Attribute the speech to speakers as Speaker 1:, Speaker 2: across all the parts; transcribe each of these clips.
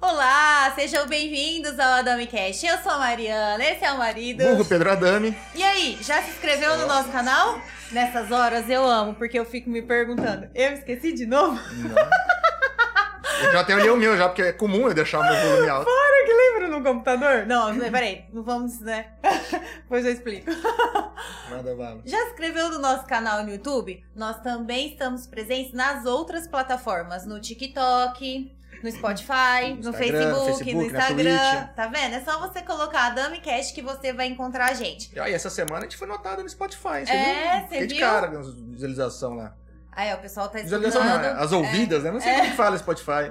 Speaker 1: Olá, sejam bem-vindos ao Adami Cast. Eu sou a Mariana, esse é o marido.
Speaker 2: Burro Pedro Adame.
Speaker 1: E aí, já se inscreveu no nosso canal? Nessas horas eu amo, porque eu fico me perguntando, eu esqueci de novo?
Speaker 2: Eu já tenho ali o meu já, porque é comum eu deixar o meu volume alto.
Speaker 1: Para que lembro no computador. Não, mas peraí, não vamos, né? Depois eu explico.
Speaker 2: Manda bala.
Speaker 1: Já se inscreveu no nosso canal no YouTube? Nós também estamos presentes nas outras plataformas, no TikTok, no Spotify, no,
Speaker 2: No Instagram,
Speaker 1: Facebook, no
Speaker 2: Facebook, na
Speaker 1: Instagram. Tá vendo? É só você colocar a Dami Cash que você vai encontrar a gente.
Speaker 2: E aí, essa semana a gente foi notado no Spotify, você
Speaker 1: É,
Speaker 2: viu?
Speaker 1: você
Speaker 2: Fiquei de
Speaker 1: viu?
Speaker 2: cara vendo as visualização lá.
Speaker 1: Aí, ó, o pessoal tá
Speaker 2: Visualização não,
Speaker 1: escutando.
Speaker 2: as ouvidas, né? Não
Speaker 1: É.
Speaker 2: sei como que fala Spotify.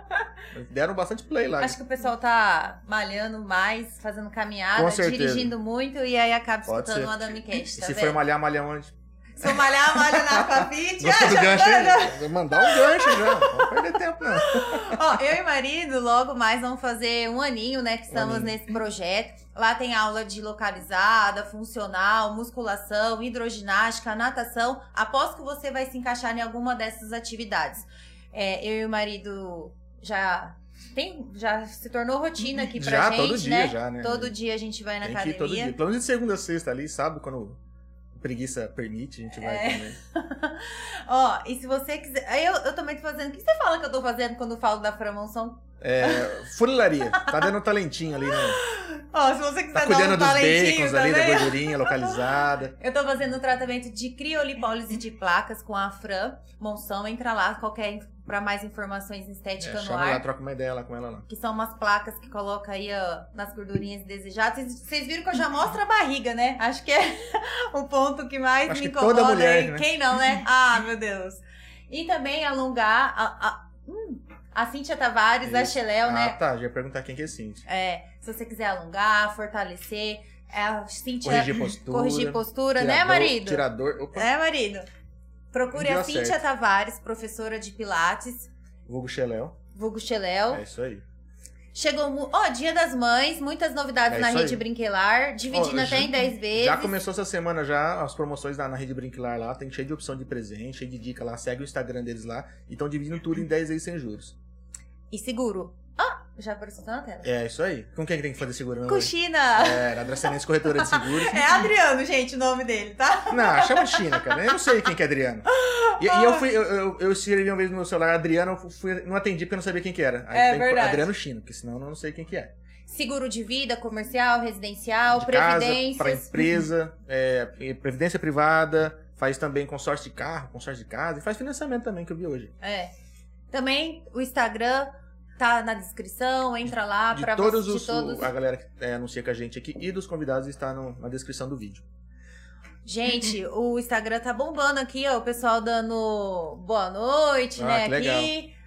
Speaker 2: Mas Deram bastante play lá.
Speaker 1: Acho que o pessoal tá malhando mais, fazendo caminhada,
Speaker 2: Com certeza.
Speaker 1: dirigindo muito e aí acaba
Speaker 2: Pode
Speaker 1: escutando
Speaker 2: ser.
Speaker 1: o Adami Cash, tá
Speaker 2: Se
Speaker 1: vendo?
Speaker 2: foi malhar, malhar onde?
Speaker 1: Se eu malhar, malho na Aquafit.
Speaker 2: Gostou do
Speaker 1: Ah,
Speaker 2: gancho
Speaker 1: Giovana!
Speaker 2: aí? Vai Mandar um gancho já. Não vai perder tempo, não.
Speaker 1: Ó, eu e marido, logo mais, vamos fazer um aninho, né? Que estamos
Speaker 2: aninho.
Speaker 1: nesse projeto. Lá tem aula de localizada, funcional, musculação, hidroginástica, natação. Aposto que você vai se encaixar em alguma dessas atividades. É, eu e o marido já. Tem, já se tornou rotina aqui pra
Speaker 2: já,
Speaker 1: gente,
Speaker 2: todo dia,
Speaker 1: né?
Speaker 2: já, né?
Speaker 1: Todo dia a gente vai na
Speaker 2: Tem que ir
Speaker 1: academia.
Speaker 2: todo dia. Pelo menos de segunda a sexta ali, sabe? Quando a preguiça permite, a gente vai
Speaker 1: É.
Speaker 2: também.
Speaker 1: Ó, e se você quiser. aí Eu, eu também tô fazendo. O que você fala que eu tô fazendo quando eu falo da Framonção?
Speaker 2: É, funilaria. Tá dando um talentinho ali, né?
Speaker 1: Ó, se você quiser
Speaker 2: Tá
Speaker 1: dar
Speaker 2: cuidando
Speaker 1: um
Speaker 2: dos
Speaker 1: talentinho
Speaker 2: bacons ali, da
Speaker 1: também.
Speaker 2: gordurinha localizada.
Speaker 1: Eu tô fazendo um tratamento de criolipólise de placas com a Fran Monção. Entra lá, qualquer in- pra mais informações em
Speaker 2: É,
Speaker 1: estética no
Speaker 2: chama lá,
Speaker 1: ar.
Speaker 2: troca uma ideia lá com ela lá.
Speaker 1: Que são umas placas que coloca aí ó, nas gordurinhas desejadas. Vocês- Vocês viram que eu já mostro a barriga, né? Acho que é o ponto que mais
Speaker 2: Acho
Speaker 1: me
Speaker 2: que toda
Speaker 1: incomoda.
Speaker 2: mulher,
Speaker 1: hein?
Speaker 2: né?
Speaker 1: Quem não, né? Ah, meu Deus. E também alongar a, a, hum, a Cíntia Tavares, a
Speaker 2: Isso.
Speaker 1: Cheléu,
Speaker 2: ah,
Speaker 1: né?
Speaker 2: tá. Já ia perguntar quem que é Cintia.
Speaker 1: É, se você quiser alongar, fortalecer. É, a Cíntia
Speaker 2: Corrigir postura.
Speaker 1: corrigir postura, né,
Speaker 2: tirador-
Speaker 1: marido?
Speaker 2: Tirador. Opa,
Speaker 1: É, marido? Procure
Speaker 2: Deu
Speaker 1: a Cíntia
Speaker 2: certo.
Speaker 1: Tavares, professora de Pilates,
Speaker 2: vulgo Xeléu.
Speaker 1: vulgo Cheléu.
Speaker 2: É isso aí.
Speaker 1: Chegou, mu- ó, Dia das Mães, muitas novidades
Speaker 2: É
Speaker 1: na
Speaker 2: isso
Speaker 1: rede
Speaker 2: aí.
Speaker 1: Brinquelar, dividindo
Speaker 2: Ó,
Speaker 1: até em
Speaker 2: já-
Speaker 1: 10 vezes.
Speaker 2: Já começou essa semana já as promoções na, na Rede Brinquilar lá. Tem cheio de opção de presente, cheio de dica lá. Segue o Instagram deles lá. E estão dividindo tudo em 10 vezes sem juros.
Speaker 1: E seguro. Ah, já apareceu na tela.
Speaker 2: É isso aí. Com quem que tem que fazer seguro? Não,
Speaker 1: Cuxina!
Speaker 2: É, na Dracenense Corretora de Seguros.
Speaker 1: É Adriano, gente, o nome dele, tá?
Speaker 2: Não, chama China, cara. Eu não sei quem que é Adriano. E, e eu fui, eu, eu, eu escrevi uma vez no meu celular Adriano, eu fui- não atendi porque eu não sabia quem que era. Aí
Speaker 1: É
Speaker 2: tem que pôr
Speaker 1: verdade.
Speaker 2: Adriano China, porque senão eu não sei quem que é.
Speaker 1: Seguro de vida, comercial, residencial,
Speaker 2: De casa, pra
Speaker 1: previdências. Uhum.
Speaker 2: empresa, é, previdência privada, faz também consórcio de carro, consórcio de casa, e faz financiamento também, que eu vi hoje.
Speaker 1: É. Também o Instagram tá na descrição, entra lá
Speaker 2: De
Speaker 1: Ah, pra
Speaker 2: todos
Speaker 1: você,
Speaker 2: os, o- a galera que é, anuncia com a gente aqui e dos convidados está no- na descrição do vídeo.
Speaker 1: Gente, o Instagram tá bombando aqui, ó. O pessoal dando boa noite,
Speaker 2: Ah,
Speaker 1: né?
Speaker 2: que
Speaker 1: Aqui.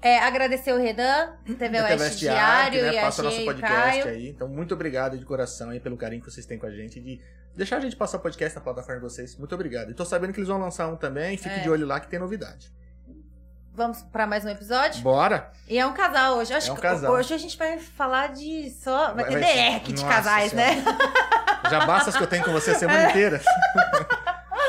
Speaker 1: É, agradecer o Redan, TV
Speaker 2: Da
Speaker 1: Oeste
Speaker 2: Oeste Arte,
Speaker 1: Diário, e a
Speaker 2: né? Passa nosso
Speaker 1: Gê e
Speaker 2: podcast
Speaker 1: Caio.
Speaker 2: aí. Então, muito obrigado de coração aí pelo carinho que vocês têm com a gente. De deixar a gente passar podcast na plataforma de vocês. Muito obrigado. E tô sabendo que eles vão lançar um também. Fique
Speaker 1: É.
Speaker 2: de olho lá que tem novidade.
Speaker 1: Vamos pra mais um episódio?
Speaker 2: Bora!
Speaker 1: E é um casal hoje. Eu Acho
Speaker 2: É um
Speaker 1: que
Speaker 2: casal.
Speaker 1: Hoje a gente vai falar de só. Vai,
Speaker 2: Vai-
Speaker 1: ter
Speaker 2: vai-
Speaker 1: derek de
Speaker 2: Nossa
Speaker 1: casais,
Speaker 2: Senhora.
Speaker 1: né?
Speaker 2: Já basta as que eu tenho com você a semana inteira.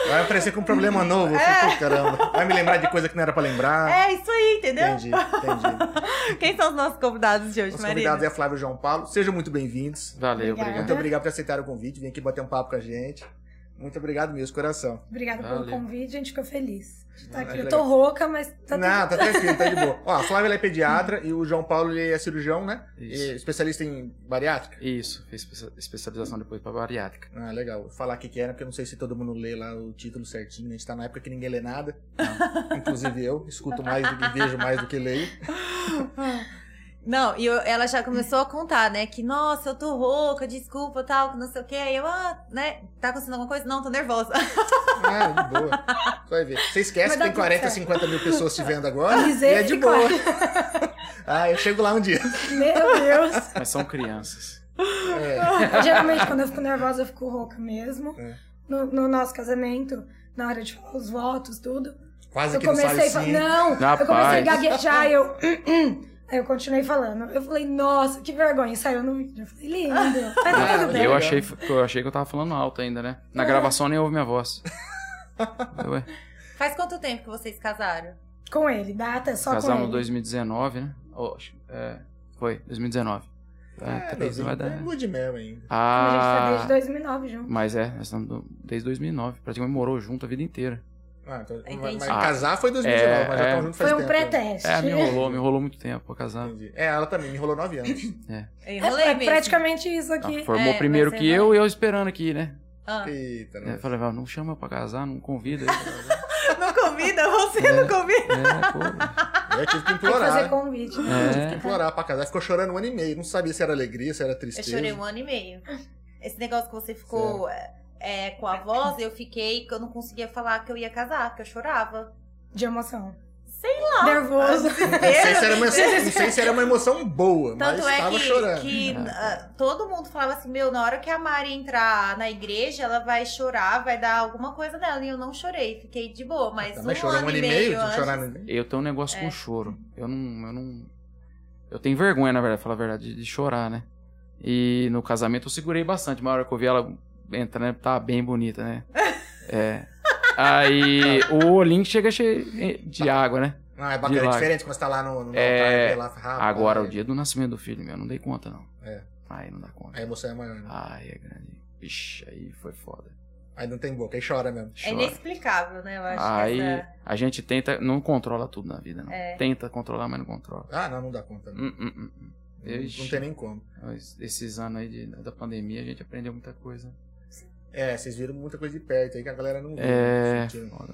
Speaker 2: Vai aparecer com um problema novo. Eu falei, Pô, caramba. Vai me lembrar de coisa que não era pra lembrar.
Speaker 1: É isso aí, entendeu?
Speaker 2: Entendi, entendi.
Speaker 1: Quem são os nossos convidados de hoje,
Speaker 2: Os
Speaker 1: Marina?
Speaker 2: convidados é Flávio e João Paulo. Sejam muito bem-vindos.
Speaker 3: Valeu,
Speaker 4: Obrigada.
Speaker 2: Muito
Speaker 3: obrigado.
Speaker 2: obrigado por aceitar o convite. Vim aqui bater um papo com a gente. Muito obrigado mesmo, de coração.
Speaker 4: Obrigada pelo
Speaker 3: Valeu.
Speaker 4: convite, gente ficou feliz. de estar
Speaker 2: Ah,
Speaker 4: Tá aqui.
Speaker 2: que
Speaker 4: Eu tô
Speaker 2: legal.
Speaker 4: rouca, mas tá Uhum.
Speaker 2: não, tá tranquilo, tá de boa. Ó, a Flávia ela é pediatra e o João Paulo ele é cirurgião, né? E
Speaker 3: Isso.
Speaker 2: especialista em bariátrica.
Speaker 3: Isso, fiz espe- especialização depois pra bariátrica.
Speaker 2: Ah, legal. Vou falar o que que era, porque eu não sei se todo mundo lê lá o título certinho. né? A gente tá na época que ninguém lê nada. Inclusive eu. Escuto mais do que vejo, mais do que leio.
Speaker 1: Não, e eu- ela já começou a contar, né? Que, nossa, eu tô rouca, desculpa, tal, que não sei o quê. Aí eu, ah, né? Tá acontecendo alguma coisa? Não, tô nervosa.
Speaker 2: Ah, de boa. Você vai ver. Você esquece
Speaker 4: Mas
Speaker 2: que
Speaker 4: dá
Speaker 2: tem
Speaker 4: tudo
Speaker 2: 40,
Speaker 4: certo.
Speaker 2: 50 mil pessoas te vendo agora. E
Speaker 4: Misericórdia.
Speaker 2: é de boa. Ah, eu chego lá um dia.
Speaker 4: tudo. Meu Deus.
Speaker 3: Mas são crianças.
Speaker 2: É.
Speaker 4: Eu, geralmente, quando eu fico nervosa, eu fico rouca mesmo.
Speaker 2: É.
Speaker 4: No, no nosso casamento, na hora de falar os votos, tudo.
Speaker 2: Quase
Speaker 4: Eu
Speaker 2: que não sai
Speaker 4: comecei a
Speaker 2: assim.
Speaker 4: falar. Não!
Speaker 3: Rapaz.
Speaker 4: Eu comecei a gaguejar, eu. Aí eu continuei falando. Eu falei, nossa, que vergonha. E saiu no vídeo. Eu falei, lindo. Mas tá
Speaker 2: Ah,
Speaker 4: tudo
Speaker 3: E
Speaker 4: bem.
Speaker 3: eu
Speaker 2: legal.
Speaker 3: achei, que eu achei que eu tava falando alto ainda, né? Na
Speaker 4: É.
Speaker 3: gravação nem ouve minha voz. Ué,
Speaker 1: Faz quanto tempo que vocês casaram?
Speaker 4: Com ele, data só com
Speaker 3: casamos
Speaker 4: ele.
Speaker 3: em 2019, né? Ou, acho- é, foi, 2019. É, três, não vai dar.
Speaker 2: É lua de mel ainda.
Speaker 4: Como a gente tá
Speaker 3: Ah,
Speaker 4: desde 2009 junto.
Speaker 3: mas é, nós estamos do- desde 2009. Praticamente morou junto a vida inteira.
Speaker 2: Ah, então,
Speaker 1: Entendi.
Speaker 2: mas mas
Speaker 3: Ah.
Speaker 2: casar foi em 2019, mas
Speaker 3: É,
Speaker 2: já
Speaker 3: é.
Speaker 2: estão juntos faz
Speaker 4: Foi um
Speaker 2: tempo.
Speaker 4: pré-teste.
Speaker 3: É, me enrolou, me enrolou muito tempo pra casar.
Speaker 2: Entendi. É, ela também me enrolou nove anos.
Speaker 1: Eu
Speaker 4: É,
Speaker 1: Enrolei
Speaker 4: é
Speaker 1: mesmo.
Speaker 4: praticamente isso
Speaker 3: Ela
Speaker 4: aqui.
Speaker 3: Ah, formou
Speaker 1: é,
Speaker 3: primeiro
Speaker 1: você
Speaker 3: que
Speaker 1: vai-
Speaker 3: eu e eu esperando aqui, né?
Speaker 1: Ah.
Speaker 2: Eita,
Speaker 3: Eu
Speaker 2: né?
Speaker 3: falei, "Val, não chama pra casar, não convida. aí pra casar."
Speaker 1: Não convida? Você não convida?
Speaker 3: é, pô.
Speaker 2: Eu tive que
Speaker 4: Tem que
Speaker 2: implorar.
Speaker 4: fazer convite. né?
Speaker 2: Tive que
Speaker 3: É.
Speaker 2: implorar pra casar. Ficou chorando um ano e meio. Não sabia se era alegria, se era
Speaker 1: Eu
Speaker 2: tristeza.
Speaker 1: chorei um ano e meio. Esse negócio que você ficou é, é, com a voz, eu fiquei que eu não conseguia falar que eu ia casar, que eu chorava.
Speaker 4: De emoção.
Speaker 1: Sei
Speaker 4: lá. Nervoso.
Speaker 2: Não sei, se era uma, não sei se era uma emoção boa,
Speaker 1: Tanto
Speaker 2: mas
Speaker 1: é
Speaker 2: tava
Speaker 1: que,
Speaker 2: chorando.
Speaker 1: que,
Speaker 3: Ah,
Speaker 1: ah, todo mundo falava assim, meu, na hora que a Mari entrar na igreja, ela vai chorar, vai dar alguma coisa nela. E eu não chorei, fiquei de boa, mas,
Speaker 2: Tá,
Speaker 1: um,
Speaker 2: mas chorou
Speaker 1: ano e meio,
Speaker 2: tinha que
Speaker 1: antes-
Speaker 2: chorar no meio.
Speaker 3: Eu tenho um negócio
Speaker 1: É.
Speaker 3: com choro. Eu não, eu não. Eu tenho vergonha, na verdade, falar a verdade, de, de chorar, né? E no casamento eu segurei bastante. Uma hora que eu vi ela entrando, né, tá bem bonita, né? É. Aí o olhinho chega cheio de água, né?
Speaker 2: Ah, é bacana, é
Speaker 3: lá.
Speaker 2: diferente quando você tá lá no, no
Speaker 3: É,
Speaker 2: altar, vê lá, fala, ah,
Speaker 3: Agora,
Speaker 2: é,
Speaker 3: o dia do nascimento do filho, meu, não dei conta, não.
Speaker 2: É.
Speaker 3: Aí não dá conta.
Speaker 2: A emoção é maior, né?
Speaker 3: Ai, é grande. Vixe, aí foi foda.
Speaker 2: Aí não tem boca, aí chora mesmo.
Speaker 1: É
Speaker 3: Chora.
Speaker 1: inexplicável, né? Eu acho
Speaker 3: aí
Speaker 1: que essa...
Speaker 3: a gente tenta, não controla tudo na vida, não.
Speaker 1: É.
Speaker 3: Tenta controlar, mas não controla.
Speaker 2: Ah, não, não dá conta. Não,
Speaker 3: Hum, hum, hum, hum.
Speaker 2: Não- não
Speaker 3: Ixi.
Speaker 2: tem nem como.
Speaker 3: Mas Esses anos aí de- da pandemia a gente aprendeu muita coisa.
Speaker 2: É, vocês viram muita coisa de perto aí que a galera não viu.
Speaker 3: É.
Speaker 2: né? Sentiram.
Speaker 3: foda.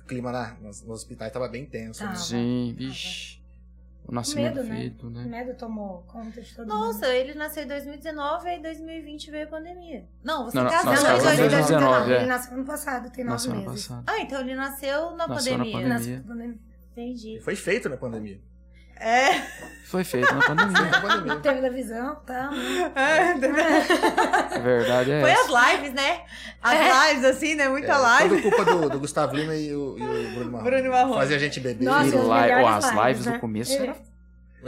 Speaker 2: O clima lá nos, nos hospitais tava bem tenso.
Speaker 4: Tá.
Speaker 2: né?
Speaker 3: Sim, vixe. O nascimento
Speaker 4: Medo,
Speaker 3: do
Speaker 4: né?
Speaker 3: filho, né?
Speaker 4: O medo tomou conta de todo mundo.
Speaker 1: Nossa, ele nasceu em 2019 e em 2020 veio a pandemia. Não, você
Speaker 3: Não, não,
Speaker 1: casou
Speaker 3: nós
Speaker 1: em
Speaker 4: Tá
Speaker 3: casamos em
Speaker 1: 2019.
Speaker 3: 2019,
Speaker 4: Ele
Speaker 3: é.
Speaker 4: nasceu ano passado, tem nove
Speaker 3: Nasceu ano
Speaker 4: meses.
Speaker 3: passado.
Speaker 1: Ah, então ele nasceu na
Speaker 3: Nasceu na
Speaker 1: pandemia.
Speaker 3: pandemia.
Speaker 4: Nasceu na pandemia.
Speaker 2: E
Speaker 1: Entendi.
Speaker 2: Foi feito na pandemia.
Speaker 1: É.
Speaker 3: Foi feito na
Speaker 2: Foi
Speaker 3: pandemia.
Speaker 2: na pandemia.
Speaker 4: Televisão, tá?
Speaker 3: A verdade é
Speaker 1: Foi
Speaker 3: essa.
Speaker 1: as lives, né? As lives, assim, né? Muita
Speaker 2: É,
Speaker 1: live.
Speaker 2: Tudo culpa do, do Gustavo Lima e o, e o Bruno Marrone.
Speaker 1: Bruno Marrone.
Speaker 2: Fazia a gente beber.
Speaker 4: Nossa,
Speaker 3: E
Speaker 4: as
Speaker 3: li-
Speaker 4: melhores
Speaker 3: ó, as lives,
Speaker 4: lives, né?
Speaker 3: do começo
Speaker 4: Ele-
Speaker 3: era.
Speaker 2: Era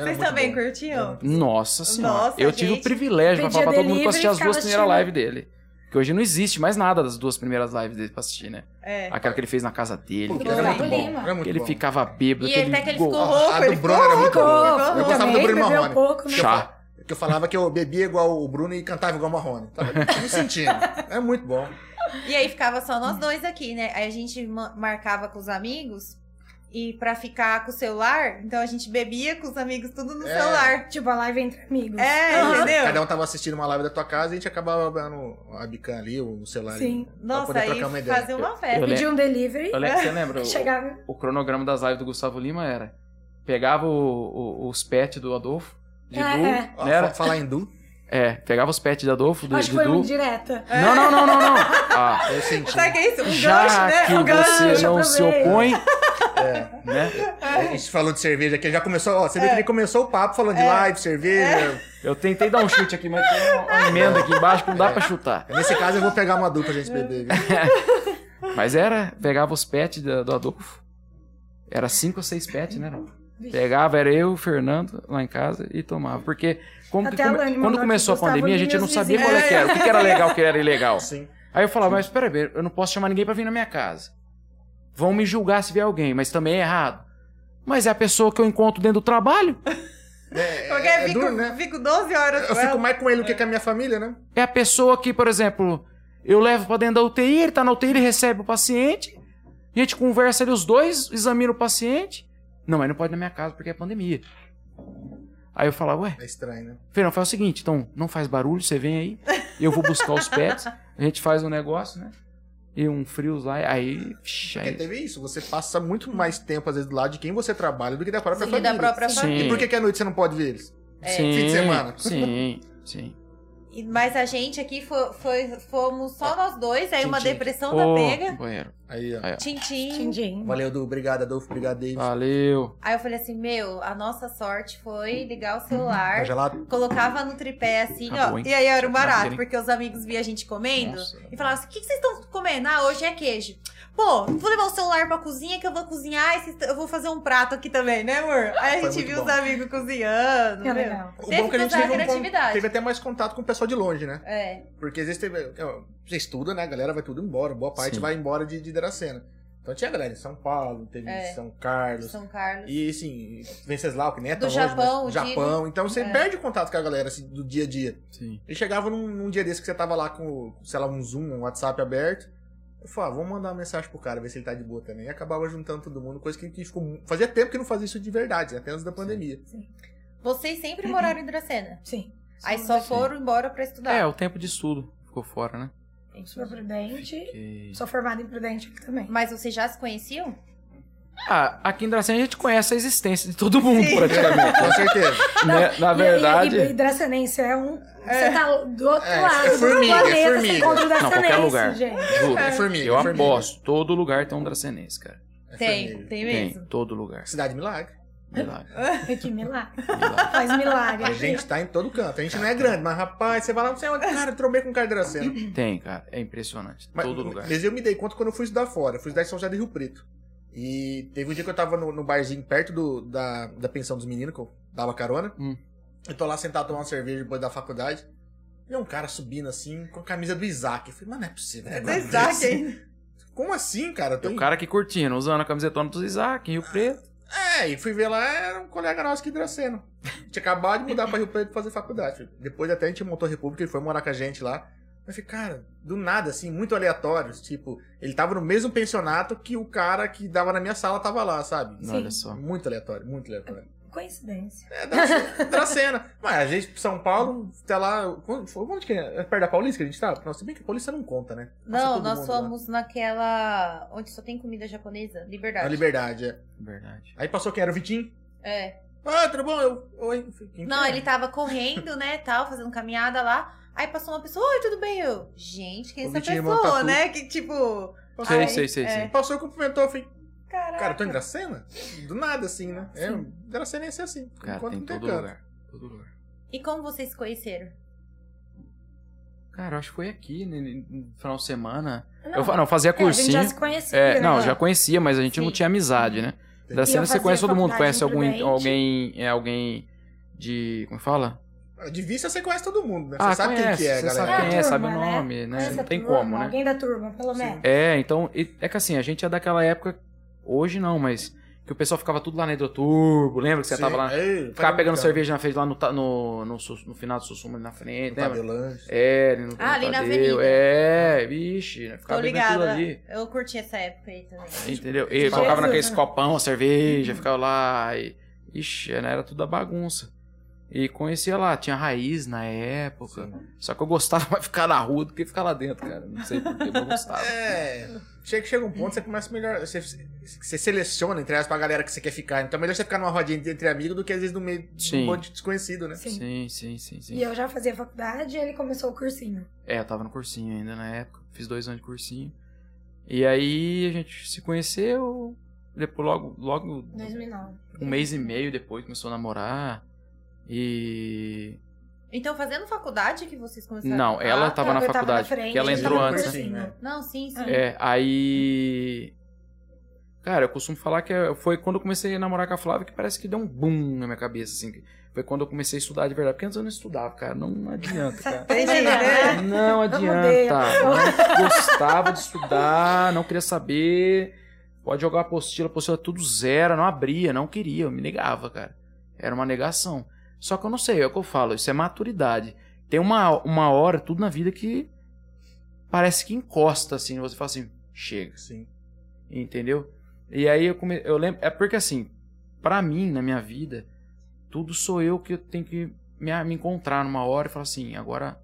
Speaker 1: Vocês
Speaker 2: muito
Speaker 1: também
Speaker 2: bom.
Speaker 1: curtiam?
Speaker 3: Nossa senhora.
Speaker 1: Nossa,
Speaker 3: eu tive
Speaker 1: gente.
Speaker 3: o privilégio pra
Speaker 4: Pedia
Speaker 3: falar pra todo mundo
Speaker 4: delivery
Speaker 3: pra assistir
Speaker 4: e
Speaker 3: as duas
Speaker 4: ficava
Speaker 3: primeiras
Speaker 4: assistindo.
Speaker 3: lives dele. Porque hoje não existe mais nada das duas primeiras lives dele pra assistir, né?
Speaker 1: É.
Speaker 3: Aquela que ele fez na casa dele.
Speaker 2: Pô,
Speaker 3: que
Speaker 2: era
Speaker 4: Gustavo
Speaker 2: muito bom.
Speaker 4: Lima.
Speaker 2: Era muito
Speaker 3: ele
Speaker 2: bom.
Speaker 3: ficava bêbado.
Speaker 1: E até que ele ficou
Speaker 3: gol.
Speaker 1: rouco,
Speaker 2: A- a do
Speaker 1: ele
Speaker 2: Bruno era muito boa.
Speaker 4: Ficou,
Speaker 2: Eu gostava do
Speaker 4: também
Speaker 2: Bruno
Speaker 4: bebeu
Speaker 2: Marrone.
Speaker 4: pouco, né?
Speaker 3: Chá.
Speaker 2: Que eu falava que eu bebia igual o Bruno e cantava igual o Marrone. Tava me sentindo. É muito bom.
Speaker 1: E aí ficava só nós dois aqui, né? Aí a gente ma- marcava com os amigos e pra ficar com o celular, então a gente bebia com os amigos tudo no
Speaker 2: É.
Speaker 1: celular.
Speaker 4: Tipo, a live entre amigos.
Speaker 1: É,
Speaker 4: Aham.
Speaker 1: entendeu?
Speaker 2: Cada um tava assistindo uma live da tua casa e a gente acabava dando a bican ali, o celular.
Speaker 4: Sim.
Speaker 2: ali,
Speaker 1: Nossa, aí fazer uma
Speaker 3: Eu
Speaker 1: festa.
Speaker 3: lembro-
Speaker 4: Pedia um delivery,
Speaker 3: Alex, você lembra? o-
Speaker 4: chegava...
Speaker 3: o cronograma das lives do Gustavo Lima era: pegava o- o- os pets do Adolfo, de Du,
Speaker 4: É,
Speaker 3: né?
Speaker 2: Ó, fa-
Speaker 3: Era-
Speaker 2: Falar em Du,
Speaker 3: É, pegava os pets do Adolfo, do,
Speaker 4: Acho
Speaker 3: de
Speaker 4: que foi um uma
Speaker 3: Du.
Speaker 4: indireta.
Speaker 3: Não, não, não, não, não. Ah,
Speaker 2: eu senti.
Speaker 1: Sabe o que é isso? Um
Speaker 3: já
Speaker 1: gancho, né?
Speaker 3: que
Speaker 1: um gancho.
Speaker 3: você não se
Speaker 4: aproveita.
Speaker 3: opõe,
Speaker 2: É.
Speaker 3: né?
Speaker 2: A gente falou de cerveja aqui, já começou, ó, você
Speaker 1: É.
Speaker 2: viu que ele começou o papo falando de live, cerveja.
Speaker 3: Eu tentei dar um chute aqui, mas tem uma, uma emenda aqui embaixo que não dá pra chutar.
Speaker 1: É.
Speaker 2: Nesse caso eu vou pegar uma dupla pra gente beber. viu?
Speaker 3: Mas era, pegava os pets da- do Adolfo. Era cinco ou seis pets, né? Adolfo? Pegava, era eu, o Fernando, lá em casa, e tomava. Porque como que
Speaker 4: Até a
Speaker 3: come-
Speaker 4: Lani mandou
Speaker 3: quando começou a
Speaker 4: aqui, Gustavo
Speaker 3: pandemia, a
Speaker 4: Lima e
Speaker 3: gente não
Speaker 4: os
Speaker 3: sabia qual
Speaker 4: vizinhos.
Speaker 3: é que era. O que que era legal, o que era ilegal.
Speaker 2: Sim.
Speaker 3: Aí eu falava, mas peraí, eu não posso chamar ninguém pra vir na minha casa. Vão me julgar se vier alguém, mas também é errado. Mas é a pessoa que eu encontro dentro do trabalho.
Speaker 2: É,
Speaker 1: Porque
Speaker 2: é
Speaker 1: fico,
Speaker 2: duro, né?
Speaker 1: fico 12 horas
Speaker 2: Eu
Speaker 1: com
Speaker 2: fico
Speaker 1: ela.
Speaker 2: mais com ele do que com a minha família, né?
Speaker 3: É a pessoa que, por exemplo, eu levo pra dentro da UTI, ele tá na UTI, ele recebe o paciente. A gente conversa ali os dois, examina o paciente. Não, mas não pode ir na minha casa porque é pandemia. Aí eu falava, ué,
Speaker 2: É estranho, né?
Speaker 3: Feirão, faz o seguinte, então, não faz barulho, você vem aí, eu vou buscar os pets, a gente faz um negócio, né? E um frios lá, aí... Vixi,
Speaker 2: Porque
Speaker 3: aí
Speaker 2: teve isso, você passa muito mais tempo, às vezes, do lado de quem você trabalha do que da própria
Speaker 1: Sim,
Speaker 2: família.
Speaker 1: assim, da própria
Speaker 3: Sim.
Speaker 1: família.
Speaker 2: E por que, que à noite você não pode ver eles?
Speaker 3: sim,
Speaker 2: Fim de semana.
Speaker 3: Sim, sim.
Speaker 1: E- Mas a gente aqui foi, foi- fomos só nós dois, aí
Speaker 2: Tchim,
Speaker 1: uma
Speaker 2: tchim.
Speaker 1: depressão
Speaker 3: Ah, Ô,
Speaker 1: da pega.
Speaker 3: companheiro.
Speaker 2: Aí, ó.
Speaker 3: Aí, Ah.
Speaker 1: Tchim, tchim.
Speaker 4: Tchim, tchim.
Speaker 2: Valeu, Du. Obrigado, Adolfo. Obrigado, David.
Speaker 3: Valeu.
Speaker 1: Aí eu falei assim, meu, a nossa sorte foi ligar o celular,
Speaker 2: Tá gelado?
Speaker 1: colocava no tripé assim,
Speaker 3: Hum, Acabou,
Speaker 1: ó.
Speaker 3: hein?
Speaker 1: E aí era um
Speaker 3: Acabou,
Speaker 1: barato,
Speaker 3: hein?
Speaker 1: porque os amigos via a gente comendo
Speaker 3: Nossa.
Speaker 1: e falavam assim, o que que vocês estão comendo? Ah, hoje é queijo. Pô, vou levar o celular pra cozinha que eu vou cozinhar e vocês t- eu vou fazer um prato aqui também, né, amor? Aí a
Speaker 2: Foi
Speaker 1: gente
Speaker 2: muito
Speaker 1: viu os
Speaker 2: bom.
Speaker 1: amigos cozinhando. viu?
Speaker 4: É legal.
Speaker 2: O
Speaker 1: Teve
Speaker 2: bom é que a gente
Speaker 1: que usar
Speaker 2: teve,
Speaker 1: a
Speaker 2: um con-
Speaker 1: criatividade.
Speaker 2: teve até mais contato com o pessoal de longe, né?
Speaker 1: É.
Speaker 2: Porque às vezes teve. ó, Você estuda, né? A galera vai tudo embora. Boa parte
Speaker 3: Sim.
Speaker 2: vai embora de, de Deracena. Então tinha galera em São Paulo, teve
Speaker 1: É.
Speaker 2: em São Carlos.
Speaker 1: São Carlos.
Speaker 2: E assim, Venceslau, que nem é
Speaker 1: Do
Speaker 2: tão longe, mas
Speaker 1: Japão, eu
Speaker 2: Japão. Então você
Speaker 1: É.
Speaker 2: perde o contato com a galera assim, do dia a dia.
Speaker 3: Sim.
Speaker 2: E chegava num, num dia desse que você tava lá com, sei lá, um Zoom, um WhatsApp aberto. Eu falava, ah, vamos mandar uma mensagem pro cara, ver se ele tá de boa também. E acabava juntando todo mundo, coisa que, que ficou. mu- Fazia tempo que não fazia isso de verdade, né, até antes da pandemia.
Speaker 1: Vocês
Speaker 2: Uhum.
Speaker 1: sempre moraram em Dracena.
Speaker 4: Sim.
Speaker 1: Aí só
Speaker 3: Sim.
Speaker 1: foram embora pra estudar.
Speaker 3: É, o tempo de estudo ficou fora, né?
Speaker 4: Sou prudente.
Speaker 3: E-
Speaker 4: Sou formada em prudente aqui também.
Speaker 1: Mas vocês já se conheciam?
Speaker 3: Ah, aqui em Dracena a gente conhece a existência de todo mundo,
Speaker 1: Sim.
Speaker 3: praticamente.
Speaker 2: Com certeza.
Speaker 3: Né? Na
Speaker 4: E-
Speaker 3: verdade.
Speaker 4: E, e, e Dracenense é um. Você tá do outro
Speaker 2: É,
Speaker 4: lado
Speaker 2: é formiga,
Speaker 4: do
Speaker 2: é
Speaker 4: planeta,
Speaker 2: formiga.
Speaker 4: você encontra o
Speaker 3: Não, qualquer
Speaker 4: Dracenense,
Speaker 3: lugar.
Speaker 4: gente.
Speaker 3: juro,
Speaker 2: É formiga.
Speaker 3: eu
Speaker 2: é formiga.
Speaker 3: aposto, todo lugar tem um dracenense, cara.
Speaker 2: É
Speaker 1: tem,
Speaker 2: formiga.
Speaker 1: tem mesmo.
Speaker 3: Tem, todo lugar.
Speaker 2: Cidade Milagre.
Speaker 3: Milagre,
Speaker 4: E Que milagre.
Speaker 3: milagre.
Speaker 4: Faz milagre.
Speaker 2: A gente tá em todo canto. A gente não é grande, mas rapaz, você vai lá, você é uma cara, eu trombei com um cara de Dracena.
Speaker 3: Tem, cara. É impressionante.
Speaker 2: Mas,
Speaker 3: todo lugar.
Speaker 2: Mas eu me dei conta quando eu fui estudar fora. Eu Fui estudar em São José do Rio Preto. E teve um dia que eu tava no, no barzinho perto do- da, da pensão dos meninos, que eu dava carona.
Speaker 3: Hum.
Speaker 2: Eu tô lá sentado tomando uma cerveja depois da faculdade. E um cara subindo assim, com a camisa do Isaac. Eu falei, mano, não é possível. né?
Speaker 1: É do Isaac ainda.
Speaker 2: Como assim, cara? Eu tô
Speaker 3: Tem É o
Speaker 2: em-
Speaker 3: cara que curtindo, usando a camisetona do Isaac, em Rio Preto.
Speaker 2: É, e fui ver lá, era um colega nosso que Draceno. Tinha acabado de mudar pra Rio Preto fazer faculdade. Depois até a gente montou a República, ele foi morar com a gente lá. Mas falei, cara, do nada, assim, muito aleatório. Tipo, ele tava no mesmo pensionato que o cara que dava na minha sala tava lá, sabe?
Speaker 4: Sim.
Speaker 3: Olha só.
Speaker 2: Muito aleatório, muito aleatório.
Speaker 4: Coincidência.
Speaker 2: É, Dracena. Dracena. Mas a gente, São Paulo, tá lá. Onde, foi- onde que é? É Perto da Paulista que a gente tava? Nossa, se bem que a Paulista não conta, né? Passa
Speaker 1: Não,
Speaker 2: todo
Speaker 1: nós
Speaker 2: mundo lá.
Speaker 1: fomos naquela. onde só tem comida japonesa? Liberdade.
Speaker 2: Na Liberdade, é.
Speaker 3: Verdade.
Speaker 2: Aí passou quem era o Vitinho.
Speaker 1: É.
Speaker 2: Ah, tudo bom? Eu. Oi. Quem que
Speaker 1: Não,
Speaker 2: é?
Speaker 1: ele tava correndo, né, tal, fazendo caminhada lá. Aí passou uma pessoa, oi, tudo bem? Eu, gente, quem é
Speaker 2: O
Speaker 1: essa
Speaker 2: Vitinho
Speaker 1: pessoa,
Speaker 2: Montatu.
Speaker 1: né? Que tipo,
Speaker 2: Passou-
Speaker 3: Sei,
Speaker 1: Ai,
Speaker 3: sei, sei,
Speaker 1: é.
Speaker 3: sei.
Speaker 2: Passou e cumprimentou, eu falei.
Speaker 1: caraca.
Speaker 2: Cara, eu tô em Dracena? Do nada, assim, né? É, Dracena ia ser assim.
Speaker 3: Cara,
Speaker 2: enquanto
Speaker 3: tem
Speaker 2: não tem
Speaker 3: todo
Speaker 2: canto.
Speaker 3: lugar. Todo lugar.
Speaker 1: E como vocês se conheceram?
Speaker 3: Cara, eu acho que foi aqui, né, no final de semana.
Speaker 4: Não,
Speaker 3: Eu fa- não, fazia
Speaker 4: é, a gente
Speaker 3: cursinho.
Speaker 4: já se conhecia.
Speaker 3: É, não,
Speaker 4: né?
Speaker 3: já conhecia, mas a gente
Speaker 1: Sim.
Speaker 3: não tinha amizade, né?
Speaker 2: Entendi.
Speaker 3: Da
Speaker 2: E
Speaker 3: cena
Speaker 4: eu
Speaker 3: você
Speaker 4: fazia
Speaker 3: conhece todo mundo,
Speaker 4: faculdade
Speaker 3: conhece
Speaker 4: em
Speaker 3: algum,
Speaker 4: Prudente.
Speaker 3: alguém, é alguém de, como é fala?
Speaker 2: Ah, De vista você conhece todo mundo, né? Você
Speaker 3: ah,
Speaker 2: sabe
Speaker 3: conhece,
Speaker 2: quem que é,
Speaker 3: você
Speaker 2: galera.
Speaker 3: sabe quem é,
Speaker 4: É a
Speaker 3: sabe o
Speaker 4: turma, né?
Speaker 3: nome, né?
Speaker 4: Conhece
Speaker 3: Não
Speaker 4: a
Speaker 3: tem
Speaker 4: turma,
Speaker 3: como, né?
Speaker 4: Alguém da turma, pelo
Speaker 2: Sim.
Speaker 4: menos.
Speaker 3: É, então, e- é que assim, a gente é daquela época, hoje não, mas que o pessoal ficava tudo lá na Hidroturbo, lembra que você
Speaker 2: Sim.
Speaker 3: tava lá?
Speaker 2: Ei,
Speaker 3: Ficava
Speaker 2: tá
Speaker 3: pegando
Speaker 2: brincando.
Speaker 3: cerveja na frente lá no, ta- no, no, Sus- no final do Sussuma ali na frente,
Speaker 2: No
Speaker 3: lembra?
Speaker 2: Tabelange.
Speaker 3: É, ali no
Speaker 1: Ah, ali na
Speaker 3: Tadeu,
Speaker 1: avenida.
Speaker 3: É, vixe, né? ficava
Speaker 1: tô
Speaker 3: bebendo tudo
Speaker 1: ligada.
Speaker 3: ali.
Speaker 1: Eu curti essa época aí também.
Speaker 3: Entendeu? E
Speaker 2: Jesus,
Speaker 3: colocava naqueles
Speaker 4: né?
Speaker 3: copão a cerveja, ficava lá e. Ixi, era era tudo da bagunça. E conhecia lá, tinha raiz na época.
Speaker 2: Sim.
Speaker 3: Só que eu gostava mais de ficar na rua do que ficar lá dentro, cara. Não sei por que mas eu gostava.
Speaker 2: É. Chega, chega um ponto, você começa melhor. Você, você seleciona, entre aspas, pra galera que você quer ficar. Então é melhor você ficar numa rodinha de- entre amigos do que às vezes no meio de
Speaker 3: Sim.
Speaker 2: um monte de desconhecido, né?
Speaker 4: Sim.
Speaker 3: Sim, sim, sim, sim.
Speaker 4: E eu já fazia faculdade e ele começou o cursinho.
Speaker 3: É, eu tava no cursinho ainda na época. Fiz dois anos de cursinho. E aí a gente se conheceu. Depois, logo, logo
Speaker 4: 2009.
Speaker 3: um mês e meio depois, começou a namorar. E.
Speaker 1: Então, fazendo faculdade que vocês começaram?
Speaker 3: Não, ela
Speaker 1: Ah, tá.
Speaker 3: tava
Speaker 4: tá,
Speaker 3: na
Speaker 4: eu tava na
Speaker 3: faculdade.
Speaker 4: frente,
Speaker 3: que ela
Speaker 4: eu
Speaker 3: entrou
Speaker 4: tava no
Speaker 3: antes. né?
Speaker 2: Sim,
Speaker 4: cursinho.
Speaker 2: né?
Speaker 1: Não, sim, sim.
Speaker 3: É, aí. Cara, eu costumo falar que é- foi quando eu comecei a namorar com a Flávia que parece que deu um boom na minha cabeça, assim. que Foi quando eu comecei a estudar de verdade. Porque antes eu não estudava, cara. Não adianta, cara.
Speaker 1: Entendi,
Speaker 4: né?
Speaker 3: Não
Speaker 4: mudei
Speaker 3: adianta.
Speaker 4: a
Speaker 3: Não gostava de estudar, não queria saber. Pode jogar a apostila, a apostila tudo zero, não abria, não queria, eu me negava, cara. Era uma negação. Só que eu não sei, é o que eu falo, isso é maturidade. Tem uma, uma hora, tudo na vida, que parece que encosta, assim, você fala assim, chega.
Speaker 2: Sim.
Speaker 3: Entendeu? E aí eu come... eu lembro, é porque assim, pra mim, na minha vida, tudo sou eu que eu tenho que me, me encontrar numa hora e falar assim, agora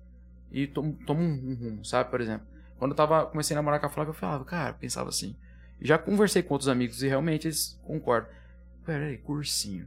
Speaker 3: e tomo, tomo um, um rumo, sabe, por exemplo. Quando eu tava comecei a namorar com a Flávia, eu falava, cara, eu pensava assim. Já conversei com outros amigos e realmente eles concordam. Peraí, cursinho.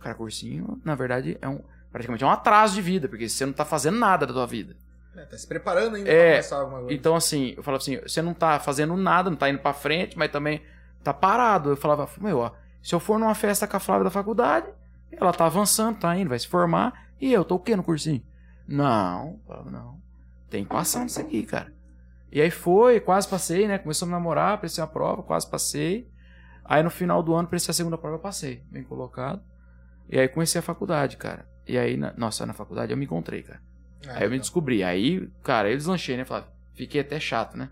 Speaker 3: Cara, cursinho, na verdade, é um praticamente é um atraso de vida, porque você não tá fazendo nada da tua vida.
Speaker 2: É, tá se preparando ainda
Speaker 3: É,
Speaker 2: pra começar alguma coisa.
Speaker 3: Então, assim, eu falava assim, você não tá fazendo nada, não tá indo pra frente, mas também tá parado. Eu falava, meu, ó, se eu for numa festa com a Flávia da faculdade, ela tá avançando, tá indo, vai se formar, e eu tô o quê no cursinho? Não, eu falava, não, tem que passar nisso aqui, cara. E aí foi, quase passei, né? Começamos a namorar, prestei a prova, quase passei. Aí no final do ano, prestei a segunda prova, eu passei, bem colocado. E aí comecei a faculdade, cara. E aí, na... nossa, na faculdade eu me encontrei, cara.
Speaker 2: Ah,
Speaker 3: aí eu me
Speaker 2: então.
Speaker 3: descobri. Aí, cara, eu deslanchei, né, Flávio? Fiquei até chato, né?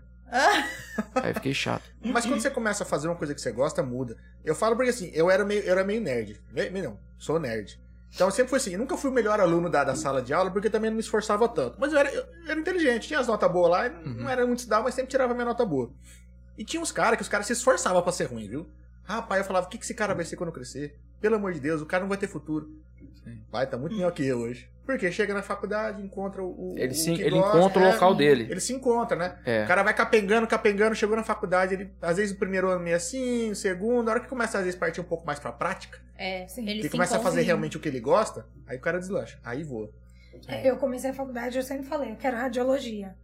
Speaker 3: aí eu fiquei chato.
Speaker 2: Mas quando você começa a fazer uma coisa que você gosta, muda. Eu falo porque assim, eu era meio, eu era meio nerd. Me- meio não, sou nerd. Então eu sempre fui assim, eu nunca fui o melhor aluno da, da sala de aula, porque também não me esforçava tanto. Mas eu era, eu era inteligente, tinha as notas boas lá, e não-
Speaker 3: Uhum.
Speaker 2: não era muito estudar, mas sempre tirava minha nota boa. E tinha uns caras que os caras se esforçavam pra ser ruim, viu? Rapaz, eu falava, o que, que esse cara vai ser quando crescer? Pelo amor de Deus, o cara não vai ter futuro.
Speaker 3: Sim.
Speaker 2: Vai, tá muito melhor que eu hoje. Porque chega na faculdade, encontra o. o-
Speaker 3: Ele
Speaker 2: o
Speaker 3: se-
Speaker 2: que
Speaker 3: ele
Speaker 2: gosta,
Speaker 3: encontra o
Speaker 2: é,
Speaker 3: local dele.
Speaker 2: Ele se encontra, né?
Speaker 3: É.
Speaker 2: O cara vai capengando, capengando, chegou na faculdade, ele, às vezes o primeiro ano meio assim, o segundo, a hora que começa às vezes partir um pouco mais pra prática,
Speaker 1: É,
Speaker 4: Sim.
Speaker 1: ele
Speaker 2: ele
Speaker 1: se
Speaker 2: começa a fazer
Speaker 1: encontra.
Speaker 2: realmente o que ele gosta, aí o cara deslancha, aí voa.
Speaker 4: Eu comecei a faculdade, eu sempre falei, eu quero radiologia.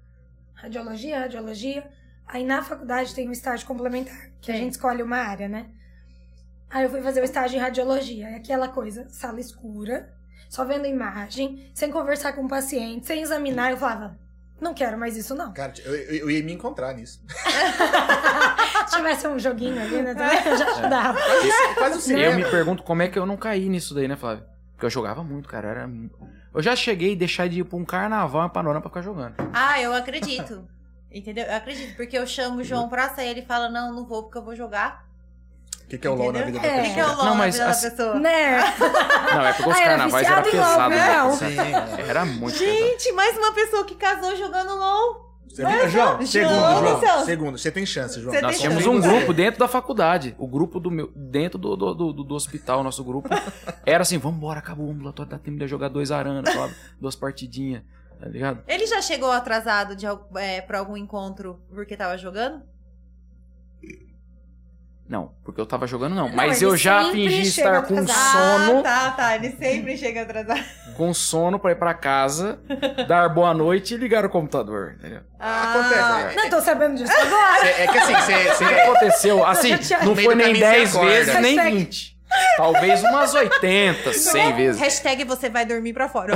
Speaker 4: Radiologia, radiologia. Aí na faculdade tem um estágio complementar, que a
Speaker 1: Tem.
Speaker 4: gente escolhe uma área, né? Aí eu fui fazer o estágio em radiologia. É aquela coisa, sala escura, só vendo imagem, sem conversar com o paciente, sem examinar. Eu falava, não quero mais isso, não.
Speaker 2: Cara, eu, eu- eu ia me encontrar nisso.
Speaker 4: Se tivesse um joguinho ali, né?
Speaker 1: É.
Speaker 4: também Eu já ajudava.
Speaker 2: É Quase o
Speaker 3: Eu
Speaker 2: cinema.
Speaker 3: me pergunto como é que eu não caí nisso daí, né, Flávio? Porque eu jogava muito, cara. eu Era... mu- Eu já cheguei a deixar de ir pra um carnaval, uma panorama pra ficar jogando.
Speaker 1: Ah, eu acredito. Entendeu? Eu acredito, porque eu chamo o João pra sair, ele fala, não, não vou porque eu vou jogar.
Speaker 2: O que, que é o LOL na vida da
Speaker 4: É.
Speaker 1: O que, que é o
Speaker 2: pessoa?
Speaker 1: LOL
Speaker 3: Não,
Speaker 1: na
Speaker 3: mas
Speaker 1: vida
Speaker 3: assim-
Speaker 1: da pessoa?
Speaker 4: Né?
Speaker 3: Não, é porque os
Speaker 4: Ah, era
Speaker 3: carnavais eram
Speaker 4: viciado em LOL,
Speaker 3: pesados. né?
Speaker 4: não.
Speaker 2: Sim. é.
Speaker 3: Era muito pesado.
Speaker 1: Gente, mais uma pessoa que casou jogando LOL.
Speaker 2: Você viu- João,
Speaker 1: João,
Speaker 2: segundo, João,
Speaker 1: Celso.
Speaker 2: segundo, você tem chance, João.
Speaker 1: Você
Speaker 3: Nós
Speaker 1: tem
Speaker 3: tínhamos
Speaker 1: chance.
Speaker 3: um grupo dentro da faculdade. O grupo do meu. Dentro do, do, do, do hospital, nosso grupo. Era assim, vambora, acabou o ambulatório, dá tempo de eu jogar dois aranas, lá, duas partidinhas, tá ligado?
Speaker 1: Ele já chegou atrasado de, al- é, pra algum encontro porque tava jogando?
Speaker 3: Não, porque eu tava jogando não.
Speaker 4: Não,
Speaker 3: Mas
Speaker 4: ele
Speaker 3: eu já
Speaker 4: sempre
Speaker 3: fingi
Speaker 4: chega
Speaker 3: estar com
Speaker 1: Ah,
Speaker 3: sono.
Speaker 1: tá, tá. Ele sempre chega atrasado.
Speaker 3: com sono pra ir pra casa, dar boa noite e ligar o computador. entendeu?
Speaker 1: Ah,
Speaker 2: Acontece.
Speaker 4: Não tô sabendo disso agora.
Speaker 2: É, é que assim, você-
Speaker 3: O que
Speaker 2: você-
Speaker 3: aconteceu? Assim,
Speaker 4: chateada.
Speaker 3: não
Speaker 2: No meio
Speaker 3: foi
Speaker 2: do
Speaker 3: nem
Speaker 2: caminho
Speaker 3: 10
Speaker 2: você acorda.
Speaker 3: vezes, nem
Speaker 4: Hashtag. é
Speaker 3: 20. Talvez umas 80, 100
Speaker 2: né?
Speaker 3: vezes.
Speaker 1: Hashtag você vai dormir pra fora.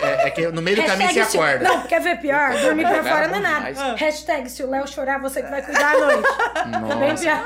Speaker 2: é, é que no meio do caminho você
Speaker 4: Hashtag se-
Speaker 2: acorda.
Speaker 4: Não, quer ver pior? Dormir pra
Speaker 3: Era
Speaker 4: fora
Speaker 3: bom
Speaker 4: não é nada.
Speaker 3: demais.
Speaker 4: Hashtag, se o Léo chorar, você que vai cuidar à noite. É Bem
Speaker 3: Nossa.
Speaker 4: pior.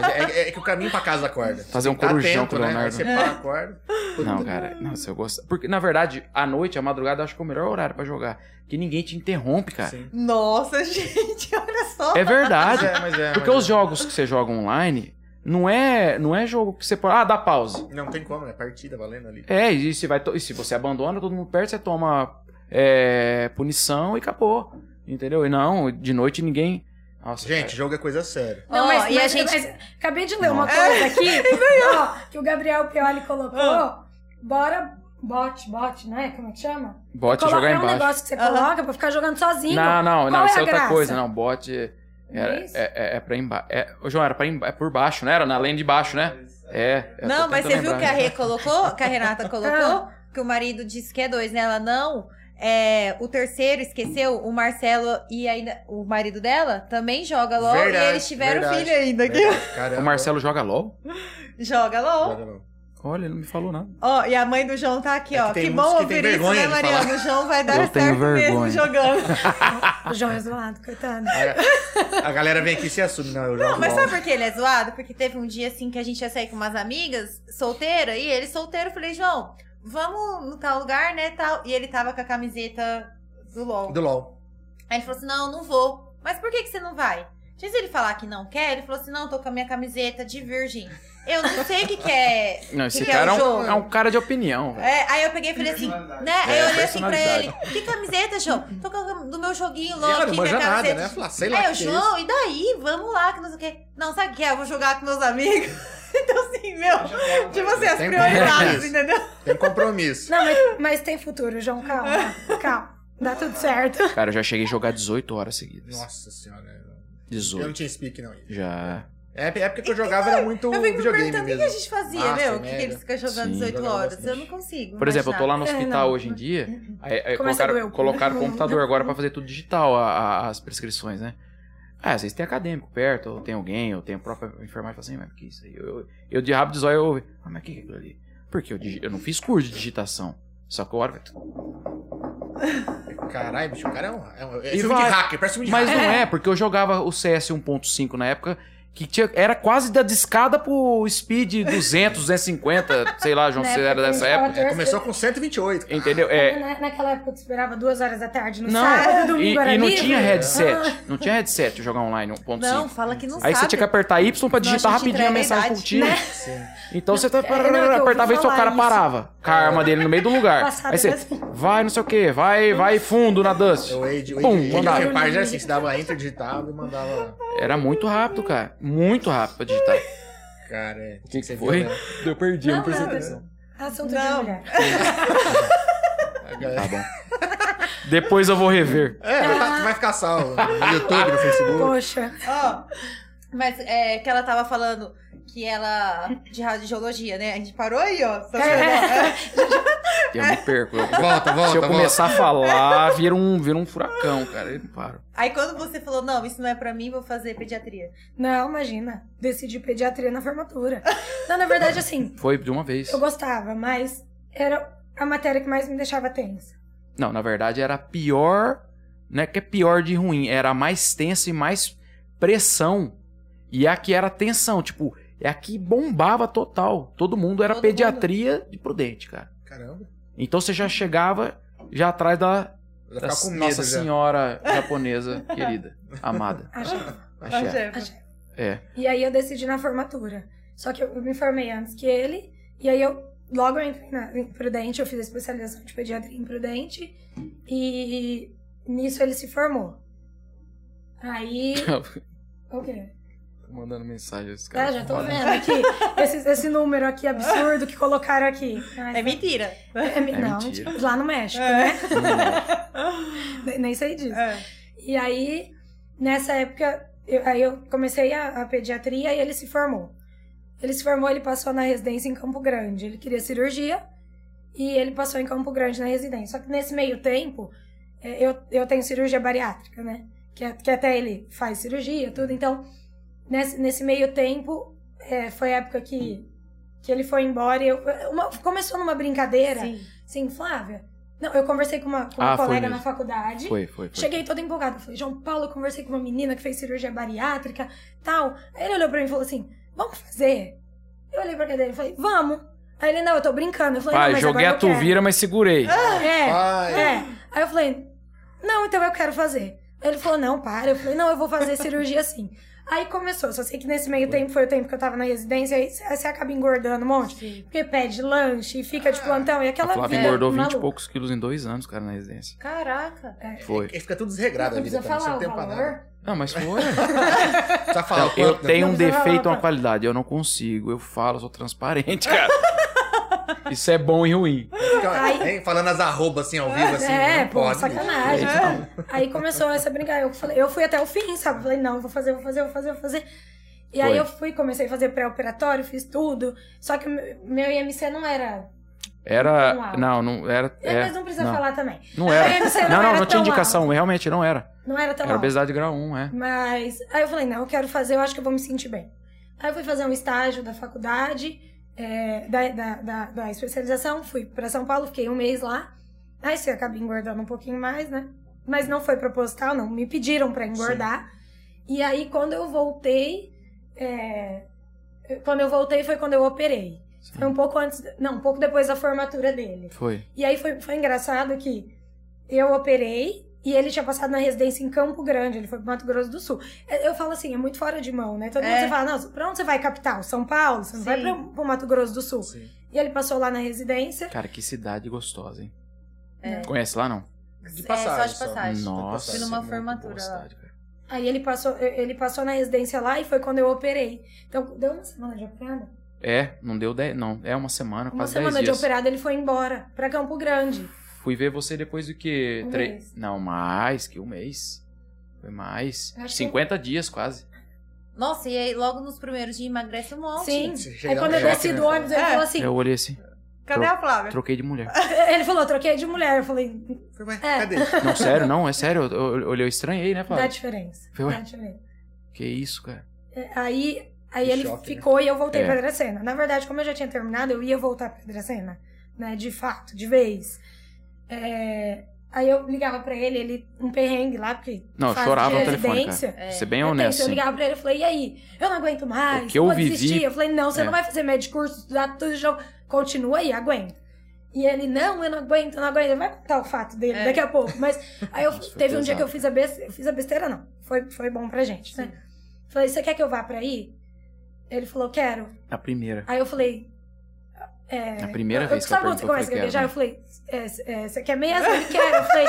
Speaker 2: Mas é, é- é que o caminho pra casa acorda.
Speaker 3: Fazer um
Speaker 2: Tá
Speaker 3: corujão
Speaker 2: atento,
Speaker 3: com o
Speaker 2: né? Aí
Speaker 3: Leonardo.
Speaker 2: você para, acorda.
Speaker 3: Não, cara, não, se eu gosto. Porque, na verdade, à noite, à madrugada, eu acho que é o melhor horário pra jogar. Que ninguém te interrompe, cara.
Speaker 2: Sim.
Speaker 1: Nossa, gente, olha só.
Speaker 3: É
Speaker 2: Mas
Speaker 3: verdade.
Speaker 2: é, mas é.
Speaker 3: Porque
Speaker 2: mas
Speaker 3: os jogos que você joga online, não é, não é jogo que você pode. Ah, dá pausa.
Speaker 2: é. Não tem como, né? Partida valendo ali.
Speaker 3: É, e se, vai to- e se você abandona, todo mundo perde, você toma é, punição e acabou. Entendeu? E não, de noite ninguém. Nossa,
Speaker 2: Gente, jogo é coisa séria.
Speaker 1: Ó,
Speaker 4: Não, mas,
Speaker 1: e
Speaker 4: mas-
Speaker 1: a gente...
Speaker 4: mas acabei de ler uma
Speaker 3: Nossa.
Speaker 4: coisa aqui, ó, que o Gabriel Pioli colocou.
Speaker 1: Ah.
Speaker 4: Bora bot, bot, né? Como é que chama?
Speaker 3: cara, bot é
Speaker 4: Coloca-
Speaker 3: jogar
Speaker 4: é um
Speaker 3: embaixo.
Speaker 4: negócio que você
Speaker 1: Aham.
Speaker 4: coloca pra ficar jogando sozinho.
Speaker 3: Não, não,
Speaker 4: Qual
Speaker 3: não,
Speaker 4: é
Speaker 3: isso
Speaker 4: a
Speaker 3: é outra
Speaker 4: graça?
Speaker 3: coisa. Não, bot é, era-
Speaker 4: Não é isso?
Speaker 3: é, é, é pra embaixo. Ô, João, era pra emba- é por baixo, né? Era na lane de baixo, né? É. eu
Speaker 1: Não,
Speaker 3: tô
Speaker 1: mas
Speaker 3: tentando
Speaker 1: você viu
Speaker 3: lembrar,
Speaker 1: que a
Speaker 3: né?
Speaker 1: Rê colocou, que a Renata colocou, que o marido disse que é dois, né? Ela não. É, o terceiro esqueceu, o Marcelo e ainda o marido dela também joga LOL
Speaker 2: Verdade,
Speaker 1: e eles tiveram
Speaker 2: verdade,
Speaker 1: filho ainda. Que
Speaker 2: Verdade, Né? caramba.
Speaker 3: O Marcelo joga LOL?
Speaker 1: joga LOL.
Speaker 2: Joga não.
Speaker 3: Olha, ele não me falou nada.
Speaker 1: Ó, e a mãe do João tá aqui,
Speaker 2: É que
Speaker 1: ó.
Speaker 2: tem
Speaker 1: Que,
Speaker 2: muitos
Speaker 1: bom
Speaker 2: que
Speaker 1: ouvir isso,
Speaker 2: têm vergonha
Speaker 1: né,
Speaker 2: de
Speaker 1: Mariana?
Speaker 2: falar.
Speaker 1: O João vai dar
Speaker 3: Eu tenho
Speaker 1: certo mesmo
Speaker 3: vergonha.
Speaker 1: jogando.
Speaker 4: O João é zoado, coitado.
Speaker 2: A- A galera vem aqui e se assume. Não, eu jogo
Speaker 1: Não, mas
Speaker 2: LOL.
Speaker 1: sabe por que ele é zoado? Porque teve um dia assim que a gente ia sair com umas amigas solteira e ele solteiro, eu falei, João, vamos no tal lugar, né? Tal. E ele tava com a camiseta do LOL.
Speaker 2: Do LOL.
Speaker 1: Aí ele falou assim: não, não vou. Mas por que, que você não vai? Antes ele falar que não quer, ele falou assim: não, tô com a minha camiseta de virgem. Eu não sei o que, que é.
Speaker 3: Não, esse
Speaker 1: Que que é
Speaker 3: cara
Speaker 1: o
Speaker 3: é, um,
Speaker 1: jogo?
Speaker 3: é um cara de opinião, velho.
Speaker 1: É, aí eu peguei e falei assim, né? Aí
Speaker 3: É,
Speaker 1: eu olhei assim pra ele,
Speaker 3: personalidade.
Speaker 1: que camiseta, João? Tô com a- do meu joguinho
Speaker 2: E ela
Speaker 1: louco,
Speaker 2: não
Speaker 1: minha
Speaker 2: manja nada,
Speaker 1: camiseta.
Speaker 2: né? Fala, sei lá.
Speaker 1: Aí eu,
Speaker 2: o que é isso.
Speaker 1: João, e daí? Vamos lá, que não sei o quê. Não, sabe o que é? Eu vou jogar com meus amigos. Então, assim, meu, tipo assim, as
Speaker 2: Tem
Speaker 1: prioridades,
Speaker 2: compromisso.
Speaker 1: entendeu?
Speaker 2: Tem um compromisso.
Speaker 4: Não, mas, mas tem futuro, João. Calma, calma. Dá tudo certo.
Speaker 1: É.
Speaker 3: Cara, eu já cheguei a jogar 18 horas seguidas.
Speaker 2: Nossa senhora. né? Eu não
Speaker 3: 18.
Speaker 2: tinha speak, não. É
Speaker 3: Já.
Speaker 2: é época que eu jogava era
Speaker 1: Eu
Speaker 2: muito
Speaker 1: fico me
Speaker 2: um videogame
Speaker 1: perguntando o que que a
Speaker 2: mesmo. Ah,
Speaker 1: gente fazia,
Speaker 2: Master,
Speaker 1: meu, o que, que
Speaker 2: Mega.
Speaker 1: eles ficam jogando
Speaker 3: Sim,
Speaker 1: 18
Speaker 2: jogava
Speaker 1: horas. Eu
Speaker 2: bastante.
Speaker 1: não consigo.
Speaker 3: Por exemplo, eu tô lá no
Speaker 4: É,
Speaker 3: hospital
Speaker 4: não.
Speaker 3: hoje em dia, aí, aí
Speaker 4: Começa a
Speaker 3: colocaram,
Speaker 4: doer o-
Speaker 3: colocaram o computador agora pra fazer tudo digital, a- a- as prescrições, né? Ah, às vezes tem acadêmico perto, ou tem alguém, ou tem o próprio enfermagem que fala assim, mas que isso aí? Eu, eu, eu de rabo de zóio eu ouvi, ah, mas que que é aquilo ali? Porque eu, digi- eu não fiz curso de digitação, só que a hora...
Speaker 2: Caralho, bicho, o cara é um, é um é
Speaker 3: E
Speaker 2: filme de
Speaker 3: vai-
Speaker 2: hacker, parece um filme de
Speaker 3: Mas
Speaker 2: hacker.
Speaker 3: não é, porque eu jogava o CS 1.5 na época, que tinha, era quase da discada pro Speed 200, 250, sei lá, João,
Speaker 4: Na
Speaker 3: se
Speaker 4: época
Speaker 3: era
Speaker 4: que a
Speaker 3: dessa
Speaker 4: gente
Speaker 3: época.
Speaker 4: tava
Speaker 2: É, começou com 128. cara.
Speaker 3: Entendeu? É.
Speaker 4: Na- Né, naquela época que esperava duas horas da tarde no
Speaker 3: Não,
Speaker 4: sábado,
Speaker 3: e,
Speaker 4: domingo era
Speaker 3: e não
Speaker 4: livre.
Speaker 3: tinha
Speaker 4: Ah.
Speaker 3: headset. Não tinha headset de jogar online 1.5.
Speaker 1: Não, fala que não
Speaker 3: Aí
Speaker 1: sabe.
Speaker 3: você tinha que apertar Y pra
Speaker 1: Senão a
Speaker 3: digitar
Speaker 1: gente
Speaker 3: rapidinho
Speaker 1: entrega
Speaker 3: a
Speaker 1: a
Speaker 3: mensagem
Speaker 1: idade,
Speaker 3: pro time.
Speaker 2: Sim.
Speaker 3: Então você tá,
Speaker 4: não, né? é que eu ouvi
Speaker 3: apertava e seu
Speaker 4: falar
Speaker 3: cara
Speaker 4: isso.
Speaker 3: parava com a arma dele no meio do lugar.
Speaker 4: Passado
Speaker 3: Aí você
Speaker 4: assim.
Speaker 3: vai, não sei o que, vai, vai fundo na Dust.
Speaker 2: É O Age, o
Speaker 3: Pum,
Speaker 2: Age, Age
Speaker 3: mandava.
Speaker 2: of Empires era assim, você dava enter, digitava e mandava...
Speaker 3: Era muito rápido, cara. Muito rápido pra digitar.
Speaker 2: Cara, é,
Speaker 3: que
Speaker 2: tinha que ser
Speaker 3: foi?
Speaker 2: violento.
Speaker 3: Eu perdi,
Speaker 4: Não, prestei nada. atenção. Assunto de
Speaker 1: Não.
Speaker 4: mulher.
Speaker 2: A galera-
Speaker 3: Tá bom. Depois eu vou rever.
Speaker 2: É, vai tá- vai ficar salvo no YouTube, no Facebook.
Speaker 4: Poxa.
Speaker 1: Ó, mas é que ela tava falando que ela. de radiologia, né? A gente parou aí, ó. Só né?
Speaker 4: É.
Speaker 3: Eu me perco. Eu-
Speaker 2: Volta, volta,
Speaker 3: Se eu
Speaker 2: volta.
Speaker 3: começar a falar, vira um, vira um furacão, cara. Eu não paro.
Speaker 1: Aí quando você falou, não, isso não é pra mim, vou fazer pediatria.
Speaker 4: Não, imagina. Decidi pediatria na formatura. Não, na verdade, assim,
Speaker 3: Foi de uma vez.
Speaker 4: eu gostava, mas era a matéria que mais me deixava tensa.
Speaker 3: Não, na verdade era a pior. Não é que é pior de ruim, era a mais tensa e mais pressão. E é a que era tensão, tipo, é a que bombava total. Todo mundo era
Speaker 1: Todo
Speaker 3: pediatria de prudente, cara.
Speaker 2: Caramba.
Speaker 3: Então você já chegava já atrás da,
Speaker 2: Vai
Speaker 3: da
Speaker 2: ficar com medo
Speaker 3: Nossa
Speaker 2: já.
Speaker 3: Senhora japonesa querida, amada.
Speaker 4: Achei.
Speaker 3: a chefe. É.
Speaker 4: E aí eu decidi na formatura. Só que eu me formei antes que ele. E aí eu logo eu entrei na, em Prudente, eu fiz a especialização de pediatria em Prudente. E nisso ele se formou. Aí. O quê?
Speaker 3: Tô mandando mensagem a esse
Speaker 4: Ah,
Speaker 3: cara.
Speaker 4: já tô
Speaker 3: Foda.
Speaker 4: vendo aqui. Esse, esse número aqui absurdo que colocaram aqui. Ai,
Speaker 1: É mentira.
Speaker 4: é mi-
Speaker 3: É
Speaker 4: não,
Speaker 3: mentira.
Speaker 4: lá no México,
Speaker 1: É.
Speaker 4: né? Nem sei disso.
Speaker 1: É.
Speaker 4: E aí, nessa época, eu, aí eu comecei a, a pediatria e ele se formou. Ele se formou, ele passou na residência em Campo Grande. Ele queria cirurgia e ele passou em Campo Grande na residência. Só que nesse meio tempo, é, eu, eu tenho cirurgia bariátrica, né? Que, a- que até ele faz cirurgia, tudo. Então, nesse, nesse meio tempo, é, foi a época que, que ele foi embora. E eu, uma- começou numa brincadeira. Sim,
Speaker 1: Sim.
Speaker 4: Flávia. Não, eu conversei com uma, com uma
Speaker 3: Ah, foi
Speaker 4: colega na
Speaker 3: mesmo.
Speaker 4: faculdade.
Speaker 3: Foi, foi, foi.
Speaker 4: Cheguei toda empolgada. Falei, João Paulo, eu conversei com uma menina que fez cirurgia bariátrica, tal. Aí ele olhou pra mim e falou assim, vamos fazer? Eu olhei pra cara dele e falei, vamos. Aí ele, não, eu tô brincando. Eu falei, não,
Speaker 3: Pai,
Speaker 4: mas
Speaker 3: joguei a
Speaker 4: agora eu
Speaker 3: tuvira, mas segurei.
Speaker 4: quero. É,
Speaker 2: Pai.
Speaker 4: é. Aí eu falei, não, então eu quero fazer. Aí ele falou, não, para. Eu falei, não, eu vou fazer cirurgia sim. Aí começou, só sei que nesse meio tempo foi o tempo que eu tava na residência, aí c- aí você acaba engordando um monte. Porque pede lanche e fica
Speaker 2: Ah.
Speaker 4: de plantão. E aquela
Speaker 3: a Flávia
Speaker 4: vida
Speaker 3: engordou 20 e
Speaker 4: maluca.
Speaker 3: poucos quilos em dois anos, cara, na residência.
Speaker 1: Caraca.
Speaker 3: Foi.
Speaker 2: Fica tudo desregrado a
Speaker 4: Não
Speaker 2: vida
Speaker 4: precisa
Speaker 2: também, você
Speaker 4: falar
Speaker 2: não tem
Speaker 4: o
Speaker 2: pra
Speaker 4: valor.
Speaker 2: nada.
Speaker 3: Não, mas foi.
Speaker 2: Precisa falar
Speaker 3: Não,
Speaker 2: o
Speaker 3: eu
Speaker 2: quanto, né?
Speaker 3: tenho um
Speaker 4: Não precisa falar,
Speaker 3: defeito e uma
Speaker 4: tá?
Speaker 3: qualidade. Eu não consigo. Eu falo, eu sou transparente, cara. Isso é bom e ruim.
Speaker 2: Fica,
Speaker 4: Ai.
Speaker 2: hein, falando as arrobas assim ao vivo, assim,
Speaker 4: é,
Speaker 2: não
Speaker 4: pô,
Speaker 2: pode.
Speaker 4: sacanagem.
Speaker 3: bicho.
Speaker 4: Então, Aí começou essa brincadeira. Eu, falei, eu fui até o fim, sabe? Eu Falei, não, eu vou fazer, eu vou fazer, eu vou fazer, eu vou fazer. E aí
Speaker 3: Foi.
Speaker 4: eu fui, comecei a fazer pré-operatório, fiz tudo. Só que o meu meu IMC não era.
Speaker 3: Era.
Speaker 4: Uau.
Speaker 3: Não, não era.
Speaker 4: É,
Speaker 3: é,
Speaker 4: mas não precisa falar também.
Speaker 3: Não era.
Speaker 4: IMC não
Speaker 3: Não, não,
Speaker 4: era
Speaker 3: não tinha
Speaker 4: tão
Speaker 3: indicação. Realmente não era.
Speaker 4: Não era tão
Speaker 3: Era
Speaker 4: alto.
Speaker 3: obesidade grau 1, é.
Speaker 4: Mas aí eu falei, não, eu quero fazer, eu acho que eu vou me sentir bem. Aí eu fui fazer um estágio da faculdade, é, da, da, da, da especialização, fui pra São Paulo, fiquei um mês lá. Aí você acaba engordando um pouquinho mais, né? Mas não foi proposital, não. Me pediram pra engordar. E aí, quando eu voltei, é, quando eu voltei foi quando eu operei. Foi um pouco antes, não, um pouco depois da formatura dele.
Speaker 3: Foi.
Speaker 4: E aí foi, foi engraçado que eu operei e ele tinha passado na residência em Campo Grande, ele foi pro Mato Grosso do Sul. É, Eu falo assim, é muito fora de mão, né? Todo
Speaker 1: É.
Speaker 4: mundo você fala, não, pra onde você vai, capital? São Paulo? Você não vai
Speaker 1: Sim.
Speaker 4: pra, pro Mato Grosso do Sul.
Speaker 2: Sim.
Speaker 4: E ele passou lá na residência.
Speaker 3: Cara, que cidade gostosa, hein?
Speaker 1: É.
Speaker 3: Conhece lá, não?
Speaker 2: De
Speaker 1: é,
Speaker 2: passagem,
Speaker 1: só de passagem.
Speaker 3: Nossa.
Speaker 1: Fui numa
Speaker 3: muito
Speaker 1: formatura
Speaker 3: boa
Speaker 1: lá.
Speaker 3: cidade, cara.
Speaker 4: Aí ele passou, ele passou na residência lá e foi quando eu operei. Então, deu uma semana de operada?
Speaker 3: É, não deu 10. Não, é uma semana,
Speaker 4: Uma
Speaker 3: quase
Speaker 4: semana
Speaker 3: 10
Speaker 4: de
Speaker 3: dias.
Speaker 4: operada ele foi embora pra Campo Grande.
Speaker 3: Fui ver você depois do que?
Speaker 4: Um
Speaker 3: Tre-
Speaker 4: mês.
Speaker 3: Não, mais que um mês. Foi mais.
Speaker 4: Acho que-
Speaker 3: 50 dias quase.
Speaker 1: Nossa, e aí logo nos primeiros dias emagrece um monte.
Speaker 4: Sim.
Speaker 2: Você
Speaker 4: Aí
Speaker 2: chega-
Speaker 4: quando eu
Speaker 2: chega
Speaker 4: desci
Speaker 2: aqui,
Speaker 4: do
Speaker 2: né?
Speaker 4: ônibus, ele
Speaker 1: É.
Speaker 4: falou assim:
Speaker 3: Eu olhei assim,
Speaker 1: Cadê a Flávia?
Speaker 3: troquei de mulher.
Speaker 4: ele falou, troquei de mulher. Eu falei,
Speaker 2: Falei, Ué,
Speaker 4: É.
Speaker 2: cadê?
Speaker 3: Não, sério, não, é sério. Eu, eu, eu, eu estranhei, né,
Speaker 4: dá
Speaker 3: Flávio?
Speaker 4: diferença.
Speaker 3: Foi, ué.
Speaker 4: Dá diferença.
Speaker 3: Que isso, cara.
Speaker 4: Aí, aí
Speaker 2: Que
Speaker 4: ele
Speaker 2: choque, né?
Speaker 4: ficou e eu voltei
Speaker 3: É.
Speaker 4: pra Dracena. Na verdade, como eu já tinha terminado, eu ia voltar pra Dracena, né? De fato, de vez. É, Aí eu ligava pra ele, ele, um perrengue lá, porque.
Speaker 3: Não, eu
Speaker 4: fase
Speaker 3: chorava
Speaker 4: de
Speaker 3: no telefone, cara.
Speaker 4: residência.
Speaker 1: É.
Speaker 3: Ser bem
Speaker 4: Eu,
Speaker 3: honesto,
Speaker 4: tenho, eu
Speaker 3: assim.
Speaker 4: ligava pra ele e falei, e aí? Eu não aguento mais.
Speaker 3: O que eu
Speaker 4: vou
Speaker 3: vivi-
Speaker 4: desistir. Eu falei, não, você
Speaker 3: É.
Speaker 4: não vai fazer médio de curso, estudar tudo de jogo. Continua aí, aguenta. E ele, não, eu não aguento, eu não aguento. Vai contar o fato dele
Speaker 1: É.
Speaker 4: daqui a pouco. Mas aí eu
Speaker 3: Nossa, foi
Speaker 4: teve um dia
Speaker 3: pesado.
Speaker 4: que eu fiz a besteira. Eu fiz a besteira, não. Foi, foi bom pra gente, né? Falei, você quer que eu vá pra aí? Ele falou, quero.
Speaker 3: A primeira.
Speaker 4: Aí eu falei. É,
Speaker 3: A primeira
Speaker 4: eu,
Speaker 3: vez que né?
Speaker 4: sabe
Speaker 3: eu
Speaker 4: quando você
Speaker 3: perguntei,
Speaker 4: começa a
Speaker 3: eu
Speaker 4: gaguejar? Eu
Speaker 3: falei,
Speaker 4: falei, é, é, você quer mesmo? Ele quer. Eu falei,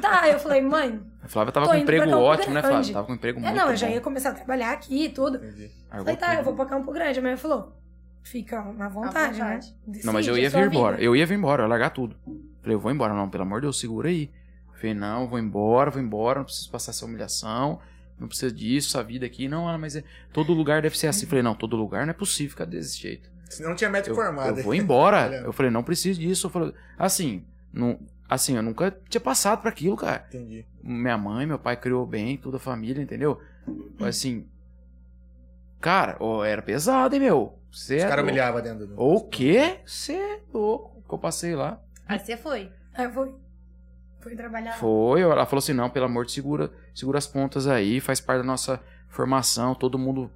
Speaker 4: tá. Eu falei, mãe,
Speaker 3: A Flávia tava
Speaker 4: Tô
Speaker 3: com um
Speaker 4: indo pra
Speaker 3: emprego
Speaker 4: Campo
Speaker 3: ótimo, né, Flávia?
Speaker 4: Grande.
Speaker 3: Tava com um emprego
Speaker 4: é,
Speaker 3: muito
Speaker 4: não,
Speaker 3: bom. Ah,
Speaker 4: eu já ia começar a trabalhar aqui e tudo.
Speaker 2: Entendi.
Speaker 3: Argou
Speaker 4: Falei, tá, eu
Speaker 3: tudo.
Speaker 4: vou pra Campo Grande. A mãe falou, fica à vontade, né?
Speaker 1: vontade.
Speaker 4: Decide
Speaker 3: Não, mas eu
Speaker 4: a
Speaker 3: ia
Speaker 4: sua
Speaker 3: vir
Speaker 4: vida.
Speaker 3: embora. Eu ia vir embora, eu ia largar tudo. Falei, eu vou embora. Não, pelo amor de Deus, segura aí. Falei, não, eu vou embora, vou embora, não preciso passar essa humilhação, não precisa disso, essa vida aqui. Não, ah, mas é- todo lugar deve ser assim. Falei, não, todo lugar não é possível ficar desse jeito.
Speaker 2: Se não tinha médico
Speaker 3: Eu,
Speaker 2: formado.
Speaker 3: eu vou embora.
Speaker 2: Olha.
Speaker 3: eu falei, não preciso disso. Eu falei, assim, não, assim, eu nunca tinha passado pra aquilo, cara
Speaker 2: Entendi.
Speaker 3: minha mãe, meu pai criou bem, toda a família, entendeu? Assim, cara, ó, era pesado, hein, meu? Você
Speaker 2: Os
Speaker 3: é
Speaker 2: caras
Speaker 3: louco.
Speaker 2: humilhavam dentro do.
Speaker 3: O quê? Você é louco que eu passei lá.
Speaker 1: Aí você foi.
Speaker 4: Aí É, eu fui, fui trabalhar.
Speaker 3: Foi, ela falou assim, não, pelo amor de segura, segura as pontas aí, faz parte da nossa formação, todo mundo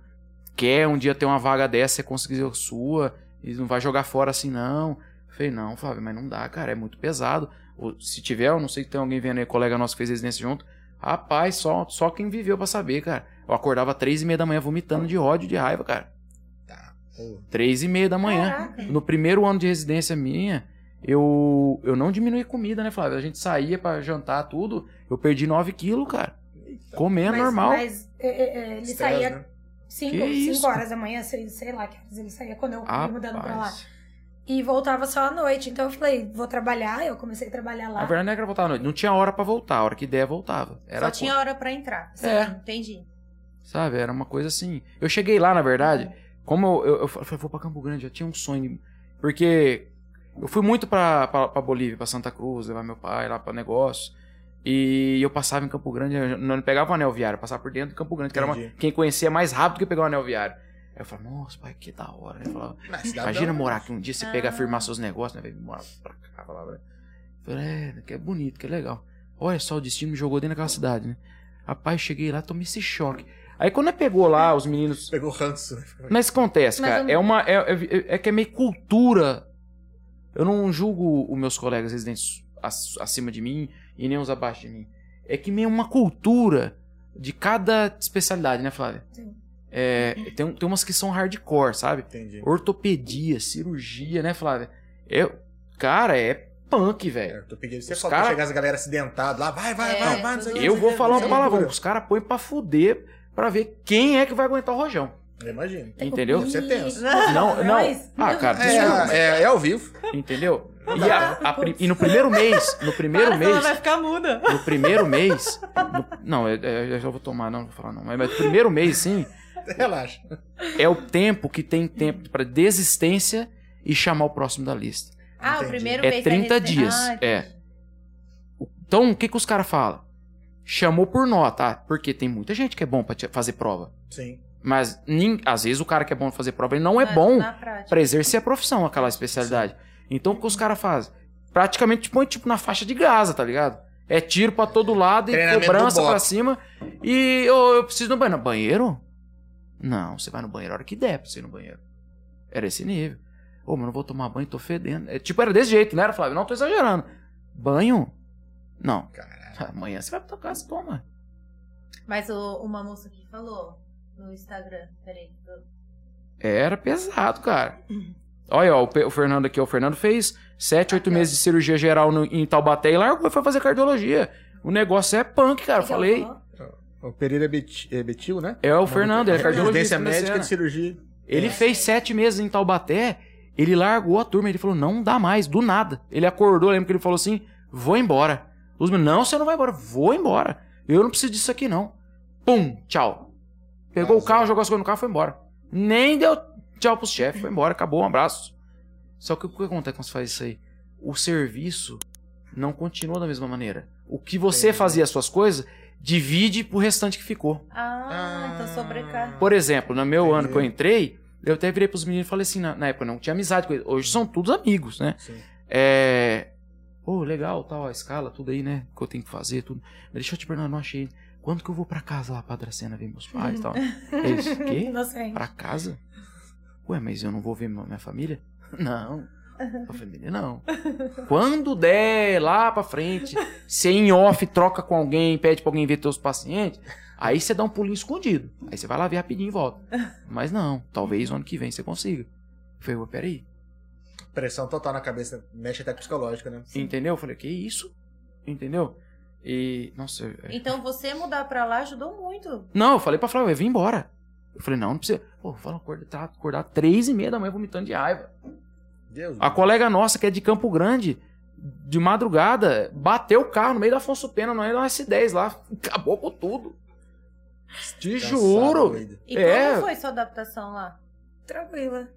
Speaker 3: quer um dia ter uma vaga dessa, você conseguir a sua, e não vai jogar fora assim, não. Eu Falei, não, Flávio, mas não dá, cara, é muito pesado. Ou, se tiver, eu não sei se tem alguém vendo aí, colega nosso que fez residência junto, rapaz, só, só quem viveu pra saber, cara. Eu acordava três e meia da manhã vomitando de ódio, de raiva, cara.
Speaker 2: Tá. Pô,
Speaker 3: Três e meia da manhã.
Speaker 4: Caraca.
Speaker 3: No primeiro ano de residência minha, eu, eu não diminuí comida, né, Flávio? A gente saía pra jantar, tudo. Eu perdi 9 quilos, cara. Comendo
Speaker 4: Mas-
Speaker 3: normal.
Speaker 4: Mas é, é, é, ele
Speaker 2: estresse,
Speaker 4: saía
Speaker 2: né?
Speaker 4: 5
Speaker 3: Que isso?
Speaker 4: horas da manhã, seis, sei lá que horas ele saía quando eu fui tá mudando pra lá.
Speaker 3: Rapaz.
Speaker 4: E voltava só à noite. Então eu falei, vou trabalhar. Eu comecei a trabalhar
Speaker 3: Na
Speaker 4: lá.
Speaker 3: verdade, não é era voltar à noite. Não tinha hora pra voltar. A hora que der, voltava. Era
Speaker 1: Só tinha hora pra entrar. Sim,
Speaker 3: É.
Speaker 1: Entendi.
Speaker 3: Sabe? Era uma coisa assim. Eu cheguei lá, na verdade, como eu, eu, eu falei, vou pra Campo Grande, já tinha um sonho. de- Porque eu fui muito pra, pra, pra Bolívia, pra Santa Cruz, levar meu pai lá pra negócio. E eu passava em Campo Grande, eu não pegava o anel viário, eu passava por dentro de Campo Grande, que era uma,
Speaker 2: Entendi.
Speaker 3: quem conhecia mais rápido que pegar o anel viário. Aí eu falava, nossa, pai, que da hora. Ele falava,
Speaker 2: Mas cidadão,
Speaker 3: Imagina morar aqui um dia, você pega,
Speaker 1: Ah.
Speaker 3: firmar seus negócios, né? velho? Morar pra cá, pra lá, pra lá. Falei, é, que é bonito, que é legal. Olha só, o destino me jogou dentro daquela cidade, né? Rapaz, cheguei lá, tomei esse choque. Aí quando eu pegou lá, os meninos.
Speaker 2: Pegou ranço. né?
Speaker 3: Mas acontece,
Speaker 4: Mas
Speaker 3: cara.
Speaker 4: eu-
Speaker 3: É uma. É, é- é que é meio cultura. Eu não julgo os meus colegas residentes ac- acima de mim e nem os abaixo de mim. É que meio uma cultura de cada especialidade, né, Flávia?
Speaker 4: Sim.
Speaker 3: É, tem, tem umas que são hardcore, sabe?
Speaker 2: Entendi.
Speaker 3: ortopedia, cirurgia, né, Flávia? Eu, cara, é punk, velho.
Speaker 2: É, tu peguei você
Speaker 3: Os
Speaker 2: falou
Speaker 3: cara-
Speaker 2: que chegar as galera acidentada lá, vai, vai,
Speaker 1: É,
Speaker 2: vai, vai, não sei o
Speaker 1: tudo
Speaker 2: que,
Speaker 3: Eu
Speaker 2: não sei
Speaker 3: vou
Speaker 2: o que,
Speaker 3: falar
Speaker 2: não
Speaker 3: uma
Speaker 2: sei o
Speaker 3: palavrão.
Speaker 2: que.
Speaker 3: Os caras põem pra fuder pra ver quem é que vai aguentar o rojão.
Speaker 2: Imagina.
Speaker 3: Entendeu?
Speaker 2: Você é tenso.
Speaker 3: Não, não.
Speaker 4: Mas-
Speaker 3: Ah, cara, desculpa.
Speaker 2: É, é, é ao vivo.
Speaker 3: Entendeu? E, a- a pri- e no primeiro mês, no primeiro
Speaker 1: Cara, senão
Speaker 3: mês,
Speaker 1: Ela vai ficar muda.
Speaker 3: no primeiro mês, no- não, eu, eu já vou tomar, não, não vou falar não, mas, mas no primeiro mês, sim,
Speaker 2: Relaxa.
Speaker 3: é o tempo que tem tempo pra desistência e chamar o próximo da lista.
Speaker 1: Ah,
Speaker 2: Entendi.
Speaker 1: o primeiro
Speaker 3: É
Speaker 1: mês da
Speaker 3: 30
Speaker 1: residência-
Speaker 3: dias,
Speaker 1: Ah,
Speaker 3: é. Então, o que, que os caras falam? Chamou por nota, ah, porque tem muita gente que é bom pra te- fazer prova.
Speaker 2: Sim.
Speaker 3: Mas nin- às vezes o cara que é bom pra fazer prova, ele não é
Speaker 1: na-
Speaker 3: bom
Speaker 1: Ah, Na prática.
Speaker 3: pra exercer a profissão, aquela especialidade. Então, o que os caras fazem? Praticamente te põe tipo na faixa de graça, tá ligado? É tiro pra todo lado e
Speaker 2: Treinamento
Speaker 3: cobrança
Speaker 2: do
Speaker 3: pra
Speaker 2: boxe.
Speaker 3: cima. E eu, eu preciso ir no banheiro. Banheiro? Não, você vai no banheiro a hora que der pra você ir no banheiro. Era esse nível. Ô, mas não vou tomar banho, tô fedendo. É, tipo, era desse jeito, não era, Flávio? Não tô exagerando. Banho? Não.
Speaker 2: Caralho.
Speaker 3: Amanhã você vai pra tua casa, toma.
Speaker 1: Mas o- uma moça que falou no Instagram, peraí. do-
Speaker 3: Era pesado, cara. Olha, ó, o, Pe- o Fernando aqui, ó, o Fernando fez 7, 8 meses de cirurgia geral no- em Taubaté e largou e foi fazer cardiologia. O negócio é punk, cara. Eu falei.
Speaker 2: O Pereira Beti- é Betil, né?
Speaker 3: É o Fernando, ele é cardiologista.
Speaker 2: Residência
Speaker 3: da
Speaker 2: médica
Speaker 3: Sena.
Speaker 2: de cirurgia.
Speaker 3: Ele fez sete meses em Taubaté, ele largou a turma, ele falou, não dá mais, do nada. Ele acordou, lembra que ele falou assim, vou embora. Os meninos, não, você não vai embora, vou embora. Eu não preciso disso aqui, não. Pum, tchau. Pegou o
Speaker 2: Vazou.
Speaker 3: carro, jogou as coisas no carro e foi embora. Nem deu tchau pros chefes, foi embora, acabou, um abraço. Só que o que acontece quando você faz isso aí? O serviço não continua da mesma maneira. O que você
Speaker 2: Entendi.
Speaker 3: fazia as suas coisas, divide pro restante que ficou.
Speaker 1: Ah,
Speaker 2: Ah.
Speaker 1: então sobrecarga.
Speaker 3: Por exemplo, no meu ano
Speaker 2: Entendi.
Speaker 3: que eu entrei, eu até virei pros meninos e falei assim, na, na época eu não tinha amizade com eles. Hoje são todos amigos, né?
Speaker 2: Sim.
Speaker 3: É, Ô, legal, tal, a escala, tudo aí, né? Que eu tenho que fazer, tudo. Mas deixa eu te perguntar, não achei. Quando que eu vou pra casa lá pra Dracena ver meus pais e tal? Eles, quê?
Speaker 4: Inocente.
Speaker 3: Pra casa? Ué, mas eu não vou ver ma- minha família? Não. Pra família, não. Quando der lá pra frente, se é em off troca com alguém, pede pra alguém ver teus pacientes, aí você dá um pulinho escondido. Aí você vai lá ver rapidinho e volta. Mas não, talvez o ano que vem você consiga. Eu falei, ué, peraí.
Speaker 2: Pressão total na cabeça, mexe até psicológico, né?
Speaker 3: Entendeu? Eu falei, que isso? Entendeu? E, nossa, eu-
Speaker 1: Então você mudar pra lá ajudou muito.
Speaker 3: Não, eu falei pra Flávia, vem embora. Eu falei, não, não precisa. Pô, fala, acordar, tá, acordar três e meia da manhã vomitando de raiva.
Speaker 2: Deus.
Speaker 3: A colega nossa, que é de Campo Grande, de madrugada, bateu o carro no meio da Afonso Pena, no meio da S10 lá. Acabou com tudo. Te
Speaker 2: Cansado,
Speaker 3: juro.
Speaker 2: doido.
Speaker 1: E
Speaker 3: É.
Speaker 1: como foi sua adaptação lá?
Speaker 4: Tranquila.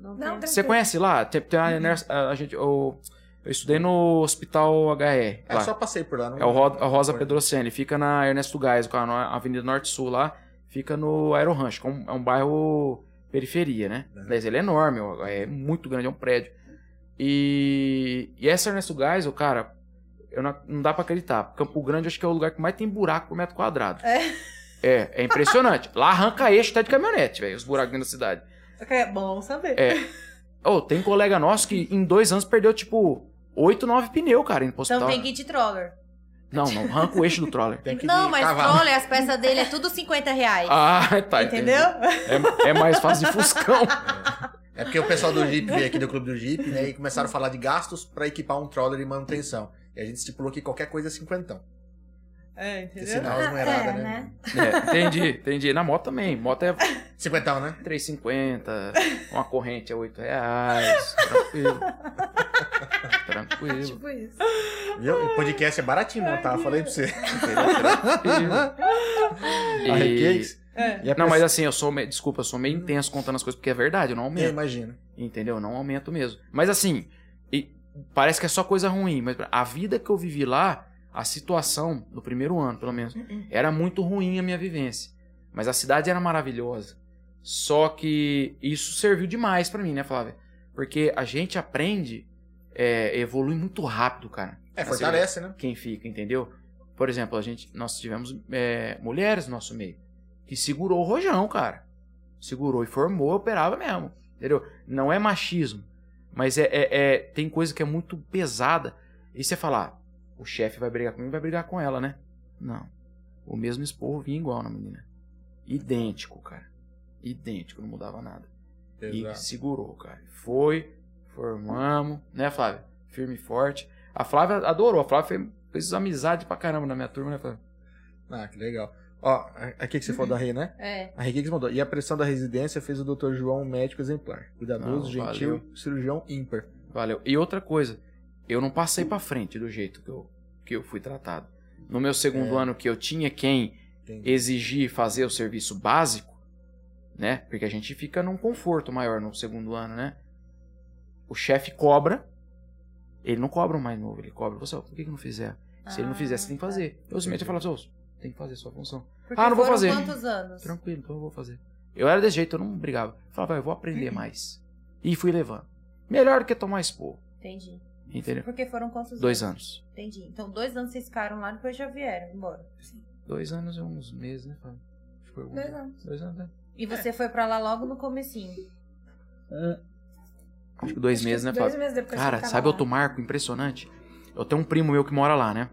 Speaker 1: Não,
Speaker 4: Não,
Speaker 1: tem-
Speaker 3: Você conhece lá? Tem, tem a, nurse- a- a gente, eu, eu estudei no Hospital HE.
Speaker 2: É,
Speaker 3: lá.
Speaker 2: só passei por lá. Não...
Speaker 3: É o Ro- a Rosa Pedrocene, fica na Ernesto Gás, com a no- Avenida Norte Sul lá, fica no Aero Ranch, que é um, é um bairro periferia, né?
Speaker 2: Uhum.
Speaker 3: Mas ele é enorme, ó, é muito grande, é um prédio. E, e essa Ernesto Gás, o cara, eu não, não dá pra acreditar. Campo Grande acho que é o lugar que mais tem buraco por metro quadrado.
Speaker 1: É.
Speaker 3: É, é impressionante. lá arranca eixo até de caminhonete, velho, os buracos dentro da cidade.
Speaker 1: É bom saber.
Speaker 3: É. Ô, tem um colega nosso que em dois anos perdeu, tipo, oito, nove pneu, cara, indo pro
Speaker 1: Então
Speaker 3: hospital.
Speaker 1: tem que ir de troller.
Speaker 3: Não, não, arranca o eixo do troller.
Speaker 2: Tem que
Speaker 1: Não,
Speaker 2: ir
Speaker 1: mas
Speaker 2: cavalo.
Speaker 1: troller, as peças dele é tudo 50 reais.
Speaker 3: Ah, tá. entendi.
Speaker 1: entendeu?
Speaker 3: É, é mais fácil de fuscão.
Speaker 2: É porque o pessoal do Jeep veio aqui do clube do Jeep, né? E começaram a falar de gastos pra equipar um troller e manutenção. E a gente estipulou que qualquer coisa é cinquentão.
Speaker 1: É,
Speaker 2: Porque
Speaker 1: entendeu?
Speaker 2: senão as
Speaker 4: Ah,
Speaker 2: moeradas,
Speaker 4: é,
Speaker 2: né?
Speaker 4: né?
Speaker 3: É, entendi, entendi. Na moto também. Moto é
Speaker 2: Cinquentão, né?
Speaker 3: 3,50, uma corrente é 8 reais. Tranquilo. Tranquilo.
Speaker 4: Tipo isso.
Speaker 2: Viu? E podcast é baratinho montar, falei pra você. Ah,
Speaker 3: tranquilo. E-
Speaker 2: Arrequês.
Speaker 1: É.
Speaker 2: E a
Speaker 3: Não, mas
Speaker 2: pessoa-
Speaker 3: assim, eu sou. meio- Desculpa, eu sou meio intenso contando as coisas, porque é verdade, eu não aumento.
Speaker 2: Eu imagino.
Speaker 3: Entendeu? Não aumento mesmo. Mas assim, e parece que é só coisa ruim, mas a vida que eu vivi lá, a situação, no primeiro ano pelo menos, era muito ruim a minha vivência. Mas a cidade era maravilhosa. Só que isso serviu demais pra mim, né, Flávia? Porque a gente aprende, é, evolui muito rápido, cara.
Speaker 2: É,
Speaker 3: Assim,
Speaker 2: fortalece, né?
Speaker 3: Quem fica, entendeu? Por exemplo, a gente, nós tivemos é, mulheres no nosso meio que segurou o rojão, cara. Segurou e formou, operava mesmo. Entendeu? Não é machismo. Mas é, é- é- tem coisa que é muito pesada. E você falar, o chefe vai brigar comigo, vai brigar com ela, né? Não. O mesmo esporro vinha igual na menina. Idêntico, cara. Idêntico, não mudava nada. E
Speaker 2: Exato.
Speaker 3: segurou, cara. Foi, formamos, né, Flávia? Firme e forte. A Flávia adorou. A Flávia fez, fez amizade pra caramba na minha turma, né, Flávia?
Speaker 2: Ah, que legal. Ó, aqui que você falou da Rei, né?
Speaker 1: É.
Speaker 2: A Henrique mandou. E a pressão da residência fez o Dr. João um médico exemplar. Cuidadoso,
Speaker 3: Não,
Speaker 2: gentil, cirurgião ímpar.
Speaker 3: Valeu. E outra coisa, eu não passei pra frente do jeito que eu, que eu fui tratado. No meu segundo
Speaker 2: É.
Speaker 3: ano, que eu tinha quem
Speaker 2: Entendi.
Speaker 3: exigir fazer o serviço básico, né? Porque a gente fica num conforto maior no segundo ano, né? O chefe cobra, ele não cobra o mais novo, ele cobra você, ó, por que, que não fizer? Se ele não fizer,
Speaker 4: Ah,
Speaker 3: você tem que
Speaker 4: tá.
Speaker 3: fazer. Eu simplesmente falo assim, ô, você tem que fazer a sua função.
Speaker 1: Porque
Speaker 3: Ah, não vou
Speaker 1: foram
Speaker 3: fazer.
Speaker 1: quantos anos?
Speaker 3: Tranquilo, então eu vou fazer. Eu era desse jeito, eu não brigava. Eu Falava, "Vai, eu vou aprender mais. E fui levando. Melhor do que tomar expor,
Speaker 1: Entendi.
Speaker 3: entendeu?
Speaker 1: Porque foram quantos
Speaker 3: Dois
Speaker 1: anos?
Speaker 3: anos.
Speaker 1: Entendi. Então, dois anos vocês ficaram lá, depois já vieram embora.
Speaker 3: Dois anos e uns meses, né, Fábio? Acho que foi algum-
Speaker 4: Dois anos.
Speaker 3: Dois anos, né?
Speaker 1: E você foi pra lá logo no comecinho.
Speaker 3: Acho que dois
Speaker 4: Acho que
Speaker 3: meses, né, Fábio?
Speaker 4: Dois meses depois que eu
Speaker 3: Cara,
Speaker 4: tava
Speaker 3: sabe
Speaker 4: lá.
Speaker 3: outro marco impressionante? Eu tenho um primo meu que mora lá, né?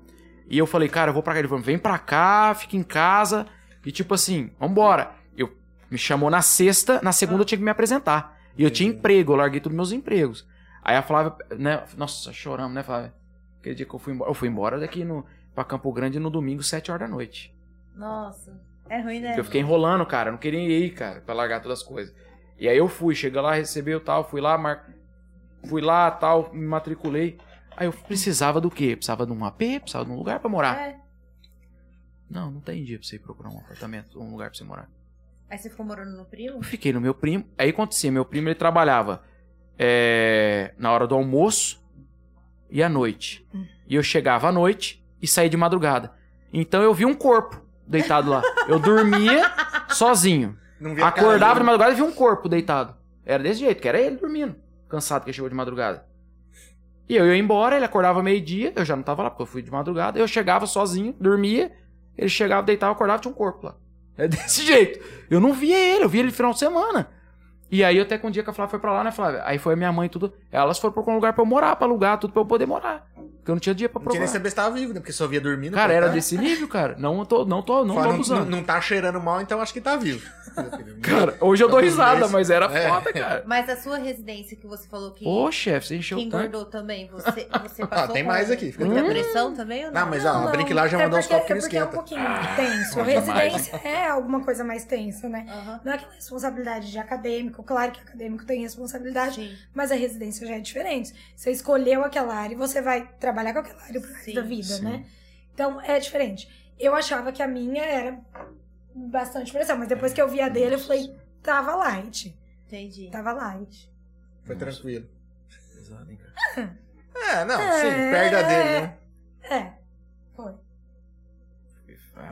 Speaker 3: E eu falei, cara, eu vou pra cá. Ele falou, vem pra cá, fica em casa. E tipo assim, vambora. Eu, me chamou na sexta, na segunda eu tinha que me apresentar. E eu tinha
Speaker 2: Entendi.
Speaker 3: emprego, eu larguei todos meus empregos. Aí a Flávia, né? Nossa, choramos, né, Flávia? Aquele dia que eu fui embora. Eu fui embora daqui no, pra Campo Grande no domingo, sete horas da noite.
Speaker 1: Nossa. É ruim, né?
Speaker 3: Porque eu fiquei enrolando, cara. Eu não queria ir, cara, pra largar todas as coisas. E aí eu fui, cheguei lá, recebeu tal, fui lá, mar... fui lá, tal, me matriculei. Aí eu precisava do quê? Precisava de um AP, precisava de um lugar pra morar.
Speaker 1: É.
Speaker 3: Não, não tem dia pra você ir procurar um apartamento, um lugar pra você morar.
Speaker 1: Aí você ficou morando no primo?
Speaker 3: Eu fiquei no meu primo. Aí acontecia, meu primo ele trabalhava é, na hora do almoço e à noite. E eu chegava à noite e saía de madrugada. Então eu vi um corpo deitado lá. Eu dormia sozinho.
Speaker 2: Não vi a cara
Speaker 3: Acordava de
Speaker 2: dele.
Speaker 3: madrugada e via um corpo deitado. Era desse jeito, que era ele dormindo. Cansado que chegou de madrugada. E eu ia embora, ele acordava meio-dia, eu já não tava lá, porque eu fui de madrugada. Eu chegava sozinho, dormia, ele chegava, deitava, acordava, tinha um corpo lá. É desse jeito. Eu não via ele, eu via ele no final de semana. E aí, até que um dia que a Flávia foi pra lá, né, Flávia? Aí foi a minha mãe e tudo. Elas foram procurar um lugar pra eu morar, pra alugar tudo, pra eu poder morar. Porque eu não tinha dia pra
Speaker 2: Não tinha
Speaker 3: procurar.
Speaker 2: nem saber se tava vivo, né? Porque só via dormindo.
Speaker 3: Cara, era
Speaker 2: tá?
Speaker 3: desse nível, cara. Não tô, não tô, não tô
Speaker 2: Fala, não,
Speaker 3: abusando.
Speaker 2: não, não tá cheirando mal, então acho que tá vivo.
Speaker 3: Cara, hoje eu dou risada,
Speaker 2: Desse-
Speaker 3: mas era
Speaker 2: Tá É.
Speaker 3: foda, cara.
Speaker 1: Mas a sua residência que você falou que,
Speaker 3: Ô, chefe, você
Speaker 1: que
Speaker 3: encheu o tanque.
Speaker 1: engordou também, você, você
Speaker 2: tá- Ah,
Speaker 1: passou
Speaker 2: tem
Speaker 1: com
Speaker 2: mais aqui, fica
Speaker 1: muita
Speaker 2: tranquilo.
Speaker 1: pressão também ou não?
Speaker 2: Não, mas ó, a Brink lá já
Speaker 4: é
Speaker 2: mandou uns
Speaker 4: porque-
Speaker 2: copos que não
Speaker 4: É porque é um
Speaker 2: esquenta.
Speaker 4: pouquinho tenso.
Speaker 3: bom
Speaker 4: Residência é alguma coisa mais tensa, né?
Speaker 1: Aham,
Speaker 4: Não é aquela responsabilidade de acadêmico, claro que acadêmico tem responsabilidade,
Speaker 1: sim.
Speaker 4: mas a residência já é diferente. Você escolheu aquela área e você vai trabalhar com aquela área pro resto
Speaker 1: Sim.
Speaker 4: da vida,
Speaker 3: Sim.
Speaker 4: né? Então é diferente. Eu achava que a minha era bastante pressão, mas depois que eu vi a dele, eu falei, tava light.
Speaker 1: Entendi.
Speaker 2: Tá.
Speaker 4: Tava light.
Speaker 2: Foi tranquilo.
Speaker 3: Pesado, hein, cara.
Speaker 2: É, não,
Speaker 4: É.
Speaker 2: sim, perde a dele, né?
Speaker 4: É. Foi.
Speaker 3: Ah,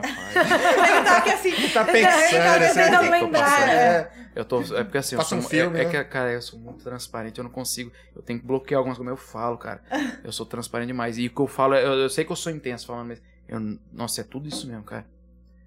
Speaker 2: né?
Speaker 3: Rapaz,
Speaker 1: Ele tá aqui assim.
Speaker 2: Tá
Speaker 4: tava
Speaker 2: pensando, assim, o que
Speaker 4: tentando
Speaker 2: que eu tô
Speaker 4: lembrar,
Speaker 2: passando?
Speaker 4: é.
Speaker 2: É.
Speaker 3: eu tô. É porque assim, eu
Speaker 2: Passa
Speaker 3: sou.
Speaker 2: um
Speaker 3: mu-
Speaker 2: filme,
Speaker 3: é, é
Speaker 2: né?
Speaker 3: que, cara, eu sou muito transparente, eu não consigo. Eu tenho que bloquear algumas coisas, mas eu falo, cara. Eu sou transparente demais. E o que eu falo, eu, eu sei que eu sou intenso falando, mas. Eu, nossa, é tudo isso mesmo, cara.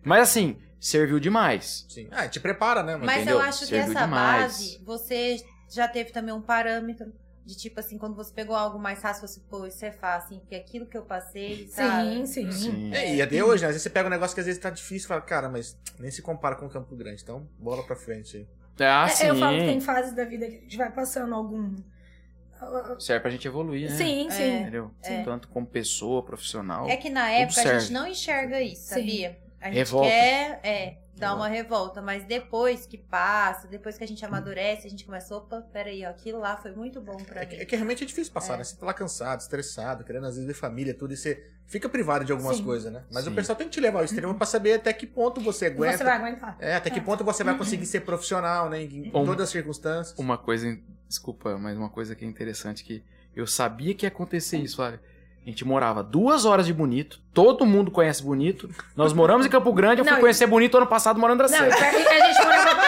Speaker 3: Mas assim, serviu demais.
Speaker 2: Sim. Ah, te prepara, né?
Speaker 1: Mas
Speaker 3: Entendeu?
Speaker 1: eu acho que
Speaker 3: Serviu
Speaker 1: essa
Speaker 3: demais.
Speaker 1: base, você já teve também um parâmetro de tipo assim, quando você pegou algo mais fácil, você, pô, isso é fácil, hein? porque aquilo que eu passei, sabe?
Speaker 4: Sim, sim.
Speaker 3: Sim.
Speaker 2: É, e até hoje, né? Às vezes você pega um negócio que às vezes tá difícil e fala, cara, mas nem se compara com o Campo Grande. Então, bola pra frente aí.
Speaker 3: Ah,
Speaker 4: É,
Speaker 3: sim.
Speaker 4: Eu falo que tem fases da vida que a gente vai passando algum.
Speaker 3: Serve pra gente evoluir, né?
Speaker 4: Sim, sim.
Speaker 3: Entendeu?
Speaker 1: É.
Speaker 3: Tanto como pessoa, profissional.
Speaker 1: É que na época a gente
Speaker 3: serve.
Speaker 1: não enxerga isso,
Speaker 4: Sim.
Speaker 1: sabia? A gente
Speaker 3: Revolta.
Speaker 1: quer é, dar uma revolta, mas depois que passa, depois que a gente amadurece, a gente começa, opa, peraí, ó, aquilo lá foi muito bom pra
Speaker 2: É
Speaker 1: mim.
Speaker 2: que, é que realmente é difícil passar, né? Você tá lá cansado, estressado, querendo às vezes ver família, tudo, e você fica privado de algumas
Speaker 4: Sim.
Speaker 2: coisas, né? Mas
Speaker 3: Sim.
Speaker 2: o pessoal tem que te levar ao extremo pra saber até que ponto você aguenta.
Speaker 4: Você vai aguentar.
Speaker 2: É, até que ponto você vai conseguir ser profissional, né? Em
Speaker 3: Um-
Speaker 2: todas as circunstâncias.
Speaker 3: Uma coisa, in- desculpa, mas uma coisa que é interessante que eu sabia que ia acontecer isso, olha. A gente morava duas horas de Bonito, todo mundo conhece Bonito. Nós moramos em Campo Grande, eu fui
Speaker 4: Não, e-
Speaker 3: conhecer Bonito ano passado morando em
Speaker 4: Não, e
Speaker 3: Dracena.
Speaker 4: perto, a gente morava.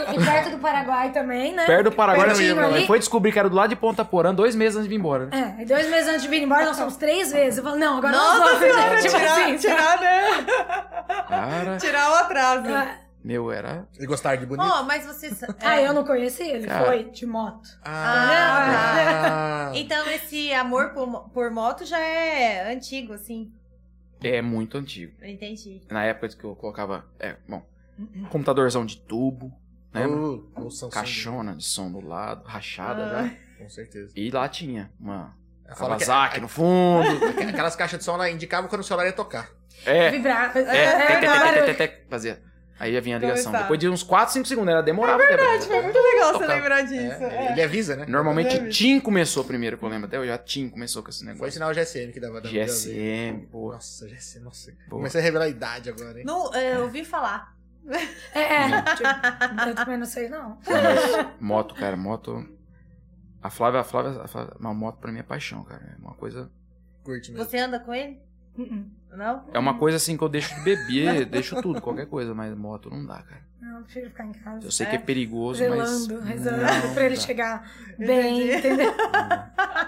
Speaker 4: e- e perto do Paraguai também, né?
Speaker 3: Perto do Paraguai, nós-
Speaker 4: Pertinho ali.
Speaker 3: nós foi descobrir que era do lado de Ponta Porã, dois meses antes de vir embora. né?
Speaker 4: É, e dois meses antes de vir embora, nós fomos três vezes. Eu falo, não, agora
Speaker 1: Nossa
Speaker 4: nós vamos, gente. Tipo assim,
Speaker 1: tirar, né?
Speaker 3: Cara,
Speaker 1: Tirar o atraso.
Speaker 4: ah,
Speaker 3: meu, era.
Speaker 2: E gostar de bonito.
Speaker 1: Ó, mas você.
Speaker 4: ah, eu não conheci ele,
Speaker 3: Cara.
Speaker 4: foi de moto.
Speaker 1: Ah,
Speaker 2: Ah.
Speaker 1: Então esse amor por, mo- por moto já é antigo, assim.
Speaker 3: É muito antigo.
Speaker 1: Eu entendi.
Speaker 3: Na época que eu colocava. É, bom.
Speaker 4: Uhum.
Speaker 3: Computadorzão de tubo, né?
Speaker 2: Uh, o Samsung,
Speaker 3: Caixona de som do lado, rachada
Speaker 1: Ah.
Speaker 3: já.
Speaker 2: Com certeza.
Speaker 3: E lá tinha uma
Speaker 2: Fala que-
Speaker 3: Kawasaki no fundo.
Speaker 2: aqu- aquelas caixas de som lá indicavam quando o celular ia tocar.
Speaker 3: É,
Speaker 4: Vibrar.
Speaker 3: É, tec, tec, tec,
Speaker 4: barulho.
Speaker 3: tec, tec, tec, fazia. Aí ia vir a ligação.
Speaker 1: Começar.
Speaker 3: Depois de uns 4, 5 segundos, era demorava. É
Speaker 1: legal
Speaker 3: você Tocar.
Speaker 1: lembrar
Speaker 2: É, Ele avisa, né?
Speaker 3: Normalmente
Speaker 1: Deve.
Speaker 3: Tim começou primeiro, que eu lembro até hoje. A Tim começou com esse
Speaker 2: Foi
Speaker 3: negócio.
Speaker 2: sinal GSM que dava. dava- dava-
Speaker 3: GSM, pô.
Speaker 2: Nossa, GSM, nossa.
Speaker 3: Boa.
Speaker 2: Comecei a revelar a idade agora, hein?
Speaker 1: Não, é, eu ouvi falar.
Speaker 4: É, é, tipo, eu também não sei, não.
Speaker 3: Mas moto, cara, moto. A Flávia, a Flávia, a Flávia- uma moto pra mim é paixão, cara. É uma coisa.
Speaker 2: Curte mesmo.
Speaker 1: Você anda com ele?
Speaker 4: Não,
Speaker 1: Não?
Speaker 3: É uma coisa assim que eu deixo de beber, deixo tudo, qualquer coisa, mas moto não dá, cara.
Speaker 4: eu prefiro ficar em casa.
Speaker 3: Eu sei que é
Speaker 1: É.
Speaker 3: perigoso,
Speaker 4: Zelando,
Speaker 3: mas.
Speaker 4: rezando pra ele
Speaker 3: dá.
Speaker 4: chegar bem,
Speaker 1: Entendi.
Speaker 4: entendeu?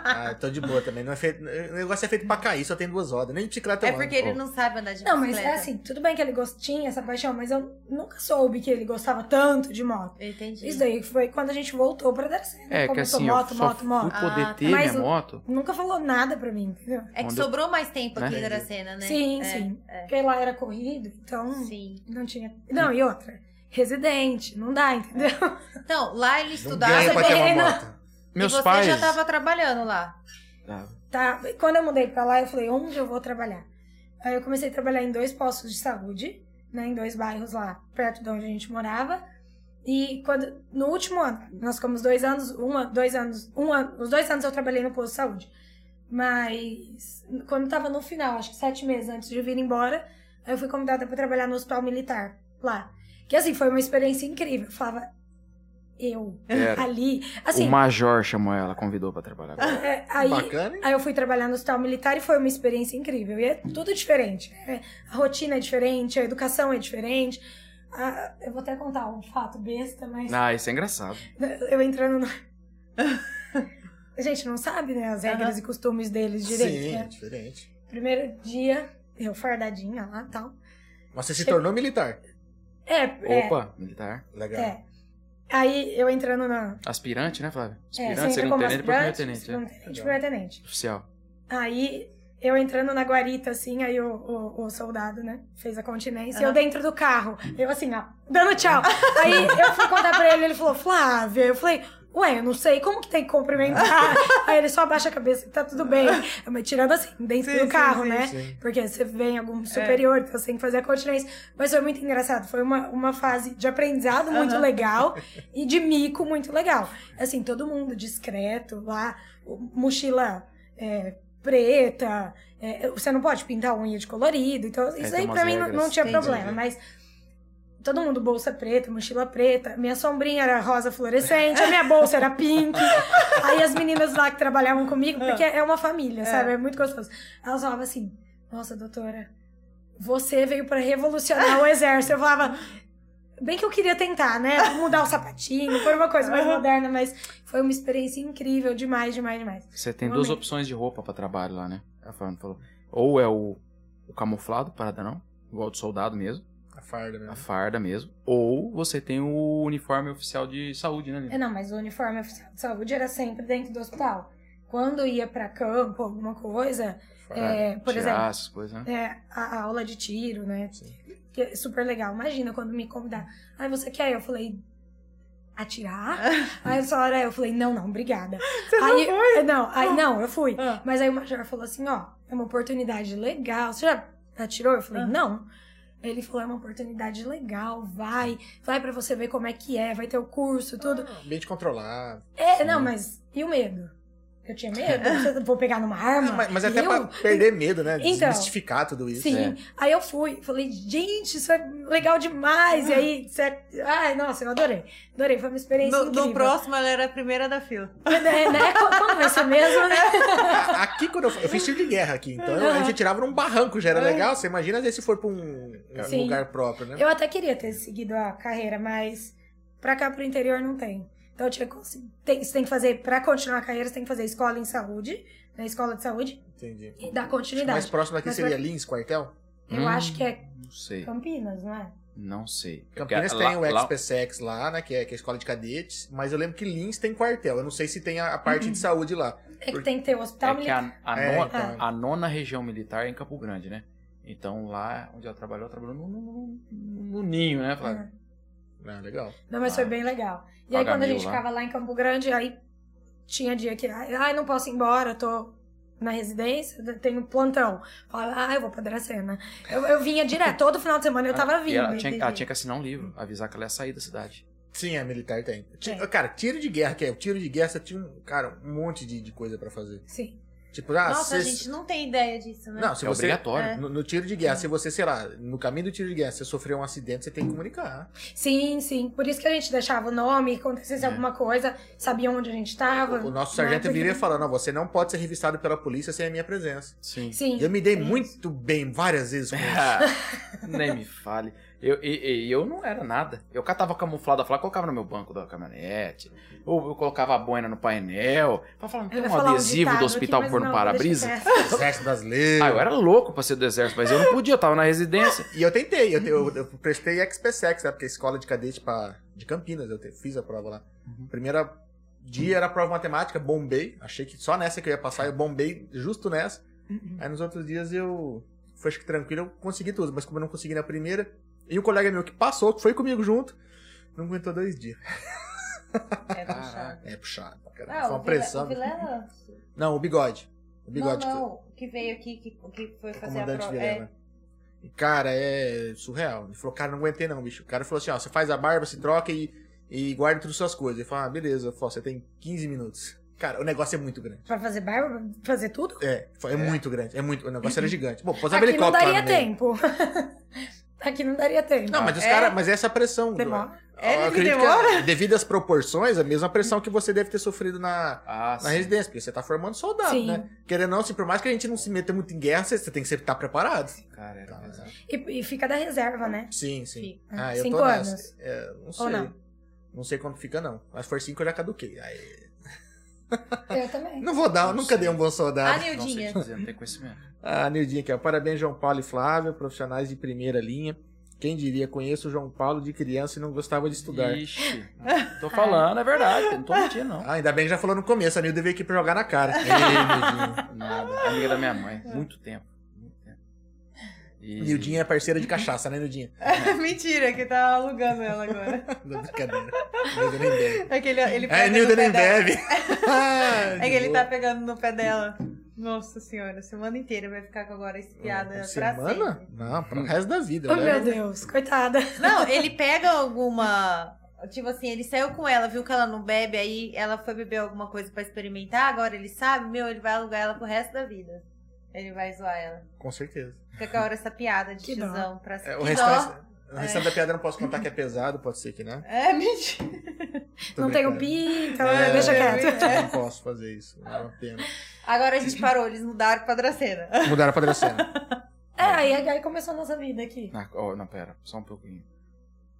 Speaker 2: Ah, eu tô de boa também. Não é feito... O negócio é feito pra cair, só tem duas rodas. Nem de bicicleta eu
Speaker 1: É
Speaker 2: ando.
Speaker 1: porque ele não sabe andar de
Speaker 4: Não,
Speaker 1: bicicleta.
Speaker 4: mas é assim, tudo bem que ele gost- tinha essa paixão, mas eu nunca soube que ele gostava tanto de moto.
Speaker 1: Eu Entendi.
Speaker 4: Isso daí foi quando a gente voltou pra Dracena.
Speaker 3: É, que
Speaker 4: Começou
Speaker 3: assim,
Speaker 4: moto,
Speaker 3: eu só
Speaker 4: moto, moto.
Speaker 3: fui poder
Speaker 1: Ah,
Speaker 3: ter
Speaker 4: mas
Speaker 3: minha
Speaker 4: o-
Speaker 3: moto.
Speaker 4: Nunca falou nada pra mim, entendeu?
Speaker 1: É que
Speaker 3: Quando-
Speaker 1: sobrou mais tempo aqui
Speaker 3: Né?
Speaker 1: em Dracena, né?
Speaker 4: Sim,
Speaker 1: É,
Speaker 4: sim. Porque lá era corrido, então
Speaker 1: Sim.
Speaker 4: não tinha. Não, e outra. Residente, não dá, entendeu?
Speaker 1: Então, lá ele
Speaker 2: Não
Speaker 1: estudava
Speaker 2: ganha pra ter uma
Speaker 4: Helena.
Speaker 2: moto.
Speaker 3: Meus
Speaker 1: e você
Speaker 3: pais.
Speaker 1: já tava trabalhando lá.
Speaker 3: Dava.
Speaker 4: Tá. E Quando eu mudei pra lá, eu falei, onde eu vou trabalhar? Aí eu comecei a trabalhar em dois postos de saúde, né? Em dois bairros lá, perto de onde a gente morava. E quando, no último ano, nós ficamos dois anos, uma, dois anos, um ano, os dois anos eu trabalhei no posto de saúde. Mas quando tava no final, acho que sete meses antes de vir embora, eu fui convidada pra trabalhar no hospital militar lá. Que assim, foi uma experiência incrível. Eu falava, eu,
Speaker 3: Era.
Speaker 4: ali. Assim,
Speaker 3: o Major chamou ela, convidou pra trabalhar.
Speaker 4: é, aí,
Speaker 2: Bacana, hein?
Speaker 4: Aí eu fui trabalhar no hospital militar e foi uma experiência incrível. E é tudo diferente. né? a rotina é diferente, a educação é diferente. Ah, eu vou até contar um fato besta, mas
Speaker 3: Ah, isso é engraçado.
Speaker 4: eu entrando no. A gente não sabe, né, as
Speaker 1: Aham.
Speaker 4: regras e costumes deles direito,
Speaker 2: Sim, é
Speaker 4: né?
Speaker 2: diferente.
Speaker 4: Primeiro dia, eu fardadinha lá e tal.
Speaker 2: Mas você se tornou militar.
Speaker 4: É, é,
Speaker 3: Opa, militar.
Speaker 2: Legal.
Speaker 4: é. Aí eu entrando na.
Speaker 3: Aspirante, né, Flávio?
Speaker 4: É,
Speaker 3: Aspirante,
Speaker 4: você entra
Speaker 3: segundo
Speaker 4: como
Speaker 3: tenente, primeiro
Speaker 4: aspirante,
Speaker 3: tenente. é.
Speaker 4: segundo tenente, primeiro tenente.
Speaker 3: Oficial.
Speaker 4: Aí eu entrando na guarita, assim, aí o, o- o soldado, né, fez a continência,
Speaker 1: Aham.
Speaker 4: eu dentro do carro, eu assim, ó, dando tchau. Aí eu fui contar pra ele, ele falou, Flávia, eu falei, ué, eu não sei, como que tem que cumprimentar? aí ele só abaixa a cabeça, tá tudo bem. Mas tirando assim, dentro
Speaker 1: Sim,
Speaker 4: do
Speaker 1: sim,
Speaker 4: carro,
Speaker 1: sim,
Speaker 4: né?
Speaker 2: Sim.
Speaker 4: Porque você vem algum superior, então você tem que fazer a continência. Mas foi muito engraçado. Foi uma, uma fase de aprendizado muito
Speaker 1: Aham.
Speaker 4: legal e de mico muito legal. Assim, todo mundo discreto lá, o- mochila é, preta. é, você não pode pintar a unha de colorido. Então, isso
Speaker 3: É, tem
Speaker 4: aí
Speaker 3: umas
Speaker 4: pra mim não,
Speaker 3: regras.
Speaker 4: não tinha
Speaker 1: Entendi.
Speaker 4: problema. Mas todo mundo bolsa preta, mochila preta. Minha sombrinha era rosa fluorescente, a minha bolsa era pink. Aí as meninas lá que trabalhavam comigo, porque é uma família, sabe? É muito gostoso. Elas falavam assim: Nossa, doutora, você veio pra revolucionar o exército. Eu falava. Bem que eu queria tentar, né? Mudar o sapatinho, por uma coisa mais moderna, mas foi uma experiência incrível, demais, demais, demais.
Speaker 3: Você tem
Speaker 4: Eu
Speaker 3: duas
Speaker 4: amei.
Speaker 3: opções de roupa pra trabalho lá, né? A Flávia falou. Ou é o, o camuflado, parada não, igual do soldado mesmo,
Speaker 2: A farda
Speaker 3: a
Speaker 4: Uhum.
Speaker 2: mesmo.
Speaker 3: farda mesmo. Ou você tem o uniforme oficial de saúde, né,
Speaker 4: É,
Speaker 3: Lina?
Speaker 4: não, mas o uniforme oficial de saúde era sempre dentro do hospital. Quando ia pra campo, alguma coisa,
Speaker 2: Farda.
Speaker 4: é, por
Speaker 3: Tirar
Speaker 4: exemplo,
Speaker 3: essas coisas, né?
Speaker 4: É, a, a aula de tiro, né?
Speaker 2: Sim.
Speaker 4: Que é super legal. Imagina quando me convidar. Aí você quer? Eu falei, atirar? aí essa hora eu falei, não, não, obrigada. aí, não Não, aí, não, eu fui.
Speaker 1: Ah.
Speaker 4: Mas aí o major falou assim, ó, é uma oportunidade legal. Você já atirou? Eu falei,
Speaker 1: Ah.
Speaker 4: não. Ele falou, é uma oportunidade legal, vai. Vai pra você ver como é que é, vai ter o curso, tudo.
Speaker 2: Ambiente controlado.
Speaker 4: É, não, mas e o medo? Eu tinha medo? Vou pegar numa arma?
Speaker 2: Ah, mas, mas até
Speaker 4: E
Speaker 2: pra
Speaker 4: eu-
Speaker 2: perder medo, né?
Speaker 4: Então.
Speaker 2: Desmistificar tudo isso.
Speaker 4: Sim.
Speaker 3: É.
Speaker 4: Aí eu fui, falei, gente, isso é legal demais. E aí, você... ai, nossa, eu adorei. Adorei, foi uma experiência
Speaker 1: No,
Speaker 4: incrível.
Speaker 1: no próximo, ela era a primeira da fila.
Speaker 4: É, né? Quando vai ser mesmo, né?
Speaker 2: A- Aqui, quando eu, eu fiz tiro de guerra aqui, então eu, a gente tirava num barranco, já era legal. Você imagina às vezes, se for pra um, um
Speaker 4: Sim.
Speaker 2: lugar próprio, né?
Speaker 4: Eu até queria ter seguido a carreira, mas pra cá, pro interior, não tem. Então, eu tinha consegui- tem, você tem que fazer, pra continuar a carreira, você tem que fazer escola em saúde, na escola de saúde,
Speaker 2: Entendi. Acho que o
Speaker 4: e dar
Speaker 2: mais
Speaker 4: continuidade.
Speaker 2: próximo daqui
Speaker 4: Mas
Speaker 2: seria
Speaker 4: pra-
Speaker 2: Lins, quartel?
Speaker 4: Eu
Speaker 3: Hum.
Speaker 4: acho que é
Speaker 3: Não sei.
Speaker 4: Campinas, não é?
Speaker 3: Não sei.
Speaker 2: Campinas
Speaker 3: Porque
Speaker 2: tem o
Speaker 3: lá-
Speaker 2: XPSEX lá, né? Que é, que é a escola de cadetes. Mas eu lembro que Lins tem quartel. Eu não sei se tem a, a parte de saúde lá.
Speaker 4: É que tem que ter o hospital
Speaker 3: É que
Speaker 4: Tá, militar.
Speaker 3: a, a
Speaker 2: É,
Speaker 3: nona,
Speaker 2: então.
Speaker 3: a nona região militar é em Campo Grande, né? Então lá onde ela trabalhou, ela trabalhou no, no- no- no ninho, né, Flávio?
Speaker 4: É.
Speaker 2: Ah, legal.
Speaker 4: Não, mas
Speaker 3: Ah.
Speaker 4: foi bem legal. E aí,
Speaker 3: Paga
Speaker 4: quando a
Speaker 3: mil
Speaker 4: gente
Speaker 3: lá.
Speaker 4: ficava lá em Campo Grande, aí tinha dia que, ai, ai, não posso ir embora, tô na residência, tenho plantão. Falava, ah, eu vou pra Dracena. Eu, eu vinha direto, todo final de semana eu tava
Speaker 3: Ah, E
Speaker 4: vindo.
Speaker 3: ela tinha, ela
Speaker 4: entende?
Speaker 3: tinha que assinar um livro, avisar que ela ia sair da cidade.
Speaker 2: Sim, a militar tem. Ti-
Speaker 4: Tem.
Speaker 2: Cara, tiro de guerra, que é o tiro de guerra, você tinha um, cara, um monte de, de coisa pra fazer.
Speaker 4: Sim.
Speaker 2: Tipo, ah,
Speaker 1: Nossa, a
Speaker 2: cê-
Speaker 1: gente não tem ideia disso, né?
Speaker 2: Não, se
Speaker 3: é
Speaker 2: você.
Speaker 3: obrigatório.
Speaker 2: No, no tiro de guerra, se você, sei lá, no caminho do tiro de guerra, se você sofreu um acidente, você tem que comunicar.
Speaker 4: Sim, sim. Por isso que a gente deixava o nome, acontecesse
Speaker 3: É.
Speaker 4: alguma coisa, sabia onde a gente tava.
Speaker 2: O nosso
Speaker 4: né?
Speaker 2: sargento
Speaker 4: Porque-
Speaker 2: viria falando, ó, você não pode ser revistado pela polícia sem a minha presença.
Speaker 3: Sim.
Speaker 4: Sim.
Speaker 2: Eu me dei
Speaker 4: tem isso.
Speaker 2: muito bem várias vezes com isso.
Speaker 3: Nem me fale. Eu, e, e eu não era nada. Eu catava camuflado, eu falava, colocava no meu banco da caminhonete, ou eu colocava a boina no painel, pra falar, não tem
Speaker 4: Eu ia
Speaker 3: um
Speaker 4: falar um
Speaker 3: adesivo
Speaker 4: ditado
Speaker 3: do
Speaker 4: aqui,
Speaker 3: hospital
Speaker 4: mas
Speaker 3: por no
Speaker 4: não,
Speaker 3: para-brisa.
Speaker 4: deixa quieto.
Speaker 2: Exército brasileiro.
Speaker 3: Ah, eu era louco pra ser do exército, mas eu não podia, eu tava na residência.
Speaker 2: E eu tentei, eu, te- eu, eu prestei XPSEX, né? Porque é escola de cadete pra, de Campinas, eu te- fiz a prova lá.
Speaker 3: Uhum.
Speaker 2: Primeiro dia era prova de matemática, bombei. Achei que só nessa que eu ia passar, eu bombei justo nessa. Aí nos outros dias eu. Foi acho que tranquilo, eu consegui tudo, mas como eu não consegui na primeira. E um colega meu que passou, que foi comigo junto, não aguentou dois dias.
Speaker 1: É puxado.
Speaker 2: É puxado, pra caramba.
Speaker 1: Ah,
Speaker 2: Foi
Speaker 1: o
Speaker 2: uma
Speaker 1: Vile-
Speaker 2: pressão.
Speaker 1: O Vilela.
Speaker 2: Não, o bigode. O
Speaker 1: Não,
Speaker 2: bigode que foi-
Speaker 1: não, que veio aqui, que, que foi
Speaker 2: o
Speaker 1: fazer a
Speaker 2: comandante
Speaker 1: prova.
Speaker 2: Vilela.
Speaker 1: É,
Speaker 2: E, Cara, é surreal. Ele falou, cara, não aguentei não, bicho. O cara falou assim, ó, você faz a barba, se troca e, e guarda todas as suas coisas. Ele falou, ah, beleza. Eu falei, ó, você tem 15 minutos. Cara, o negócio é muito grande.
Speaker 4: Pra fazer barba, fazer tudo?
Speaker 2: É, foi- é, muito grande. É muito, o negócio era gigante. Bom, pôs
Speaker 4: Aqui não
Speaker 2: helicóptero né? lá
Speaker 4: daria
Speaker 2: no meio.
Speaker 4: tempo. Aqui não daria tempo.
Speaker 2: Não, mas os
Speaker 1: É.
Speaker 2: caras, mas essa pressão.
Speaker 4: Demora.
Speaker 2: Eu
Speaker 1: Ele que
Speaker 2: acredito
Speaker 1: demora.
Speaker 2: Que, é, devido às proporções, a mesma pressão que você deve ter sofrido na,
Speaker 3: Ah,
Speaker 2: na
Speaker 3: sim.
Speaker 2: residência, porque você tá formando soldado,
Speaker 4: Sim.
Speaker 2: né? Querendo ou não, assim, por mais que a gente não se meta muito em guerra, você, você tem que sempre estar preparado.
Speaker 3: Cara, era um pesado.
Speaker 4: E, e fica da reserva, né?
Speaker 2: Sim, sim.
Speaker 1: Fica.
Speaker 2: Ah, eu
Speaker 4: Cinco
Speaker 2: tô
Speaker 4: anos?
Speaker 2: nessa. É, não sei.
Speaker 4: não?
Speaker 2: Não sei quanto fica, não. Mas for 5 eu já caduquei. Aí,
Speaker 4: Eu
Speaker 1: É.
Speaker 4: também.
Speaker 2: Não vou dar, eu
Speaker 3: Não
Speaker 2: nunca
Speaker 3: sei.
Speaker 2: dei um bom
Speaker 1: A
Speaker 2: soldado.
Speaker 3: Não sei
Speaker 1: Nildinha.
Speaker 3: te dizer, não tem conhecimento.
Speaker 2: A Nildinha aqui, ó. Parabéns, João Paulo e Flávio, profissionais de primeira linha. Quem diria, conheço o João Paulo de criança e não gostava de estudar.
Speaker 3: Ixi, tô falando, é verdade, não tô mentindo, não.
Speaker 2: Ah, ainda bem que já falou no começo, a Nilda veio aqui pra jogar na cara. Ei, Nildinha.
Speaker 3: Nada, amiga da minha mãe, muito tempo, muito tempo. E-
Speaker 2: Nildinha é parceira de cachaça, né, Nildinha?
Speaker 1: Mentira, que tá alugando ela agora.
Speaker 2: Não, brincadeira. Nilda nem bebe.
Speaker 1: É que ele, ele pega
Speaker 2: É,
Speaker 1: no
Speaker 2: Nilda
Speaker 1: pé
Speaker 2: nem
Speaker 1: dela.
Speaker 2: bebe. Ah,
Speaker 1: É que ele tá pegando no pé dela. Nossa senhora, semana inteira vai ficar com agora esse piada pra
Speaker 2: Semana?
Speaker 1: sempre.
Speaker 2: Não, pro resto da vida.
Speaker 4: Oh,
Speaker 2: né?
Speaker 4: meu Deus, coitada.
Speaker 1: Não, ele pega alguma. Tipo assim, ele saiu com ela, viu que ela não bebe, aí ela foi beber alguma coisa pra experimentar, agora ele sabe, meu, ele vai alugar ela pro resto da vida. Ele vai zoar ela.
Speaker 2: Com certeza.
Speaker 1: Fica com a hora essa piada de
Speaker 4: Que dó.
Speaker 1: tiozão pra
Speaker 2: É,
Speaker 1: sempre.
Speaker 2: o restante, o restante da piada eu não posso contar que é pesado, pode ser que, né?
Speaker 1: É, mentira.
Speaker 2: Tô
Speaker 4: não tem o
Speaker 2: brincando.
Speaker 4: pi, então
Speaker 2: É,
Speaker 4: deixa
Speaker 1: é,
Speaker 4: quieto.
Speaker 2: Eu Não posso fazer isso, não é uma pena.
Speaker 1: Agora a gente parou, eles mudaram pra Dracena.
Speaker 2: Mudaram pra Dracena.
Speaker 4: É, aí, aí começou a nossa vida aqui.
Speaker 3: Na- ó, não, pera, só um pouquinho.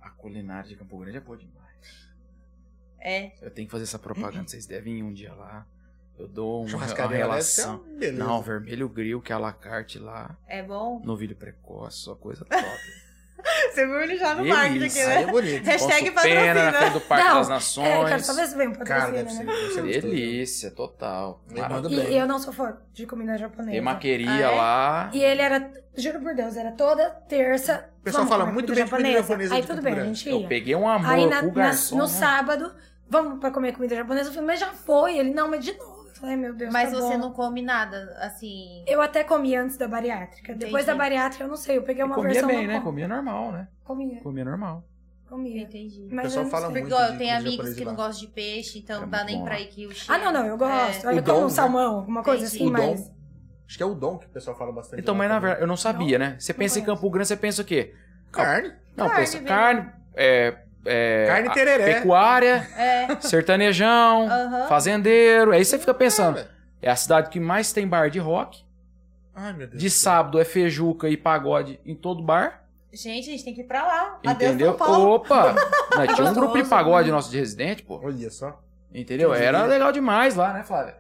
Speaker 3: A culinária de Campo Grande é boa demais.
Speaker 1: É.
Speaker 3: Eu tenho que fazer essa propaganda, vocês devem ir um dia lá. Eu dou um, uma, uma
Speaker 2: Churrascaria lá deve ser
Speaker 3: relação.
Speaker 2: uma beleza.
Speaker 3: Não, vermelho grill, que é a la carte lá,
Speaker 1: É bom?
Speaker 3: novilho precoce, só coisa top.
Speaker 1: Você viu ele já no marketing aqui,
Speaker 3: Delícia.
Speaker 1: né?
Speaker 2: Aí é bonito.
Speaker 1: Hashtag
Speaker 3: Posso pena na
Speaker 1: patrocina.
Speaker 3: frente do Parque
Speaker 4: Não,
Speaker 3: das
Speaker 4: É, eu quero
Speaker 3: Nações.
Speaker 4: só ver se vem um
Speaker 2: Cara, deve ser.
Speaker 4: patrocínio, né?
Speaker 2: Deve ser gostoso.
Speaker 3: Delícia, total.
Speaker 2: Lembra do-
Speaker 3: Maravilha.
Speaker 4: E,
Speaker 2: bem.
Speaker 4: e eu não sou fã de comida japonesa.
Speaker 3: Tem maqueria
Speaker 1: Ah, é?
Speaker 3: lá.
Speaker 4: E ele era, juro por Deus, era toda terça.
Speaker 2: O pessoal
Speaker 4: vamos
Speaker 2: fala
Speaker 4: comer
Speaker 2: muito
Speaker 4: comida
Speaker 2: bem de comida japonesa
Speaker 4: Aí
Speaker 2: de
Speaker 4: tudo
Speaker 2: Campo
Speaker 4: bem, a
Speaker 2: Grande.
Speaker 4: gente
Speaker 3: Eu
Speaker 4: ia.
Speaker 3: peguei um amor
Speaker 4: Aí na-
Speaker 3: com o
Speaker 4: na-
Speaker 3: garçom.
Speaker 4: no
Speaker 3: né?
Speaker 4: sábado, vamos pra comer comida japonesa. Eu falei, mas já foi. Ele, não, mas de novo. Eu falei, meu Deus,
Speaker 1: Mas
Speaker 4: tá
Speaker 1: você
Speaker 4: bom.
Speaker 1: não come nada, assim.
Speaker 4: Eu até comi antes da bariátrica. Depois da
Speaker 1: Entendi.
Speaker 4: bariátrica, eu não sei. Eu
Speaker 3: E
Speaker 4: peguei é uma
Speaker 3: comia
Speaker 4: versão.
Speaker 3: bem,
Speaker 4: não
Speaker 3: né?
Speaker 4: com-
Speaker 3: Comia normal, né?
Speaker 4: Comia,
Speaker 3: Comia normal.
Speaker 4: comia.
Speaker 1: Entendi.
Speaker 4: Mas
Speaker 2: pessoal
Speaker 4: eu não
Speaker 2: fala
Speaker 4: sei.
Speaker 2: muito.
Speaker 1: Igual, eu
Speaker 2: de
Speaker 1: tenho
Speaker 2: comida
Speaker 1: amigos que
Speaker 2: japonesa
Speaker 1: não
Speaker 2: lá.
Speaker 1: gostam de peixe, então
Speaker 3: É
Speaker 1: não dá
Speaker 3: muito
Speaker 1: nem
Speaker 3: bom
Speaker 1: pra
Speaker 3: lá.
Speaker 1: ir que o cheiro.
Speaker 4: Ah, não, não. Eu
Speaker 1: É.
Speaker 4: gosto. Eu
Speaker 2: Udon,
Speaker 4: como um
Speaker 2: né?
Speaker 4: salmão, alguma coisa assim,
Speaker 1: Entendi.
Speaker 4: mas...
Speaker 2: Udon. Acho que é o dom que o pessoal fala bastante.
Speaker 3: Então,
Speaker 2: lá
Speaker 3: mas na
Speaker 2: também.
Speaker 3: verdade, eu não sabia, né? Você pensa em
Speaker 4: conheço.
Speaker 3: Campo Grande, você pensa o quê?
Speaker 2: Carne.
Speaker 3: Não,
Speaker 1: Carne,
Speaker 3: pensa
Speaker 1: né?
Speaker 3: carne, é, é,
Speaker 2: Carne
Speaker 3: a-
Speaker 2: tereré.
Speaker 3: pecuária,
Speaker 1: É.
Speaker 3: sertanejão,
Speaker 1: Aham.
Speaker 3: fazendeiro. Aí você fica pensando,
Speaker 2: É, velho.
Speaker 3: é a cidade que mais tem bar de rock.
Speaker 2: Ai, meu Deus.
Speaker 3: De sábado é fejuca e pagode em todo bar.
Speaker 1: Gente, a gente tem que ir pra lá. Adeus, São
Speaker 3: Entendeu?
Speaker 1: Paulo.
Speaker 3: Opa! Nós tinha um
Speaker 4: Gostoso.
Speaker 3: grupo de pagode nosso de residente, pô.
Speaker 2: Olha só.
Speaker 3: Entendeu?
Speaker 2: Entendi.
Speaker 3: Era legal demais lá, né, Flávia?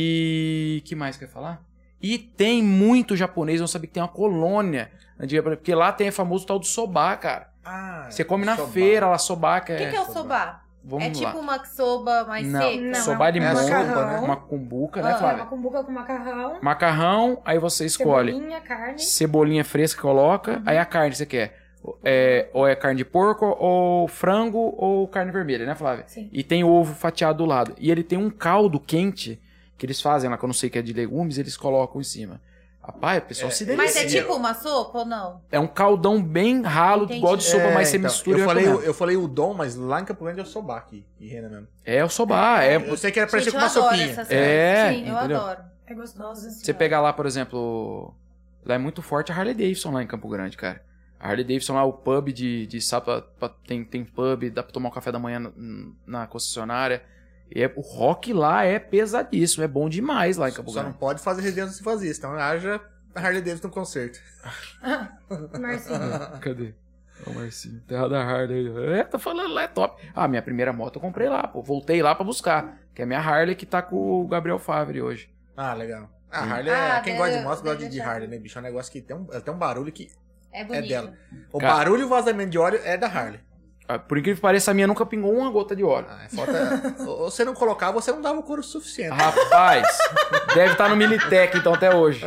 Speaker 3: E que mais que eu ia falar? E tem muito japonês, eu não sabia que tem uma colônia. antiga, Porque lá tem o famoso tal do soba, cara.
Speaker 2: Ah,
Speaker 3: Você come na
Speaker 2: soba.
Speaker 3: feira lá, soba, que
Speaker 1: O
Speaker 3: é.
Speaker 1: que, que é o sobá?
Speaker 3: Vamos
Speaker 1: é tipo
Speaker 3: lá.
Speaker 1: uma soba mais
Speaker 3: não,
Speaker 1: seca?
Speaker 4: Não,
Speaker 3: soba
Speaker 4: é
Speaker 3: de
Speaker 2: uma
Speaker 3: molho,
Speaker 4: sopa, né?
Speaker 3: uma cumbuca, né,
Speaker 1: Ah.
Speaker 4: Uma
Speaker 3: Flávia?
Speaker 4: cumbuca com macarrão,
Speaker 3: Macarrão, aí você escolhe
Speaker 4: cebolinha, carne.
Speaker 3: cebolinha fresca, coloca. Aí a carne que você quer. É, ou é carne de porco, ou frango, ou carne vermelha, né, Flávia?
Speaker 4: Sim.
Speaker 3: E tem ovo fatiado do lado. E ele tem um caldo quente que eles fazem lá, que eu não sei que é de legumes, eles colocam em cima. Rapaz, o pessoal
Speaker 2: É,
Speaker 3: se
Speaker 1: Mas
Speaker 3: delicia.
Speaker 1: é
Speaker 3: É,
Speaker 1: tipo uma sopa ou não?
Speaker 3: um caldão bem ralo,
Speaker 1: Entendi.
Speaker 3: igual de sopa,
Speaker 2: É,
Speaker 3: mas você
Speaker 2: então,
Speaker 3: mistura e
Speaker 2: Eu
Speaker 3: vai
Speaker 2: falei,
Speaker 3: comendo.
Speaker 2: eu falei o dom, mas lá em Campo Grande é o soba aqui, em Rena mesmo.
Speaker 3: É o sobá, é...
Speaker 2: Eu sei que era parecer
Speaker 1: gente,
Speaker 2: com
Speaker 1: eu
Speaker 2: uma
Speaker 1: adoro
Speaker 2: sopinha.
Speaker 1: essas
Speaker 3: É,
Speaker 1: coisas. Sim, eu
Speaker 3: entendeu?
Speaker 1: adoro.
Speaker 4: É gostoso.
Speaker 3: Você pegar lá, por exemplo, lá é muito forte a Harley Davidson lá em Campo Grande, cara. A Harley Davidson lá, o pub de, de sábado, pra- tem, tem pub, dá pra tomar um café da manhã na, na concessionária. E é- o rock lá é pesadíssimo, é bom demais lá em Campo
Speaker 2: Só
Speaker 3: Grande.
Speaker 2: não pode fazer residência se fazer isso. Então haja Harley Davidson no concerto.
Speaker 4: Marcinho.
Speaker 3: Cadê? Ô, Marcinho, terra da Harley. É, tá falando lá, é top. Ah, minha primeira moto eu comprei lá, pô. Voltei lá pra buscar. Que é minha Harley que tá com o Gabriel Favre hoje.
Speaker 2: Ah, legal. A
Speaker 3: Hum.
Speaker 2: Harley,
Speaker 1: Ah,
Speaker 2: é, quem
Speaker 1: deve-
Speaker 2: gosta de moto gosta de,
Speaker 1: deve
Speaker 2: de
Speaker 1: achar.
Speaker 2: Harley, né, bicho? É um negócio que tem um, tem um barulho que...
Speaker 1: É bonito.
Speaker 2: dela. O
Speaker 3: Cara.
Speaker 2: barulho e o vazamento de óleo é da Harley.
Speaker 3: Ah, Por incrível que pareça, a minha nunca pingou uma gota de óleo.
Speaker 2: Ah, é falta... ou você não colocar, você não dava o couro suficiente.
Speaker 3: Ah. Rapaz, deve estar no Militec então até hoje.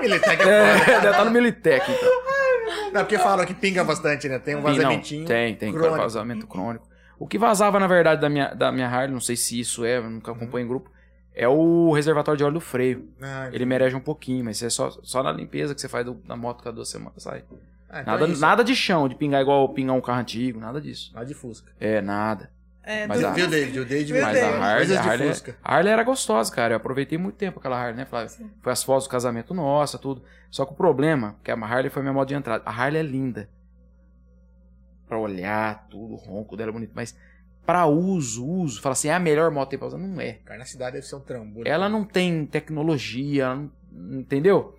Speaker 2: Militec
Speaker 3: É,
Speaker 2: é foda.
Speaker 3: deve estar no Militec então.
Speaker 2: Não, porque falam que pinga bastante, né? Tem um
Speaker 3: Tem, não,
Speaker 2: vazamentinho.
Speaker 3: tem, tem
Speaker 2: crônico.
Speaker 3: vazamento crônico. O que vazava, na verdade, da minha, da minha Harley, não sei se isso é, eu
Speaker 2: Uhum.
Speaker 3: nunca acompanho em grupo, é o reservatório de óleo do freio.
Speaker 2: Ah,
Speaker 3: Ele merece um pouquinho, mas é só, só na limpeza que você faz do- da moto cada duas semanas sai.
Speaker 2: ah, então
Speaker 3: Nada,
Speaker 2: é isso.
Speaker 3: nada de chão, de pingar igual pingar um carro antigo, nada disso.
Speaker 2: Nada de Fusca.
Speaker 3: É, nada.
Speaker 1: É,
Speaker 3: Mas
Speaker 1: do-
Speaker 3: a-
Speaker 2: Viu, David? O David
Speaker 1: Meu
Speaker 3: Mas
Speaker 2: viu?
Speaker 3: a
Speaker 1: Deus.
Speaker 3: Harley,
Speaker 2: Coisas
Speaker 3: a
Speaker 2: de
Speaker 3: Harley,
Speaker 2: Fusca.
Speaker 3: a Harley era gostosa, cara. Eu aproveitei muito tempo aquela Harley, né, Flávio?
Speaker 4: Sim.
Speaker 3: Foi as fotos do casamento nossa, tudo. Só que o problema, que a Harley foi minha moto de entrada. A Harley é linda. Pra olhar, tudo, o ronco dela é bonito. Mas pra uso, uso, fala assim, é a melhor moto que tem pra usar. Não é.
Speaker 2: Cara, na cidade deve ser um trambolho.
Speaker 3: Ela não tem tecnologia, ela não- entendeu?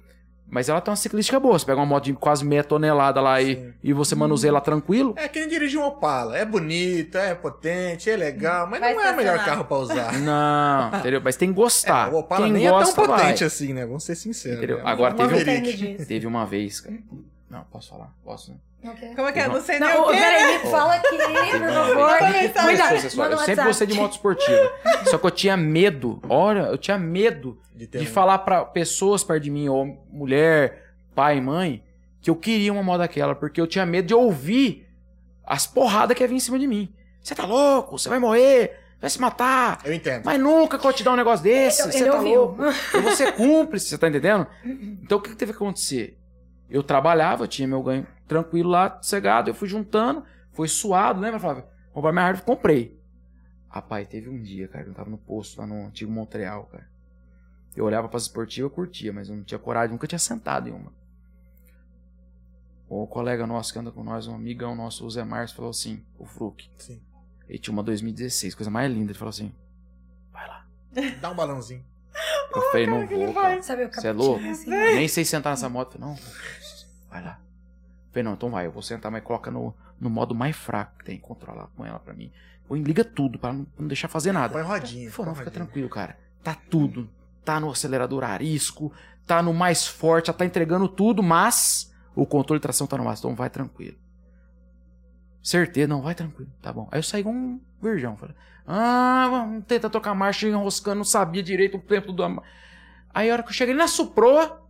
Speaker 3: Mas ela tem uma ciclística boa. Você pega uma moto de quase meia tonelada lá e,
Speaker 2: Sim.
Speaker 3: e você manuseia ela tranquilo.
Speaker 2: É que nem dirigir um Opala. É bonita, é potente, é legal, mas
Speaker 1: Vai
Speaker 2: não é o melhor
Speaker 1: estacionar.
Speaker 2: carro pra usar.
Speaker 3: Não, entendeu? Mas tem que gostar.
Speaker 2: É, o Opala
Speaker 3: Tá. Quem
Speaker 2: nem é
Speaker 3: gosta,
Speaker 2: tão
Speaker 3: vai.
Speaker 2: potente assim, né? Vamos ser sinceros.
Speaker 3: Entendeu?
Speaker 2: né?
Speaker 3: Agora
Speaker 2: Uma
Speaker 3: teve um-
Speaker 2: Maverick.
Speaker 4: disso.
Speaker 3: Teve uma vez, cara. Não, posso falar? Posso, né?
Speaker 4: Não quer?
Speaker 1: Como é que é?
Speaker 2: Uhum.
Speaker 3: Não.
Speaker 1: Não sei nem
Speaker 4: Não,
Speaker 1: o
Speaker 4: ô,
Speaker 1: quê.
Speaker 4: peraí, me fala aqui,
Speaker 3: Teve um
Speaker 4: por
Speaker 3: uma vez.
Speaker 4: favor.
Speaker 1: Manda mensagem.
Speaker 3: Eu sou
Speaker 4: Cuidado,
Speaker 3: acessório,
Speaker 4: manda
Speaker 3: Eu
Speaker 4: um
Speaker 3: sempre
Speaker 4: WhatsApp.
Speaker 3: gostei é de moto esportiva. Só que eu tinha medo. Olha, eu tinha medo
Speaker 2: De, ter
Speaker 3: de
Speaker 2: um-
Speaker 3: falar pra pessoas perto de mim, ou mulher, pai, mãe, que eu queria uma moto daquela, porque eu tinha medo de ouvir as porradas que ia vir em cima de mim. Você tá louco? Você vai morrer? Vai se matar?
Speaker 2: Eu entendo.
Speaker 3: Mas nunca que eu vou te dar um negócio desse.
Speaker 4: Ele-
Speaker 3: Você
Speaker 4: ele
Speaker 3: tá
Speaker 4: ouviu.
Speaker 3: louco. Eu vou ser cúmplice, você tá entendendo? Então o que, que teve que acontecer? Eu trabalhava, eu tinha meu ganho tranquilo lá, sossegado, eu fui juntando, foi suado, lembra, Flávio? Comprar minha árvore, comprei. Rapaz, teve um dia, cara, eu tava no posto lá no antigo Montreal, cara. Eu olhava pras esportivas, eu curtia, mas eu não tinha coragem, nunca tinha sentado em uma. O colega nosso que anda com nós, um amigão nosso, o Zé Márcio, falou assim, o Fruc,
Speaker 2: Sim.
Speaker 3: ele tinha uma 2016, coisa mais linda, ele falou assim, vai lá.
Speaker 2: Dá um balãozinho.
Speaker 3: Eu falei, não vou, cara.
Speaker 4: Sabe o
Speaker 3: Você é louco?
Speaker 4: capuchinho, assim?
Speaker 3: Eu nem sei sentar nessa moto. Falei, não, vai lá. Falei, não, então vai, eu vou sentar, mas coloca no, no modo mais fraco que tem, controlar, põe ela pra mim. Põe, liga tudo, pra não, pra não deixar fazer nada.
Speaker 2: Põe rodinha.
Speaker 3: Falei, não,
Speaker 2: põe
Speaker 3: fica
Speaker 2: rodinha.
Speaker 3: tranquilo, cara. Tá tudo. Tá no acelerador arisco, tá no mais forte, já tá entregando tudo, mas o controle de tração tá no máximo, então vai tranquilo. Certeza, não, vai tranquilo, tá bom. Aí eu saí igual um virgão, falei, ah, vamos tentar trocar marcha, enroscando, não sabia direito o tempo do... ama- Aí a hora que eu cheguei na Suproa,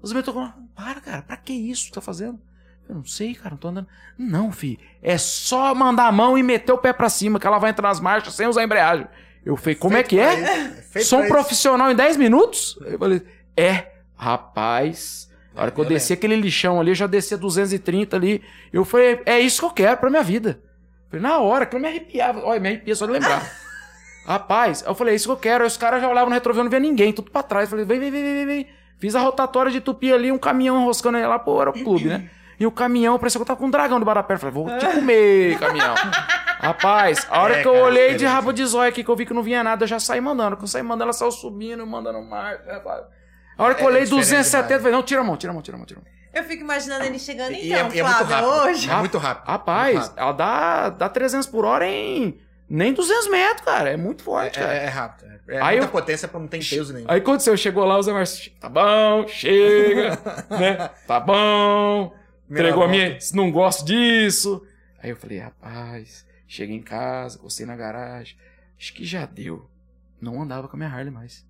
Speaker 3: os meus tocou, para, cara, pra que isso que tá fazendo? Eu não sei, cara, não tô andando. Não, fi, é só mandar a mão e meter o pé pra cima, que ela vai entrar nas marchas sem usar a embreagem. Eu falei, como é
Speaker 2: Feito
Speaker 3: que
Speaker 2: pra
Speaker 3: é?
Speaker 2: isso. É feito
Speaker 3: Som
Speaker 2: pra isso.
Speaker 3: profissional em 10 minutos? Eu falei, é, rapaz. Na hora que eu
Speaker 2: Eu
Speaker 3: desci aquele lixão ali, eu já descia 230 ali. Eu falei, é isso que eu quero pra minha vida. Falei, na hora, que eu me arrepiava. Olha, me arrepia só de lembrar. rapaz, eu falei, é isso que eu quero. Aí os caras já olhavam no retrovisor, não via ninguém, tudo pra trás. Eu falei, vem, vem, vem, vem, vem, vem. Fiz a rotatória de tupi ali, um caminhão enroscando aí lá pro aeroclube, né? E o caminhão, parecia que eu tava com um dragão do Barapé. Eu Falei, vou te comer, caminhão. Rapaz, a hora
Speaker 2: É,
Speaker 3: que eu
Speaker 2: cara,
Speaker 3: olhei de
Speaker 2: beleza.
Speaker 3: rabo de zóio aqui, que eu vi que não vinha nada, eu já saí mandando. Quando eu saí mandando, ela saiu subindo, mandando mar. A hora que eu
Speaker 2: É
Speaker 3: olhei
Speaker 2: diferente
Speaker 3: 270,
Speaker 2: demais.
Speaker 3: falei, não, tira a mão, tira a mão, tira a mão, tira a mão.
Speaker 1: é- Eu fico imaginando ele chegando
Speaker 2: E é-
Speaker 1: então,
Speaker 2: e é muito
Speaker 1: Flávio,
Speaker 2: rápido.
Speaker 1: hoje.
Speaker 2: É muito rápido. Muito
Speaker 3: Rapaz,
Speaker 2: rápido.
Speaker 3: ela dá, dá 300 por hora em nem 200 metros, cara. É muito forte,
Speaker 2: É,
Speaker 3: cara.
Speaker 2: é- é rápido. É, é
Speaker 3: Aí
Speaker 2: muita
Speaker 3: eu-
Speaker 2: potência pra não ter peso nenhum.
Speaker 3: Aí aconteceu, chegou lá, o Zé Márcio, tá bom, chega, né? Tá bom,
Speaker 2: Primeira
Speaker 3: entregou a
Speaker 2: volta.
Speaker 3: minha, não gosto disso. Aí eu falei, rapaz, cheguei em casa, gostei na garagem, acho que já deu. Não andava com a minha Harley mais.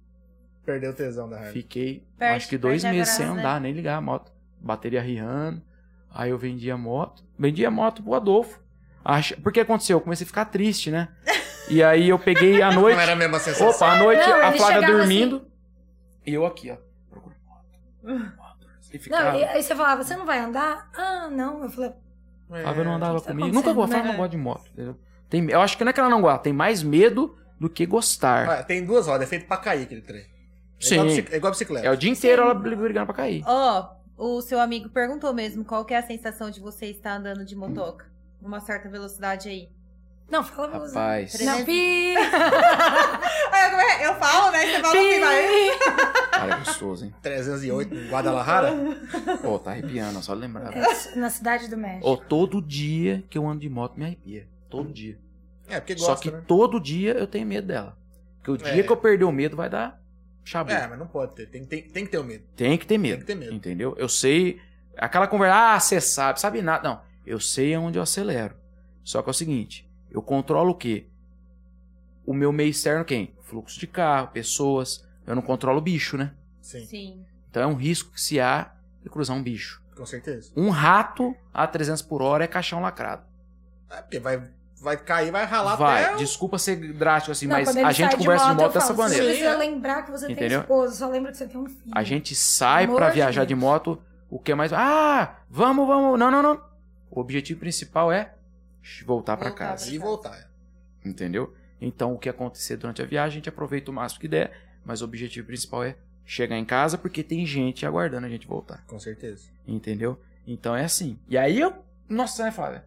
Speaker 2: Perdeu o tesão da Harley.
Speaker 3: Fiquei,
Speaker 1: Perde-
Speaker 3: acho que dois
Speaker 1: perde a
Speaker 3: meses sem
Speaker 4: né?
Speaker 1: graça,
Speaker 3: andar, nem ligar a moto. Bateria riando. Aí eu vendi a moto. Vendi a moto pro Adolfo. Acha... Porque aconteceu, eu comecei a ficar triste, né? E aí eu peguei à noite.
Speaker 2: Não era assim. a mesma sensação.
Speaker 3: Opa, à noite,
Speaker 4: Não,
Speaker 3: a
Speaker 4: ele
Speaker 3: Flávia
Speaker 4: chegava assim.
Speaker 3: dormindo. E eu aqui, ó. procurando moto, moto, E ficava.
Speaker 4: Não, e aí você falava, você não vai andar? Ah, não. Eu falei,
Speaker 2: É.
Speaker 3: Flávia não andava
Speaker 4: o que tá
Speaker 3: comigo. Nunca gostava,
Speaker 4: acontecendo, né?
Speaker 3: não gosta de moto. entendeu? Tem... Eu acho que não é que ela não gosta, tem mais medo do que gostar.
Speaker 2: Ah, tem duas rodas, é feito pra cair aquele trem. É
Speaker 3: Sim.
Speaker 2: igual bicic- É igual bicicleta.
Speaker 3: É o dia inteiro ela brigando pra cair.
Speaker 1: Ó, o seu amigo perguntou mesmo qual que é a sensação de você estar andando de motoca. Uma certa velocidade aí.
Speaker 4: não, fala você.
Speaker 3: Rapaz.
Speaker 1: Três-
Speaker 4: Não, pi,
Speaker 1: eu, falo, né? Você fala
Speaker 4: pi.
Speaker 3: Cara, é gostoso, hein?
Speaker 2: 308 em Guadalajara.
Speaker 3: Pô, tá arrepiando, só de lembrar.
Speaker 4: É, Na cidade do México.
Speaker 3: Ó, todo dia que eu ando de moto me arrepia. Todo dia.
Speaker 2: É, porque
Speaker 3: Só
Speaker 2: gosta,
Speaker 3: que
Speaker 2: né?
Speaker 3: todo dia eu tenho medo dela. Porque o dia
Speaker 2: É.
Speaker 3: que eu perder o medo vai dar chabu.
Speaker 2: É, mas não pode ter. Tem, tem, tem que ter o medo.
Speaker 3: Tem que ter medo.
Speaker 2: Tem que ter medo.
Speaker 3: Entendeu? Eu sei. Aquela conversa, ah, você sabe, sabe nada. Não, eu sei aonde eu acelero. Só que é o seguinte, eu controlo o quê? O meu meio externo quem? Fluxo de carro, pessoas. Eu não controlo o bicho, né?
Speaker 2: Sim,
Speaker 1: Sim.
Speaker 3: Então é um risco que se há de cruzar um bicho.
Speaker 2: com certeza.
Speaker 3: Um rato a 300 por hora é caixão lacrado.
Speaker 2: É, porque vai, vai cair, vai ralar
Speaker 3: Vai,
Speaker 2: até... o-
Speaker 3: desculpa ser drástico assim,
Speaker 4: Não,
Speaker 3: mas
Speaker 4: quando ele
Speaker 3: a
Speaker 4: sai
Speaker 3: gente conversa de
Speaker 4: eu
Speaker 3: moto dessa
Speaker 4: falo, Você
Speaker 3: maneira.
Speaker 4: não precisa lembrar que você
Speaker 3: Entendeu?
Speaker 4: tem esposo, só lembra que você tem um filho.
Speaker 3: A gente sai
Speaker 4: Amor
Speaker 3: pra
Speaker 4: de
Speaker 3: viajar de
Speaker 4: Deus.
Speaker 3: moto, o que é mais. Ah, vamos, vamos. Não, não, não. O objetivo principal é voltar pra
Speaker 1: Voltar
Speaker 3: casa,
Speaker 2: E voltar.
Speaker 3: entendeu? Então, o que acontecer durante a viagem, a gente aproveita o máximo que der, mas o objetivo principal é chegar em casa porque tem gente aguardando a gente voltar,
Speaker 2: Com certeza.
Speaker 3: entendeu? Então é assim. E aí eu, nossa, né, Flávia?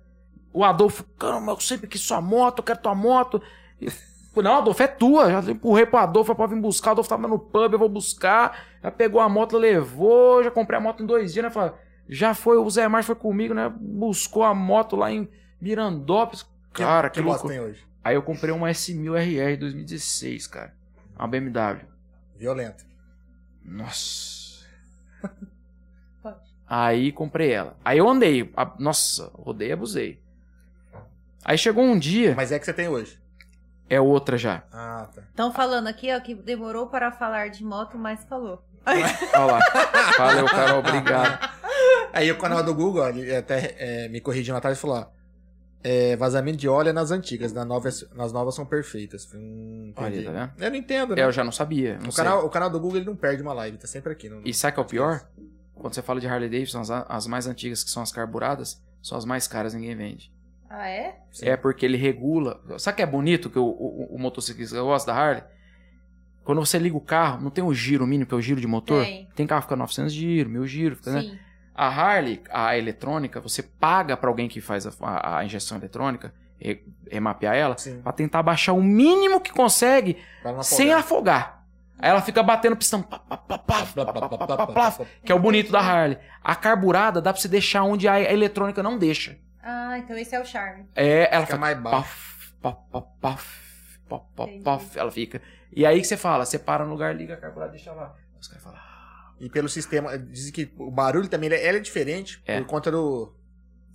Speaker 3: O Adolfo, caramba, eu sempre quis sua moto, eu quero tua moto. E Falei, Não, Adolfo, é tua. Já empurrei pro Adolfo pra vir buscar. O Adolfo tava no pub, eu vou buscar. Já pegou a moto, levou. Já comprei a moto em dois dias, né? Falei, já foi, o Zé Márcio foi comigo, né? Buscou a moto lá em Mirandópolis. Cara, que,
Speaker 2: que moto
Speaker 3: louco.
Speaker 2: tem hoje?
Speaker 3: Aí eu comprei uma S1000RR 2016, cara. Uma BMW.
Speaker 2: Violento.
Speaker 3: Nossa.
Speaker 4: Pode.
Speaker 3: Aí comprei ela. Aí eu andei. a- Nossa, rodei e abusei. Aí chegou um dia.
Speaker 2: Mas é que você tem hoje.
Speaker 3: É outra já.
Speaker 2: Ah, tá.
Speaker 1: Estão falando aqui, ó, que demorou para falar de moto, mas falou.
Speaker 3: Olha lá. Valeu, Carol. Obrigado.
Speaker 2: Aí o canal do Google, ó, ele até é, me corrigiu na tarde e falou, ó. é, vazamento de óleo é nas antigas, nas novas, nas novas são perfeitas. Hum, entendi.
Speaker 3: Olha, tá
Speaker 2: Eu não entendo, né?
Speaker 3: É, eu já não sabia. Não
Speaker 2: o,
Speaker 3: sei.
Speaker 2: canal, o canal do Google ele não perde uma live, tá sempre aqui. Não...
Speaker 3: E sabe o que é o pior? Quando você fala de Harley Davidson, as, as mais antigas, que são as carburadas, são as mais caras, ninguém vende.
Speaker 1: Ah, é?
Speaker 2: Sim.
Speaker 3: É porque ele regula. Sabe o que é bonito que o, o- o motociclista gosta da Harley? Quando você liga o carro, não tem o giro mínimo, que é o giro de motor?
Speaker 1: Tem.
Speaker 3: carro que fica 900 giro, 1000 giro, fica, né?
Speaker 1: Sim.
Speaker 3: A Harley, a eletrônica, você paga pra alguém que faz a, a- a injeção eletrônica, re- remapear ela,
Speaker 2: Sim,
Speaker 3: pra tentar baixar o mínimo que consegue
Speaker 2: pra não
Speaker 3: sem
Speaker 2: afogar.
Speaker 3: afogar. Aí ela fica batendo pistão, pá, pá, pá, pá, pá, pá, pá, pá, pá, que é o bonito da Harley. A carburada dá pra você deixar onde a eletrônica não deixa.
Speaker 1: Ah, então esse é o charme.
Speaker 3: É,
Speaker 2: Fica
Speaker 3: ela fica
Speaker 2: mais baixo.
Speaker 3: paf, paf, paf, paf, paf, paf,
Speaker 1: Entendi.
Speaker 3: paf, ela fica. E aí que você fala, você para no lugar, liga a carburada, deixa lá. Os caras falam, ah,
Speaker 2: E pelo sistema, dizem que o barulho também ele é, ela é diferente
Speaker 3: É.
Speaker 2: por conta do,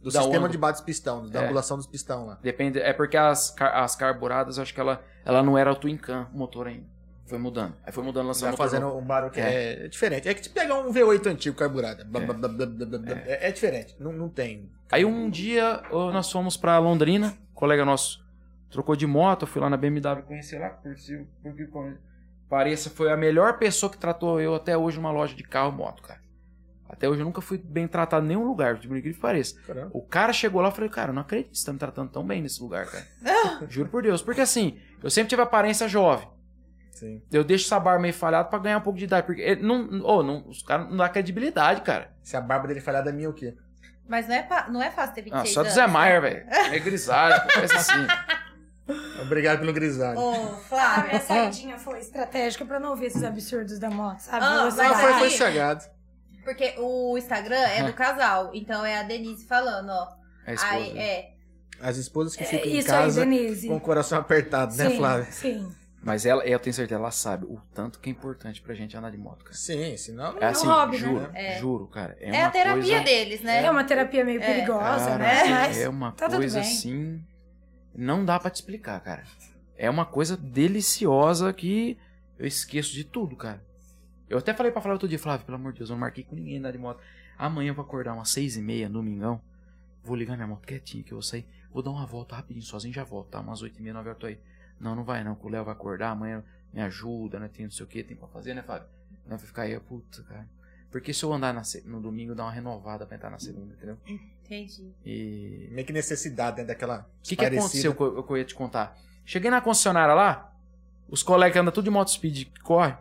Speaker 2: do
Speaker 3: Da
Speaker 2: sistema
Speaker 3: onda.
Speaker 2: de bate pistão, da
Speaker 3: É.
Speaker 2: angulação dos pistão lá.
Speaker 3: depende, é porque as, car- as carburadas, acho que ela, ela não era o Twin Cam, o motor ainda. Foi mudando. Aí foi mudando, lançando
Speaker 2: Tá fazendo um barulho que é. diferente. É que se pegar um V8 antigo carburado, blá,
Speaker 3: É.
Speaker 2: blá, blá, blá, blá, blá, blá, é. é diferente. Não, não tem.
Speaker 3: Aí um dia ô, nós fomos pra Londrina, um colega nosso trocou de moto, eu fui lá na BMW conhecer lá, por si, por que por- pareça, foi a melhor pessoa que tratou eu até hoje numa loja de carro e moto, cara. Até hoje eu nunca fui bem tratado em nenhum lugar, de incrível que pareça.
Speaker 2: Caramba.
Speaker 3: O cara chegou lá e falei, cara, eu não acredito que você tá me tratando tão bem nesse lugar, cara. Juro por Deus. Porque assim, eu sempre tive aparência jovem.
Speaker 2: Sim.
Speaker 3: Eu deixo essa barba meio falhada pra ganhar um pouco de idade. Porque ele não, ô, não, os caras não dá credibilidade, cara.
Speaker 2: Se a barba dele falhar da minha, o quê?
Speaker 1: Mas não é, pa- não é fácil ter 26
Speaker 3: Ah, só do
Speaker 1: anos.
Speaker 3: Zé Maier, velho. É grisalho, coisa assim.
Speaker 2: Obrigado pelo grisalho.
Speaker 1: Ô,
Speaker 4: Ah,
Speaker 1: Flávio. é
Speaker 4: minha saidinha foi estratégica pra não ouvir esses absurdos da moto, sabe?
Speaker 1: Ah,
Speaker 4: Eu
Speaker 1: mas
Speaker 2: Não,
Speaker 4: saí-
Speaker 2: foi, foi
Speaker 1: aí-
Speaker 2: chegado.
Speaker 1: Porque o Instagram é do casal, então é a Denise falando, ó.
Speaker 3: É esposa.
Speaker 1: Aí, é.
Speaker 2: As esposas que ficam em
Speaker 4: É, Isso
Speaker 2: casa
Speaker 4: aí, Denise.
Speaker 2: com o coração apertado, né,
Speaker 4: sim,
Speaker 2: Flávia?
Speaker 4: Sim.
Speaker 3: Mas ela, eu tenho certeza, ela sabe o tanto que é importante pra gente andar de moto, cara.
Speaker 2: Sim, senão.
Speaker 3: É assim,
Speaker 4: hobby, né?
Speaker 3: juro,
Speaker 1: um É.
Speaker 3: juro, cara. É,
Speaker 1: É,
Speaker 3: uma
Speaker 1: a terapia
Speaker 3: coisa...
Speaker 1: deles, né?
Speaker 4: É uma terapia meio
Speaker 1: É.
Speaker 4: perigosa,
Speaker 3: Cara,
Speaker 4: né? Mas
Speaker 3: é uma
Speaker 4: tá tudo
Speaker 3: coisa
Speaker 4: bem.
Speaker 3: assim. Não dá pra te explicar, cara. É uma coisa deliciosa que eu esqueço de tudo, cara. Eu até falei pra Flávio outro dia, Flávio, pelo amor de Deus, eu não marquei com ninguém andar de moto. Amanhã eu vou acordar umas seis e meia, domingão. Vou ligar minha moto quietinha que eu vou sair. Vou dar uma volta rapidinho, sozinho já volto, tá? Umas oito e meia, nove horas eu tô aí. Não, não vai não, que o Léo vai acordar, amanhã me ajuda, né? Tem não sei o que, tem pra fazer, né, Flávio? Não, vai ficar aí, eu, puta, cara. Porque se eu andar na se- no domingo, dá uma renovada pra entrar na segunda, entendeu?
Speaker 1: Entendi.
Speaker 3: E
Speaker 2: Meio que necessidade, né? Daquela.
Speaker 3: o que, que aconteceu que eu, que eu ia te contar? Cheguei na concessionária lá, os colegas andam tudo de moto speed, corre.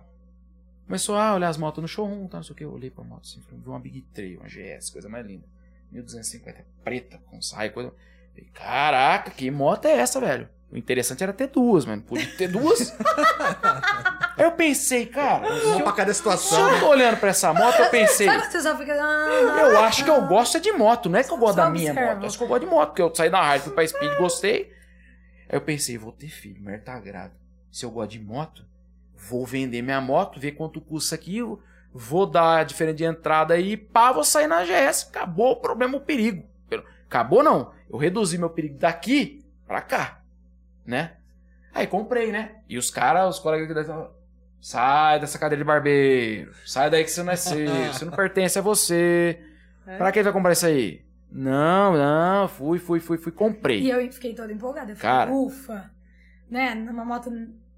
Speaker 3: Começou a olhar as motos no showroom, tá, não sei o que. Eu olhei pra moto assim, falei, vi uma Big 3, uma GS, coisa mais linda. 1250, preta, com saia, coisa. Falei, Caraca, que moto é essa, velho? O interessante era ter duas, mano. Pude ter duas. Aí eu pensei, cara, se
Speaker 2: Uma
Speaker 3: eu,
Speaker 2: pra cada
Speaker 3: se
Speaker 2: situação.
Speaker 3: eu tô olhando pra essa moto, eu pensei.
Speaker 4: sabe que você só fica. "Ah,
Speaker 3: Eu acho que eu gosto é de moto, não é que eu gosto
Speaker 4: Só
Speaker 3: da minha
Speaker 4: observa.
Speaker 3: moto. Acho que eu gosto de moto, porque eu saí da rádio, fui pra Speed, gostei. Aí eu pensei, vou ter filho, mulher tá grávida. Se eu gosto de moto, vou vender minha moto, ver quanto custa aquilo, vou dar a diferença de entrada aí, pá, vou sair na GS. Acabou o problema, o perigo. Pelo- Acabou não, eu reduzi meu perigo daqui pra cá, né? Aí comprei, né? E os caras, os colegas que deram, sai dessa cadeira de barbeiro, sai daí que você não é seu, você não pertence a você.
Speaker 4: É.
Speaker 3: Pra quem vai comprar isso aí? Não, não, fui, fui, fui, fui,
Speaker 4: E
Speaker 3: comprei.
Speaker 4: eu fiquei toda empolgada. Eu falei,
Speaker 3: Cara.
Speaker 4: ufa. Né? Numa moto.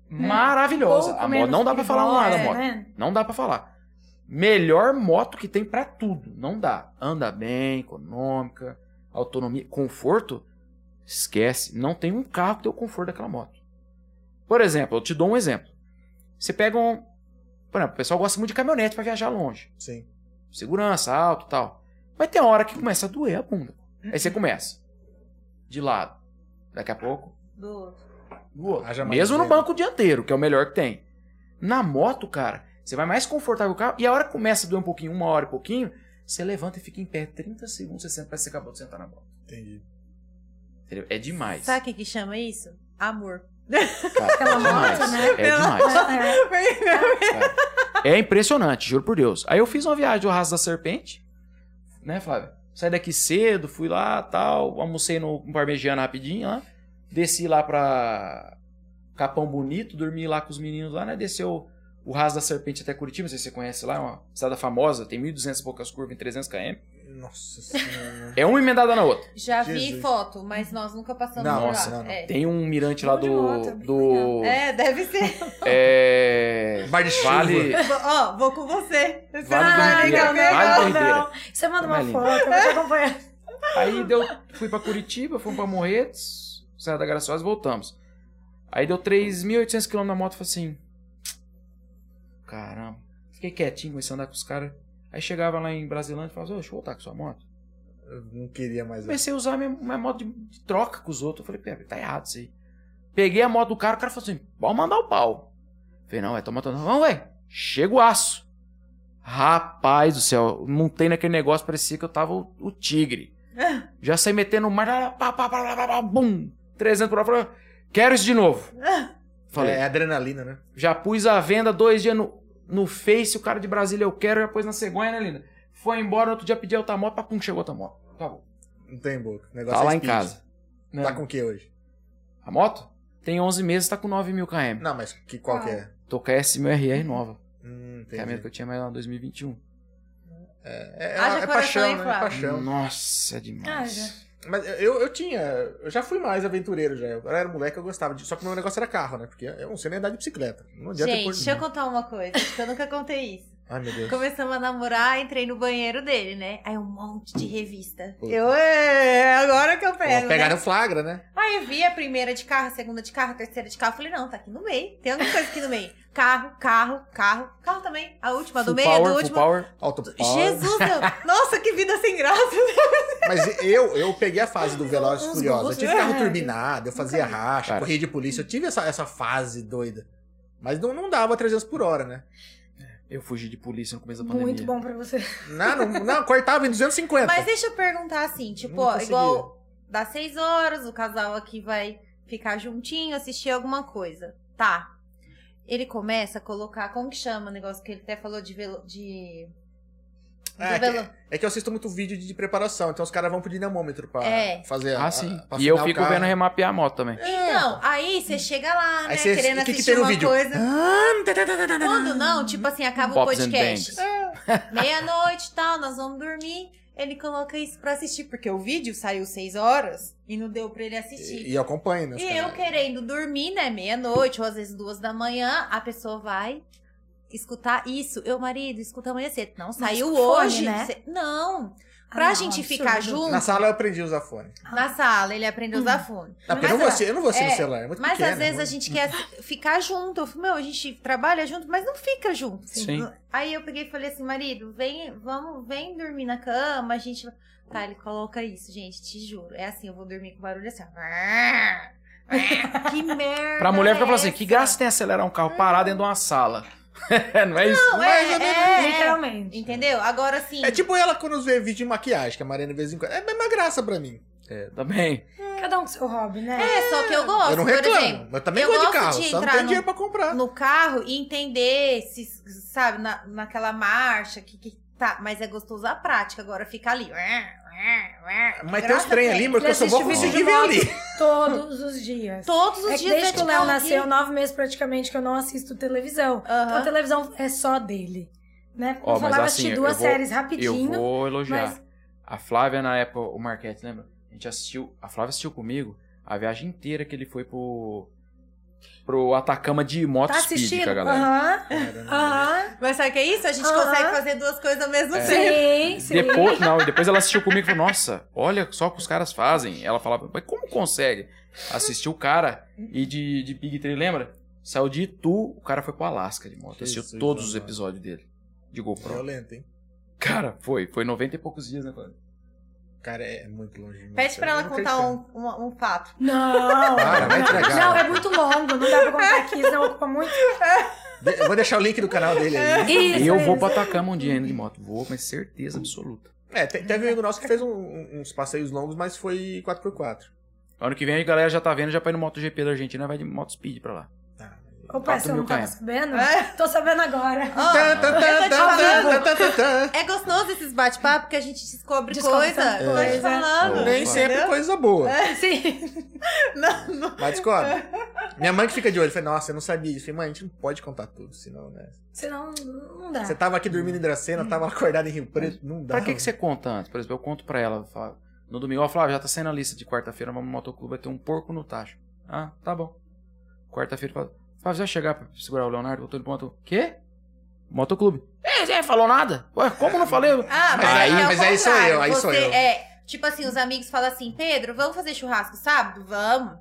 Speaker 3: Maravilhosa.
Speaker 4: pouco
Speaker 3: A moto,
Speaker 4: menos
Speaker 3: não dá pra falar mal da
Speaker 4: perigosa,
Speaker 3: moto.
Speaker 4: Né?
Speaker 3: Não dá pra falar. Melhor moto que tem pra tudo. Não dá. Anda bem, econômica, autonomia, conforto. Esquece. Não tem um carro que dê o conforto daquela moto. Por exemplo, eu te dou um exemplo. Você pega um. Por exemplo, o pessoal gosta muito de caminhonete pra viajar longe.
Speaker 2: Sim.
Speaker 3: segurança, alto e tal. Mas tem hora que começa a doer a bunda. Aí você começa. De lado. Daqui a pouco,
Speaker 1: Do...
Speaker 3: do no outro.
Speaker 2: Haja mais
Speaker 3: Mesmo no
Speaker 2: dinheiro.
Speaker 3: banco dianteiro, que é o melhor que tem. Na moto, cara, você vai mais confortável com o carro. E a hora que começa a doer um pouquinho, uma hora e pouquinho, você levanta e fica em pé 30 segundos, 60, parece que você acabou de sentar na moto.
Speaker 2: Entendi.
Speaker 3: Entendeu? É demais.
Speaker 1: Sabe o que, que chama isso? Amor.
Speaker 3: cara, é
Speaker 4: Pela
Speaker 3: demais.
Speaker 4: moto, né?
Speaker 3: É
Speaker 1: Pela
Speaker 3: demais.
Speaker 4: É,
Speaker 3: É impressionante, juro por Deus. Aí eu fiz uma viagem do Raso da Serpente, né, Flávio? Saí daqui cedo, fui lá, tal, almocei no Parmegiana rapidinho lá, desci lá pra Capão Bonito, dormi lá com os meninos lá, né, desceu o Raso da Serpente até Curitiba, não sei se você conhece lá, é uma estrada famosa, tem 1.200 e poucas curvas em 300 km.
Speaker 2: Nossa senhora.
Speaker 3: É uma emendada na outra.
Speaker 1: Já vi
Speaker 2: Jesus.
Speaker 1: foto, mas nós nunca passamos
Speaker 2: Não,
Speaker 1: por
Speaker 2: nossa,
Speaker 1: lá.
Speaker 2: não, não.
Speaker 1: É.
Speaker 3: Tem um mirante lá
Speaker 4: Vamos de moto,
Speaker 3: do...
Speaker 4: bem
Speaker 3: do...
Speaker 1: É, deve ser.
Speaker 3: É...
Speaker 2: Bar de chuva.
Speaker 3: Vale...
Speaker 1: Vou- Ó, vou com você.
Speaker 3: Vale do
Speaker 4: Ah,
Speaker 3: Ribeiro.
Speaker 4: legal,
Speaker 3: Vale do
Speaker 4: legal,
Speaker 3: Ribeiro.
Speaker 4: não. Você manda uma
Speaker 3: É mais
Speaker 4: foto, eu vou te acompanhar.
Speaker 3: Aí deu, fui pra Curitiba, fomos pra Morretes, Serra da Graciosa, voltamos. Aí deu 3.800 km na moto, falei assim, caramba. Fiquei quietinho, comecei a andar com os caras. Aí chegava lá em Brasilândia e falava, assim, "Ô, deixa eu voltar com sua moto.
Speaker 2: Eu não queria mais. essa.
Speaker 3: Comecei a usar minha, minha moto de, de troca com os outros. Eu falei, pera, tá errado isso aí. Peguei a moto do cara, o cara falou assim, vamos mandar o pau. Falei, não, é, toma, toma, vamos, velho. Chega o aço. Rapaz do céu, montei naquele negócio, parecia que eu tava o- o tigre. Já saí metendo o mar, pá, pá, pá, pá, pá, pá, bum, 300 por hora, falei, quero isso de novo. Falei,
Speaker 2: É adrenalina, né?
Speaker 3: já pus a venda dois dias no, no Face, o cara de Brasília eu quero, já pôs na cegonha, né, linda? Foi embora, no outro dia pedi outra moto, pá, pum, chegou outra moto. Tá Acabou.
Speaker 2: Não tem boca. O negócio
Speaker 3: Tá
Speaker 2: é
Speaker 3: lá em
Speaker 2: speed.
Speaker 3: casa. Né?
Speaker 2: Tá com o que hoje?
Speaker 3: A moto? Tem 11 meses, tá com 9 mil km.
Speaker 2: Não, mas que, qual que
Speaker 1: Ah.
Speaker 2: é?
Speaker 3: Tô com a S1000RR nova,
Speaker 2: Hum,
Speaker 3: que é a mesma
Speaker 2: entendi.
Speaker 3: que eu tinha mais lá em 2021.
Speaker 2: É, é,
Speaker 1: Haja
Speaker 2: é
Speaker 1: coração, hein,
Speaker 2: paixão, né? É
Speaker 1: Flávio?
Speaker 2: paixão.
Speaker 3: Nossa, é demais.
Speaker 2: Mas eu, eu tinha, eu já fui mais aventureiro já. Eu era moleque, eu gostava de. Só que meu negócio era carro, né? Porque eu não sei nem andar de bicicleta. Não adianta
Speaker 1: Gente,
Speaker 2: coisa
Speaker 1: deixa eu
Speaker 2: nenhuma.
Speaker 1: contar uma coisa, que eu nunca contei isso.
Speaker 2: Ai, meu Deus.
Speaker 1: Começamos a namorar, entrei no banheiro dele, né? Aí um monte de revista.
Speaker 2: Puta.
Speaker 1: Eu, "É, é agora que eu
Speaker 2: Ó,
Speaker 1: pego. né?
Speaker 2: pegaram flagra, né?
Speaker 1: Aí eu vi a primeira de carro, a segunda de carro, a terceira de carro. Falei, não, tá aqui no meio. Tem alguma coisa aqui no meio. Carro, carro, carro, carro também. A última tá do
Speaker 3: Full
Speaker 1: meio, a
Speaker 3: power,
Speaker 1: do
Speaker 3: full
Speaker 1: último.
Speaker 3: power.
Speaker 2: Auto
Speaker 1: Jesus, meu. nossa, que vida sem graça.
Speaker 2: Mas eu, eu peguei a fase do Velozes e
Speaker 4: Uns
Speaker 2: Furiosos. Eu
Speaker 4: gols,
Speaker 2: tive carro
Speaker 4: é.
Speaker 2: turbinado, eu fazia racha,
Speaker 3: Cara.
Speaker 2: corria de polícia. Eu tive essa, essa fase doida. Mas não, não dava 300 por hora, né?
Speaker 3: Eu fugi de polícia no começo da pandemia.
Speaker 4: Muito bom pra você.
Speaker 2: Não, não, não, cortava em 250.
Speaker 1: Mas deixa eu perguntar assim, tipo,
Speaker 2: Não
Speaker 1: ó,
Speaker 2: conseguia.
Speaker 1: igual dá seis horas, o casal aqui vai ficar juntinho, assistir alguma coisa. Tá. Ele começa a colocar, como que chama o negócio que ele até falou de velo, de, de
Speaker 2: É,
Speaker 1: velo-
Speaker 2: que, é que eu assisto muito vídeo de, de preparação, então os caras vão pro dinamômetro pra
Speaker 1: É.
Speaker 2: fazer a-
Speaker 3: Ah, sim.
Speaker 2: a- pra
Speaker 3: e eu
Speaker 2: afinar o
Speaker 3: fico
Speaker 2: carro.
Speaker 3: vendo remapear a moto também.
Speaker 1: Então, aí você chega lá, né,
Speaker 2: Aí cê-
Speaker 1: querendo
Speaker 2: o que que
Speaker 1: assistir
Speaker 2: tem no
Speaker 1: uma
Speaker 2: vídeo?
Speaker 1: coisa.
Speaker 2: Ah, tá, tá, tá, tá, tá, tá.
Speaker 1: Quando não, tipo assim, acaba o
Speaker 3: Pops and
Speaker 1: podcast. Meia-noite e tal, nós vamos dormir. Ele coloca isso pra assistir, porque o vídeo saiu seis horas e não deu pra ele assistir.
Speaker 2: E, e eu acompanho, né? os
Speaker 1: E
Speaker 2: caras.
Speaker 1: eu querendo dormir, né? Meia-noite ou às vezes duas da manhã, a pessoa vai escutar isso. Eu, marido, escuta amanhã cedo. Não, saiu
Speaker 4: com fone,
Speaker 1: hoje.
Speaker 4: né?
Speaker 1: cê- Não. Pra
Speaker 4: Ah,
Speaker 1: gente
Speaker 4: absurdo. Hum.
Speaker 1: ficar junto
Speaker 2: Na sala eu aprendi a usar fone.
Speaker 1: na sala, ele aprendeu a usar fone.
Speaker 2: Ah, porque eu não vou assistir, eu não vou assistir
Speaker 1: é,
Speaker 2: no celular, é muito
Speaker 1: Mas
Speaker 2: pequeno,
Speaker 1: às vezes
Speaker 2: muito-
Speaker 1: a gente quer ficar junto. Eu falei, meu, a gente trabalha junto, mas não fica junto.
Speaker 3: Sim.
Speaker 1: Aí eu peguei e falei assim, marido, vem, vamos, vem dormir na cama, a gente. vai- Tá, ele coloca isso, gente, te juro. É assim, eu vou dormir com barulho assim. ó. que merda!
Speaker 3: Pra mulher fica
Speaker 1: é
Speaker 3: falando assim, que
Speaker 1: essa?
Speaker 3: graça tem acelerar um carro parado dentro de uma sala? não é isso?
Speaker 1: Não, é, é, é.
Speaker 4: Literalmente.
Speaker 1: Entendeu? Agora assim.
Speaker 2: É tipo ela quando vê vídeo de maquiagem, que a Marina de vez em quando. É a mesma graça pra mim.
Speaker 3: É, também.
Speaker 4: Cada um com seu hobby, né?
Speaker 1: É, só que eu gosto,
Speaker 2: eu não
Speaker 1: por
Speaker 2: reclamo.
Speaker 1: exemplo.
Speaker 2: eu também
Speaker 1: eu
Speaker 2: gosto de
Speaker 1: gosto
Speaker 2: carro,
Speaker 1: de
Speaker 2: só não
Speaker 1: entrar
Speaker 2: tenho
Speaker 1: no-
Speaker 2: dinheiro pra comprar.
Speaker 1: no carro e entender se, sabe, na, naquela marcha que, que tá, mas é gostoso a prática, agora fica ali.
Speaker 2: Mas tem
Speaker 1: Graça
Speaker 2: uns trem ali, mas que eu só
Speaker 4: Ele
Speaker 2: vou
Speaker 4: assiste
Speaker 2: conseguir
Speaker 4: vídeo
Speaker 2: ver
Speaker 4: de
Speaker 2: ali.
Speaker 4: Todos os dias.
Speaker 1: É. Todos os
Speaker 4: É que
Speaker 1: dias
Speaker 4: desde que o
Speaker 1: dedicar
Speaker 4: Léo
Speaker 1: um
Speaker 4: nasceu,
Speaker 1: dia.
Speaker 4: nove meses praticamente, que eu não assisto televisão. Então a
Speaker 1: Aham.
Speaker 4: televisão é só dele. Né?
Speaker 3: Ó,
Speaker 4: eu falava
Speaker 3: mas assim,
Speaker 4: assistir
Speaker 3: eu
Speaker 4: duas
Speaker 3: vou-
Speaker 4: séries
Speaker 3: Eu
Speaker 4: rapidinho.
Speaker 3: vou elogiar.
Speaker 4: mas-
Speaker 3: A Flávia, na época, o Marquete, lembra? A gente assistiu, a Flávia assistiu comigo a viagem inteira que ele foi pro pro Atacama de moto
Speaker 4: Tá
Speaker 3: speed
Speaker 4: assistindo?
Speaker 3: com a galera.
Speaker 4: Aham. Aham.
Speaker 1: Mas sabe o que é isso? A gente
Speaker 4: Aham.
Speaker 1: consegue fazer duas coisas ao
Speaker 2: É.
Speaker 1: mesmo tempo.
Speaker 4: Sim, sim.
Speaker 3: É. Depois, não, depois ela assistiu comigo e falou, nossa, olha só o que os caras fazem. Ela falava, mas como consegue? Assistiu o cara e de, de Big Tree, lembra? Saiu de Itu, o cara foi pro Alasca de moto.
Speaker 2: Jesus
Speaker 3: assistiu todos os
Speaker 2: amado.
Speaker 3: episódios dele, de GoPro.
Speaker 2: Violento, hein?
Speaker 3: Cara, foi. Foi 90 e poucos dias, né, Flávia?
Speaker 2: Cara, é muito longe. de
Speaker 1: Pede
Speaker 2: Marcelo.
Speaker 1: pra
Speaker 2: Eu
Speaker 1: ela
Speaker 2: não
Speaker 1: contar
Speaker 2: acredito.
Speaker 1: um, um, um fato.
Speaker 4: Não!
Speaker 2: Para, vai entregar.
Speaker 4: Não, é muito longo, não dá pra contar aqui, senão ocupa muito.
Speaker 1: um.
Speaker 2: De- Eu vou deixar o link do canal dele aí.
Speaker 4: Isso,
Speaker 3: E eu vou
Speaker 4: isso.
Speaker 3: pra Atacama um dia ainda de moto. Vou, com certeza absoluta.
Speaker 2: É, te- teve um amigo nosso que fez um- um- uns passeios longos, mas foi 4x4.
Speaker 3: Ano que vem a galera já tá vendo, já pra ir no MotoGP da Argentina, vai de moto speed pra lá.
Speaker 4: Opa, você
Speaker 3: 4.000
Speaker 4: não tava
Speaker 3: km.
Speaker 4: sabendo?
Speaker 1: É.
Speaker 4: Tô sabendo agora.
Speaker 1: Ó,
Speaker 2: Tan, tan,
Speaker 1: eu
Speaker 2: tan,
Speaker 1: tô te
Speaker 2: tan,
Speaker 1: falando.
Speaker 2: tan, tan, tan.
Speaker 1: É gostoso esses bate-papos que a gente descobre,
Speaker 4: Descobre
Speaker 1: coisa.
Speaker 4: tanta
Speaker 1: Eu tô te
Speaker 4: coisa.
Speaker 1: falando.
Speaker 2: Nem
Speaker 3: Opa.
Speaker 2: É. sempre coisa boa.
Speaker 1: É.
Speaker 4: Sim.
Speaker 1: Não, não.
Speaker 2: Mas descobre. Minha mãe que fica de olho. Falei, nossa, eu não sabia. Eu Falei, mãe, a gente não pode contar tudo, senão, né?
Speaker 4: Senão, não
Speaker 1: É.
Speaker 4: dá.
Speaker 2: Você tava aqui dormindo em Dracena,
Speaker 1: Hum.
Speaker 2: tava acordado em Rio Preto, não dá.
Speaker 3: Pra que, que você conta antes? Por exemplo, eu conto pra ela. fala- no domingo, ela fala, "Ah, já tá saindo a lista de quarta-feira, vamos no motoclube, vai ter um porco no tacho. Ah, tá bom. Quarta-feira, fala, fala, já chegar pra segurar o Leonardo, eu tô indo pro moto. Quê? Motoclube. É, você falou nada. Ué, como eu não falei?
Speaker 1: Ah, mas,
Speaker 2: Mas
Speaker 1: aí, é
Speaker 2: aí-
Speaker 1: o
Speaker 2: mas aí sou
Speaker 1: contrário.
Speaker 2: eu, aí sou
Speaker 1: Você
Speaker 2: eu.
Speaker 1: É, tipo assim, os amigos falam assim, Pedro, vamos fazer churrasco sábado? Vamos.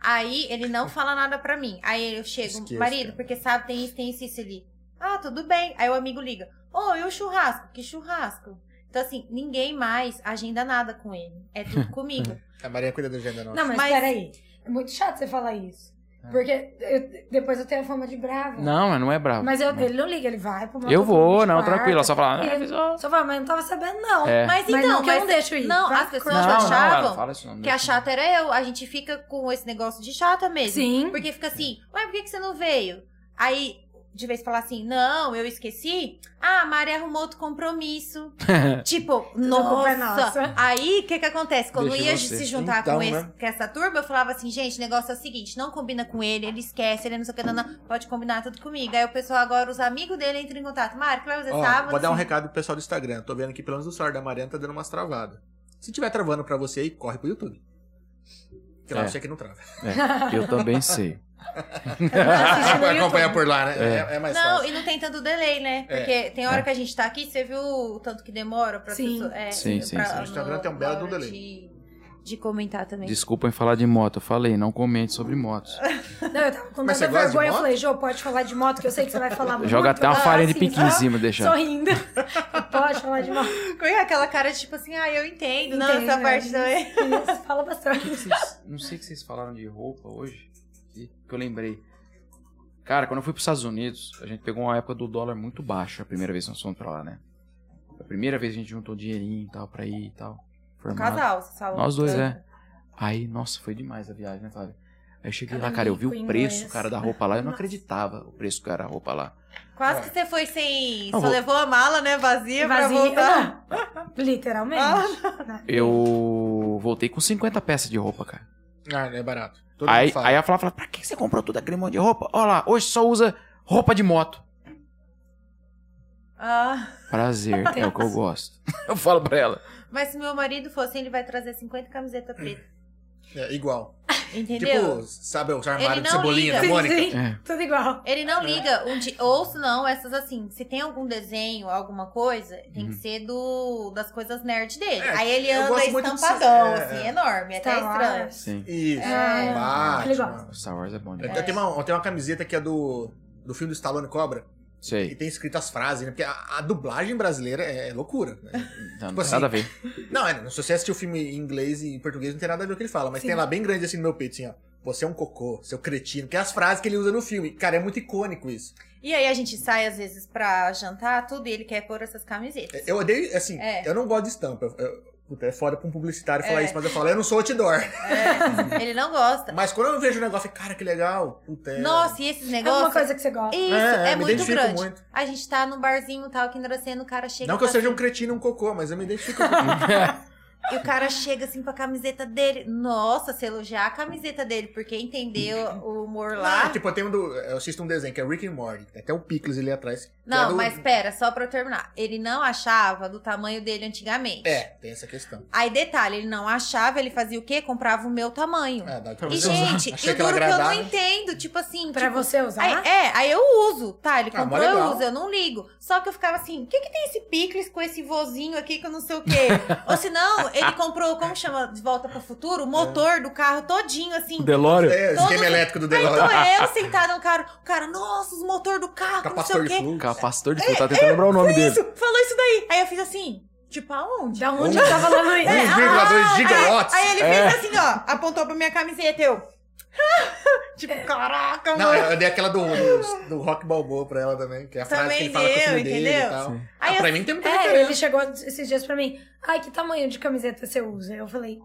Speaker 1: Aí ele não fala nada pra mim. Aí eu chego,
Speaker 2: Esqueço,
Speaker 1: marido,
Speaker 2: cara.
Speaker 1: porque sabe, tem isso, tem isso, isso ali. Ah, tudo bem. Aí o amigo liga, ô, e o churrasco? Que churrasco? Então assim, ninguém mais agenda nada com ele. É tudo comigo.
Speaker 2: A Maria cuida da agenda nossa.
Speaker 4: Não, mas,
Speaker 1: Mas-
Speaker 4: peraí. É muito chato você falar isso. Porque eu- depois eu tenho a fama de brava.
Speaker 3: É. Não, mas não é bravo.
Speaker 4: Mas eu- ele não liga, ele vai pro
Speaker 3: Eu
Speaker 4: motoclube
Speaker 3: vou,
Speaker 4: de
Speaker 3: não,
Speaker 4: quarta.
Speaker 3: tranquilo. Ela só fala.
Speaker 4: Ele- Só fala, mas eu não tava sabendo, não.
Speaker 3: É.
Speaker 1: Mas então,
Speaker 4: Mas não que eu
Speaker 1: mas-
Speaker 4: não deixo ir.
Speaker 1: não,
Speaker 4: Vai
Speaker 1: as pessoas
Speaker 3: não,
Speaker 1: já
Speaker 4: curtir.
Speaker 3: não, ela
Speaker 1: achavam
Speaker 3: fala isso não.
Speaker 1: que a chata era eu. A gente fica com esse negócio de chata mesmo.
Speaker 4: Sim.
Speaker 1: Porque fica assim, ué, por que, que você não veio? Aí, de vez falar assim, não, eu esqueci. Ah, a Mari arrumou outro compromisso. tipo,
Speaker 4: culpa
Speaker 1: nossa.
Speaker 4: é nossa.
Speaker 1: Aí, o que que acontece? Quando
Speaker 3: Deixa
Speaker 1: ia
Speaker 3: você.
Speaker 1: se juntar
Speaker 2: Então,
Speaker 1: com, esse-
Speaker 2: né?
Speaker 1: com essa turma, eu falava assim, gente, o negócio é o seguinte, não combina com ele, ele esquece, ele é não sei o que, não, não, pode combinar tudo comigo. Aí o pessoal agora, os amigos dele entram em contato. Mari, o que vai fazer
Speaker 2: Ó,
Speaker 1: sábado?
Speaker 2: vou dar um
Speaker 1: Assim,
Speaker 2: recado pro pessoal do Instagram. Tô vendo que pelo menos o celular da Mariana tá dando umas travadas. Se tiver travando pra você aí, corre pro YouTube. Que lá
Speaker 3: É.
Speaker 2: você que não trava.
Speaker 3: Eu também sei.
Speaker 4: Assiste no
Speaker 2: Vai acompanhar
Speaker 4: YouTube.
Speaker 2: por lá, né?
Speaker 3: É.
Speaker 2: É, é mais
Speaker 1: Tá Não,
Speaker 2: fácil.
Speaker 1: e não tem tanto delay, né?
Speaker 2: É.
Speaker 1: Porque tem hora que a gente tá aqui, você viu o tanto que demora pra
Speaker 4: Sim.
Speaker 1: pessoa- é,
Speaker 3: Sim, sim,
Speaker 1: pra-
Speaker 3: sim.
Speaker 2: O Instagram tem um belo
Speaker 1: na hora
Speaker 2: delay.
Speaker 1: De, de comentar também.
Speaker 3: Desculpa em falar de moto. Eu falei, não comente sobre motos.
Speaker 4: Não, eu tava com
Speaker 2: Mas você gosta
Speaker 4: tanta
Speaker 2: de
Speaker 4: vergonha. Eu
Speaker 2: moto?
Speaker 4: falei, Jô, pode falar de moto, que eu sei que você vai falar muito.
Speaker 3: Joga até uma
Speaker 4: Ah,
Speaker 3: farinha de
Speaker 4: sim.
Speaker 3: piqui em cima, deixa.
Speaker 4: Sorrindo. pode falar de moto.
Speaker 1: Com aquela cara de tipo assim, ah, eu entendo, não,
Speaker 4: Entendo,
Speaker 1: essa parte
Speaker 4: né?
Speaker 1: também.
Speaker 4: Isso, Fala bastante.
Speaker 3: Vocês- não sei o que vocês falaram de roupa hoje, e- que eu lembrei. Cara, quando eu fui para os Estados Unidos, a gente pegou uma época do dólar muito baixo, a primeira vez que nós fomos pra lá, né? A primeira vez a gente juntou dinheirinho e tal, pra ir e tal.
Speaker 1: Um
Speaker 3: formado.
Speaker 1: casal, você fala.
Speaker 3: Nós dois,
Speaker 4: né?
Speaker 3: é. Aí, nossa, foi demais a viagem, né, Flávia? Aí eu cheguei lá,
Speaker 4: Cada
Speaker 3: cara, eu vi
Speaker 4: mico
Speaker 3: o
Speaker 4: em
Speaker 3: preço,
Speaker 4: inglês.
Speaker 3: cara, da roupa lá. Eu não
Speaker 4: Nossa.
Speaker 3: acreditava o preço que era a roupa lá.
Speaker 1: Quase
Speaker 2: É.
Speaker 1: que você foi sem.
Speaker 3: Não,
Speaker 1: só
Speaker 3: vou-
Speaker 1: levou a mala, né? Vazia,
Speaker 4: Vazia.
Speaker 1: pra voltar.
Speaker 4: Não, Literalmente. Né?
Speaker 3: Eu voltei com 50 peças de roupa, cara.
Speaker 2: Ah, é barato. Todo
Speaker 3: Aí,
Speaker 2: mundo fala.
Speaker 3: aí a Flávia fala, pra que você comprou tudo aquele monte de roupa? Olha lá, hoje só usa roupa de moto.
Speaker 1: Ah,
Speaker 3: Prazer, é o que eu gosto. Eu falo pra ela.
Speaker 1: mas se meu marido fosse, ele vai trazer 50 camisetas pretas.
Speaker 2: É igual.
Speaker 1: Entendeu?
Speaker 2: Tipo, sabe os
Speaker 1: Ele
Speaker 2: armários de
Speaker 1: não
Speaker 2: cebolinha
Speaker 1: liga.
Speaker 2: da
Speaker 4: Sim,
Speaker 2: Mônica?
Speaker 4: sim.
Speaker 3: É.
Speaker 4: Tudo igual.
Speaker 1: Ele
Speaker 2: É.
Speaker 1: não liga, um di- ou se não, essas assim, se tem algum desenho, alguma coisa, tem que
Speaker 3: Uhum.
Speaker 1: ser do, das coisas nerd dele.
Speaker 2: É,
Speaker 1: Aí ele
Speaker 2: eu
Speaker 1: anda
Speaker 2: gosto muito de-
Speaker 1: estampadão,
Speaker 2: é,
Speaker 1: assim,
Speaker 2: é.
Speaker 1: enorme, até
Speaker 4: Star Wars.
Speaker 1: estranho.
Speaker 3: Sim.
Speaker 2: Isso.
Speaker 1: É.
Speaker 4: Ele gosta.
Speaker 2: Batman.
Speaker 3: O Star Wars é bom
Speaker 2: Eu,
Speaker 3: demais.
Speaker 2: eu tenho uma, eu tenho uma camiseta que é do, do filme do Stallone Cobra, e
Speaker 3: Sei.
Speaker 2: tem escrito as frases, né? Porque a, a dublagem brasileira é, é loucura. Né?
Speaker 3: Não,
Speaker 2: Tipo
Speaker 3: não tem
Speaker 2: assim,
Speaker 3: nada a ver.
Speaker 2: Não, é, se você assistir o filme em inglês e em português, não tem nada a ver o que ele fala, mas
Speaker 4: Sim.
Speaker 2: tem lá bem grande assim no meu peito, assim, ó. Você é um cocô, seu cretino, que é as frases que ele usa no filme. Cara, é muito icônico isso.
Speaker 1: E aí a gente sai às vezes pra jantar, tudo, e ele quer pôr essas camisetas.
Speaker 2: É, Eu odeio, assim,
Speaker 1: É.
Speaker 2: eu não gosto de estampa. Eu- eu- puta, é foda pra um publicitário falar
Speaker 1: É.
Speaker 2: isso, mas eu falo, eu não sou outdoor.
Speaker 1: É, ele não gosta.
Speaker 2: Mas quando eu vejo o negócio, eu fico, cara, que legal. Puta, é...
Speaker 1: Nossa, e esses
Speaker 4: É uma
Speaker 1: negócios.
Speaker 4: coisa que você gosta.
Speaker 1: Isso,
Speaker 2: É,
Speaker 1: é,
Speaker 2: é, me
Speaker 1: muito
Speaker 2: identifico
Speaker 1: grande.
Speaker 2: muito.
Speaker 1: A gente tá num barzinho tal, que endracendo, o cara chega.
Speaker 2: Não que eu
Speaker 1: pra-
Speaker 2: seja um cretino, um cocô, mas eu me identifico com o
Speaker 1: E o cara chega assim com a camiseta dele. Nossa, se elogiar a camiseta dele, porque entendeu o humor lá.
Speaker 2: Ah, tipo, eu tenho um do. Eu assisto um desenho que é Rick and Morty. Tem até o Pickles ali atrás. que é
Speaker 1: Não,
Speaker 2: do-
Speaker 1: mas pera, só pra eu terminar. Ele não achava do tamanho dele antigamente.
Speaker 2: É, tem essa questão.
Speaker 1: Aí, detalhe, ele não achava, ele fazia o quê? Comprava o meu tamanho.
Speaker 2: É, dá pra
Speaker 1: E,
Speaker 2: você usar.
Speaker 1: gente,
Speaker 2: Achei
Speaker 1: eu
Speaker 2: aquela
Speaker 1: duro que eu não
Speaker 2: agradável.
Speaker 1: entendo. Tipo assim,
Speaker 4: Pra
Speaker 1: tipo,
Speaker 4: você usar.
Speaker 1: Aí, é, aí eu uso, tá? Ele
Speaker 2: Ah, mó
Speaker 1: comprou, eu
Speaker 2: legal.
Speaker 1: uso, eu não ligo. Só que eu ficava assim, o que que tem esse picles com esse vozinho aqui que eu não sei o quê? Ou senão, ele comprou, como chama, De Volta pro Futuro, o motor do carro todinho, assim.
Speaker 3: Delório?
Speaker 2: É, o
Speaker 1: Todo
Speaker 2: esquema
Speaker 1: mundo-
Speaker 2: elétrico do
Speaker 1: Aí tô
Speaker 2: Delore.
Speaker 1: eu sentada no carro, o cara, nossa, os motor do carro, que não sei
Speaker 2: Capacitor
Speaker 1: o
Speaker 2: de
Speaker 1: quê.
Speaker 2: fluxo.
Speaker 3: Capacitor de. Eu tava tentando lembrar o nome dele.
Speaker 1: Isso, falou isso daí. Aí eu fiz assim... Tipo, aonde? Ah!
Speaker 4: Da onde eu tava falando isso?
Speaker 2: 1,2 gigawatts.
Speaker 1: Aí ele
Speaker 3: É.
Speaker 1: fez assim, ó, apontou pra minha camiseta e eu. tipo, caraca,
Speaker 2: É. Não,
Speaker 1: mano.
Speaker 2: eu dei aquela do, do, do Rock Balboa pra ela também, que é a frase
Speaker 1: Também
Speaker 2: que ele fala com o
Speaker 1: deu,
Speaker 2: filho dele e
Speaker 1: entendeu?
Speaker 2: tal.
Speaker 3: Sim.
Speaker 1: Aí
Speaker 2: Ah,
Speaker 1: eu-
Speaker 2: pra mim tem muita
Speaker 4: É,
Speaker 2: diferença.
Speaker 4: ele chegou esses dias pra mim. Ai, que tamanho de camiseta você usa? Eu falei,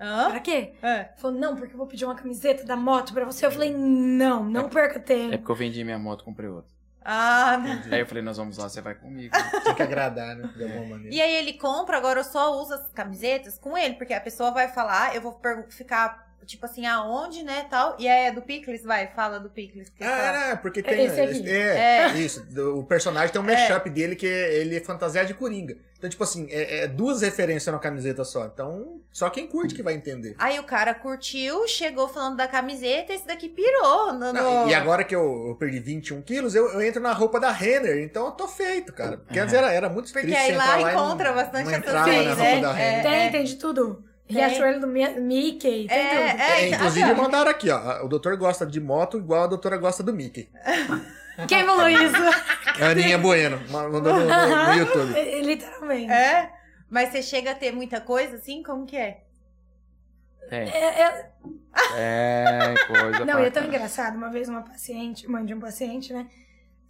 Speaker 1: Hã?
Speaker 4: pra quê?
Speaker 1: É.
Speaker 4: Ele falou, não, porque eu vou pedir uma camiseta da moto pra você. Eu falei, não, não perca
Speaker 3: É
Speaker 4: tempo.
Speaker 3: porque eu vendi minha moto, comprei outra.
Speaker 1: Ah, não.
Speaker 3: Aí eu falei, nós vamos lá, você vai comigo.
Speaker 2: Tem que agradar, né? De alguma maneira.
Speaker 1: E aí ele compra, agora eu só uso as camisetas com ele, porque a pessoa vai falar, eu vou pergun- ficar, tipo assim, aonde, né, tal. E aí é do Picles, vai, fala do Picles. que é
Speaker 2: Ah,
Speaker 1: fala.
Speaker 2: era, porque tem.
Speaker 4: Esse aqui.
Speaker 2: É, isso. do- O personagem tem um
Speaker 1: É.
Speaker 2: mashup dele que ele é fantasiado de coringa. Então, tipo assim, é, é duas referências na camiseta só. Então, só quem curte que vai entender.
Speaker 1: Aí o cara curtiu, chegou falando da camiseta, esse daqui pirou. No,
Speaker 2: Não,
Speaker 1: no-
Speaker 2: e agora que eu, eu perdi 21 quilos, eu, eu entro na roupa da Renner, então eu tô feito, cara. Porque antes era, era muito
Speaker 1: Porque
Speaker 2: triste
Speaker 1: aí
Speaker 2: você
Speaker 1: lá
Speaker 2: entrar e
Speaker 1: encontra
Speaker 2: não-
Speaker 1: bastante
Speaker 2: não
Speaker 1: essas
Speaker 2: entrava na
Speaker 1: coisas,
Speaker 2: roupa
Speaker 1: né?
Speaker 2: da Renner.
Speaker 4: tem,
Speaker 1: é.
Speaker 4: tem de tudo.
Speaker 1: Tem.
Speaker 4: Riachuelo do Mi- Mickey, tem
Speaker 1: É,
Speaker 4: tudo.
Speaker 1: é,
Speaker 2: É,
Speaker 1: então,
Speaker 2: inclusive
Speaker 1: assim, ó,
Speaker 2: mandaram aqui, ó. O doutor gosta de moto igual a doutora gosta do Mickey.
Speaker 4: Quem falou isso?
Speaker 2: É a Aninha Bueno, ma- mandou no, no- no YouTube.
Speaker 4: É, Literalmente.
Speaker 1: É? Mas você chega a ter muita coisa, assim? Como que é?
Speaker 3: É,
Speaker 4: É, é-
Speaker 3: é coisa.
Speaker 4: Não,
Speaker 3: pra
Speaker 4: e é tão
Speaker 3: caralho.
Speaker 4: engraçado. Uma vez uma paciente, mãe de um paciente, né?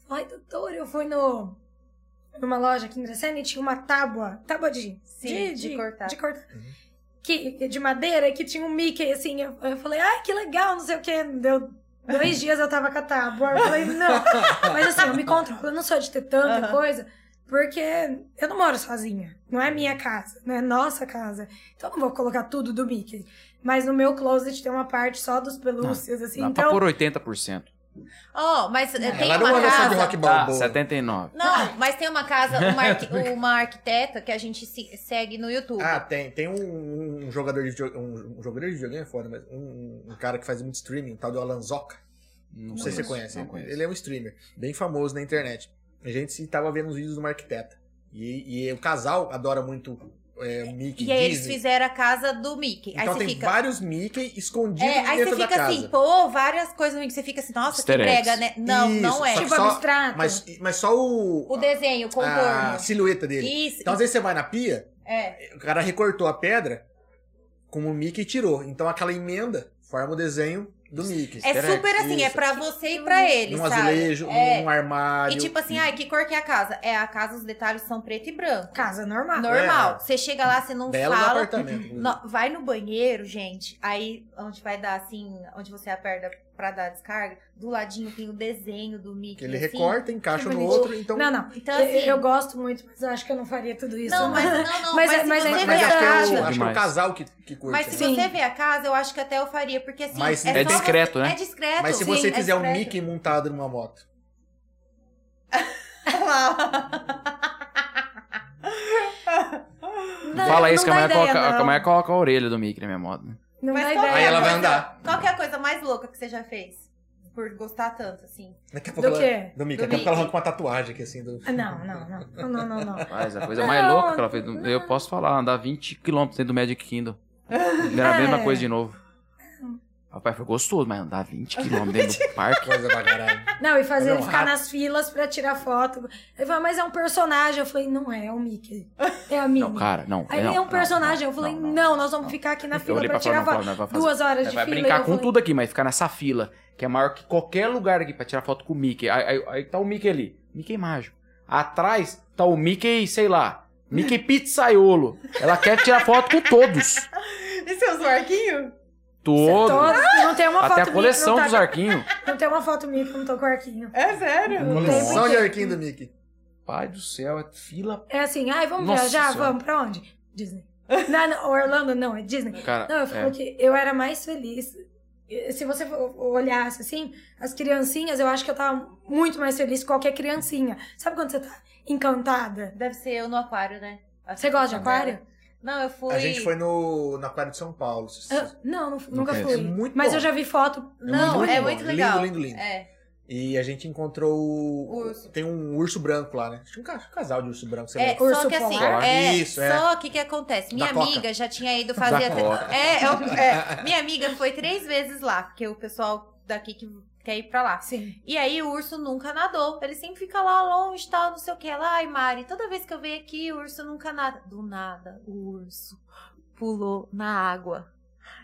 Speaker 4: Falou, ai, doutor, eu fui no, numa loja aqui em Dracena e tinha uma tábua, tábua de...
Speaker 1: Sim, de cortar.
Speaker 4: De cortar.
Speaker 2: Uhum.
Speaker 4: Que, de madeira, que tinha um Mickey, assim. Eu, eu falei, ai, que legal, não sei o quê. Deu dois dias eu tava com a tábua. Eu falei, não. Mas assim, eu me controlo. Eu não sou de ter tanta
Speaker 1: Aham.
Speaker 4: coisa. Porque eu não moro sozinha. Não é minha casa. Não é nossa casa. Então eu não vou colocar tudo do Mickey. Mas no meu closet tem uma parte só dos pelúcias, assim.
Speaker 3: Dá pra
Speaker 4: então,
Speaker 3: por 80%.
Speaker 1: Ó, mas eh, tem
Speaker 2: Ela não
Speaker 1: uma
Speaker 2: manda só de
Speaker 1: casa...
Speaker 2: rock Ah.
Speaker 3: Tá,
Speaker 2: balboa.
Speaker 3: 79.
Speaker 1: Não, mas tem uma casa, uma, arqui- uma arquiteta que a gente se- segue no YouTube.
Speaker 2: Ah, tem, tem um, um jogador de videogame, um, um jogador de videogame é foda, mas um, um cara que faz muito streaming, um tal do Alan Zoca. Não, sei se você
Speaker 3: conheço,
Speaker 2: conhece.
Speaker 3: Não conheço.
Speaker 2: Ele é um streamer, bem famoso na internet. A gente se tava vendo os vídeos de uma arquiteta. E, e o casal adora muito é, o Mickey
Speaker 1: E aí eles
Speaker 2: Disney.
Speaker 1: fizeram a casa do Mickey.
Speaker 2: Então
Speaker 1: aí você
Speaker 2: tem
Speaker 1: fica.
Speaker 2: vários Mickey escondidos
Speaker 1: É, aí
Speaker 2: dentro
Speaker 1: você
Speaker 2: da
Speaker 1: fica
Speaker 2: casa.
Speaker 1: assim, pô, várias coisas no Mickey. Você fica assim, nossa,
Speaker 3: Easter
Speaker 1: que
Speaker 3: eggs.
Speaker 1: brega, né? Não,
Speaker 2: Isso,
Speaker 1: não é. Tipo,
Speaker 2: só que
Speaker 4: tipo, abstrato.
Speaker 2: Mas, mas só o,
Speaker 1: então. O desenho, o contorno.
Speaker 2: a silhueta dele.
Speaker 1: Isso.
Speaker 2: Então às vezes você vai na pia,
Speaker 1: É.
Speaker 2: o cara recortou a pedra com o Mickey e tirou. Então aquela emenda forma o desenho do Mickey.
Speaker 1: É super assim, é
Speaker 2: Isso.
Speaker 1: pra você e pra ele,
Speaker 2: Num
Speaker 1: sabe?
Speaker 2: Um azulejo,
Speaker 1: é.
Speaker 2: num
Speaker 1: E
Speaker 2: armário.
Speaker 1: tipo assim, ai, que cor que é a casa? É, a casa, os detalhes são preto e branco.
Speaker 4: casa normal.
Speaker 1: Normal.
Speaker 2: É.
Speaker 1: Você chega lá, você não
Speaker 2: belo
Speaker 1: fala.
Speaker 2: apartamento.
Speaker 1: No- vai no banheiro, gente. Aí, onde vai dar assim, onde você aperta pra dar a descarga, do ladinho tem o desenho do Mickey.
Speaker 2: Que ele
Speaker 1: assim.
Speaker 2: recorta, encaixa
Speaker 4: Que
Speaker 2: no
Speaker 4: bonitinho.
Speaker 2: outro, então.
Speaker 4: Não, não.
Speaker 1: Então,
Speaker 4: Eu-
Speaker 1: assim-
Speaker 4: eu, gosto muito, mas eu acho que eu não faria tudo isso. né?
Speaker 1: Não,
Speaker 2: né?
Speaker 1: mas não, não.
Speaker 4: Mas-
Speaker 1: Mas,
Speaker 4: mas
Speaker 1: se você
Speaker 2: Mas, mas
Speaker 4: ainda
Speaker 1: vê
Speaker 2: acho,
Speaker 1: a
Speaker 2: que
Speaker 1: casa.
Speaker 2: é o, acho que é o
Speaker 3: Demais.
Speaker 2: casal que, que curte.
Speaker 1: Mas se
Speaker 2: né?
Speaker 4: Sim.
Speaker 1: você vê a casa, eu acho que até eu faria, porque assim.
Speaker 2: Mas
Speaker 1: é,
Speaker 3: É
Speaker 1: só
Speaker 3: discreto,
Speaker 1: você-
Speaker 3: né?
Speaker 1: É discreto.
Speaker 2: Mas se
Speaker 1: Sim,
Speaker 2: você
Speaker 1: é
Speaker 2: fizer um
Speaker 1: discreto.
Speaker 2: Mickey montado numa moto.
Speaker 4: Não,
Speaker 3: Fala isso, é que
Speaker 4: é, não
Speaker 3: a
Speaker 4: dá
Speaker 3: mulher
Speaker 4: ideia,
Speaker 3: coloca- a
Speaker 4: não.
Speaker 3: mulher coloca a orelha do Mickey na minha moto. né?
Speaker 4: Não
Speaker 1: Mas
Speaker 4: dá
Speaker 1: qual
Speaker 4: ideia.
Speaker 1: que é
Speaker 2: Aí
Speaker 1: a
Speaker 2: ela vai
Speaker 1: coisa-
Speaker 2: andar.
Speaker 1: Qual que é a coisa mais louca que você já fez? Por gostar tanto, assim.
Speaker 2: Daqui a pouco
Speaker 4: Do
Speaker 2: ela.
Speaker 4: quê? Ah,
Speaker 2: Do
Speaker 1: Do
Speaker 2: Mickey. Daqui a pouco ela
Speaker 1: Mickey. Ah,
Speaker 2: arranca uma tatuagem aqui assim. Do...
Speaker 4: Não, não, não. Não, não, não, não.
Speaker 3: Mas a coisa mais
Speaker 4: Não,
Speaker 3: louca que ela fez. Eu posso falar, andar 20km dentro do Magic Kingdom. Era a mesma
Speaker 4: É.
Speaker 3: coisa de novo. Rapaz, foi gostoso, mas andar 20km dentro do parque.
Speaker 2: Coisa pra caralho.
Speaker 4: Não, e fazer
Speaker 2: Não,
Speaker 3: um
Speaker 4: ele ficar
Speaker 2: rápido.
Speaker 4: nas filas pra tirar foto. Ele falou, mas é um personagem. Eu falei, não é, é o Mickey. É a Minnie.
Speaker 3: Não, cara, não.
Speaker 4: Aí
Speaker 3: não,
Speaker 4: é um
Speaker 3: não,
Speaker 4: personagem. eu falei, não, nós vamos
Speaker 3: não.
Speaker 4: ficar aqui na
Speaker 3: Eu
Speaker 4: fila
Speaker 3: olhei
Speaker 4: pra
Speaker 3: pra
Speaker 4: tirar
Speaker 3: fora, não,
Speaker 4: foto.
Speaker 3: não, vai fazer.
Speaker 4: Duas horas de
Speaker 3: vai
Speaker 4: fila. e
Speaker 3: brincar
Speaker 4: eu
Speaker 3: com
Speaker 4: falei,
Speaker 3: tudo aqui, mas ficar nessa fila, que é maior que qualquer lugar aqui pra tirar foto com o Mickey. Aí, aí- aí tá o Mickey ali, Mickey mágico. Atrás tá o Mickey, sei lá, Mickey pizzaiolo. Ela quer tirar foto com todos.
Speaker 1: E seus arquinhos?
Speaker 3: Todos.
Speaker 4: Todos. é Não tem uma
Speaker 3: Até
Speaker 4: foto
Speaker 3: a coleção
Speaker 4: Mickey,
Speaker 3: dos
Speaker 4: não, tá-
Speaker 3: arquinhos.
Speaker 4: não tem uma foto Mickey, não tô com o arquinho.
Speaker 1: É sério?
Speaker 2: Coleção de arquinho do Mickey.
Speaker 3: Pai do céu, é fila.
Speaker 4: É assim, ai, vamos
Speaker 3: Nossa
Speaker 4: viajar?
Speaker 3: Senhora.
Speaker 4: Vamos, pra onde? Disney. Não, não, Orlando não, é Disney.
Speaker 3: Cara,
Speaker 4: Não, eu
Speaker 3: é.
Speaker 4: falo que eu era mais feliz. Se você for- olhasse assim, as criancinhas, eu acho que eu tava muito mais feliz que qualquer criancinha. Sabe quando você tá encantada?
Speaker 1: Deve ser eu no aquário, né? Acho
Speaker 4: Você
Speaker 1: que
Speaker 4: gosta de
Speaker 1: eu sou
Speaker 4: aquário?
Speaker 1: Não, eu fui. Ah,
Speaker 2: A gente foi no, na Aquário de São Paulo.
Speaker 4: Eu- não, nu- nunca
Speaker 3: conheço.
Speaker 4: fui.
Speaker 2: É muito
Speaker 4: Mas
Speaker 2: bom.
Speaker 4: eu já vi foto.
Speaker 1: Não,
Speaker 2: muito
Speaker 1: é
Speaker 2: bom.
Speaker 1: muito
Speaker 2: um Lindo,
Speaker 1: legal.
Speaker 2: lindo, lindo.
Speaker 1: É.
Speaker 2: E a gente encontrou. o-
Speaker 1: Urso.
Speaker 2: Tem um urso branco lá, né? Acho que um ca- um casal de urso branco. Sei
Speaker 1: É,
Speaker 2: lá.
Speaker 1: só
Speaker 4: Urso
Speaker 1: que assim,
Speaker 4: polar?
Speaker 1: é,
Speaker 2: Isso, é.
Speaker 1: só que o que acontece? Minha
Speaker 2: Coca.
Speaker 1: amiga já tinha ido fazer.
Speaker 3: Da Coca.
Speaker 1: É, eu- é, minha amiga foi três vezes lá, porque o pessoal daqui que quer ir pra lá.
Speaker 4: Sim.
Speaker 1: E aí o urso nunca nadou. Ele sempre fica lá longe e tal, não sei o que. Ela, ai, Mari, toda vez que eu venho aqui, o urso nunca nada. Do nada, o urso pulou na água.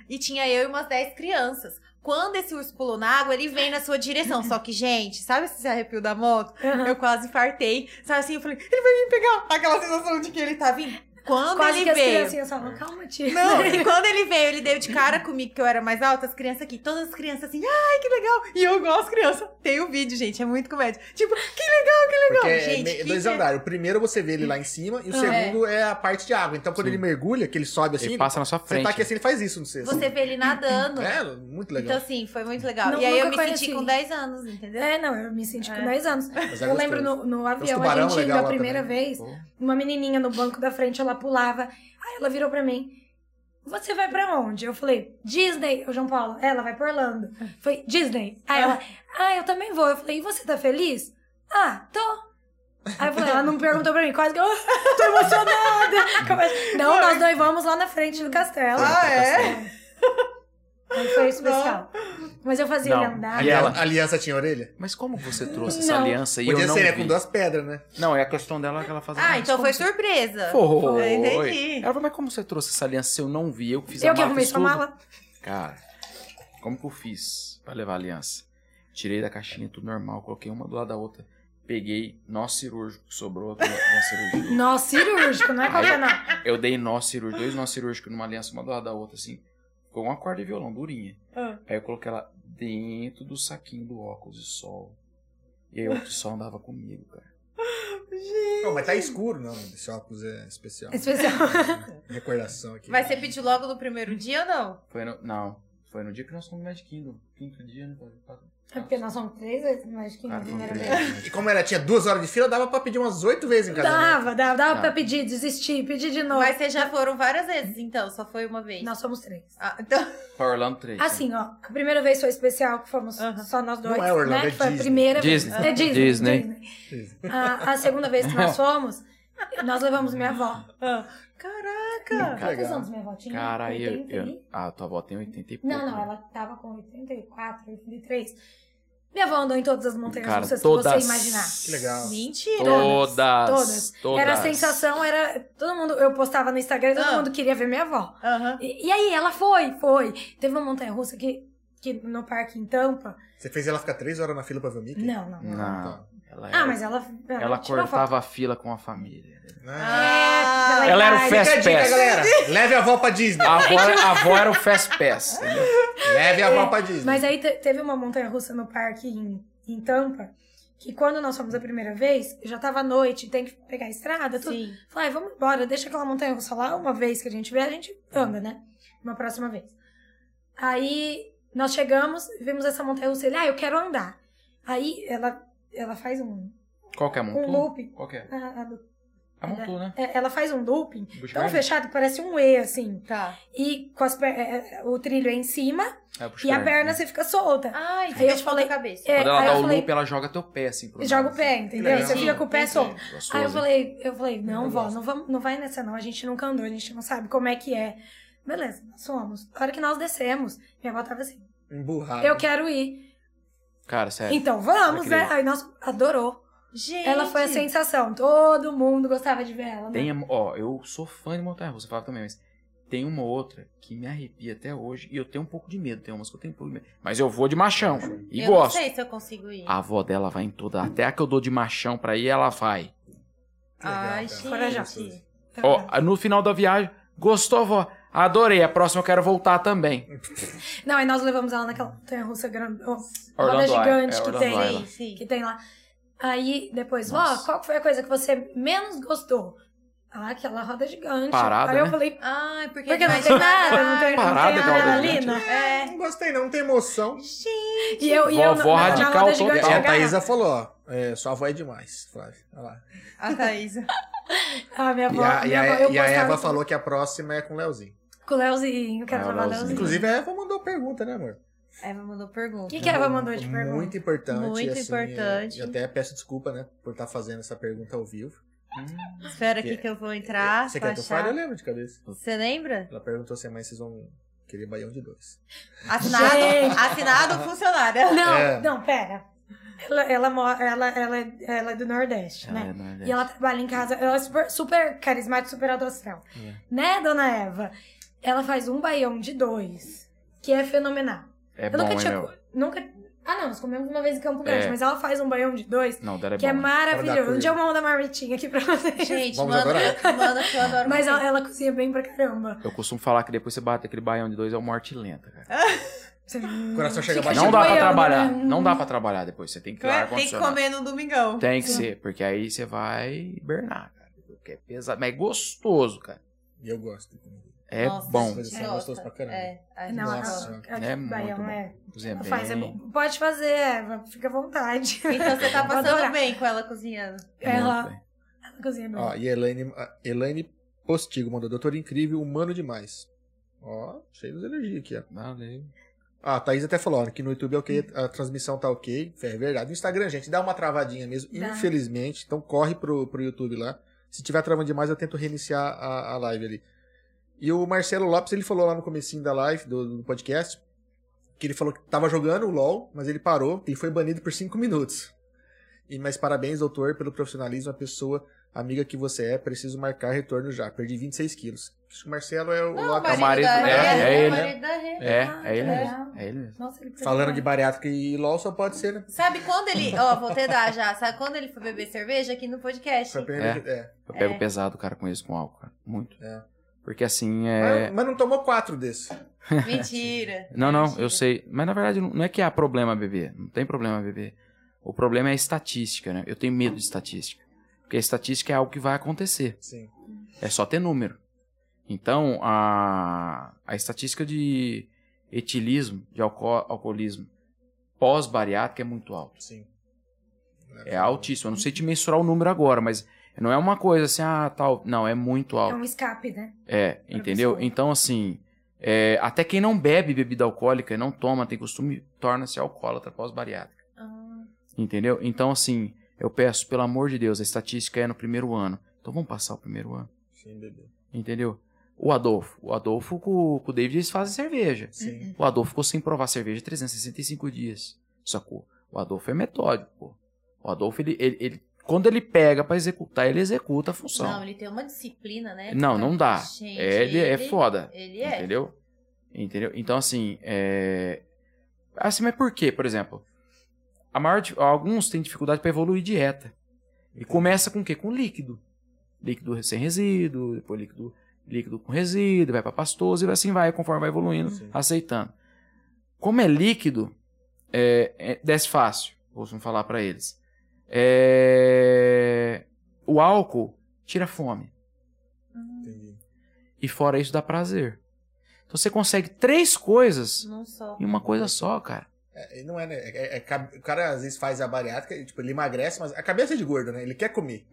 Speaker 1: E tinha eu e umas 10 crianças. Quando esse urso pulou na água, ele vem na sua direção. Só que, gente, sabe esse arrepio da moto? Eu quase fartei. Sabe assim, eu falei, ele vai me pegar. Aquela sensação de que ele tá vindo. Quando
Speaker 4: Quase
Speaker 1: ele
Speaker 4: que as
Speaker 1: veio.
Speaker 4: criancinhas falam, calma, tia.
Speaker 1: Não, e quando ele veio, ele deu de cara comigo, que eu era mais alta, as crianças aqui, todas as crianças assim, ai, que legal. E eu igual as crianças. Tem o vídeo, gente, é muito comédia. Tipo, que legal, que legal.
Speaker 2: Porque é
Speaker 1: gente,
Speaker 2: me-
Speaker 1: que
Speaker 2: dois
Speaker 1: legal.
Speaker 2: andares. O primeiro você vê ele lá em cima e o
Speaker 1: Ah,
Speaker 2: segundo é. a parte de água. Então quando
Speaker 3: Sim.
Speaker 2: ele mergulha, que ele sobe assim,
Speaker 3: Ele passa na sua
Speaker 2: você
Speaker 3: frente.
Speaker 2: tá aqui assim, ele faz isso, não sei. assim.
Speaker 1: Você tá vê ele nadando.
Speaker 2: É, muito
Speaker 1: Então,
Speaker 2: legal.
Speaker 1: assim, foi muito legal.
Speaker 4: Não,
Speaker 1: e aí eu
Speaker 4: nunca
Speaker 1: me
Speaker 4: conheci.
Speaker 1: senti com 10 anos, entendeu?
Speaker 4: É, não, eu me senti
Speaker 1: É.
Speaker 4: com 10 anos.
Speaker 2: Mas é
Speaker 4: Eu lembro
Speaker 2: gostoso.
Speaker 4: no, no avião,
Speaker 2: tubarão
Speaker 4: a gente
Speaker 2: legal
Speaker 4: indo a
Speaker 2: lá
Speaker 4: primeira
Speaker 2: também.
Speaker 4: vez,
Speaker 3: Pô.
Speaker 4: uma menininha no banco da frente, ela pulava. Aí ela virou pra mim, você vai pra onde? Eu falei, Disney. O João Paulo, ela vai pra Orlando. Foi, Disney. Aí ela, ah, eu também vou. Eu falei, e você tá feliz? Ah, tô. Aí eu falei, ela não perguntou pra mim, quase que eu "Ah, tô emocionada. Começa- Não, nós dois vamos lá na frente do castelo.
Speaker 1: Ah, é?
Speaker 4: Aí foi especial. Mas eu fazia ele
Speaker 3: Não.
Speaker 4: andar.
Speaker 2: Ali-
Speaker 3: E ela?
Speaker 2: A aliança tinha orelha?
Speaker 3: Mas como você trouxe essa
Speaker 4: Não.
Speaker 3: aliança e
Speaker 2: Podia
Speaker 3: eu não
Speaker 2: ser, né?
Speaker 3: vi?
Speaker 2: Com duas pedras, né?
Speaker 3: Não, é a questão dela que ela faz.
Speaker 1: Ah, então foi
Speaker 3: mas como
Speaker 1: surpresa.
Speaker 3: você- Foi.
Speaker 1: Eu entendi.
Speaker 3: Ela falou, mas como você trouxe essa aliança se eu não vi? Eu que fiz a
Speaker 4: Eu que
Speaker 3: mala,
Speaker 4: arrumei
Speaker 3: fiz
Speaker 4: sua
Speaker 3: tudo.
Speaker 4: mala.
Speaker 3: Cara, como que eu fiz pra levar a aliança? Tirei da caixinha, tudo normal, coloquei uma do lado da outra. Peguei nó cirúrgico, que sobrou do nó cirúrgico.
Speaker 4: Nossa, cirúrgico, não é qualquer não.
Speaker 3: Eu dei nó cirúrgico, dois nó cirúrgicos numa aliança, uma do lado da outra, assim. Ficou uma corda de violão, durinha.
Speaker 1: Ah.
Speaker 3: Aí eu coloquei ela dentro do saquinho do óculos de sol. E aí o óculos de sol andava comigo, cara.
Speaker 2: Não, mas tá escuro, não. Esse óculos é especial.
Speaker 4: Especial.
Speaker 2: Recordação aqui.
Speaker 1: Mas você pediu logo no primeiro dia ou não?
Speaker 3: Foi no, não, foi no dia que nós fomos no Magic Kingdom. Quinto dia, né? Ah, Quatro- quatro-
Speaker 4: É porque nós somos três vezes mais que na
Speaker 3: quatro-
Speaker 4: primeira
Speaker 3: três,
Speaker 4: vez.
Speaker 2: E como ela tinha duas horas de fila, dava pra pedir umas oito vezes em casamento.
Speaker 4: Dava, dava, dava
Speaker 3: Tá.
Speaker 4: pra pedir, desistir, pedir de novo.
Speaker 1: Mas vocês já foram várias vezes, então, só foi uma vez.
Speaker 4: Nós somos três.
Speaker 1: Ah, então,
Speaker 3: Pra Orlando né? 3.
Speaker 4: Assim, ó, a primeira vez foi especial, que fomos
Speaker 1: Aham.
Speaker 4: só nós dois.
Speaker 2: Não é Orlando,
Speaker 4: né?
Speaker 2: é
Speaker 4: que foi a
Speaker 2: Disney.
Speaker 4: primeira vez.
Speaker 3: Disney.
Speaker 4: É Disney.
Speaker 3: Disney.
Speaker 4: A, a segunda vez que nós fomos, nós levamos minha avó.
Speaker 1: ah, caraca!
Speaker 3: Cara,
Speaker 4: Quantos anos minha avó tinha?
Speaker 3: Cara, eu,
Speaker 4: 80 e- um?
Speaker 3: eu. Ah, tua avó tem 80 e pouco.
Speaker 4: Não, não,
Speaker 3: né?
Speaker 4: ela tava com 84, 83. Minha avó andou em todas as montanhas
Speaker 3: Cara,
Speaker 4: russas
Speaker 3: todas.
Speaker 4: que você imaginar.
Speaker 2: Que legal.
Speaker 1: Mentira!
Speaker 3: Todas.
Speaker 4: Todas.
Speaker 3: Todas.
Speaker 4: Era a sensação, era. Todo mundo. Eu postava no Instagram e todo
Speaker 1: Ah.
Speaker 4: mundo queria ver minha avó.
Speaker 1: Aham.
Speaker 4: E, e aí, ela foi, foi. Teve uma montanha russa que, que no parque em Tampa.
Speaker 2: Você fez ela ficar três horas na fila pra ver o Mickey? Ah,
Speaker 4: Não, não, não.
Speaker 3: Não. Ela,
Speaker 4: Ah,
Speaker 3: era-
Speaker 4: mas ela. Ela,
Speaker 3: ela
Speaker 4: tirou foto.
Speaker 3: cortava a fila com a família.
Speaker 2: Ah.
Speaker 1: Ah,
Speaker 4: É, pela
Speaker 3: Ela era o
Speaker 4: idade.
Speaker 3: fast
Speaker 2: Fica a dica,
Speaker 3: pass.
Speaker 2: galera. Leve a avó pra Disney.
Speaker 3: A avó, a avó era o fast pass. entendeu?
Speaker 2: Leve a avó pra Disney.
Speaker 4: Mas aí te- teve uma montanha russa no parque em, em Tampa. Que quando nós fomos a primeira vez, já tava à noite, tem que pegar a estrada, é tudo.
Speaker 1: Sim.
Speaker 4: Falei, "Ai, vamos embora, deixa aquela montanha russa lá, uma vez que a gente vê, a gente anda, né? Uma próxima vez. Aí nós chegamos, vimos essa montanha russa, ele, ah, eu quero andar. Aí ela, ela faz um,
Speaker 3: Qual que é a
Speaker 4: um
Speaker 3: montu?
Speaker 4: loop. Ah,
Speaker 3: Qual que é?
Speaker 4: A- a do-
Speaker 3: A montu, né?
Speaker 4: É, Ela faz um looping
Speaker 3: Bush
Speaker 4: tão
Speaker 3: Garden?
Speaker 4: fechado que parece um E, assim.
Speaker 1: Tá.
Speaker 4: E com as per- é, é, o trilho é em cima
Speaker 3: É, Bush
Speaker 4: e a
Speaker 3: Garden,
Speaker 4: perna
Speaker 3: né?
Speaker 4: você fica solta.
Speaker 1: Ai,
Speaker 4: eu
Speaker 1: fica de ponta
Speaker 4: falei-
Speaker 1: cabeça.
Speaker 4: É,
Speaker 3: Quando ela
Speaker 4: aí
Speaker 3: dá
Speaker 4: eu
Speaker 3: o
Speaker 4: falei,
Speaker 3: loop, ela joga teu pé assim. pro
Speaker 4: joga o
Speaker 3: lado,
Speaker 4: pé,
Speaker 3: assim.
Speaker 4: entendeu? Você
Speaker 2: Legal.
Speaker 4: fica com o pé
Speaker 1: Entendi.
Speaker 4: solto.
Speaker 3: Gostoso,
Speaker 4: Aí eu
Speaker 3: hein?
Speaker 4: falei, eu falei, não,
Speaker 2: Eu
Speaker 4: vó,
Speaker 2: gosto.
Speaker 4: não, vamos, não vai nessa não, a gente nunca andou, a gente não sabe como é que é. Beleza, nós fomos. A hora que nós descemos, minha avó tava assim,
Speaker 3: Tá.
Speaker 2: Emburrado.
Speaker 4: eu quero ir.
Speaker 3: Cara, sério.
Speaker 4: Então vamos, né?
Speaker 3: Incrível.
Speaker 4: Aí nós adorou.
Speaker 1: Gente.
Speaker 4: Ela foi a sensação, todo mundo gostava de ver ela, né?
Speaker 3: Tem, a- ó, eu sou fã de montanha russa, falava também, mas tem uma outra que me arrepia até hoje e eu tenho um pouco de medo. Tem umas que eu tenho um pouco de medo. Mas eu vou de machão e
Speaker 1: eu
Speaker 3: gosto. Ah,
Speaker 1: não sei se eu consigo ir.
Speaker 3: A avó dela vai em toda. Até a que eu dou de machão pra ir, ela vai.
Speaker 1: Ai,
Speaker 2: cara.
Speaker 1: gente.
Speaker 4: Corajosa.
Speaker 3: Ó, no final da viagem, gostou, vó? Adorei. A próxima eu quero voltar também.
Speaker 4: Não, aí nós levamos ela naquela montanha russa grande, ó, roda
Speaker 3: Orlando
Speaker 4: gigante
Speaker 3: Island, é,
Speaker 4: que
Speaker 3: Orlando
Speaker 4: tem.
Speaker 3: Island.
Speaker 1: Sim,
Speaker 3: Vai
Speaker 1: sim.
Speaker 4: que tem lá. Aí depois, ó,
Speaker 3: Nossa.
Speaker 4: qual que foi a coisa que você menos gostou? Ah, aquela roda gigante.
Speaker 3: Parada,
Speaker 4: Aí eu
Speaker 3: né?
Speaker 4: falei,
Speaker 1: Ai, porque,
Speaker 4: porque não
Speaker 1: vai
Speaker 4: tem
Speaker 1: devagar.
Speaker 4: nada, não tem,
Speaker 3: Parada
Speaker 4: não tem
Speaker 3: aquela roda
Speaker 4: adrenalina.
Speaker 1: É.
Speaker 2: Não gostei, não. Não tem emoção.
Speaker 4: É, E eu, e eu na-
Speaker 3: Vovó
Speaker 4: na, na
Speaker 3: radical
Speaker 4: roda
Speaker 3: total.
Speaker 4: gigante
Speaker 3: Tá,
Speaker 2: a
Speaker 4: agarrada.
Speaker 2: Thaísa falou, ó. é, sua avó é demais, Flávio. Olha lá.
Speaker 1: A Thaísa.
Speaker 4: Ah, minha
Speaker 2: E
Speaker 4: avó,
Speaker 2: a, e
Speaker 4: minha
Speaker 2: a-
Speaker 4: avó, eu
Speaker 2: e a
Speaker 4: postava
Speaker 2: Eva falou que a próxima é com o Leozinho.
Speaker 4: Com o Leozinho, quero
Speaker 3: Ah, o
Speaker 4: falar
Speaker 3: Leozinho.
Speaker 4: Leozinho.
Speaker 2: Inclusive, a Eva mandou pergunta, né, amor?
Speaker 1: A Eva mandou
Speaker 4: O
Speaker 1: pergunta.
Speaker 4: que, que a Eva mandou de pergunta?
Speaker 2: Muito importante.
Speaker 1: Muito
Speaker 2: assim,
Speaker 1: importante.
Speaker 2: é, Eu até peço desculpa, né, por estar fazendo essa pergunta ao vivo. É,
Speaker 3: Hum,
Speaker 1: Espera aqui que eu vou entrar.
Speaker 2: Você
Speaker 1: pra
Speaker 2: quer que eu fale? Eu
Speaker 1: achar.
Speaker 2: lembro de cabeça.
Speaker 1: Você lembra?
Speaker 2: Ela perguntou se a mãe vocês vão Queria baião de dois.
Speaker 1: Assinado,
Speaker 4: Gente.
Speaker 1: assinado funcionário.
Speaker 4: Não,
Speaker 2: É.
Speaker 4: não, pera. Ela, ela, mo- ela, ela, é- ela é do Nordeste,
Speaker 3: Ela
Speaker 4: né?
Speaker 3: é nordestina.
Speaker 4: E ela trabalha em casa, ela é super, super carismática, super alto astral.
Speaker 3: É.
Speaker 4: Né, dona Eva? Ela faz um baião de dois, que é fenomenal.
Speaker 3: É
Speaker 4: Eu
Speaker 3: bom,
Speaker 4: nunca
Speaker 3: hein,
Speaker 4: tinha.
Speaker 3: meu?
Speaker 4: Nunca. Ah, não, nós comemos uma vez em Campo Grande,
Speaker 3: É.
Speaker 4: mas ela faz um baião de dois,
Speaker 3: Não, dela é
Speaker 4: que
Speaker 3: bom.
Speaker 4: é
Speaker 3: hein?
Speaker 2: Vamos dar
Speaker 4: maravilhoso. Um dia eu
Speaker 2: comigo.
Speaker 4: mando a marmitinha aqui pra vocês.
Speaker 1: Gente,
Speaker 2: Vamos
Speaker 1: manda,
Speaker 2: adorar.
Speaker 1: manda que eu adoro.
Speaker 4: Mas ela,
Speaker 1: muito.
Speaker 4: ela cozinha bem pra caramba.
Speaker 3: Eu costumo falar que depois você bate aquele baião de dois, é uma morte lenta, cara.
Speaker 4: Você-
Speaker 2: O coração chega
Speaker 4: Fica
Speaker 2: batendo.
Speaker 3: Não dá pra
Speaker 4: boiando,
Speaker 3: trabalhar.
Speaker 4: né?
Speaker 3: Não dá pra trabalhar depois. Você tem que ter ar
Speaker 1: é? Tem que
Speaker 3: condicionado.
Speaker 1: comer um no domingão.
Speaker 3: Tem que ser, porque aí você vai hibernar, cara. Porque é pesado. Mas é gostoso, cara.
Speaker 2: E eu gosto. de comida.
Speaker 3: É
Speaker 1: Nossa,
Speaker 3: bom.
Speaker 2: Coisa assim,
Speaker 1: Nossa,
Speaker 2: gostoso pra caramba.
Speaker 1: É, a gente
Speaker 4: Não, a-
Speaker 2: Nossa.
Speaker 1: gosta.
Speaker 4: a- a-
Speaker 3: É muito
Speaker 4: baião
Speaker 3: bom.
Speaker 4: é.
Speaker 3: Cozinha bem.
Speaker 4: Faz, é bom. Pode fazer, Eva, fica à vontade.
Speaker 1: Então você tá
Speaker 4: Vou
Speaker 1: passando
Speaker 4: adorar.
Speaker 1: bem com ela cozinhando.
Speaker 4: Ela,
Speaker 3: Muito bem.
Speaker 4: ela cozinha bem.
Speaker 2: Ó, e Elaine, a Elaine Postigo mandou. Doutor incrível, humano demais. Ó, cheio de energia aqui, ó.
Speaker 3: Valeu.
Speaker 2: Ah, a Thaís até falou ó, que no YouTube é ok, a transmissão tá ok. É verdade. No Instagram, gente, dá uma travadinha mesmo,
Speaker 4: Dá.
Speaker 2: infelizmente. Então corre pro, pro YouTube lá. Se tiver travando demais, eu tento reiniciar a, a live ali. E o Marcelo Lopes, ele falou lá no comecinho da live, do, do podcast, que ele falou que tava jogando o LOL, mas ele parou e foi banido por cinco minutos. E, mas parabéns, doutor, pelo profissionalismo, a pessoa amiga que você é. Preciso marcar retorno já. Perdi 26 quilos. Acho que o Marcelo é o... o
Speaker 3: marido da
Speaker 1: da
Speaker 3: Rê,
Speaker 1: Rê,
Speaker 3: é ele,
Speaker 1: o marido da Rê.
Speaker 3: É,
Speaker 4: Ah, que
Speaker 3: é ele
Speaker 4: legal.
Speaker 3: mesmo. É ele mesmo.
Speaker 4: Nossa, ele um,
Speaker 2: Falando de bariátrica e LOL, só pode ser, né?
Speaker 1: Sabe quando ele. Ó, vou te dar já. Sabe quando ele foi beber cerveja aqui no podcast?
Speaker 2: Foi a primeira vez que- é.
Speaker 3: Eu pego
Speaker 1: É.
Speaker 3: pesado, cara, com isso, com álcool, cara. Muito.
Speaker 2: É.
Speaker 3: Porque assim, é.
Speaker 2: Mas, mas não tomou quatro desses.
Speaker 1: Mentira.
Speaker 3: Não, não,
Speaker 1: Mentira.
Speaker 3: eu sei. Mas na verdade, não não é que há problema beber. Não tem problema beber. O problema é a estatística, né? Eu tenho medo de estatística. Porque a estatística é algo que vai acontecer.
Speaker 2: Sim.
Speaker 3: É só ter número. Então, a, a estatística de etilismo, de alco- alcoolismo pós-bariátrica é muito alta.
Speaker 2: Sim.
Speaker 3: É altíssima. Eu não sei te mensurar o número agora, mas não é uma coisa assim, ah, tal. Não, é muito
Speaker 4: É
Speaker 3: alto.
Speaker 4: um escape, né?
Speaker 3: É,
Speaker 4: Pra
Speaker 3: entendeu?
Speaker 4: pessoa.
Speaker 3: Então, assim, é, até quem não bebe bebida alcoólica e não toma, tem costume, torna-se alcoólatra pós-bariátrica.
Speaker 1: Ah,
Speaker 3: Entendeu? Então, assim, eu peço, pelo amor de Deus, a estatística é no primeiro ano. Então vamos passar o primeiro ano.
Speaker 2: Sim, bebê.
Speaker 3: Entendeu? O Adolfo. O Adolfo com, com o David eles fazem cerveja.
Speaker 2: Sim.
Speaker 3: O Adolfo ficou sem provar cerveja 365 dias. Sacou? O Adolfo é metódico, pô. O Adolfo, ele, ele, ele- quando ele pega pra executar, ele executa a função.
Speaker 1: Não, ele tem uma disciplina, né?
Speaker 3: Não, não dá.
Speaker 1: Gente,
Speaker 3: É, ele, é foda.
Speaker 1: Ele é.
Speaker 3: Entendeu? Entendeu? Então, assim, é... Assim, mas por quê, por exemplo? A maior, dif- alguns têm dificuldade pra evoluir dieta. E começa com o quê? Com líquido. Líquido sem resíduo, depois líquido, líquido com resíduo, vai pra pastoso e assim vai, conforme vai evoluindo,
Speaker 2: Sim.
Speaker 3: aceitando. Como é líquido, é, é, desce fácil, costumo falar pra eles. É, o álcool tira fome.
Speaker 2: Entendi.
Speaker 3: E fora isso dá prazer. Então você consegue três coisas
Speaker 1: Não só.
Speaker 3: em uma coisa só, cara.
Speaker 2: É, e não é, né? É- é- é cab- o cara às vezes faz a bariátrica, e, tipo, ele emagrece, mas a cabeça é de gordo, né? Ele quer comer.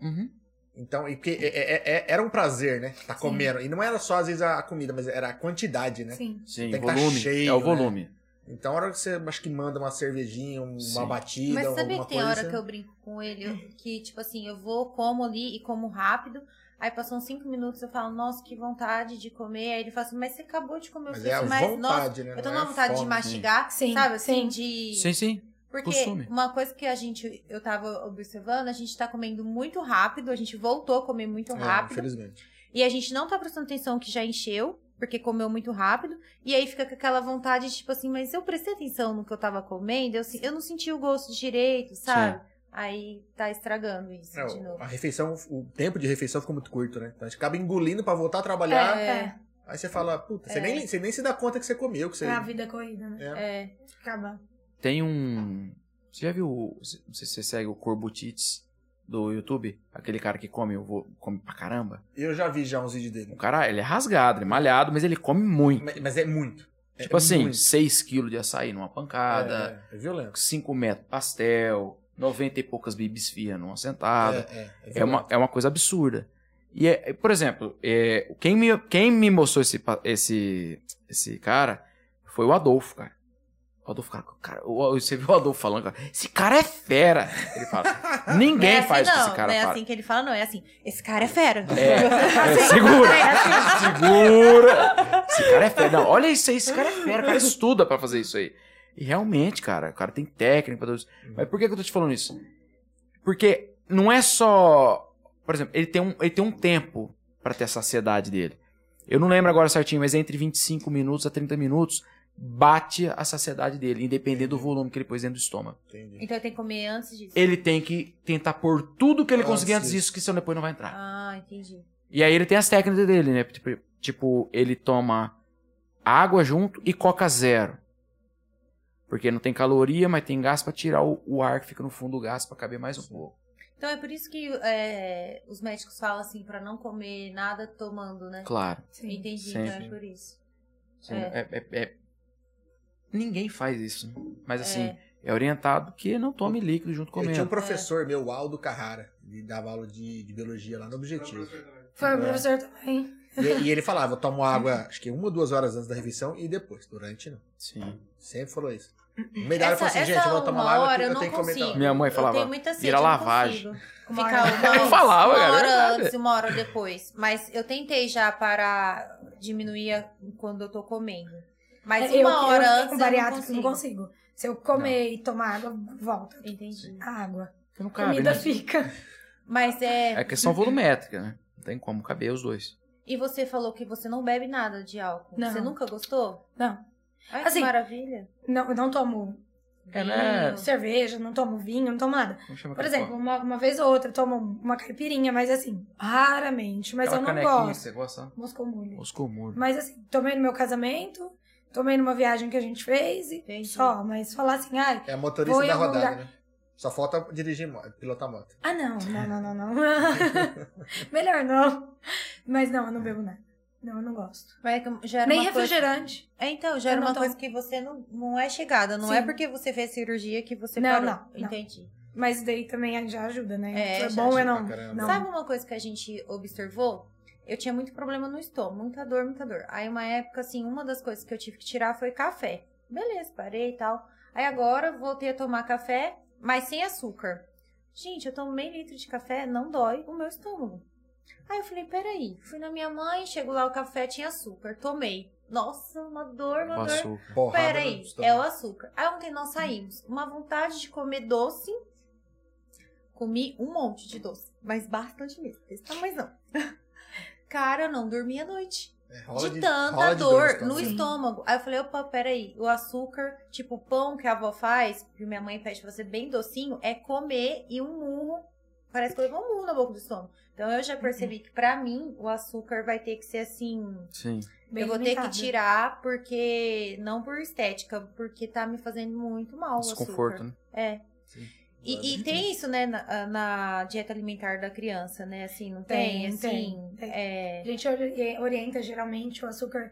Speaker 2: Então, e porque é- é- é- era um prazer, né? Tá comendo. E não era só, às vezes, a a comida, mas era a quantidade, né?
Speaker 4: Sim.
Speaker 3: Sim,
Speaker 2: Tem que tá
Speaker 3: volume.
Speaker 2: cheio,
Speaker 3: é o
Speaker 2: né?
Speaker 3: volume.
Speaker 2: Então, a hora que você acho que manda uma cervejinha, um, uma
Speaker 3: Sim.
Speaker 2: batida,
Speaker 1: Mas sabia
Speaker 2: alguma
Speaker 1: que tem
Speaker 2: coisa.
Speaker 1: hora que eu brinco com ele, eu- que tipo assim, eu vou, como ali e como rápido. Aí passam cinco minutos, eu falo, nossa, que vontade de comer. Aí ele fala assim, mas você acabou de comer, eu
Speaker 2: Mas
Speaker 1: falei
Speaker 2: é a
Speaker 1: assim,
Speaker 2: vontade,
Speaker 1: mas nossa,
Speaker 2: né?
Speaker 1: eu tô
Speaker 2: Não é
Speaker 1: na
Speaker 2: a
Speaker 1: vontade de
Speaker 2: fome.
Speaker 1: mastigar,
Speaker 4: Sim,
Speaker 1: sabe, assim,
Speaker 4: sim.
Speaker 1: de...
Speaker 3: Sim, sim.
Speaker 1: Porque
Speaker 3: Costume.
Speaker 1: uma coisa que a gente, eu tava observando, a gente tá comendo muito rápido, a gente voltou a comer muito
Speaker 2: É,
Speaker 1: rápido.
Speaker 2: infelizmente.
Speaker 1: e a gente não tá prestando atenção que já encheu, porque comeu muito rápido. E aí fica com aquela vontade, tipo assim, mas eu prestei atenção no que eu tava comendo, eu, se- eu não senti o gosto direito, sabe? Aí tá estragando isso
Speaker 2: É,
Speaker 1: de
Speaker 2: o-
Speaker 1: novo.
Speaker 2: a refeição, o tempo de refeição ficou muito curto, né? Então a gente acaba engolindo pra voltar a
Speaker 4: É,
Speaker 2: trabalhar.
Speaker 4: é,
Speaker 2: Aí você fala, puta, você,
Speaker 1: É.
Speaker 2: nem, você nem se dá conta que você comeu, que você.
Speaker 4: é a vida corrida, né?
Speaker 2: É.
Speaker 1: É.
Speaker 4: Acaba.
Speaker 3: Tem um. Você já viu. o- Não sei se você segue o Corbutites do YouTube? Aquele cara que come, eu vou, come pra caramba.
Speaker 2: Eu já vi já uns vídeos
Speaker 3: O
Speaker 2: dele.
Speaker 3: cara, ele é rasgado, ele é malhado, mas ele come muito.
Speaker 2: Mas, mas é muito. É
Speaker 3: tipo assim,
Speaker 2: muito.
Speaker 3: 6 kg de açaí numa pancada,
Speaker 2: É, é violento.
Speaker 3: 5 metros pastel, 90 e poucas bibis fia numa
Speaker 2: É,
Speaker 3: sentada.
Speaker 2: é,
Speaker 3: É uma,
Speaker 2: violento.
Speaker 3: é uma coisa absurda. E, é, é, por exemplo, é, quem, me, quem me mostrou esse, pa- esse, esse cara foi o Adolfo, cara. O Adolfo, cara, cara o- você viu o Adolfo falando, cara, esse cara é fera. Ele fala,
Speaker 1: Não
Speaker 3: ninguém
Speaker 1: é assim,
Speaker 3: faz o que
Speaker 1: não,
Speaker 3: esse cara
Speaker 1: não é
Speaker 3: faz.
Speaker 1: assim que ele fala, não. É assim, esse cara é fera.
Speaker 3: É, segura, segura, esse cara é fera. Não, olha isso aí, esse cara é fera, o cara estuda pra fazer isso aí. E realmente, cara, o cara tem técnica pra tudo isso. Mas por que que eu tô te falando isso? Porque não é só. Por exemplo, ele tem um, ele tem um tempo pra ter a saciedade dele. Eu não lembro agora certinho, mas é entre 25 minutos a 30 minutos bate a saciedade dele, independente do volume que ele pôs dentro do estômago.
Speaker 2: Entendi.
Speaker 1: Então eu tenho que comer antes disso.
Speaker 3: Ele tem que tentar pôr tudo que ele
Speaker 2: Antes
Speaker 3: conseguir antes
Speaker 2: disso.
Speaker 3: disso, que senão depois não vai entrar.
Speaker 1: Ah, entendi.
Speaker 3: E aí ele tem as técnicas dele, né? Tipo, tipo, ele toma água junto e coca zero. Porque não tem caloria, mas tem gás pra tirar o, o ar que fica no fundo do gás pra caber mais um pouco.
Speaker 1: Então é por isso que é, os médicos falam assim pra não comer nada tomando, né?
Speaker 3: Claro.
Speaker 4: Sim.
Speaker 1: Entendi,
Speaker 3: Sim,
Speaker 1: então é
Speaker 2: sim.
Speaker 1: por isso.
Speaker 3: Sim,
Speaker 1: É.
Speaker 3: é- é- é- Ninguém faz isso. né? Mas assim,
Speaker 1: É.
Speaker 3: é, orientado que não tome líquido junto
Speaker 2: Eu tinha um
Speaker 3: comendo.
Speaker 2: professor meu, o Aldo Carrara, ele dava aula de, de biologia lá no Objetivo.
Speaker 4: Foi o
Speaker 2: É.
Speaker 4: professor também.
Speaker 2: E, e ele falava, eu tomo água, acho que uma ou duas horas antes da refeição e depois, durante não.
Speaker 3: Sim.
Speaker 2: Sempre falou isso. O medalha
Speaker 1: Essa-
Speaker 2: falou assim,
Speaker 1: essa
Speaker 2: gente, eu vou tomar
Speaker 1: uma
Speaker 2: água
Speaker 1: hora
Speaker 2: que
Speaker 1: eu
Speaker 2: eu
Speaker 1: não
Speaker 2: tenho que comer
Speaker 1: consigo.
Speaker 2: tal.
Speaker 3: Minha mãe
Speaker 1: eu
Speaker 3: falava,
Speaker 1: tenho muita sede,
Speaker 3: vira
Speaker 1: eu não
Speaker 3: lavagem.
Speaker 1: consigo
Speaker 4: Uma
Speaker 1: Ficar
Speaker 4: hora.
Speaker 1: uma,
Speaker 3: Eu falava,
Speaker 1: uma
Speaker 3: cara, é
Speaker 1: hora
Speaker 3: verdade.
Speaker 1: antes, uma hora depois. Mas eu tentei já parar, diminuir a- quando eu tô comendo. Mas
Speaker 4: É, eu-
Speaker 1: uma hora
Speaker 4: eu,
Speaker 1: antes
Speaker 4: tenho
Speaker 1: eu
Speaker 4: bariátrico,
Speaker 1: não
Speaker 4: não
Speaker 1: consigo.
Speaker 4: consigo. Se eu comer e tomar água, volta.
Speaker 1: Entendi.
Speaker 4: A água.
Speaker 3: Porque não
Speaker 4: A
Speaker 3: cabe,
Speaker 4: comida
Speaker 3: né?
Speaker 4: fica.
Speaker 1: Mas é,
Speaker 3: É questão volumétrica, né? Não tem como caber os dois.
Speaker 1: E você falou que você não bebe nada de álcool.
Speaker 4: Não.
Speaker 1: Você nunca gostou?
Speaker 4: Não.
Speaker 1: Ai,
Speaker 4: Assim,
Speaker 1: que maravilha.
Speaker 4: Não, eu não tomo
Speaker 3: É, né?
Speaker 1: Vinho.
Speaker 4: cerveja, não tomo vinho, não tomo nada.
Speaker 3: Como chama
Speaker 4: Por
Speaker 3: aquele
Speaker 4: exemplo,
Speaker 3: copo?
Speaker 4: uma, uma vez ou outra eu tomo uma caipirinha, mas assim, raramente. Mas
Speaker 3: Aquela
Speaker 4: eu não
Speaker 3: canequinha que
Speaker 4: gosto.
Speaker 3: Você gosta?
Speaker 4: Moscou Mule.
Speaker 3: Moscomulho.
Speaker 4: Mas assim, tomei no meu casamento, tomei numa viagem que a gente fez e
Speaker 1: Entendi.
Speaker 4: só. Mas falar assim, ai,
Speaker 2: É a motorista
Speaker 4: Vou em
Speaker 2: da
Speaker 4: algum
Speaker 2: rodada,
Speaker 4: lugar.
Speaker 2: né? Só falta dirigir, mo- pilotar moto.
Speaker 4: ah não, não, não, não, não. Melhor não. Mas não, eu não bebo nada. Não, eu não gosto.
Speaker 1: Mas é que já era
Speaker 4: Nem
Speaker 1: uma coisa-
Speaker 4: refrigerante.
Speaker 1: É, então, já era
Speaker 4: Eu não
Speaker 1: uma
Speaker 4: tomo.
Speaker 1: coisa que você não, não é chegada. Não
Speaker 4: Sim.
Speaker 1: é porque você fez cirurgia que você
Speaker 4: Não,
Speaker 1: parou.
Speaker 4: não, não.
Speaker 1: Entendi.
Speaker 4: Mas daí também já ajuda, né?
Speaker 1: É,
Speaker 4: É, é
Speaker 1: já
Speaker 4: bom eu
Speaker 2: ajuda
Speaker 4: não.
Speaker 2: pra caramba.
Speaker 4: não.
Speaker 1: Sabe uma coisa que a gente observou? Eu tinha muito problema no estômago, muita dor, muita dor. Aí uma época, assim, uma das coisas que eu tive que tirar foi café. Beleza, parei e tal. Aí agora eu voltei a tomar café, mas sem açúcar. Gente, eu tomo meio litro de café, não dói o meu estômago. Aí eu falei, peraí, fui na minha mãe, chego lá, o café tinha açúcar, tomei. Nossa, uma dor, uma
Speaker 3: Com
Speaker 1: dor.
Speaker 3: açúcar.
Speaker 2: Porrada
Speaker 1: Peraí,
Speaker 2: no
Speaker 1: é o
Speaker 2: estômago.
Speaker 1: açúcar. Aí ontem nós saímos. Uma vontade de comer doce. Comi um monte de doce, mas bastante mesmo. Esse tamanho não. Cara, eu não dormi a noite.
Speaker 2: É,
Speaker 1: De,
Speaker 2: rola
Speaker 1: tanta
Speaker 2: rola de
Speaker 1: dor
Speaker 2: no
Speaker 1: no
Speaker 2: estômago.
Speaker 1: estômago. Aí eu falei, opa, peraí. O açúcar, tipo o pão que a avó faz, que minha mãe pede pra você bem docinho, é comer e um murro. Parece que eu levei um murro na boca do estômago. Então eu já percebi que pra mim o açúcar vai ter que ser assim
Speaker 3: Sim.
Speaker 4: Bem
Speaker 1: eu vou ter
Speaker 4: limitado.
Speaker 1: que tirar porque não por estética, porque tá me fazendo muito mal
Speaker 3: Desconforto,
Speaker 1: o açúcar.
Speaker 3: né?
Speaker 1: É.
Speaker 2: Sim.
Speaker 1: E, e
Speaker 2: Uhum.
Speaker 1: tem isso, né, na, na dieta alimentar da criança, né? Assim, não tem,
Speaker 4: Tem,
Speaker 1: assim,
Speaker 4: tem, tem.
Speaker 1: é,
Speaker 4: A gente ori- orienta geralmente o açúcar.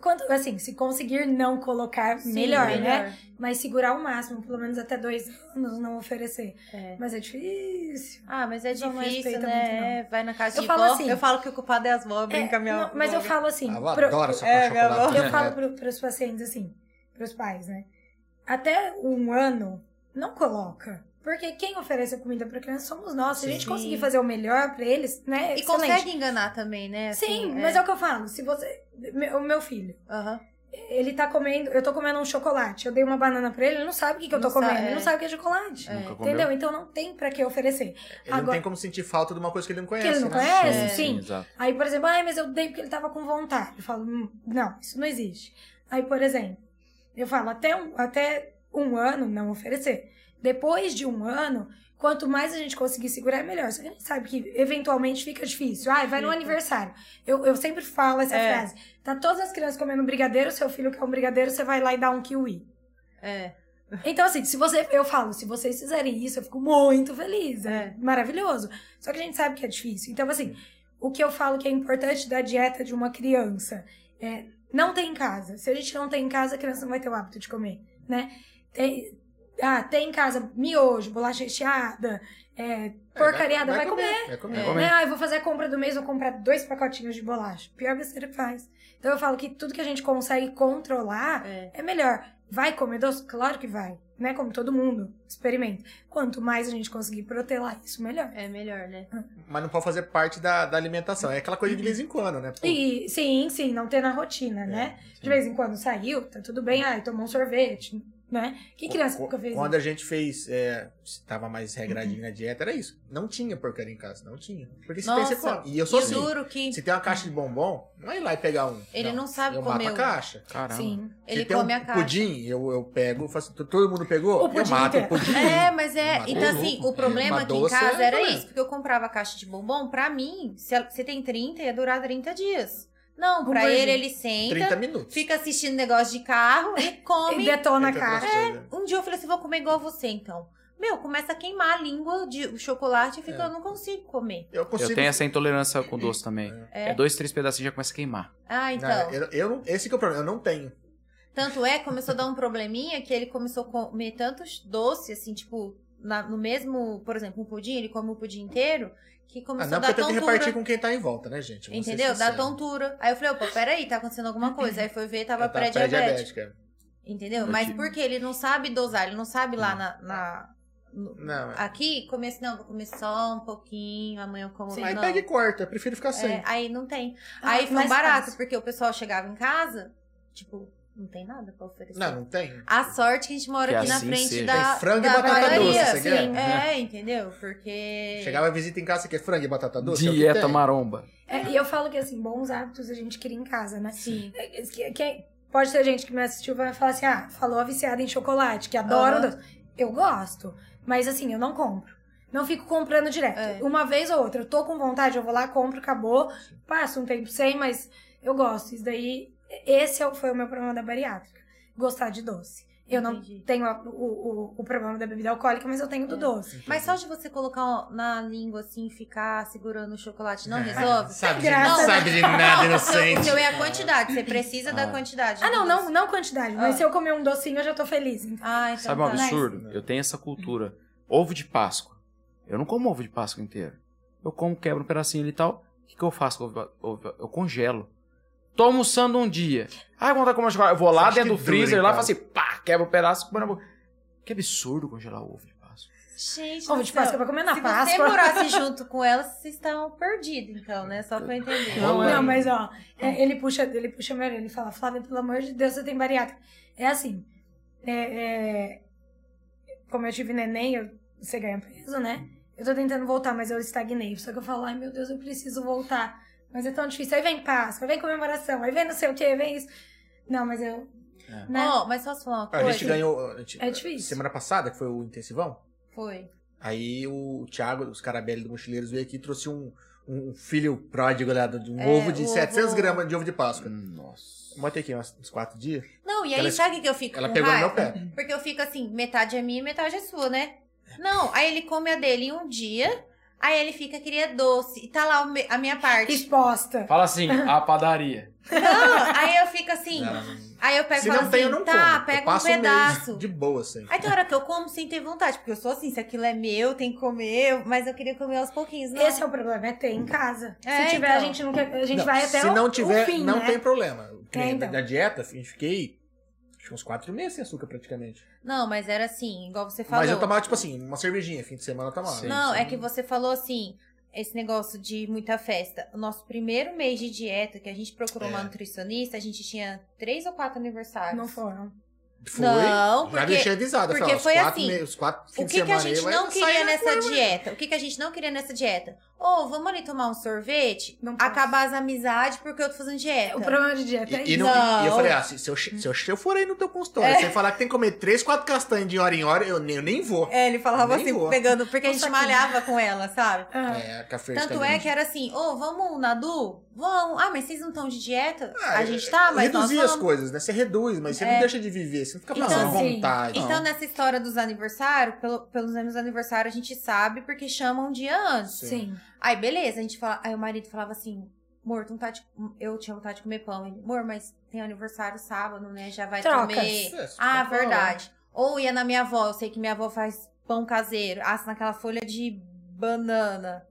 Speaker 4: Quanto, assim, se conseguir não colocar,
Speaker 1: sim,
Speaker 4: melhor, né? Mas segurar o máximo, pelo menos até dois anos, não oferecer.
Speaker 1: É.
Speaker 4: Mas é difícil.
Speaker 1: Ah, mas é
Speaker 4: Não
Speaker 1: difícil,
Speaker 4: respeita
Speaker 1: né? Vai na casa
Speaker 4: Eu
Speaker 1: de
Speaker 4: falo
Speaker 1: vó,
Speaker 4: assim-
Speaker 1: eu falo que o culpado é as vó, brinca
Speaker 4: É,
Speaker 1: minha
Speaker 4: não, mas eu
Speaker 1: vó.
Speaker 4: falo assim.
Speaker 2: Ah, eu
Speaker 4: pro-
Speaker 2: adoro essa
Speaker 1: É,
Speaker 2: é,
Speaker 1: minha
Speaker 2: chocolate.
Speaker 1: avó.
Speaker 4: eu falo pro, pros pacientes assim, pros pais, né? Até um ano, não coloca. Porque quem oferece a comida pra criança somos nós. Se a
Speaker 2: Sim.
Speaker 4: gente conseguir fazer o melhor pra eles, né?
Speaker 1: E
Speaker 4: excelente.
Speaker 1: consegue enganar também, né? assim,
Speaker 4: Sim, mas é o que eu falo. Se você. meu- O meu filho.
Speaker 1: Aham.
Speaker 4: Ele tá comendo, eu tô comendo um chocolate. Eu dei uma banana pra ele, ele não sabe o que, que eu
Speaker 1: Não
Speaker 4: tô
Speaker 1: sabe,
Speaker 4: comendo.
Speaker 1: é.
Speaker 4: Ele não sabe o que é chocolate.
Speaker 1: É.
Speaker 3: Nunca comeu.
Speaker 4: Entendeu? Então não tem pra que oferecer.
Speaker 2: Ele não
Speaker 4: Agora-
Speaker 2: tem como sentir falta de uma coisa que ele não conhece.
Speaker 4: ele não
Speaker 2: né?
Speaker 4: conhece,
Speaker 1: É.
Speaker 4: sim.
Speaker 3: exato.
Speaker 4: Aí, por exemplo, ai, mas eu dei porque ele tava com vontade. Eu falo, "Hum, não, isso não existe. Aí, por exemplo, eu falo, até um, até um ano não oferecer. Depois de um ano, quanto mais a gente conseguir segurar, é melhor. Só que a gente sabe que eventualmente fica difícil. Ai, vai no
Speaker 1: Fica.
Speaker 4: aniversário. Eu, eu sempre falo essa
Speaker 1: É.
Speaker 4: frase. Tá todas as crianças comendo brigadeiro, seu filho quer um brigadeiro, você vai lá e dá um kiwi.
Speaker 1: É.
Speaker 4: Então, assim, se você. Eu falo, se vocês fizerem isso, eu fico muito feliz.
Speaker 1: É.
Speaker 4: É maravilhoso. Só que a gente sabe que é difícil. Então, assim, o que eu falo que é importante da dieta de uma criança é não tem em casa. Se a gente não tem em casa, a criança não vai ter o hábito de comer, né? Tem. Ah, tem em casa miojo, bolacha recheada, é,
Speaker 2: É,
Speaker 4: porcariada, vai, comer.
Speaker 2: Vai comer.
Speaker 1: É.
Speaker 2: Vai comer.
Speaker 4: Né? Ah, eu vou fazer a compra do mês, vou comprar dois pacotinhos de bolacha. Pior besteira que faz. Então eu falo que tudo que a gente consegue controlar
Speaker 1: É.
Speaker 4: é melhor. Vai comer doce? Claro que vai. né? Como todo mundo experimenta. Quanto mais a gente conseguir protelar isso, melhor.
Speaker 5: É melhor, né?
Speaker 2: Mas não pode fazer parte da, da alimentação. É aquela coisa de vez em quando, né? Pô,
Speaker 4: E sim, sim, não ter na
Speaker 2: É,
Speaker 4: rotina, né? De vez em quando saiu, tá tudo bem, ai, tomou um sorvete, né? Que criança
Speaker 2: co-
Speaker 4: nunca fez
Speaker 2: Quando a gente fez, é, se tava mais regradinho na dieta, era isso. Não tinha porcaria em casa, não tinha. Porque se tem, você
Speaker 1: Nossa,
Speaker 2: come. E eu sou
Speaker 1: Eu
Speaker 2: assim.
Speaker 1: juro que
Speaker 2: Se tem uma caixa de bombom, não é ir lá e pegar um.
Speaker 1: Ele não sabe
Speaker 2: eu
Speaker 1: comer
Speaker 2: mato
Speaker 1: o-
Speaker 2: a caixa.
Speaker 3: Caramba.
Speaker 4: Sim.
Speaker 1: ele
Speaker 2: Se tem
Speaker 1: come
Speaker 2: um
Speaker 1: a caixa.
Speaker 2: pudim, eu, eu pego, faço, to- todo mundo pegou,
Speaker 4: O pudim
Speaker 2: eu mato
Speaker 4: inteiro.
Speaker 2: o pudim.
Speaker 1: É, mas é.
Speaker 2: Uma
Speaker 1: Então,
Speaker 2: doce.
Speaker 1: assim, o problema
Speaker 2: Uma
Speaker 1: aqui em
Speaker 2: doce
Speaker 1: casa
Speaker 2: é
Speaker 1: era
Speaker 2: problema.
Speaker 1: isso, porque eu comprava a caixa de bombom, pra mim, se ela- você tem 30, ia durar 30 dias. Não, pra
Speaker 4: Hambúrguer.
Speaker 1: ele, ele senta,
Speaker 2: 30 minutos.
Speaker 1: fica assistindo negócio de carro e
Speaker 4: E
Speaker 1: come.
Speaker 4: detona a
Speaker 2: Entra
Speaker 4: cara.
Speaker 2: pra você, né?
Speaker 1: Um dia eu falei assim: vou comer igual você, então. Meu, começa a queimar a língua de o chocolate e fica,
Speaker 2: É.
Speaker 1: eu não consigo comer.
Speaker 2: Eu consigo.
Speaker 3: Eu tenho essa intolerância com doce também.
Speaker 1: É.
Speaker 3: Dois, três pedacinhos já começa a queimar.
Speaker 1: Ah, então.
Speaker 2: Não, eu, eu não- esse que é o problema, eu não tenho.
Speaker 1: Tanto é, começou a dar um probleminha que ele começou a comer tantos doces, assim, tipo, na- no mesmo, por exemplo, um pudim, ele come o pudim inteiro, que
Speaker 2: Ah,
Speaker 1: começou
Speaker 2: não,
Speaker 1: a dar
Speaker 2: porque eu tenho que
Speaker 1: tontura.
Speaker 2: repartir com quem tá em volta, né, gente? Vou ser
Speaker 1: Entendeu? Dá
Speaker 2: sincero.
Speaker 1: tontura. Aí eu falei, opa, peraí, tá acontecendo alguma coisa. Aí foi ver, tava
Speaker 2: Eu tava
Speaker 1: pré-diabético.
Speaker 2: pré-diabética.
Speaker 1: entendeu?
Speaker 3: Eu
Speaker 1: Mas
Speaker 3: tive.
Speaker 1: porque ele não sabe dosar, ele não sabe lá na. na- no-
Speaker 2: Não, é.
Speaker 1: Aqui, começo, não, vou comer só um pouquinho, amanhã eu como
Speaker 2: Sim,
Speaker 1: não.
Speaker 2: Aí é. pega e corta, eu prefiro ficar sem.
Speaker 1: É, aí não tem.
Speaker 4: Ah,
Speaker 1: aí foi um
Speaker 4: mais
Speaker 1: barato,
Speaker 4: fácil.
Speaker 1: porque o pessoal chegava em casa, tipo, não tem nada pra oferecer.
Speaker 2: Não, não tem.
Speaker 1: A sorte que a gente mora
Speaker 3: Que
Speaker 1: aqui na
Speaker 3: assim
Speaker 1: frente
Speaker 3: seja.
Speaker 1: da.
Speaker 2: Tem frango e
Speaker 1: da
Speaker 2: batata
Speaker 1: padaria,
Speaker 2: doce, você quer?
Speaker 1: sim. É, entendeu? Porque.
Speaker 2: Chegava a visita em casa, você quer frango e batata doce? É o que
Speaker 3: Dieta
Speaker 2: tem.
Speaker 3: maromba.
Speaker 4: É, e eu falo que, assim, bons hábitos a gente cria em casa, né?
Speaker 1: Sim.
Speaker 4: É, é, que- que- pode ter gente que me assistiu e vai falar assim, ah, falou a viciada em chocolate, que adora
Speaker 1: Aham.
Speaker 4: o doce. Eu gosto, mas assim, eu não compro. Não fico comprando direto.
Speaker 1: É.
Speaker 4: Uma vez ou outra, eu tô com vontade, eu vou lá, compro, acabou. Passo um tempo sem, mas eu gosto. Isso daí, esse é o- foi o meu problema da bariátrica. Gostar de doce. Eu não
Speaker 1: Entendi.
Speaker 4: tenho a- o, o- o problema da bebida alcoólica, mas eu tenho do
Speaker 1: É.
Speaker 4: doce.
Speaker 1: Mas só de você colocar na língua assim, ficar segurando o chocolate, não
Speaker 2: É.
Speaker 1: resolve?
Speaker 2: Sabe de,
Speaker 4: Graças
Speaker 1: a-
Speaker 2: sabe de nada,
Speaker 1: o seu, o
Speaker 2: inocente.
Speaker 1: seu é a quantidade, você precisa da
Speaker 3: Ah.
Speaker 1: quantidade.
Speaker 4: Ah, não, não, não quantidade. Mas
Speaker 1: Ah.
Speaker 4: se eu comer um docinho, eu já tô feliz. então.
Speaker 1: Ah, então
Speaker 3: Sabe um
Speaker 1: tá.
Speaker 3: absurdo?
Speaker 2: É.
Speaker 3: Eu tenho essa cultura. Ovo de Páscoa. Eu não como ovo de Páscoa inteiro. Eu como, quebro um pedacinho ali e tal. O que, que eu faço com ovo, ovo? Eu congelo. Tô almoçando um dia. Ah, vontade de comer chocolate. Eu vou lá
Speaker 2: Você acha
Speaker 3: dentro do
Speaker 2: que dura em
Speaker 3: freezer, lá,
Speaker 2: casa?
Speaker 3: faço assim, pá, quebra um pedaço, põe na boca. Que absurdo congelar ovo de Páscoa.
Speaker 1: Gente,
Speaker 4: Ovo
Speaker 1: do
Speaker 4: de
Speaker 1: céu.
Speaker 4: Páscoa pra comer na
Speaker 1: Se você
Speaker 4: Páscoa.
Speaker 1: morasse junto com ela, vocês estavam perdidos, então, né? Só pra eu entender.
Speaker 3: Não, é.
Speaker 4: Não, mas ó, é, ele puxa, ele puxa meu ele fala, Flávia, pelo amor de Deus, você tem bariátrica. É assim, é, é, como eu tive neném, eu, você ganha peso, né? Eu tô tentando voltar, mas eu estagnei. Só que eu falo, ai meu Deus, eu preciso voltar. Mas é tão difícil. Aí vem Páscoa, aí vem comemoração, aí vem não sei o que, vem isso. Não, mas eu.
Speaker 3: É.
Speaker 4: Né?
Speaker 1: Ó, mas posso falar uma
Speaker 2: A
Speaker 1: coisa?
Speaker 2: gente ganhou. a gente-
Speaker 4: É difícil.
Speaker 2: Semana passada, que foi o Intensivão.
Speaker 1: Foi.
Speaker 2: Aí o Thiago, os carabelli do Mochileiros, veio aqui e trouxe um, um filho pródigo lá, de um
Speaker 1: É,
Speaker 2: ovo de
Speaker 1: o
Speaker 2: 700
Speaker 1: ovo-
Speaker 2: gramas de ovo de Páscoa.
Speaker 3: Nossa.
Speaker 2: Botei aqui uns uns quatro dias.
Speaker 1: Não, e aí
Speaker 2: Ela-
Speaker 1: sabe o que eu fico
Speaker 2: Ela
Speaker 1: com
Speaker 2: pegou no
Speaker 1: raiva?
Speaker 2: meu pé.
Speaker 1: Porque eu fico assim, metade é minha e metade é sua, né? Não, aí ele come a dele em um dia, aí ele fica, queria doce, e tá lá o me- a minha parte.
Speaker 4: Exposta.
Speaker 3: Fala assim, a padaria.
Speaker 4: Então,
Speaker 1: Não, aí eu fico assim,
Speaker 2: Ela-
Speaker 1: aí eu pego e
Speaker 2: Se
Speaker 1: falo
Speaker 2: não
Speaker 1: assim,
Speaker 2: tem, eu não
Speaker 1: tá,
Speaker 2: como. eu
Speaker 1: pega um
Speaker 2: passo
Speaker 1: pedaço.
Speaker 2: mês de boa, assim.
Speaker 1: Aí tem hora que eu como sem ter vontade, porque eu sou assim, se aquilo é meu, tem que comer, mas eu queria comer aos pouquinhos, não.
Speaker 4: Esse é o problema, é ter em casa.
Speaker 1: É,
Speaker 4: Se tiver,
Speaker 1: então.
Speaker 4: a gente não quer, a gente
Speaker 2: Não,
Speaker 4: vai até
Speaker 2: Se
Speaker 4: o,
Speaker 2: não tiver,
Speaker 4: o fim,
Speaker 2: não
Speaker 4: né?
Speaker 2: tem problema. Que nem
Speaker 4: É, então.
Speaker 2: Na dieta, a gente fiquei acho que uns quatro meses sem açúcar, praticamente.
Speaker 1: Não, mas era assim, igual você falou.
Speaker 2: Mas eu assim, tomava, tipo assim, uma cervejinha, fim de semana eu tomava.
Speaker 3: Sim.
Speaker 1: Não, é que você falou assim, esse negócio de muita festa. O nosso primeiro mês de dieta, que a gente procurou uma
Speaker 2: É.
Speaker 1: nutricionista, a gente tinha três ou quatro aniversários.
Speaker 4: Não foram.
Speaker 2: Foi,
Speaker 1: Não,
Speaker 2: já
Speaker 1: porque-
Speaker 2: deixei avisado. eu
Speaker 1: porque
Speaker 2: falei, ó, os
Speaker 1: foi
Speaker 2: quatro
Speaker 1: assim,
Speaker 2: meses- os quatro
Speaker 1: O
Speaker 2: fins de
Speaker 1: que, que a
Speaker 2: semana aí
Speaker 1: gente
Speaker 2: vai
Speaker 1: não
Speaker 2: sair
Speaker 1: queria
Speaker 2: na
Speaker 1: nessa dieta? O que, que a gente não queria nessa dieta? Ou vamos ali tomar um sorvete,
Speaker 4: Não posso.
Speaker 1: acabar as amizades porque eu tô fazendo dieta.
Speaker 4: O problema de dieta é
Speaker 2: E, e
Speaker 4: isso.
Speaker 2: não-
Speaker 1: Não. É.
Speaker 2: e eu falei, ah, se, se eu, che- se eu che- eu for aí no teu consultório, você falar que tem que comer três, quatro castanhas de hora em hora, eu nem, eu nem vou.
Speaker 1: É, ele falava
Speaker 2: Nem
Speaker 1: assim,
Speaker 2: vou.
Speaker 1: pegando, porque a
Speaker 4: Um
Speaker 1: gente
Speaker 4: saquinho.
Speaker 1: malhava com ela, sabe?
Speaker 4: Ah.
Speaker 2: É, café
Speaker 1: Tanto é que era assim, ô, vamos na Du? Vamos. Ah, mas vocês não estão de dieta? a gente tá, mas nós
Speaker 2: Ah, Reduzir
Speaker 1: vamos.
Speaker 2: as coisas, né? Você reduz, mas você
Speaker 1: É.
Speaker 2: não deixa de viver. Você não fica
Speaker 1: Então,
Speaker 2: passando
Speaker 4: assim,
Speaker 2: vontade.
Speaker 1: Então, nessa história dos aniversários, pelo- pelos anos aniversário, a gente sabe porque chamam um dia antes.
Speaker 4: Sim.
Speaker 1: Aí, beleza, a gente fala. Aí o marido falava assim: amor, tu não tá de- eu tinha vontade de comer pão. Ele, amor, mas tem aniversário sábado, né? Já vai
Speaker 4: Trocas.
Speaker 1: comer.
Speaker 2: É, você
Speaker 1: Ah,
Speaker 2: tá falando.
Speaker 1: verdade. Ou ia na minha avó, eu sei que minha avó faz pão caseiro, assa naquela folha de banana.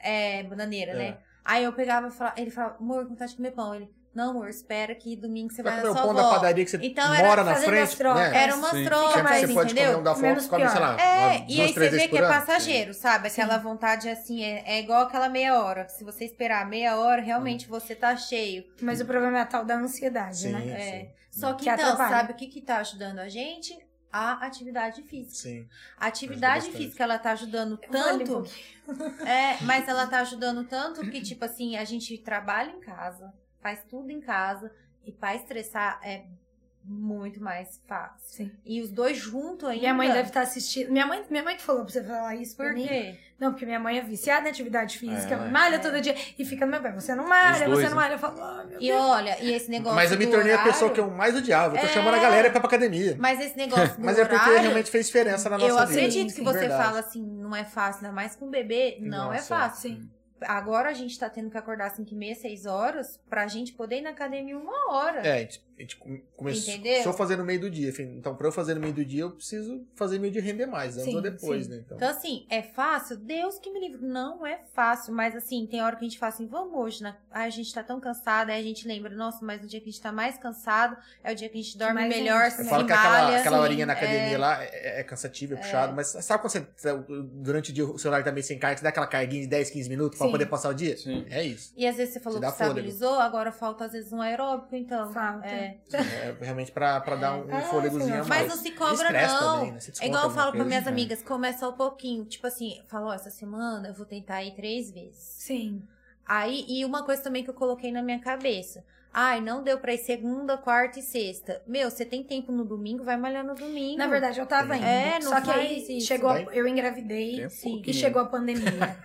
Speaker 1: É, bananeira,
Speaker 2: É.
Speaker 4: É.
Speaker 1: né? Aí eu pegava e falava, ele falava, amor, com vontade de comer pão. Ele, Não, amor, espera que domingo você
Speaker 2: Vai
Speaker 1: vai na
Speaker 2: comer o
Speaker 1: sua
Speaker 2: pão da
Speaker 1: avó.
Speaker 2: padaria que você
Speaker 1: Então era
Speaker 2: mora na
Speaker 4: fazendo as
Speaker 2: frente.
Speaker 4: trocas.
Speaker 2: Né?
Speaker 1: Era umas
Speaker 3: Sim.
Speaker 1: trocas,
Speaker 2: Sempre
Speaker 4: mas,
Speaker 2: você pode comer um
Speaker 1: entendeu?
Speaker 2: da foto,
Speaker 4: Menos
Speaker 2: come, sei lá.
Speaker 1: É,
Speaker 2: umas
Speaker 1: e
Speaker 2: duas,
Speaker 1: aí você vê
Speaker 2: três vezes
Speaker 1: que
Speaker 2: por
Speaker 1: é
Speaker 2: ano.
Speaker 1: passageiro, sabe? Aquela vontade assim, é, é igual aquela meia hora. Se você esperar meia hora, realmente
Speaker 4: Hum.
Speaker 1: você tá cheio.
Speaker 4: Mas o problema é a tal da ansiedade,
Speaker 2: Sim,
Speaker 4: né?
Speaker 1: É. Só que,
Speaker 4: Que
Speaker 1: então,
Speaker 4: atrapalha.
Speaker 1: sabe o que que tá ajudando a gente? A atividade
Speaker 2: sim,
Speaker 1: física.
Speaker 2: sim.
Speaker 1: A atividade
Speaker 2: bastante.
Speaker 1: física, ela tá ajudando
Speaker 4: Olha,
Speaker 1: tanto. É, mas ela tá ajudando tanto que, tipo assim, a gente trabalha em casa, faz tudo em casa, e pra estressar é muito mais fácil.
Speaker 4: Sim.
Speaker 1: E os dois juntos ainda.
Speaker 4: Minha mãe deve estar assistindo. Minha mãe, minha mãe que falou pra você falar isso pra
Speaker 1: Por
Speaker 4: mim.
Speaker 1: quê?
Speaker 4: Não, porque minha mãe é viciada em atividade física,
Speaker 2: É.
Speaker 4: malha todo dia e fica no meu pé. Você não malha,
Speaker 3: Os dois,
Speaker 4: você não
Speaker 3: né?
Speaker 4: malha. Eu falo, "Ah, meu
Speaker 1: E olha, e esse negócio.
Speaker 2: Mas eu me
Speaker 1: do
Speaker 2: tornei
Speaker 1: horário,
Speaker 2: a pessoa que eu mais odiava. Eu tô
Speaker 1: É.
Speaker 2: chamando a galera pra ir pra academia.
Speaker 1: Mas esse negócio. Do
Speaker 2: Mas é porque
Speaker 1: horário,
Speaker 2: realmente fez diferença na nossa
Speaker 1: Eu
Speaker 2: vida.
Speaker 1: acredito que você
Speaker 2: Verdade.
Speaker 1: fala assim, não é fácil, ainda mais com bebê. Não é
Speaker 2: Nossa,
Speaker 1: fácil.
Speaker 4: sim.
Speaker 1: Agora a gente tá tendo que acordar às 5 e meia, 6 horas, pra gente poder ir na academia uma hora.
Speaker 2: É, a gente, a gente come- começou
Speaker 1: Entendeu?
Speaker 2: começou a fazer no meio do dia. enfim. Então, pra eu fazer no meio do dia, eu preciso fazer meio de render mais, antes
Speaker 4: Sim,
Speaker 2: ou depois,
Speaker 4: sim.
Speaker 2: né? Então,
Speaker 1: Então, assim, é fácil? Deus que me livre. Não é fácil, mas assim, tem hora que a gente fala assim, vamos hoje, né? Ai, a gente tá tão cansada, aí a gente lembra, nossa, mas no dia que a gente tá mais cansado, é o dia que a gente dorme
Speaker 4: mais
Speaker 1: melhor,
Speaker 4: rende,
Speaker 1: se assim,
Speaker 2: eu falo que
Speaker 1: malha.
Speaker 2: aquela, aquela
Speaker 4: sim,
Speaker 2: horinha na academia lá é, é cansativo, é puxado, mas sabe quando você, tá- durante o dia, o celular tá meio sem carga, você dá aquela carguinha de 10, 15 minutos pra
Speaker 4: Sim.
Speaker 2: poder passar o dia?
Speaker 3: Sim.
Speaker 2: É isso.
Speaker 1: E às vezes você falou
Speaker 2: Te
Speaker 1: que
Speaker 2: dá fôlego.
Speaker 1: estabilizou, agora falta às vezes um aeróbico, então.
Speaker 4: Falta.
Speaker 1: É.
Speaker 2: É realmente pra, pra dar um
Speaker 4: É,
Speaker 2: fôlegozinho a
Speaker 4: senhor.
Speaker 1: Ah, Mas
Speaker 2: mais.
Speaker 1: não se cobra,
Speaker 2: Estresse
Speaker 1: não.
Speaker 2: também, né? Você
Speaker 1: É
Speaker 2: desconta
Speaker 1: igual eu
Speaker 2: alguma
Speaker 1: falo para
Speaker 2: coisa.
Speaker 1: minhas
Speaker 3: né?
Speaker 1: amigas, começa ao pouquinho. Tipo assim, falou, essa semana eu vou tentar ir três vezes.
Speaker 4: Sim.
Speaker 1: Aí, e uma coisa também que eu coloquei na minha cabeça. Ai, não deu pra ir segunda, quarta e sexta. Meu, você tem tempo no domingo, vai malhar no domingo.
Speaker 4: Na verdade, eu tava indo.
Speaker 1: É, não
Speaker 4: Só que aí
Speaker 1: faz isso.
Speaker 4: chegou. a-
Speaker 2: Vai.
Speaker 4: eu engravidei
Speaker 3: Tem
Speaker 4: sim, e
Speaker 3: pouquinho.
Speaker 4: chegou a pandemia.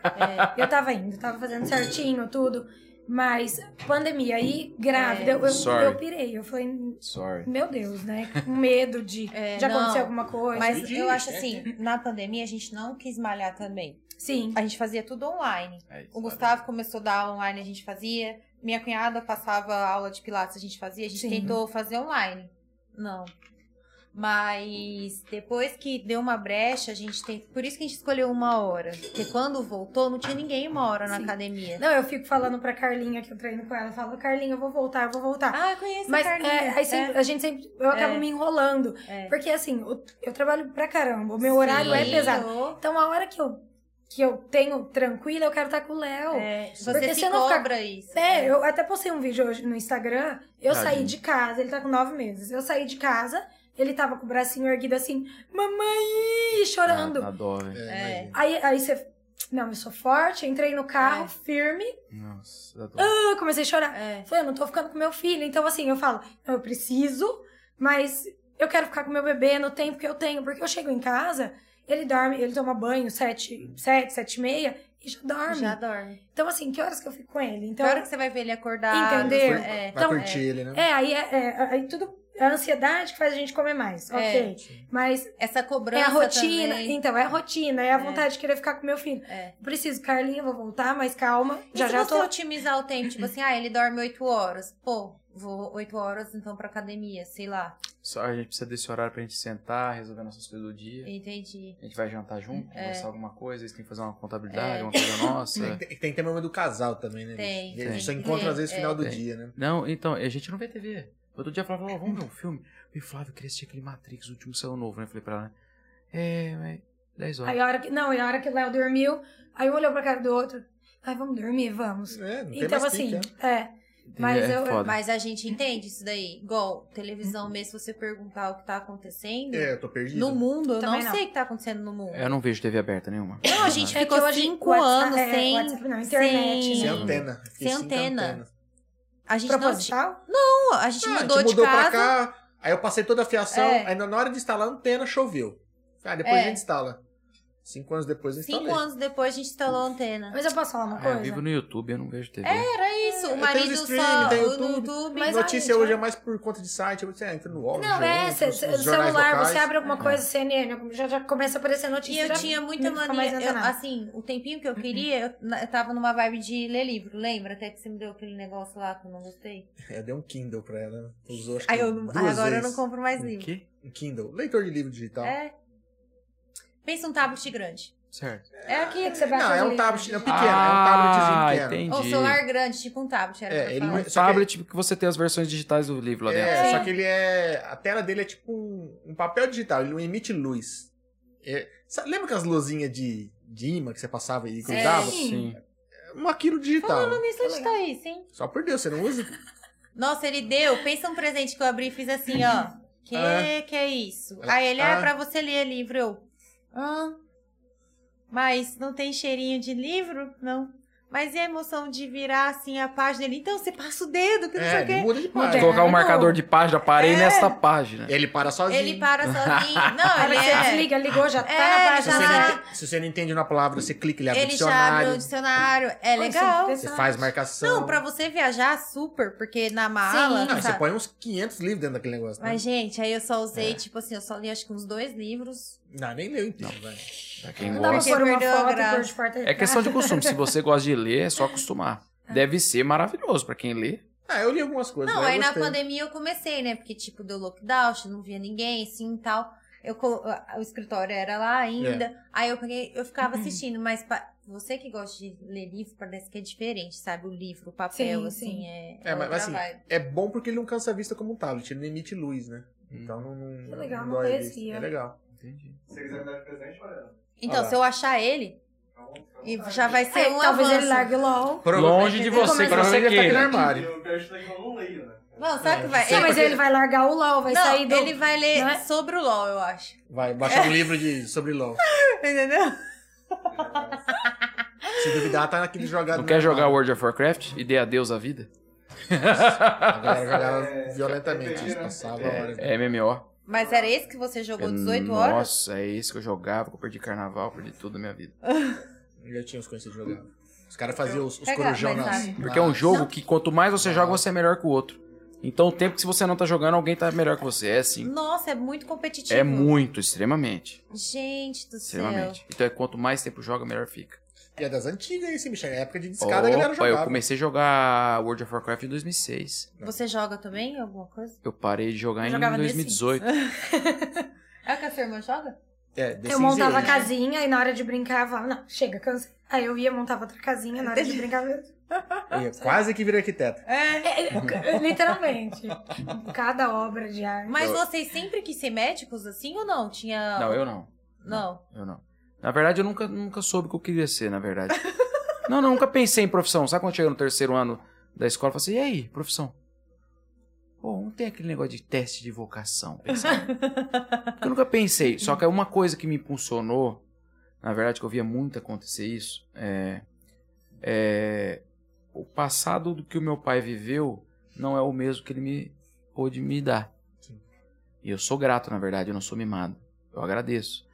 Speaker 4: É, eu tava indo, tava fazendo certinho, tudo. Mas pandemia aí, grávida,
Speaker 1: É.
Speaker 4: eu, eu,
Speaker 3: Sorry.
Speaker 4: eu pirei. Eu falei,
Speaker 3: Sorry.
Speaker 4: meu Deus, né? Com medo de,
Speaker 1: É,
Speaker 4: de acontecer
Speaker 1: não.
Speaker 4: alguma coisa.
Speaker 1: Mas
Speaker 2: Entendi,
Speaker 1: eu acho
Speaker 2: é.
Speaker 1: assim, na pandemia a gente não quis malhar também.
Speaker 4: Sim.
Speaker 1: A gente fazia tudo online.
Speaker 3: É isso,
Speaker 1: O
Speaker 3: sabe?
Speaker 1: Gustavo começou a dar aula online, a gente fazia. Minha cunhada passava aula de pilates, a gente fazia. A gente
Speaker 4: Sim.
Speaker 1: tentou fazer online. Não. Mas depois que deu uma brecha, a gente tem. Por isso que a gente escolheu uma hora. Porque quando voltou, não tinha ninguém uma hora na
Speaker 4: Sim.
Speaker 1: academia.
Speaker 4: Não, eu fico falando pra Carlinha que eu treino com ela. Eu falo, Carlinha, eu vou voltar, eu vou voltar.
Speaker 1: Ah, eu conheço
Speaker 4: Mas
Speaker 1: a Carlinha.
Speaker 4: é, aí sempre- a gente sempre. Eu acabo me enrolando.
Speaker 1: É.
Speaker 4: Porque assim, eu, eu trabalho pra caramba. O meu horário é
Speaker 1: Sim.
Speaker 4: pesado. Então a hora que eu, que eu tenho tranquila, eu quero estar com o Léo. É.
Speaker 1: É, você se
Speaker 4: Porque se eu não
Speaker 1: cobra
Speaker 4: ficar-
Speaker 1: isso.
Speaker 4: eu até postei um vídeo hoje no Instagram. Eu
Speaker 3: Tadinho.
Speaker 4: saí de casa, ele tá com nove meses. Eu saí de casa, ele tava com o bracinho erguido assim, mamãe! chorando.
Speaker 3: Ah, dó, velho.
Speaker 1: É.
Speaker 2: imagina.
Speaker 4: Aí, aí você. Não, eu sou forte, entrei no carro,
Speaker 1: É.
Speaker 4: firme,
Speaker 3: Nossa, dá dó.
Speaker 4: eu comecei a chorar.
Speaker 1: É.
Speaker 4: Falei, eu não tô ficando com meu filho. Então, assim, eu falo, não, eu preciso, mas eu quero ficar com meu bebê no tempo que eu tenho. Porque eu chego em casa, ele dorme, ele toma banho sete, sete, sete e meia e já dorme.
Speaker 1: Já dorme.
Speaker 4: Então, assim, que horas que eu fico com ele?
Speaker 1: Então,
Speaker 4: Então,
Speaker 1: hora que você vai ver ele acordar.
Speaker 4: Entendeu?
Speaker 1: É.
Speaker 2: Vai
Speaker 4: Então,
Speaker 2: curtir ele, né?
Speaker 4: é, aí é, é- aí tudo. É a ansiedade que faz a gente comer mais,
Speaker 1: É.
Speaker 4: ok. Mas
Speaker 1: Essa
Speaker 4: é
Speaker 1: cobrança.
Speaker 4: a rotina,
Speaker 1: também.
Speaker 4: então, é a rotina, é a vontade de querer ficar com meu filho.
Speaker 1: É.
Speaker 4: Preciso, Carlinha, eu vou voltar, mas calma.
Speaker 1: E
Speaker 4: já
Speaker 1: se
Speaker 4: já eu
Speaker 1: você
Speaker 4: tô.
Speaker 1: otimizar o tempo, tipo assim, ah, ele dorme 8 horas. Pô, vou 8 horas então pra academia, sei lá.
Speaker 3: Só a gente precisa desse horário pra gente sentar, resolver nossas coisas do
Speaker 2: É.
Speaker 3: dia.
Speaker 1: Entendi.
Speaker 3: A gente vai jantar junto,
Speaker 1: É.
Speaker 3: conversar alguma coisa, eles têm que fazer uma contabilidade, uma coisa
Speaker 2: Tem,
Speaker 3: nossa.
Speaker 2: tem, tem também o do casal também, né?
Speaker 1: Tem,
Speaker 2: bicho? Eles
Speaker 1: tem. É.
Speaker 2: só encontram às vezes no final do
Speaker 3: Tem.
Speaker 2: dia, né?
Speaker 3: Não, então, a gente não vê TV. Outro dia a Flávia falou, "Ó, vamos ver um filme. E Flávio, eu queria assistir aquele Matrix, o último saiu novo, né? Eu Falei pra ela, né? É, mas 10 horas.
Speaker 4: Aí a hora que. Não, e a hora que o Léo dormiu, aí um olhou pra cara do outro. Ai, vamos dormir, vamos.
Speaker 2: É, não tem
Speaker 4: então,
Speaker 2: mais
Speaker 4: assim,
Speaker 2: pique, né?
Speaker 4: é. mas
Speaker 3: é
Speaker 4: eu-
Speaker 3: foda.
Speaker 1: Mas a gente entende isso daí. Igual, televisão mesmo, se você perguntar o que tá acontecendo
Speaker 2: É, eu tô perdido.
Speaker 1: no mundo, eu não,
Speaker 4: Também não.
Speaker 1: sei o que tá acontecendo no mundo.
Speaker 3: Eu não vejo TV aberta nenhuma. Ah,
Speaker 1: Não, a gente
Speaker 4: É
Speaker 1: ficou
Speaker 4: que hoje
Speaker 1: cinco
Speaker 4: WhatsApp-
Speaker 1: anos
Speaker 4: é,
Speaker 1: sem.
Speaker 4: WhatsApp não, internet,
Speaker 1: sem-
Speaker 2: Sem
Speaker 3: né?
Speaker 2: antena. Fiquei
Speaker 1: Sem antena. A gente não tinha.
Speaker 4: Proposital?
Speaker 1: Não, a gente
Speaker 2: Ah,
Speaker 1: mudou,
Speaker 2: a gente mudou
Speaker 1: de casa.
Speaker 2: pra cá, aí eu passei toda a fiação,
Speaker 1: É.
Speaker 2: aí na na hora de instalar a antena choveu. Ah, depois
Speaker 1: É.
Speaker 2: a gente instala. Cinco anos depois eu instalei.
Speaker 1: Cinco anos depois a gente instalou a antena.
Speaker 4: Mas eu posso
Speaker 2: Ah,
Speaker 4: falar uma
Speaker 3: É, eu vivo
Speaker 4: coisa?
Speaker 3: no YouTube, eu não vejo TV.
Speaker 1: Era isso, o
Speaker 2: tem os
Speaker 1: marido
Speaker 2: streaming,
Speaker 1: só
Speaker 2: tem o
Speaker 1: no
Speaker 2: YouTube.
Speaker 1: YouTube.
Speaker 4: Mas
Speaker 2: Notícia
Speaker 4: aí,
Speaker 2: hoje é mais por conta de site, você entra no óbvio.
Speaker 4: Não, é, cê, cê- no celular, você abre alguma
Speaker 2: É.
Speaker 4: coisa, CNN, já, já começa a aparecer
Speaker 1: E
Speaker 4: notícia.
Speaker 1: eu
Speaker 4: já
Speaker 1: tinha muita
Speaker 4: não fica mais
Speaker 1: mania, eu,
Speaker 4: antenada.
Speaker 1: assim, o tempinho que eu queria, eu, na- eu tava numa vibe de ler livro, lembra? Até que você me deu aquele negócio lá que eu não gostei.
Speaker 2: Eu dei um Kindle pra ela, usou acho que
Speaker 1: Aí eu,
Speaker 2: duas
Speaker 1: aí agora eu não É,
Speaker 2: vezes.
Speaker 1: compro mais
Speaker 3: O
Speaker 1: livro.
Speaker 3: quê?
Speaker 2: Um Kindle, leitor de livro digital.
Speaker 1: É. Pensa um tablet grande.
Speaker 3: Certo.
Speaker 1: É aqui.
Speaker 4: É que você bate
Speaker 2: Não, é um
Speaker 4: ali.
Speaker 2: tablet não, pequeno,
Speaker 3: ah,
Speaker 2: é um tabletzinho pequeno.
Speaker 1: Ou
Speaker 3: entendi.
Speaker 1: celular grande, tipo um tablet. Era
Speaker 2: É,
Speaker 1: o que eu
Speaker 2: ele
Speaker 1: falava.
Speaker 2: não- só que-
Speaker 3: Tablet que você tem as versões digitais do livro lá dentro.
Speaker 2: É, só que ele é. A tela dele é tipo um, um papel digital, ele não emite luz. É, sa- lembra aquelas luzinhas de, de imã que você passava e grudava?
Speaker 1: Sim.
Speaker 2: Um aquilo digital.
Speaker 4: É
Speaker 1: Falando nisso, a gente tá aí, sim.
Speaker 2: Só por Deus, você não usa?
Speaker 1: Nossa, ele deu. Pensa um presente que eu abri e fiz assim, ó. Que
Speaker 2: Ah.
Speaker 1: que é isso?
Speaker 2: Ela-
Speaker 1: Aí ele, ah, é
Speaker 2: Ah.
Speaker 1: pra você ler livro. Eu, ah, mas não tem cheirinho de livro? Não. Mas e a emoção de virar, assim, a página? Ele, então, você passa o dedo, que não sei
Speaker 2: É,
Speaker 1: o quê.
Speaker 2: ele muda de
Speaker 3: Vou
Speaker 2: página.
Speaker 4: Moderno.
Speaker 1: um-
Speaker 3: Colocar o marcador de página, parei
Speaker 1: É.
Speaker 3: nesta página.
Speaker 2: Ele para sozinho.
Speaker 1: Ele para sozinho. Não,
Speaker 4: Na hora
Speaker 1: ele
Speaker 4: que
Speaker 1: é...
Speaker 4: você desliga, ligou, já
Speaker 1: É,
Speaker 4: tá na
Speaker 2: Se
Speaker 4: página.
Speaker 2: você,
Speaker 1: já-
Speaker 4: lá.
Speaker 2: não, ente- se você não entende uma palavra, você clica, ele abre o
Speaker 1: Ele já abre o
Speaker 2: dicionário.
Speaker 1: dicionário. É
Speaker 4: Olha, isso
Speaker 1: legal.
Speaker 4: é
Speaker 2: Você
Speaker 4: interessante.
Speaker 2: faz marcação. Ah,
Speaker 1: Não, pra você viajar, super, porque na mala.
Speaker 2: Não,
Speaker 4: Sim.
Speaker 2: e você
Speaker 1: sabe?
Speaker 2: põe uns 500 livros dentro daquele negócio. né?
Speaker 1: Mas, gente, aí eu só usei,
Speaker 2: É.
Speaker 1: tipo assim, eu só li acho que uns dois livros.
Speaker 2: Não, nem leu inteiro, velho.
Speaker 3: quem
Speaker 4: Não dá pra
Speaker 3: gosta.
Speaker 4: pôr uma
Speaker 1: Perdeu a
Speaker 4: foto,
Speaker 1: graça.
Speaker 4: pôr de porta
Speaker 3: É questão de costume. Se você gosta de ler, é só acostumar. Deve ser maravilhoso pra quem lê.
Speaker 2: Ah, eu li algumas coisas.
Speaker 1: Não,
Speaker 2: mas eu
Speaker 1: aí na
Speaker 2: gostei.
Speaker 1: pandemia eu comecei, né? Porque, tipo, deu lockdown, não via ninguém, assim e tal. Eu, co- o escritório era lá ainda.
Speaker 2: É.
Speaker 1: Aí eu peguei, eu
Speaker 4: Uhum.
Speaker 1: ficava assistindo, mas pa- você que gosta de ler livro, parece que é diferente, sabe? O livro, o papel,
Speaker 4: Sim,
Speaker 1: assim,
Speaker 4: sim.
Speaker 1: é.
Speaker 2: É, mas
Speaker 1: outra
Speaker 2: assim,
Speaker 1: vibe.
Speaker 2: É bom porque ele não cansa a vista como um tablet, ele não emite luz, né? Então não. não
Speaker 4: Que legal,
Speaker 2: não
Speaker 4: não
Speaker 2: dói a
Speaker 4: conhecia.
Speaker 2: vista. É legal.
Speaker 3: Entendi.
Speaker 5: Se você quiser me dar de presente, olha.
Speaker 1: Então,
Speaker 2: Ah lá.
Speaker 1: se eu achar ele, e já vai ser um
Speaker 4: é, Talvez ele
Speaker 1: avanço.
Speaker 4: largue o LOL.
Speaker 3: Longe de
Speaker 4: ele
Speaker 3: você,
Speaker 4: começa-
Speaker 3: que você
Speaker 2: Provavelmente ele tá aqui no
Speaker 3: queira.
Speaker 2: armário.
Speaker 5: Eu quero estudar que eu não leio, né?
Speaker 1: Não, sabe o
Speaker 2: É,
Speaker 1: que vai?
Speaker 4: Sim, mas ele vai largar o LOL, vai
Speaker 1: não,
Speaker 4: sair do...
Speaker 1: ele vai ler
Speaker 4: não é?
Speaker 1: sobre o LOL, eu acho.
Speaker 2: Vai baixar um livro de, sobre LOL.
Speaker 1: Entendeu?
Speaker 2: Se duvidar, tá naquele jogado.
Speaker 3: Não quer jogar World of Warcraft e dê adeus à vida?
Speaker 2: A galera jogava
Speaker 5: É,
Speaker 2: violentamente.
Speaker 5: é,
Speaker 2: Isso passava
Speaker 5: é,
Speaker 2: horas.
Speaker 3: É MMO.
Speaker 1: Mas era esse que você jogou
Speaker 2: É,
Speaker 1: 18 horas?
Speaker 3: Nossa, é isso que eu jogava, que eu perdi carnaval, perdi tudo na minha vida.
Speaker 2: Eu tinha os conhecidos que jogavam. Os caras faziam os, os
Speaker 1: Pega,
Speaker 2: corujão
Speaker 1: mas
Speaker 2: nas.
Speaker 1: sabe.
Speaker 3: Porque é um jogo que quanto mais você joga, você é melhor que o outro. Então o tempo que se você não tá jogando, alguém tá melhor que você. É assim.
Speaker 1: Nossa, é muito competitivo.
Speaker 3: É muito, extremamente.
Speaker 1: Gente do céu.
Speaker 3: Extremamente. Então é quanto mais tempo joga, melhor fica.
Speaker 2: E é das antigas esse, bicho. É época de discada a galera
Speaker 3: Opa, eu
Speaker 2: jogava.
Speaker 3: comecei a jogar World of Warcraft em 2006.
Speaker 1: Você joga também alguma coisa?
Speaker 3: Eu parei de jogar
Speaker 4: Eu
Speaker 3: em
Speaker 4: jogava The
Speaker 3: 2018.
Speaker 1: É o que a sua irmã joga?
Speaker 2: É, The
Speaker 4: Eu
Speaker 2: Sims
Speaker 4: montava a
Speaker 2: e-
Speaker 4: casinha e na hora de brincar, eu falava, não, chega, cansei. Aí eu ia, montava outra casinha, na hora de brincar, eu...
Speaker 2: Eu É, Quase que virei arquiteto.
Speaker 1: É.
Speaker 4: É, literalmente. Cada obra de arte.
Speaker 1: Mas
Speaker 3: Eu-
Speaker 1: vocês sempre quis ser médicos assim ou não? Tinha.
Speaker 3: Não, eu não.
Speaker 1: Não.
Speaker 3: Eu não. Na verdade, eu nunca, nunca soube o que eu queria ser, na verdade. não, não, nunca pensei em profissão. Sabe quando chega no terceiro ano da escola, eu falo assim, e aí, profissão? Pô, não tem aquele negócio de teste de vocação. pensava. Porque eu nunca pensei. Só que é uma coisa que me impulsionou, na verdade, que eu via muito acontecer isso, é, é o passado do que o meu pai viveu não é o mesmo que ele me pôde me dar.
Speaker 2: Sim.
Speaker 3: E eu sou grato, na verdade, eu não sou mimado. Eu agradeço.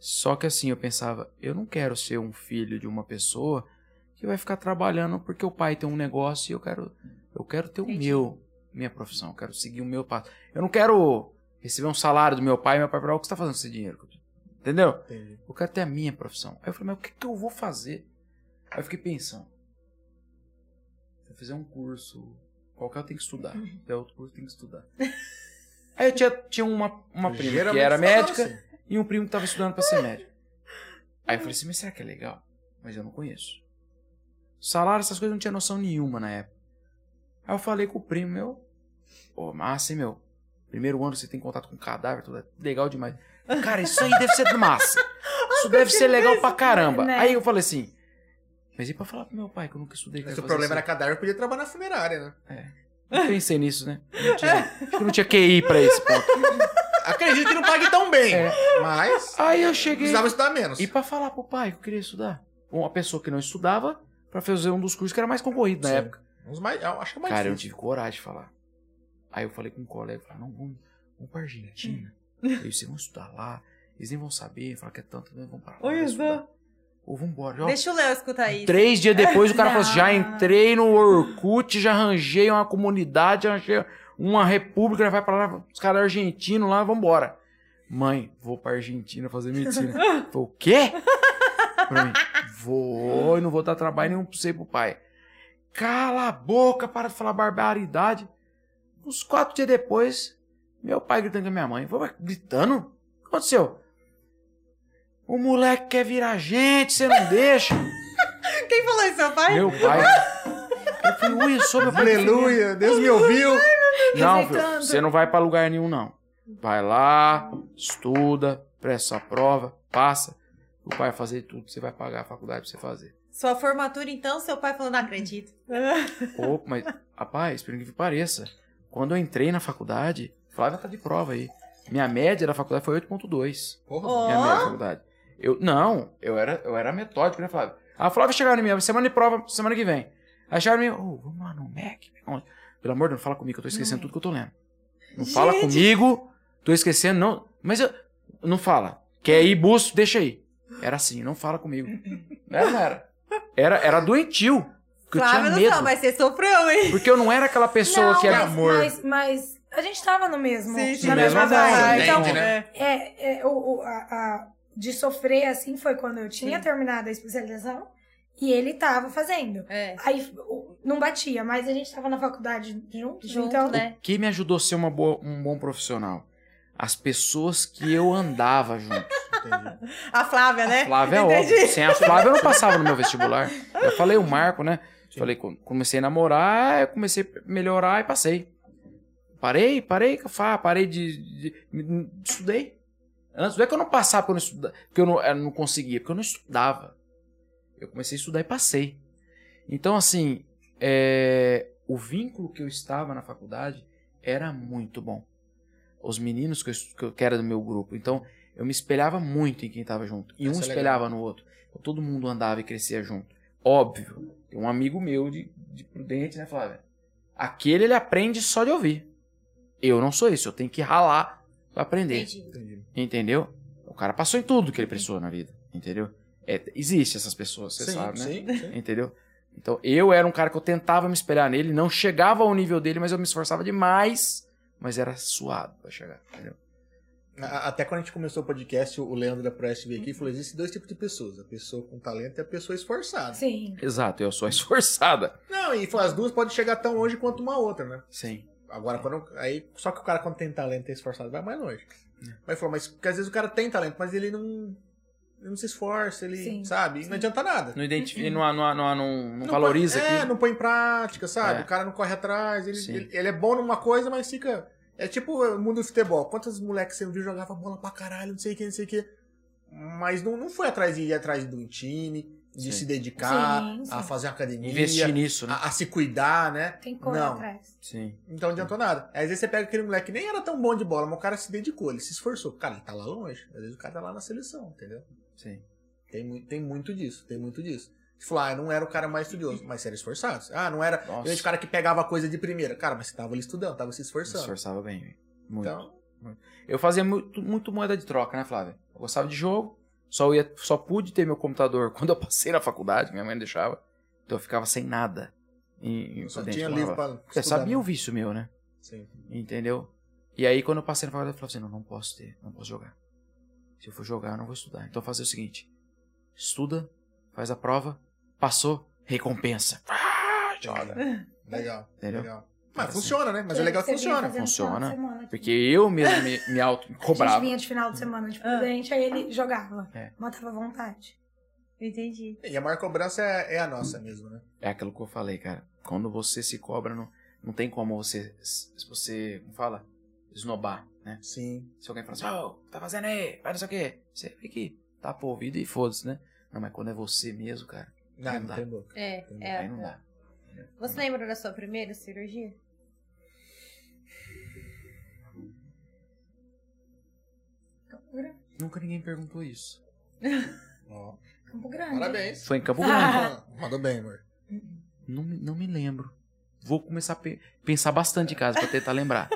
Speaker 3: Só que assim, eu pensava, eu não quero ser um filho de uma pessoa que vai ficar trabalhando porque o pai tem um negócio e eu quero, eu quero ter o
Speaker 1: Entendi.
Speaker 3: meu, minha profissão, eu quero seguir o meu passo. Eu não quero receber um salário do meu pai e meu pai falar, o que você tá fazendo com esse dinheiro? Entendeu?
Speaker 2: Entendi.
Speaker 3: Eu quero ter a minha profissão. Aí eu falei, mas o que, que eu vou fazer? Aí eu fiquei pensando. Se eu fizer um curso, qualquer eu tenho que estudar. Se der outro curso, eu tenho que estudar. Aí eu tinha, tinha uma, uma prima que
Speaker 2: Geralmente
Speaker 3: era
Speaker 2: funciona
Speaker 3: médica
Speaker 2: assim.
Speaker 3: e um primo que tava estudando pra ser médico. Aí eu falei assim, mas será que é legal? Mas eu não conheço. Salário, essas coisas eu não tinha noção nenhuma na época. Aí eu falei com o primo meu, pô, massa, hein, meu? Primeiro ano você tem contato com cadáver, tudo é legal demais. Cara, isso aí deve ser massa. Isso deve ser legal pra caramba.
Speaker 4: né?
Speaker 3: Aí eu falei assim, mas e pra falar pro meu pai que eu nunca estudei?
Speaker 2: Mas
Speaker 3: quero
Speaker 2: o
Speaker 3: fazer
Speaker 2: problema
Speaker 3: isso?"
Speaker 2: era cadáver, eu podia trabalhar na funerária, né?
Speaker 3: Não pensei nisso, né? Não tinha, acho que eu não tinha QI pra isso, pô.
Speaker 2: Acredito que não pague tão bem,
Speaker 3: É.
Speaker 2: mas
Speaker 3: Aí eu cheguei...
Speaker 2: precisava estudar menos.
Speaker 3: E pra falar pro pai que eu queria estudar. Uma pessoa que não estudava pra fazer um dos cursos que era mais concorrido na
Speaker 2: Sim.
Speaker 3: época.
Speaker 2: Uns mais, eu acho que é mais
Speaker 3: Cara, eu não
Speaker 2: difícil.
Speaker 3: tive coragem de falar. Aí eu falei com um colega, falei, não, vamos, vamos pra Argentina. Eles vocês vão estudar lá, eles nem vão saber, falar que é tanto, mas vamos pra lá.
Speaker 1: Oi,
Speaker 3: vai
Speaker 1: Ivan.
Speaker 3: estudar. Ou vambora. Ó,
Speaker 1: Deixa o Léo escutar isso.
Speaker 3: Três dias depois o cara falou assim, já
Speaker 4: Não.
Speaker 3: entrei no Orkut, já arranjei uma comunidade, arranjei uma república, já vai pra lá, os caras argentinos lá, vambora. Mãe, vou pra Argentina fazer medicina. Eu Falei, o quê? Pra mim, vou e não vou dar trabalho nenhum pra você e pro pai. Cala a boca, para de falar barbaridade. Uns quatro dias depois, meu pai gritando com a minha mãe. Falei, "Ué, gritando? O que aconteceu? O moleque quer virar gente, você não deixa.
Speaker 1: Quem falou isso, seu pai?
Speaker 3: meu pai. Eu falei, ui, eu sou meu pai.
Speaker 2: Aleluia, Deus me ouviu.
Speaker 3: Não,
Speaker 4: Rejeitando.
Speaker 3: filho, você não vai pra lugar nenhum, não. Vai lá, estuda, presta a prova, passa. O pai vai fazer tudo, você vai pagar a faculdade pra você fazer.
Speaker 1: Sua formatura, então, seu pai falou, não acredito.
Speaker 3: Pô, mas, rapaz, pelo que pareça, quando eu entrei na faculdade, Flávia tá de prova aí. Minha média da faculdade foi 8.2.
Speaker 2: Porra,
Speaker 1: Ó,
Speaker 3: Minha média da faculdade. é Eu, não, eu era, eu era metódico, né, Flávio? A Flávia chegaram em mim, semana de prova, semana que vem. Aí chegaram em mim, ô, vamos lá no Mac. pegar um- Pelo amor de Deus, não fala comigo, que eu tô esquecendo tudo que eu tô lendo. Não fala
Speaker 1: Gente.
Speaker 3: comigo, tô esquecendo, não. Mas eu. Não fala. Quer ir, busto, deixa aí. Era assim, não fala comigo. Não era, não era. Era, era doentio. Porque
Speaker 1: Flávia
Speaker 3: eu
Speaker 1: não
Speaker 3: tinha medo.
Speaker 1: sabe, mas você sofreu, hein?
Speaker 3: Porque eu não era aquela pessoa
Speaker 4: não,
Speaker 3: que era.
Speaker 4: mas,
Speaker 2: é amor.
Speaker 4: Mas, mas a gente tava no mesmo.
Speaker 2: sim, mesmo
Speaker 4: na mesma
Speaker 2: mesma
Speaker 4: vibe.
Speaker 2: vibe.
Speaker 4: Então,
Speaker 2: Entende, né?
Speaker 4: é, é, o, o- a, a- de sofrer assim foi quando eu tinha terminado a especialização e ele tava fazendo.
Speaker 1: É.
Speaker 4: Aí o- não batia, mas a gente tava na faculdade junto,
Speaker 1: Junto,
Speaker 4: então
Speaker 1: né?
Speaker 3: O que me ajudou a ser uma boa- um bom profissional? As pessoas que eu andava junto.
Speaker 2: entendi.
Speaker 1: A Flávia, né?
Speaker 3: Flávia é
Speaker 1: Entendi.
Speaker 3: óbvio. Sem a Flávia eu não passava no meu vestibular. Eu falei o Marco, né? Falei, com- comecei a namorar, eu comecei a melhorar e passei. Parei, parei, com a Fá, parei de, de- de- Estudei. Antes não é que eu não passava porque eu não, estuda, porque eu não, eu não conseguia, porque eu não estudava. Eu comecei a estudar e passei. Então, assim, é, o vínculo que eu estava na faculdade era muito bom. Os meninos que eu, estu- que eu- que era do meu grupo. Então, eu me espelhava muito em quem estava junto. E um
Speaker 2: Isso é legal.
Speaker 3: espelhava no outro. Então, todo mundo andava e crescia junto. Óbvio. Tem um amigo meu de, de prudente, né, Flávia? Aquele ele aprende só de ouvir. Eu não sou isso. Eu tenho que ralar pra aprender.
Speaker 1: Entendi.
Speaker 2: entendi.
Speaker 3: Entendeu? O cara passou em tudo
Speaker 2: Uhum.
Speaker 3: que ele precisou na vida. Entendeu? É, existe essas pessoas, você
Speaker 2: Sim,
Speaker 3: sabe, né?
Speaker 2: sim, sim.
Speaker 3: Entendeu? Então eu era um cara que eu tentava me espelhar nele, não chegava ao nível dele, mas eu me esforçava demais. Mas era suado pra chegar. Entendeu?
Speaker 2: A- Até quando a gente começou o podcast, o Leandro da Press veio aqui e falou: existem dois tipos de pessoas, a pessoa com talento e a pessoa esforçada.
Speaker 4: sim.
Speaker 3: Exato, eu sou a esforçada.
Speaker 2: Não, e falou, as duas podem chegar tão longe quanto uma outra, né?
Speaker 3: Sim.
Speaker 2: Agora, quando. Aí, só que o cara, quando tem talento e é esforçado, vai mais longe. Mas falou, mas porque às vezes o cara tem talento, mas ele não. Ele não se esforça, ele.
Speaker 4: Sim,
Speaker 2: sabe? Não adianta nada.
Speaker 3: Não identifica, não, não, não, não, não
Speaker 2: Não
Speaker 3: valoriza
Speaker 2: põe,
Speaker 3: aqui.
Speaker 2: É, não põe em prática, sabe?
Speaker 3: É.
Speaker 2: O cara não corre atrás, ele,
Speaker 3: Sim.
Speaker 2: ele, ele é bom numa coisa, mas fica. É tipo o mundo do futebol. Quantos moleques você viu jogava bola pra caralho, não sei o que, não sei o que. Mas não, não foi atrás de ir atrás de um time, de
Speaker 3: Sim.
Speaker 2: se dedicar,
Speaker 4: Sim, sim.
Speaker 2: a fazer academia,
Speaker 3: Investir nisso, né?
Speaker 2: a, a se cuidar, né?
Speaker 4: Tem cor
Speaker 2: Não.
Speaker 4: atrás.
Speaker 3: Sim.
Speaker 2: Então não adiantou nada. Às vezes você pega aquele moleque que nem era tão bom de bola, mas o cara se dedicou, ele se esforçou. Cara, ele tá lá longe. Às vezes o cara tá lá na seleção, entendeu?
Speaker 3: Sim.
Speaker 2: Tem, mui- tem muito disso, tem muito disso. Você falou, ah, eu não era o cara mais estudioso, mas você era esforçado. Ah, não era
Speaker 3: Nossa.
Speaker 2: eu era o cara que pegava a coisa de primeira. Cara, mas você tava ali estudando, tava se
Speaker 3: Me
Speaker 2: esforçando.
Speaker 3: esforçava bem. velho. Muito.
Speaker 2: Então,
Speaker 3: Eu fazia muito, muito moeda de troca, né, Flávia? Eu gostava de jogo, só, ia, só pude ter meu computador quando eu passei na faculdade, minha mãe não deixava. Então eu ficava sem nada. Em, em
Speaker 2: só
Speaker 3: Prudente,
Speaker 2: tinha
Speaker 3: morava
Speaker 2: livro
Speaker 3: lá.
Speaker 2: pra
Speaker 3: Eu
Speaker 2: estudar.
Speaker 3: né,
Speaker 2: né?
Speaker 3: sabia o vício meu, né?
Speaker 2: Sim.
Speaker 3: Entendeu? E aí, quando eu passei na faculdade, eu falei assim: não, não posso ter, não posso jogar. Se eu for jogar, eu não vou estudar. Então, fazer o seguinte: estuda, faz a prova, passou, recompensa. Ah, joga.
Speaker 2: Legal,
Speaker 3: Entendeu?
Speaker 2: legal.
Speaker 3: Assim.
Speaker 2: Mas funciona, né? Mas é legal que
Speaker 4: Você vinha
Speaker 2: funciona.
Speaker 4: fazer no final
Speaker 3: Funciona.
Speaker 4: de semana, tipo,
Speaker 3: Porque eu mesmo me, me auto me
Speaker 4: A gente
Speaker 3: cobrava.
Speaker 4: vinha de final de semana de
Speaker 1: Ah.
Speaker 4: prudente, aí ele jogava.
Speaker 3: É.
Speaker 4: Matava à vontade.
Speaker 1: Entendi.
Speaker 2: E a maior cobrança é, é a nossa mesmo, né?
Speaker 3: É aquilo que eu falei, cara. Quando você se cobra, não, não tem como você, se você, como fala, esnobar, né?
Speaker 2: Sim.
Speaker 3: Se alguém fala assim, ô, o que tá fazendo aí? Vai não sei o quê. Você fica aqui, tapa o ouvido e foda-se, né? Não, mas quando é você mesmo, cara,
Speaker 2: Não,
Speaker 3: Não
Speaker 2: não
Speaker 3: dá.
Speaker 2: tem boca.
Speaker 1: É,
Speaker 3: aí não dá.
Speaker 1: Você lembra da sua primeira cirurgia?
Speaker 3: Nunca ninguém perguntou isso.
Speaker 2: Ó,
Speaker 4: Campo Grande.
Speaker 2: parabéns.
Speaker 3: Foi em Campo Grande.
Speaker 4: Ah.
Speaker 2: Mandou bem, amor.
Speaker 3: Não, me- não me lembro. Vou começar a pe- pensar bastante em casa pra tentar lembrar.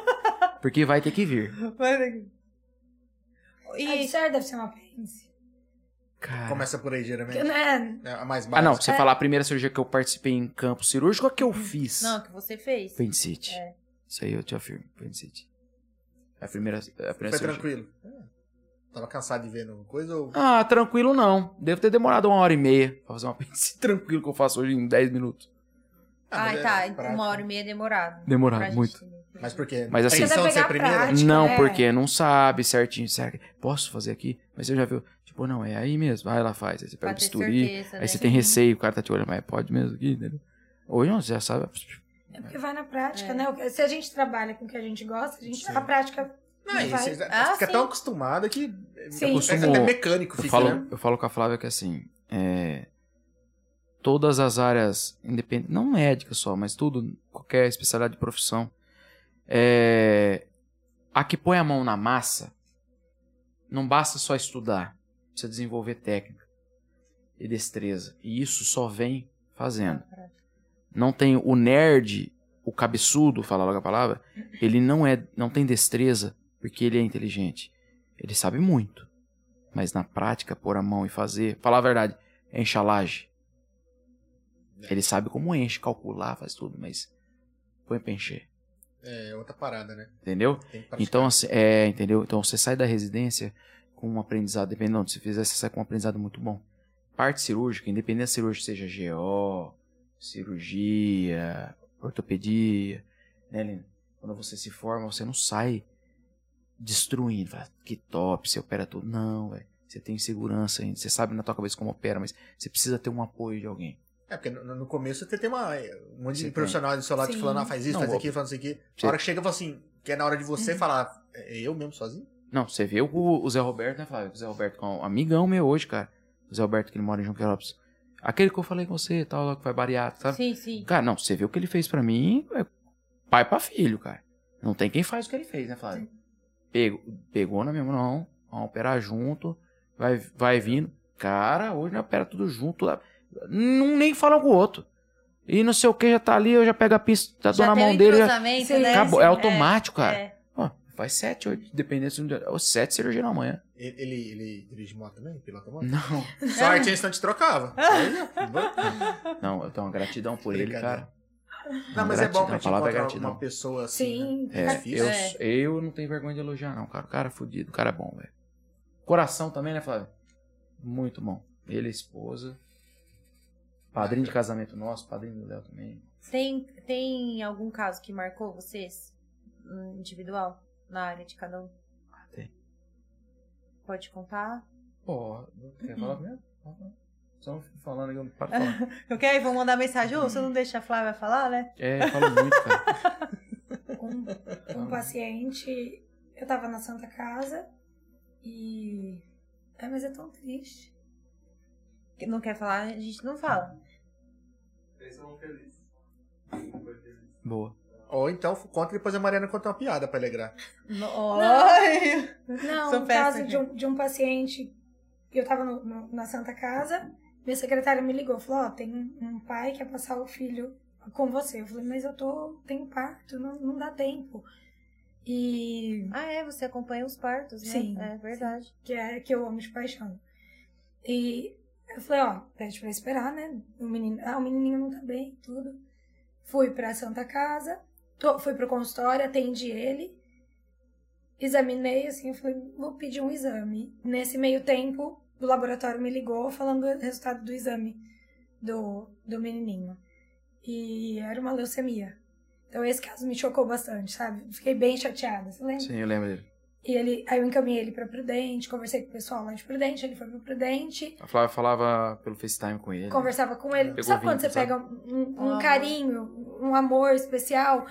Speaker 3: Porque vai ter que vir.
Speaker 4: A de
Speaker 1: E
Speaker 4: Sérgio deve ser uma apêndice.
Speaker 3: Cara.
Speaker 2: Começa por aí,
Speaker 4: Que
Speaker 2: geralmente.
Speaker 4: não é-
Speaker 2: É a mais
Speaker 3: Ah,
Speaker 2: básica.
Speaker 3: não. Você falar a primeira cirurgia que eu participei em campo cirúrgico, a que eu fiz.
Speaker 1: não, que você fez.
Speaker 3: Apendicite.
Speaker 1: É.
Speaker 3: Isso aí eu te afirmo. Apendicite. A primeira, a primeira
Speaker 2: Foi
Speaker 3: cirurgia.
Speaker 2: tranquilo. É. Tava cansado de ver alguma coisa ou.
Speaker 3: Ah, tranquilo não. Devo ter demorado uma hora e meia pra fazer uma apendicite tranquilo que eu faço hoje em 10 minutos.
Speaker 2: Ah, mas
Speaker 1: Ai,
Speaker 2: é
Speaker 1: tá.
Speaker 4: então
Speaker 2: prático.
Speaker 1: Uma hora e meia é demorado. Pra
Speaker 3: Demorado,
Speaker 1: gente né?
Speaker 3: muito.
Speaker 1: entender.
Speaker 2: Mas por quê?
Speaker 3: Mas
Speaker 2: A
Speaker 3: assim-
Speaker 2: intenção de ser a
Speaker 4: Precisa pegar
Speaker 2: primeira?
Speaker 4: prática.
Speaker 3: não,
Speaker 4: é.
Speaker 3: porque não sabe certinho. Será que posso fazer aqui? Mas você já viu. Tipo, não, é aí mesmo. Aí ela faz. Aí você
Speaker 1: Pra
Speaker 3: pega o
Speaker 1: ter
Speaker 3: bisturi.
Speaker 1: certeza, né?
Speaker 3: Aí você tem receio, o cara tá te olhando, mas pode mesmo aqui, entendeu? Hoje não, você já sabe.
Speaker 4: É porque vai na prática,
Speaker 1: É.
Speaker 4: né? O que- Se a gente trabalha com o que a gente gosta, a, gente,
Speaker 2: Sim.
Speaker 4: a prática.
Speaker 2: Não, e
Speaker 4: Vai.
Speaker 2: você já-
Speaker 1: Ah,
Speaker 2: fica
Speaker 1: sim.
Speaker 2: tão acostumada que
Speaker 4: Sim.
Speaker 2: é
Speaker 3: costumo-
Speaker 2: até mecânico
Speaker 3: Eu
Speaker 2: fica, né?
Speaker 3: falo, eu falo com a Flávia que assim, é, todas as áreas independentes, não médica só, mas tudo, qualquer especialidade de profissão, é, a que põe a mão na massa, não basta só estudar, precisa desenvolver técnica e destreza. E isso só vem fazendo. Não tem o nerd, o cabeçudo, falar logo a palavra, ele não é, não tem destreza porque ele é inteligente. Ele sabe muito. Mas na prática, pôr a mão e fazer. Falar a verdade, enche a laje. Ele sabe como enche, calcular, faz tudo, mas põe pra encher.
Speaker 2: É outra parada, né?
Speaker 3: Entendeu?
Speaker 2: Tem que praticar.
Speaker 3: Então, assim, é, entendeu? Então você sai da residência com um aprendizado, dependendo de onde você fizer, você sai com um aprendizado muito bom. Parte cirúrgica, independente da cirúrgica, seja GO, cirurgia, ortopedia, né, Lino? Quando você se forma, você não sai destruindo, fala, que top, você opera tudo. Não, velho. Você tem segurança ainda, você sabe na tua cabeça como opera, mas você precisa ter um apoio de alguém.
Speaker 2: É, porque no, no começo você tem uma, um monte
Speaker 3: Você
Speaker 2: de
Speaker 3: tem.
Speaker 2: profissional do seu lado te
Speaker 4: Sim.
Speaker 2: falando, ah, faz isso,
Speaker 3: Não,
Speaker 2: faz
Speaker 3: vou-
Speaker 2: aquilo, faz isso aqui.
Speaker 3: Você-
Speaker 2: A hora que chega, fala assim, que é na hora de
Speaker 4: Uhum.
Speaker 2: você falar, é eu mesmo sozinho?
Speaker 3: Não, você vê o, o Zé Roberto, né, Flávio? O Zé Roberto, que é um amigão meu hoje, cara. O Zé Roberto, que ele mora em Junquerópolis. Aquele que eu falei com você, tal, lá que vai bariátrica, sabe?
Speaker 1: Sim, sim.
Speaker 3: Cara, não, você vê o que ele fez pra mim, é pai pra filho, cara. Não tem quem faz o que ele fez, né, Flávio? Pegou, pegou na mesma, não. Vamos operar junto, vai, vai vindo. Cara, hoje nós opera tudo junto. lá. Não nem fala com o outro. E não sei o que, já tá ali, eu já pego a pista, já dou
Speaker 1: Já
Speaker 3: na
Speaker 1: tem
Speaker 3: mão
Speaker 1: o
Speaker 3: dele. Já...
Speaker 1: entrosamento,
Speaker 4: Sim.
Speaker 1: né?
Speaker 3: Acabou, é automático,
Speaker 1: É,
Speaker 3: cara.
Speaker 1: é.
Speaker 3: Ó, faz sete, oito, dependendo de ou sete cirurgia na manhã.
Speaker 2: Ele, ele, ele dirige moto também? Pilota moto?
Speaker 3: Não,
Speaker 4: Uhum.
Speaker 2: Só a gente não te trocava. um
Speaker 3: não, eu tenho uma gratidão por ele,
Speaker 2: Brincadeira.
Speaker 3: cara.
Speaker 2: não, mas é
Speaker 3: Gratidão,
Speaker 2: bom pra gente
Speaker 3: a palavra é
Speaker 2: encontrar
Speaker 3: gratidão.
Speaker 2: uma pessoa assim, né?
Speaker 4: Sim.
Speaker 3: É,
Speaker 2: Difícil.
Speaker 3: eu,
Speaker 1: É.
Speaker 3: eu não tenho vergonha de elogiar, não, cara. O cara é fudido, o cara é bom, velho. Coração também, né, Flávio? Muito bom. Ele, a esposa. Padrinho de casamento nosso, padrinho do Léo também.
Speaker 1: Tem, tem algum caso que marcou vocês? Hum, Individual? Na área de cada um?
Speaker 3: Ah, tem.
Speaker 1: Pode contar?
Speaker 3: Pô, quer falar mesmo? Só não fico falando aqui, eu não paro de falar.
Speaker 1: Eu quero, vou mandar mensagem. Ô, você
Speaker 4: Uhum.
Speaker 1: não deixa a Flávia falar, né?
Speaker 3: É, eu falo muito, cara.
Speaker 4: um, um paciente. Eu tava na Santa Casa e. Ai, mas é tão triste.
Speaker 1: Que Não quer falar, a gente não fala.
Speaker 5: Eles são felizes. Não foi feliz.
Speaker 3: Boa.
Speaker 2: Ou então conta e depois a Mariana conta uma piada pra alegrar.
Speaker 1: No- Ai.
Speaker 4: Não,
Speaker 1: Sou péssima,
Speaker 4: um caso de
Speaker 1: gente.
Speaker 4: um, de um paciente. Eu tava no- no- na Santa Casa, minha secretária me ligou, falou: Ó, tem um, um pai que quer passar o filho com você. Eu falei: Mas eu tô. Tenho parto, não, não dá tempo. E
Speaker 1: Ah, é, você acompanha os partos, né?
Speaker 4: Sim.
Speaker 1: É verdade.
Speaker 4: que é que eu amo de paixão. E eu falei, ó, pede pra esperar, né? O menino, ah, o menininho não tá bem, tudo. Fui pra Santa Casa, tô- fui pro consultório, atendi ele. Examinei, assim, eu falei, vou pedir um exame. Nesse meio tempo, o laboratório me ligou falando o resultado do exame do, do menininho. E era uma leucemia. Então esse caso me chocou bastante, sabe? Fiquei bem chateada, você lembra?
Speaker 3: Sim, eu lembro dele.
Speaker 4: E ele, aí eu encaminhei ele pra Prudente, conversei com o pessoal lá de Prudente, ele foi pra Prudente,
Speaker 3: A Flávia falava pelo FaceTime com ele.
Speaker 4: conversava com ele.
Speaker 3: Uhum. Pegou
Speaker 4: sabe quando
Speaker 3: vínculo, sabe?
Speaker 4: você pega um,
Speaker 1: Um
Speaker 4: um
Speaker 1: amor.
Speaker 4: carinho, um amor especial?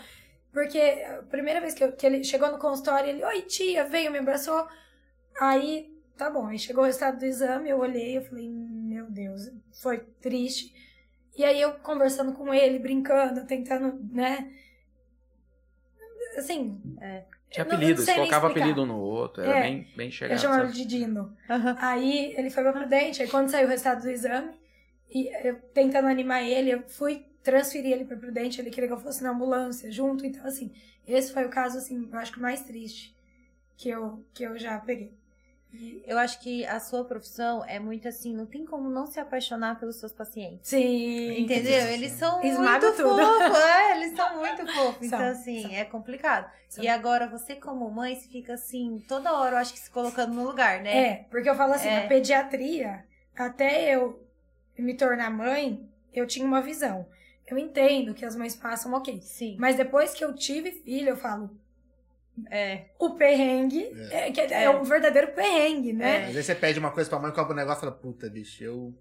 Speaker 4: Porque a primeira vez que, eu- que ele chegou no consultório, ele, oi tia, veio, me abraçou. Aí, tá bom, aí chegou o resultado do exame, eu olhei, eu falei, meu Deus, foi triste. E aí eu conversando com ele, brincando, tentando, né? Assim,
Speaker 3: Tinha
Speaker 4: eu não- eu não
Speaker 3: apelido, eles
Speaker 4: sei nem
Speaker 3: colocavam
Speaker 4: explicar.
Speaker 3: apelido um no outro. Era
Speaker 4: É.
Speaker 3: bem, bem
Speaker 4: eu
Speaker 3: chegado.
Speaker 4: chamava ele
Speaker 3: sabe?
Speaker 4: de Dino. Aí ele foi pra Prudente, aí quando saiu o resultado do exame, e eu tentando animar ele, eu fui transferir ele pra Prudente, ele queria que eu fosse na ambulância junto, então assim, esse foi o caso, assim, eu acho que mais triste que eu, que eu já peguei. E-
Speaker 1: Eu acho que a sua profissão é muito assim, não tem como não se apaixonar pelos seus pacientes.
Speaker 4: Sim,
Speaker 1: Entendeu? Eles são
Speaker 4: Esmaga
Speaker 1: muito
Speaker 4: tudo.
Speaker 1: fofos, é, eles são muito fofos. Então,
Speaker 4: São,
Speaker 1: assim,
Speaker 4: são.
Speaker 1: é complicado.
Speaker 4: São.
Speaker 1: E agora, você como mãe, você fica assim, toda hora, eu acho que se colocando no lugar, né?
Speaker 4: É, porque eu falo assim,
Speaker 1: É.
Speaker 4: a pediatria, até eu me tornar mãe, eu tinha uma visão. eu entendo que as mães passam, ok.
Speaker 1: Sim.
Speaker 4: Mas depois que eu tive filho, eu falo,
Speaker 1: É.
Speaker 4: o perrengue é, que é,
Speaker 1: É.
Speaker 4: um verdadeiro perrengue, né?
Speaker 1: É.
Speaker 2: Às vezes você pede uma coisa pra mãe, compra um negócio e fala, puta, bicho, eu.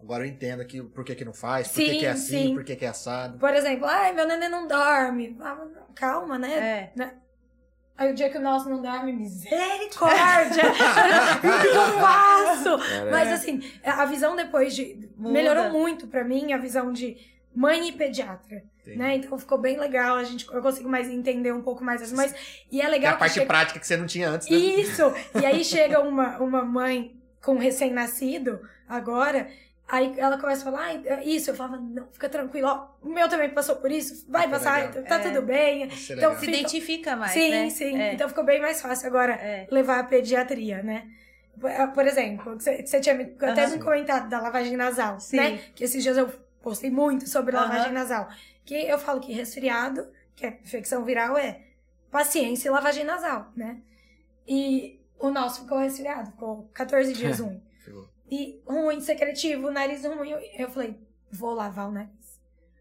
Speaker 2: Agora eu entendo que, por que, que não faz, por que,
Speaker 4: Sim,
Speaker 2: que é assim,
Speaker 4: sim.
Speaker 2: por que, que é assado.
Speaker 4: Por exemplo, ai, meu neném não dorme. Ah, Calma, né?
Speaker 1: É.
Speaker 4: Aí o dia que o nosso não dorme, misericórdia! O que eu faço?
Speaker 2: É.
Speaker 3: Cara,
Speaker 4: Mas assim, a visão depois de.
Speaker 1: Muda.
Speaker 4: Melhorou muito pra mim a visão de mãe e pediatra,
Speaker 2: Entendi.
Speaker 4: né? Então ficou bem legal, a gente, eu consigo mais entender um pouco mais as mães.
Speaker 2: Que
Speaker 4: E é
Speaker 2: é
Speaker 4: legal
Speaker 2: a
Speaker 4: que
Speaker 2: parte
Speaker 4: chega-
Speaker 2: prática que você não tinha antes, né?
Speaker 4: Isso! E aí chega uma, uma mãe com um recém-nascido, agora, aí ela começa a falar, "Ai, é isso, eu falava, não, fica tranquilo, ó, o meu também passou por isso, vai
Speaker 2: Que
Speaker 4: passar,
Speaker 2: legal.
Speaker 4: tá
Speaker 1: É.
Speaker 4: tudo bem.
Speaker 2: Isso é
Speaker 4: Então,
Speaker 2: legal.
Speaker 1: Se
Speaker 4: Fica-
Speaker 1: identifica mais,
Speaker 4: sim,
Speaker 1: né?
Speaker 4: sim,
Speaker 1: É.
Speaker 4: então ficou bem mais fácil agora
Speaker 1: É.
Speaker 4: levar a pediatria, né? Por- Por exemplo, você você tinha me- até
Speaker 1: Aham.
Speaker 4: me comentado da lavagem nasal,
Speaker 1: Sim.
Speaker 4: né? Que esses dias eu postei muito sobre
Speaker 1: Aham.
Speaker 4: lavagem nasal. Que eu falo que resfriado, que é infecção viral, é paciência e lavagem nasal, né? E o nosso ficou resfriado, ficou 14 dias ruim.
Speaker 2: Ficou.
Speaker 4: E ruim, secretivo, nariz ruim. Eu- Eu falei, vou lavar o nariz.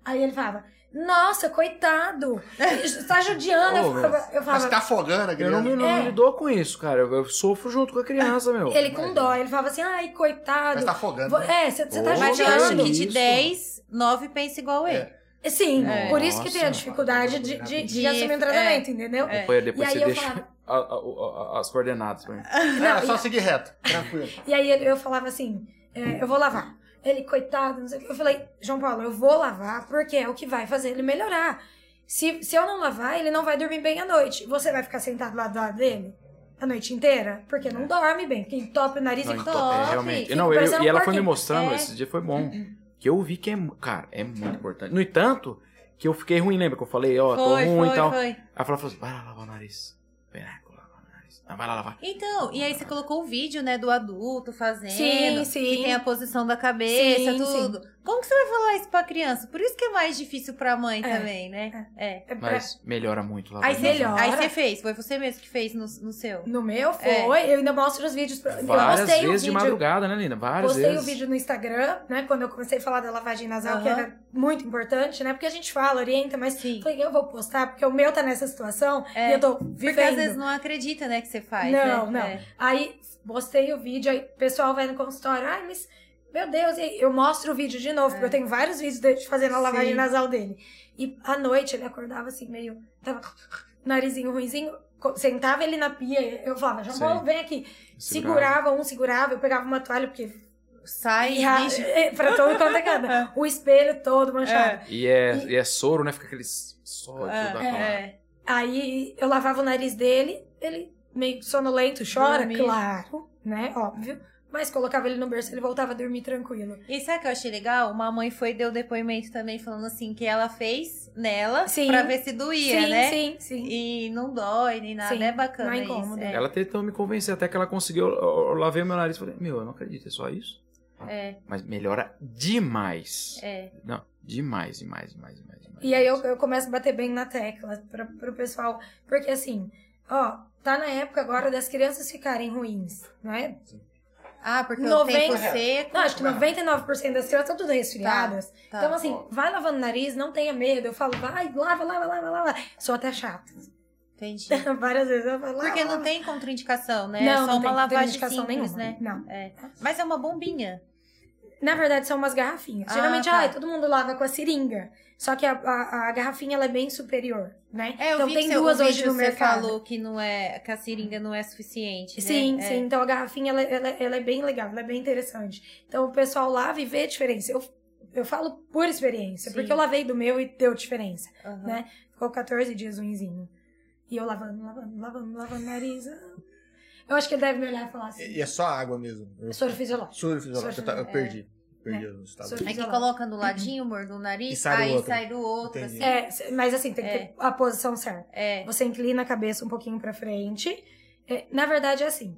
Speaker 4: Aí ele falava, nossa, coitado, tá judiando. eu
Speaker 3: Ô,
Speaker 4: falava, eu
Speaker 2: Mas
Speaker 4: falava
Speaker 2: tá afogando a
Speaker 3: Eu
Speaker 2: criança.
Speaker 3: não, me- não
Speaker 4: É.
Speaker 3: me dou com isso, cara. Eu, eu sofro junto com a criança, meu.
Speaker 4: ele com dó, ele falava assim, ai,
Speaker 2: Mas
Speaker 4: coitado.
Speaker 2: tá afogando.
Speaker 4: Vo-
Speaker 2: né?
Speaker 4: É, você tá
Speaker 3: Ô,
Speaker 1: Mas eu
Speaker 3: Olha
Speaker 1: acho
Speaker 4: judiando.
Speaker 1: que de
Speaker 3: isso.
Speaker 1: 10, 9 pensa igual ele.
Speaker 4: Sim,
Speaker 1: É.
Speaker 4: por isso que tem a
Speaker 3: Nossa. é
Speaker 4: dificuldade de, de- de
Speaker 1: De-
Speaker 4: assumir um tratamento, entendeu?
Speaker 3: Depois, depois
Speaker 4: É. E aí
Speaker 3: você
Speaker 4: eu
Speaker 3: deixa
Speaker 4: falava-
Speaker 3: a- a- a- as coordenadas pra mim.
Speaker 2: Era é só seguir reto, tranquilo.
Speaker 4: E aí ele- eu falava assim, é, eu vou lavar. Ele, coitado, não sei o que. Eu falei, João Paulo, eu vou lavar porque é o que vai fazer ele melhorar. Se, se eu não lavar, ele não vai dormir bem à noite. Você vai ficar sentado lá do lado dele a noite inteira? Porque não dorme bem, porque entope o nariz
Speaker 3: É. Não,
Speaker 4: e
Speaker 3: então,
Speaker 1: top,
Speaker 3: é, realmente.
Speaker 1: fica
Speaker 3: Não, eu-
Speaker 4: parecendo
Speaker 3: e ela
Speaker 4: um Uhum.
Speaker 3: foi me
Speaker 4: porquinho.
Speaker 3: mostrando,
Speaker 1: É.
Speaker 3: esse dia foi bom. Que eu vi que é, mu- cara, é muito importante. No entanto, que eu fiquei ruim, lembra que eu falei, ó, tô
Speaker 1: Foi,
Speaker 3: ruim
Speaker 1: foi,
Speaker 3: e tal.
Speaker 1: foi.
Speaker 3: Aí ela falou assim, vai lá lavar o nariz. Peraí, vou lavar o nariz. Ah, vai lá lavar.
Speaker 1: Então, e aí você colocou o vídeo, né, do adulto fazendo.
Speaker 4: Sim, sim.
Speaker 1: Que tem a posição da cabeça,
Speaker 4: Sim,
Speaker 1: tudo. Como que você vai falar isso pra criança? Por isso que é mais difícil pra mãe
Speaker 4: É.
Speaker 1: também, né? É.
Speaker 4: É pra-
Speaker 3: Mas melhora muito lavar.
Speaker 1: Aí
Speaker 3: o
Speaker 1: você
Speaker 3: nariz.
Speaker 4: melhor.
Speaker 1: aí você fez, foi você mesmo que fez no, no seu.
Speaker 4: No meu foi, eu ainda mostro os vídeos. Pra... eu
Speaker 3: Várias
Speaker 4: postei
Speaker 3: vezes
Speaker 4: o
Speaker 3: de
Speaker 4: vídeo,
Speaker 3: madrugada, né, Lina? Várias
Speaker 4: postei
Speaker 3: vezes.
Speaker 4: o vídeo no Instagram, né? Quando eu comecei a falar da lavagem nasal, que
Speaker 1: Aham.
Speaker 4: era muito importante, né? Porque a gente fala, orienta, mas
Speaker 1: Sim.
Speaker 4: falei, eu vou postar, porque o meu tá nessa situação
Speaker 1: É,
Speaker 4: e eu tô
Speaker 1: Porque às vezes
Speaker 4: vivendo.
Speaker 1: não acredita, né, que você faz. né?
Speaker 4: Não, não.
Speaker 1: É.
Speaker 4: Aí postei o vídeo, aí o pessoal vai no consultório, ai, mas meu Deus, e aí eu mostro o vídeo de novo, porque eu tenho vários vídeos de fazendo a lavagem
Speaker 1: É. Sim.
Speaker 4: nasal dele. E à noite ele acordava assim, meio. Tava narizinho ruimzinho, co- sentava ele na pia, eu falava, João
Speaker 3: Sim.
Speaker 4: Paulo, vem aqui. Segurava um, segurava, eu pegava uma toalha, porque
Speaker 1: Sai,
Speaker 4: Errar,
Speaker 1: bicho.
Speaker 4: é, pra todo quanto é canto. O espelho todo manchado.
Speaker 3: E é, e é soro, né? Fica aquele sódio da palavra.
Speaker 1: É.
Speaker 4: Aí eu lavava o nariz dele, ele meio sonolento, chora,
Speaker 1: Dormia.
Speaker 4: claro, né? Óbvio. Mas colocava ele no berço, ele voltava a dormir tranquilo.
Speaker 1: E sabe o que eu achei legal? Uma mãe foi deu depoimento também falando assim que ela fez nela
Speaker 4: Sim.
Speaker 1: pra ver se doía,
Speaker 4: sim,
Speaker 1: né?
Speaker 4: sim, sim.
Speaker 1: E não dói nem nada,
Speaker 4: Sim,
Speaker 1: é bacana
Speaker 4: não é
Speaker 1: isso.
Speaker 4: incômodo.
Speaker 1: É.
Speaker 3: Ela tentou me convencer até que ela conseguiu. Eu, eu lavei meu nariz e falei, meu, eu não acredito, é só isso?
Speaker 1: É.
Speaker 3: Mas melhora demais.
Speaker 1: É.
Speaker 3: Não, demais, demais, demais, demais. demais.
Speaker 4: E aí eu, eu começo a bater bem na tecla pra, pro pessoal. Porque assim, ó, tá na época agora das crianças ficarem ruins, né?
Speaker 1: Ah, porque o
Speaker 4: 90.
Speaker 1: tempo seco.
Speaker 4: Não, acho que 99% das crianças estão tudo resfriadas.
Speaker 1: Tá.
Speaker 4: Então, assim, vai lavando o nariz, não tenha medo. Eu falo, vai, lava, lava, lava, lava. Sou até chata.
Speaker 1: Entendi.
Speaker 4: Várias vezes eu falo, lava,
Speaker 1: Porque não
Speaker 4: lava.
Speaker 1: tem contraindicação, né? é
Speaker 4: Não,
Speaker 1: só
Speaker 4: não
Speaker 1: uma
Speaker 4: tem,
Speaker 1: lavagem
Speaker 4: tem indicação
Speaker 1: simples,
Speaker 4: nenhuma.
Speaker 1: né?
Speaker 4: Não.
Speaker 1: É. Mas é uma bombinha.
Speaker 4: Na verdade, são umas garrafinhas.
Speaker 1: Ah,
Speaker 4: Geralmente,
Speaker 1: tá.
Speaker 4: ai, todo mundo lava com a seringa. Só que a, a- a garrafinha, ela é bem superior, né?
Speaker 1: É, eu
Speaker 4: então,
Speaker 1: vi
Speaker 4: tem
Speaker 1: que
Speaker 4: duas
Speaker 1: você, o
Speaker 4: hoje
Speaker 1: vídeo
Speaker 4: no
Speaker 1: você
Speaker 4: mercado.
Speaker 1: falou que, não é, que a seringa não é suficiente, né?
Speaker 4: Sim,
Speaker 1: É.
Speaker 4: sim. Então a garrafinha ela, ela, ela é bem legal, ela é bem interessante. Então o pessoal lava e vê a diferença. Eu, eu falo por experiência,
Speaker 1: Sim.
Speaker 4: porque eu lavei do meu e deu diferença.
Speaker 1: Aham.
Speaker 4: né? Ficou 14 dias ruimzinho. E eu lavando, lavando, lavando, lavando o nariz. ah. Eu acho que ele deve me olhar e falar assim:
Speaker 2: E é só água mesmo. Eu-
Speaker 4: soro fisiológico.
Speaker 2: Soro fisiológico. Eu,
Speaker 4: Soro
Speaker 2: tá- eu perdi. Perdi o estado.
Speaker 4: Soro-
Speaker 1: É que coloca
Speaker 4: Uhum.
Speaker 1: no ladinho, morde no nariz,
Speaker 2: E sai do
Speaker 1: aí
Speaker 2: outro.
Speaker 1: sai do outro, assim.
Speaker 2: Entendi.
Speaker 4: É, c- mas assim, tem que ter a posição certa.
Speaker 1: É.
Speaker 4: Você inclina a cabeça um pouquinho pra frente. É, na verdade, é assim.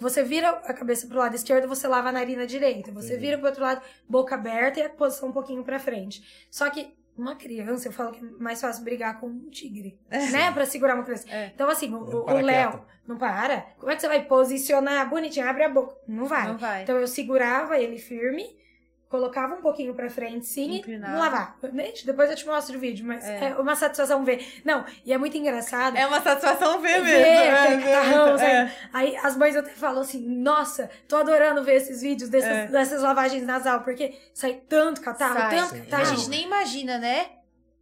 Speaker 4: Você vira a cabeça pro lado esquerdo, você lava a narina direita. Você
Speaker 2: Entendi.
Speaker 4: vira pro outro lado, boca aberta e a posição um pouquinho pra frente. Só que uma criança, eu falo que é mais fácil brigar com um tigre, né? Pra segurar uma criança.
Speaker 1: É.
Speaker 4: Então, assim, o-
Speaker 2: Não
Speaker 4: o
Speaker 2: para
Speaker 4: o Léo,
Speaker 2: quieto.
Speaker 4: não para. Como é que você vai Então, posicionar bonitinho? Abre a boca. Não vai.
Speaker 1: Não vai.
Speaker 4: Então eu segurava ele firme, colocava um pouquinho pra frente, sim,
Speaker 1: Inclinava.
Speaker 4: e não lavar. Gente, depois eu te mostro o vídeo, mas é, uma satisfação ver. Não, e é muito engraçado.
Speaker 1: É uma satisfação ver mesmo.
Speaker 4: Ver,
Speaker 1: é,
Speaker 4: aquele catarrão,
Speaker 1: é.
Speaker 4: sabe? Aí as mães até falam assim, nossa, tô adorando ver esses vídeos dessas,
Speaker 1: É.
Speaker 4: dessas lavagens nasal, porque sai tanto catarro,
Speaker 1: Sai.
Speaker 4: tanto tá,
Speaker 2: Sim.
Speaker 1: A
Speaker 4: catarro.
Speaker 2: Não.
Speaker 1: gente nem imagina, né?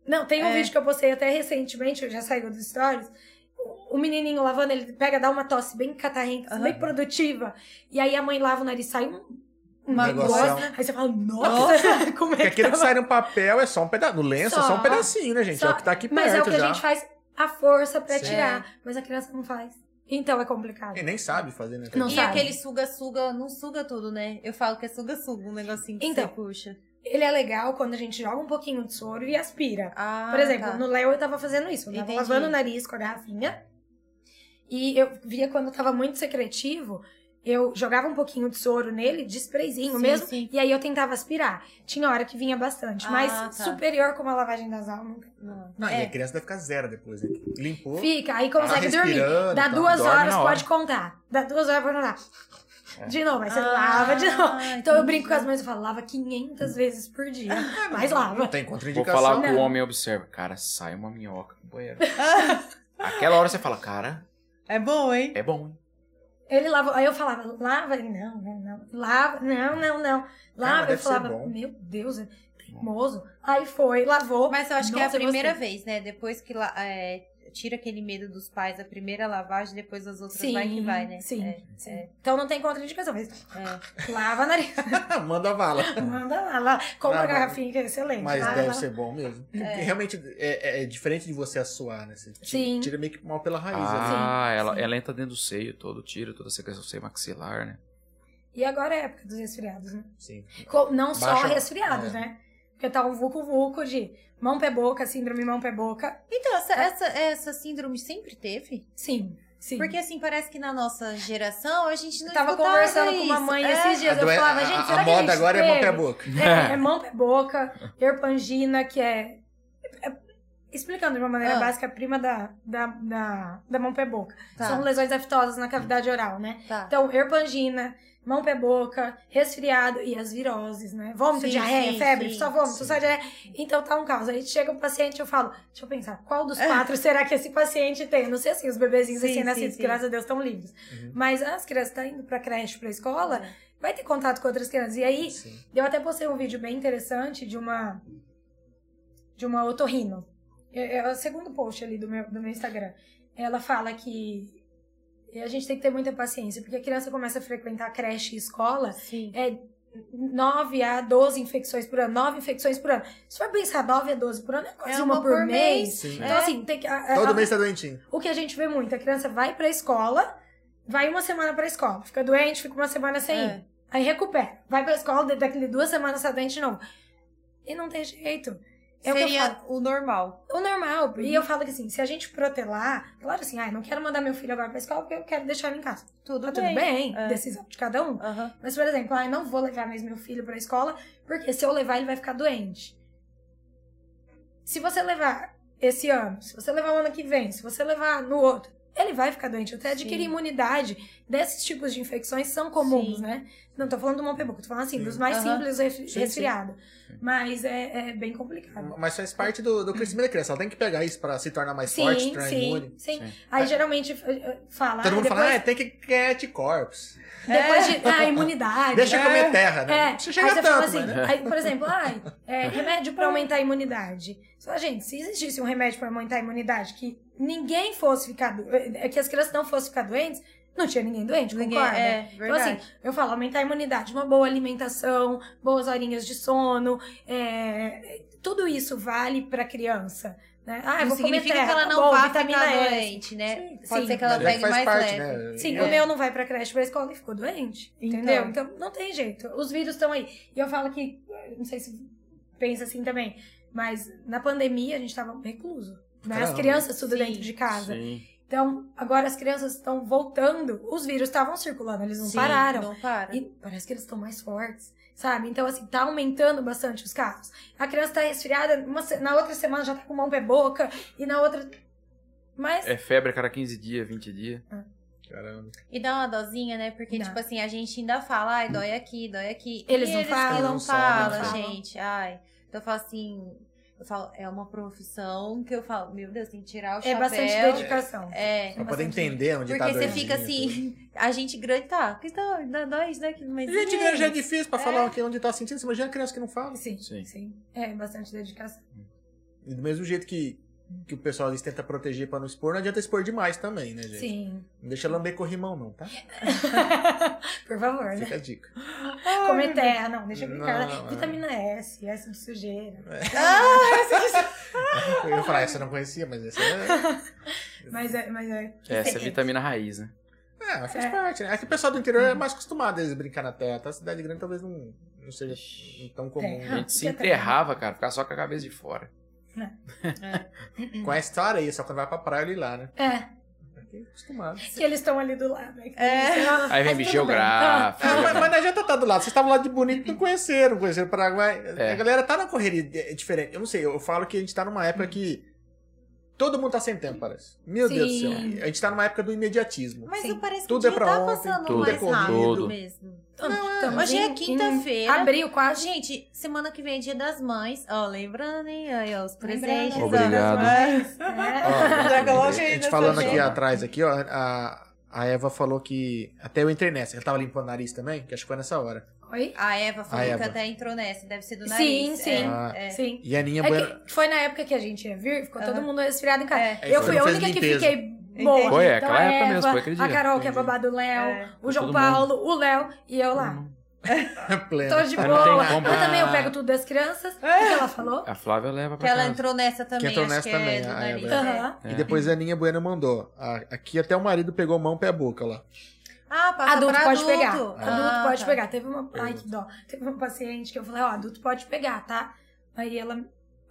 Speaker 4: Não, tem um
Speaker 1: É.
Speaker 4: vídeo que eu postei até recentemente, eu já saiu dos stories. O- O menininho lavando, ele pega, dá uma tosse bem catarrenta, assim,
Speaker 1: Aham.
Speaker 4: bem produtiva. E aí a mãe lava o nariz, sai um,
Speaker 1: Uma
Speaker 2: Negócio.
Speaker 1: coisa.
Speaker 4: Aí você fala, nossa, como
Speaker 2: Porque
Speaker 4: é que,
Speaker 2: aquilo que
Speaker 4: tava?
Speaker 2: sai no papel é só um pedaço. No lenço é só
Speaker 4: Só.
Speaker 2: um pedacinho, né, gente?
Speaker 4: Só.
Speaker 2: É o que tá aqui perto
Speaker 4: Mas é o que
Speaker 2: já.
Speaker 4: a gente faz a força pra
Speaker 2: Sim.
Speaker 4: tirar. Mas a criança não faz. Então é complicado.
Speaker 2: E nem sabe fazer, né?
Speaker 4: Não
Speaker 1: e
Speaker 4: sabe.
Speaker 1: aquele suga-suga, não suga tudo, né? Eu falo que é suga-suga, um negocinho que
Speaker 4: Então.
Speaker 1: você puxa.
Speaker 4: Ele é legal quando a gente joga um pouquinho de soro e aspira.
Speaker 1: Ah,
Speaker 4: Por exemplo,
Speaker 1: tá.
Speaker 4: no Léo eu tava fazendo isso. Eu tava
Speaker 1: Entendi.
Speaker 4: lavando o nariz com a garrafinha. E eu via quando eu tava muito secretivo, eu jogava um pouquinho de soro nele, de sprayzinho
Speaker 1: Sim,
Speaker 4: mesmo.
Speaker 1: sim.
Speaker 4: E aí eu tentava aspirar. Tinha hora que vinha bastante.
Speaker 1: Ah,
Speaker 4: mas
Speaker 1: tá.
Speaker 4: superior como a lavagem das almas.
Speaker 1: Não.
Speaker 2: Não,
Speaker 1: É.
Speaker 2: e a criança vai ficar zero depois, né? Limpou.
Speaker 4: Fica, aí
Speaker 2: tá
Speaker 4: consegue dormir.
Speaker 2: respirando,
Speaker 4: Dá
Speaker 2: tá.
Speaker 4: duas
Speaker 3: Dorme
Speaker 4: horas,
Speaker 3: na hora. É.
Speaker 4: pode contar. Dá duas horas, pode contar. De novo, aí você
Speaker 1: Ah,
Speaker 4: lava de novo. Então eu
Speaker 1: entendi.
Speaker 4: brinco com as mães e falo, lava
Speaker 3: Hum.
Speaker 4: 500 vezes por dia. Mas
Speaker 2: Não
Speaker 4: lava.
Speaker 2: tem
Speaker 3: Vou
Speaker 2: contraindicação.
Speaker 3: falar que o
Speaker 4: Não.
Speaker 3: homem observa. Cara, sai uma minhoca do banheiro. Aquela hora você fala, cara,
Speaker 1: É bom, hein?
Speaker 3: é bom. hein?
Speaker 4: Ele lavou. Aí eu falava, lava. Ele, não, não, não. Lava, não, não, não.
Speaker 2: Ah, mas
Speaker 4: Lava. eu
Speaker 2: deve ser
Speaker 4: falava,
Speaker 2: bom.
Speaker 4: meu Deus, é teimoso. Aí foi, lavou.
Speaker 1: Mas eu acho que é a
Speaker 4: Nossa, eu
Speaker 1: primeira
Speaker 4: gostei.
Speaker 1: vez, né? Depois que la- é, tira aquele medo dos pais, a primeira lavagem, depois as outras
Speaker 4: Sim,
Speaker 1: vai que vai, né?
Speaker 4: sim,
Speaker 1: É,
Speaker 4: sim. Então não tem contraindicação. Mas
Speaker 1: é.
Speaker 4: lava a nariz,
Speaker 2: Ah, Manda a vala.
Speaker 4: manda lá, lá. Compra a
Speaker 2: Lava.
Speaker 4: garrafinha, que é excelente.
Speaker 2: Mas
Speaker 4: lava,
Speaker 2: deve
Speaker 4: lava.
Speaker 2: ser bom mesmo. Porque realmente é, é- é diferente de você assoar, né? Você tira,
Speaker 4: Sim.
Speaker 2: tira meio que mal pela raiz. né?
Speaker 3: Ah,
Speaker 4: sim.
Speaker 3: ela, ela entra dentro do seio todo, tira toda a secreção do seio maxilar, né?
Speaker 4: E agora é a época dos resfriados, né?
Speaker 2: Sim.
Speaker 4: Co- Não só
Speaker 2: Baixa-
Speaker 4: resfriados,
Speaker 2: é.
Speaker 4: né? Porque tá um vucu-vucu de mão pé boca, síndrome mão pé boca.
Speaker 1: Então, essa, essa, essa síndrome sempre teve?
Speaker 4: Sim, É. sim.
Speaker 1: Porque assim, parece que na nossa geração a gente não
Speaker 4: eu tava
Speaker 1: escutava
Speaker 4: conversando
Speaker 1: isso.
Speaker 4: com uma mãe
Speaker 1: É.
Speaker 4: esses dias,
Speaker 2: a
Speaker 4: eu
Speaker 2: doen-
Speaker 4: falava,
Speaker 2: a-
Speaker 4: gente,
Speaker 2: a,
Speaker 4: será
Speaker 2: a
Speaker 4: que a
Speaker 2: moda
Speaker 4: gente
Speaker 2: agora é mão
Speaker 4: teve?"
Speaker 2: pé boca.
Speaker 4: É, é mão pé boca, erpangina, que é. é- Explicando de uma maneira
Speaker 1: Ah.
Speaker 4: básica, é prima da, da, da, da mão pé boca.
Speaker 1: Tá.
Speaker 4: São lesões aftosas na cavidade oral, né?
Speaker 1: Tá.
Speaker 4: Então, erpangina, mão pé boca, resfriado e as viroses, né? Vômito,
Speaker 1: Sim,
Speaker 4: diarreia,
Speaker 1: sim,
Speaker 4: febre,
Speaker 1: sim,
Speaker 4: só vômito,
Speaker 2: sim.
Speaker 4: só diarreia. Então tá um caos. Aí chega um paciente eu falo, deixa eu pensar, qual dos quatro será que esse paciente tem? Eu Não sei assim, os bebezinhos
Speaker 1: É. Sim, sim,
Speaker 4: recém-nascidos,
Speaker 1: sim. Uhum.
Speaker 4: graças a Deus, estão livres. Mas as crianças estão indo pra creche, pra escola,
Speaker 1: É.
Speaker 4: vai ter contato com outras crianças. E aí,
Speaker 2: Sim.
Speaker 4: eu até postei um vídeo bem interessante de uma de uma otorrino. É, é o segundo post ali do meu, do meu Instagram. Ela fala que a gente tem que ter muita paciência, porque a criança começa a frequentar creche e escola,
Speaker 1: Sim.
Speaker 4: é 9 a 12 infecções por ano, 9 infecções por ano. Se for pensar 9 a 12 por ano, é quase uma, por mês.
Speaker 2: Sim.
Speaker 4: Então, assim, tem que. a- a-
Speaker 2: Todo
Speaker 4: a-
Speaker 2: mês tá doentinho.
Speaker 4: o que a gente vê muito, a criança vai pra escola, vai uma semana pra escola, fica doente, fica uma semana sem
Speaker 1: É.
Speaker 4: ir. Aí recupera, vai pra escola, da- daqui duas semanas tá doente de novo. E não tem jeito. É o que eu
Speaker 1: Seria Uhum. o, normal.
Speaker 4: O normal, e eu falo que assim, se a gente protelar, claro assim, ah, não quero mandar meu filho agora pra escola porque eu quero deixar ele em casa.
Speaker 1: Tudo
Speaker 4: Tá
Speaker 1: bem.
Speaker 4: tudo bem,
Speaker 1: É.
Speaker 4: decisão de cada um.
Speaker 1: Aham.
Speaker 4: Mas, por exemplo, ah, eu não vou levar mais meu filho pra escola, porque se eu levar, ele vai ficar doente. Se você levar esse ano, se você levar o ano que vem, se você levar no outro, ele vai ficar doente. Até adquirir
Speaker 1: Sim.
Speaker 4: imunidade desses tipos de infecções são comuns,
Speaker 1: Sim.
Speaker 4: né? Não tô falando do Montebook, tô falando assim,
Speaker 2: Sim.
Speaker 4: dos mais
Speaker 1: Aham.
Speaker 4: simples ref-
Speaker 2: sim.
Speaker 4: resfriado. Mas é, é bem complicado.
Speaker 2: Mas faz parte do, do crescimento da criança. Ela tem que pegar isso pra se tornar mais forte,
Speaker 4: Hum. Sim,
Speaker 2: tornar
Speaker 4: sim,
Speaker 2: imune. É.
Speaker 4: sim,
Speaker 3: Sim.
Speaker 4: Aí geralmente eh, fala.
Speaker 2: Todo
Speaker 4: ah,
Speaker 2: mundo
Speaker 4: depois,
Speaker 2: fala, ah, tem que criar anticorpos.
Speaker 4: depois de. Ah, imunidade.
Speaker 2: Deixa
Speaker 4: né?
Speaker 2: eu comer terra, né?
Speaker 4: É,
Speaker 2: Não
Speaker 4: aí
Speaker 2: precisa
Speaker 4: você
Speaker 2: chegar
Speaker 4: fala
Speaker 2: tanto,
Speaker 4: assim,
Speaker 2: mas, né?
Speaker 4: aí, por exemplo, ai, é, remédio pra aumentar a imunidade. Só, gente, se existisse um remédio pra aumentar a imunidade que ninguém fosse ficar do... é, que as crianças não fossem ficar doentes, não tinha ninguém doente,
Speaker 1: Ninguém-
Speaker 4: concorda?
Speaker 1: é,
Speaker 4: Então,
Speaker 1: verdade.
Speaker 4: assim, eu falo, aumentar a imunidade, uma boa alimentação, boas horinhas de sono, é, tudo isso vale pra criança. Né? Ah, eu
Speaker 1: não
Speaker 4: vou comer
Speaker 1: significa
Speaker 4: terra,
Speaker 1: que ela
Speaker 4: tá
Speaker 1: não
Speaker 4: bom,
Speaker 1: vá
Speaker 4: vitamina
Speaker 1: ficar
Speaker 4: S.
Speaker 1: doente, né?
Speaker 4: Sim,
Speaker 1: Pode
Speaker 4: sim.
Speaker 1: ser que ela
Speaker 2: Já que
Speaker 1: pegue
Speaker 2: faz
Speaker 1: mais
Speaker 2: parte,
Speaker 1: leve.
Speaker 2: né?
Speaker 4: Sim,
Speaker 2: É.
Speaker 4: o meu não vai pra creche, pra escola e ficou doente.
Speaker 1: Então.
Speaker 4: Entendeu? Então não tem jeito. Os vírus estão aí. E eu falo que, não sei se pensa assim também, mas na pandemia a gente tava recluso. Né? As
Speaker 2: Caramba.
Speaker 4: crianças tudo
Speaker 1: Sim.
Speaker 4: dentro de casa.
Speaker 3: Sim.
Speaker 4: Então, agora as crianças estão voltando. Os vírus estavam circulando, eles não
Speaker 1: Sim,
Speaker 4: pararam.
Speaker 1: Não para.
Speaker 4: E parece que eles estão mais fortes, sabe? Então, assim, tá aumentando bastante os casos. A criança tá resfriada, uma se- na outra semana já tá com mão pé boca, e na outra. Mas
Speaker 3: É febre a cada 15 dias, 20 dias.
Speaker 2: Caramba.
Speaker 1: E dá uma dosinha, né? Porque,
Speaker 4: Dá.
Speaker 1: tipo assim, a gente ainda fala, ai, dói aqui, dói aqui.
Speaker 4: Eles
Speaker 1: E
Speaker 4: não falam.
Speaker 1: que não
Speaker 2: Não sabem,
Speaker 1: falam,
Speaker 4: não falam.
Speaker 1: gente. Ai. Então eu falo assim, eu falo, é uma profissão que eu falo, meu Deus, tem que tirar o
Speaker 4: É
Speaker 1: chapéu.
Speaker 4: bastante dedicação.
Speaker 1: É.
Speaker 2: Pra poder entender onde tá
Speaker 1: Porque você
Speaker 2: doidinho,
Speaker 1: fica
Speaker 2: tudo.
Speaker 1: assim, a gente grande tá, porque dá, dá, dá isso, dá aquilo, mas.
Speaker 2: Gente
Speaker 1: e
Speaker 2: grande já é
Speaker 1: eles?
Speaker 2: difícil pra
Speaker 1: É.
Speaker 2: falar aqui onde tá sentindo. Você imagina a criança que não fala.
Speaker 4: Sim,
Speaker 3: Sim.
Speaker 4: sim, É bastante dedicação.
Speaker 2: E do mesmo jeito que, que o pessoal eles tenta proteger pra não expor, não adianta expor demais também, né, gente?
Speaker 4: Sim. É
Speaker 2: Não deixa lamber corrimão, não, tá?
Speaker 4: Por favor, né?
Speaker 2: Fica a dica.
Speaker 4: Comer terra, não, deixa eu brincar.
Speaker 2: Não,
Speaker 4: né?
Speaker 2: é.
Speaker 4: Vitamina S, S de sujeira. Ah,
Speaker 2: Eu ia falar, essa eu não conhecia, mas essa é.
Speaker 4: Mas é, mas é.
Speaker 3: Essa é
Speaker 4: diferente.
Speaker 3: vitamina raiz, né?
Speaker 2: É, mas faz
Speaker 4: É. Uhum.
Speaker 2: parte, né? É que o pessoal do interior é mais acostumado a eles brincar na terra, tá? A cidade grande talvez não, não seja tão comum.
Speaker 3: A
Speaker 4: Terra.
Speaker 2: né?
Speaker 3: gente se
Speaker 4: Ah, fica
Speaker 3: enterrava, cara, ficava só com a cabeça de fora.
Speaker 2: Com a história aí, só quando vai pra praia ele ir lá, né?
Speaker 4: É,
Speaker 2: Aqui é acostumado.
Speaker 4: que eles estão ali do lado. né?
Speaker 1: É.
Speaker 3: Aí vem
Speaker 4: Mas tudo
Speaker 3: mexer o
Speaker 4: bem.
Speaker 3: gráfico.
Speaker 2: É, mas, mas não adianta estar do lado. Vocês estavam lá de bonito, não conheceram, conheceram o Paraguai.
Speaker 3: É.
Speaker 2: A galera tá na correria é diferente. Eu não sei, eu falo que a gente tá numa época que todo mundo tá sem tempo, parece. Meu Deus do
Speaker 4: Sim.
Speaker 2: céu. A gente tá numa época do imediatismo.
Speaker 1: Mas
Speaker 4: Sim.
Speaker 1: eu parece que
Speaker 2: Tudo
Speaker 1: o
Speaker 2: é
Speaker 1: dia
Speaker 2: pra
Speaker 1: tá
Speaker 2: ontem,
Speaker 1: passando
Speaker 3: tudo é
Speaker 1: mais rápido
Speaker 3: corrido.
Speaker 1: mesmo.
Speaker 4: Estamos
Speaker 1: Hoje é
Speaker 4: em- em
Speaker 1: quinta-feira.
Speaker 4: Abril quase.
Speaker 1: Ah, Gente, semana que vem é dia das mães. Ó, lembrando, hein? Aí, ó, os presentes.
Speaker 4: Lembrando,
Speaker 1: ó, das
Speaker 3: Obrigado.
Speaker 1: mães. né?
Speaker 2: Ó,
Speaker 4: É.
Speaker 1: Já coloca
Speaker 2: a
Speaker 1: aí
Speaker 2: gente
Speaker 1: nessa
Speaker 4: tá
Speaker 2: falando aqui
Speaker 1: agenda.
Speaker 2: atrás, aqui, ó, a, a Eva falou que. Até eu entrei nessa. Ela tava limpando o nariz também, que acho que foi nessa hora.
Speaker 4: Oi?
Speaker 1: A Eva falou
Speaker 2: A Eva.
Speaker 1: que até entrou nessa, deve ser do
Speaker 4: Sim,
Speaker 1: nariz.
Speaker 4: sim.
Speaker 1: É,
Speaker 2: Ah,
Speaker 1: é.
Speaker 4: Sim.
Speaker 2: E a Aninha
Speaker 4: É
Speaker 2: Bueno.
Speaker 4: que foi na época que a gente ia vir, ficou todo
Speaker 1: Aham.
Speaker 4: mundo resfriado em casa.
Speaker 1: É.
Speaker 2: É,
Speaker 4: Eu
Speaker 2: foi,
Speaker 4: fui
Speaker 2: não
Speaker 4: a
Speaker 2: fez
Speaker 4: única que
Speaker 2: limpeza.
Speaker 4: fiquei boa.
Speaker 3: Foi, é,
Speaker 4: então
Speaker 3: aquela
Speaker 4: a
Speaker 3: época
Speaker 4: Eva,
Speaker 3: mesmo, foi aquele
Speaker 4: A
Speaker 3: dia.
Speaker 4: Carol, que é
Speaker 2: Entendi.
Speaker 4: babado do Léo,
Speaker 1: É.
Speaker 4: o João
Speaker 3: Todo
Speaker 4: Paulo, o Léo e eu lá.
Speaker 2: Plena.
Speaker 4: Tô de
Speaker 3: Mas
Speaker 4: boa.
Speaker 3: não tem como.
Speaker 4: Eu
Speaker 1: Ah.
Speaker 4: também eu pego tudo das crianças. O que ela falou?
Speaker 3: A Flávia leva
Speaker 1: É. Que
Speaker 3: pra
Speaker 1: ela
Speaker 3: casa.
Speaker 1: entrou nessa também,
Speaker 2: entrou
Speaker 1: acho
Speaker 2: nessa
Speaker 1: que
Speaker 2: também,
Speaker 1: é do
Speaker 2: a
Speaker 1: nariz.
Speaker 2: Eva.
Speaker 1: é.
Speaker 4: Aham.
Speaker 3: É.
Speaker 2: E depois a Aninha Bueno mandou. a- aqui até o marido pegou mão, pé, boca lá.
Speaker 1: Ah, passa
Speaker 4: Adulto
Speaker 1: pra
Speaker 4: pode
Speaker 1: adulto.
Speaker 4: pegar.
Speaker 1: Ah,
Speaker 4: Adulto pode
Speaker 1: tá.
Speaker 4: pegar. Teve uma. Ai, que dó. Teve uma paciente que eu falei, ó, adulto pode pegar, tá? Aí ela,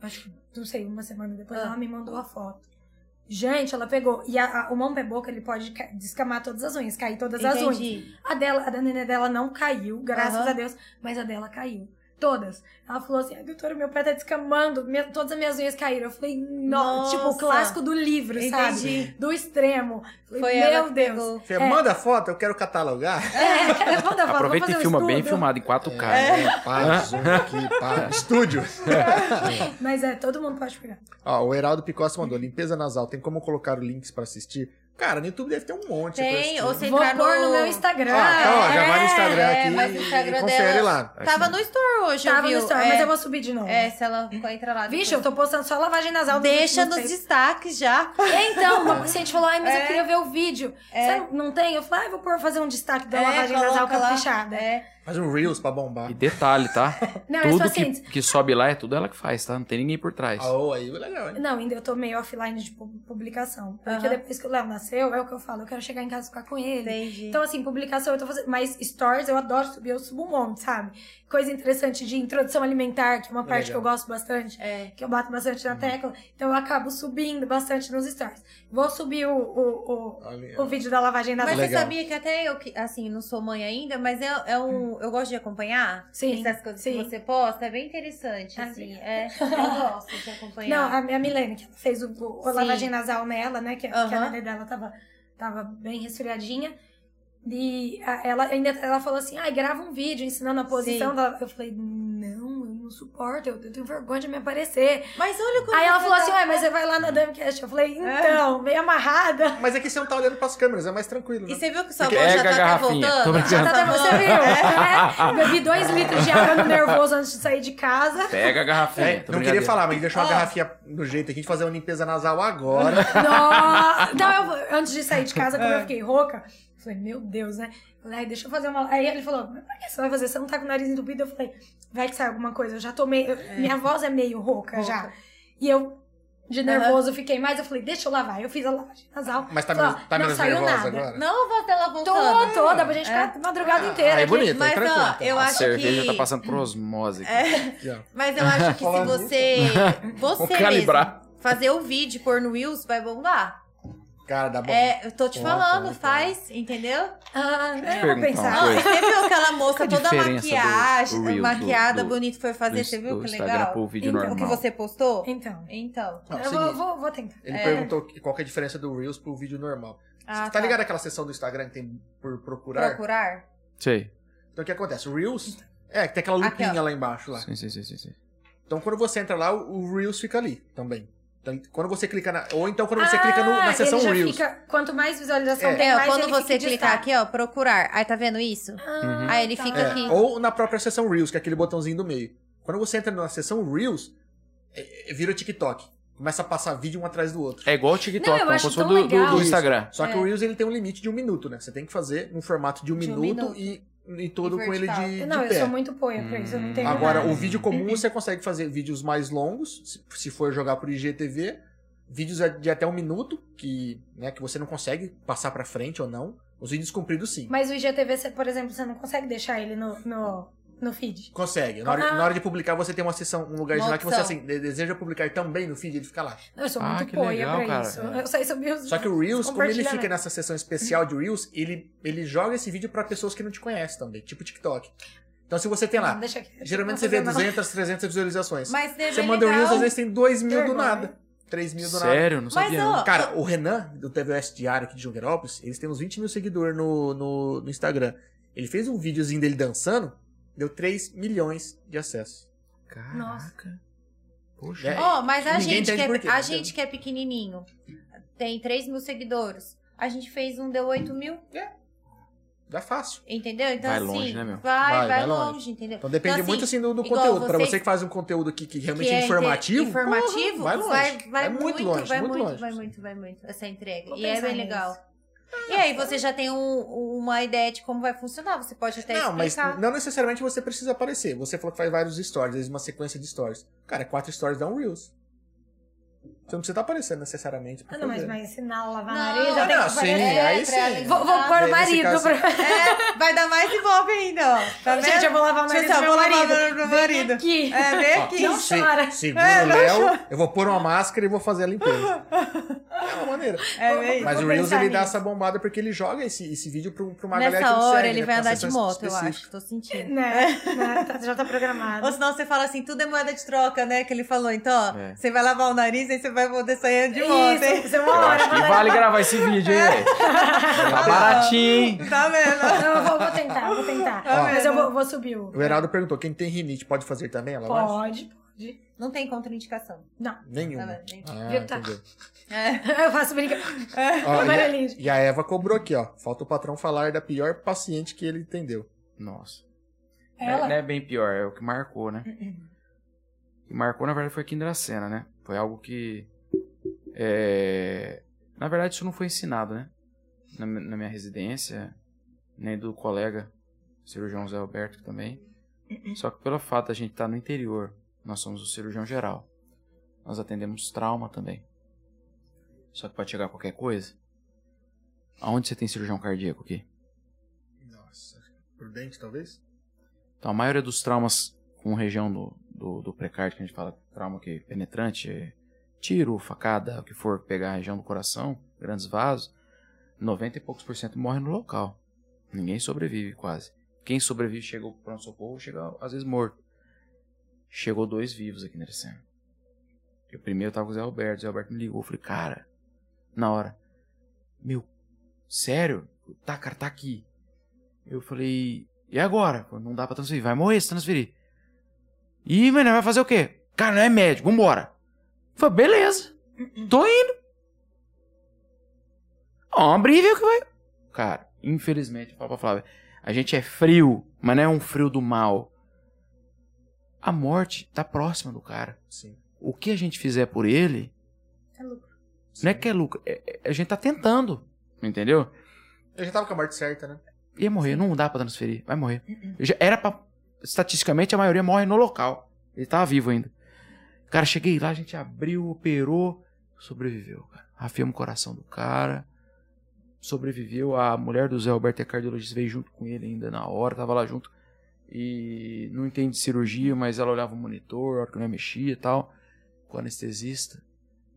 Speaker 4: acho que, não sei, uma semana depois,
Speaker 1: Ah.
Speaker 4: ela me mandou a foto. Gente, ela pegou. E a, a- o mão pé boca, ele pode ca- descamar todas as unhas, cair todas as unhas.
Speaker 1: Entendi.
Speaker 4: A dela, a da nenê dela não caiu, graças
Speaker 1: Aham.
Speaker 4: a Deus, mas a dela caiu. Todas. Ela falou assim, "Ai, doutora, meu pé tá descamando, minha- todas as minhas unhas caíram. Eu falei,
Speaker 1: Nossa.
Speaker 4: nossa. Tipo, o clássico do livro, sabe?
Speaker 1: Entendi.
Speaker 4: Do extremo. Falei,
Speaker 1: Foi
Speaker 4: meu
Speaker 1: ela que
Speaker 4: Deus.
Speaker 1: pegou.
Speaker 2: Falei, manda a foto, eu quero catalogar.
Speaker 4: É, vamos dar-
Speaker 3: Aproveita
Speaker 4: vamos
Speaker 3: e
Speaker 4: fazer um
Speaker 3: filma bem
Speaker 4: estudo.
Speaker 3: filmado em 4K. né?
Speaker 2: É, pá, zoom aqui, pá. Estúdio.
Speaker 4: Mas é, todo mundo pode pegar.
Speaker 2: Ó, o Heraldo Picossi mandou, limpeza nasal, tem como colocar links pra assistir? Cara, no YouTube deve ter um monte pra
Speaker 1: Tem,
Speaker 2: assistir.
Speaker 1: ou você
Speaker 4: Vou
Speaker 1: entrar
Speaker 4: pôr no meu Instagram.
Speaker 2: Ah, tá, ó, já vai no Instagram
Speaker 1: É,
Speaker 2: aqui
Speaker 1: mas o
Speaker 2: e-
Speaker 1: Instagram
Speaker 2: e confere
Speaker 1: dela-
Speaker 2: lá.
Speaker 1: Tava no store hoje,
Speaker 4: Tava
Speaker 1: viu?
Speaker 4: no story,
Speaker 1: é,
Speaker 4: mas eu vou subir de novo.
Speaker 1: é, se ela entra lá.
Speaker 4: Vixe, eu um
Speaker 1: depois.
Speaker 4: tô postando só lavagem nasal.
Speaker 1: Deixa
Speaker 4: nos
Speaker 1: nos destaques já.
Speaker 4: É, então, uma paciente falou, ai, mas
Speaker 1: É.
Speaker 4: eu queria ver o vídeo.
Speaker 1: É.
Speaker 4: Sabe, não tem? Eu falei, ai, vou pôr, fazer um destaque da
Speaker 1: É,
Speaker 4: lavagem
Speaker 1: coloca
Speaker 4: nasal com
Speaker 1: lá.
Speaker 4: a fechada.
Speaker 1: É.
Speaker 2: Faz um Reels pra bombar.
Speaker 3: E detalhe, tá?
Speaker 4: Não, é tipo
Speaker 3: tudo
Speaker 4: as pacientes...
Speaker 3: que, que sobe lá é tudo ela que faz, tá? Não tem ninguém por trás.
Speaker 2: Ah, ô, aí, legal, hein?
Speaker 4: Não, ainda eu tô meio offline de pu- publicação. Porque
Speaker 1: Aham.
Speaker 4: depois que o Léo nasceu, é o que eu falo, eu quero chegar em casa e ficar com ele.
Speaker 1: Entendi.
Speaker 4: Então, assim, publicação eu tô fazendo. Mas stories eu adoro subir, eu subo um monte, sabe? Coisa interessante de introdução alimentar, que é uma parte que eu
Speaker 2: Legal.
Speaker 4: gosto bastante,
Speaker 1: É.
Speaker 4: que eu bato bastante na tecla. Então eu acabo subindo bastante nos stories. Vou subir o, o,
Speaker 2: Olha,
Speaker 4: o, o vídeo da lavagem
Speaker 1: Mas
Speaker 4: nasal.
Speaker 1: você
Speaker 2: Legal.
Speaker 1: sabia que até eu, que, assim, não sou mãe ainda, mas é, é um, eu gosto de acompanhar
Speaker 4: Hum. Sim,
Speaker 1: essas coisas
Speaker 4: sim.
Speaker 1: que você posta. É bem interessante,
Speaker 4: Ah,
Speaker 1: assim.
Speaker 4: obrigada.
Speaker 1: É, eu gosto de
Speaker 4: Não,
Speaker 1: acompanhar.
Speaker 4: a, a Milene, que fez o, o- a
Speaker 1: Sim.
Speaker 4: lavagem nasal nela, né? Que, que a
Speaker 1: Aham.
Speaker 4: nenê dela tava, tava bem resfriadinha. E a- ela ainda ela falou assim: ai, grava um vídeo ensinando a posição.
Speaker 1: Sim.
Speaker 4: da-" Eu falei: não, eu não suporto, eu, eu tenho vergonha de me aparecer.
Speaker 1: Mas olha como
Speaker 4: Aí ela
Speaker 1: você
Speaker 4: falou
Speaker 1: tá- É.
Speaker 4: assim: ué, mas você vai lá na Damecast. Eu falei: então, meio amarrada.
Speaker 2: Mas aqui você não tá olhando pras câmeras, é mais tranquilo, né?
Speaker 1: E você viu que sua
Speaker 3: Porque
Speaker 1: voz já
Speaker 3: é
Speaker 1: tá
Speaker 3: a
Speaker 1: até
Speaker 3: garrafinha. Tô
Speaker 1: voltando?
Speaker 3: brincando.
Speaker 1: Já
Speaker 4: Tá,
Speaker 1: tá
Speaker 4: tá, você
Speaker 1: voltando.
Speaker 4: viu? É, bebi dois litros de água no nervoso antes de sair de casa.
Speaker 3: Pega a garrafinha.
Speaker 2: É,
Speaker 3: tá
Speaker 2: não
Speaker 3: brincadeira.
Speaker 2: queria falar, mas ele deixou
Speaker 1: Ó.
Speaker 2: a garrafinha no jeito aqui de fazer uma limpeza nasal agora.
Speaker 4: Nossa! Não, eu, antes de sair de casa,
Speaker 1: É.
Speaker 4: como eu fiquei rouca, eu falei, meu Deus, né? Eu Falei, ai, deixa eu fazer uma. Aí ele falou, mas pra que você vai fazer? Você não tá com o nariz entupido? Eu falei, vai que sai alguma coisa. Eu já tomei. eu- Minha voz é meio rouca, já. E eu, de nervoso, fiquei mais. Eu falei, deixa eu lavar. Eu fiz a lavagem nasal.
Speaker 2: Mas tá
Speaker 4: Falei,
Speaker 2: menos,
Speaker 4: ó,
Speaker 2: tá
Speaker 4: não
Speaker 2: menos
Speaker 4: saiu
Speaker 2: nervosa
Speaker 4: nada.
Speaker 2: agora?
Speaker 1: Não, a voz dela
Speaker 4: Tô
Speaker 1: voltando.
Speaker 4: toda, pra gente ficar a madrugada inteira.
Speaker 2: Ah, é
Speaker 4: aqui.
Speaker 2: bonito,
Speaker 1: Mas,
Speaker 2: aí, tranquilo.
Speaker 1: ó, eu
Speaker 3: A
Speaker 1: acho
Speaker 3: cerveja
Speaker 1: que...
Speaker 3: tá passando por osmose. cara.
Speaker 2: Aqui, ó.
Speaker 1: Mas eu acho que se
Speaker 2: Falando
Speaker 1: você... Você
Speaker 3: Vou
Speaker 1: mesmo
Speaker 3: calibrar.
Speaker 1: fazer o vídeo e pôr no Reels, vai bombar.
Speaker 2: Cara,
Speaker 3: Tá
Speaker 2: dá bom.
Speaker 1: É, eu tô te
Speaker 2: Bom,
Speaker 1: falando,
Speaker 3: então,
Speaker 2: bom, bom.
Speaker 1: faz, entendeu?
Speaker 4: Ah, né?
Speaker 3: Deixa eu perguntar
Speaker 4: Vou
Speaker 3: uma
Speaker 4: pensar.
Speaker 1: Não,
Speaker 3: coisa.
Speaker 1: e você viu aquela moça
Speaker 3: A
Speaker 1: toda
Speaker 3: diferença do-
Speaker 1: maquiagem,
Speaker 3: do Reels, do-
Speaker 1: maquiada,
Speaker 3: do-
Speaker 1: bonita, foi fazer,
Speaker 3: do-
Speaker 1: você viu
Speaker 3: do
Speaker 1: que
Speaker 3: Instagram
Speaker 1: legal?
Speaker 3: pro vídeo
Speaker 1: então,
Speaker 3: normal.
Speaker 1: o que você postou?
Speaker 4: Então.
Speaker 1: Então.
Speaker 2: Não, é
Speaker 4: eu
Speaker 2: seguinte,
Speaker 4: vou, vou, vou tentar.
Speaker 2: Ele
Speaker 1: É.
Speaker 2: perguntou que- qual que é a diferença do Reels pro vídeo normal.
Speaker 1: Ah,
Speaker 2: tá, ligado aquela seção do Instagram que tem por procurar?
Speaker 1: Procurar?
Speaker 3: Sei.
Speaker 2: Então o que acontece? O Reels. É, que tem aquela lupinha
Speaker 1: Aquela.
Speaker 2: lá embaixo lá.
Speaker 3: Sim, sim, sim, sim, sim.
Speaker 2: Então quando você entra lá, o o Reels fica ali também. Então, quando você clica na. Ou então quando você
Speaker 4: Ah,
Speaker 2: clica no- na
Speaker 4: ele
Speaker 2: seção
Speaker 4: já
Speaker 2: Reels.
Speaker 4: fica- quanto mais visualização
Speaker 2: É.
Speaker 4: tem,
Speaker 1: É, ó,
Speaker 4: mais
Speaker 1: quando
Speaker 4: ele
Speaker 1: você
Speaker 4: fica em
Speaker 1: clicar
Speaker 4: destaque.
Speaker 1: aqui, ó, procurar. Aí tá vendo isso?
Speaker 4: Ah,
Speaker 1: Aí ele
Speaker 4: tá.
Speaker 1: fica
Speaker 2: É,
Speaker 1: aqui.
Speaker 2: ou na própria seção Reels, que é aquele botãozinho do meio. Quando você entra na seção Reels, é, é, vira o TikTok. Começa a passar vídeo um atrás do outro.
Speaker 3: É igual o TikTok,
Speaker 4: Não, eu
Speaker 3: como
Speaker 4: acho
Speaker 3: se fosse
Speaker 4: tão
Speaker 3: do, do-
Speaker 4: legal.
Speaker 3: do Instagram.
Speaker 2: Só que
Speaker 1: É.
Speaker 2: o Reels ele tem um limite de um minuto, né? Você tem que fazer um formato de um,
Speaker 1: De um
Speaker 2: minuto,
Speaker 1: minuto.
Speaker 2: e, e todo
Speaker 1: E
Speaker 2: com ele
Speaker 1: vertical.
Speaker 2: de,
Speaker 4: Não,
Speaker 2: de
Speaker 4: eu sou
Speaker 2: pé.
Speaker 4: muito poia pra isso, eu não tenho
Speaker 2: Agora,
Speaker 4: nada.
Speaker 2: o vídeo comum você consegue fazer vídeos mais longos, se- se for jogar por IGTV, vídeos de até um minuto, que, né, que você não consegue passar pra frente ou não. Os vídeos compridos sim.
Speaker 4: Mas o IGTV, você, por exemplo, você não consegue deixar ele no, no, no feed.
Speaker 2: Consegue. Na hora,
Speaker 4: Ah.
Speaker 2: na hora de publicar, você tem uma sessão, um lugarzinho
Speaker 1: Uma
Speaker 2: lá que você
Speaker 1: opção.
Speaker 2: assim, de- deseja publicar também no feed, ele fica lá.
Speaker 4: Eu sou
Speaker 3: Ah,
Speaker 4: muito
Speaker 3: que
Speaker 4: poia
Speaker 3: legal,
Speaker 4: pra
Speaker 3: cara.
Speaker 4: isso. é Eu só sabia os
Speaker 2: Só que o Reels, como ele
Speaker 4: compartilhamento.
Speaker 2: fica nessa sessão especial de Reels, ele, ele joga esse vídeo pra pessoas que não te conhecem também, tipo TikTok. Então se você tem
Speaker 4: Não,
Speaker 2: lá,
Speaker 4: deixa aqui.
Speaker 2: geralmente
Speaker 4: Não
Speaker 2: você vê
Speaker 4: fazer
Speaker 2: 200, 300 visualizações.
Speaker 1: Mas teve
Speaker 2: Você manda o
Speaker 1: legal.
Speaker 2: Reels, às vezes tem 2 mil do
Speaker 4: é Vergonha.
Speaker 2: nada, 3 mil do nada.
Speaker 3: Sério? Não
Speaker 1: Mas,
Speaker 3: sabia.
Speaker 1: ó,
Speaker 3: não.
Speaker 2: Cara, o Renan, do TVS Diário aqui de Junquerópolis, eles têm uns 20 mil seguidores no, no, no Instagram. Ele fez um videozinho dele dançando, deu 3 milhões de acessos.
Speaker 3: Caraca. Poxa.
Speaker 2: É,
Speaker 1: Ó, mas a
Speaker 2: Ninguém
Speaker 1: gente,
Speaker 2: entende
Speaker 1: que
Speaker 2: por quê,
Speaker 1: é, a
Speaker 2: né?
Speaker 1: gente que é pequenininho, tem 3 mil seguidores. A gente fez um, deu 8 mil,
Speaker 2: Dá fácil.
Speaker 1: entendeu? Então,
Speaker 3: Vai
Speaker 1: assim,
Speaker 3: longe, né, meu?
Speaker 1: Vai, vai,
Speaker 2: Vai, vai
Speaker 1: longe,
Speaker 2: longe.
Speaker 1: entendeu?
Speaker 2: Então depende
Speaker 1: Então, assim,
Speaker 2: muito assim do, do
Speaker 1: igual
Speaker 2: conteúdo. Pra
Speaker 1: vocês-
Speaker 2: você que faz um conteúdo aqui que realmente
Speaker 1: que é
Speaker 2: é
Speaker 1: inte-
Speaker 2: informativo,
Speaker 1: informativo,
Speaker 2: porra, vai longe.
Speaker 1: Vai, vai
Speaker 2: É muito longe,
Speaker 1: vai
Speaker 2: muito
Speaker 1: muito,
Speaker 2: longe.
Speaker 1: vai muito, vai muito. Essa entrega.
Speaker 4: Vou
Speaker 1: e é
Speaker 4: pensar
Speaker 1: bem
Speaker 4: nisso.
Speaker 1: legal. E aí você já tem um- uma ideia de como vai funcionar. Você pode até
Speaker 2: não, mas
Speaker 1: explicar.
Speaker 2: não necessariamente você precisa aparecer. Você falou que faz vários stories, às vezes uma sequência de stories. Cara, quatro stories dá um Reels. Você não precisa estar aparecendo necessariamente. pra
Speaker 4: Ah, não, mas
Speaker 2: fazer.
Speaker 4: vai ensinar a lavar
Speaker 1: Não,
Speaker 4: nariz, eu
Speaker 1: não,
Speaker 4: tenho que
Speaker 2: sim,
Speaker 4: fazer-
Speaker 2: é. aí
Speaker 1: pra
Speaker 2: sim.
Speaker 1: ela
Speaker 4: Vou, vou
Speaker 1: ensinar.
Speaker 4: pôr
Speaker 2: Nesse
Speaker 4: o marido
Speaker 2: caso-
Speaker 4: pra...
Speaker 1: É, vai dar mais envolve ainda, ó. Tá vendo?
Speaker 4: Gente, eu vou lavar o nariz
Speaker 1: Gente, eu
Speaker 4: do meu
Speaker 1: vou lavar
Speaker 4: marido.
Speaker 1: o nariz do meu
Speaker 4: Vem
Speaker 1: marido.
Speaker 4: aqui.
Speaker 1: É, vem
Speaker 2: Ó,
Speaker 1: aqui.
Speaker 4: Não
Speaker 2: se-
Speaker 4: chora.
Speaker 2: Segura
Speaker 1: É,
Speaker 2: o
Speaker 1: não
Speaker 2: Léo, eu vou pôr uma máscara e vou fazer a limpeza. é uma maneira.
Speaker 1: É, vem.
Speaker 2: Mas
Speaker 4: Vou
Speaker 2: o Reels
Speaker 4: pensar
Speaker 2: ele dá
Speaker 4: nisso.
Speaker 2: essa bombada porque ele joga esse, esse vídeo pra, um- pra uma galera que
Speaker 1: Nessa
Speaker 2: não
Speaker 1: hora
Speaker 2: segue,
Speaker 1: ele
Speaker 2: né,
Speaker 1: vai
Speaker 2: pra uma
Speaker 1: andar de
Speaker 2: sessão
Speaker 1: moto, eu
Speaker 2: específica.
Speaker 1: acho. Tô sentindo.
Speaker 4: Né, né, tá- já tá programado.
Speaker 1: Ou senão você fala assim, tudo é moeda de troca, né? Que ele falou. Então, ó,
Speaker 3: É.
Speaker 1: você vai lavar o nariz, aí você vai poder sair de moto, hein?
Speaker 4: Isso, você é uma
Speaker 3: Eu
Speaker 4: hora.
Speaker 3: acho que vale gravar esse vídeo, hein? velho? Tá baratinho, hein?
Speaker 1: Tá vendo?
Speaker 4: Não, eu vou, vou tentar, vou tentar.
Speaker 1: Ah,
Speaker 2: Ó.
Speaker 4: Mas eu vou, vou subir o...
Speaker 2: O Heraldo perguntou: quem tem rinite pode fazer também a lavagem?
Speaker 4: Pode, pode.
Speaker 1: Não tem contraindicação. Tá
Speaker 2: Nenhuma.
Speaker 1: vendo? gente?
Speaker 2: Ah,
Speaker 4: Viu que tá-
Speaker 2: entendi.
Speaker 1: É.
Speaker 4: Eu faço brinca.
Speaker 2: Ó,
Speaker 4: Vai,
Speaker 2: e, a,
Speaker 4: Lindy.
Speaker 2: e a Eva cobrou aqui, ó. Falta o patrão falar da pior paciente que ele entendeu.
Speaker 3: Nossa. É,
Speaker 4: Ela?
Speaker 3: não é bem pior, é o que marcou, né? O que marcou, na verdade, foi aqui em Dracena, né? Foi algo que. é, Na verdade, isso não foi ensinado, né? Na, mi- na minha residência, nem do colega cirurgião Zé Alberto também. Só que pelo fato de a gente estar no interior, nós somos o cirurgião geral. Nós atendemos trauma também. Só que pode chegar qualquer coisa. Aonde você tem cirurgião cardíaco aqui?
Speaker 2: Nossa. Prudente, talvez?
Speaker 3: Então, a maioria dos traumas com região do, do, do precardio, que a gente fala trauma que é penetrante, é tiro, facada, o que for pegar a região do coração, grandes vasos, 90 e poucos por cento morre no local. Ninguém sobrevive quase. Quem sobrevive chega ao pronto-socorro, chega às vezes morto. Chegou dois vivos aqui na cena. Eu primeiro tava com o Zé Alberto, o Zé Alberto me ligou, eu falei, cara, na hora, meu, sério? Tá, cara, tá aqui. Eu falei, e agora? Pô, Não dá pra transferir, vai morrer se transferir. Ih, mas vai fazer o quê? Cara, não é médico, vambora. Eu Falei, beleza, tô indo. Hombre, e vê o que vai. Cara, infelizmente, eu falo pra Flávia, a gente é frio, mas não é um frio do mal. A morte tá próxima do cara.
Speaker 2: Sim.
Speaker 3: O que a gente fizer por ele, não é que é lucro, é- é- a gente tá tentando, entendeu?
Speaker 2: Eu já tava com a morte certa, né?
Speaker 3: ia morrer, não dá pra transferir, vai morrer. Já era pra. Estatisticamente, a maioria morre no local. Ele tava vivo ainda. Cara, cheguei lá, a gente abriu, operou, sobreviveu, cara. Rafiamos o coração do cara. Sobreviveu. A mulher do Zé Alberto é cardiologista, veio junto com ele ainda na hora, tava lá junto. E não entende de cirurgia, mas ela olhava o monitor, a hora que não mexia e tal. Com o anestesista.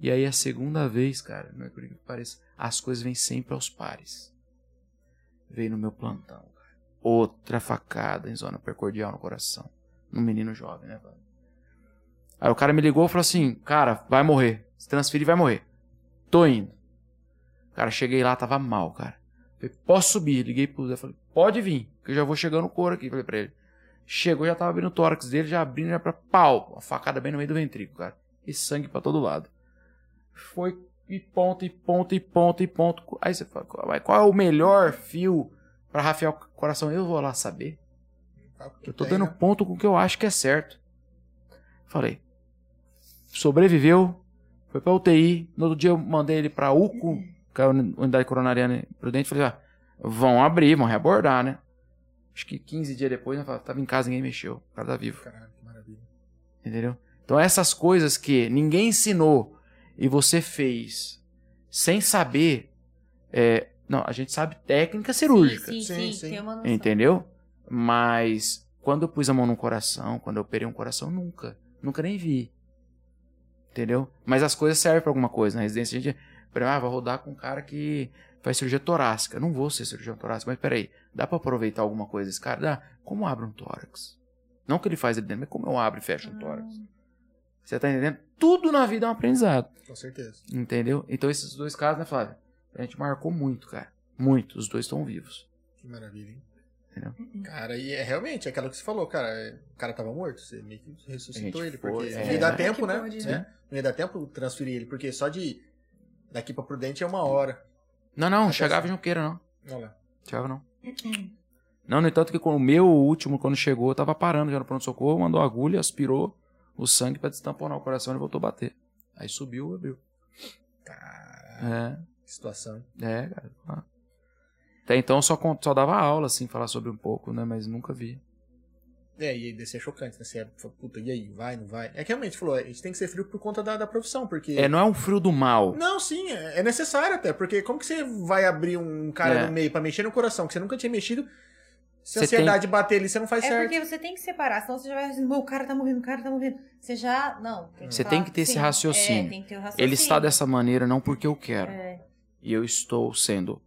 Speaker 3: E aí a segunda vez, cara, não é por que pareça, as coisas vêm sempre aos pares veio no meu plantão. cara. Outra facada em zona percordial no coração. Num menino jovem, né, velho? Aí o cara me ligou e falou assim: Cara, vai morrer. Se transferir, vai morrer. Tô indo. Cara, cheguei lá, tava mal, cara. Falei, posso subir? Liguei pro Zé, falei, pode vir, que eu já vou chegando no couro aqui, falei pra ele. Chegou, já tava abrindo o tórax dele, já abrindo, já pra pau, uma facada bem no meio do ventrículo, cara. E sangue pra todo lado. Foi e ponto, e ponto, e ponto, e ponto. Aí você fala, "Mas qual é o melhor fio pra rafiar o coração? Eu vou lá saber.
Speaker 2: Tá,
Speaker 3: Eu tô
Speaker 2: né?
Speaker 3: dando um ponto com o que eu acho que é certo. Falei. Sobreviveu, foi pra UTI. No outro dia eu mandei ele pra UCO, que é a uni- unidade coronariana prudente. Falei, ó, vão abrir, vão reabordar, né? Acho que 15 dias depois, né, falei, tava em casa, ninguém mexeu. O cara tá vivo.
Speaker 2: Caralho, que maravilha.
Speaker 3: Entendeu? Então essas coisas que ninguém ensinou e você fez sem saber. é, não, a gente sabe técnica cirúrgica.
Speaker 1: Sim, sim, sim,
Speaker 2: Sim, sim.
Speaker 1: tem uma noção.
Speaker 3: Entendeu? Mas quando eu pus a mão no coração, quando eu operei um coração, nunca. Nunca nem vi. Entendeu? Mas as coisas servem pra alguma coisa. Na residência a gente. peraí, Ah, vou rodar com um cara que faz cirurgia torácica. Não vou ser cirurgião torácico, mas peraí, dá pra aproveitar alguma coisa desse cara? Dá. Como abre um tórax? Não que ele faz ali dentro, mas como eu abro e fecho um tórax? Você tá entendendo? Tudo na vida é um aprendizado.
Speaker 2: Com certeza.
Speaker 3: Entendeu? Então esses dois casos, né, Flávia? A gente marcou muito, cara. Muito. Os dois estão vivos.
Speaker 2: Que maravilha, hein?
Speaker 3: Entendeu?
Speaker 2: Cara, e é realmente é aquilo que você falou, cara. é, O cara tava morto, você meio que ressuscitou
Speaker 3: A gente
Speaker 2: ele,
Speaker 3: foi,
Speaker 2: porque
Speaker 3: é.
Speaker 2: não ia dar
Speaker 3: É,
Speaker 2: tempo,
Speaker 4: que
Speaker 2: né?
Speaker 4: pode,
Speaker 2: É, Não ia dar tempo transferir ele, porque só de daqui pra Prudente é uma hora.
Speaker 3: Não, não,
Speaker 2: Até
Speaker 3: chegava
Speaker 2: sim.
Speaker 3: em Junqueira, não.
Speaker 2: Olha lá.
Speaker 3: Chegava, não. Não, no entanto que com o meu último, quando chegou, eu tava parando já no pronto-socorro, mandou a agulha, aspirou o sangue pra destamponar o coração e voltou a bater. Aí subiu, abriu.
Speaker 2: Cara,
Speaker 3: É.
Speaker 2: que situação.
Speaker 3: É, cara. Ah. Até então eu só, con- só dava aula, assim, falar sobre um pouco, né? Mas nunca vi.
Speaker 2: É, e aí desse é chocante, né? Você é, fala, puta, e aí, vai, não vai? É que realmente falou, a gente tem que ser frio por conta da, da profissão, porque.
Speaker 3: É, não é um frio do mal.
Speaker 2: Não, sim, é é necessário até, porque como que você vai abrir um cara
Speaker 3: É.
Speaker 2: no meio pra mexer no coração que você nunca tinha mexido? Se a
Speaker 3: Você
Speaker 2: ansiedade bater ali, você não faz
Speaker 1: É
Speaker 2: certo.
Speaker 1: porque você tem que separar, senão você já vai dizendo, "Bom, o cara tá morrendo, o cara tá morrendo. Você já. Não. que
Speaker 3: Você
Speaker 1: falar,
Speaker 3: tem que ter esse
Speaker 1: sim,
Speaker 3: raciocínio.
Speaker 1: É, tem que ter o raciocínio.
Speaker 3: Ele está dessa maneira não porque eu quero.
Speaker 1: É.
Speaker 3: e eu estou sendo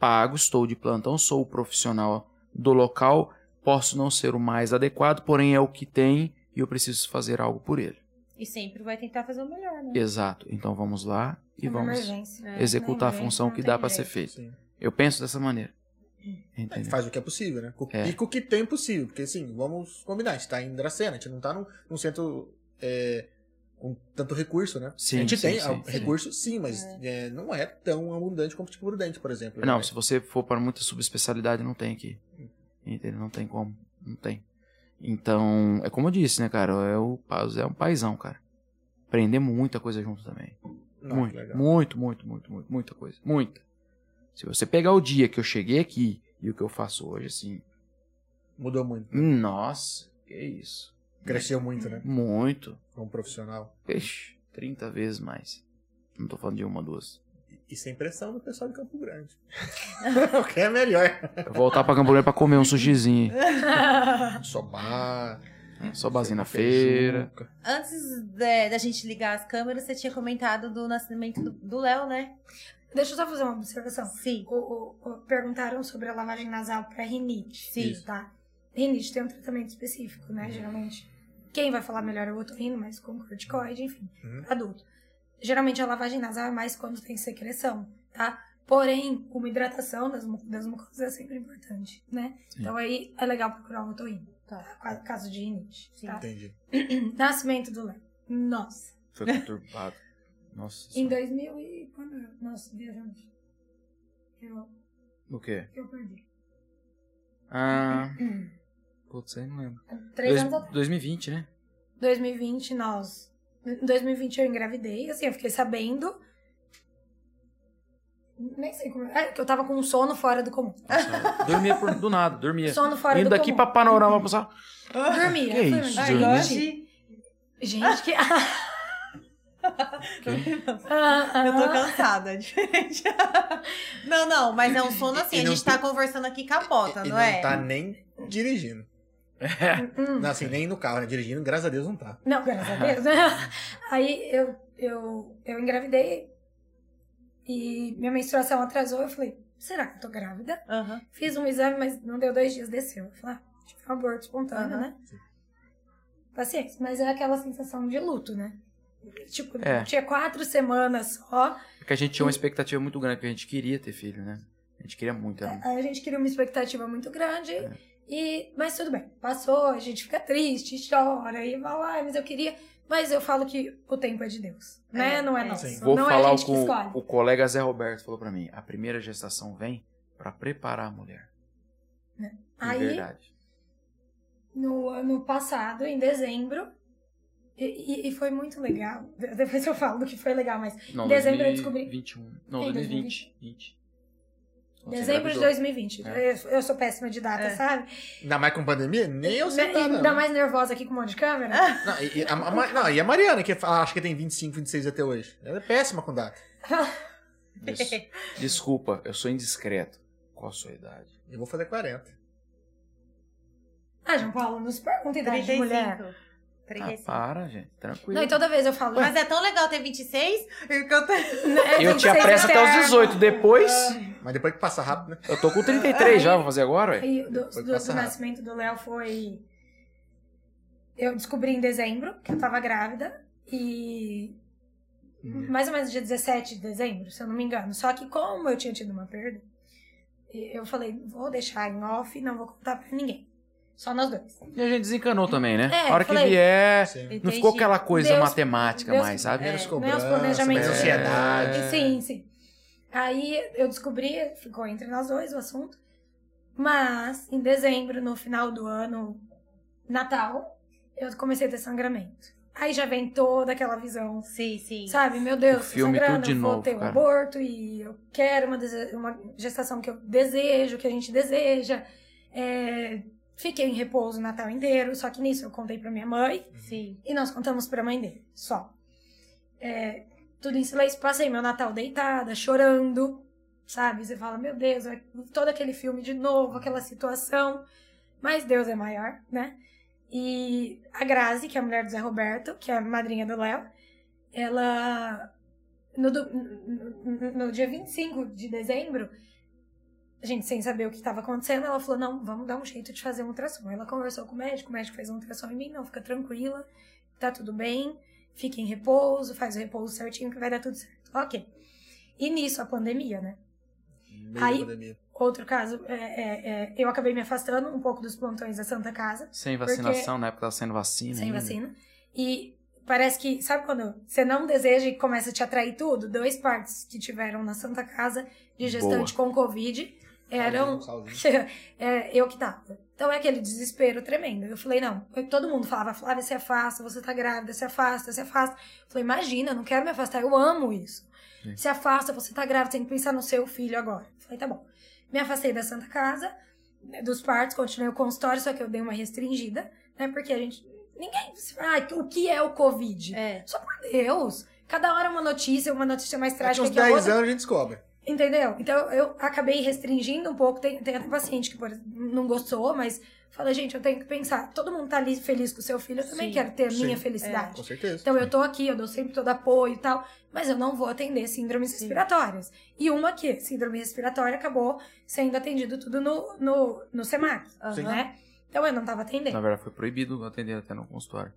Speaker 3: pago, estou de plantão, sou o profissional do local, posso não ser o mais adequado, porém é o que tem e eu preciso fazer algo por ele.
Speaker 1: E sempre vai tentar fazer o melhor, né?
Speaker 3: Exato. Então vamos lá e
Speaker 4: É uma
Speaker 3: vamos
Speaker 4: emergência.
Speaker 3: executar a
Speaker 4: Não,
Speaker 3: função
Speaker 4: não
Speaker 3: que
Speaker 4: tem
Speaker 3: dá para ser
Speaker 4: jeito.
Speaker 3: feita.
Speaker 2: Sim.
Speaker 3: Eu penso dessa maneira. Uhum. Entendeu?
Speaker 2: Faz o que é possível, né? Com-
Speaker 3: É.
Speaker 2: E com o que tem possível. Porque, assim, vamos combinar, a gente tá em Dracena, a gente não tá num, num centro é, com tanto recurso, né?
Speaker 3: Sim,
Speaker 2: a gente
Speaker 3: sim,
Speaker 2: tem
Speaker 3: sim,
Speaker 2: ah,
Speaker 3: sim.
Speaker 2: recurso, sim, mas é, não é tão abundante como tipo Prudente, por exemplo.
Speaker 3: Não,
Speaker 2: né?
Speaker 3: se você for para muita subespecialidade, não tem aqui. Entendeu? Não tem como. Não tem. Então, é como eu disse, né, cara? É, o, Paz é um paizão, cara. Aprendemos muita coisa junto também.
Speaker 2: Não,
Speaker 3: muito,
Speaker 2: legal.
Speaker 3: muito, muito, muito, muito, muita coisa. Muita. Se você pegar o dia que eu cheguei aqui e o que eu faço hoje, assim.
Speaker 2: Mudou muito.
Speaker 3: Nossa, que isso.
Speaker 2: Cresceu muito, né?
Speaker 3: Muito.
Speaker 2: Como profissional.
Speaker 3: Ixi, 30 vezes mais. Não tô falando de uma, duas.
Speaker 2: E- E sem pressão do pessoal de Campo Grande. o que é melhor.
Speaker 3: Eu vou voltar pra Campo Grande pra comer um sushizinho.
Speaker 2: Sobar.
Speaker 3: Só
Speaker 2: tá
Speaker 3: basinha na feira.
Speaker 2: feijuca.
Speaker 1: Antes de- da gente ligar as câmeras, você tinha comentado do nascimento do- do Léo, né?
Speaker 4: Deixa eu só fazer uma observação.
Speaker 1: Sim.
Speaker 4: O- o- o- perguntaram sobre a lavagem nasal para rinite.
Speaker 1: Sim. Uhum.
Speaker 2: Isso.
Speaker 4: Tá? Rinite tem um tratamento específico, né? Geralmente. Quem vai falar melhor é o otorrino, mas com corticoide, enfim,
Speaker 2: Uhum.
Speaker 4: adulto. Geralmente a lavagem nasal é mais quando tem secreção, tá? Porém, uma hidratação das, mu- das mucosas é sempre importante, né?
Speaker 3: Sim.
Speaker 4: Então aí é legal procurar um otorrino,
Speaker 1: Tá.
Speaker 4: tá? Caso de rinite,
Speaker 1: Sim.
Speaker 4: tá?
Speaker 2: Entendi.
Speaker 4: Nascimento do Léo. Nossa.
Speaker 3: Foi conturbado. Nossa.
Speaker 4: Em 2000 e... Quando eu... Nossa, viajamos. Eu,
Speaker 3: O quê?
Speaker 4: eu perdi.
Speaker 3: Ah. Putz, aí não lembro.
Speaker 4: Três
Speaker 3: Dois-
Speaker 4: anos atrás.
Speaker 3: 2020, né?
Speaker 4: 2020 nós. Em 2020 eu engravidei, assim, eu fiquei sabendo. Nem sei como. É, que eu tava com um sono fora do comum.
Speaker 3: Nossa, dormia por, do nada, dormia.
Speaker 4: Sono fora
Speaker 3: Indo
Speaker 4: do
Speaker 3: daqui
Speaker 4: comum.
Speaker 3: pra panorama, passar. Que
Speaker 4: Dormia. Foi,
Speaker 3: isso,
Speaker 4: mas-
Speaker 1: Ai,
Speaker 3: Júnior?
Speaker 1: hoje-
Speaker 4: Gente, que. Ah,
Speaker 1: Eu tô cansada, é diferente. não, não, mas é um sono assim.
Speaker 2: E
Speaker 1: a
Speaker 2: não
Speaker 1: gente tá conversando aqui capota,
Speaker 2: e
Speaker 1: não
Speaker 2: não
Speaker 1: é?
Speaker 2: tá nem dirigindo.
Speaker 4: Hum.
Speaker 3: É.
Speaker 2: Não, assim, nem no carro, né? Dirigindo, graças a Deus, não tá.
Speaker 4: Não, graças a Deus. né? Aí eu, eu, eu engravidei e minha menstruação atrasou. Eu falei, será que eu tô grávida?
Speaker 1: Aham.
Speaker 4: Fiz um exame, mas não deu dois dias, desceu. Eu falei, ah, tive um aborto espontâneo,
Speaker 1: Aham.
Speaker 4: né? Paciência, mas é aquela sensação de luto, né? Tipo,
Speaker 3: É.
Speaker 4: tinha quatro semanas só.
Speaker 3: que a gente tinha uma expectativa muito grande, porque a gente queria ter filho, né? A gente queria muito. Era... um
Speaker 4: A gente queria uma expectativa muito grande.
Speaker 3: É.
Speaker 4: E, mas tudo bem, passou, a gente fica triste, chora e vai lá, mas eu queria. Mas eu falo que o tempo é de Deus, né?
Speaker 1: É,
Speaker 4: não é
Speaker 1: é.
Speaker 4: nosso.
Speaker 1: Sim.
Speaker 3: Vou
Speaker 4: não é a
Speaker 3: falar
Speaker 4: gente que
Speaker 3: com
Speaker 4: escolhe.
Speaker 3: o colega Zé Roberto falou pra mim: a primeira gestação vem pra preparar a mulher. De
Speaker 4: Aí,
Speaker 3: verdade.
Speaker 4: no ano passado, em dezembro, e, e- e foi muito legal. De- Depois eu falo do que foi legal, mas.
Speaker 3: Não,
Speaker 4: em dezembro eu descobri-
Speaker 3: 2021. Não,
Speaker 4: É, em
Speaker 3: 2020. 20. Nossa,
Speaker 4: Dezembro de
Speaker 3: engravidou.
Speaker 4: 2020.
Speaker 3: É.
Speaker 4: Eu, sou- eu sou péssima de data,
Speaker 1: É.
Speaker 4: sabe?
Speaker 2: Ainda mais com pandemia? Nem eu sei
Speaker 4: E
Speaker 3: tá,
Speaker 2: nada. né?
Speaker 4: Ainda mais nervosa aqui com um monte de câmera.
Speaker 2: Não, e, e a, a Ma- não, e a Mariana, que fala, acha que tem 25, 26 até hoje. Ela é péssima com data.
Speaker 3: Des- Desculpa, eu sou indiscreto. Qual a sua idade?
Speaker 2: Eu vou fazer 40.
Speaker 4: Ah, João Paulo, não se pergunta a idade Tá de mulher.
Speaker 1: 35.
Speaker 3: Ah,
Speaker 1: 35.
Speaker 3: para, gente. Tranquilo.
Speaker 4: Não, então, e toda vez eu falo. é
Speaker 1: Mas é tão legal ter 26 e que eu tô...
Speaker 3: eu tinha pressa até os 18. Depois,
Speaker 4: Ah.
Speaker 2: Mas depois que passa rápido, né?
Speaker 3: eu tô com 33 já, vou fazer agora, ué.
Speaker 4: Aí, do,
Speaker 2: Foi
Speaker 4: do- do
Speaker 2: passado.
Speaker 4: nascimento do Léo foi. Eu descobri em dezembro que eu tava grávida. E.
Speaker 3: Uhum.
Speaker 4: Mais ou menos dia 17 de dezembro, se eu não me engano. Só que, como eu tinha tido uma perda, e- eu falei: vou deixar em off, não vou contar pra ninguém. Só nós dois.
Speaker 3: E a gente desencanou também, né?
Speaker 4: É,
Speaker 3: a hora
Speaker 4: falei-
Speaker 3: que vier,
Speaker 2: Sim.
Speaker 3: não ficou aquela coisa
Speaker 4: Deus-
Speaker 3: matemática
Speaker 4: Deus-
Speaker 3: mais, sabe?
Speaker 2: Menos
Speaker 1: É,
Speaker 2: cobrança,
Speaker 4: né, os planejamentos.
Speaker 2: menos ansiedade.
Speaker 4: E Sim, sim. Aí eu descobri, ficou entre nós dois o assunto. Mas em dezembro, no final do ano, Natal, eu comecei a ter sangramento. Aí já vem toda aquela visão,
Speaker 1: Sim, sim.
Speaker 4: sabe? Meu Deus,
Speaker 3: O filme
Speaker 4: sangrando,
Speaker 3: tudo de
Speaker 4: eu vou
Speaker 3: novo,
Speaker 4: ter um
Speaker 3: cara.
Speaker 4: aborto e eu quero uma, dese- uma gestação que eu desejo, que a gente deseja. É, Fiquei em repouso o Natal inteiro, só que nisso eu contei pra minha mãe.
Speaker 1: Sim.
Speaker 4: E nós contamos pra mãe dele, só. É, tudo em silêncio. Passei meu Natal deitada, chorando, sabe? Você fala, meu Deus, é todo aquele filme de novo, aquela situação. Mas Deus é maior, né? E a Grazi, que é a mulher do Zé Roberto, que é a madrinha do Léo, ela. No, do- no, no dia 25 de dezembro, a gente sem saber o que estava acontecendo, ela falou: não, vamos dar um jeito de fazer um ultrassom. Ela conversou com o médico, o médico fez um ultrassom em mim, não, fica tranquila, tá tudo bem, fica em repouso, faz o repouso certinho que vai dar tudo certo. Ok. E nisso, a pandemia, né?
Speaker 2: Meio
Speaker 4: Aí-
Speaker 2: pandemia.
Speaker 4: Outro caso, é, é, é, eu acabei me afastando um pouco dos plantões da Santa Casa,
Speaker 3: Sem vacinação, na época tava sendo vacina.
Speaker 4: sem
Speaker 3: ainda.
Speaker 4: vacina. E parece que, sabe quando você não deseja e começa a te atrair tudo? Dois partos que tiveram na Santa Casa de gestante com Covid eram
Speaker 2: um Salzinho,
Speaker 4: é, eu que tava. Então é aquele desespero tremendo. Eu falei, não. Eu- Todo mundo falava, Flávia, se afasta, você tá grávida, se afasta, se afasta. Eu falei, imagina, eu não quero me afastar, eu amo isso.
Speaker 3: Sim.
Speaker 4: Se afasta, você tá grávida, tem que pensar no seu filho agora. Eu falei, tá bom. Me afastei da Santa Casa, né, dos partos, continuei o consultório, só que eu dei uma restringida, né? Porque a gente. Ninguém. Ai, o que é o Covid?
Speaker 1: É.
Speaker 4: Só por Deus! Cada hora uma notícia, uma notícia mais
Speaker 2: Daqui
Speaker 4: trágica
Speaker 2: uns
Speaker 4: que a outra.
Speaker 2: 10 anos a gente descobre.
Speaker 4: Entendeu? Então eu acabei restringindo um pouco. Tem, tem até paciente que por exemplo, não gostou, mas fala, gente, eu tenho que pensar. Todo mundo tá ali feliz com o seu filho, eu também
Speaker 1: Sim,
Speaker 4: quero ter a
Speaker 2: sim, É,
Speaker 4: minha
Speaker 2: Com
Speaker 4: felicidade.
Speaker 2: certeza.
Speaker 4: Então eu tô aqui, eu dou sempre todo apoio e tal, mas eu não vou atender síndromes respiratórias. E uma que, síndrome respiratória, acabou sendo atendido tudo no, no, no SEMAC,
Speaker 1: Sim.
Speaker 4: né? Então eu não
Speaker 3: Na
Speaker 4: tava atendendo.
Speaker 3: verdade, foi proibido atender até no consultório.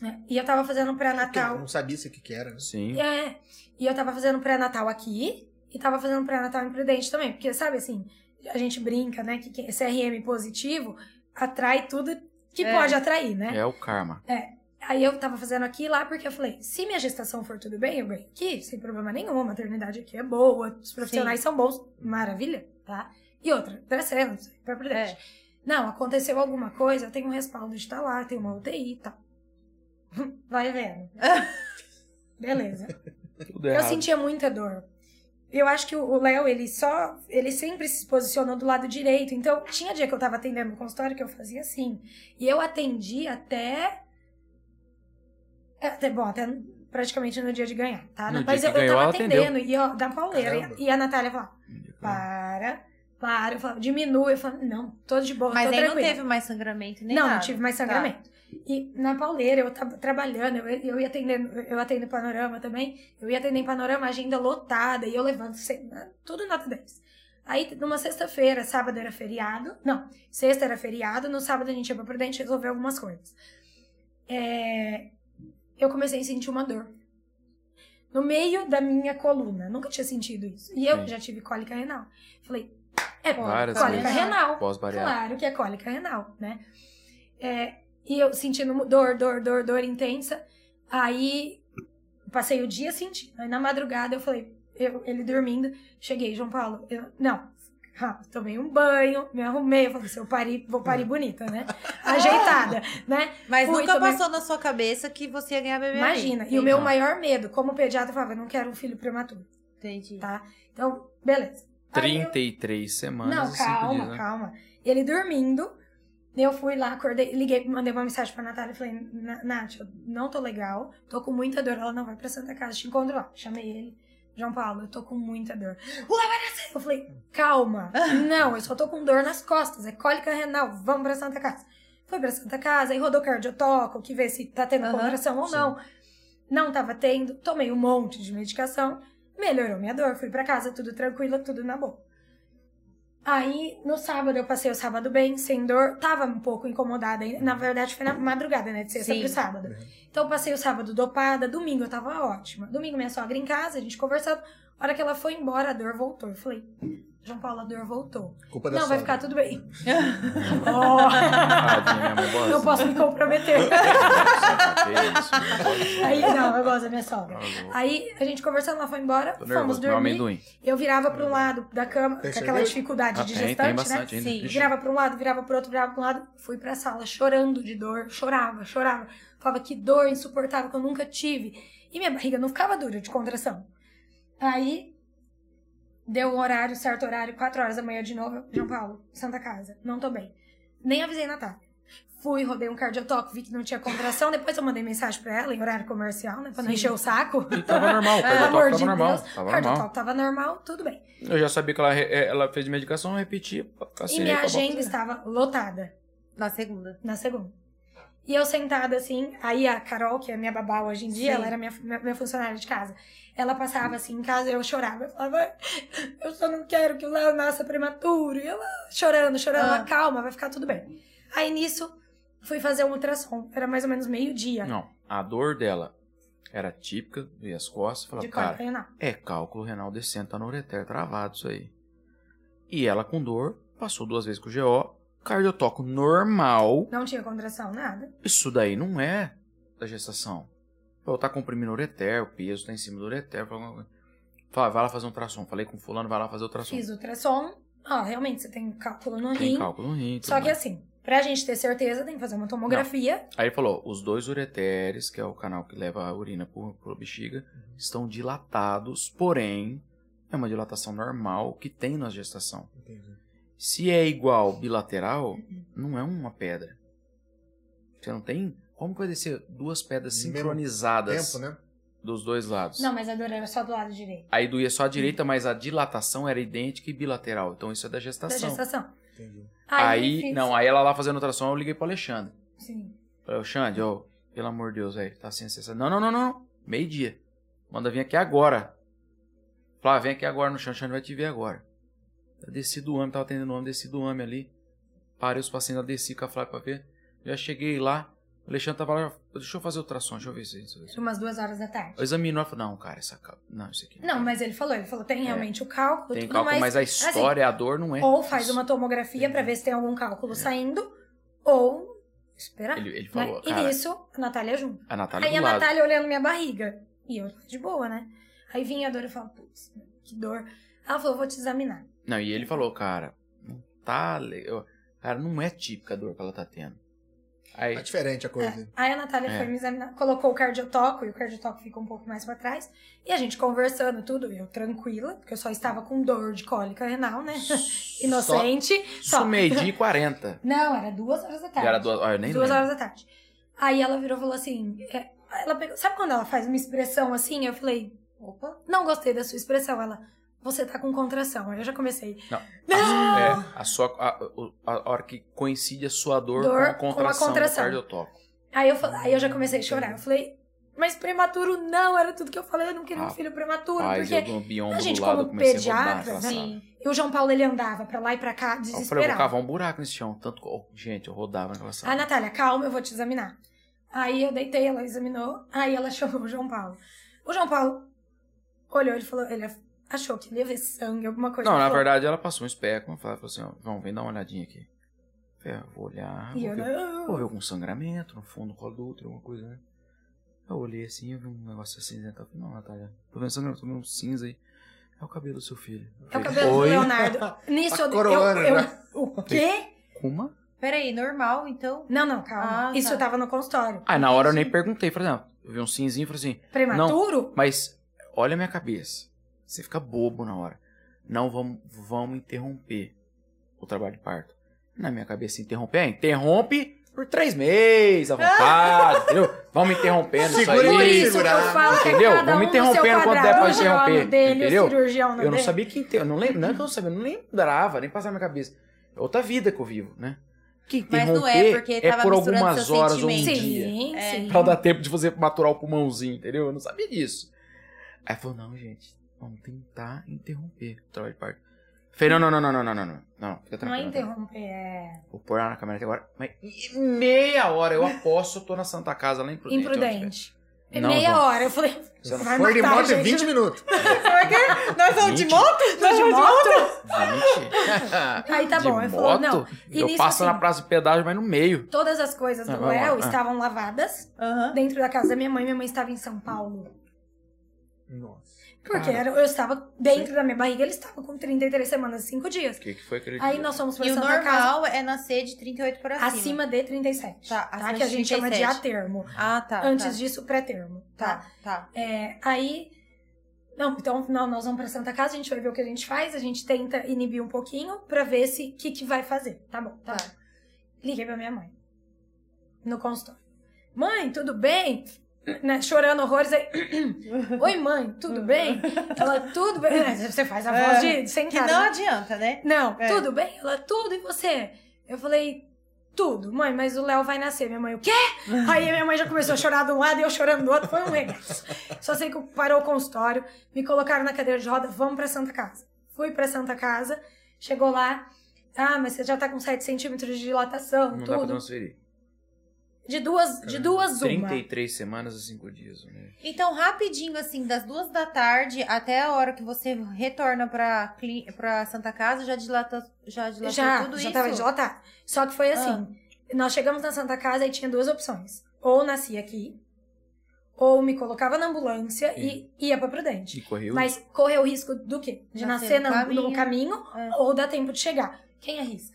Speaker 2: Tá.
Speaker 4: né? E eu tava fazendo
Speaker 2: Porque
Speaker 4: pré-natal.
Speaker 2: não sabia se o que que era. né?
Speaker 3: Sim.
Speaker 4: É. E eu tava fazendo pré-natal aqui e tava fazendo pré-natal em Prudente também. Porque, sabe assim, a gente brinca, né? Que quem- CRM positivo atrai tudo que
Speaker 1: É.
Speaker 4: pode atrair, né?
Speaker 3: É o karma.
Speaker 4: Aí eu tava fazendo aqui e lá porque eu falei: se minha gestação for tudo bem, eu ganho aqui, sem problema nenhum. A maternidade aqui é boa, os profissionais são bons, maravilha, tá? E outra, crescendo, pra Prudente.
Speaker 1: É.
Speaker 4: Não, aconteceu alguma coisa, eu tenho um respaldo de estar lá, tem uma UTI e tal. Vai vendo. Beleza.
Speaker 3: Tá Tudo
Speaker 4: Eu
Speaker 3: errado.
Speaker 4: sentia muita dor. Eu acho que o o Léo, ele só. Ele sempre se posicionou do lado direito. Então, tinha dia que eu tava atendendo no consultório que eu fazia assim. E eu atendi até. até bom, até praticamente no dia de ganhar, tá?
Speaker 3: No
Speaker 4: Mas
Speaker 3: dia
Speaker 4: eu,
Speaker 3: que
Speaker 4: eu
Speaker 3: ganhou,
Speaker 4: tava
Speaker 3: ela atendeu.
Speaker 4: atendendo. E ó, da pauleira.
Speaker 2: Caramba.
Speaker 4: E, a- e a Natália falava:
Speaker 3: né?
Speaker 4: para, para. Eu falava: diminui. Eu falava: não, tô de boa,
Speaker 1: Mas
Speaker 4: tô
Speaker 1: aí não
Speaker 4: tranquila
Speaker 1: teve mais sangramento nem
Speaker 4: não,
Speaker 1: nada. tá?
Speaker 4: não tive mais sangramento. E na pauleira, eu tava trabalhando, eu, eu ia atendendo, eu atendo panorama também, eu ia atender em panorama, agenda lotada, e eu levanto, sem- tudo nota 10. Aí, numa sexta-feira, sábado era feriado, não, sexta era feriado, no sábado a gente ia pra Prudente resolver algumas coisas. É, eu comecei a sentir uma dor. no meio da minha coluna. Nunca tinha sentido isso. E eu
Speaker 3: Sim.
Speaker 4: já tive cólica renal. Falei, é
Speaker 3: Várias
Speaker 4: cólica
Speaker 1: vezes.
Speaker 4: renal.
Speaker 3: Pós-bariátrica.
Speaker 4: Claro que é cólica renal, né? É, e eu sentindo mu- dor, dor, dor, dor intensa. Aí passei o dia sentindo. Aí na madrugada eu falei, eu- ele dormindo, cheguei, João Paulo, eu- não. Ah, tomei um banho, me arrumei, eu falei assim, eu pari, vou parir bonita, né? Ajeitada, né?
Speaker 1: Mas
Speaker 4: Fui,
Speaker 1: nunca
Speaker 4: tomei-
Speaker 1: passou na sua cabeça que você ia ganhar bebê.
Speaker 4: Imagina.
Speaker 1: ali.
Speaker 4: E o meu
Speaker 3: Não.
Speaker 4: maior medo, como pediatra, eu falava, eu não quero um filho prematuro,
Speaker 1: Entendi.
Speaker 4: tá? Então, beleza. Aí eu-
Speaker 3: 33 semanas
Speaker 4: Não,
Speaker 3: e 5
Speaker 4: calma,
Speaker 3: dias, né?
Speaker 4: calma. Ele dormindo, eu fui lá, acordei, liguei, mandei uma mensagem pra Natália e falei, "Na- Nath, eu não tô legal, tô com muita dor, ela não vai pra Santa Casa, te encontro lá. Chamei ele, João Paulo, eu tô com muita dor. Ué, vai nascer! Eu falei, calma, não, eu só tô com dor nas costas, é cólica renal, vamos pra Santa Casa. Foi pra Santa Casa, aí rodou cardiotoco, que vê se tá tendo
Speaker 1: Aham,
Speaker 4: contração ou
Speaker 2: sim.
Speaker 4: não. Não tava tendo, tomei um monte de medicação, melhorou minha dor, fui pra casa, tudo tranquilo, tudo na boa. Aí, no sábado, eu passei o sábado bem, sem dor. Tava um pouco incomodada ainda. Na verdade, foi na madrugada, né? De sexta
Speaker 1: Sim.
Speaker 4: pro sábado.
Speaker 3: Uhum.
Speaker 4: Então, eu passei o sábado dopada. Domingo, eu tava ótima. Domingo, minha sogra em casa, a gente conversando. A hora que ela foi embora, a dor voltou. Eu falei, João Paulo, a dor voltou.
Speaker 2: Culpa
Speaker 3: é
Speaker 2: da
Speaker 4: Não, vai
Speaker 2: sogra.
Speaker 4: ficar tudo bem. oh,
Speaker 3: Tadinha, minha mãe gosta.
Speaker 4: não posso me comprometer.
Speaker 3: Que é isso, minha mãe gosta.
Speaker 4: Aí, não, eu gosto da minha sogra.
Speaker 3: Tá louco.
Speaker 4: Aí, a gente conversando, ela foi embora.
Speaker 3: Tô
Speaker 4: fomos
Speaker 3: nervoso, meu
Speaker 4: dormir.
Speaker 3: amendoim.
Speaker 4: Eu virava pra um lado da cama,
Speaker 2: Tem
Speaker 4: com aquela
Speaker 2: cerveja?
Speaker 4: dificuldade
Speaker 3: Ah,
Speaker 4: de
Speaker 3: tem,
Speaker 4: gestante,
Speaker 3: tem
Speaker 4: né?
Speaker 3: bastante ainda.
Speaker 1: Sim.
Speaker 3: Ixi.
Speaker 4: Virava pra um lado, virava pro outro, virava pra um lado. Fui pra sala chorando de dor, chorava, chorava. Falava que dor insuportável que eu nunca tive. E minha barriga não ficava dura de contração. Aí, deu um horário, certo horário, 4 horas da manhã de novo. João Paulo, Santa Casa, não tô bem. Nem avisei a Natália. Fui, rodei um cardiotoque, vi que não tinha contração. Depois eu mandei mensagem pra ela em horário comercial, né? Pra não encher o saco.
Speaker 3: E tava normal, o
Speaker 4: É, amor
Speaker 3: cardiotoque tava
Speaker 4: de
Speaker 3: normal.
Speaker 4: Deus.
Speaker 3: Tava normal.
Speaker 4: Cardiotoque tava normal, tudo bem.
Speaker 3: Eu já sabia que ela, re- eh, ela fez medicação, eu repetia. Assim,
Speaker 4: e minha agenda estava lotada.
Speaker 1: Na segunda.
Speaker 4: na segunda. E eu sentada assim, aí a Carol, que é minha babá hoje em dia,
Speaker 1: Sim.
Speaker 4: ela era minha, minha, minha funcionária de casa. Ela passava assim em casa, eu chorava. Eu falava, eu só não quero que o Léo nasça prematuro. E ela chorando, chorando,
Speaker 1: Ah.
Speaker 4: ela, calma, vai ficar tudo bem. Aí nisso, fui fazer um ultrassom. Era mais ou menos meio-dia
Speaker 3: Não, a dor dela era típica, via as costas, falava,
Speaker 4: de cólica
Speaker 3: cara,
Speaker 4: renal.
Speaker 3: é cálculo renal descendo, tá no ureter, travado isso aí. E ela com dor, passou duas vezes com o GO, cardiotoco normal,
Speaker 4: Não tinha contração, nada.
Speaker 3: isso daí não é da gestação. Pô, tá comprimindo o ureter, o peso tá em cima do ureter, fala, vai lá fazer um tração. Falei com fulano, vai lá fazer o tração.
Speaker 4: Fiz ultrassom. Ó, realmente, você tem cálculo no
Speaker 3: Tem
Speaker 4: rim.
Speaker 3: cálculo no rim. tudo
Speaker 4: Só que
Speaker 3: mais.
Speaker 4: assim, pra gente ter certeza, tem que fazer uma tomografia.
Speaker 3: Aí ele falou, os dois ureteres, que é o canal que leva a urina pro, pro bexiga, estão dilatados, porém, é uma dilatação normal que tem na gestação.
Speaker 2: Entendi.
Speaker 3: Se é igual bilateral,
Speaker 4: Uhum.
Speaker 3: não é uma pedra. Você não tem... Como que vai descer duas pedras
Speaker 2: Mesmo
Speaker 3: sincronizadas
Speaker 2: Tempo, né?
Speaker 3: dos dois lados?
Speaker 4: Não, Uhum. mas a dor era só do lado direito.
Speaker 3: Aí doía só a direita, mas a dilatação era idêntica e bilateral. Então isso é da
Speaker 4: da
Speaker 3: gestação.
Speaker 4: gestação. Ah, é
Speaker 2: Entendi.
Speaker 3: Aí,
Speaker 4: fiz- assim,
Speaker 3: não, aí ela lá fazendo ultrassom, eu liguei pro Alexandre.
Speaker 4: Sim.
Speaker 3: Falei, ô Xande, ô, pelo amor de Deus, velho, tá sem sensação. Não, não, não, não. Meio dia. Manda vir aqui agora. Falei, ah, vem aqui agora no chão, o Xande vai te ver agora. Eu desci do homem, tava atendendo o homem, desci do homem ali. Parei os pacientes, eu desci com a Flávia pra ver. Já cheguei lá, o Alexandre tava lá, deixa eu fazer o ultrassom, deixa eu ver se isso.
Speaker 4: Foi umas duas horas da tarde.
Speaker 3: Eu examinou, eu falei, não, cara, essa... ca- Não, isso aqui...
Speaker 4: Não, mas ele falou, ele falou, tem realmente o cálculo,
Speaker 3: É. Tem
Speaker 4: tudo
Speaker 3: cálculo,
Speaker 4: mais. assim,
Speaker 3: mas, a história, a dor não é.
Speaker 4: Ou faz
Speaker 3: isso. Uhum. É.
Speaker 4: uma tomografia pra ver se tem algum cálculo saindo, ou esperar.
Speaker 3: Ele, ele
Speaker 4: né?
Speaker 3: falou,
Speaker 4: E
Speaker 3: cara,
Speaker 4: nisso, a Natália junto.
Speaker 3: a Natália
Speaker 4: Aí
Speaker 3: do
Speaker 4: a
Speaker 3: lado.
Speaker 4: Natália olhando minha barriga. E eu de boa, né? Aí vinha a dor e eu falava, putz, que dor. Ela falou, vou te examinar.
Speaker 3: Não, e ele falou, cara, não tá legal. Cara, não é típica a dor que ela tá tendo. Aí,
Speaker 2: Tá diferente a coisa.
Speaker 4: É. Aí a Natália
Speaker 3: É.
Speaker 4: foi me examinar, colocou o cardiotoco e o cardiotoco ficou um pouco mais pra trás. E a gente conversando tudo, eu tranquila, porque eu só estava com dor de cólica renal, né? Inocente.
Speaker 3: só
Speaker 4: Só.
Speaker 3: meio-dia e 40.
Speaker 4: Não, era duas horas da
Speaker 3: Já
Speaker 4: tarde.
Speaker 3: era duas, ah, eu nem
Speaker 4: É. Duas
Speaker 3: lembro.
Speaker 4: horas da tarde. Aí ela virou e falou assim: é, ela pegou- sabe quando ela faz uma expressão assim? Eu falei, opa, não gostei da sua expressão. Ela, você tá com contração. Aí eu já comecei.
Speaker 3: Não.
Speaker 4: Não!
Speaker 3: É, a, sua, a, o- a hora que coincide a sua dor,
Speaker 4: Dor
Speaker 3: com a
Speaker 4: com a
Speaker 3: contração, do
Speaker 4: contração.
Speaker 3: cardiotoco.
Speaker 4: Aí eu, fa- aí eu já comecei a chorar. Eu falei, mas prematuro não, era tudo que eu falei, eu não queria um
Speaker 3: Ah,
Speaker 4: filho prematuro,
Speaker 3: Mas eu
Speaker 4: porque.
Speaker 3: dou um biombo
Speaker 4: a gente
Speaker 3: do lado, eu
Speaker 4: como
Speaker 3: comecei a rodar
Speaker 4: pediatra,
Speaker 3: naquela
Speaker 4: né?
Speaker 3: sala.
Speaker 4: E o João Paulo ele andava pra lá e pra cá,
Speaker 3: Aí Eu falei, eu vou
Speaker 4: desesperado.
Speaker 3: cavar um buraco nesse chão. Tanto, que- oh, gente, eu rodava naquela sala.
Speaker 4: Ah, Natália, calma, eu vou te examinar. Aí eu deitei, ela examinou, aí ela chamou o João Paulo. O João Paulo olhou, ele falou, ele achou que ele ia ver sangue, alguma coisa.
Speaker 3: Não,
Speaker 4: Ele
Speaker 3: na
Speaker 4: falou-
Speaker 3: verdade ela passou um espectro e falou assim, ó, vamos, vem dar uma olhadinha aqui. É, vou olhar,
Speaker 4: E
Speaker 3: vou
Speaker 4: eu,
Speaker 3: ver,
Speaker 4: não.
Speaker 3: vou ver algum sangramento no fundo, no colo do outro, alguma coisa, né? Eu olhei assim, eu vi um negócio cinzento, eu falei, não, Natália, tô vendo sangramento, tô vendo um cinza aí. É o cabelo do seu filho.
Speaker 4: É o cabelo do
Speaker 2: Oi.
Speaker 4: Leonardo. Nisso
Speaker 2: Tá
Speaker 4: eu,
Speaker 2: coroando né?
Speaker 4: eu, eu-
Speaker 2: já.
Speaker 4: O quê?
Speaker 3: Uma?
Speaker 1: Peraí, normal, então?
Speaker 4: Não, não, calma.
Speaker 1: Ah,
Speaker 4: Isso
Speaker 1: tá.
Speaker 4: eu tava no consultório.
Speaker 3: Aí Ah, na hora eu nem perguntei, falei, não, eu vi um cinzinho e falei assim,
Speaker 4: Prematuro?
Speaker 3: Mas olha a minha cabeça. Você fica bobo na hora. Não vamos, vamos interromper o trabalho de parto. Na minha cabeça, interromper é interrompe por três meses, à vontade, entendeu? Vamos interrompendo isso
Speaker 2: Segura
Speaker 3: aí.
Speaker 4: Por
Speaker 2: aí.
Speaker 4: isso que eu
Speaker 2: segurar,
Speaker 4: falo que
Speaker 3: entendeu?
Speaker 4: é cada um
Speaker 3: Vamos
Speaker 4: no seu
Speaker 3: interrompendo quando der pra
Speaker 4: quadrado. O
Speaker 3: interromper,
Speaker 4: cirurgião dele,
Speaker 3: entendeu?
Speaker 4: O cirurgião não né?
Speaker 3: Eu não
Speaker 4: dele.
Speaker 3: sabia que inter... eu não lembro, não é que eu não sabia, eu não lembrava, nem passava na minha cabeça. É outra vida que eu vivo, né? Que
Speaker 1: Mas
Speaker 3: interromper
Speaker 1: não é, porque tava
Speaker 3: por
Speaker 1: misturando
Speaker 3: algumas
Speaker 1: seus
Speaker 3: horas ou um
Speaker 1: sentimentos.
Speaker 3: dia.
Speaker 4: Sim,
Speaker 1: É.
Speaker 4: sim.
Speaker 3: Pra dar tempo de você maturar o pulmãozinho, entendeu? Eu não sabia disso. Aí falou, não, gente, vamos tentar interromper o trabalho de parto. Falei, não, não, não, não, não, não, não, não, não, fica
Speaker 4: Não é
Speaker 3: tranquilo. tranquilo.
Speaker 4: interromper, é
Speaker 3: Vou pôr ela na câmera até agora, mas e meia hora, eu aposto, eu tô na Santa Casa lá em Prudente.
Speaker 4: imprudente. É
Speaker 3: Não,
Speaker 4: meia
Speaker 3: João.
Speaker 4: hora. Eu falei,
Speaker 3: Se eu não
Speaker 4: vai
Speaker 2: Foi de
Speaker 4: matar a
Speaker 2: moto em
Speaker 4: gente.
Speaker 2: 20 minutos.
Speaker 4: é
Speaker 1: Nós vamos de moto? Nós vamos de moto?
Speaker 3: Gente.
Speaker 4: Aí tá
Speaker 3: De
Speaker 4: bom. Eu falei, não.
Speaker 3: moto?
Speaker 4: E
Speaker 3: eu
Speaker 4: nisso,
Speaker 3: passo
Speaker 4: assim-
Speaker 3: na praça de pedágio, mas no meio.
Speaker 4: Todas as coisas
Speaker 3: Ah,
Speaker 4: do
Speaker 3: vamos lá,
Speaker 4: Léo
Speaker 3: ah.
Speaker 4: estavam lavadas
Speaker 1: Aham.
Speaker 4: dentro da casa da minha mãe. Minha mãe estava em São Paulo.
Speaker 2: Nossa.
Speaker 4: Porque
Speaker 3: Cara.
Speaker 4: era- eu estava dentro da minha barriga. Ele estava com 33 semanas, 5 dias.
Speaker 3: O que, que foi aquele
Speaker 4: Aí
Speaker 3: dia?
Speaker 4: nós fomos pra
Speaker 1: E o
Speaker 4: Santa Casa.
Speaker 1: normal é nascer de 38 pra cima.
Speaker 4: Acima de 37.
Speaker 1: Tá, acima
Speaker 4: Que a
Speaker 1: de
Speaker 4: gente chama de
Speaker 1: 37.
Speaker 4: atermo.
Speaker 1: Ah, tá.
Speaker 4: Antes
Speaker 1: tá,
Speaker 4: disso, pré-termo. Tá.
Speaker 1: Tá, tá.
Speaker 4: É, aí. Não, então não, nós vamos pra Santa Casa, a gente vai ver o que a gente faz, a gente tenta inibir um pouquinho pra ver se que, que vai fazer. Tá bom, tá.
Speaker 1: Tá.
Speaker 4: bom. Liguei pra minha mãe. No consultório. Mãe, tudo bem? Né, chorando horrores aí. Oi, mãe, tudo
Speaker 1: Uhum.
Speaker 4: bem? Ela, tudo bem. É, Você faz a voz de, de
Speaker 1: Que
Speaker 4: sentada.
Speaker 1: não
Speaker 4: né?
Speaker 1: adianta, né?
Speaker 4: Não,
Speaker 1: É.
Speaker 4: tudo bem? Ela, tudo, e você? Eu falei, tudo, mãe, mas o Léo vai nascer. Minha mãe, o quê? Aí a minha mãe já começou a chorar de um lado e eu chorando do outro, foi um regaço. Só sei que parou o consultório, me colocaram na cadeira de roda, vamos pra Santa Casa. Fui pra Santa Casa, chegou lá, ah, mas você já tá com 7 centímetros de dilatação,
Speaker 3: Não dá pra
Speaker 4: tudo.
Speaker 3: transferir.
Speaker 4: De duas, de duas uma.
Speaker 3: 33 semanas e 5 dias, né?
Speaker 1: Então, rapidinho, assim, das duas da tarde até a hora que você retorna pra, cli- pra Santa Casa, já dilatou, já dilatou
Speaker 4: Já,
Speaker 1: tudo isso?
Speaker 4: já
Speaker 1: Ah.
Speaker 4: tava dilatada. Só que foi assim, nós chegamos na Santa Casa e tinha duas opções. Ou nasci aqui, ou me colocava na ambulância e ia pra Prudente.
Speaker 3: E correu.
Speaker 4: Mas correr o risco do quê? De
Speaker 1: Nascer
Speaker 4: nascer,
Speaker 1: no
Speaker 4: no, no
Speaker 1: caminho.
Speaker 4: caminho,
Speaker 1: É.
Speaker 4: ou dar tempo de chegar. Quem arrisca?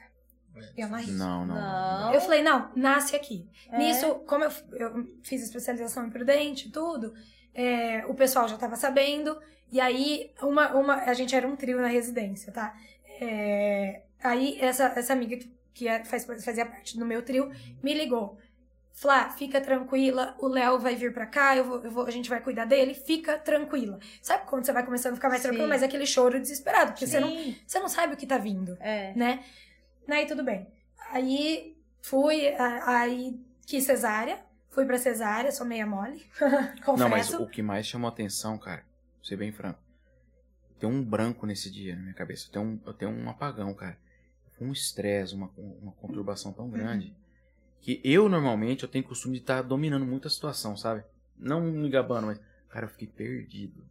Speaker 4: Eu não arrisco.
Speaker 3: Não, não. não.
Speaker 1: Não.
Speaker 4: Eu falei, não, nasce aqui.
Speaker 1: É.
Speaker 4: Nisso, como eu, f- eu fiz especialização em Prudente e tudo, é, o pessoal já tava sabendo. E aí, uma, uma, a gente era um trio na residência, tá? É, aí, essa, essa amiga que, que é- faz, fazia parte do meu trio me ligou. Flá, fica tranquila, o Léo vai vir pra cá, eu vou- eu vou- a gente vai cuidar dele, fica tranquila. Sabe quando você vai começando a ficar mais
Speaker 1: Sim.
Speaker 4: tranquila, mas é aquele choro desesperado, porque você não,
Speaker 1: Sim,
Speaker 4: você não sabe o que tá vindo
Speaker 1: é.
Speaker 4: né? Aí tudo bem. Aí fui, a- aí quis cesárea, fui pra cesárea, sou meia mole, confesso.
Speaker 3: Não, mas o que mais chamou atenção, cara, pra ser bem franco, tem um branco nesse dia na minha cabeça. Eu tenho um, eu tenho um apagão, cara. Um estresse, uma, uma conturbação tão grande. Que eu, normalmente, eu tenho costume de estar dominando muito a situação, sabe? Não me gabando, mas... Cara, eu fiquei perdido.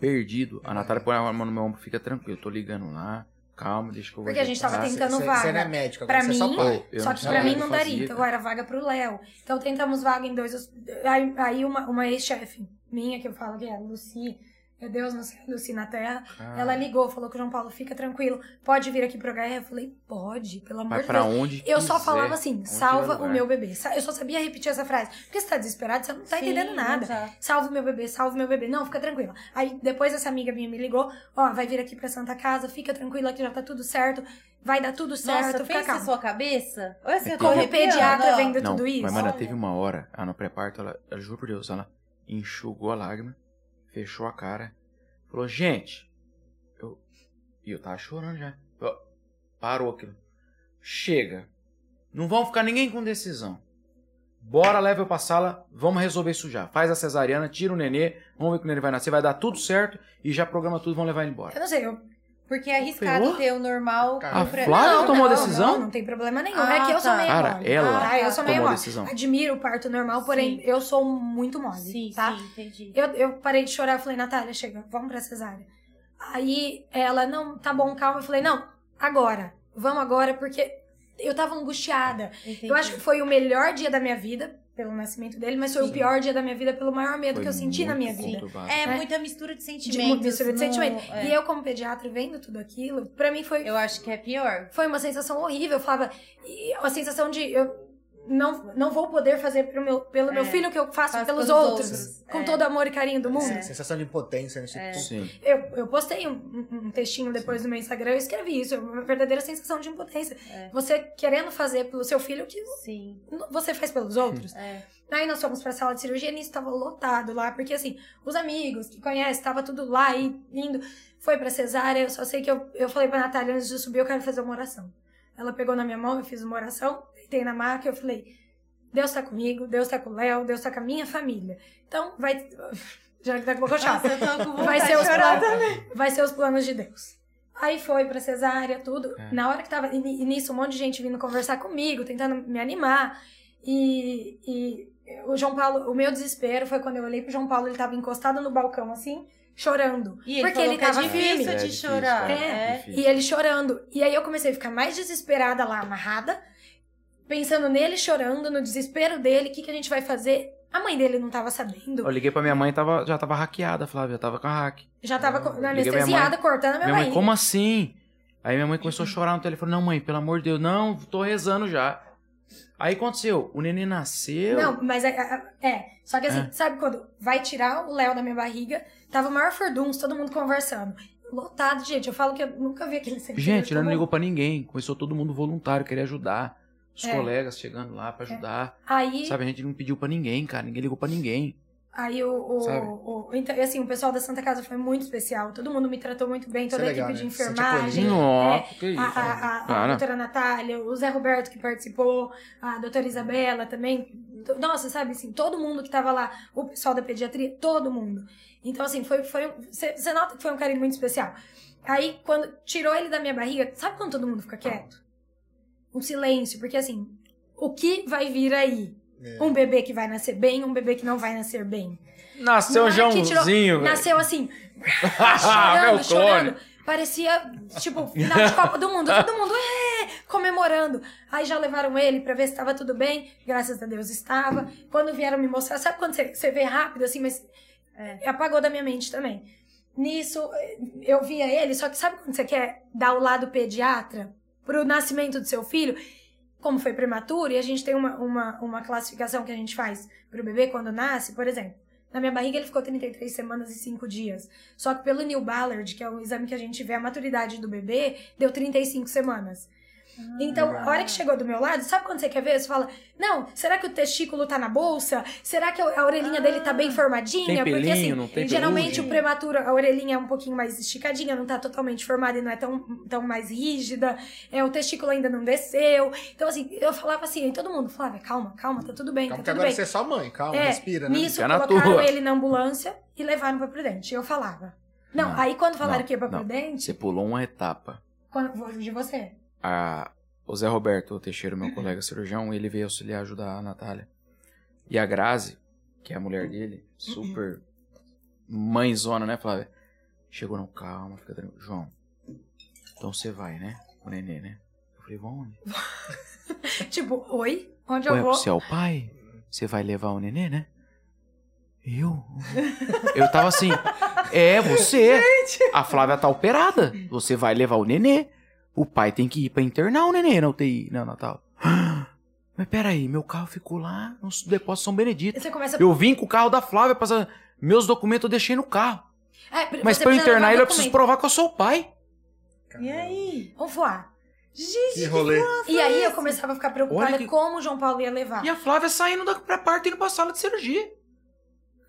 Speaker 3: Perdido. A Natália põe a mão no meu ombro, fica tranquilo. Tô ligando lá, calma, deixa que eu vou
Speaker 4: Porque a gente tava
Speaker 3: ajeitar.
Speaker 4: tentando
Speaker 2: Você-
Speaker 4: vaga.
Speaker 2: Você não é médico,
Speaker 4: Pra
Speaker 2: agora você é só
Speaker 4: mim,
Speaker 2: pai.
Speaker 3: Eu
Speaker 4: Só
Speaker 3: não
Speaker 4: que
Speaker 3: sei
Speaker 4: pra
Speaker 3: como
Speaker 4: mim
Speaker 3: eu
Speaker 4: não
Speaker 3: fazia, né?
Speaker 4: daria, então
Speaker 3: cara.
Speaker 4: era vaga pro Léo. Então tentamos vaga em dois. Aí, aí uma, uma ex-chefe minha, que eu falo que é a Lucy, meu Deus, não sei, Lucy na Terra,
Speaker 3: Ah,
Speaker 4: ela é ligou, falou que o João Paulo fica tranquilo, pode vir aqui pro HR? Eu falei, pode, pelo amor
Speaker 3: Vai
Speaker 4: de
Speaker 3: pra
Speaker 4: Deus.
Speaker 3: onde
Speaker 4: Eu só
Speaker 3: quiser,
Speaker 4: falava
Speaker 3: onde
Speaker 4: assim,
Speaker 3: tiver
Speaker 4: salva o
Speaker 3: lugar.
Speaker 4: meu bebê. Sa- Eu só sabia repetir essa frase. Porque você tá desesperado, você não tá
Speaker 1: Sim,
Speaker 4: entendendo nada.
Speaker 1: exato.
Speaker 4: Salve meu bebê, salve meu bebê. Não, fica tranquila. Aí depois essa amiga minha me ligou, ó, vai vir aqui pra Santa Casa, fica tranquila que já tá tudo certo, vai dar tudo certo,
Speaker 1: Nossa,
Speaker 4: fica
Speaker 1: pensa a
Speaker 4: calma.
Speaker 1: sua cabeça. Olha se eu tô
Speaker 4: Como
Speaker 1: arrepiando, ó.
Speaker 4: pediatra vendo
Speaker 3: Não,
Speaker 4: tudo isso.
Speaker 3: Mas, mano,
Speaker 1: Olha.
Speaker 3: teve uma hora, ela no pré-parto, ela, eu juro por Deus, ela enxugou a lágrima, fechou a cara, falou, gente, eu. E eu tava chorando já. Ó, Parou aquilo. Chega. Não vão ficar ninguém com decisão. Bora, leva eu pra sala, vamos resolver isso já. Faz a cesariana, tira o nenê, vamos ver que o nenê vai nascer, vai dar tudo certo e já programa tudo, vamos levar ele embora.
Speaker 4: Eu não sei, eu
Speaker 1: Porque é arriscado
Speaker 3: Ferrou?
Speaker 1: ter o normal.
Speaker 2: Cara,
Speaker 1: com
Speaker 3: A
Speaker 1: pre-
Speaker 3: Flávia
Speaker 1: Não,
Speaker 3: Ah, tomou a
Speaker 1: não,
Speaker 3: decisão?
Speaker 4: Não, não tem problema nenhum.
Speaker 1: Ah,
Speaker 4: é que eu sou
Speaker 1: tá.
Speaker 4: meio
Speaker 3: Cara,
Speaker 4: mole.
Speaker 3: ela
Speaker 4: tá? Eu sou meio
Speaker 3: tomou a
Speaker 4: mole.
Speaker 3: decisão.
Speaker 4: Admiro o parto normal, porém,
Speaker 1: Sim.
Speaker 4: eu sou muito mole,
Speaker 1: Sim,
Speaker 4: tá?
Speaker 1: sim, entendi.
Speaker 4: Eu, eu parei de chorar, falei, Natália, chega, vamos pra cesárea. Aí ela, não, tá bom, calma. Eu falei, não, agora, vamos agora, porque eu tava angustiada.
Speaker 1: Entendi.
Speaker 4: Eu acho que foi o melhor dia da minha vida, pelo nascimento dele, mas foi o
Speaker 1: Sim.
Speaker 4: pior dia da minha vida, pelo maior medo que eu senti na minha vida.
Speaker 1: É,
Speaker 4: né?
Speaker 1: muita mistura de
Speaker 4: De
Speaker 1: sentimentos.
Speaker 4: mistura de
Speaker 1: no-
Speaker 4: sentimento.
Speaker 1: é.
Speaker 4: E eu, como pediatra, vendo tudo aquilo, pra mim foi,
Speaker 1: Eu acho que é pior.
Speaker 4: foi uma sensação horrível. Eu falava, e a sensação de eu não, não vou poder fazer pro meu, pelo meu
Speaker 1: É.
Speaker 4: filho o que eu faço,
Speaker 1: Faço
Speaker 4: pelos
Speaker 1: pelos
Speaker 4: outros,
Speaker 1: outros.
Speaker 4: com
Speaker 1: É.
Speaker 4: todo o amor e carinho do mundo.
Speaker 2: Sen- Sensação de é impotência nesse
Speaker 4: É. Então,
Speaker 2: tipo.
Speaker 3: Sim.
Speaker 4: Eu, eu postei um, um- um textinho depois no meu Instagram, eu escrevi isso, é uma verdadeira sensação de impotência.
Speaker 1: É.
Speaker 4: Você querendo fazer pelo seu filho o que
Speaker 1: Sim.
Speaker 4: você faz pelos outros.
Speaker 1: É.
Speaker 4: Aí nós fomos pra sala de cirurgia e nisso tava lotado lá, porque assim, os amigos que conhecem, tava tudo lá e lindo. Foi pra cesárea, eu só sei que eu, eu falei pra Natália antes de subir, eu quero fazer uma oração. Ela pegou na minha mão, eu fiz uma oração, deitei na maca e eu falei: Deus tá comigo, Deus tá com o Léo, Deus tá com a minha família. Então vai. Já que tá com a boca chata.
Speaker 1: Nossa, eu tô com vontade
Speaker 4: Vai ser
Speaker 1: de
Speaker 4: os
Speaker 1: chorar
Speaker 4: planos. Vai ser os planos de Deus. Aí foi pra cesárea, tudo.
Speaker 3: É.
Speaker 4: Na hora que tava. E ni- e nisso, um monte de gente vindo conversar comigo, tentando me animar. E, e o João Paulo, o meu desespero foi quando eu olhei pro João Paulo, ele tava encostado no balcão, assim, chorando.
Speaker 1: E ele
Speaker 4: porque
Speaker 1: falou
Speaker 4: ele
Speaker 1: que é
Speaker 4: tava
Speaker 1: difícil
Speaker 4: firme.
Speaker 3: É
Speaker 1: de
Speaker 3: difícil,
Speaker 1: chorar.
Speaker 4: cara.
Speaker 1: É.
Speaker 4: E ele chorando. E aí eu comecei a ficar mais desesperada lá, amarrada, pensando nele chorando, no desespero dele, o que, que a gente vai fazer? A mãe dele não tava sabendo.
Speaker 3: Eu liguei pra minha mãe, tava, já tava hackeada, Flávia, tava com a hack.
Speaker 4: Já tava co-
Speaker 3: minha
Speaker 4: anestesiada, cortando a minha,
Speaker 3: Minha mãe,
Speaker 4: barriga.
Speaker 3: como assim? Aí minha mãe
Speaker 4: Uhum.
Speaker 3: começou a chorar no telefone. Não, mãe, pelo amor de Deus, não, tô rezando já. Aí aconteceu, o neném nasceu.
Speaker 4: Não, mas é, é- é. Só que assim, sabe quando vai tirar o Léo da minha barriga? Tava o maior furdunço, todo mundo conversando. Lotado, gente. Eu falo que eu nunca vi aquele centro.
Speaker 3: Gente,
Speaker 4: Eu
Speaker 3: ela
Speaker 4: tô
Speaker 3: não ligou pra ninguém. Começou todo mundo voluntário, queria ajudar. Os
Speaker 4: É.
Speaker 3: colegas chegando lá pra ajudar.
Speaker 4: Aí,
Speaker 3: Sabe, a gente não pediu pra ninguém, cara. Ninguém ligou pra ninguém.
Speaker 4: aí o. o-
Speaker 3: Sabe?
Speaker 4: o- então, e assim, o pessoal da Santa Casa foi muito especial. Todo mundo me tratou muito bem,
Speaker 2: Isso é
Speaker 4: toda a equipe
Speaker 2: legal,
Speaker 4: de
Speaker 2: né? Se sente
Speaker 4: enfermagem.
Speaker 2: acolhido.
Speaker 3: Nossa, que é isso.
Speaker 4: A, a, a- a
Speaker 3: Cara.
Speaker 4: doutora Natália, o Zé Roberto que participou, a doutora Isabela também. To- Nossa, sabe assim, todo mundo que tava lá, o pessoal da pediatria, todo mundo. Então, assim, foi. foi Você nota que foi um carinho muito especial. Aí, quando tirou ele da minha barriga, sabe quando todo mundo fica quieto? Um silêncio, porque assim, o que vai vir aí?
Speaker 2: É.
Speaker 4: Um bebê que vai nascer bem, um bebê que não vai nascer bem.
Speaker 3: Nasceu o
Speaker 4: Não é que tirou-
Speaker 3: Joãozinho, velho.
Speaker 4: Nasceu assim,
Speaker 3: Meu
Speaker 4: chorando,
Speaker 3: clone.
Speaker 4: chorando. Parecia, tipo, final de Copa do Mundo. Todo mundo, é, comemorando. Aí já levaram ele pra ver se tava tudo bem. Graças a Deus estava. Quando vieram me mostrar, sabe quando você, você vê rápido, assim, mas apagou da minha mente também. Nisso, eu via ele, só que sabe quando você quer dar o lado pediatra pro nascimento do seu filho? Como foi prematuro, e a gente tem uma, uma, uma classificação que a gente faz pro bebê quando nasce, por exemplo. Na minha barriga ele ficou 33 semanas e 5 dias. Só que pelo New Ballard, que é o exame que a gente vê a maturidade do bebê, deu 35 semanas. Então, a hora que chegou do meu lado, sabe quando você quer ver? Você fala, não, será que o testículo tá na bolsa? Será que a orelhinha dele tá bem formadinha?
Speaker 3: Tem
Speaker 4: Porque assim,
Speaker 3: pelinho, não tem
Speaker 4: geralmente
Speaker 3: pelugem?
Speaker 4: o prematuro, a orelhinha é um pouquinho mais esticadinha, não tá totalmente formada e não é tão, tão mais rígida. É, o testículo ainda não desceu. Então, assim, eu falava assim, e todo mundo falava, calma, calma, tá tudo bem,
Speaker 2: Calma que
Speaker 4: tá tudo
Speaker 2: agora
Speaker 4: bem.
Speaker 2: você é só mãe, calma,
Speaker 4: É,
Speaker 2: respira, né?
Speaker 4: Nisso,
Speaker 3: Fica na
Speaker 4: colocaram
Speaker 3: tua.
Speaker 4: ele na ambulância e levaram pra Prudente. Eu falava. Não,
Speaker 3: Não,
Speaker 4: aí quando falaram
Speaker 3: não,
Speaker 4: que ia pra
Speaker 3: não.
Speaker 4: Prudente,
Speaker 3: Você pulou uma etapa.
Speaker 4: quando, de você.
Speaker 3: a, o Zé Roberto Teixeira, meu colega cirurgião, ele veio auxiliar ajudar a Natália. E a Grazi, que é a mulher dele, super mãezona, né, Flávia? Chegou, não, calma, fica tranquilo. João, então você vai, né? O nenê, né? Eu falei, vão onde?
Speaker 4: Tipo, oi, onde
Speaker 3: Ué,
Speaker 4: eu vou?
Speaker 3: você é o pai? Você vai levar o nenê, né? Eu? Eu tava assim, é você. A Flávia tá operada. Você vai levar o nenê. O pai tem que ir pra internar o nenê na UTI, na Natal. tá. Mas peraí, meu carro ficou lá no depósito São Benedito.
Speaker 4: Você começa
Speaker 3: Eu vim com o carro da Flávia, passando... meus documentos eu deixei no carro.
Speaker 4: É, pre-
Speaker 3: Mas
Speaker 4: você
Speaker 3: pra eu
Speaker 4: precisa levar
Speaker 3: internar
Speaker 4: um
Speaker 3: ele, eu preciso
Speaker 4: documento.
Speaker 3: provar que eu sou o pai.
Speaker 1: E aí?
Speaker 4: Vamos voar.
Speaker 1: Gente,
Speaker 2: Que rolê.
Speaker 4: E aí eu começava a ficar preocupada
Speaker 3: Olha que-
Speaker 4: como o João Paulo ia levar.
Speaker 3: E a Flávia saindo da pré-parto indo pra sala de cirurgia.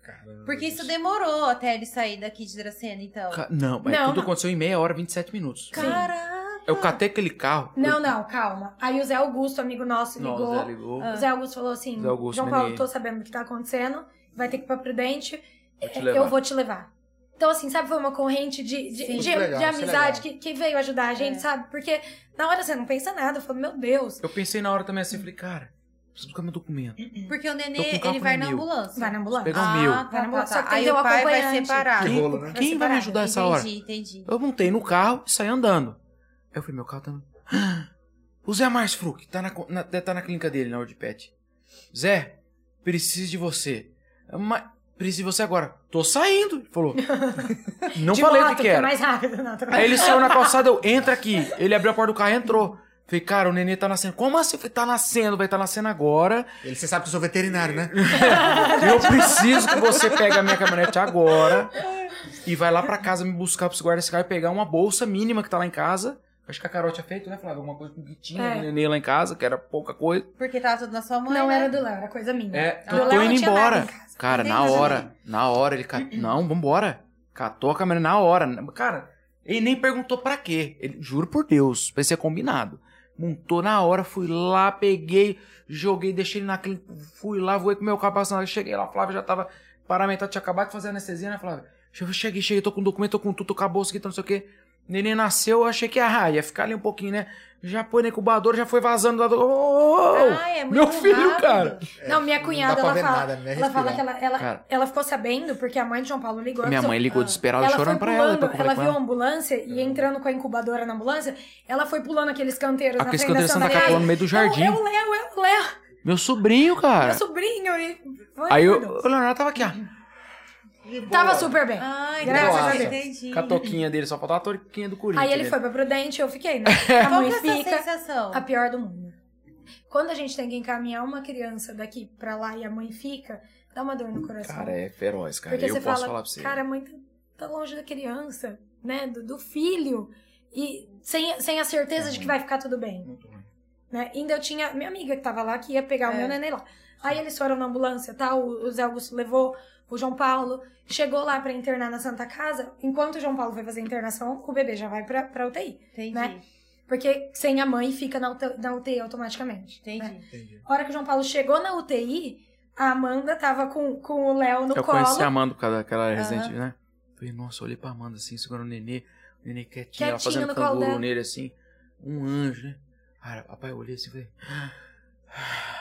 Speaker 2: Caramba,
Speaker 1: Porque
Speaker 2: bicho.
Speaker 1: isso demorou até ele sair daqui de Dracena, então.
Speaker 3: Ca- Não, mas
Speaker 4: Não,
Speaker 3: tudo
Speaker 4: não.
Speaker 3: aconteceu em meia hora, 27 minutos.
Speaker 1: Caraca!
Speaker 3: Eu catei aquele carro.
Speaker 4: Não, não, calma. Aí o Zé Augusto, amigo nosso, ligou.
Speaker 3: Nossa, ela ligou.
Speaker 2: Ah.
Speaker 4: O Zé Augusto falou assim:
Speaker 3: Zé Augusto,
Speaker 4: João Paulo,
Speaker 3: neném.
Speaker 4: tô sabendo o que tá acontecendo, vai ter que ir pra Prudente,
Speaker 3: Vou te
Speaker 4: é,
Speaker 3: levar.
Speaker 4: eu vou te levar. Então, assim, sabe, foi uma corrente de, de,
Speaker 2: Sim.
Speaker 4: de-
Speaker 2: Isso é legal, isso
Speaker 4: de
Speaker 2: é legal.
Speaker 4: amizade que, que veio ajudar a gente,
Speaker 1: É.
Speaker 4: sabe? Porque na hora você não pensa nada, eu falo, meu Deus,
Speaker 3: Eu pensei na hora também assim, falei, cara, preciso buscar meu documento.
Speaker 1: Porque o
Speaker 3: Tô com
Speaker 1: nenê,
Speaker 3: cálculo
Speaker 1: ele vai na
Speaker 3: mil.
Speaker 1: ambulância.
Speaker 4: vai na ambulância.
Speaker 3: Pegar o meu.
Speaker 1: Ah,
Speaker 4: Vai na
Speaker 1: tá, tá,
Speaker 4: ambulância. Só que
Speaker 1: tá.
Speaker 4: tem que
Speaker 1: Aí
Speaker 4: ter um
Speaker 1: o pai vai
Speaker 4: acompanhante.
Speaker 1: separar.
Speaker 2: Que
Speaker 3: Quem,
Speaker 2: rolo, né?
Speaker 3: quem vai me ajudar essa hora?
Speaker 1: Entendi, entendi.
Speaker 3: Eu montei no carro e saí andando. Aí eu falei, meu carro tá. Ah, O Zé Mais Fruc, tá na, co- na- deve tá na clínica dele, na Wordpad. Zé, preciso de você. Ma- preciso de você agora. Tô saindo, ele falou. Não
Speaker 4: de
Speaker 3: falei
Speaker 4: moto,
Speaker 3: o que que
Speaker 4: é
Speaker 3: era.
Speaker 4: mais rápido, não, tô-
Speaker 3: Aí ele saiu na calçada, eu, entra aqui. Ele abriu a porta do carro e entrou. Falei, cara, o nenê tá nascendo. Como assim? Eu Falei, tá nascendo, vai tá nascendo agora.
Speaker 2: Ele, você sabe que eu sou veterinário, né?
Speaker 3: Eu preciso que você pegue a minha caminhonete agora e vai lá pra casa me buscar pra você guardar esse carro e pegar uma bolsa mínima que tá lá em casa. Acho que a Carol tinha feito, né, Flávio? Alguma coisa com o Guitinho,
Speaker 4: É.
Speaker 3: do nenê lá em casa, que era pouca coisa.
Speaker 1: Porque tava tudo na sua mãe.
Speaker 4: Não
Speaker 1: né?
Speaker 4: era do Léo, era coisa minha.
Speaker 3: É,
Speaker 4: Do
Speaker 3: eu
Speaker 4: Léo
Speaker 3: tô
Speaker 4: não
Speaker 3: indo
Speaker 4: tinha nada em
Speaker 3: embora.
Speaker 4: casa.
Speaker 1: Não
Speaker 3: Cara,
Speaker 1: tem
Speaker 3: na
Speaker 1: nada
Speaker 3: hora, na hora ele... Ca... Não, vambora. Catou a câmera na hora. Cara, ele nem perguntou pra quê. Ele, juro por Deus, vai ser combinado. Montou na hora, fui lá, peguei, joguei, deixei ele na clínica, fui lá, voei com meu carro passando. Eu Cheguei lá, a Flávia já tava paramentado, tinha acabado de fazer anestesia, né, Flávia? Che- Cheguei, cheguei, tô com documento, tô com tudo, tô com a bolsa aqui, tô não sei o quê. Neném nasceu, eu achei que ah, ia ficar ali um pouquinho, né? Já pôs na incubadora, já foi vazando lá do. Oh,
Speaker 1: Ah, é muito
Speaker 3: meu filho,
Speaker 1: rápido.
Speaker 3: cara.
Speaker 4: Não, minha
Speaker 2: É, não
Speaker 4: cunhada,
Speaker 2: dá pra
Speaker 4: ela
Speaker 2: ver
Speaker 4: fala.
Speaker 2: nada, né?
Speaker 4: ela fala que
Speaker 2: Respirar.
Speaker 4: ela, ela,
Speaker 3: Cara.
Speaker 4: ela ficou sabendo porque a mãe de João Paulo ligou.
Speaker 3: Minha
Speaker 4: avisou-
Speaker 3: mãe ligou desesperada
Speaker 4: ela
Speaker 3: chorando
Speaker 4: foi
Speaker 3: pra ela.
Speaker 4: pulando,
Speaker 3: depois eu
Speaker 4: ela
Speaker 3: falei com
Speaker 4: viu a ambulância
Speaker 2: É.
Speaker 4: e entrando com a incubadora na ambulância, ela foi pulando aqueles canteiros
Speaker 3: Aqueles
Speaker 4: na frente
Speaker 3: canteiros
Speaker 4: da
Speaker 3: Santa
Speaker 4: Santa
Speaker 3: Catarina no meio do jardim.
Speaker 4: Eu, eu Léo, eu Léo,
Speaker 3: Meu sobrinho,
Speaker 4: meu
Speaker 3: cara.
Speaker 4: sobrinho. E foi
Speaker 3: Aí eu,
Speaker 4: tudo.
Speaker 3: o Leonardo tava aqui, ó.
Speaker 4: Tava super
Speaker 3: Ah,
Speaker 4: bem.
Speaker 1: Ai,
Speaker 4: Graças
Speaker 1: graças
Speaker 2: a
Speaker 1: a Deus.
Speaker 2: Deus.
Speaker 1: Entendi.
Speaker 3: Com a toquinha dele, só faltava a toquinha do Corinthians.
Speaker 4: Aí ele
Speaker 3: né?
Speaker 4: foi pra Prudente, eu fiquei, né? A
Speaker 1: Qual
Speaker 4: mãe
Speaker 1: que é essa
Speaker 4: fica,
Speaker 1: sensação?
Speaker 4: a pior do mundo. Quando a gente tem que encaminhar uma criança daqui pra lá e a mãe fica, dá uma dor no coração.
Speaker 3: Cara, é feroz, cara.
Speaker 4: Porque
Speaker 3: eu
Speaker 4: você
Speaker 3: posso
Speaker 4: fala,
Speaker 3: falar pra você.
Speaker 4: cara, a mãe tá, tá longe da criança, né? Do, do filho. E sem, sem a certeza de que vai ficar tudo bem.
Speaker 3: Muito ruim.
Speaker 4: Né? Ainda eu tinha minha amiga que tava lá, que ia pegar o
Speaker 1: É.
Speaker 4: meu neném lá. Aí eles foram na ambulância, tá? O, o Zé Augusto levou, o João Paulo. Chegou lá pra internar na Santa Casa. Enquanto o João Paulo vai fazer a internação, o bebê já vai pra, pra UTI.
Speaker 1: Entendi,
Speaker 4: né? Porque sem a mãe fica na UTI, na UTI automaticamente. né?
Speaker 1: entendi.
Speaker 4: A hora que o João Paulo chegou na UTI, a Amanda tava com, com o Léo no
Speaker 3: Eu
Speaker 4: colo.
Speaker 3: conheci a Amanda por causa daquela residente,
Speaker 1: Aham.
Speaker 3: né? Falei, nossa, olhei pra Amanda assim, segurando o nenê. O nenê quietinho,
Speaker 4: Quietinho
Speaker 3: ela fazendo
Speaker 4: no colo
Speaker 3: canguru
Speaker 4: dela.
Speaker 3: nele assim. Um anjo, né? Cara, papai, eu olhei assim e falei. "Ah,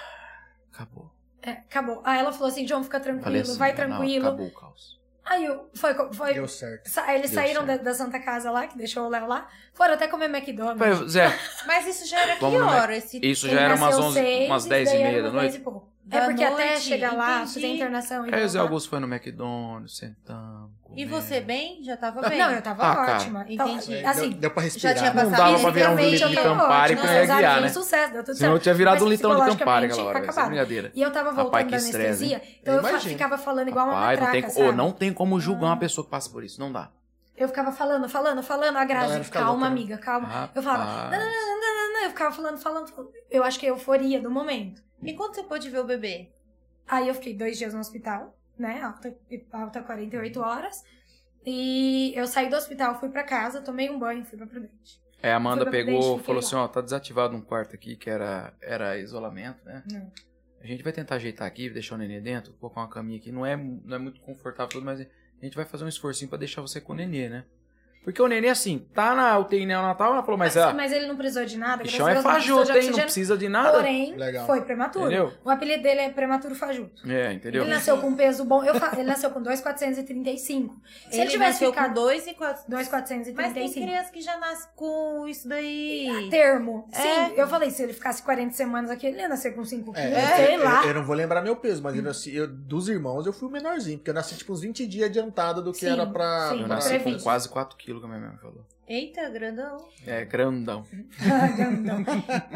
Speaker 3: Acabou.
Speaker 4: É, acabou. Aí ela falou assim, John, fica tranquilo,
Speaker 3: Falei assim,
Speaker 4: vai
Speaker 3: "Não,
Speaker 4: tranquilo.
Speaker 3: Acabou o caos.
Speaker 4: Aí eu- foi, foi,
Speaker 2: Deu certo.
Speaker 4: sa- eles
Speaker 3: Deu
Speaker 4: saíram da,
Speaker 3: certo.
Speaker 4: da Santa Casa lá, que deixou o Léo lá, foram até comer McDonald's.
Speaker 3: Falei, Zé,
Speaker 1: Mas isso já era
Speaker 3: Vamos
Speaker 1: que
Speaker 3: no
Speaker 1: hora? Esse... assim.
Speaker 3: isso
Speaker 4: Ele
Speaker 3: já era
Speaker 4: nasceu
Speaker 3: umas 11,
Speaker 4: seis,
Speaker 3: umas 10 e
Speaker 4: daí era
Speaker 3: meia da
Speaker 4: umas dez
Speaker 3: noite. É,
Speaker 4: e pouco.
Speaker 1: Da
Speaker 4: É porque até
Speaker 1: noite,
Speaker 4: chegar lá,
Speaker 1: entendi.
Speaker 4: fazer internação e
Speaker 3: Aí o Zé
Speaker 4: voltar.
Speaker 3: Augusto foi no McDonald's, sentamos.
Speaker 1: E
Speaker 3: comemos.
Speaker 1: você bem? Já tava bem?
Speaker 4: Não, eu tava
Speaker 3: Ah, cara.
Speaker 4: ótima. Então,
Speaker 1: Entendi.
Speaker 2: Deu-
Speaker 4: assim,
Speaker 2: deu, pra respirar.
Speaker 1: tinha
Speaker 2: né?
Speaker 3: Não dava É, pra virar um
Speaker 1: Fisicamente,
Speaker 3: litão de
Speaker 1: eu
Speaker 4: tava
Speaker 3: Campari
Speaker 4: ótima.
Speaker 3: pra eu
Speaker 4: Nossa,
Speaker 3: ia guiar,
Speaker 4: foi um
Speaker 3: né?
Speaker 4: sucesso, deu tudo
Speaker 3: Senão eu
Speaker 4: certo.
Speaker 3: tinha virado
Speaker 4: Mas
Speaker 3: um litão de Campari
Speaker 4: psicologicamente, tá
Speaker 3: aquela hora, velho. Isso é
Speaker 4: acabado.
Speaker 3: brincadeira.
Speaker 4: E eu tava
Speaker 3: Rapaz,
Speaker 4: voltando
Speaker 3: que
Speaker 4: da
Speaker 3: estresse,
Speaker 4: anestesia,
Speaker 3: hein?
Speaker 4: então eu,
Speaker 2: Eu
Speaker 4: fa-
Speaker 2: imagino.
Speaker 4: ficava falando igual uma
Speaker 3: Rapaz, não tem,
Speaker 4: matraca,
Speaker 3: ou
Speaker 4: sabe? Hum.
Speaker 3: não tem como julgar uma pessoa que passa por isso, não dá.
Speaker 4: Eu ficava falando, falando, falando, a
Speaker 2: galera
Speaker 4: Grazi,
Speaker 2: fica
Speaker 4: calma,
Speaker 2: louca, né?
Speaker 4: amiga, calma. Eu falava, não, não,
Speaker 3: Rapaz.
Speaker 4: não, não, não, não. Eu ficava falando, falando, falando. Eu acho que é a euforia do momento.
Speaker 1: E quando você pôde ver o bebê?
Speaker 4: Aí eu fiquei dois dias no hospital, né? Alta, alta 48 horas. E eu saí do hospital, fui pra casa, tomei um banho, fui pra Prudente.
Speaker 3: É, a Amanda
Speaker 4: Foi pra frente,
Speaker 3: pegou,
Speaker 4: fiquei
Speaker 3: falou
Speaker 4: lá.
Speaker 3: assim, ó, tá desativado um quarto aqui que era, era isolamento, né?
Speaker 4: Hum.
Speaker 3: A gente vai tentar ajeitar aqui, deixar o nenê dentro, colocar uma caminha aqui. Não é, não é muito confortável tudo, mas a gente vai fazer um esforcinho pra deixar você com o nenê, né? Porque o nenê, assim, tá na UTI neonatal, ela falou, mas,
Speaker 4: mas,
Speaker 3: ah,
Speaker 4: mas ele não precisou de
Speaker 3: o
Speaker 4: nada, graças
Speaker 3: chão
Speaker 4: a
Speaker 3: é
Speaker 4: Deus, não precisou
Speaker 3: fajuto,
Speaker 4: de
Speaker 3: hein? Não
Speaker 4: tá oxigênio.
Speaker 3: precisa de nada.
Speaker 4: Porém,
Speaker 2: Legal.
Speaker 4: foi prematuro.
Speaker 3: Entendeu?
Speaker 4: O apelido dele é prematuro fajuto.
Speaker 3: É, entendeu?
Speaker 4: Ele nasceu com um peso bom. eu fa- ele nasceu com 2,435. Se ele,
Speaker 1: ele
Speaker 4: tivesse
Speaker 1: nasceu com
Speaker 4: ficado
Speaker 1: dois e quatro... Mas tem
Speaker 4: 2,435.
Speaker 1: criança que já nasce com isso daí.
Speaker 4: termo.
Speaker 1: É.
Speaker 4: Sim, eu falei, se ele ficasse 40 semanas aqui, ele ia nascer com 5 quilos,
Speaker 2: É,
Speaker 4: sei
Speaker 2: eu-
Speaker 4: lá.
Speaker 2: Eu, eu não vou lembrar meu peso, mas eu nasci- eu- dos irmãos eu fui o menorzinho, porque eu nasci tipo uns 20 dias adiantado do que
Speaker 4: Sim,
Speaker 2: era pra.
Speaker 4: sim.
Speaker 3: Eu
Speaker 2: pra-
Speaker 3: nasci com
Speaker 4: Previsto.
Speaker 3: quase 4 quilos, que a minha mãe falou.
Speaker 1: Eita, grandão.
Speaker 3: É, grandão.
Speaker 4: Grandão.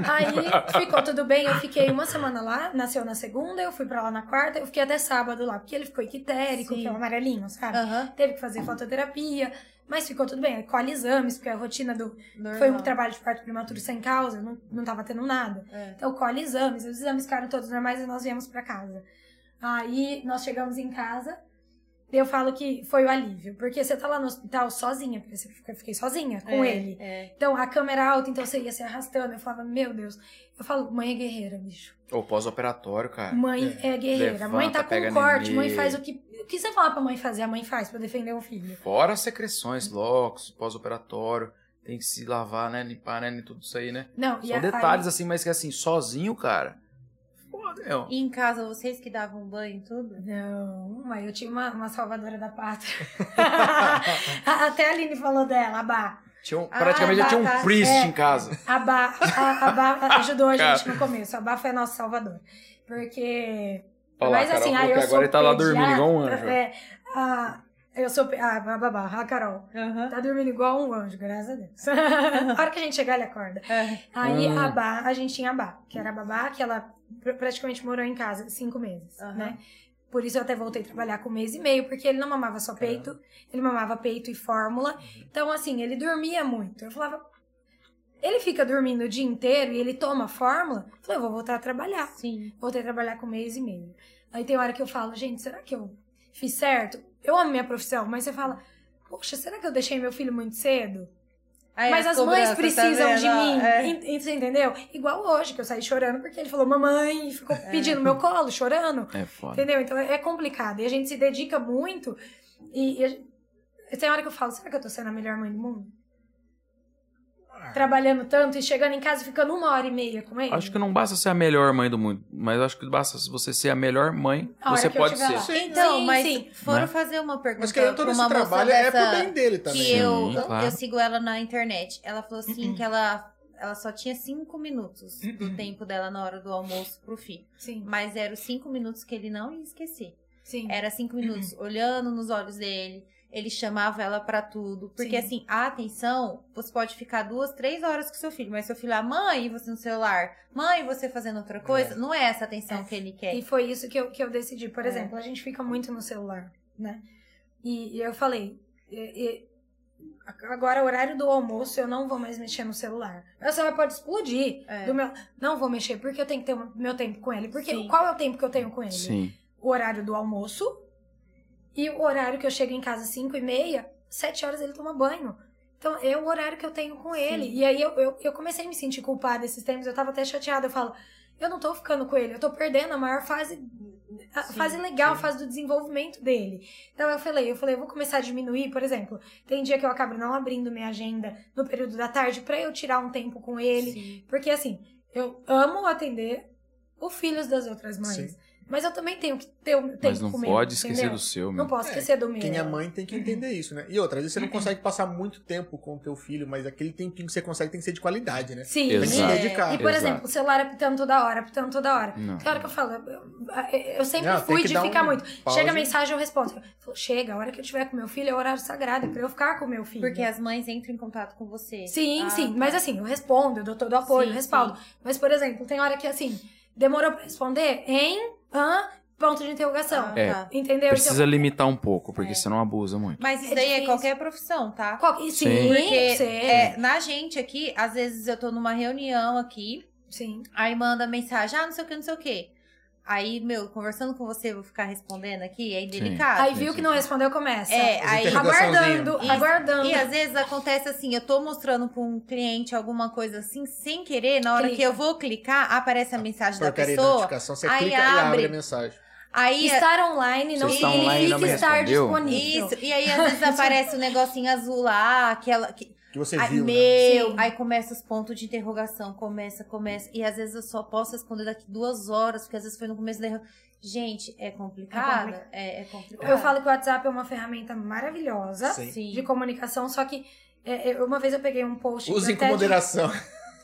Speaker 4: Aí ficou tudo bem, eu fiquei uma semana lá, nasceu na segunda, eu fui pra lá na quarta, eu fiquei até sábado lá, porque ele ficou equitérico,
Speaker 1: Sim. Ah.
Speaker 4: que é o amarelinho, sabe?
Speaker 1: Aham,
Speaker 4: Teve que fazer fototerapia, mas ficou tudo bem. Aí colhe exames, porque a rotina do.
Speaker 1: normal.
Speaker 4: Foi um trabalho de parto prematuro sem causa, não, não tava tendo nada.
Speaker 1: É.
Speaker 4: Então colhe exames, os exames ficaram todos normais e nós viemos pra casa. Aí nós chegamos em casa, Eu falo que foi o alívio, porque você tá lá no hospital sozinha, porque você fica- eu fiquei sozinha com
Speaker 1: É,
Speaker 4: ele.
Speaker 1: é.
Speaker 4: Então, a câmera alta, então você ia se arrastando. Eu falava, meu Deus. Eu falo, mãe é guerreira, bicho.
Speaker 3: Ou pós-operatório, cara.
Speaker 4: Mãe é, guerreira. mãe tá
Speaker 3: Levanta, pega
Speaker 4: com corte, mãe
Speaker 3: neném.
Speaker 4: faz o que. O que você fala pra mãe fazer? A mãe faz pra defender um filho.
Speaker 3: Fora as secreções, locos, pós-operatório. Tem que se lavar, né? Limpar, né? Tudo isso aí, né?
Speaker 4: Não, e
Speaker 3: São
Speaker 4: a-
Speaker 3: detalhes assim, mas que assim, sozinho, cara. Foda, meu.
Speaker 1: E em casa, vocês que davam banho e tudo?
Speaker 4: aí- Não, mas eu tinha uma, uma salvadora da pátria. A- Até a Aline falou dela, a Bá.
Speaker 3: Tinha um-
Speaker 1: Ah,
Speaker 3: praticamente já tinha
Speaker 1: tá, tá.
Speaker 3: um priest
Speaker 4: É.
Speaker 3: em casa.
Speaker 4: A Bá, a, a Bá ajudou a gente no começo. A Bá foi a nossa salvadora. Porque
Speaker 3: Olha
Speaker 4: Mas assim, aí
Speaker 3: falou
Speaker 4: eu
Speaker 3: que
Speaker 4: sou
Speaker 3: agora ele tá lá
Speaker 4: pediatra,
Speaker 3: dormindo igual um anjo.
Speaker 4: É, ah, eu sou. pe- Ah, a babá, a Carol.
Speaker 1: Aham.
Speaker 4: Tá dormindo igual um anjo, graças a Deus. a hora que a gente chegar, ele acorda.
Speaker 1: É,
Speaker 4: Aí
Speaker 3: Hum.
Speaker 4: a Bá, a gente tinha a Bá, que era a babá, que ela pr- praticamente morou em casa cinco meses,
Speaker 1: Aham.
Speaker 4: né? Por isso eu até voltei a trabalhar com um mês e meio, porque ele não mamava só peito, ele mamava peito e fórmula. Então, assim, ele dormia muito. Eu falava. Ele fica dormindo o dia inteiro e ele toma fórmula. Eu falei, eu vou voltar a trabalhar.
Speaker 1: Sim.
Speaker 4: Voltei a trabalhar com um mês e meio. Aí tem hora que eu falo, gente, será que eu fiz certo? Eu amo minha profissão, mas você fala, poxa, será que eu deixei meu filho muito cedo?
Speaker 1: Aí
Speaker 4: mas as
Speaker 1: cobranças,
Speaker 4: mães
Speaker 1: tá
Speaker 4: precisam
Speaker 1: vendo?
Speaker 4: de mim.
Speaker 1: É.
Speaker 4: En- en- Você entendeu? Igual hoje, que eu saí chorando porque ele falou, mamãe, e ficou pedindo meu colo, chorando.
Speaker 3: É foda.
Speaker 4: Entendeu? Então é é complicado. E a gente se dedica muito. E, e a gente- tem hora que eu falo, será que eu tô sendo a melhor mãe do mundo?
Speaker 3: Ah.
Speaker 4: Trabalhando tanto e chegando em casa e ficando uma hora e meia com ele?
Speaker 3: Acho que não basta ser a melhor mãe do mundo, mas acho que basta você ser a melhor mãe que
Speaker 4: A hora
Speaker 3: você
Speaker 4: que eu
Speaker 3: pode
Speaker 4: tiver
Speaker 3: ser.
Speaker 4: lá.
Speaker 2: Sim,
Speaker 1: Então,
Speaker 4: Sim,
Speaker 1: mas
Speaker 4: sim.
Speaker 1: foram
Speaker 3: Né?
Speaker 1: fazer uma pergunta
Speaker 2: Mas querendo todo
Speaker 1: pra
Speaker 2: esse
Speaker 1: uma moça
Speaker 2: trabalho
Speaker 1: dessa...
Speaker 2: é pro bem dele também.
Speaker 1: que
Speaker 3: Sim,
Speaker 1: eu,
Speaker 3: claro.
Speaker 1: eu sigo ela na internet. Ela falou
Speaker 4: Uhum.
Speaker 1: assim que ela, ela só tinha cinco minutos do tempo dela na hora do almoço pro filho.
Speaker 4: Sim,
Speaker 1: Mas é, eram os cinco minutos que ele não ia esquecer.
Speaker 4: sim.
Speaker 1: Era cinco
Speaker 4: Uhum.
Speaker 1: minutos olhando nos olhos dele. Ele chamava ela pra tudo. Porque
Speaker 4: Sim.
Speaker 1: assim, a atenção, você pode ficar duas, três horas com seu filho. Mas seu filho, ah, mãe, e você no celular. Mãe, e você fazendo outra coisa. Não é essa atenção
Speaker 4: É.
Speaker 1: que ele quer.
Speaker 4: E foi isso que eu, que eu decidi. Por
Speaker 1: É.
Speaker 4: exemplo, a gente fica muito no celular, né? E, e eu falei, e- e- agora horário do almoço eu não vou mais mexer no celular. Meu celular pode explodir.
Speaker 1: É.
Speaker 4: Do meu, não vou mexer porque eu tenho que ter o meu tempo com ele. Porque
Speaker 1: Sim.
Speaker 4: qual é o tempo que eu tenho com ele?
Speaker 3: Sim.
Speaker 4: O horário do almoço e o horário que eu chego em casa cinco e meia, sete horas ele toma banho. Então, é o horário que eu tenho com ele. E aí, eu, eu, eu comecei a me sentir culpada esses tempos. Eu tava até chateada. Eu falo, eu não tô ficando com ele. Eu tô perdendo a maior fase... A
Speaker 1: Sim,
Speaker 4: fase legal, a fase do desenvolvimento dele. Então, eu falei, eu falei, eu vou começar a diminuir. Por exemplo, tem dia que eu acabo não abrindo minha agenda no período da tarde pra eu tirar um tempo com ele.
Speaker 1: Sim.
Speaker 4: Porque, assim, eu amo atender os filhos das outras mães.
Speaker 2: Sim.
Speaker 4: Mas eu também tenho que ter o meu tempo
Speaker 3: Mas não
Speaker 4: com o meu,
Speaker 3: pode esquecer
Speaker 4: entendeu?
Speaker 3: do seu,
Speaker 4: Não
Speaker 3: meu.
Speaker 4: posso
Speaker 2: É,
Speaker 4: esquecer do meu.
Speaker 2: Quem é mãe tem que entender isso, né? E outra, às vezes você não consegue passar muito tempo com o teu filho, mas aquele tempinho que você consegue tem que ser de qualidade, né?
Speaker 4: Sim.
Speaker 2: Tem que se
Speaker 3: Exato.
Speaker 2: dedicar.
Speaker 4: E, por
Speaker 3: Exato.
Speaker 4: exemplo, o celular apitando toda hora, apitando toda hora.
Speaker 3: Não.
Speaker 4: Que hora que eu falo? Eu, eu- eu sempre
Speaker 2: Não, tem
Speaker 4: fui
Speaker 2: que
Speaker 4: de
Speaker 2: dar
Speaker 4: ficar
Speaker 2: um
Speaker 4: muito.
Speaker 2: pause.
Speaker 4: Chega a mensagem, eu respondo. Eu falo, Chega, a hora que eu tiver com meu filho é o horário sagrado, é pra eu ficar com meu filho.
Speaker 1: Porque as mães entram em contato com você.
Speaker 4: Sim,
Speaker 1: Ah,
Speaker 4: sim.
Speaker 1: tá.
Speaker 4: Mas assim, eu respondo, eu dou todo o apoio,
Speaker 1: Sim,
Speaker 4: eu respaldo. Mas, por exemplo, tem hora que assim, demorou pra responder, hein? Hã? Ponto de interrogação.
Speaker 1: Ah,
Speaker 3: É.
Speaker 1: tá.
Speaker 4: Entendeu? Então,
Speaker 3: Precisa limitar um pouco, porque senão abusa muito.
Speaker 1: Mas isso
Speaker 4: É
Speaker 1: daí é
Speaker 4: difícil.
Speaker 1: qualquer profissão, tá?
Speaker 4: Então, qual- e Sim,
Speaker 3: Sim.
Speaker 1: Porque
Speaker 4: sim.
Speaker 1: é, na gente aqui, às vezes eu tô numa reunião aqui,
Speaker 4: Sim.
Speaker 1: aí manda mensagem, ah, não sei o que, não sei o que. Aí, meu, conversando com você, eu vou ficar respondendo aqui, é indelicado.
Speaker 4: Aí viu que não respondeu, começa.
Speaker 1: É, aí.
Speaker 4: Aguardando,
Speaker 1: Isso.
Speaker 4: aguardando.
Speaker 1: E às vezes acontece assim, eu tô mostrando pra um cliente alguma coisa assim, sem querer, na hora
Speaker 4: Clica.
Speaker 1: que eu vou clicar, aparece a mensagem da
Speaker 2: Porcaria de
Speaker 1: pessoa.
Speaker 2: notificação, você
Speaker 1: aí
Speaker 2: clica e abre
Speaker 1: abre.
Speaker 2: a mensagem.
Speaker 1: Aí
Speaker 4: Estar online não
Speaker 1: Você
Speaker 4: significa
Speaker 1: está online e não me
Speaker 4: estar
Speaker 3: respondeu?
Speaker 4: disponível.
Speaker 1: isso, e aí às vezes aparece um negocinho azul lá, aquela que
Speaker 2: Que você
Speaker 1: Ai,
Speaker 2: viu, né?
Speaker 1: meu,
Speaker 4: Sim.
Speaker 1: aí começa os pontos de interrogação, começa, começa. E às vezes eu só posso responder daqui duas horas, porque às vezes foi no começo da reunião. Gente, é complicado.
Speaker 4: complicado.
Speaker 1: É, é complicado.
Speaker 4: Eu falo que o WhatsApp é uma ferramenta maravilhosa
Speaker 2: Sim.
Speaker 1: Sim.
Speaker 4: de comunicação, só que é, eu- uma vez eu peguei um post.
Speaker 2: Usem
Speaker 4: até
Speaker 2: com
Speaker 4: de-
Speaker 2: moderação.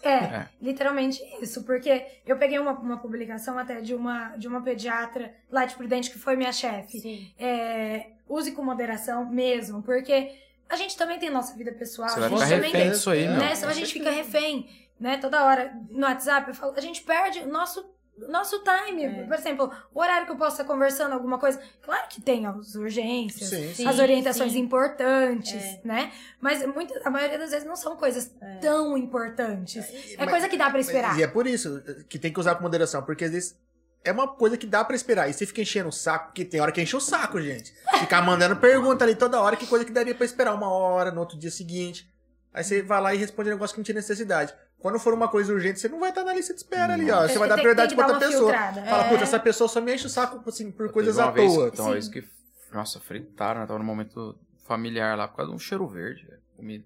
Speaker 4: É,
Speaker 3: É.
Speaker 4: literalmente isso, porque eu peguei uma, uma publicação até de uma, de uma pediatra lá de Prudente que foi minha chefe.
Speaker 1: Sim.
Speaker 4: É, use com moderação mesmo, porque a gente também tem nossa vida pessoal.
Speaker 3: Você vai
Speaker 4: a gente
Speaker 3: ficar
Speaker 4: também
Speaker 3: refém disso aí, meu.
Speaker 4: né? Senão a gente fica refém, né? Toda hora no WhatsApp, eu falo, a gente perde o nosso nosso time,
Speaker 1: É.
Speaker 4: por exemplo, o horário que eu posso estar conversando alguma coisa, claro que tem as urgências,
Speaker 2: Sim,
Speaker 1: Sim.
Speaker 4: as orientações importantes,
Speaker 1: É.
Speaker 4: né? Mas muita, a maioria das vezes não são coisas tão importantes. É
Speaker 2: Mas-
Speaker 4: coisa que dá pra esperar.
Speaker 2: é eh, E é por isso que tem que usar com moderação, porque às vezes é uma coisa que dá pra esperar. E você fica enchendo o saco, porque tem hora que enche o saco, gente. Ficar mandando pergunta ali toda hora, que coisa que daria pra esperar uma hora, no outro dia seguinte. Aí você vai lá e responde um negócio que não tinha necessidade. Quando for uma coisa urgente, você não vai estar na lista de espera ali, ó. Você vai dar
Speaker 4: Hum. É, Tem- tem
Speaker 2: prioridade
Speaker 4: que
Speaker 2: pra
Speaker 4: dar
Speaker 2: outra
Speaker 4: uma
Speaker 2: pessoa.
Speaker 4: filtrada.
Speaker 2: Fala,
Speaker 1: É.
Speaker 2: puta, essa pessoa só me enche o saco, assim, por coisas
Speaker 3: Teve
Speaker 2: à
Speaker 3: uma vez,
Speaker 2: toa.
Speaker 3: Então, uma vez que. Nossa, fritada, né? Tava num momento familiar lá por causa de um cheiro verde. velho. Comida.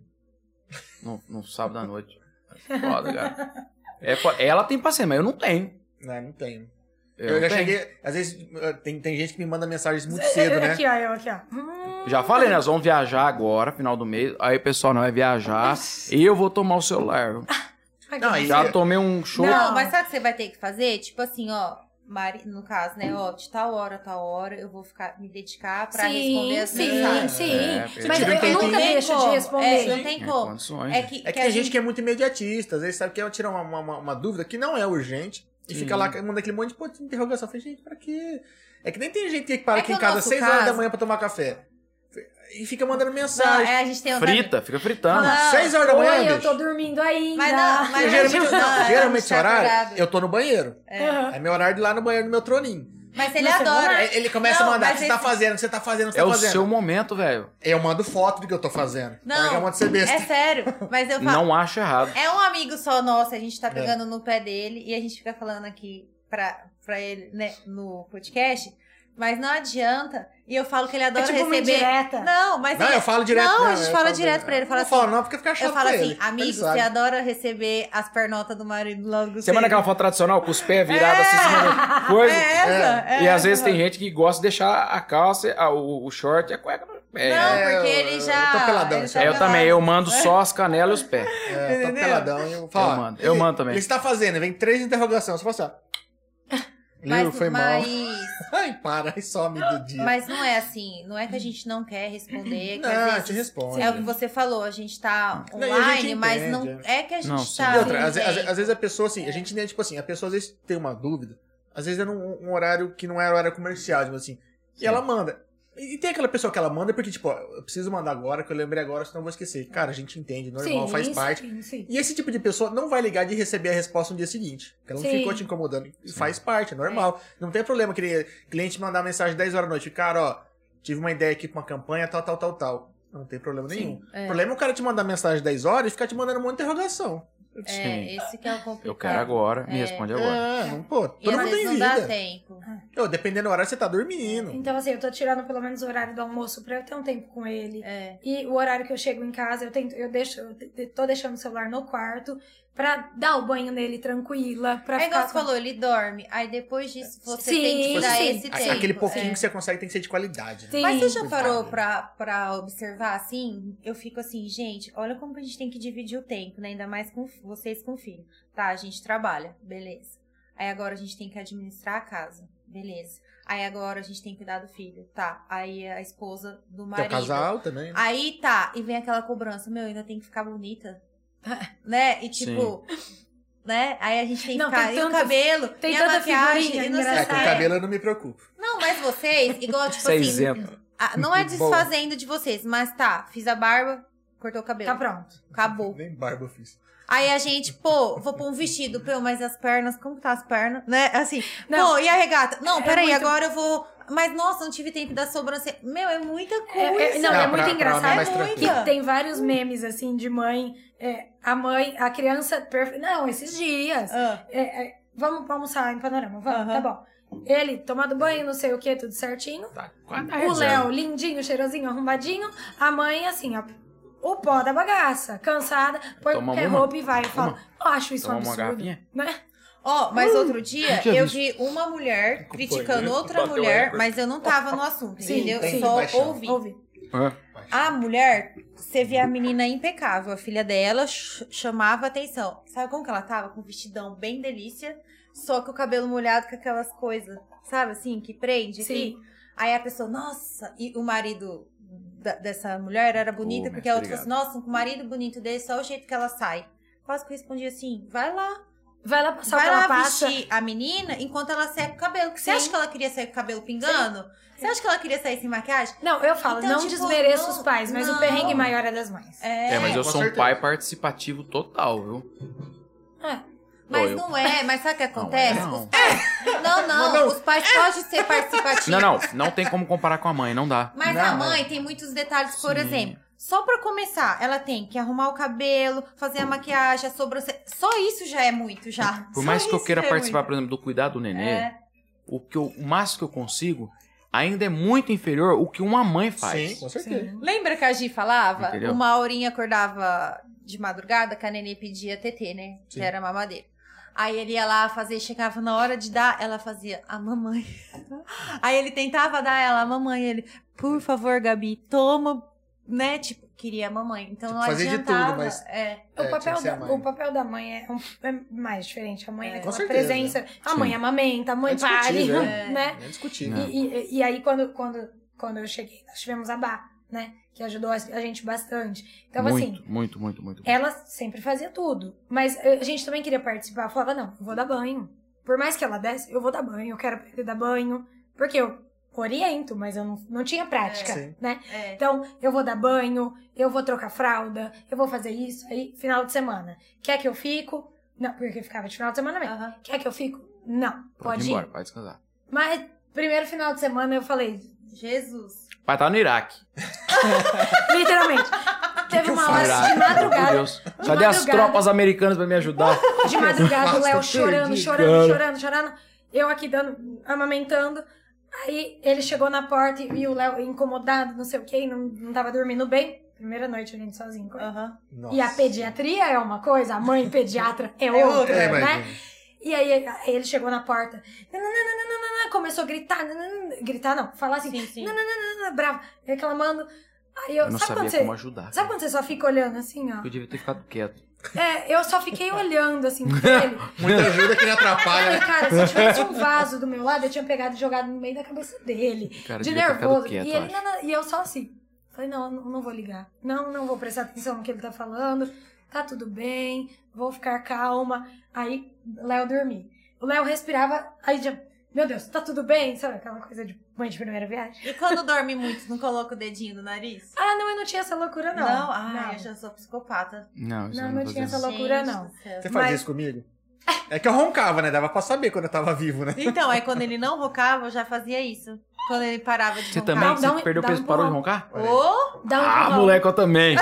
Speaker 3: No, no sábado à noite. Foda, cara. É, fo- ela tem paciência, mas eu não tenho.
Speaker 2: Né, Não, não tem.
Speaker 3: Eu,
Speaker 2: Eu,
Speaker 3: não
Speaker 2: já
Speaker 3: tenho.
Speaker 2: cheguei. Às vezes eh, tem, tem gente que me manda mensagens muito
Speaker 1: É
Speaker 2: cedo, né?
Speaker 4: É, Aqui, ó, eu aqui, ó. Hum,
Speaker 3: Já falei, né? Nós vamos viajar agora, final do mês. Aí o pessoal não vai viajar. e eu vou tomar o celular. viu?
Speaker 4: aqui.
Speaker 2: Não, aí-
Speaker 3: Já tomei um show.
Speaker 1: Não, mas sabe o que você vai ter que fazer? Tipo assim, ó, Mari, no caso, né? Ó, de tal hora a tal hora, eu vou ficar, me dedicar pra responder as
Speaker 4: sim,
Speaker 1: mensagens.
Speaker 4: sim.
Speaker 3: É, porque-
Speaker 4: Mas
Speaker 2: Se tiver
Speaker 4: eu,
Speaker 2: um
Speaker 4: eu
Speaker 2: tempinho-
Speaker 4: nunca deixo de
Speaker 1: Como?
Speaker 4: responder.
Speaker 1: É, não tem
Speaker 3: Em
Speaker 1: como.
Speaker 3: né? condições.
Speaker 1: É que,
Speaker 2: É que
Speaker 1: a
Speaker 2: tem gente que é muito imediatista, às vezes sabe que ela tira uma, uma, uma dúvida que não é urgente e
Speaker 3: Sim.
Speaker 2: fica lá manda aquele monte de ponto de interrogação. Eu Falei, gente, pra quê? É que nem tem gente que para
Speaker 1: É
Speaker 2: aqui
Speaker 1: que
Speaker 2: em
Speaker 1: o
Speaker 2: casa às
Speaker 1: nosso
Speaker 2: 6 horas da
Speaker 1: caso-
Speaker 2: manhã pra tomar café e fica mandando
Speaker 1: Não,
Speaker 2: mensagem.
Speaker 1: é, a gente tem
Speaker 3: Frita, fica
Speaker 2: Ah,
Speaker 3: fritando.
Speaker 1: Não. é-
Speaker 2: 6 horas da manhã,
Speaker 4: Oi, eu
Speaker 2: bicho.
Speaker 4: tô dormindo ainda.
Speaker 1: Mas não, mas
Speaker 2: Eu
Speaker 1: não,
Speaker 2: geralmente, não,
Speaker 1: ela
Speaker 2: geralmente esse
Speaker 1: tá
Speaker 2: horário,
Speaker 1: acordado.
Speaker 2: eu tô no banheiro.
Speaker 4: Aham.
Speaker 2: É meu horário de ir lá no banheiro do meu troninho.
Speaker 1: Mas ele
Speaker 4: No
Speaker 1: adora.
Speaker 2: Aí Ele
Speaker 1: É,
Speaker 2: começa
Speaker 1: Não,
Speaker 2: a mandar: o
Speaker 1: mas
Speaker 2: que você tá
Speaker 1: esse-
Speaker 2: fazendo? O que você tá fazendo? O que você
Speaker 3: É
Speaker 2: tá
Speaker 3: o
Speaker 2: fazendo?
Speaker 3: seu momento, velho.
Speaker 2: Eu mando foto do que eu tô fazendo. Porque Eu
Speaker 1: Não,
Speaker 2: mando ser besta.
Speaker 1: é sério. Mas eu falo.
Speaker 3: Não acho errado.
Speaker 1: É um amigo só nosso, a gente tá pegando no pé dele e a gente fica falando aqui pra, pra ele, né, no podcast. Mas não adianta. E eu falo que ele
Speaker 4: É
Speaker 1: adora
Speaker 4: tipo uma
Speaker 1: receber.
Speaker 4: indireta.
Speaker 1: Não, mas
Speaker 2: Não,
Speaker 1: ele-
Speaker 2: eu falo direto.
Speaker 1: Não, a
Speaker 2: eu
Speaker 1: gente
Speaker 2: falo
Speaker 1: fala direto pra ele. Fala
Speaker 2: Eu
Speaker 1: assim,
Speaker 2: não falo não, porque fica chato
Speaker 1: Eu falo
Speaker 2: pra
Speaker 1: assim,
Speaker 2: ele. Ele
Speaker 1: amigo,
Speaker 2: sabe.
Speaker 1: você adora receber as pernotas do marido logo
Speaker 3: Você manda
Speaker 1: cedo.
Speaker 3: aquela foto tradicional com os pés virados assim, em cima do coisa.
Speaker 1: É essa? É.
Speaker 3: E às vezes tem gente que gosta de deixar a calça, a- o, o short e a cueca no pé.
Speaker 1: Não,
Speaker 2: É,
Speaker 3: É,
Speaker 1: porque
Speaker 2: eu-
Speaker 1: ele já.
Speaker 2: eu tô peladão,
Speaker 1: ele
Speaker 2: isso
Speaker 1: tá
Speaker 2: aí.
Speaker 3: eu
Speaker 1: pelado.
Speaker 3: também, eu mando só as canelas e os pés.
Speaker 2: É, eu tô
Speaker 1: Entendeu?
Speaker 2: peladão e eu falo.
Speaker 3: Eu mando, eu mando também.
Speaker 2: Ele está fazendo, vem três interrogações. Você fala assim, ó. Liu,
Speaker 1: Mas,
Speaker 2: foi mal.
Speaker 1: mas,
Speaker 2: Ai, para, aí some do dia.
Speaker 1: mas não é assim. Não é que a gente não quer responder. que às
Speaker 2: não,
Speaker 1: vezes
Speaker 2: te responde.
Speaker 1: É o que você falou, a gente tá
Speaker 2: Não, e a
Speaker 1: online,
Speaker 2: gente
Speaker 1: mas
Speaker 2: entende,
Speaker 1: não é que a gente
Speaker 3: Não, sim.
Speaker 1: tá.
Speaker 2: E outra,
Speaker 1: assim,
Speaker 2: às, às-
Speaker 1: bem.
Speaker 2: às vezes a pessoa, assim, a gente, né, tipo assim, a pessoa às vezes tem uma dúvida, às vezes é num um horário que não é horário comercial, tipo assim, e ela manda. E, e tem aquela pessoa que ela manda porque, tipo, ó, eu preciso mandar agora, que eu lembrei agora, senão eu vou esquecer. Cara, a gente entende, normal, faz parte.
Speaker 4: Sim, sim.
Speaker 2: E esse tipo de pessoa não vai ligar de receber a resposta no dia seguinte. porque Ela não
Speaker 4: Sim.
Speaker 2: ficou te incomodando. E faz parte, é normal. Não tem problema que cliente mandar mensagem 10 horas da noite. Cara, ó, tive uma ideia aqui pra uma campanha, tal, tal, tal, tal. Não tem problema nenhum. O problema é o cara te mandar mensagem 10 horas e ficar te mandando um monte de interrogação.
Speaker 1: É,
Speaker 3: Sim.
Speaker 1: esse que é o complicado.
Speaker 3: Eu quero agora, me responde agora.
Speaker 2: É, não, pô,
Speaker 1: E
Speaker 2: todo
Speaker 1: às
Speaker 2: mundo
Speaker 1: vezes
Speaker 2: tem
Speaker 1: não dá
Speaker 2: vida.
Speaker 1: tempo.
Speaker 2: Ô, dependendo do horário, você tá dormindo.
Speaker 4: Então, assim, eu tô tirando pelo menos o horário do almoço pra eu ter um tempo com ele.
Speaker 1: É.
Speaker 4: E o horário que eu chego em casa, eu tento, eu deixo, eu te- tô deixando o celular no quarto pra dar o banho nele tranquila. Pra
Speaker 1: Aí,
Speaker 4: ficar
Speaker 1: É igual você
Speaker 4: com-
Speaker 1: falou, ele dorme. Aí depois disso, você
Speaker 4: Sim,
Speaker 1: tem que dar
Speaker 4: sim.
Speaker 1: esse
Speaker 2: A-
Speaker 1: tempo.
Speaker 2: Aquele pouquinho
Speaker 1: é.
Speaker 2: que você consegue tem que ser de qualidade. né?
Speaker 4: Sim.
Speaker 1: Mas você já
Speaker 2: Cuidado.
Speaker 1: parou pra, pra observar assim? Eu fico assim, gente, olha como a gente tem que dividir o tempo, né? Ainda mais com f- vocês com filho. Tá, a gente trabalha, beleza. Aí agora a gente tem que administrar a casa, beleza. Aí agora a gente tem que cuidar do filho, tá. Aí a esposa do
Speaker 2: Tem o
Speaker 1: marido.
Speaker 2: casal também. né?
Speaker 1: Aí tá, e vem aquela cobrança, meu, ainda tem que ficar bonita. né? E tipo. Né? Aí a gente tem que
Speaker 4: Não,
Speaker 1: ficar.
Speaker 4: tem
Speaker 1: e o
Speaker 4: tantas-
Speaker 1: cabelo,
Speaker 4: tem
Speaker 1: e a
Speaker 4: tanta
Speaker 1: maquiagem,
Speaker 4: figurinha
Speaker 1: e não sei o
Speaker 2: É, com o
Speaker 1: quê.
Speaker 2: cabelo eu não me preocupo.
Speaker 1: Não, mas vocês, igual, tipo
Speaker 3: Você é
Speaker 1: assim,
Speaker 3: isento.
Speaker 1: ah, não é
Speaker 2: Boa.
Speaker 1: desfazendo de vocês, mas tá, fiz a barba, cortou o cabelo.
Speaker 4: Tá pronto.
Speaker 1: Acabou.
Speaker 2: Nem barba eu fiz.
Speaker 1: Aí a gente, pô, vou pôr um vestido, pô, mas as pernas, como que tá as pernas? Né? Assim,
Speaker 4: Não.
Speaker 1: pô, e a regata? Não,
Speaker 4: É
Speaker 1: peraí,
Speaker 4: muito-
Speaker 1: agora eu vou. Mas nossa, não tive tempo da sobrancelha. Meu, é muita
Speaker 4: É,
Speaker 1: coisa.
Speaker 4: é- não,
Speaker 2: Não,
Speaker 4: é
Speaker 2: pra-
Speaker 4: muito
Speaker 2: pra
Speaker 4: engraçado.
Speaker 2: homem é mais
Speaker 1: É
Speaker 2: tranquilo.
Speaker 1: muita.
Speaker 4: Que tem vários memes, assim, de mãe. é, a mãe, a criança. perfe- Não, esses dias.
Speaker 1: Ah,
Speaker 4: É, é, vamos pra almoçar em panorama, vamos,
Speaker 1: Aham.
Speaker 4: tá bom. Ele tomado banho, não sei o que, tudo certinho.
Speaker 3: Tá,
Speaker 4: O Léo, lindinho, cheirosinho, arrumadinho. A mãe, assim, ó. O pó da bagaça, cansada, põe
Speaker 3: Toma
Speaker 4: qualquer
Speaker 3: uma.
Speaker 4: roupa e vai. Eu falo, eu acho isso um
Speaker 3: Toma uma
Speaker 4: absurdo.
Speaker 3: garrafinha?
Speaker 4: né?
Speaker 1: Ó, mas outro dia
Speaker 3: não tinha
Speaker 1: eu vi uma mulher criticando outra
Speaker 3: Bateu
Speaker 1: mulher,
Speaker 3: recorde.
Speaker 1: mas eu não tava no assunto,
Speaker 4: Sim,
Speaker 1: entendeu?
Speaker 4: tem
Speaker 1: Eu só
Speaker 2: paixão.
Speaker 1: ouvi.
Speaker 4: Ouve.
Speaker 1: A mulher, você via a menina impecável, a filha dela ch- chamava atenção. Sabe como que ela tava? Com um vestidão bem delícia, só que o cabelo molhado com aquelas coisas, sabe assim, que prende aqui.
Speaker 4: Sim.
Speaker 1: Aí a pessoa, nossa, e o marido da- dessa mulher era bonito,
Speaker 3: Ô,
Speaker 1: porque
Speaker 3: mestre,
Speaker 1: a outra falou assim, nossa, um marido bonito dele, só o jeito que ela sai. Quase que eu respondi assim, vai lá,
Speaker 4: Vai lá passar o que
Speaker 1: vai lá
Speaker 4: ela passa.
Speaker 1: vestir a menina enquanto ela seca o cabelo. Você
Speaker 4: Sim.
Speaker 1: acha que ela queria sair com o cabelo pingando? Você acha que ela queria sair sem maquiagem?
Speaker 4: Não, eu falo,
Speaker 1: Então,
Speaker 4: não
Speaker 1: tipo,
Speaker 4: desmereço
Speaker 1: não-
Speaker 4: os pais, mas
Speaker 1: não.
Speaker 4: o perrengue maior é das mães.
Speaker 3: É, mas eu
Speaker 2: com
Speaker 3: sou um
Speaker 2: certeza.
Speaker 3: pai participativo total, viu?
Speaker 4: É.
Speaker 1: Mas
Speaker 3: eu-
Speaker 1: não é, mas sabe o que acontece?
Speaker 3: Não, é, não.
Speaker 1: Os pais- Não, não,
Speaker 2: Mas não-
Speaker 1: os
Speaker 4: É.
Speaker 1: pais podem ser participativos.
Speaker 3: Não, não, não tem como comparar com a mãe, não dá.
Speaker 1: Mas
Speaker 2: Não,
Speaker 1: a mãe tem muitos detalhes, por
Speaker 3: Sim.
Speaker 1: exemplo. Só pra começar, ela tem que arrumar o cabelo, fazer a maquiagem, a sobrancelha. Só isso já é muito, já.
Speaker 3: Por
Speaker 1: Só
Speaker 3: mais que eu
Speaker 1: isso
Speaker 3: queira
Speaker 1: já é
Speaker 3: participar,
Speaker 1: muito.
Speaker 3: por exemplo, do cuidado do nenê,
Speaker 1: É.
Speaker 3: o, que eu, o máximo que eu consigo ainda é muito inferior ao que uma mãe faz.
Speaker 2: Sim, com certeza.
Speaker 1: Lembra que a Gi falava?
Speaker 3: Entendeu?
Speaker 1: Uma horinha acordava de madrugada, que a nenê pedia TT, né?
Speaker 2: Sim.
Speaker 1: Que era mamadeira. Aí ele ia lá fazer, chegava na hora de dar, ela fazia a mamãe. Aí ele tentava dar ela a mamãe, ele, por favor, Gabi, toma, né? Tipo, queria a mamãe. Então
Speaker 2: Tipo,
Speaker 1: não
Speaker 2: fazia de tudo,
Speaker 1: adiantava.
Speaker 2: mas-
Speaker 1: É.
Speaker 2: É,
Speaker 4: O,
Speaker 2: tinha
Speaker 4: papel
Speaker 2: que ser a
Speaker 4: da,
Speaker 2: mãe.
Speaker 4: o papel da mãe é, um- é mais diferente. A mãe
Speaker 1: É,
Speaker 4: é,
Speaker 1: com
Speaker 4: aquela
Speaker 2: certeza.
Speaker 4: presença. A
Speaker 3: Sim.
Speaker 4: mãe amamenta, a mãe
Speaker 2: É
Speaker 4: pare,
Speaker 2: discutível,
Speaker 4: né?
Speaker 2: É discutível.
Speaker 3: Não.
Speaker 4: E, e- e aí, quando, quando, quando eu cheguei, nós tivemos a Bá, né? Que ajudou a a gente bastante. Então,
Speaker 3: muito,
Speaker 4: assim,
Speaker 3: muito, muito, muito.
Speaker 4: ela sempre fazia tudo. Mas eh, a gente também queria participar. Eu falava, não, eu vou dar banho. Por mais que ela desse, eu vou dar banho, eu quero aprender a dar banho. Porque eu oriento, mas eu não, não tinha prática,
Speaker 2: É, sim.
Speaker 4: né?
Speaker 1: É.
Speaker 4: Então, eu vou dar banho, eu vou trocar fralda, eu vou fazer isso aí, final de semana. Quer que eu fico? Não, porque ficava de final de semana mesmo.
Speaker 1: Aham.
Speaker 4: Quer que eu fico? Não, pode,
Speaker 3: Pode ir
Speaker 4: ir.
Speaker 3: embora, vai descansar.
Speaker 4: Mas primeiro final de semana eu falei,
Speaker 1: Jesus.
Speaker 3: Vai estar no Iraque.
Speaker 4: literalmente. teve
Speaker 2: que eu
Speaker 4: uma
Speaker 2: faço?
Speaker 4: hora de
Speaker 3: Meu
Speaker 4: madrugada,
Speaker 3: Deus. Cadê as
Speaker 4: madrugada.
Speaker 3: tropas americanas pra me ajudar?
Speaker 4: de madrugada, o Léo
Speaker 2: Nossa,
Speaker 4: chorando,
Speaker 2: perdi,
Speaker 4: chorando, chorando, chorando. Eu aqui dando, amamentando. Aí ele chegou na porta e, e o Léo incomodado, não sei o quê, não, não tava dormindo bem. Primeira noite a gente sozinho.
Speaker 1: Aham.
Speaker 2: Nossa.
Speaker 4: E a pediatria é uma coisa, a mãe pediatra é
Speaker 1: É
Speaker 4: outra,
Speaker 1: outra,
Speaker 2: É,
Speaker 4: né?
Speaker 2: mas,
Speaker 4: E aí, aí ele chegou na porta, nananana, começou a gritar, nananana, gritar não, falar assim,
Speaker 1: Sim, sim.
Speaker 4: nananana, bravo, reclamando. Aí eu,
Speaker 3: Eu não
Speaker 4: sabe
Speaker 3: sabia
Speaker 4: quando
Speaker 3: como
Speaker 4: você,
Speaker 3: ajudar.
Speaker 4: sabe
Speaker 3: cara.
Speaker 4: quando você só fica olhando assim, ó?
Speaker 3: Eu devia ter ficado quieto.
Speaker 4: É, eu só fiquei olhando assim pra ele.
Speaker 2: muita ajuda que me atrapalha.
Speaker 4: Ai, cara, se eu tivesse um vaso do meu lado, eu tinha pegado e jogado no meio da cabeça dele.
Speaker 3: Cara,
Speaker 4: de
Speaker 3: devia ter ficado
Speaker 4: nervoso.
Speaker 3: quieto,
Speaker 4: e,
Speaker 3: eu
Speaker 4: ele,
Speaker 3: acho.
Speaker 4: não, não, e eu só assim. Falei, não, eu não não vou ligar. Não, não vou prestar atenção no que ele tá falando. Tá tudo bem, vou ficar calma. Aí, Léo dormia. O Léo respirava, aí já. Meu Deus, tá tudo bem? Sabe aquela coisa de mãe de primeira viagem?
Speaker 1: E quando dorme muito, não coloca o dedinho no nariz?
Speaker 4: Ah, não, eu não tinha essa loucura, não.
Speaker 1: Não? Ah,
Speaker 4: não.
Speaker 1: eu já sou psicopata.
Speaker 3: Não, isso
Speaker 4: Não,
Speaker 3: eu
Speaker 4: não
Speaker 3: não
Speaker 4: tinha
Speaker 3: fazia.
Speaker 4: essa Loucura,
Speaker 1: Gente
Speaker 4: não.
Speaker 1: do céu.
Speaker 2: Você fazia
Speaker 4: Mas-
Speaker 2: isso comigo? É que eu roncava, né? Dava pra saber quando eu tava vivo, né?
Speaker 1: Então, aí quando ele não rocava, eu já fazia isso. Quando ele parava de
Speaker 3: Você
Speaker 1: roncar.
Speaker 3: também?
Speaker 4: Dá um-
Speaker 3: Você perdeu o
Speaker 4: dá
Speaker 3: peso
Speaker 4: um
Speaker 3: e parou de
Speaker 4: empurrão.
Speaker 3: roncar?
Speaker 1: Ô,
Speaker 4: Dá um
Speaker 3: Ah,
Speaker 4: empurrão.
Speaker 3: moleque, eu também.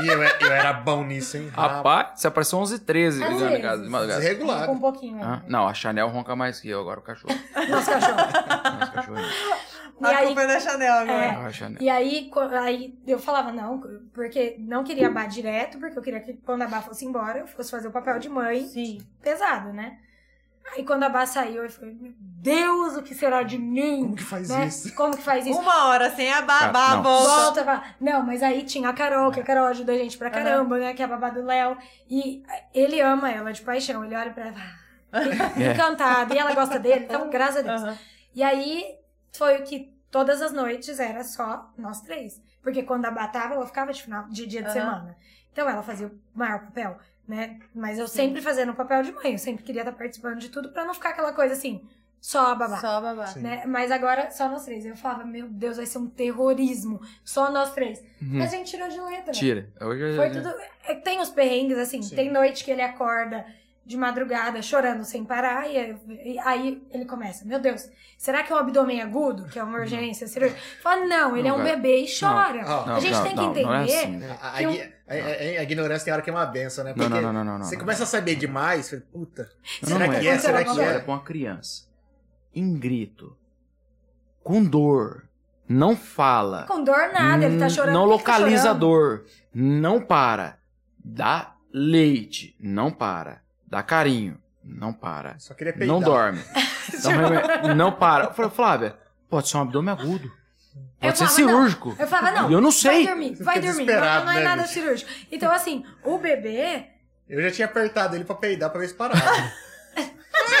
Speaker 2: E eu, é- eu era bom nisso, hein?
Speaker 3: Rapaz, você apareceu 11 h 13
Speaker 4: Às
Speaker 3: ligando em casa de
Speaker 4: vezes.
Speaker 3: madrugada. Ah.
Speaker 4: Com um
Speaker 2: Desregulado.
Speaker 4: pouquinho.
Speaker 3: Hã?
Speaker 4: né?
Speaker 3: Não, a Chanel ronca mais que eu, agora o cachorro.
Speaker 4: Nosso cachorro.
Speaker 3: Nossa, cachorro.
Speaker 4: E
Speaker 1: a
Speaker 4: aí,
Speaker 1: culpa é da Chanel agora.
Speaker 4: É.
Speaker 3: Ah, a Chanel.
Speaker 4: E aí, co- aí eu falava não, porque não queria a Bá direto, porque eu queria que quando a Bá fosse embora, eu fosse fazer o papel de mãe
Speaker 1: Sim.
Speaker 4: pesado, né? Aí quando a Bá saiu, eu falei, meu Deus, o que será de
Speaker 2: Como
Speaker 4: mim?
Speaker 2: que faz
Speaker 4: Né?
Speaker 2: isso?
Speaker 4: Como que faz isso?
Speaker 1: Uma hora sem a babá,
Speaker 3: Cara,
Speaker 1: a
Speaker 3: Tá, não.
Speaker 1: volta.
Speaker 4: Volta, fala. Não, mas aí tinha a Carol, que a Carol ajuda a gente pra caramba, né? Que é a babá do Léo. E ele ama ela de paixão. Ele olha pra ela, ah,
Speaker 3: É.
Speaker 4: encantado. E ela gosta dele, então graças a Deus.
Speaker 1: Aham.
Speaker 4: E aí foi o que todas as noites era só nós três. Porque quando a Bá tava, ela ficava de, final, de dia de
Speaker 1: Aham.
Speaker 4: semana. Então ela fazia o maior papel, né? Mas eu
Speaker 1: Sim.
Speaker 4: sempre fazendo o papel de mãe, eu sempre queria estar participando de tudo pra não ficar aquela coisa assim, só a babá.
Speaker 1: Só a babá.
Speaker 2: Sim.
Speaker 4: Né? Mas agora só nós três. Eu falava, meu Deus, vai ser um terrorismo. Só nós três.
Speaker 3: Hum,
Speaker 4: Mas a gente tirou de letra.
Speaker 3: Tira. Hoje eu-
Speaker 4: Foi tudo. é, Tem os perrengues, assim.
Speaker 2: Uhum. Sim.
Speaker 4: Tem noite que ele acorda de madrugada chorando sem parar. E eu- e aí ele começa: Meu Deus, será que é um abdômen agudo? Que é uma urgência cirúrgica? Fala, não, ele
Speaker 3: Não,
Speaker 4: é um
Speaker 3: cara.
Speaker 4: bebê e chora.
Speaker 2: Não.
Speaker 3: Não,
Speaker 4: a gente
Speaker 3: não,
Speaker 4: tem que
Speaker 3: não,
Speaker 4: entender.
Speaker 3: Não, é assim.
Speaker 2: É, A, a ign- a- a- a ignorância tem hora que é uma benção, né?
Speaker 3: não,
Speaker 2: Porque
Speaker 3: não, não, não, não, não.
Speaker 2: você
Speaker 3: não.
Speaker 2: começa a saber demais, fala, puta,
Speaker 3: Não,
Speaker 2: será
Speaker 3: não
Speaker 2: que
Speaker 3: é.
Speaker 2: é? Será que
Speaker 4: Você
Speaker 3: Olha
Speaker 2: é?
Speaker 3: pra uma criança em grito, com dor, não fala.
Speaker 4: Com dor, nada. Ele tá
Speaker 3: Hum,
Speaker 4: chorando.
Speaker 3: Não
Speaker 4: por que que tá
Speaker 3: localiza a
Speaker 4: chorando?
Speaker 3: dor. Não para. Dá leite. Não para. Dá carinho. Não para.
Speaker 2: Só queria peidar.
Speaker 3: Não dorme. Dá um remédio, não para. Eu falei, Flávia, pode ser um abdômen agudo.
Speaker 4: Eu
Speaker 3: Pode ser
Speaker 4: falava,
Speaker 3: cirúrgico.
Speaker 4: Eu falava, não.
Speaker 3: E eu não
Speaker 4: Vai
Speaker 3: sei.
Speaker 4: dormir,
Speaker 2: Você
Speaker 4: vai
Speaker 2: fica
Speaker 4: dormir. Não,
Speaker 2: desesperado,
Speaker 4: não é
Speaker 2: né,
Speaker 4: nada
Speaker 2: bicho?
Speaker 4: cirúrgico. Então, assim, o bebê,
Speaker 2: Eu já tinha apertado ele pra peidar pra ver se parava.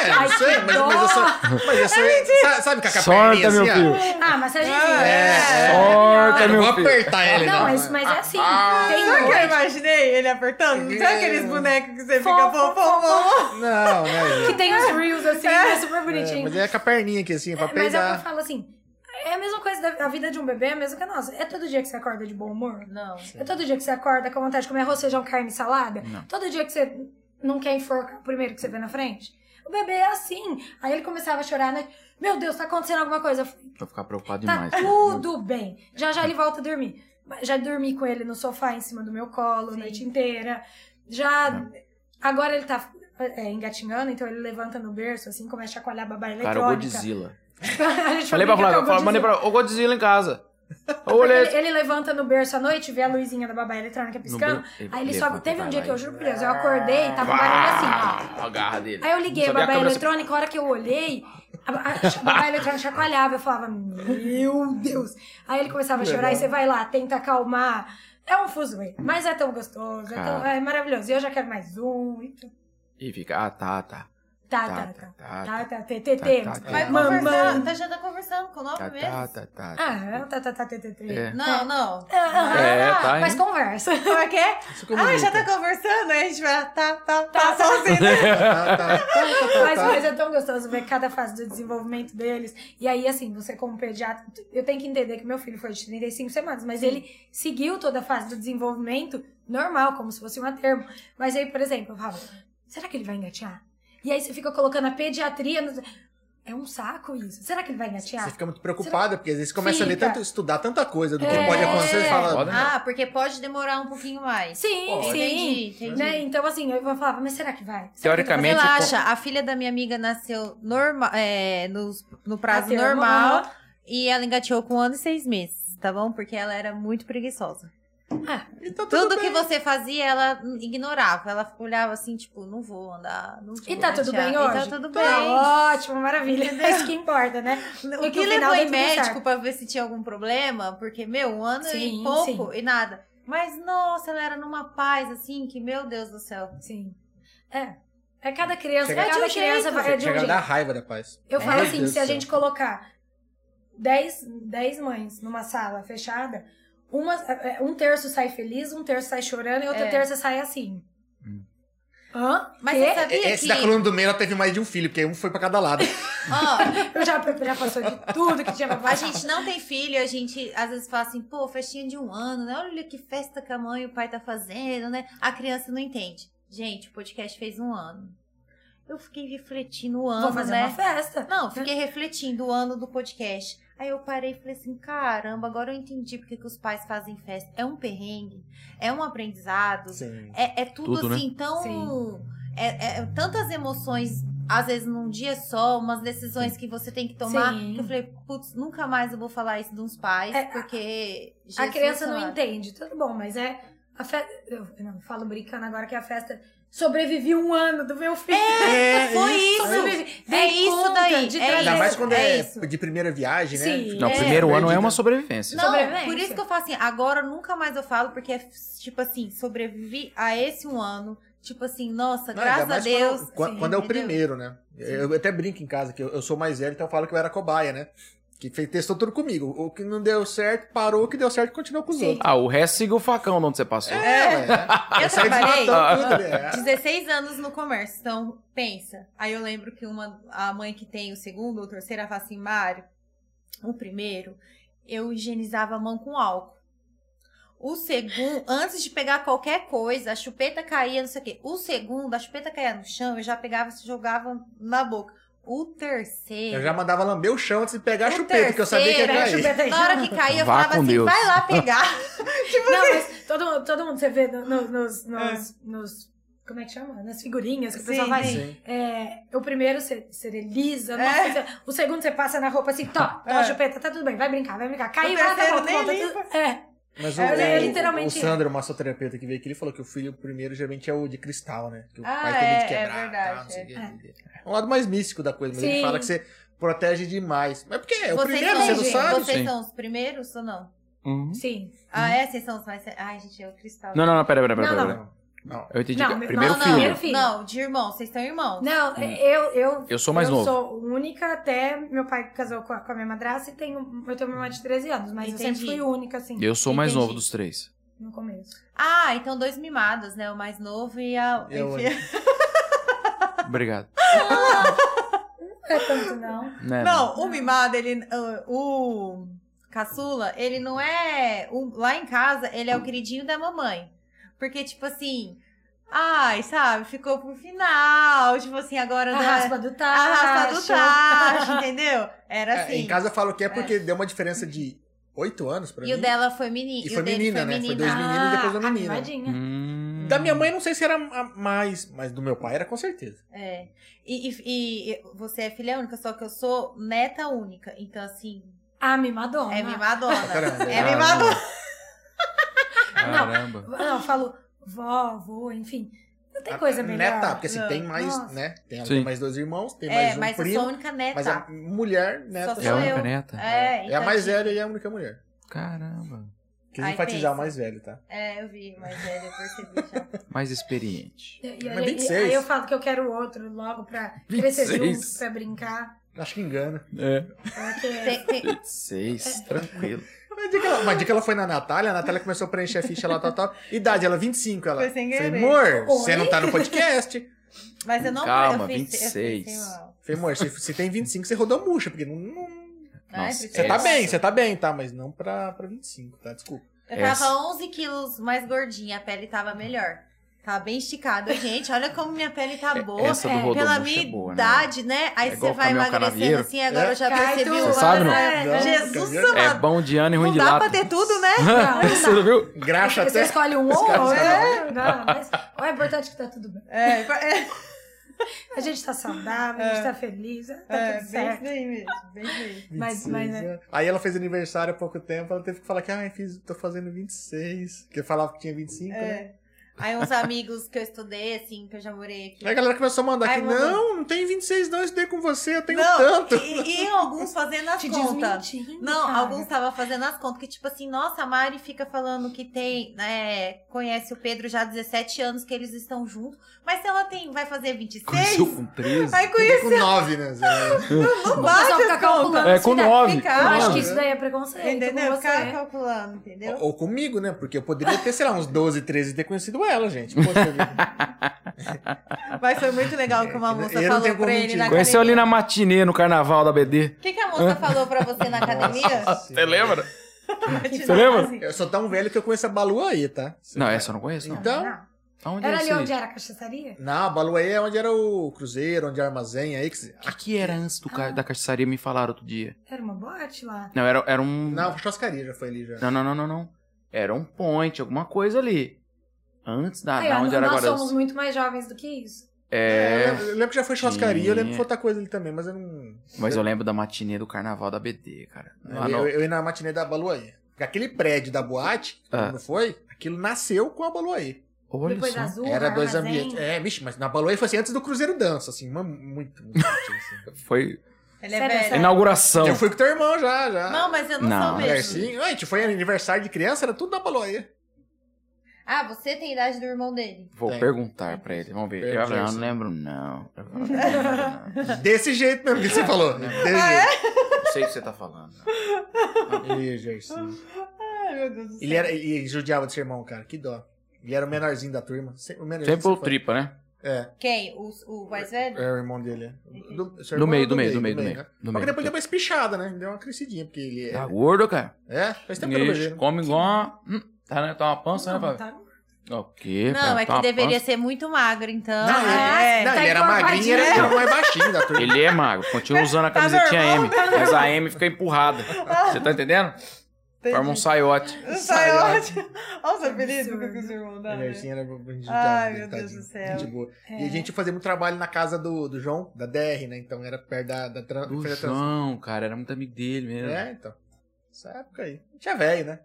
Speaker 2: É,
Speaker 4: Ai,
Speaker 2: não sei,
Speaker 4: que
Speaker 2: mas, mas eu sou. Mas eu sou. sa- Sabe com a
Speaker 3: Sorta,
Speaker 2: perninha
Speaker 3: meu
Speaker 2: assim, ó?
Speaker 3: filho.
Speaker 4: Ah, mas a gente.
Speaker 2: É,
Speaker 3: Sorta,
Speaker 2: Eu não
Speaker 3: meu
Speaker 2: vou
Speaker 3: filho.
Speaker 2: apertar ele,
Speaker 4: Não,
Speaker 2: não.
Speaker 4: mas, mas é assim.
Speaker 2: Ah,
Speaker 4: tem
Speaker 1: Sabe o que eu
Speaker 4: noite
Speaker 1: imaginei ele apertando? Sabe aqueles bonecos que você fica
Speaker 4: É. Fofo,
Speaker 1: fofo, fofo?
Speaker 2: Não, né,
Speaker 4: que
Speaker 2: gente?
Speaker 4: tem os reels assim, é, super
Speaker 2: É,
Speaker 4: bonitinho.
Speaker 2: mas é com a perninha aqui, assim, pra
Speaker 4: mas é o que eu
Speaker 2: peidar.
Speaker 4: falo assim. É a mesma coisa, da, a vida de um bebê é a mesma que a nossa. É todo dia que você acorda de bom humor?
Speaker 1: Não.
Speaker 4: É todo dia que você acorda com vontade de comer arroz, feijão, carne e salada?
Speaker 3: Não.
Speaker 4: Todo dia que você não quer enforcar o primeiro que você vê na frente? O bebê é assim. Aí ele começava a chorar, né? Meu Deus, tá acontecendo alguma coisa. Eu falei,
Speaker 3: Pra ficar preocupado
Speaker 4: Tá
Speaker 3: demais. né?
Speaker 4: tudo bem. Já já ele volta a dormir. Mas Já dormi com ele no sofá em cima do meu colo a
Speaker 1: Sim.
Speaker 4: noite inteira. Já. Agora ele tá é, engatinhando, então ele levanta no berço, assim, começa a chacoalhar a babá eletrônica.
Speaker 3: Cara, o Godzilla.
Speaker 4: A gente
Speaker 3: Falei pra
Speaker 4: brinca
Speaker 3: Flávia,
Speaker 4: que é o
Speaker 3: falei- mandei
Speaker 4: Godzilla.
Speaker 3: pra. Ô Godzilla em casa. Ô,
Speaker 4: Porque
Speaker 3: olhei.
Speaker 4: Ele, ele levanta no berço à noite, vê a luzinha da babá eletrônica piscando. Aí ele só. Teve um dia que eu juro por Deus, eu acordei e tava um barulho assim, ó.
Speaker 3: Ah, a garra dele.
Speaker 4: Aí eu liguei a
Speaker 3: Não sabia
Speaker 4: babá
Speaker 3: câmera se-
Speaker 4: eletrônica, a hora que eu olhei, a, a, a babá eletrônica chacoalhava. Eu falava, meu Deus. Aí ele começava a chorar, e você vai lá, tenta acalmar. É um fuzuê, mas é tão gostoso, é, tão-
Speaker 3: Cara.
Speaker 4: é maravilhoso. E eu já quero mais um. e tu-
Speaker 3: E fica, ah, tá, tá.
Speaker 4: Tá,
Speaker 3: Tá,
Speaker 4: tá, tá.
Speaker 3: tá, tá.
Speaker 4: Tá, tá, TTT.
Speaker 3: Tá, tá, tá.
Speaker 1: Vai
Speaker 2: É.
Speaker 1: conversar,
Speaker 4: Mamãe.
Speaker 1: tá já tá conversando com nove
Speaker 3: Tá,
Speaker 1: meses?
Speaker 3: tá, tá, tá.
Speaker 4: Ah, tá, tá, tá, TTT.
Speaker 3: É.
Speaker 1: Não, não.
Speaker 4: Ah,
Speaker 3: É, tá, hein?
Speaker 4: mas conversa.
Speaker 1: Como é que é?
Speaker 2: Isso que eu
Speaker 1: Ah,
Speaker 2: bonito.
Speaker 1: já tá conversando? Aí a gente vai, tá, tá, tá, só assim.
Speaker 2: Tá, tá, tá, tá,
Speaker 4: Mas,
Speaker 2: tá.
Speaker 4: mas é tão gostoso ver cada fase do desenvolvimento deles. E aí, assim, você como pediatra, eu tenho que entender que meu filho foi de 35 semanas, mas ele seguiu toda a fase do desenvolvimento normal, como se fosse um termo. Mas aí, por exemplo, eu falo, será que ele vai engatear? E aí você fica colocando a pediatria. no- É um saco isso. Será que ele vai
Speaker 2: Você
Speaker 4: engatear?
Speaker 2: fica muito preocupada, porque às vezes começa a ler
Speaker 4: Ah. Fica.
Speaker 2: tanto, estudar tanta coisa do que
Speaker 4: É.
Speaker 2: pode acontecer e fala.
Speaker 3: Foda.
Speaker 1: Ah, porque pode demorar um pouquinho mais.
Speaker 4: Sim,
Speaker 2: Pode.
Speaker 4: sim.
Speaker 1: Entendi, entendi.
Speaker 4: Né? Então, assim, eu falava, mas será que vai? Será que ele vai?
Speaker 3: Teoricamente.
Speaker 1: Então, Relaxa, a filha da minha amiga nasceu norma, é, nos- no prazo
Speaker 4: Bateu,
Speaker 1: normal
Speaker 4: mamãe.
Speaker 1: e ela engateou com um ano e seis meses, tá bom? Porque ela era muito preguiçosa.
Speaker 2: Então,
Speaker 1: Tudo,
Speaker 2: tudo bem.
Speaker 1: que você fazia, ela ignorava. Ela olhava assim, tipo, não vou andar, não vou
Speaker 4: E tá tudo
Speaker 1: engatear.
Speaker 4: bem
Speaker 1: E
Speaker 4: hoje?
Speaker 1: tá tudo
Speaker 4: Tá
Speaker 1: bem.
Speaker 4: ótimo, maravilha. É isso que importa, né?
Speaker 1: O
Speaker 4: Porque
Speaker 1: que
Speaker 4: no final
Speaker 1: levou
Speaker 4: deu
Speaker 1: em
Speaker 4: tudo certo.
Speaker 1: médico pra ver se tinha algum problema? Porque, meu, um ano
Speaker 4: Sim,
Speaker 1: e pouco e nada. Mas, nossa, ela era numa paz, assim, que, meu Deus do céu.
Speaker 4: Sim. É. É cada criança,
Speaker 2: Chega-
Speaker 4: é
Speaker 1: É de
Speaker 4: cada
Speaker 1: um
Speaker 4: criança
Speaker 1: jeito.
Speaker 4: vai- é de um
Speaker 2: Chega a
Speaker 4: jeito.
Speaker 2: dar raiva da paz. É,
Speaker 4: Eu falo
Speaker 2: Meu
Speaker 4: assim,
Speaker 2: Deus
Speaker 4: se a
Speaker 2: do céu.
Speaker 4: gente colocar 10, 10 mães numa sala fechada, uma, é, um terço sai feliz, um terço sai chorando e outro
Speaker 1: É.
Speaker 4: terço sai assim.
Speaker 3: Hum.
Speaker 4: Hã?
Speaker 1: Mas
Speaker 4: Quê?
Speaker 1: você sabia
Speaker 2: Esse
Speaker 1: que...
Speaker 2: da coluna do meio, ela teve mais de um filho, porque um foi pra cada lado.
Speaker 1: Ó,
Speaker 4: Eu já, já passou de tudo que tinha pra
Speaker 1: A
Speaker 4: fazer.
Speaker 1: gente não tem filho, a gente às vezes fala assim, pô, festinha de um ano, né? Olha que festa que a mãe e o pai tá fazendo, né? A criança não entende. Gente, o podcast fez um ano. Eu fiquei refletindo o ano,
Speaker 4: Vou fazer
Speaker 1: né?
Speaker 4: uma festa.
Speaker 1: Não, fiquei refletindo o ano do podcast. Aí eu parei e falei assim, caramba, agora eu entendi porque que os pais fazem festa. É um perrengue, é um aprendizado,
Speaker 2: Sim.
Speaker 1: é, é tudo,
Speaker 3: Tudo, né?
Speaker 1: assim, tão.
Speaker 4: Sim.
Speaker 1: É, é tantas emoções, às vezes num dia só, umas decisões que você tem que tomar.
Speaker 4: Sim.
Speaker 1: Que eu falei, putz, nunca mais eu vou falar isso dos pais,
Speaker 4: É, a-
Speaker 1: porque.
Speaker 4: a
Speaker 1: Jesus
Speaker 4: criança não
Speaker 1: amado.
Speaker 4: entende, tudo bom, mas é. A fe... Eu não, falo brincando agora que a festa sobrevivi um ano do meu filho.
Speaker 2: É,
Speaker 1: Foi É isso!
Speaker 4: Sobrevivi.
Speaker 1: É
Speaker 4: Dei
Speaker 1: isso
Speaker 4: conta
Speaker 1: daí!
Speaker 4: de
Speaker 1: é
Speaker 4: trazer-
Speaker 2: Ainda mais
Speaker 1: isso,
Speaker 2: quando
Speaker 1: é
Speaker 2: é,
Speaker 1: isso.
Speaker 2: de primeira viagem, né?
Speaker 4: Sim.
Speaker 2: Fica
Speaker 3: Não, o
Speaker 1: É.
Speaker 3: primeiro ano é
Speaker 2: perdida.
Speaker 3: uma sobrevivência.
Speaker 1: Não,
Speaker 4: Sobrevivência.
Speaker 1: por isso que eu falo assim, agora nunca mais eu falo, porque é tipo assim, sobrevivi a esse um ano. Tipo assim, nossa,
Speaker 2: Não, ainda
Speaker 1: graças a
Speaker 2: mais
Speaker 1: Deus.
Speaker 2: Quando, quando-
Speaker 1: Sim,
Speaker 2: quando é o
Speaker 1: entendeu?
Speaker 2: primeiro, né? Eu, eu até brinco em casa, que eu, eu sou mais velho, então eu falo que eu era cobaia, né? Que fez, testou tudo comigo. O que não deu certo, parou. O que deu certo, continuou com os
Speaker 4: Sim.
Speaker 2: outros.
Speaker 3: Ah, o resto siga o facão de onde você passou.
Speaker 2: É, ué.
Speaker 1: Eu
Speaker 2: Sai
Speaker 1: trabalhei.
Speaker 2: desmatando tudo, né?
Speaker 1: 16 anos no comércio, então pensa. Aí eu lembro que uma, a mãe que tem o segundo ou terceiro, ela fala assim, Mário, o primeiro, eu higienizava a mão com álcool. O segundo, antes de pegar qualquer coisa, a chupeta caía, não sei o quê. O segundo, a chupeta caía no chão, eu já pegava e jogava na boca. O terceiro.
Speaker 2: Eu já mandava lamber o chão antes de pegar a
Speaker 1: O
Speaker 2: chupeta, que eu sabia que ia
Speaker 1: terceiro,
Speaker 4: Pega a
Speaker 2: cair.
Speaker 4: chupeta aí.
Speaker 1: Na hora que caía, eu
Speaker 3: Vá
Speaker 1: falava
Speaker 3: com
Speaker 1: assim,
Speaker 3: Deus.
Speaker 1: vai lá pegar.
Speaker 4: Não, mas todo, mundo- todo mundo você vê no- no-
Speaker 1: É.
Speaker 4: nos, nos, nos- Como é que chama? Nas figurinhas que o pessoal
Speaker 1: Sim,
Speaker 4: faz.
Speaker 1: né? sim.
Speaker 4: É, o primeiro você serializa,
Speaker 1: É.
Speaker 4: o segundo você passa na roupa assim, tó, tó,
Speaker 1: É.
Speaker 4: chupeta, tá tudo bem, vai brincar, vai brincar. Caiu,
Speaker 1: O
Speaker 4: vai, tá
Speaker 1: terceiro
Speaker 4: bom, tá
Speaker 1: nem
Speaker 4: bom, tá
Speaker 1: limpa.
Speaker 4: tudo. É.
Speaker 2: Mas o,
Speaker 4: É, é
Speaker 2: o-
Speaker 4: literalmente
Speaker 2: o Sandro, o massoterapeuta que veio aqui, ele falou que o filho primeiro geralmente é o de cristal, né? Que o
Speaker 1: Ah,
Speaker 2: pai tem medo de
Speaker 1: é, é
Speaker 2: quebrar.
Speaker 1: verdade,
Speaker 2: tal, não sei o quê.
Speaker 4: é.
Speaker 2: é. um lado mais místico da coisa, mas
Speaker 4: Sim.
Speaker 2: ele fala que você protege demais. Mas porque é o
Speaker 1: Vocês
Speaker 2: primeiro,
Speaker 1: são-
Speaker 2: você não sabe?
Speaker 1: Vocês
Speaker 3: Sim.
Speaker 1: são os primeiros ou não?
Speaker 3: Uhum.
Speaker 4: Sim.
Speaker 1: Ah, é? Vocês são os mais. Ai, gente, é o cristal.
Speaker 3: Não, não, não, pera, pera, pera.
Speaker 4: Não,
Speaker 3: pera,
Speaker 4: não.
Speaker 3: pera.
Speaker 1: é
Speaker 2: Não.
Speaker 3: Eu entendi.
Speaker 4: Não,
Speaker 3: que- é
Speaker 4: meu-
Speaker 3: primeiro
Speaker 1: não,
Speaker 3: filho.
Speaker 4: Primeiro filho.
Speaker 1: Não, de irmão, vocês são irmãos.
Speaker 4: Não, eu, eu.
Speaker 3: Eu Hum. sou mais
Speaker 4: eu
Speaker 3: novo.
Speaker 4: sou única, até meu pai casou com a, com a minha madrasta e tenho, eu tenho uma irmã de 13 anos, mas eu sempre
Speaker 1: Entendi.
Speaker 4: fui única, assim,
Speaker 3: Eu sou o mais
Speaker 1: Entendi.
Speaker 3: novo dos três.
Speaker 4: no começo.
Speaker 1: Ah, então dois mimados, né? O mais novo e a.
Speaker 2: E a
Speaker 1: enfim.
Speaker 3: Obrigado.
Speaker 4: Não é tanto, não.
Speaker 3: Né,
Speaker 1: Não, o mimado, ele. ah, O caçula, ele não é. o- Lá em casa, ele é o queridinho da mamãe. Porque, tipo assim. Ai, sabe, ficou pro final. Tipo assim, agora
Speaker 4: A
Speaker 1: não é-
Speaker 4: raspa do
Speaker 1: a
Speaker 4: tacho.
Speaker 1: raspa do tacho, entendeu? Era
Speaker 2: É,
Speaker 1: assim.
Speaker 2: em casa eu falo que é porque deu uma diferença de 8 anos pra
Speaker 1: e
Speaker 2: mim.
Speaker 1: o dela foi menino.
Speaker 2: E foi
Speaker 1: o dele
Speaker 2: menina,
Speaker 1: foi
Speaker 2: né? Foi
Speaker 1: menina.
Speaker 2: dois meninos e depois a
Speaker 4: Ah,
Speaker 2: menina.
Speaker 4: animadinha.
Speaker 3: Hum.
Speaker 2: Da minha mãe não sei se era a mais, mas do meu pai era com certeza.
Speaker 1: É. E, e- e você é filha única, só que eu sou neta única. Então, assim,
Speaker 4: Ah, mimadona.
Speaker 1: é mimadona.
Speaker 2: Caramba.
Speaker 1: É mimadona.
Speaker 3: Caramba.
Speaker 4: Não, eu falo vó, avô, enfim. Não tem
Speaker 2: A-
Speaker 4: coisa
Speaker 2: a
Speaker 4: melhor.
Speaker 2: Neta, porque assim,
Speaker 1: Não,
Speaker 2: tem mais,
Speaker 4: nossa.
Speaker 2: né? Tem,
Speaker 3: Sim.
Speaker 2: tem mais dois irmãos, tem
Speaker 1: Ah, É,
Speaker 2: mais um
Speaker 1: mas eu
Speaker 2: primo.
Speaker 1: sou a única neta.
Speaker 2: Mas a mulher, neta.
Speaker 1: É, tá. Só
Speaker 3: É a
Speaker 1: sou
Speaker 2: só-
Speaker 1: eu.
Speaker 3: única
Speaker 1: É,
Speaker 3: neta?
Speaker 2: é a
Speaker 1: então,
Speaker 2: mais
Speaker 1: tipo,
Speaker 2: velha e é a única mulher.
Speaker 3: Caramba.
Speaker 2: Quis
Speaker 1: Ai,
Speaker 2: enfatizar
Speaker 1: pensa.
Speaker 2: o mais velho, tá?
Speaker 1: É, eu vi, mais velha, eu percebi já.
Speaker 3: Mais experiente.
Speaker 4: E, e
Speaker 2: Mas
Speaker 4: aí-
Speaker 2: 26.
Speaker 4: aí eu falo que eu quero outro logo pra crescer
Speaker 3: 26.
Speaker 4: juntos, pra brincar.
Speaker 2: Acho que engana.
Speaker 3: É.
Speaker 4: Porque
Speaker 1: Tem- tem-
Speaker 3: 26, tranquilo.
Speaker 2: Uma dica, ela, uma dica ela foi na Natália, a Natália começou a preencher a ficha lá, tal, tal. Idade, ela é 25, ela.
Speaker 1: Foi sem
Speaker 2: Falei,
Speaker 1: querer.
Speaker 2: amor,
Speaker 4: Oi?
Speaker 2: você não tá no podcast.
Speaker 1: Mas eu não
Speaker 3: Calma,
Speaker 1: eu fiz, eu assim, fiz,
Speaker 3: 26.
Speaker 1: sei lá.
Speaker 2: Falei, amor, se, se tem 25, você rodou murcha, porque não. não-
Speaker 1: Ai,
Speaker 3: Nossa,
Speaker 1: precisa-
Speaker 2: você tá
Speaker 3: Essa.
Speaker 2: bem, você tá bem, tá? Mas não pra, pra 25, tá? Desculpa.
Speaker 1: Eu tava
Speaker 3: Essa.
Speaker 1: 11 quilos mais gordinha, a pele tava melhor. Tava bem esticada. Gente, olha como minha pele tá boa.
Speaker 3: Essa do
Speaker 4: é,
Speaker 3: Rodolfo
Speaker 1: Pela
Speaker 3: é
Speaker 1: minha
Speaker 3: boa, né?
Speaker 1: idade, né? Aí
Speaker 3: É igual
Speaker 1: você vai
Speaker 3: caminhão
Speaker 1: emagrecendo
Speaker 3: canavieiro.
Speaker 1: assim, agora
Speaker 2: É.
Speaker 1: eu já
Speaker 4: Cai
Speaker 1: percebi
Speaker 4: tudo,
Speaker 1: o
Speaker 3: Você sabe, não?
Speaker 1: É, Jesus
Speaker 2: Não,
Speaker 1: amado.
Speaker 3: É bom de ano e ruim
Speaker 1: Não
Speaker 3: de
Speaker 1: dá pra
Speaker 3: lata.
Speaker 1: ter tudo, né?
Speaker 4: não,
Speaker 3: Você não viu?
Speaker 2: Graxa
Speaker 4: você
Speaker 2: até.
Speaker 1: é,
Speaker 4: escolhe um ou outro. né? Não, mas o importante é que tá tudo bem.
Speaker 1: É, é,
Speaker 4: A gente tá saudável, a gente tá feliz, tá
Speaker 1: é,
Speaker 4: tudo
Speaker 1: bem
Speaker 4: certo.
Speaker 1: bem mesmo, bem bem.
Speaker 4: Mas-
Speaker 2: 26,
Speaker 4: mas,
Speaker 1: é.
Speaker 4: né?
Speaker 2: né? Aí ela fez aniversário há pouco tempo, ela teve que falar que, ah, eu fiz, tô fazendo 26. Porque falava que tinha 25, né?
Speaker 1: É. Aí uns amigos que eu estudei, assim, que eu já morei aqui.
Speaker 2: Aí a galera começou a mandar
Speaker 1: Ai,
Speaker 2: É que,
Speaker 1: mandou.
Speaker 2: não, não tem 26 não, eu estudei com você, eu tenho
Speaker 1: não,
Speaker 2: tanto.
Speaker 1: E, e alguns fazendo as
Speaker 4: Te
Speaker 1: contas.
Speaker 4: desmentindo,
Speaker 1: Não,
Speaker 4: cara.
Speaker 1: alguns estavam fazendo as contas que, tipo assim, nossa, a Mari fica falando que tem, né, conhece o Pedro já há 17 anos que eles estão juntos, mas se ela tem, vai fazer 26,
Speaker 3: Conheceu com 13?
Speaker 1: vai
Speaker 2: Eu
Speaker 1: conhecer,
Speaker 2: com 9, né? Zé?
Speaker 1: não
Speaker 4: O
Speaker 1: bate
Speaker 4: pessoal
Speaker 1: as
Speaker 4: fica
Speaker 1: contas.
Speaker 4: calculando.
Speaker 3: É,
Speaker 4: isso
Speaker 3: com
Speaker 4: daí.
Speaker 3: nove,
Speaker 4: Fica-
Speaker 3: com
Speaker 4: Eu acho
Speaker 2: nove.
Speaker 4: que isso daí é preconceito.
Speaker 1: Entendeu?
Speaker 4: Com você.
Speaker 1: Ficar calculando, entendeu?
Speaker 2: ou, ou comigo, né? Porque eu poderia ter, sei lá, uns 12, 13 e ter conhecido ela, gente. Poxa vida.
Speaker 1: Mas foi muito legal que uma
Speaker 2: Eu não
Speaker 1: moça
Speaker 2: tenho
Speaker 1: falou
Speaker 2: como
Speaker 1: pra ele
Speaker 4: é
Speaker 2: mentir.
Speaker 1: na
Speaker 3: Conheceu ali
Speaker 1: academia.
Speaker 3: na matinê, no carnaval da BD.
Speaker 1: O que, que a moça falou pra você na academia?
Speaker 2: Nossa
Speaker 3: Você
Speaker 2: Senhora.
Speaker 3: lembra?
Speaker 1: Imagina,
Speaker 3: Você lembra?
Speaker 1: assim.
Speaker 2: Eu sou tão velho que eu conheço a Balu aí, tá?
Speaker 3: Não, é essa eu não conheço, não.
Speaker 2: Então,
Speaker 4: Não.
Speaker 3: Aonde é
Speaker 4: Era ali
Speaker 3: isso aí?
Speaker 4: onde era a cachaçaria?
Speaker 2: não, a Balu aí é onde era o cruzeiro, onde é o armazém aí. Que... se-
Speaker 3: O que, que era antes do
Speaker 4: Ah.
Speaker 3: ca- da cachaçaria, me falaram outro dia.
Speaker 4: Era uma boate lá?
Speaker 3: Não, era, era um...
Speaker 2: Não, a churrascaria já foi ali já.
Speaker 3: não, não, não, não, não. Era um point, alguma coisa ali. Antes da,
Speaker 4: Aí,
Speaker 3: da
Speaker 4: ó,
Speaker 3: Ah, onde era
Speaker 4: nós
Speaker 3: agora.
Speaker 4: somos muito mais jovens do que isso.
Speaker 3: É,
Speaker 2: eu lembro- eu lembro que já foi churrascaria, eu lembro que
Speaker 3: Tinha.
Speaker 2: foi outra coisa ali também, mas eu não.
Speaker 3: mas eu lembro da matinê do carnaval da BD, cara. Ah, Lá
Speaker 2: eu,
Speaker 3: no-
Speaker 2: eu, eu ia na matinê da Baluaí. Aquele prédio da boate,
Speaker 3: Ah.
Speaker 2: não foi? Aquilo nasceu com a Baluaí.
Speaker 3: Olha
Speaker 4: Depois
Speaker 3: só.
Speaker 4: da Azul,
Speaker 2: Era dois
Speaker 4: Armazém.
Speaker 2: ambientes. É, bicho, mas na Baluaí foi assim, antes do Cruzeiro Dança, assim, uma- muito, muito. assim.
Speaker 3: Foi
Speaker 1: Ele é
Speaker 4: Sério,
Speaker 1: velho.
Speaker 3: a
Speaker 4: sério?
Speaker 3: inauguração.
Speaker 2: Eu fui com teu irmão já, já.
Speaker 1: Não, mas eu não,
Speaker 3: Não,
Speaker 1: sou
Speaker 3: mas
Speaker 1: mesmo.
Speaker 2: Garcinho, a gente foi aniversário de criança, era tudo na Baluaí.
Speaker 1: Ah, você tem idade do irmão dele.
Speaker 3: Vou
Speaker 2: Tem.
Speaker 3: perguntar pra ele, vamos ver.
Speaker 2: Pergunta
Speaker 3: Eu falei,
Speaker 2: isso.
Speaker 3: não lembro, não. Eu falei, não lembro, não.
Speaker 2: Desse jeito mesmo que você falou.
Speaker 1: Ah,
Speaker 2: Desse
Speaker 1: é?
Speaker 3: Não sei o que você tá falando.
Speaker 2: jeito. Ih, Gercinho.
Speaker 1: Ai, meu Deus do
Speaker 2: Ele, era, ele judiava do seu irmão, cara, que dó. Ele era o menorzinho da turma. se- O menorzinho
Speaker 3: Sempre o
Speaker 2: sempre foi.
Speaker 3: tripa, né?
Speaker 2: É,
Speaker 1: Quem? O, o mais velho?
Speaker 2: é o irmão dele. é. Do, seu
Speaker 3: Do
Speaker 2: irmão
Speaker 3: meio,
Speaker 2: é
Speaker 3: do meio, do meio, do
Speaker 2: né?
Speaker 3: meio. Do
Speaker 2: Só que
Speaker 3: meio.
Speaker 2: depois deu uma espichada, né? Deu uma crescidinha, porque ele
Speaker 3: Tá
Speaker 2: é.
Speaker 3: gordo, cara.
Speaker 2: É? Faz tempo que eu não
Speaker 3: Ixi,
Speaker 2: vejo. né?
Speaker 3: come igual uma... Hum, tá, né? Tá uma pança, né?
Speaker 4: Não,
Speaker 3: Fábio?
Speaker 4: tá-
Speaker 3: O quê?
Speaker 1: Não,
Speaker 3: Tá
Speaker 1: é que
Speaker 3: uma
Speaker 1: deveria
Speaker 3: pança?
Speaker 1: ser muito magro, então.
Speaker 2: Não, ele,
Speaker 1: é. né?
Speaker 2: não,
Speaker 4: tá
Speaker 2: ele era magrinho, era,
Speaker 4: encorvadinho.
Speaker 2: era o mais baixinho da turma.
Speaker 3: Ele é magro, continua usando a
Speaker 1: Tá
Speaker 3: camisetinha
Speaker 1: normal,
Speaker 3: M, mas a M fica empurrada. Você tá entendendo? Forma um né? saiote.
Speaker 2: é
Speaker 1: Sai ótimo. Olha os apelidos
Speaker 4: Absurdo.
Speaker 1: que os irmãos
Speaker 2: A
Speaker 1: dão, né?
Speaker 2: Gercinha era bonita.
Speaker 1: Ai, meu Deus do céu. É.
Speaker 2: E
Speaker 4: É,
Speaker 2: a gente fazia muito trabalho na casa do, do João, da DR, né? Então era perto da, da tran-
Speaker 3: Do
Speaker 2: foi da trans-
Speaker 3: João, né? cara, era muito amigo dele mesmo.
Speaker 2: É, então. Essa época aí. Não tinha velho, né?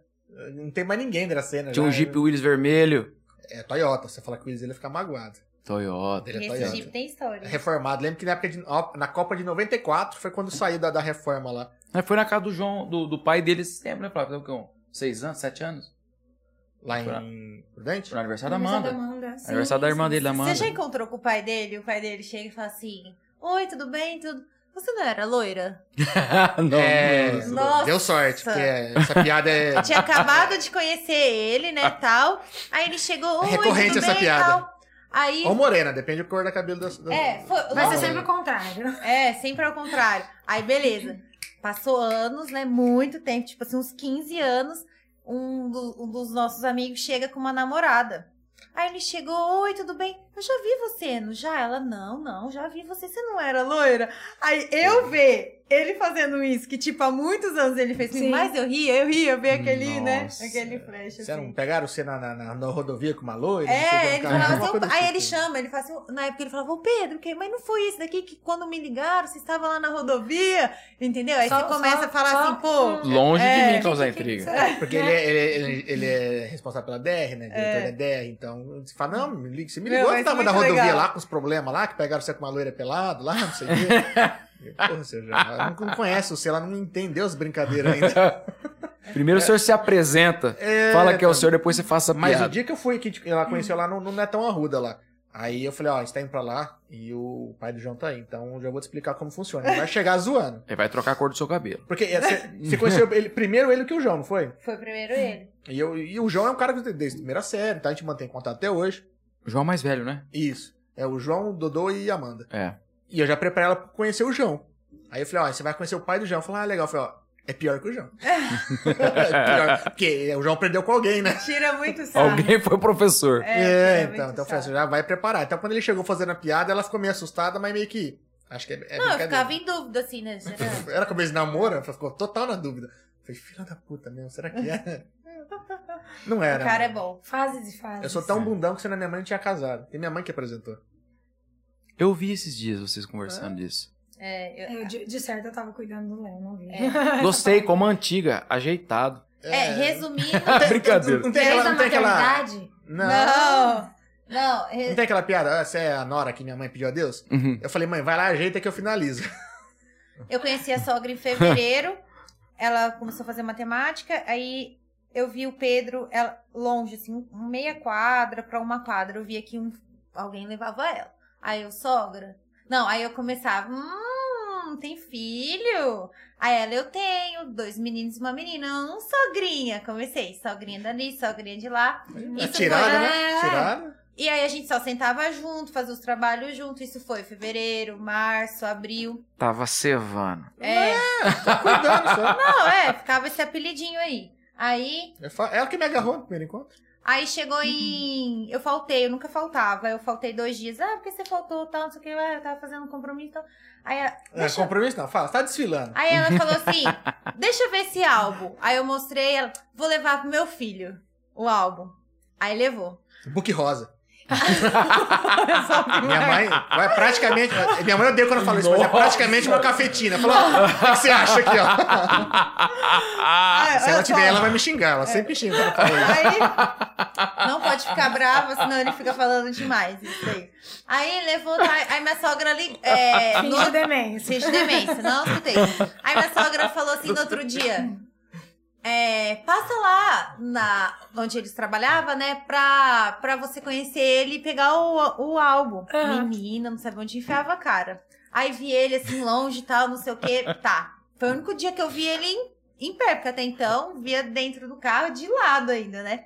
Speaker 2: Não tem mais ninguém da cena.
Speaker 3: Tinha um
Speaker 2: já.
Speaker 3: Jeep Willys vermelho.
Speaker 2: É, Toyota. Se você falar que o Willis, ele ia ficar magoado.
Speaker 3: Toyota.
Speaker 2: Ele é
Speaker 1: Esse
Speaker 2: Toyota.
Speaker 1: tipo tem história.
Speaker 2: Reformado. Lembro que na época de, ó, na Copa de 94 foi quando saiu da, da reforma lá.
Speaker 3: Aí foi na casa do João, do, do pai dele sempre, né, Flávio? Tava com Seis anos, sete anos?
Speaker 2: Lá
Speaker 3: Pra-
Speaker 2: em Prudente?
Speaker 3: Foi no aniversário da Amanda.
Speaker 4: Aniversário Amanda, sim,
Speaker 3: Aniversário da
Speaker 4: sim,
Speaker 3: irmã dele, da
Speaker 4: sim.
Speaker 3: Amanda.
Speaker 1: Você já encontrou com o pai dele? O pai dele chega e fala assim: Oi, tudo bem? Tudo. Você não era loira?
Speaker 3: não,
Speaker 2: É,
Speaker 3: não.
Speaker 1: Nossa.
Speaker 2: deu sorte, porque essa piada é.
Speaker 1: Tinha acabado de conhecer ele, né? Tal. Aí ele chegou. Oi,
Speaker 2: Recorrente
Speaker 1: tudo bem?
Speaker 2: essa piada.
Speaker 1: Tal. Aí.
Speaker 2: Ou morena, depende da cor da cabelo das. das-
Speaker 1: É, foi.
Speaker 4: Mas é
Speaker 1: Nossa,
Speaker 4: sempre o contrário.
Speaker 1: É, sempre ao contrário. Aí, beleza. Passou anos, né? Muito tempo, tipo assim, uns 15 anos. Um, do- um dos nossos amigos chega com uma namorada. Aí ele chegou, oi, tudo bem? Eu já vi você, não já? Ela, não, não, já vi você, você não era loira. Aí eu ver ele fazendo isso, que tipo, há muitos anos ele fez comigo,
Speaker 4: Sim.
Speaker 1: mas eu ria, eu ria, eu vi aquele, né?
Speaker 2: Nossa.
Speaker 1: Aquele flash, assim.
Speaker 2: Você não pegaram você na, na, na- na rodovia com uma loira? não sei o que,
Speaker 1: É,
Speaker 2: um
Speaker 1: ele
Speaker 2: carro,
Speaker 1: falava
Speaker 2: alguma
Speaker 1: assim,
Speaker 2: coisa do
Speaker 1: aí
Speaker 2: tipo.
Speaker 1: ele chama, ele fala assim, na época ele falava, ô Pedro, que, mas não foi isso daqui que quando me ligaram, você estava lá na rodovia, entendeu? Aí
Speaker 4: Só-
Speaker 1: você começa
Speaker 4: só-
Speaker 1: a falar
Speaker 4: só-
Speaker 1: assim,
Speaker 3: um
Speaker 1: pô,
Speaker 3: Longe
Speaker 1: É.
Speaker 3: de mim causar
Speaker 4: Que- que- que-
Speaker 3: intriga.
Speaker 1: né?
Speaker 2: Porque ele, é, ele, é- ele- ele é responsável pela DR, né? Diretor da DR. Então, você fala, não, me liga, você me
Speaker 1: É. Meu,
Speaker 2: ligou,
Speaker 1: mas
Speaker 2: você tava
Speaker 1: muito
Speaker 2: na rodovia
Speaker 1: legal.
Speaker 2: lá com os problemas lá, que pegaram você com uma loira pelado lá, não sei o quê. Eu, Porra, você já não, não conhece o seu, ela não entendeu as brincadeiras ainda.
Speaker 3: Primeiro o senhor se apresenta, fala
Speaker 1: tá.
Speaker 3: que é o senhor, depois você faça
Speaker 2: então. Mas
Speaker 3: mais.
Speaker 2: o dia que eu fui, que tipo, ela conheceu lá no, no Netão Arruda lá. Aí eu falei, ó, a gente tá indo pra lá e o pai do João tá aí, então eu já vou te explicar como funciona. Ele vai chegar zoando.
Speaker 3: Ele vai trocar a cor do seu cabelo.
Speaker 2: Porque é, você você conheceu ele, primeiro ele que o João, não foi?
Speaker 1: foi primeiro ele.
Speaker 2: E, eu, e o João é um cara que desde a primeira série, tá? A gente mantém contato até hoje.
Speaker 3: O João é mais velho, né?
Speaker 2: Isso. É o João, o Dodô e a Amanda.
Speaker 3: É.
Speaker 2: E eu já preparei ela pra conhecer o João. Aí eu falei, ó, você vai conhecer o pai do João. Eu falei, ah, legal. Eu falei, ó, é pior que o João. é pior, porque o João aprendeu com alguém, né?
Speaker 1: Tira muito sarro.
Speaker 3: Alguém foi
Speaker 2: É,
Speaker 3: professor.
Speaker 1: tira muito
Speaker 2: então, então eu falei,
Speaker 1: sarro.
Speaker 2: assim, já vai preparar. Então quando ele chegou fazendo a piada, ela ficou meio assustada, mas meio que. Acho que é, é
Speaker 1: Não, eu
Speaker 2: brincadeira.
Speaker 1: ficava em dúvida, assim, né? Será?
Speaker 2: Era começo de namoro, ela ficou total na dúvida. Eu falei, filha da puta mesmo, será que é? Não
Speaker 1: O
Speaker 2: era.
Speaker 1: cara é
Speaker 2: mano.
Speaker 1: bom.
Speaker 4: Fases e fases.
Speaker 2: Eu sou tão bundão que você na minha mãe não tinha casado. E minha mãe que apresentou.
Speaker 3: Eu vi esses dias vocês conversando disso.
Speaker 1: É, eu-
Speaker 4: Eu, de, de certo, eu tava cuidando do Léo, não vi.
Speaker 3: Gostei, como a antiga, ajeitado.
Speaker 1: é, resumindo...
Speaker 3: Brincadeira.
Speaker 2: Não tem
Speaker 4: Desde
Speaker 2: aquela.
Speaker 4: a
Speaker 2: Não tem aquela,
Speaker 4: maternidade,
Speaker 2: não,
Speaker 1: Não, não, re-
Speaker 2: não tem aquela piada. "Ah, Você é a Nora que minha mãe pediu a Deus?
Speaker 3: Uhum.
Speaker 2: Eu falei, mãe, vai lá, ajeita que eu finalizo.
Speaker 1: Eu conheci a sogra em fevereiro. ela começou a fazer matemática. Aí eu vi o Pedro ela- longe, assim, um meia quadra pra uma quadra. Eu via que um- alguém levava ela. Aí eu, sogra. Não, aí eu começava. Hum, tem filho? Aí ela, eu tenho dois meninos e uma menina. Um sogrinha. Comecei, sogrinha dali, sogrinha de lá.
Speaker 2: É
Speaker 1: Isso
Speaker 2: tirada,
Speaker 1: foi-
Speaker 2: né?
Speaker 1: é.
Speaker 2: Tirada.
Speaker 1: E aí a gente só sentava junto, fazia os trabalhos junto. Isso foi fevereiro, março, abril.
Speaker 3: Tava cevando.
Speaker 1: É.
Speaker 2: Tô cuidando só.
Speaker 1: Não, é, ficava esse apelidinho aí. Aí,
Speaker 2: Eu fa- Ela que me agarrou no primeiro encontro.
Speaker 1: aí
Speaker 2: Uhum.
Speaker 1: chegou em. Eu faltei, eu nunca faltava. Eu faltei dois dias. Ah, porque você faltou, tal, não sei o que. Ah, eu tava fazendo um compromisso. tal. Aí, a-
Speaker 2: É,
Speaker 1: deixa-
Speaker 2: compromisso não, fala, você tá desfilando.
Speaker 1: aí ela falou assim: deixa eu ver esse álbum. Aí eu mostrei, ela, vou levar pro meu filho o álbum. Aí levou.
Speaker 2: Book rosa. minha mãe vai praticamente. Minha mãe odeia quando eu falo isso, mas é
Speaker 3: Nossa.
Speaker 2: praticamente uma cafetina. Falou, ó, o que que você acha aqui, ó?
Speaker 1: Ah,
Speaker 2: Se ela tiver, ela vai me xingar.
Speaker 1: É.
Speaker 2: Ela sempre xinga quando eu falo isso.
Speaker 1: Aí, não pode ficar brava, senão ele fica falando demais. Isso aí. Aí levou, aí aí minha sogra ali. É, no
Speaker 4: finge demência.
Speaker 1: Seja demência, não escutei. Aí minha sogra falou assim no outro dia. é, passa lá na, onde eles trabalhavam, né? Pra, pra você conhecer ele e pegar o, o álbum.
Speaker 4: Aham.
Speaker 1: Menina, não sabia onde enfiava a cara. Aí vi ele assim longe e tal, não sei o quê. Tá. Foi o único dia que eu vi ele em, em pé, porque até então via dentro do carro de lado ainda, né?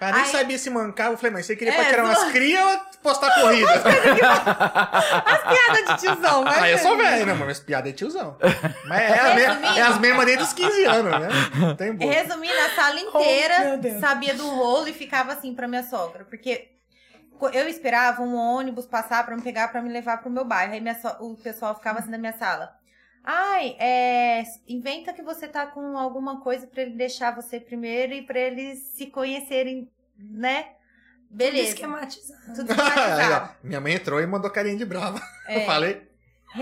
Speaker 2: Cara, nem
Speaker 1: Aí-
Speaker 2: sabia se mancava. Eu falei, mas você queria
Speaker 1: É,
Speaker 2: pra tirar umas
Speaker 1: zoa.
Speaker 2: crias ou postar corrida?
Speaker 1: As piadas de tiozão, mas.
Speaker 2: Aí eu sou velho, né? mano? Mas piada é tiozão. Mas é, a me- é as mesmas desde os 15 anos, né? Não tem boa.
Speaker 1: Resumindo, a sala
Speaker 4: Oh, meu
Speaker 1: inteira
Speaker 4: Deus.
Speaker 1: sabia do rolo e ficava assim pra minha sogra, porque co- eu esperava um ônibus passar pra me pegar pra me levar pro meu bairro. Aí minha so- o pessoal ficava assim na minha sala. Ai, é, inventa que você tá com alguma coisa pra ele deixar você primeiro e pra eles se conhecerem, né? Beleza.
Speaker 4: Esquematizar.
Speaker 1: Tudo
Speaker 2: Aí, ó,
Speaker 1: esquematizado.
Speaker 2: minha mãe entrou e mandou carinha de brava. Eu
Speaker 1: É.
Speaker 2: falei,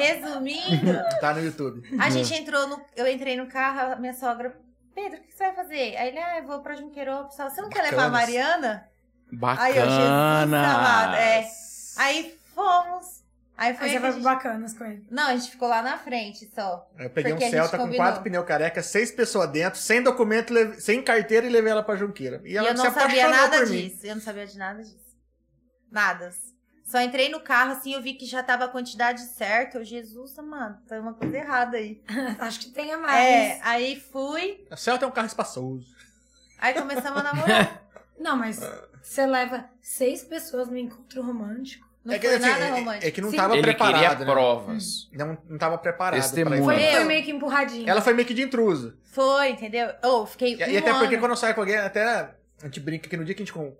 Speaker 1: Resumindo,
Speaker 2: tá no YouTube.
Speaker 1: A gente entrou no. Eu entrei no carro, a minha sogra. Pedro, o que você vai fazer? Aí ele, ah, eu vou pra Junqueiro, pessoal. Você não quer levar a
Speaker 2: Bacanas.
Speaker 1: Mariana? Aí eu, Jesus amado,
Speaker 3: Bacana.
Speaker 1: é. Aí fomos. Aí foi.
Speaker 4: Aí você
Speaker 1: que a
Speaker 4: vai
Speaker 1: gente-
Speaker 4: bacanas com ele.
Speaker 1: Não, a gente ficou lá na frente só.
Speaker 2: Aí eu peguei
Speaker 1: Porque
Speaker 2: um
Speaker 1: a gente
Speaker 2: Celta com
Speaker 1: combinou.
Speaker 2: quatro pneus careca, seis pessoas dentro, sem documento, leve- sem carteira e levei ela pra Junqueira. E
Speaker 1: E,
Speaker 2: ela
Speaker 1: eu
Speaker 2: se
Speaker 1: não
Speaker 2: apaixonou
Speaker 1: sabia nada
Speaker 2: por mim.
Speaker 1: disso. Eu não sabia de nada disso. Nada. Só entrei no carro, assim, eu vi que já tava a quantidade certa. Eu, Jesus, mano, foi uma coisa errada aí.
Speaker 4: Acho que tem a
Speaker 1: É,
Speaker 4: mais.
Speaker 1: aí fui,
Speaker 2: O Celta é um carro espaçoso.
Speaker 1: aí começamos a namorar.
Speaker 4: Não, mas você leva seis pessoas no encontro romântico.
Speaker 1: Não
Speaker 2: é que,
Speaker 1: foi
Speaker 2: assim,
Speaker 1: nada
Speaker 2: é-
Speaker 1: romântico.
Speaker 2: É, que não
Speaker 4: Sim.
Speaker 2: tava
Speaker 3: Ele queria
Speaker 2: preparado. né?
Speaker 3: provas.
Speaker 2: Não, não tava preparado. pra
Speaker 3: Testemunha.
Speaker 2: isso.
Speaker 4: Foi,
Speaker 1: Meu.
Speaker 4: foi meio que empurradinho.
Speaker 2: Ela foi meio que de intruso.
Speaker 1: Foi, entendeu? Ou fiquei.
Speaker 2: E, e
Speaker 1: um
Speaker 2: até porque
Speaker 1: ano.
Speaker 2: quando eu saio com alguém, até a gente brinca que no dia que a gente com-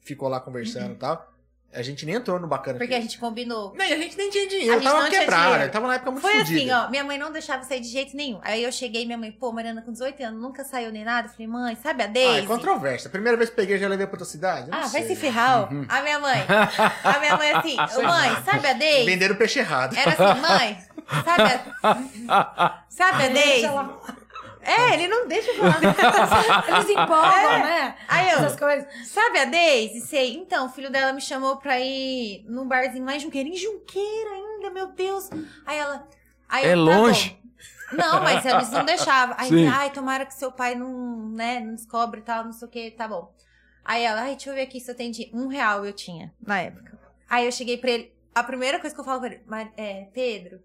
Speaker 2: ficou lá conversando e tal. A gente nem entrou no bacana.
Speaker 1: Uhum. Porque a gente combinou.
Speaker 2: Nem, a gente nem tinha
Speaker 1: A
Speaker 2: dinheiro.
Speaker 1: gente
Speaker 2: Tava
Speaker 1: não tinha
Speaker 2: quebrado.
Speaker 1: dinheiro.
Speaker 2: né? Tava na época muito
Speaker 1: Foi
Speaker 2: fodida.
Speaker 1: assim, ó. Minha mãe não deixava eu sair de jeito nenhum. Aí eu cheguei, minha mãe, pô, Mariana com 18 anos, nunca saiu nem nada. Eu falei, mãe, sabe a
Speaker 2: Ah,
Speaker 1: Daisy?
Speaker 2: é controvérsia. Primeira vez que peguei, já levei pra outra cidade. Eu não
Speaker 1: Ah, vai
Speaker 2: sei. né? Uhum.
Speaker 1: se ferrar. ó. A minha mãe. A minha mãe assim, "Ô, mãe, sabe a Daisy?
Speaker 2: Venderam o peixe errado.
Speaker 1: Era assim, mãe, sabe a, sabe a
Speaker 4: Deixa
Speaker 1: Daisy?
Speaker 4: ela-
Speaker 1: É, ele não deixa eu falar.
Speaker 4: Eles empolgam,
Speaker 1: É.
Speaker 4: né?
Speaker 1: Aí eu,
Speaker 4: Essas coisas.
Speaker 1: Sabe a Daisy? Sei. Então, o filho dela me chamou pra ir num barzinho lá em Junqueira. Em Junqueira ainda, meu Deus. Aí ela... Aí
Speaker 3: É
Speaker 1: eu, "Tá bom."
Speaker 3: longe.
Speaker 1: Não, mas eles não deixavam. Aí,
Speaker 3: Sim.
Speaker 1: ai, tomara que seu pai não, né, não descobre e tal, não sei o que, tá bom. Aí ela, ai, deixa eu ver aqui se eu tenho dinheiro. Um real eu tinha, na época. Aí eu cheguei pra ele, a primeira coisa que eu falo com ele, "Mar- é, Pedro,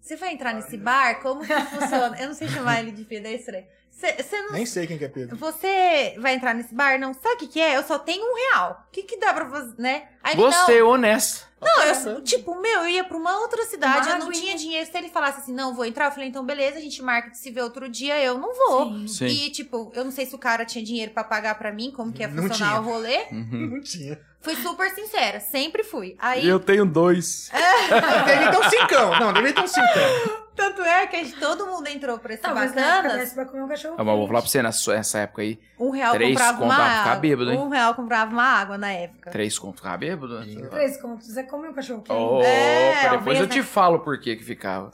Speaker 1: você vai entrar nesse bar? Como que funciona? Eu não sei chamar ele de Pedro, é estranho. Você você não
Speaker 2: Nem sei quem que é Pedro.
Speaker 1: você vai entrar nesse bar? Não, sabe o que, que é? Eu só tenho um real. O que, que dá pra fazer, né? Aí ele,
Speaker 3: Gostei, honesto.
Speaker 1: Não,
Speaker 3: é
Speaker 1: não
Speaker 3: um
Speaker 1: eu, tipo, meu, eu ia pra uma outra cidade,
Speaker 4: Uma
Speaker 1: eu não
Speaker 4: aguinha.
Speaker 1: tinha dinheiro. Se ele falasse assim, não, vou entrar, eu falei, então beleza, a gente marca de se ver outro dia, eu não vou.
Speaker 4: Sim.
Speaker 3: Sim.
Speaker 1: E, tipo, eu não sei se o cara tinha dinheiro pra pagar pra mim, como que ia
Speaker 2: Não
Speaker 1: funcionar
Speaker 2: tinha.
Speaker 1: o rolê.
Speaker 3: Uhum.
Speaker 2: Não tinha.
Speaker 1: Fui super sincera, sempre fui. Aí, É.
Speaker 3: Eu tenho dois.
Speaker 2: Ah, Devia ter um cincão. Não, devia ter um cincão.
Speaker 1: tanto é que a gente- todo mundo entrou pra esse
Speaker 4: Talvez na época
Speaker 1: bacanas.
Speaker 4: desse pra comer um cachorro.
Speaker 3: Ah, mas vou falar pra você, nessa, nessa época aí,
Speaker 1: Um real
Speaker 3: Três
Speaker 1: comprava uma
Speaker 3: conto pra ficar
Speaker 1: água.
Speaker 3: bêbado, hein?
Speaker 1: um real comprava uma água na época.
Speaker 3: três conto ficava bêbado.
Speaker 2: Sim.
Speaker 3: né?
Speaker 4: Três contos. Você come um cachorro quente.
Speaker 3: Opa,
Speaker 1: É,
Speaker 3: depois
Speaker 1: talvez,
Speaker 3: eu te falo por que que ficava.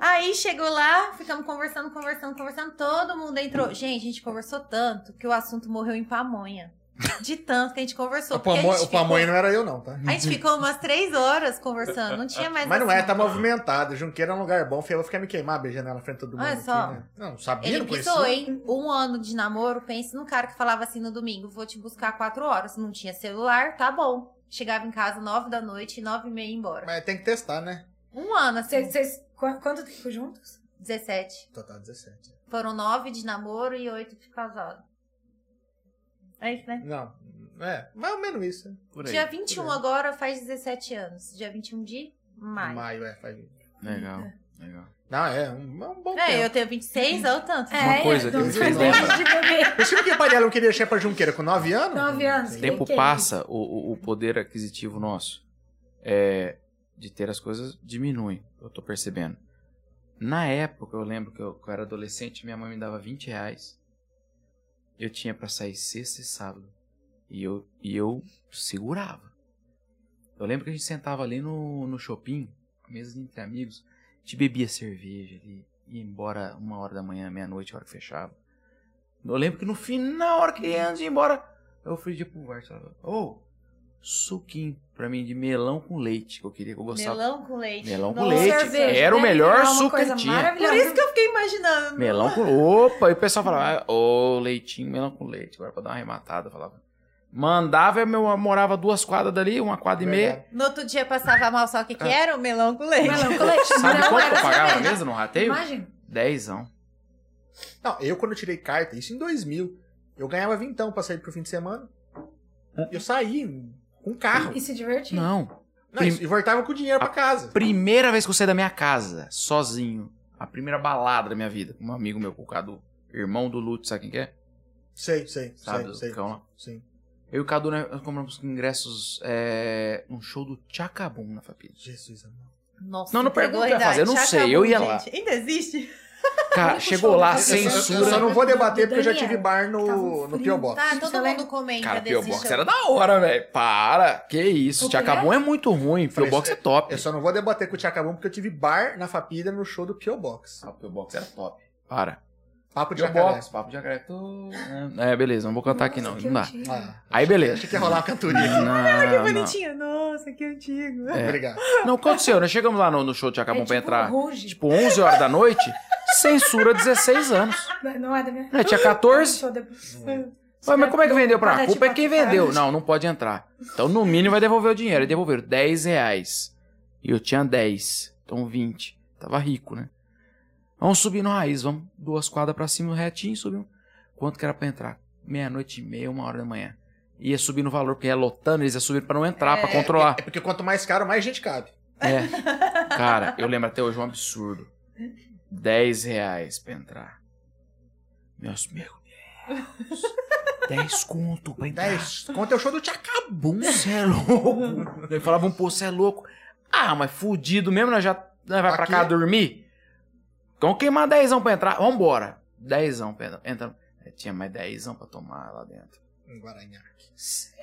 Speaker 1: Aí chegou lá, ficamos conversando, conversando, conversando. Todo mundo entrou. Gente, a gente conversou tanto que o assunto morreu em pamonha. De tanto que a gente conversou.
Speaker 2: O
Speaker 1: porque a
Speaker 2: pamonha,
Speaker 1: gente
Speaker 2: o pamonha
Speaker 1: ficou,
Speaker 2: não era eu, não, tá?
Speaker 1: A gente ficou umas três horas conversando. Não tinha mais.
Speaker 2: Mas não é,
Speaker 1: assunto.
Speaker 2: tá movimentado. Junqueira é um lugar bom. Fia, eu vou ficar me queimar beijando ela na frente de todo mundo.
Speaker 1: Olha
Speaker 2: aqui,
Speaker 1: só.
Speaker 2: né? Não, sabia,
Speaker 1: Ele
Speaker 2: não conhecia.
Speaker 1: pisou, hein? Um ano de namoro, pense num cara que falava assim no domingo: vou te buscar quatro horas. Não tinha celular, tá bom. Chegava em casa nove da noite, nove e meia ia embora.
Speaker 2: Mas tem que testar, né?
Speaker 1: Um ano, assim,
Speaker 4: Vocês, vocês- qu- quanto tempo juntos?
Speaker 1: 17.
Speaker 2: Total né? 17.
Speaker 1: Foram nove de namoro e oito de casado. É isso, né?
Speaker 2: Não, é, mais ou menos isso. né?
Speaker 3: Por aí.
Speaker 1: Dia 21
Speaker 2: por aí.
Speaker 1: agora faz 17 anos. Dia 21 de maio.
Speaker 2: Maio, é. Faz...
Speaker 3: Legal, legal.
Speaker 2: Não, é um, é um bom
Speaker 1: É, eu
Speaker 2: tempo.
Speaker 1: tenho 26, olha o tanto.
Speaker 3: Então. Uma coisa que
Speaker 4: eu
Speaker 2: me
Speaker 4: tô
Speaker 2: fez
Speaker 4: com vontade
Speaker 2: lembrar.
Speaker 4: de beber.
Speaker 2: Por isso que o Pariela não queria deixar pra Junqueira com 9 anos? Hum,
Speaker 4: Nove anos.
Speaker 3: O
Speaker 2: Sim.
Speaker 3: tempo
Speaker 4: Que que é
Speaker 3: passa, o, o- o poder aquisitivo nosso é, de ter as coisas diminui, eu tô percebendo. Na época, eu lembro que eu, que eu era adolescente, minha mãe me dava 20 reais. Eu tinha pra sair sexta e sábado. E eu, e eu segurava. Eu lembro que a gente sentava ali no, no shopping, mesa entre amigos, a gente bebia cerveja ali, ia embora uma hora da manhã, meia-noite, a hora que fechava. Eu lembro que no final, na hora que antes de ir embora, eu ofereci pro Bart, falava, ô, suquinho pra mim de melão com leite, que eu queria que eu gostava.
Speaker 1: Melão com leite.
Speaker 3: Melão com
Speaker 1: Nossa,
Speaker 3: leite.
Speaker 1: cerveja.
Speaker 3: Era o melhor
Speaker 4: É uma
Speaker 3: suco
Speaker 4: coisa
Speaker 3: que tinha.
Speaker 1: Por
Speaker 4: maravilhosa.
Speaker 1: isso que eu fiquei imaginando.
Speaker 4: é.
Speaker 3: Melão com. Opa! E o pessoal falava, ah, ô, leitinho, melão com leite. Agora pra dar uma arrematada, eu falava. Mandava, eu meu- morava duas quadras dali, uma quadra e meia.
Speaker 1: No outro dia passava mal, só o que, que
Speaker 3: Ah.
Speaker 1: era? O melão com leite.
Speaker 4: Melão com leite.
Speaker 3: Sabe
Speaker 4: Não,
Speaker 3: quanto
Speaker 4: era
Speaker 3: eu pagava
Speaker 4: cerveja.
Speaker 3: mesmo no rateio?
Speaker 4: Imagina.
Speaker 3: Dezão.
Speaker 2: Não, eu quando eu tirei carta, isso em 2000, eu ganhava vintão pra sair pro fim de semana. Eu saí com um carro.
Speaker 4: E se divertir.
Speaker 3: Não.
Speaker 2: Não, isso- e voltava com dinheiro pra casa.
Speaker 3: Primeira vez que eu saí da minha casa, sozinho. A primeira balada da minha vida. Com um amigo meu, com o Cadu. Irmão do Lute, sabe quem que é?
Speaker 2: Sei, sei,
Speaker 3: Sabe,
Speaker 2: sei, sei.
Speaker 3: cão lá.
Speaker 2: Sim,
Speaker 3: Eu e o Cadu, né, nós compramos ingressos é, num show do Chacabum na Fapid.
Speaker 2: Jesus amado.
Speaker 1: Nossa,
Speaker 3: Não, não
Speaker 1: entregou
Speaker 3: pergunta
Speaker 1: a
Speaker 3: pra
Speaker 1: idade.
Speaker 3: fazer, eu não
Speaker 1: Já
Speaker 3: sei, eu ia
Speaker 1: acabou,
Speaker 3: lá.
Speaker 1: gente. Ainda existe?
Speaker 3: Cara,
Speaker 4: Único
Speaker 3: chegou
Speaker 4: show
Speaker 3: lá,
Speaker 4: do
Speaker 2: Eu só- eu só-
Speaker 3: censura.
Speaker 2: Eu só não vou debater
Speaker 4: Do
Speaker 2: porque eu já
Speaker 4: Daniel.
Speaker 2: tive bar
Speaker 4: Tava um
Speaker 2: no, no
Speaker 4: frio.
Speaker 2: Pio Box.
Speaker 1: Tá, todo
Speaker 4: Você lembra?
Speaker 1: mundo comenta
Speaker 3: Cara,
Speaker 1: desse
Speaker 3: Pio Box
Speaker 1: show.
Speaker 3: era da hora, velho. Para. Que isso.
Speaker 4: O quê?
Speaker 3: Chacabum é muito ruim. Pio
Speaker 2: Falei,
Speaker 3: Box é top.
Speaker 2: Eu só não vou debater com o Tchacabum porque eu tive bar na Fapida no show do Pio Box.
Speaker 3: Ah, o Pio Box era top. Para.
Speaker 2: Papo de
Speaker 3: Pio
Speaker 2: jacaré.
Speaker 3: Box, papo de jacaré. Tô... É, beleza. Não vou cantar aqui, não.
Speaker 4: Nossa, que
Speaker 3: Não dá.
Speaker 4: antigo.
Speaker 2: Ah,
Speaker 3: Aí, beleza.
Speaker 2: achei que ia rolar uma cantoria.
Speaker 3: Não,
Speaker 1: Que
Speaker 3: não.
Speaker 1: bonitinho. Nossa, que antigo.
Speaker 3: É.
Speaker 2: Obrigado.
Speaker 3: não aconteceu. Nós chegamos lá no, no show de
Speaker 4: É
Speaker 3: Chacabum
Speaker 4: tipo
Speaker 3: pra entrar.
Speaker 4: Ruge.
Speaker 3: Tipo, 11 horas da noite. Censura 16 anos.
Speaker 4: Não- Não é da minha...
Speaker 3: Né, tinha 14.
Speaker 4: Sou depois.
Speaker 3: Ué, mas como é que vendeu pra? A
Speaker 4: Parece
Speaker 3: culpa é quem
Speaker 4: bacana.
Speaker 3: vendeu. Não, não pode entrar. Então, no mínimo, vai devolver o dinheiro. E devolveram 10 reais. E eu tinha 10. Então, 20. Tava rico, né? Vamos subir no raiz. Vamos duas quadras pra cima, retinho, subiu. Quanto que era pra entrar? Meia-noite e meia, uma hora da manhã. Ia subir no valor, porque ia lotando, eles iam subir pra não entrar, pra controlar.
Speaker 2: É porque quanto mais caro, mais gente cabe.
Speaker 3: É. Cara, eu lembro até hoje um absurdo. 10 reais pra entrar. Meus, meu Deus. 10 conto pra entrar.
Speaker 2: 10. Conta é o show do Tchacabum.
Speaker 3: Você é louco. Daí falavam, pô, você é louco. Ah, mas fudido mesmo, nós já nós vai pra
Speaker 2: Aqui
Speaker 3: cá
Speaker 2: é-
Speaker 3: dormir? Então, Vamos queimar dezão pra entrar. Vambora. Dezão pra entrar. Entra- É, Tinha mais dezão pra tomar lá dentro.
Speaker 2: Um Guaranhaque.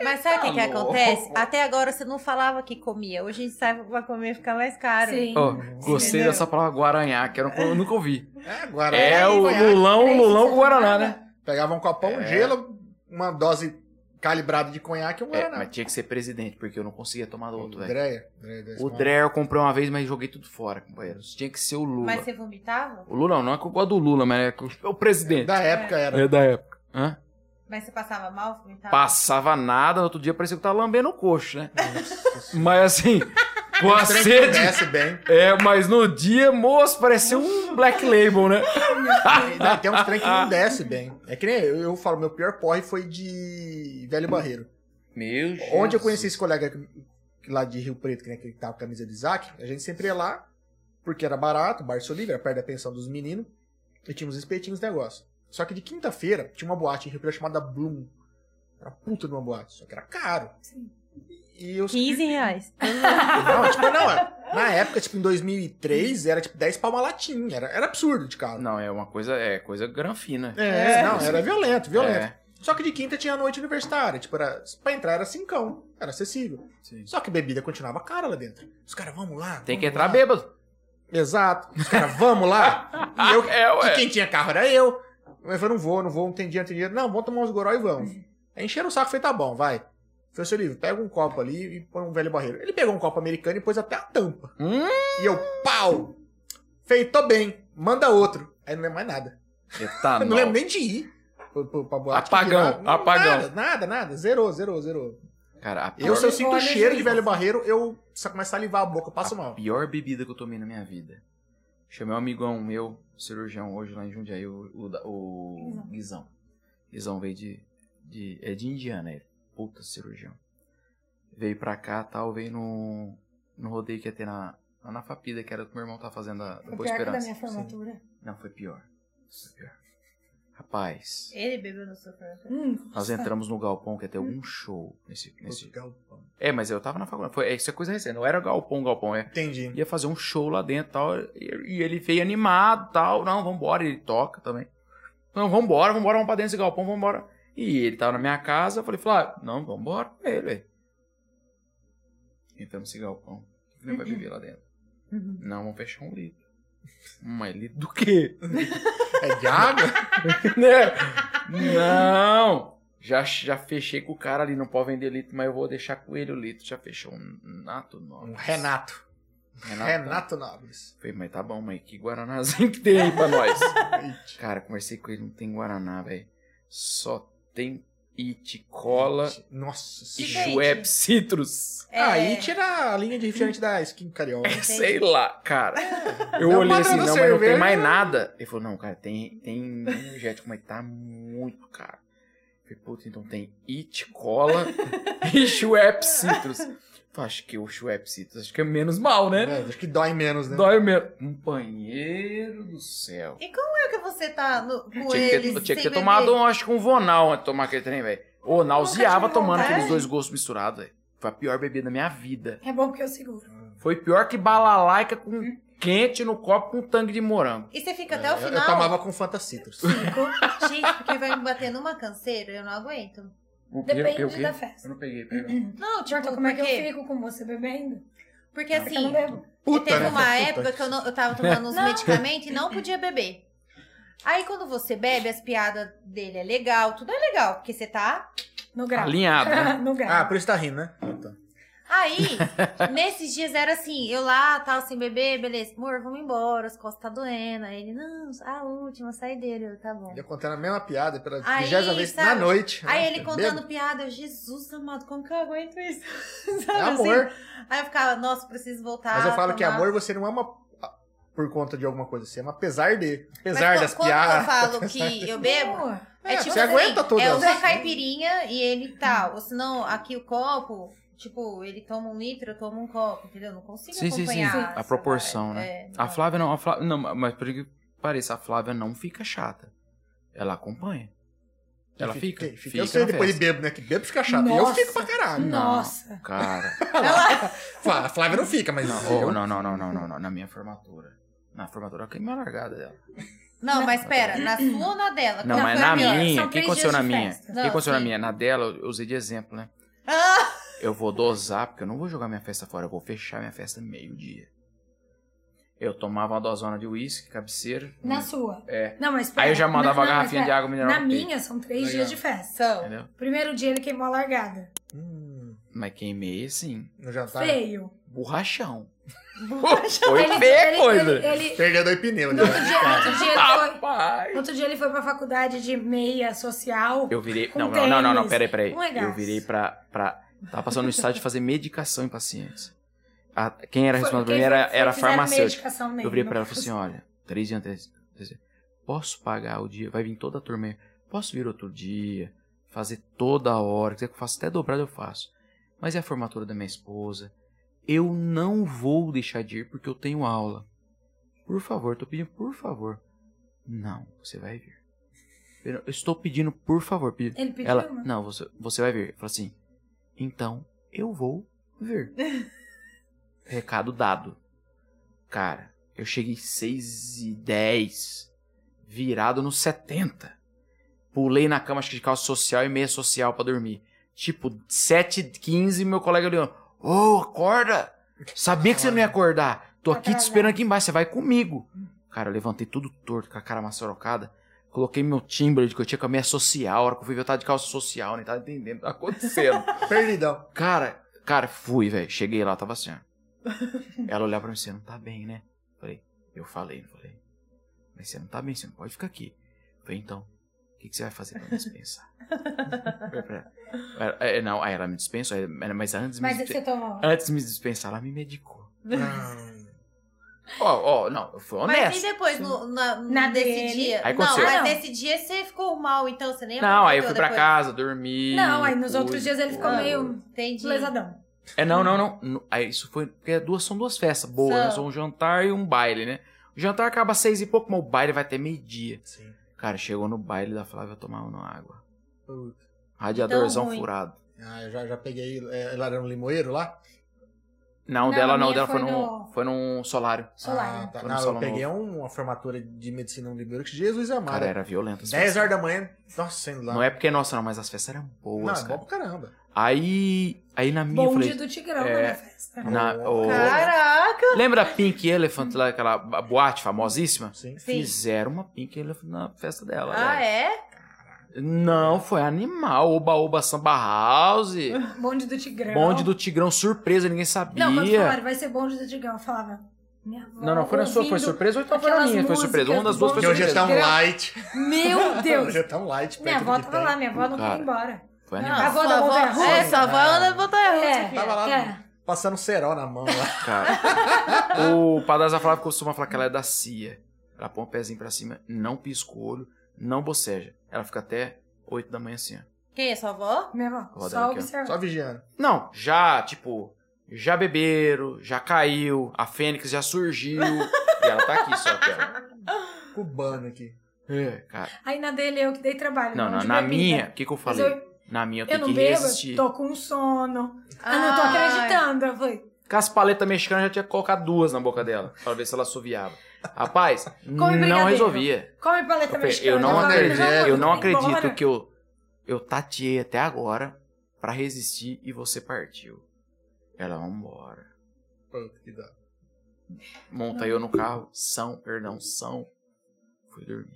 Speaker 1: Mas sabe o que, que
Speaker 3: Tá louco.
Speaker 1: acontece? Até agora você não falava que comia. Hoje a gente sabe que vai comer e fica mais caro.
Speaker 4: Sim.
Speaker 3: Ó, gostei
Speaker 1: Entendeu?
Speaker 3: dessa palavra guaranhá, que eu não- eu nunca ouvi.
Speaker 2: É, Guaraná.
Speaker 3: É o
Speaker 2: Guaranhaque.
Speaker 3: Lulão,
Speaker 4: Três,
Speaker 3: Lulão
Speaker 4: você
Speaker 3: com Guaraná,
Speaker 4: tomava.
Speaker 3: né?
Speaker 2: Pegava um copão, um
Speaker 3: É.
Speaker 2: gelo, uma dose calibrada de conhaque e um
Speaker 3: É,
Speaker 2: Guaraná.
Speaker 3: mas tinha que ser presidente, porque eu não conseguia tomar do outro, velho.
Speaker 2: Dreia. Dreia, Dreia,
Speaker 3: O
Speaker 2: Dreia.
Speaker 3: Dreyer eu comprei uma vez, mas joguei tudo fora, companheiros. Tinha que ser o Lula.
Speaker 1: Mas você vomitava?
Speaker 3: O Lula não é que eu gosto do Lula, mas é que o- é o presidente.
Speaker 2: É Da época Tá. era.
Speaker 3: É da época. Hã?
Speaker 1: Mas você passava mal? Vomitava?
Speaker 3: Passava nada, no outro dia parecia que tava lambendo o coxo, né? mas assim, com a sede.
Speaker 2: Desce bem.
Speaker 3: É, mas no dia, moço, parecia um Black Label, né?
Speaker 2: E daí tem uns trem que não desce bem. É que nem eu, eu falo, meu pior porre foi de Velho Barreiro.
Speaker 3: Meu Deus.
Speaker 2: Onde eu conheci esse colega que- que lá de Rio Preto, que, né, que tava com a camisa de Isaac, a gente sempre ia lá, porque era barato, bar livre, era perto da pensão dos meninos, e tinha uns espetinhos negócio. Só que de quinta-feira tinha uma boate em Rio Preto chamada Bloom. Era puta de uma boate, só que era caro. E eu
Speaker 1: 15 reais.
Speaker 2: Não, tipo, não, era- na época, tipo, em 2003, era tipo 10 pau uma latinha. Era, era absurdo de caro.
Speaker 3: Não, é uma coisa, é coisa granfina.
Speaker 2: É, não, era violento, violento.
Speaker 3: É.
Speaker 2: Só que de quinta tinha a noite universitária. Tipo, era, pra entrar era cincão. Era acessível. Só que bebida continuava cara lá dentro. Os caras, vamos lá.
Speaker 3: Tem
Speaker 2: vamos
Speaker 3: que entrar
Speaker 2: lá.
Speaker 3: bêbado.
Speaker 2: Exato. Os caras, vamos lá. E eu,
Speaker 3: É, ué.
Speaker 2: e quem tinha carro era eu. Mas eu falei, não vou, não vou, não tem dinheiro, não tem dinheiro. Não, vamos tomar uns goró e vamos. Aí encheram o saco, falei, tá bom, vai. Falei, seu livro, pega um copo ali e põe um velho barreiro. Ele pegou um copo americano e pôs até a tampa.
Speaker 3: Hum?
Speaker 2: E eu, pau! Falei, tô bem, manda outro. Aí não lembro mais nada.
Speaker 3: Etanol.
Speaker 2: Eu não lembro nem de ir pro- pro- pra boate.
Speaker 3: Apagão,
Speaker 2: porque nada-
Speaker 3: apagão.
Speaker 2: Nada, nada, nada. Zerou, zerou, zerou.
Speaker 3: Cara, a pior,
Speaker 2: Eu, se eu sinto o
Speaker 4: Olha,
Speaker 2: cheiro de
Speaker 4: gente.
Speaker 2: velho barreiro, eu só começo a salivar a boca, eu passo
Speaker 3: a
Speaker 2: mal.
Speaker 3: pior bebida que eu tomei na minha vida. Chamei um amigão meu, cirurgião, hoje lá em Jundiaí, o, o, da- o Guizão. Guizão veio de, de. É de Indiana, ele. Puta cirurgião. Veio pra cá tal, veio no. No rodeio que ia ter na. Lá na Fapida, que era o que meu irmão tá fazendo da, da
Speaker 4: O
Speaker 3: Boa
Speaker 4: pior é que da
Speaker 3: Esperança.
Speaker 4: minha formatura.
Speaker 3: Não, foi pior. Foi pior. Rapaz,
Speaker 1: Ele bebeu no seu próprio.
Speaker 4: Hum,
Speaker 3: nós entramos no galpão que ia ter um show nesse. nesse...
Speaker 2: Galpão.
Speaker 3: É, mas eu tava na faculdade. Foi, isso é coisa recente. Não era galpão, galpão. É
Speaker 2: Entendi.
Speaker 3: ia fazer um show lá dentro tal, e, e ele veio animado tal. Não, vambora, ele toca também. Não, vambora, vambora, vamos pra dentro desse galpão, vambora. E ele tava na minha casa, eu falei, Flávio, não, vambora com ele, velho. Entramos nesse galpão. O que ele vai viver lá dentro? Não, vamos fechar um litro. Mas litro do quê?
Speaker 2: É de água?
Speaker 3: Né? não! Já, já fechei com o cara ali, não pode vender litro, mas eu vou deixar com ele o litro. Já fechou um nato
Speaker 2: Um
Speaker 3: nobre.
Speaker 2: Renato. Renato Nobres.
Speaker 3: Falei, mas tá bom, mas que guaranazinho que tem aí pra nós? Cara, conversei com ele, não tem guaraná, velho. Só tem it,
Speaker 2: Ah.
Speaker 3: cola
Speaker 2: Nossa
Speaker 3: e
Speaker 1: Sim, gente.
Speaker 3: Schweppes citrus.
Speaker 1: É,
Speaker 2: Aí tira a linha de refrigerante da Skin Carioca. Né?
Speaker 3: Sei lá, cara. Eu
Speaker 2: É o
Speaker 3: olhei
Speaker 2: padrão da
Speaker 3: assim, não, mas não tem
Speaker 2: cerveja.
Speaker 3: mais nada. Ele falou, não, cara, tem, tem energético, mas tá muito caro. Eu Falei, puta, então tem it, cola e Schweppes citrus. Eu Falei, acho que o Schweppes citrus, acho que é menos mal, né?
Speaker 2: É, acho que dói menos, né?
Speaker 3: Dói mesmo. Um banheiro do céu.
Speaker 1: Como é que você tá no, com
Speaker 3: Eu tinha que ter,
Speaker 1: eles?
Speaker 3: eu tinha que ter
Speaker 1: sem
Speaker 3: tomado,
Speaker 1: beber?
Speaker 3: um, acho que um Vonal antes de tomar aquele trem, velho. Ô, nauseava
Speaker 4: tive
Speaker 3: tomando
Speaker 4: vontade.
Speaker 3: aqueles dois gostos misturados, velho. Foi a pior bebida da minha vida.
Speaker 4: é bom porque eu seguro.
Speaker 3: Foi pior que balalaica com quente no copo com tangue de morango.
Speaker 1: E você fica
Speaker 3: É,
Speaker 1: até o
Speaker 2: É, Eu-
Speaker 1: final.
Speaker 2: Eu tomava com Fanta Citrus.
Speaker 1: Gente, porque vai me bater numa canseira, eu não aguento.
Speaker 4: Depende da festa.
Speaker 3: Eu não peguei, peguei.
Speaker 1: Não, tipo,
Speaker 4: Tipo, como é que eu
Speaker 1: porque-
Speaker 4: fico com você bebendo?
Speaker 1: Porque
Speaker 4: Porque eu
Speaker 1: assim,
Speaker 4: não bebo.
Speaker 2: Puta,
Speaker 1: teve
Speaker 2: né?
Speaker 1: uma
Speaker 2: Puta.
Speaker 1: época que eu, não, eu tava tomando uns medicamentos e não podia beber. Aí quando você bebe, as piadas dele é legal, tudo é legal, porque você tá.
Speaker 4: No grau.
Speaker 3: Alinhado, né?
Speaker 4: no grau.
Speaker 2: Ah, por isso tá rindo, né? Ah, tá.
Speaker 1: Aí, nesses dias era assim, eu lá, tal, sem beber, beleza, amor, vamos embora, as costas tá doendo. Aí ele, não, a última saideira, eu, tá bom.
Speaker 2: Ia contando a mesma piada pela
Speaker 1: Aí,
Speaker 2: vigésima vez
Speaker 1: sabe?
Speaker 2: na noite.
Speaker 1: Aí
Speaker 2: né?
Speaker 1: ele contando piada, eu, Jesus amado, como que eu aguento isso? Sabe
Speaker 2: É
Speaker 1: assim?
Speaker 2: amor.
Speaker 1: Aí eu ficava, nossa, preciso voltar.
Speaker 2: Mas eu falo
Speaker 1: tomar.
Speaker 2: que é amor você não ama por conta de alguma coisa. Você ama apesar de.
Speaker 1: Mas
Speaker 2: Apesar
Speaker 1: qu-
Speaker 2: das
Speaker 1: quando eu
Speaker 2: piadas.
Speaker 1: falo que eu bebo,
Speaker 4: Boa.
Speaker 1: é,
Speaker 2: É,
Speaker 1: tipo
Speaker 2: você
Speaker 1: assim,
Speaker 2: aguenta todas.
Speaker 1: É uma caipirinha e ele tal. Ou senão, aqui o copo, tipo, ele toma um litro, eu tomo um copo, entendeu? Não consigo
Speaker 3: Sim, sim, sim.
Speaker 1: acompanhar. assim,
Speaker 3: A proporção,
Speaker 1: né?
Speaker 3: A Flávia não, a Flávia, não, mas por que pareça, a Flávia não fica chata. Ela acompanha. Ela fica?
Speaker 2: Fica, eu sei
Speaker 3: na
Speaker 2: depois de
Speaker 3: festa.
Speaker 2: bêbado, né? Que bebo fica chato. Eu
Speaker 4: Nossa.
Speaker 2: fico pra caralho.
Speaker 4: Não. Nossa.
Speaker 3: Cara.
Speaker 2: Flá- A Flávia não fica, mas
Speaker 3: Não,
Speaker 2: eu...
Speaker 3: oh, não, não, não, não, não, não. Na minha formatura. Na formatura eu queimei a largada dela.
Speaker 1: Não, mas pera, na sua ou na dela?
Speaker 3: Não,
Speaker 1: Qual
Speaker 3: mas
Speaker 1: foi a
Speaker 3: na
Speaker 1: pior?
Speaker 3: minha,
Speaker 4: são
Speaker 3: o que
Speaker 4: três
Speaker 3: aconteceu
Speaker 4: dias
Speaker 3: na
Speaker 4: de
Speaker 3: minha?
Speaker 4: festa.
Speaker 3: O que
Speaker 1: Não,
Speaker 3: aconteceu na
Speaker 1: sim.
Speaker 3: minha? Na dela eu usei de exemplo, né?
Speaker 1: Ah,
Speaker 3: Eu vou dosar, porque eu não vou jogar minha festa fora, eu vou fechar minha festa meio-dia. Eu tomava uma dosona de uísque, cabeceira.
Speaker 4: Na
Speaker 3: um-
Speaker 4: sua.
Speaker 3: É.
Speaker 4: Não, mas pera.
Speaker 3: Aí eu já mandava
Speaker 4: Não,
Speaker 3: a
Speaker 4: não,
Speaker 3: garrafinha
Speaker 4: mas
Speaker 3: de
Speaker 4: pera.
Speaker 3: água mineral.
Speaker 4: Na
Speaker 3: no peito,
Speaker 4: minha são
Speaker 3: Tá
Speaker 4: três
Speaker 2: Legal.
Speaker 4: dias de festa.
Speaker 1: são.
Speaker 3: Entendeu?
Speaker 4: Primeiro dia ele queimou a largada.
Speaker 2: Hum,
Speaker 3: Mas queimei assim,
Speaker 2: no jantar.
Speaker 4: Feio.
Speaker 3: borrachão.
Speaker 4: Ele,
Speaker 3: Foi feia
Speaker 4: ele-
Speaker 3: coisa. Ah.
Speaker 4: ele- ele-
Speaker 2: Perdeu dois pneus.
Speaker 4: no
Speaker 2: Né?
Speaker 4: outro dia, no outro dia ele foi.
Speaker 3: Rapaz.
Speaker 4: no outro dia ele foi pra faculdade de meia social.
Speaker 3: Eu virei.
Speaker 4: Com
Speaker 3: Não, não, não, não, não,
Speaker 4: tênis,
Speaker 3: peraí, peraí.
Speaker 4: com regaço.
Speaker 3: Eu virei pra. pra tava passando no estágio de fazer medicação em pacientes. A- quem era
Speaker 4: Foi-
Speaker 3: responsável
Speaker 4: quem
Speaker 3: primeiro era,
Speaker 4: foi- foi-
Speaker 3: era a
Speaker 4: fizeram
Speaker 3: farmacêutica.
Speaker 4: medicação nele,
Speaker 3: Eu virei
Speaker 4: não
Speaker 3: pra ela e
Speaker 4: foi-
Speaker 3: falei assim: olha, três dias antes. três dias. Posso pagar o dia? Vai vir toda a turma aí. Posso vir outro dia? Fazer toda hora. Quiser que eu faça até dobrado, eu faço. Mas é a formatura da minha esposa. Eu não vou deixar de ir porque eu tenho aula. Por favor, tô pedindo, por favor. Não, você vai vir. Eu estou pedindo, por favor. Pedindo.
Speaker 4: Ele pediu
Speaker 3: Ela, "Hum,
Speaker 4: uma.
Speaker 3: não, você, você vai vir. Fala assim, então eu vou vir. Recado dado. Cara, eu cheguei 6 e 10, virado no 70. Pulei na cama, acho que de calça social e meia social pra dormir. Tipo, 7 e 15, meu colega Leon, ô, acorda! Sabia que você não ia acordar. Tô aqui te esperando aqui embaixo, você vai comigo. Cara, eu levantei tudo torto, com a cara maçorocada. Coloquei meu timbre de que eu tinha com a meia social. A hora que eu fui ver, eu tava de calça social, nem tava entendendo o que tava acontecendo.
Speaker 2: Perdidão.
Speaker 3: Cara, cara, fui, velho. Cheguei lá, tava assim, ó. Ela olhava pra mim, você não tá bem, né? Falei, eu falei, não falei. Mas você não tá bem, você não pode ficar aqui. Falei, então, o que, que você vai fazer pra me dispensar? Falei pra ela. Ela- é, não, aí ela me dispensou, aí- mas antes me,
Speaker 4: Mas é que
Speaker 3: dispen-
Speaker 4: você tomou.
Speaker 3: antes de me dispensar, ela me medicou.
Speaker 2: Ah,
Speaker 3: Ó, ó, não, eu fui
Speaker 1: Mas e
Speaker 3: honesto.
Speaker 1: depois, no, na,
Speaker 4: Na
Speaker 1: desse
Speaker 4: dele.
Speaker 1: dia?
Speaker 3: Aí
Speaker 1: não,
Speaker 3: aconteceu.
Speaker 1: mas
Speaker 4: Ah, não.
Speaker 1: nesse dia você ficou mal, então você nem
Speaker 3: Não, aí eu
Speaker 1: aproveitou
Speaker 3: fui pra
Speaker 1: depois.
Speaker 3: casa, dormi.
Speaker 4: Não, aí nos
Speaker 3: fui,
Speaker 4: outros dias ele ficou
Speaker 3: fui.
Speaker 4: meio
Speaker 1: Entendi.
Speaker 4: lesadão.
Speaker 3: É, não, não, não. No- Aí isso foi. Porque é duas, são duas festas boas,
Speaker 1: São.
Speaker 3: né? São um jantar e um baile, né? O jantar acaba às seis e pouco, mas o baile vai até meio-dia.
Speaker 2: sim.
Speaker 3: Cara, chegou no baile da Flávia tomar uma água.
Speaker 2: Puta.
Speaker 3: Radiadorzão
Speaker 1: ruim.
Speaker 3: furado.
Speaker 2: Ah, eu já, já peguei é, laranja limoeiro lá.
Speaker 3: Não,
Speaker 4: Não, a
Speaker 3: dela não,
Speaker 4: minha
Speaker 3: dela foi,
Speaker 4: foi
Speaker 3: num,
Speaker 4: no-
Speaker 3: foi num solário.
Speaker 2: Ah,
Speaker 4: Solar.
Speaker 2: tá.
Speaker 3: Foi no
Speaker 2: Não, eu
Speaker 3: salão
Speaker 2: peguei um- uma formatura de medicina no limoeiro que Jesus amado.
Speaker 3: Ah, Cara, era violento. as
Speaker 2: 10
Speaker 3: festas.
Speaker 2: horas da manhã, nossa, indo lá.
Speaker 3: Não é porque é nossa, não, mas as festas eram
Speaker 2: Não,
Speaker 3: boas,
Speaker 2: é bom
Speaker 3: cara.
Speaker 2: pra caramba.
Speaker 3: Aí. Aí na minha eu
Speaker 4: Bonde
Speaker 3: falei.
Speaker 4: do Tigrão
Speaker 3: É.
Speaker 4: na festa.
Speaker 3: na- ô,
Speaker 1: Caraca!
Speaker 3: Lembra a Pink Elephant lá, aquela ba- boate famosíssima?
Speaker 2: Sim.
Speaker 1: Sim.
Speaker 3: Fizeram uma Pink Elephant na festa dela.
Speaker 1: Ah,
Speaker 3: velho.
Speaker 1: é?
Speaker 3: Não, foi animal. Oba, oba, samba house.
Speaker 4: Bonde do Tigrão.
Speaker 3: Bonde do Tigrão, surpresa, ninguém sabia.
Speaker 4: Não, quando falaram, vai ser bonde do Tigrão, eu falava. Minha avó,
Speaker 3: Não, não, foi na sua, foi
Speaker 4: ouvindo-
Speaker 3: surpresa ou então foi na
Speaker 4: aquelas
Speaker 3: minha? Foi surpresa. Uma das duas foi
Speaker 2: Porque hoje é
Speaker 3: surpresa.
Speaker 2: tão light.
Speaker 4: Meu Deus!
Speaker 2: Hoje é tão light.
Speaker 4: minha
Speaker 2: perto do
Speaker 4: avó
Speaker 2: que
Speaker 4: tava
Speaker 2: tem.
Speaker 4: lá, minha avó não
Speaker 3: Cara.
Speaker 4: queria ir embora.
Speaker 3: Foi
Speaker 1: Não,
Speaker 3: animal.
Speaker 4: avó
Speaker 1: sua
Speaker 4: da
Speaker 1: avó-
Speaker 4: montanha russa.
Speaker 1: É, sua avó anda da montanha russa.
Speaker 4: É,
Speaker 1: filha.
Speaker 2: Tava lá
Speaker 4: é.
Speaker 2: passando cerol na mão
Speaker 4: Ah.
Speaker 2: lá.
Speaker 3: Cara, o Padraza falava costuma falar que ela é da CIA. Ela põe o pezinho pra cima, não pisca o olho, não boceja. Ela fica até 8 da manhã assim, ó.
Speaker 1: Quem é sua avó?
Speaker 4: Minha avó,
Speaker 3: Roda
Speaker 4: só
Speaker 3: aqui, ó.
Speaker 4: observar.
Speaker 2: Só vigiando.
Speaker 3: Não, já, tipo, já beberam, já caiu, a Fênix já surgiu. e ela tá aqui só, cara.
Speaker 2: Cubano aqui.
Speaker 3: É, cara.
Speaker 4: Aí na dele eu que dei trabalho.
Speaker 3: Não, não,
Speaker 4: de
Speaker 3: na
Speaker 4: bebida.
Speaker 3: minha, o que que eu
Speaker 4: Mas
Speaker 3: falei?
Speaker 4: eu,
Speaker 3: Na minha eu
Speaker 4: eu
Speaker 3: tenho
Speaker 4: não
Speaker 3: que
Speaker 4: bebo,
Speaker 3: resistir.
Speaker 4: tô com sono. eu Ah, não tô
Speaker 1: Ai.
Speaker 4: acreditando. Eu falei,
Speaker 3: Com as paletas mexicanas, eu já tinha colocado duas na boca dela, pra ver se ela assoviava. Rapaz, não
Speaker 4: brigadeiro.
Speaker 3: resolvia.
Speaker 4: come paleta
Speaker 3: Eu, pe-
Speaker 4: mexicana.
Speaker 3: eu não
Speaker 4: falava,
Speaker 3: acredito,
Speaker 4: "Não,
Speaker 3: eu não
Speaker 4: tô indo embora."
Speaker 3: acredito que eu, eu tateei até agora pra resistir e você partiu. Ela, vambora.
Speaker 2: Puta que dá.
Speaker 3: Monta eu no carro, São, perdão, São. Fui dormir.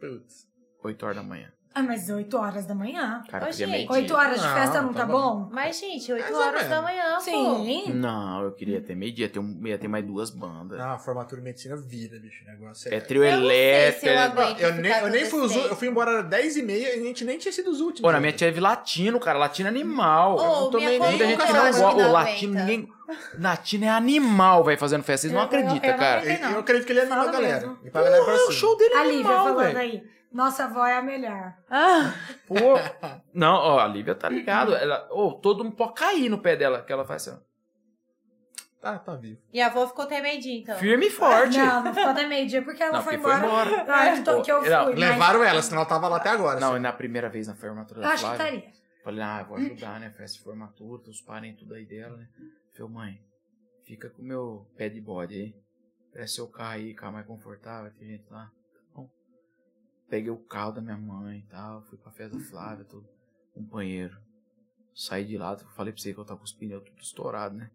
Speaker 2: Putz.
Speaker 3: 8 horas da manhã.
Speaker 4: Ah, mas 8 horas da manhã.
Speaker 3: Cara,
Speaker 1: Ô,
Speaker 3: eu queria
Speaker 1: gente.
Speaker 3: meio-dia.
Speaker 4: 8 horas de
Speaker 2: Não,
Speaker 4: festa não tá,
Speaker 2: tá
Speaker 4: bom?
Speaker 1: Mas, gente, 8
Speaker 2: Mais ou
Speaker 1: horas
Speaker 2: menos.
Speaker 1: da
Speaker 3: Tá
Speaker 1: manhã, pô.
Speaker 4: Sim.
Speaker 3: Não, eu queria ter meio-dia, ter um- ia ter mais duas bandas.
Speaker 2: Ah, formatura de medicina vira, bicho. Negócio
Speaker 3: É
Speaker 2: é.
Speaker 3: trio
Speaker 1: Eu não sei se
Speaker 3: elétrico.
Speaker 1: eu
Speaker 3: é-
Speaker 1: aguento.
Speaker 2: Eu nem, eu nem fui os
Speaker 1: Aconteceu.
Speaker 2: eu fui embora às 10h30 e a gente nem tinha sido os últimos.
Speaker 3: Pô, na minha tia teve latino, cara. Latino é animal.
Speaker 1: Ô,
Speaker 3: Eu não tô
Speaker 1: minha
Speaker 3: nem- muita
Speaker 2: coluna,
Speaker 3: gente que
Speaker 2: eu
Speaker 3: não
Speaker 2: acho
Speaker 3: gosta.
Speaker 1: que
Speaker 3: Ô,
Speaker 1: não
Speaker 3: latino,
Speaker 1: aguenta.
Speaker 3: ninguém. Latino é animal, vai fazendo festa. Vocês não
Speaker 4: Eu- eu- eu
Speaker 3: acreditam,
Speaker 4: não
Speaker 3: cara.
Speaker 4: acredito. assim.
Speaker 2: Eu, eu acredito que ele animou a
Speaker 4: Fala
Speaker 2: galera.
Speaker 4: mesmo. Uh,
Speaker 2: E pra galera pra
Speaker 3: Pô,
Speaker 2: cima.
Speaker 3: O show dele é
Speaker 4: A Lívia né?
Speaker 3: animal,
Speaker 4: falando
Speaker 3: velho.
Speaker 4: aí. Nossa avó é a melhor.
Speaker 1: Ah,
Speaker 3: Pô, não, ó, a Lívia tá ligado. Ela, ô, todo mundo pode cair no pé dela, que ela faz assim, ó.
Speaker 2: Ah, tá vivo.
Speaker 1: E a avó ficou temedinha, então.
Speaker 3: Firme e forte.
Speaker 4: Não, não ficou até meio-dia é porque ela
Speaker 3: Não,
Speaker 4: foi,
Speaker 3: porque foi
Speaker 4: embora
Speaker 3: embora. É.
Speaker 4: na hora que, to- que eu fui.
Speaker 3: Não,
Speaker 4: mas
Speaker 2: Levaram ela, senão ela tava lá até agora.
Speaker 3: Não, é.
Speaker 2: assim.
Speaker 3: e na primeira vez na formatura
Speaker 4: Eu
Speaker 3: da
Speaker 4: acho que tá
Speaker 3: Flávia.
Speaker 4: estaria.
Speaker 3: Falei, ah, vou ajudar, né? Festa de formatura, tem os parentes tudo aí dela, né? Falei, mãe, fica com o meu pé de bode aí. Presta seu carro aí, carro mais confortável, tem gente lá. Bom, peguei o carro da minha mãe e tal, fui pra festa da Flávia, tudo. Companheiro. Saí de lá, falei pra você que eu tava com os pneus tudo estourado, né?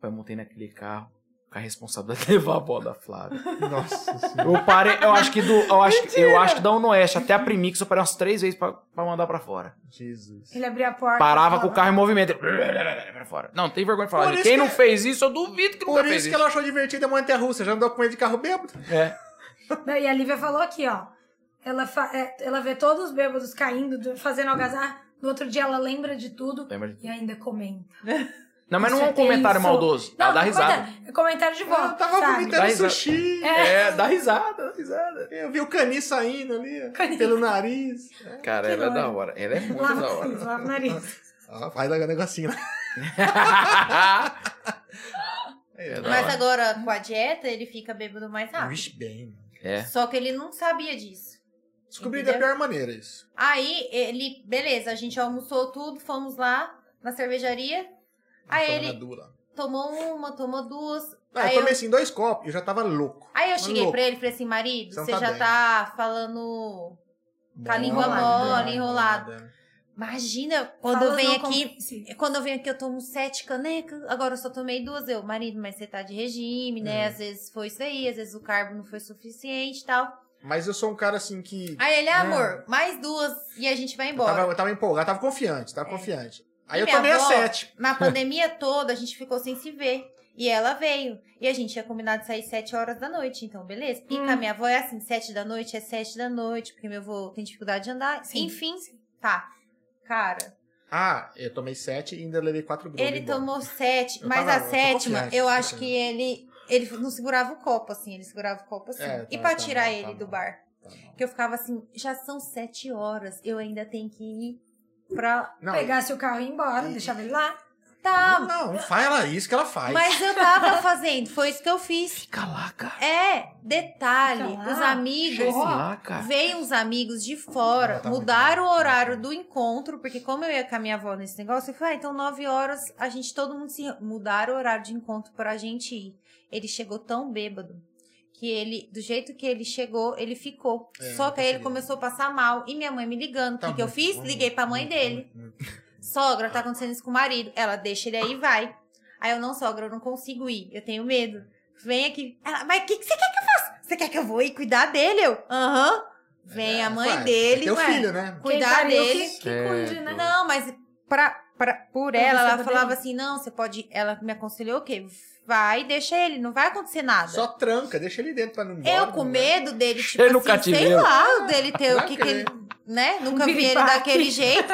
Speaker 3: Pai, montei naquele carro. Ficar responsável de levar a bola da Flávia.
Speaker 2: Nossa senhora.
Speaker 3: Eu parei, eu acho que do. Eu acho, que- eu acho que da Uno Oeste até a Primix eu parei umas três vezes pra, pra mandar pra fora.
Speaker 2: Jesus.
Speaker 4: Ele abriu a porta.
Speaker 3: Parava
Speaker 4: falava,
Speaker 3: com o carro em movimento. ele Pra fora. Não, tem vergonha de falar.
Speaker 2: Por
Speaker 3: gente.
Speaker 2: isso
Speaker 3: Quem
Speaker 2: que-
Speaker 3: não fez isso, eu duvido que nunca
Speaker 2: Por
Speaker 3: fez
Speaker 2: isso que ela achou divertida a montanha russa. Já andou com medo de carro bêbado.
Speaker 3: É.
Speaker 4: Não, e a Lívia falou aqui, ó. Ela, fa- é, ela vê todos os bêbados caindo, do- fazendo algazarra. No outro dia ela lembra de tudo
Speaker 3: Lembra de-
Speaker 4: e ainda comenta.
Speaker 3: Não, mas não
Speaker 4: Isso
Speaker 3: é um comentário
Speaker 4: tenso.
Speaker 3: maldoso. Ela dá
Speaker 4: não
Speaker 3: risada.
Speaker 4: comentário, é comentário de volta.
Speaker 2: Eu Ah, tava
Speaker 4: sabe?
Speaker 3: Dá
Speaker 2: vomitando
Speaker 3: risada.
Speaker 2: sushi.
Speaker 3: É, dá risada, dá risada.
Speaker 2: Eu vi o cani saindo ali, ó,
Speaker 4: Cani.
Speaker 2: pelo nariz.
Speaker 3: Cara,
Speaker 4: Que
Speaker 3: ela é
Speaker 4: nojo.
Speaker 3: da hora. Ela é muito
Speaker 4: Lava
Speaker 3: da
Speaker 4: o
Speaker 3: hora.
Speaker 4: nariz, lava o nariz.
Speaker 2: Ó, faz o Ah, negocinho. né?
Speaker 3: É da
Speaker 1: Mas
Speaker 3: hora.
Speaker 1: agora, com a dieta, ele fica bêbado mais rápido.
Speaker 2: Wish bem. mano.
Speaker 3: É.
Speaker 1: Só que ele não sabia disso.
Speaker 2: Descobri da
Speaker 1: Entendeu?
Speaker 2: pior maneira é isso.
Speaker 1: Aí ele, beleza, a gente almoçou tudo, fomos lá na cervejaria. Aí
Speaker 2: Foi na
Speaker 1: Ah, ele
Speaker 2: dura.
Speaker 1: tomou uma, tomou duas.
Speaker 2: Não,
Speaker 1: aí,
Speaker 2: eu tomei
Speaker 1: eu,
Speaker 2: assim dois copos e eu já tava louco.
Speaker 1: aí eu
Speaker 2: Mas
Speaker 1: cheguei
Speaker 2: louco.
Speaker 1: pra ele e falei assim, marido,
Speaker 2: Você não
Speaker 1: você
Speaker 2: tá
Speaker 1: já
Speaker 2: bem."
Speaker 1: tá falando. Com a língua
Speaker 2: Enrolada,
Speaker 1: mole, enrolada. Imagina quando eu
Speaker 4: Falou,
Speaker 1: venho
Speaker 4: não
Speaker 1: aqui.
Speaker 4: compense.
Speaker 1: Quando eu venho aqui, eu tomo sete canecas. Agora eu só tomei duas. Eu, marido, mas você tá de regime, né?
Speaker 2: É.
Speaker 1: Às vezes foi isso aí, às vezes o carbo não foi suficiente e tal.
Speaker 2: Mas eu sou um cara assim que.
Speaker 1: Aí ele,
Speaker 2: É.
Speaker 1: amor, mais duas e a gente vai
Speaker 2: Eu
Speaker 1: embora.
Speaker 2: tava, eu tava empolgado, tava confiante, tava
Speaker 1: É.
Speaker 2: confiante. Aí
Speaker 1: E
Speaker 2: eu
Speaker 1: minha
Speaker 2: tomei
Speaker 1: avó?
Speaker 2: a sete.
Speaker 1: Na pandemia toda, a gente ficou sem se ver. E ela veio. E a gente tinha combinado de sair sete horas da noite, então, beleza? Pica,
Speaker 4: Hum.
Speaker 1: minha avó é assim, sete da noite é sete da noite, porque meu avô tem dificuldade de andar.
Speaker 4: Sim.
Speaker 1: Enfim, tá. Cara,
Speaker 2: Ah, eu tomei sete e ainda levei quatro gols.
Speaker 1: ele tomou sete,
Speaker 2: Eu
Speaker 1: mas
Speaker 2: tava- né,
Speaker 1: a
Speaker 2: eu tô
Speaker 1: sétima,
Speaker 2: confiante,
Speaker 1: eu
Speaker 2: tô
Speaker 1: acho que
Speaker 2: confiante.
Speaker 1: ele. Ele não segurava o copo, assim, ele segurava o copo assim.
Speaker 2: É,
Speaker 1: e
Speaker 2: tá-
Speaker 1: pra
Speaker 2: tá
Speaker 1: tirar
Speaker 2: mal,
Speaker 1: ele
Speaker 2: tá
Speaker 1: do
Speaker 2: mal.
Speaker 1: bar? Porque eu ficava assim, já são sete horas, eu ainda tenho que ir pra.
Speaker 2: Não,
Speaker 4: Pegasse o carro e ir embora,
Speaker 2: E-
Speaker 4: deixava ele lá.
Speaker 1: Tá,
Speaker 2: não, não fala isso que ela faz.
Speaker 1: mas eu tava fazendo, foi isso que eu fiz.
Speaker 3: Fica lá, cara.
Speaker 1: É, detalhe,
Speaker 4: Fica lá,
Speaker 1: os amigos,
Speaker 3: Fica lá, cara.
Speaker 1: veio uns amigos de
Speaker 2: Ela
Speaker 1: fora,
Speaker 2: tá muito
Speaker 1: mudaram o
Speaker 2: mal.
Speaker 1: horário do encontro, porque como eu ia com a minha avó nesse negócio, eu falei, ah, então nove horas, a gente, todo mundo se re- mudaram o horário de encontro pra gente ir. Ele chegou tão bêbado que ele, do jeito que ele chegou, ele ficou.
Speaker 2: É,
Speaker 1: Só
Speaker 2: não
Speaker 1: que aí ele
Speaker 2: conseguia.
Speaker 1: começou a passar mal. E minha mãe me ligando, o
Speaker 2: Tá
Speaker 1: que, que eu
Speaker 2: muito,
Speaker 1: fiz?
Speaker 2: muito,
Speaker 1: Liguei pra mãe
Speaker 2: muito,
Speaker 1: dele.
Speaker 2: muito, muito.
Speaker 1: Sogra, tá acontecendo isso com o marido. Ela deixa ele aí e vai. Aí eu, não, sogra, eu não consigo ir. Eu tenho medo. Vem aqui. Ela, mas o que, que você quer que eu faça? Você quer que eu vou ir cuidar dele? Eu, aham. Vem a mãe
Speaker 2: Vai,
Speaker 1: dele,
Speaker 2: É, Teu
Speaker 1: ué.
Speaker 2: filho, né?
Speaker 1: Cuidar
Speaker 4: Quem pariu
Speaker 1: dele.
Speaker 4: Que,
Speaker 3: É,
Speaker 4: que cuide, né?
Speaker 1: Não, mas pra, pra, por
Speaker 4: Pra
Speaker 1: ela,
Speaker 4: você
Speaker 1: ela
Speaker 4: poder
Speaker 1: falava
Speaker 4: ir.
Speaker 1: assim, não, você pode... ir. Ela me aconselhou o quê? Vai, e deixa ele, não vai acontecer nada.
Speaker 2: Só tranca, deixa ele dentro pra não embora.
Speaker 1: eu com
Speaker 2: né?
Speaker 1: medo dele, tipo
Speaker 3: Cheio no
Speaker 1: assim, sei
Speaker 3: cativeiro. Um
Speaker 1: lá, dele ter o
Speaker 2: Vai
Speaker 1: que, que
Speaker 2: crer.
Speaker 1: ele né? Nunca vi ele
Speaker 4: piripaque.
Speaker 1: daquele jeito.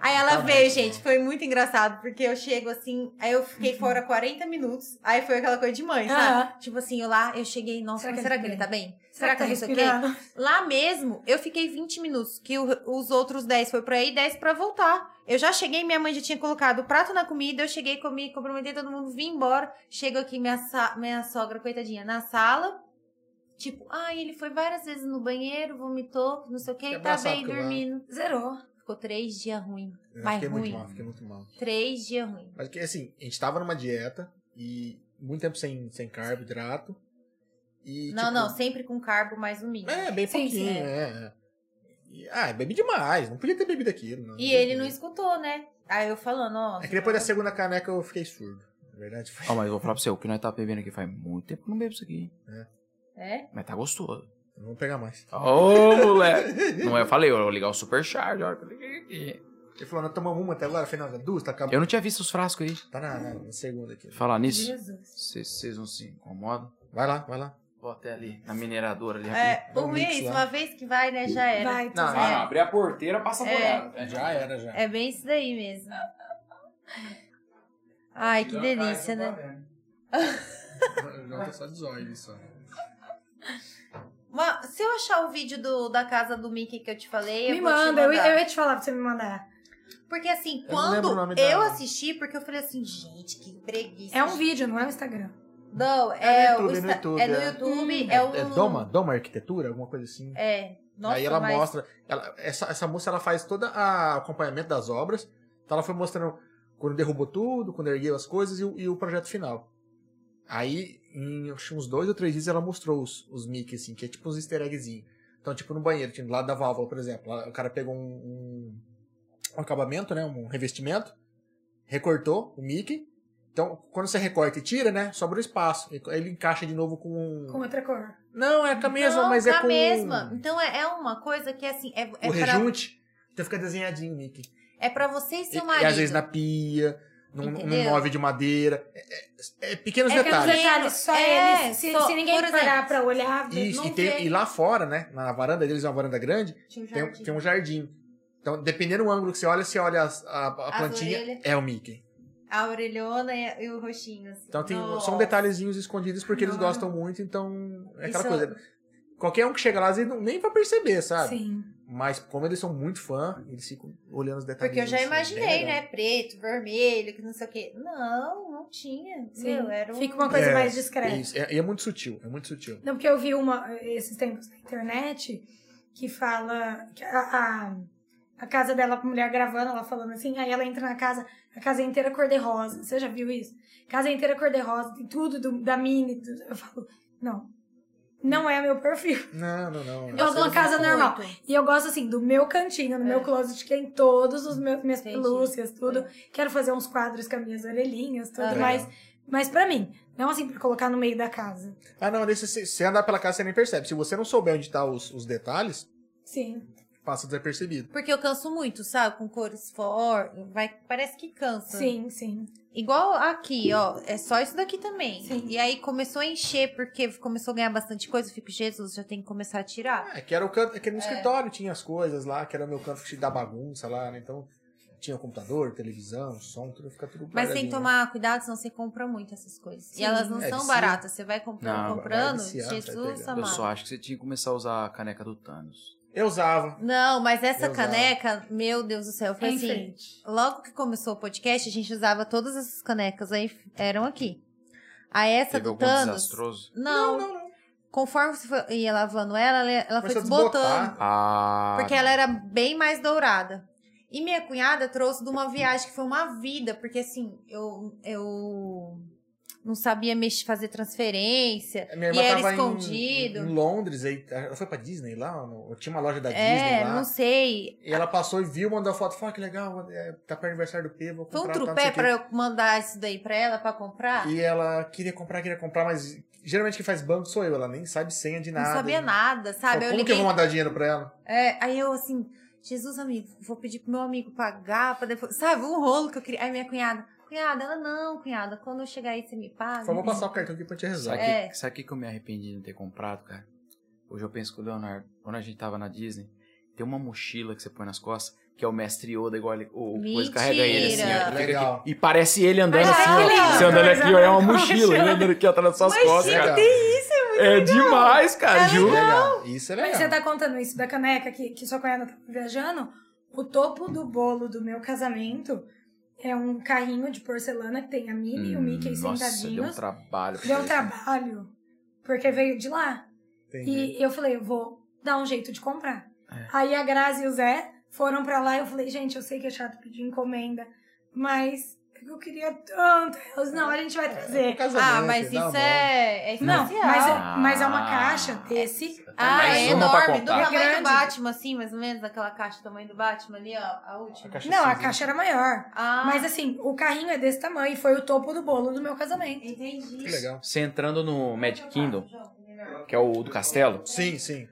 Speaker 1: Aí ela
Speaker 2: Tá
Speaker 1: veio,
Speaker 2: bom.
Speaker 1: gente, foi muito engraçado, porque eu chego assim, aí eu fiquei fora 40 minutos, aí foi aquela coisa de mãe, sabe?
Speaker 3: Ah.
Speaker 4: Aham.
Speaker 1: Tipo assim, eu lá, eu cheguei, nossa,
Speaker 4: Será
Speaker 1: mas
Speaker 4: que
Speaker 1: será
Speaker 4: ele
Speaker 1: que ele
Speaker 4: tá
Speaker 1: tá bem?
Speaker 4: Será que tá
Speaker 1: eu não sei o quê?
Speaker 4: respirando?
Speaker 1: Lá mesmo, eu fiquei 20 minutos, que o- os outros 10 foi pra ir e 10 pra voltar. Eu já cheguei, minha mãe já tinha colocado o prato na comida, eu cheguei, comi, cumprimentei todo mundo, vim embora. Chego aqui, minha, sa- minha sogra, coitadinha, na sala. Tipo, ah, ele foi várias vezes no banheiro, vomitou, não sei o
Speaker 2: Que
Speaker 1: que, tá
Speaker 2: abraçado
Speaker 1: bem,
Speaker 2: que eu amo.
Speaker 1: dormindo.
Speaker 4: Zerou.
Speaker 1: Ficou três dias ruim.
Speaker 2: Eu
Speaker 1: Mas
Speaker 2: É, fiquei
Speaker 1: ruim.
Speaker 2: muito mal, fiquei muito mal.
Speaker 1: Três dias ruim.
Speaker 2: Mas que assim, a gente tava numa dieta e muito tempo sem, sem carboidrato. E,
Speaker 1: não,
Speaker 2: tipo,
Speaker 1: não, sempre com carbo mais um mínimo.
Speaker 2: É, bem
Speaker 4: Sim,
Speaker 2: pouquinho,
Speaker 4: sim,
Speaker 2: é. é. E, ah, bebi demais, não podia ter bebido aquilo. Não,
Speaker 1: E ele não né?
Speaker 2: É
Speaker 1: escutou, né? Aí eu falando, ó.
Speaker 2: que depois da segunda caneca eu fiquei surdo. Na verdade, foi.
Speaker 3: Ó, mas eu vou falar pra você, o que nós tá bebendo aqui faz muito tempo que eu não bebo isso aqui.
Speaker 1: É?
Speaker 3: Mas tá gostoso.
Speaker 2: Não vou pegar mais.
Speaker 3: Ô, moleque. Não, eu falei, eu vou ligar o supercharge. a hora que eu liguei aqui.
Speaker 2: Ele falou, nós tomamos uma até agora, Fernanda, duas, tá acabando.
Speaker 3: Eu não tinha visto os frascos aí.
Speaker 2: Tá na, na- na segunda aqui.
Speaker 3: Falar nisso,
Speaker 4: Jesus.
Speaker 3: vocês vocês não se incomodam.
Speaker 2: Vai lá, vai lá.
Speaker 3: Vou até ali, na mineradora ali rapidinho.
Speaker 1: É,
Speaker 2: Dá um
Speaker 1: o
Speaker 2: mix
Speaker 1: mês,
Speaker 2: lá.
Speaker 1: uma vez que vai, né, já era.
Speaker 4: Vai, tu
Speaker 2: Não,
Speaker 4: vai.
Speaker 1: É.
Speaker 3: abrir a porteira, passa né?
Speaker 1: por É. ela.
Speaker 2: Já era, já.
Speaker 1: É bem isso daí mesmo. Ai, que delícia, né?
Speaker 2: Já tô só de zóio, só.
Speaker 1: Uma- se eu achar o vídeo do, da casa do Mickey que eu te falei,
Speaker 4: Me
Speaker 1: eu vou te
Speaker 4: manda, eu,
Speaker 1: mandar.
Speaker 4: eu ia te falar pra você me mandar.
Speaker 1: Porque assim,
Speaker 2: Eu não lembro o nome
Speaker 1: quando
Speaker 2: dela.
Speaker 1: eu assisti, porque eu falei assim, gente, que preguiça.
Speaker 4: É um vídeo, não é um Instagram.
Speaker 1: Não,
Speaker 2: É
Speaker 1: é,
Speaker 2: no
Speaker 1: o
Speaker 2: YouTube, no
Speaker 1: Insta-
Speaker 2: YouTube,
Speaker 1: é no
Speaker 2: é.
Speaker 1: YouTube,
Speaker 4: Hum.
Speaker 1: é o.
Speaker 2: É Doma? Doma Arquitetura? Alguma coisa assim?
Speaker 1: É. Nossa,
Speaker 2: Aí ela
Speaker 1: mas-
Speaker 2: mostra. ela- essa, essa moça ela faz todo o acompanhamento das obras. Então ela foi mostrando quando derrubou tudo, quando ergueu as coisas e, o- e o projeto final. Aí, em acho que uns dois ou três dias, ela mostrou os, os mic, assim, que é tipo uns easter eggzinhos. Então, tipo, no banheiro, tinha do lado da válvula, por exemplo. lá O cara pegou um, um- um acabamento, né? Um revestimento, recortou o mic. Então, quando você recorta e tira, né? Sobra o espaço. E Ele encaixa de novo com. um
Speaker 4: Com outra cor.
Speaker 2: Não, é com a mesma,
Speaker 1: Não,
Speaker 2: mas
Speaker 1: tá
Speaker 2: é com.
Speaker 1: mesma. Então é, é uma coisa que assim, é, é,
Speaker 2: o
Speaker 1: pra,
Speaker 2: rejunte, então fica desenhadinho, Nick.
Speaker 1: é pra você e
Speaker 2: E,
Speaker 1: seu
Speaker 2: e
Speaker 1: marido.
Speaker 2: às vezes na pia, num, num
Speaker 1: Entendeu?
Speaker 2: móvel de madeira. É, é- é pequenos
Speaker 4: É que nos
Speaker 2: detalhes.
Speaker 4: detalhes, só
Speaker 1: É,
Speaker 4: eles. Se,
Speaker 1: só-
Speaker 4: se ninguém
Speaker 1: por exemplo,
Speaker 4: parar pra olhar,
Speaker 2: E,
Speaker 1: não
Speaker 2: e, tem-
Speaker 1: vê.
Speaker 2: e lá fora, né? Na varanda deles, é uma varanda grande,
Speaker 1: Tinha um
Speaker 2: tem, um-
Speaker 1: jardim.
Speaker 2: tem um jardim. Então, dependendo do ângulo que você olha, você olha as- a, a
Speaker 1: As
Speaker 2: plantinha,
Speaker 1: orelhas.
Speaker 2: é o Mickey.
Speaker 1: A orelhona e, a- e o roxinho. Assim.
Speaker 2: Então tem,
Speaker 1: Nossa.
Speaker 2: são detalhezinhos escondidos porque eles
Speaker 4: Não.
Speaker 2: gostam muito, então é aquela
Speaker 1: Isso-
Speaker 2: coisa. Qualquer um que chega lá, às vezes não- nem vai perceber, sabe?
Speaker 4: sim.
Speaker 2: Mas como eles são muito fã, eles ficam olhando os assim, detalhes.
Speaker 1: Porque eu já imaginei, né? Preto, vermelho, que não sei o quê. Não, não tinha.
Speaker 4: sim.
Speaker 1: Meu, era um...
Speaker 4: Fica uma coisa
Speaker 2: É,
Speaker 4: mais
Speaker 2: É,
Speaker 4: discreta.
Speaker 2: isso, é, e é muito sutil, é muito sutil.
Speaker 4: Não, porque eu vi uma esses tempos na internet que fala que a, a, a casa dela com a mulher gravando, ela falando assim, aí ela entra na casa, a casa é inteira cor de rosa. Você já viu isso? Casa é inteira cor de rosa, tem tudo do- da mini. tudo. Eu falo, não. Não é meu perfil.
Speaker 2: Não, não, não.
Speaker 4: Eu sou uma casa normal. E eu gosto assim do meu cantinho, no
Speaker 1: É.
Speaker 4: meu closet tem todos os meus minhas
Speaker 1: Entendi.
Speaker 4: pelúcias, tudo. Quero fazer uns quadros com as minhas orelhinhas, tudo,
Speaker 1: Ah.
Speaker 4: mas mas para mim, não assim pra colocar no meio da casa.
Speaker 2: Ah, não, nesse, se você andar pela casa, você nem percebe. Se você não souber onde tá os, os detalhes,
Speaker 4: Sim.
Speaker 2: passa desapercebido.
Speaker 1: Porque eu canso muito, sabe? Com cores fortes. Vai... Parece que cansa.
Speaker 4: Sim, sim.
Speaker 1: Igual aqui, ó. É só isso daqui também.
Speaker 4: Sim.
Speaker 1: E aí começou a encher, porque começou a ganhar bastante coisa. Eu fico, Jesus, já tem que começar a tirar.
Speaker 2: É, que era o canto, é que no escritório tinha as coisas lá, que era o meu canto que dá bagunça lá, né? Então tinha o computador, televisão, som, tudo fica tudo
Speaker 1: Mas tem
Speaker 2: guardadinho,
Speaker 1: que tomar cuidado, senão você compra muito essas coisas.
Speaker 4: Sim.
Speaker 1: E elas não
Speaker 2: É,
Speaker 1: são
Speaker 2: vicia.
Speaker 1: baratas. Você vai comprando,
Speaker 3: Não, vai
Speaker 1: comprando.
Speaker 2: viciar, vai
Speaker 1: Jesus
Speaker 2: pegando.
Speaker 3: Eu
Speaker 1: amado.
Speaker 3: só acho que você tinha que começar a usar a caneca do Thanos.
Speaker 2: né? Eu usava.
Speaker 1: Não, mas essa
Speaker 2: Eu usava.
Speaker 1: caneca, meu Deus do céu, foi
Speaker 4: Em
Speaker 1: assim.
Speaker 4: frente.
Speaker 1: Logo que começou o podcast, a gente usava todas essas canecas aí, eram aqui. A essa
Speaker 3: Teve
Speaker 1: do
Speaker 3: algum
Speaker 1: Thanos.
Speaker 3: desastroso?
Speaker 1: Não, não, não. Conforme você foi- ia lavando ela, ela- ela foi
Speaker 2: Começou a
Speaker 1: desbotando.
Speaker 2: desbotar.
Speaker 3: Ah.
Speaker 1: Porque é ela era bem mais dourada. E minha cunhada trouxe de uma viagem que foi uma vida, porque assim, eu, eu não sabia mexer, fazer transferência. E
Speaker 2: Minha irmã
Speaker 1: era
Speaker 2: tava em-
Speaker 1: escondido.
Speaker 2: Em, Londres, aí, ela foi pra Disney lá, ou não? tinha uma loja da
Speaker 1: É,
Speaker 2: Disney lá.
Speaker 1: não sei.
Speaker 2: E ela passou e viu, mandou a foto, falou, "Ah, que legal, é, tá pra aniversário do P, vou
Speaker 1: Foi
Speaker 2: comprar.
Speaker 1: um
Speaker 2: tá, não
Speaker 1: trupé
Speaker 2: sei o quê."
Speaker 1: pra eu mandar isso daí pra ela pra
Speaker 4: Ah.
Speaker 1: comprar?
Speaker 2: E ela queria comprar, queria comprar, mas geralmente quem faz banco sou eu, ela nem sabe senha de
Speaker 1: Não
Speaker 2: nada.
Speaker 1: sabia nada, sabe?
Speaker 2: Como
Speaker 1: eu
Speaker 2: que eu
Speaker 1: liguei.
Speaker 2: vou mandar dinheiro pra ela?
Speaker 1: É, aí eu assim, Jesus, amigo, vou pedir pro meu amigo pagar pra depois. Sabe, um rolo que eu queria. Aí minha cunhada, cunhada, ela não, cunhada, quando eu chegar aí você me
Speaker 4: Ah,
Speaker 1: paga.
Speaker 2: Só vou passar o cartão aqui pra te rezar.
Speaker 3: Sabe o
Speaker 1: É.
Speaker 3: que, sabe que que eu me arrependi de não ter comprado, cara? Hoje eu penso que o Leonardo, quando a gente tava na Disney, tem uma mochila que você põe nas costas, que é o mestre Yoda, igual ele, o o coisa carrega ele assim, ó.
Speaker 1: Mentira.
Speaker 3: ele fica
Speaker 2: Legal.
Speaker 3: aqui. e parece ele andando
Speaker 4: Ah,
Speaker 3: assim,
Speaker 4: que
Speaker 3: ó.
Speaker 4: legal.
Speaker 3: Você andando aqui, ó, é uma
Speaker 4: Coisa
Speaker 3: mochila, ele
Speaker 4: legal.
Speaker 3: andando aqui ó, atrás das suas
Speaker 1: Mas,
Speaker 3: costas,
Speaker 1: gente,
Speaker 3: cara.
Speaker 2: tem
Speaker 3: É demais, cara, juro.
Speaker 2: legal. Isso é
Speaker 4: Mas
Speaker 2: legal.
Speaker 4: você tá contando isso da caneca que, que sua cunhada tá viajando? O topo do bolo do meu casamento é um carrinho de porcelana que tem a Minnie e o Mickey
Speaker 3: Hum, Nossa, deu um
Speaker 4: sentadinhos.
Speaker 3: trabalho. pra
Speaker 4: Deu um
Speaker 3: isso.
Speaker 4: trabalho, porque veio de lá.
Speaker 2: Entendi.
Speaker 4: E eu falei, eu vou dar um jeito de comprar.
Speaker 3: É.
Speaker 4: Aí a Grazi e o Zé foram pra lá e eu falei, gente, eu sei que é chato pedir encomenda, mas é eu queria tanto. Eles, não, a gente vai
Speaker 2: É um
Speaker 4: trazer.
Speaker 2: casamento,
Speaker 1: Ah, mas
Speaker 2: dá
Speaker 1: isso
Speaker 2: bom.
Speaker 1: é, é
Speaker 4: Não,
Speaker 1: especial.
Speaker 4: mas é, tá,
Speaker 3: Ah.
Speaker 4: mas é uma caixa desse.
Speaker 1: Ah,
Speaker 3: Mais
Speaker 1: é
Speaker 3: uma pra
Speaker 1: enorme, do
Speaker 3: comprar.
Speaker 1: tamanho
Speaker 4: É
Speaker 1: do
Speaker 4: grande.
Speaker 1: Batman, assim, mais ou menos, aquela caixa do tamanho do Batman ali, ó, a última.
Speaker 2: A caixa
Speaker 4: Não, a
Speaker 2: cinza.
Speaker 4: caixa era maior.
Speaker 1: Ah,
Speaker 4: Mas assim, o carrinho é desse tamanho e foi o topo do bolo do meu casamento.
Speaker 1: entendi.
Speaker 2: Que legal.
Speaker 3: Você entrando no Magic Kingdom, que é o do castelo,
Speaker 2: Sim, sim.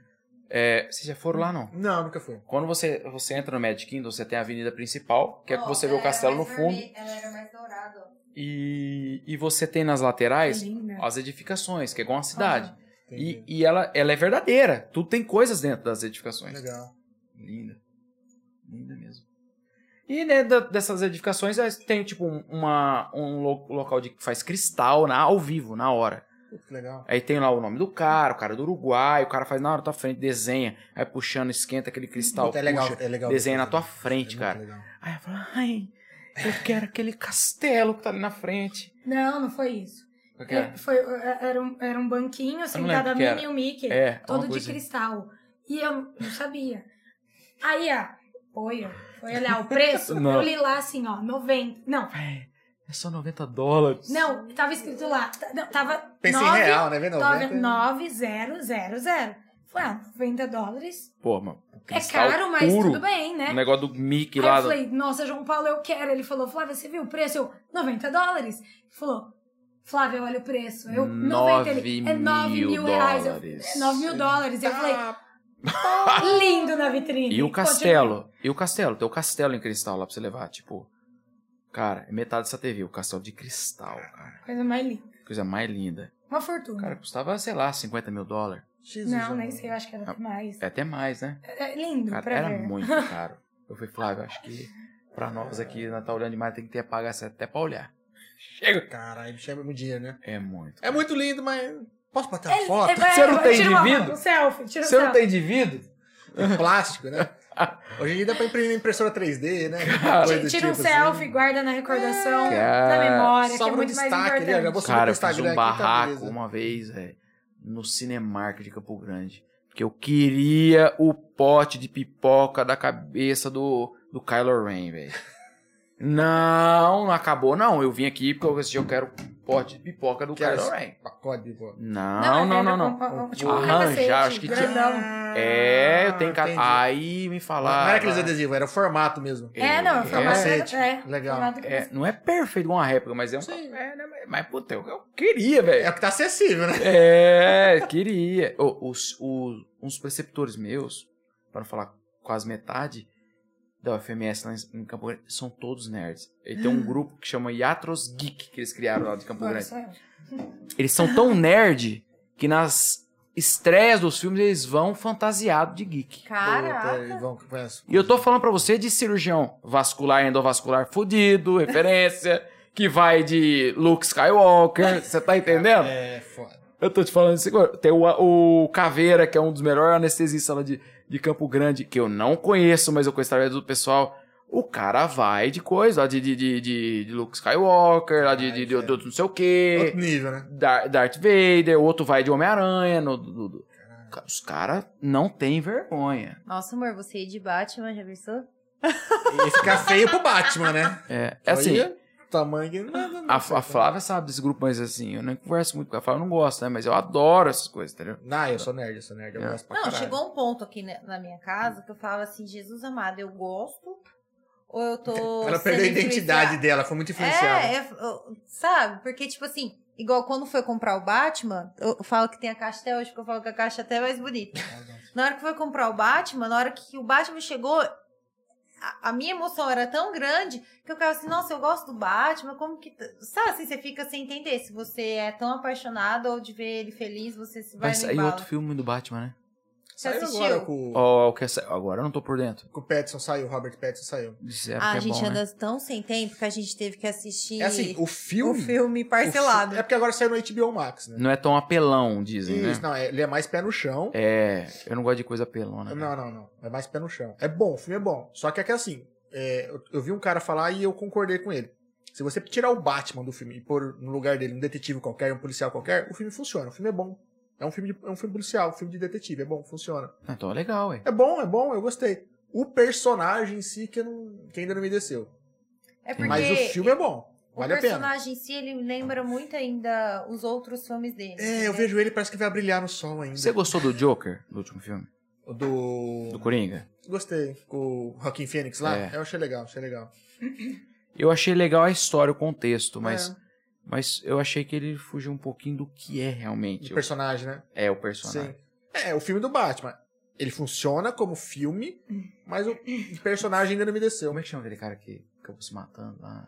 Speaker 3: é, vocês já foram lá, não?
Speaker 2: Não, nunca fui.
Speaker 3: Quando você, você entra no Magic Kingdom, você tem a avenida principal, que é que você vê o castelo no fundo.
Speaker 1: Ela era mais dourada, ó.
Speaker 3: E, e você tem nas
Speaker 4: Que
Speaker 3: laterais
Speaker 4: linda.
Speaker 3: as edificações, que é igual uma cidade.
Speaker 2: Entendi.
Speaker 3: e e ela, ela é verdadeira. Tudo tem coisas dentro das edificações.
Speaker 2: Legal.
Speaker 3: Linda. Linda mesmo. E né, da- dessas edificações é, tem tipo um- uma, um lo- local de que faz cristal na, ao vivo, na hora.
Speaker 2: Que legal.
Speaker 3: Aí tem lá o nome do cara, o cara do Uruguai, o cara faz na hora da tua frente, desenha, aí puxando, esquenta aquele cristal,
Speaker 2: Puta, é legal,
Speaker 3: Tá, puxa,
Speaker 2: é legal.
Speaker 3: desenha na
Speaker 2: É
Speaker 3: tua
Speaker 2: muito
Speaker 3: frente, cara.
Speaker 2: legal.
Speaker 3: Aí eu falo, ai, eu quero aquele castelo que tá ali na frente.
Speaker 4: Não, não foi isso.
Speaker 3: Eu quero-
Speaker 4: É, foi, era, um, era um banquinho
Speaker 3: Eu não
Speaker 4: sentado
Speaker 3: lembro
Speaker 4: a
Speaker 3: o que
Speaker 4: Minnie e o Mickey.
Speaker 3: É, é uma
Speaker 4: todo de
Speaker 3: coisa-
Speaker 4: cristal. E eu não sabia. Aí, ó, foi, ó, foi olhar o preço,
Speaker 3: Não.
Speaker 4: eu li lá assim, ó, 90. Não,
Speaker 3: Véi, É só 90 dólares.
Speaker 4: não, tava escrito lá, t- não, tava
Speaker 2: Pensei em
Speaker 4: 9,
Speaker 2: real, né? Vem
Speaker 4: tava
Speaker 2: 90.
Speaker 4: 9000. Falei, ah, 90 dólares
Speaker 3: Pô, mano.
Speaker 4: é caro, mas tudo bem, né?
Speaker 3: O negócio do Mickey
Speaker 4: Aí
Speaker 3: lá.
Speaker 4: eu falei, nossa, João Paulo, eu quero. Ele falou, Flávia, você viu o preço? Eu, 90 dólares. Ele falou, Flávia, olha o preço. Eu, 90. Ele, é 9 mil reais. Eu, é 9 mil dólares. Eu falei,
Speaker 2: Ah,
Speaker 4: lindo na vitrine.
Speaker 3: E o
Speaker 4: Continua.
Speaker 3: castelo. E o castelo. Tem o castelo em cristal lá pra você levar. Tipo, cara, é metade dessa TV. O castelo de cristal, cara.
Speaker 4: Coisa mais linda.
Speaker 3: Coisa mais linda.
Speaker 4: Uma fortuna.
Speaker 3: Cara, custava, sei lá, 50 mil dólares.
Speaker 2: Jesus,
Speaker 4: não,
Speaker 2: amor.
Speaker 4: nem sei, eu acho que era até mais.
Speaker 3: É até mais, né?
Speaker 4: É lindo
Speaker 3: Cara,
Speaker 4: pra
Speaker 3: era
Speaker 4: ver.
Speaker 3: muito caro. Eu falei, Flávio, acho que pra nós aqui, na tá olhando demais, tem que ter pagar essa até pra olhar. Chega.
Speaker 2: Caralho, bicho, é muito dinheiro, né?
Speaker 3: É muito.
Speaker 2: É muito lindo, mas. Posso bater uma
Speaker 4: Ele-
Speaker 2: foto?
Speaker 4: ele vai-
Speaker 3: Você não tem
Speaker 4: É, tira uma
Speaker 3: indivíduo?
Speaker 4: foto, Um selfie, tira um
Speaker 3: Você não
Speaker 4: selfie.
Speaker 3: tem indivíduo?
Speaker 2: Tem plástico, né? Hoje em dia dá pra imprimir na impressora 3D, né? Coisa do
Speaker 4: Ti- Tira um
Speaker 2: tipo,
Speaker 4: selfie,
Speaker 2: assim.
Speaker 4: guarda na recordação,
Speaker 3: É.
Speaker 4: na memória, que é
Speaker 2: Sobra um
Speaker 4: muito mais
Speaker 2: destaque
Speaker 3: né?
Speaker 2: ali, ó, já
Speaker 4: importante.
Speaker 2: vou subir
Speaker 3: Cara,
Speaker 2: pro
Speaker 3: eu fiz
Speaker 2: Instagram
Speaker 3: um
Speaker 2: aqui, tá
Speaker 3: barraco
Speaker 2: beleza.
Speaker 3: uma vez, velho, no Cinemark de Campo Grande. Porque eu queria o pote de pipoca da cabeça do, do Kylo Ren, velho. Não, não acabou, não. Eu vim aqui porque eu, assisti, eu quero o pote de pipoca do
Speaker 2: Quero
Speaker 3: Kylo
Speaker 2: esse
Speaker 3: Ren.
Speaker 2: Pacote de boa.
Speaker 4: é,
Speaker 3: Não, não, não, não.
Speaker 4: Tipo, um
Speaker 3: Arranjar,
Speaker 4: capacete,
Speaker 3: acho que tinha-
Speaker 4: grandão.
Speaker 3: É, eu tenho que.
Speaker 2: Ah, entendi.
Speaker 3: Aí me falaram. É.
Speaker 2: Não era aqueles adesivos, era o formato mesmo.
Speaker 4: É, não,
Speaker 2: É.
Speaker 4: é formato
Speaker 2: Capacete.
Speaker 4: é,
Speaker 2: Legal.
Speaker 4: formato
Speaker 3: É,
Speaker 4: capacete.
Speaker 3: não é perfeito igual uma réplica, mas é um. É, né, mas- mas, puta, eu, eu queria,
Speaker 2: É
Speaker 3: velho.
Speaker 2: o que tá acessível, né?
Speaker 3: É, queria. Ô, os, o- uns preceptores meus, pra não falar quase metade da UFMS lá em, em Campo Grande, são todos nerds. E tem um grupo que chama Yatros Geek, que eles criaram lá de Campo
Speaker 4: Agora
Speaker 3: Grande.
Speaker 4: sou eu.
Speaker 3: Eles são tão nerd que nas estreias dos filmes eles vão fantasiados de geek.
Speaker 2: Puta,
Speaker 1: Caraca.
Speaker 2: Ivan, que conhece.
Speaker 3: E eu tô falando pra você de cirurgião vascular, endovascular fudido, referência, que vai de Luke Skywalker, você tá entendendo?
Speaker 2: É, foda.
Speaker 3: Eu tô te falando isso agora. Tem o, o Caveira, que é um dos melhores anestesistas lá de, de Campo Grande, que eu não conheço, mas eu conheço através do pessoal. O cara vai de coisa, lá de, de, de, de- de Luke Skywalker, lá de, de, de, de- de não sei o quê.
Speaker 2: Outro nível, né?
Speaker 3: Dar- Darth Vader, outro vai de Homem-Aranha. no- do- do- Os caras não têm vergonha.
Speaker 1: Nossa, amor, você ir de Batman, já pensou?
Speaker 2: E fica feio pro Batman, né?
Speaker 3: É, é assim,
Speaker 2: Olha, Tamanho que não, não, não
Speaker 3: A,
Speaker 2: sei,
Speaker 3: a Flávia sabe desse grupo, mas assim, eu nem converso muito com a Flávia, eu não gosto, né? Mas eu adoro essas coisas, entendeu?
Speaker 2: Não, Ah, eu sou nerd, eu sou nerd, eu
Speaker 3: É.
Speaker 2: gosto pra
Speaker 1: Não,
Speaker 2: caralho.
Speaker 1: chegou um ponto aqui na na minha casa que eu falo assim, Jesus amado, eu gosto ou eu tô
Speaker 2: Ela
Speaker 1: sendo
Speaker 2: perdeu a identidade
Speaker 1: influenciada?
Speaker 2: dela, foi muito influenciada.
Speaker 1: É, é, eu- sabe? Porque, tipo assim, igual quando foi comprar o Batman, eu falo que tem a caixa até hoje, porque eu falo que a caixa é até mais bonita. Na hora que foi comprar o Batman, na hora que o Batman chegou, a, a minha emoção era tão grande que eu ficava assim, nossa, eu gosto do Batman, como que. t- Sabe assim, você fica sem entender se você é tão apaixonado ou de ver ele feliz, você se vai
Speaker 3: Vai
Speaker 1: no
Speaker 3: sair
Speaker 1: embalo.
Speaker 3: outro filme do Batman, né?
Speaker 1: Você
Speaker 2: Saiu
Speaker 1: assistiu?
Speaker 2: agora com,
Speaker 3: Ó, o que é sa- Agora eu não tô por dentro.
Speaker 2: com o Pattinson, saiu, o Robert Pattinson saiu.
Speaker 3: Disseram
Speaker 1: Ah,
Speaker 3: que
Speaker 1: a
Speaker 3: é
Speaker 1: gente
Speaker 3: bom, né?
Speaker 1: anda tão sem tempo que a gente teve que assistir
Speaker 2: É assim, o filme...
Speaker 1: o filme parcelado.
Speaker 2: o fi- É porque agora saiu no HBO Max, né?
Speaker 3: Não é tão apelão, dizem,
Speaker 2: Isso,
Speaker 3: né?
Speaker 2: não, é- ele é mais pé no chão.
Speaker 3: É, né? eu não gosto de coisa apelona.
Speaker 2: Não, não, não. É mais pé no chão. É bom, o filme é bom. Só que é que assim, é, eu, eu vi um cara falar e eu concordei com ele. Se você tirar o Batman do filme e pôr no lugar dele um detetive qualquer, um policial qualquer, o filme funciona, o filme é bom. É um filme, de- é um filme policial, um filme de detetive, é bom, funciona.
Speaker 3: Ah, Então é legal, ué.
Speaker 2: É bom, é bom, eu gostei. O personagem em si que, eu não, que ainda não me desceu.
Speaker 1: É porque
Speaker 2: Mas o filme é bom, vale
Speaker 1: o
Speaker 2: a pena.
Speaker 1: personagem em si, ele lembra muito ainda os outros filmes dele.
Speaker 2: É, eu
Speaker 1: né?
Speaker 2: vejo ele, parece que vai brilhar no sol ainda.
Speaker 3: Você gostou do Joker, do último filme?
Speaker 2: Do...
Speaker 3: Do Coringa?
Speaker 2: Gostei, com o Joaquin Phoenix lá.
Speaker 3: É.
Speaker 2: Eu achei legal, achei legal.
Speaker 3: Eu achei legal a história, o contexto, mas,
Speaker 2: É.
Speaker 3: mas eu achei que ele fugiu um pouquinho do que é realmente.
Speaker 2: O
Speaker 3: o-
Speaker 2: personagem, né?
Speaker 3: É o personagem.
Speaker 2: Sim. É, o filme do Batman. Ele funciona como filme, mas o personagem ainda não me desceu.
Speaker 3: Como é que chama aquele cara que acabou se matando lá?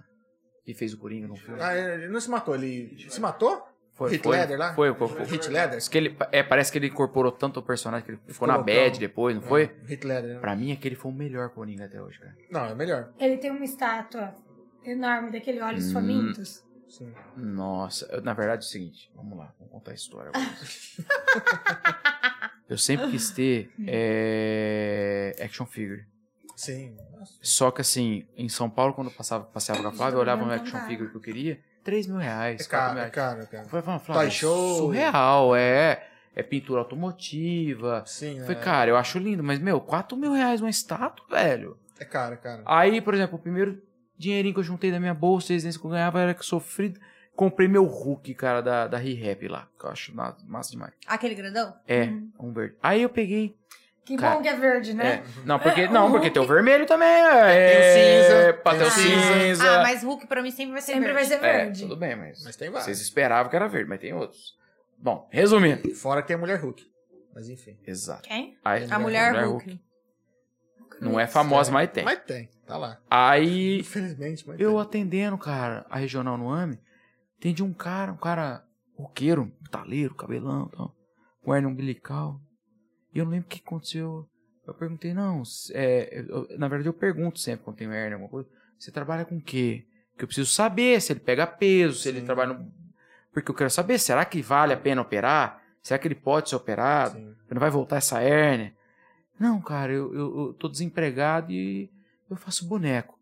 Speaker 3: Que fez o Coringa no filme?
Speaker 2: Ah, ele não se matou, ele se matou?
Speaker 3: Foi,
Speaker 2: Heath
Speaker 3: foi,
Speaker 2: Ledger lá?
Speaker 3: Foi, foi, foi.
Speaker 2: Hit Leather?
Speaker 3: Diz que ele, é, parece que ele incorporou tanto o personagem que ele ficou, na
Speaker 2: loucão.
Speaker 3: bad depois, não foi?
Speaker 2: Hit Leather. né?
Speaker 3: Pra mim, aquele foi o melhor Coringa até hoje, cara.
Speaker 2: Não, é melhor.
Speaker 4: Ele tem uma estátua enorme daquele Olhos
Speaker 3: Hum.
Speaker 4: Famintos.
Speaker 2: Sim.
Speaker 3: Nossa, eu- na verdade é o seguinte, vamos lá, vamos contar a história. agora. eu sempre quis ter é, action figure.
Speaker 2: Sim. É Nossa.
Speaker 3: Só que assim, em São Paulo, quando eu passava, passeava com a Flávia, eu olhava um
Speaker 4: Não
Speaker 3: action
Speaker 4: dá.
Speaker 3: figure que eu queria, 3 mil reais,
Speaker 2: É
Speaker 3: 4
Speaker 2: caro,
Speaker 3: mil
Speaker 2: é
Speaker 3: reais.
Speaker 2: caro, é caro.
Speaker 3: Foi falar, Flávia,
Speaker 2: Toy show.
Speaker 3: surreal, é. É pintura automotiva.
Speaker 2: Sim,
Speaker 3: Eu
Speaker 1: É.
Speaker 2: né?
Speaker 3: Falei, cara, eu acho lindo, mas, meu, 4 mil reais uma estátua, velho.
Speaker 2: É caro, é caro.
Speaker 3: Aí, por exemplo, o primeiro dinheirinho que eu juntei da minha bolsa, eles que eu ganhava era que eu sofrido. Comprei meu Hulk, cara, da, da Re-Rap lá, que eu acho na- massa demais.
Speaker 1: Aquele grandão?
Speaker 3: É,
Speaker 4: Uhum.
Speaker 3: um verde. Aí eu peguei.
Speaker 4: Que
Speaker 3: Cara,
Speaker 4: bom que é verde, né?
Speaker 3: É, não, porque, não, porque tem o vermelho também. É,
Speaker 2: Tem o cinza,
Speaker 3: é,
Speaker 2: tem
Speaker 3: Patel
Speaker 2: o cinza.
Speaker 3: cinza.
Speaker 1: Ah, mas Hulk pra mim sempre vai ser
Speaker 4: Sempre vai
Speaker 1: verde.
Speaker 4: ser
Speaker 3: É,
Speaker 4: verde.
Speaker 3: tudo bem, mas.
Speaker 2: Mas tem
Speaker 3: Vocês
Speaker 2: vários.
Speaker 3: esperavam que era verde, mas tem outros. Bom, resumindo.
Speaker 2: Fora que tem a mulher Hulk. Mas enfim.
Speaker 3: Exato.
Speaker 1: Quem?
Speaker 3: Aí-
Speaker 1: A mulher, Hulk.
Speaker 3: Não é famosa, mas tem.
Speaker 2: Mas tem, tá lá.
Speaker 3: Aí
Speaker 2: Infelizmente, mas
Speaker 3: Eu
Speaker 2: tem.
Speaker 3: atendendo, cara, a regional no AME, atendi um cara, um cara roqueiro, taleiro, cabelão, tal, com hernia umbilical. E eu não lembro o que aconteceu. Eu perguntei, não, s- é, eu- eu- na verdade eu pergunto sempre quando tem hernia, alguma coisa, você trabalha com o quê? Que eu preciso saber se ele pega peso, se ele
Speaker 2: Sim.
Speaker 3: trabalha no... Porque eu quero saber, será que vale a pena operar? Será que ele pode ser operado?
Speaker 2: Sim.
Speaker 3: Não vai voltar essa hérnia? Não, cara, eu, eu, eu tô desempregado e eu faço boneco.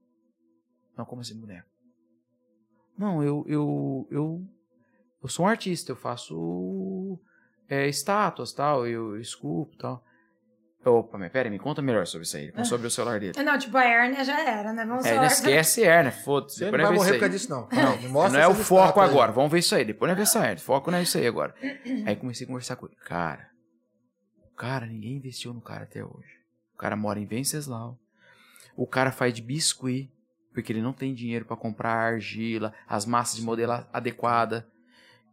Speaker 3: Não, como assim boneco? Não, eu eu, eu, eu sou um artista, eu faço é, estátuas, tal, eu, eu esculpo, tal. Opa, mas pera aí, me conta melhor sobre isso aí, como sobre o celular dele.
Speaker 4: Não, tipo, a hérnia já era, né? Vamos
Speaker 3: É,
Speaker 4: falar.
Speaker 3: não esquece hérnia, foda-se,
Speaker 2: Você
Speaker 3: depois
Speaker 2: não vai
Speaker 3: não vê
Speaker 2: morrer
Speaker 3: isso
Speaker 2: por
Speaker 3: aí.
Speaker 2: causa disso, não.
Speaker 3: Não,
Speaker 2: me mostra
Speaker 3: não é o
Speaker 2: essas
Speaker 3: foco
Speaker 2: estátuas aí.
Speaker 3: agora. Vamos ver isso aí. Depois não é ver essa hérnia. Foco não é isso aí agora. Aí comecei a conversar com ele. Cara, o cara, ninguém investiu no cara até hoje. O cara mora em Venceslau. O cara faz de biscuit, porque ele não tem dinheiro pra comprar argila, as massas de modelar adequada.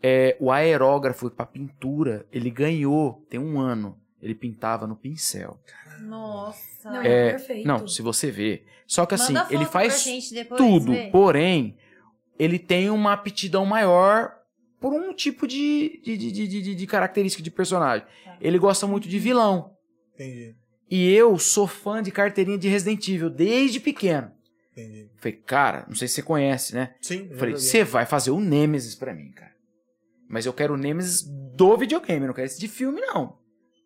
Speaker 3: É, o aerógrafo pra pintura, ele ganhou, tem um ano. Ele pintava no pincel.
Speaker 1: Nossa.
Speaker 4: Não,
Speaker 3: É,
Speaker 4: perfeito.
Speaker 3: Não, se você vê. Só que assim,
Speaker 1: Manda foto
Speaker 3: ele
Speaker 1: pra
Speaker 3: faz
Speaker 1: gente depois,
Speaker 3: tudo.
Speaker 1: vê.
Speaker 3: Porém, ele tem uma aptidão maior por um tipo de, de, de, de, de- de característica de personagem.
Speaker 1: Tá.
Speaker 3: Ele gosta muito de vilão.
Speaker 2: Entendi,
Speaker 3: E eu sou fã de carteirinha de Resident Evil desde pequeno.
Speaker 2: entendi.
Speaker 3: Falei, cara, não sei se você conhece, né?
Speaker 2: Sim, já
Speaker 3: Falei,
Speaker 2: joguei.
Speaker 3: você vai fazer o Nemesis pra mim, cara. Mas eu quero o Nemesis do videogame, eu não quero esse de filme, não.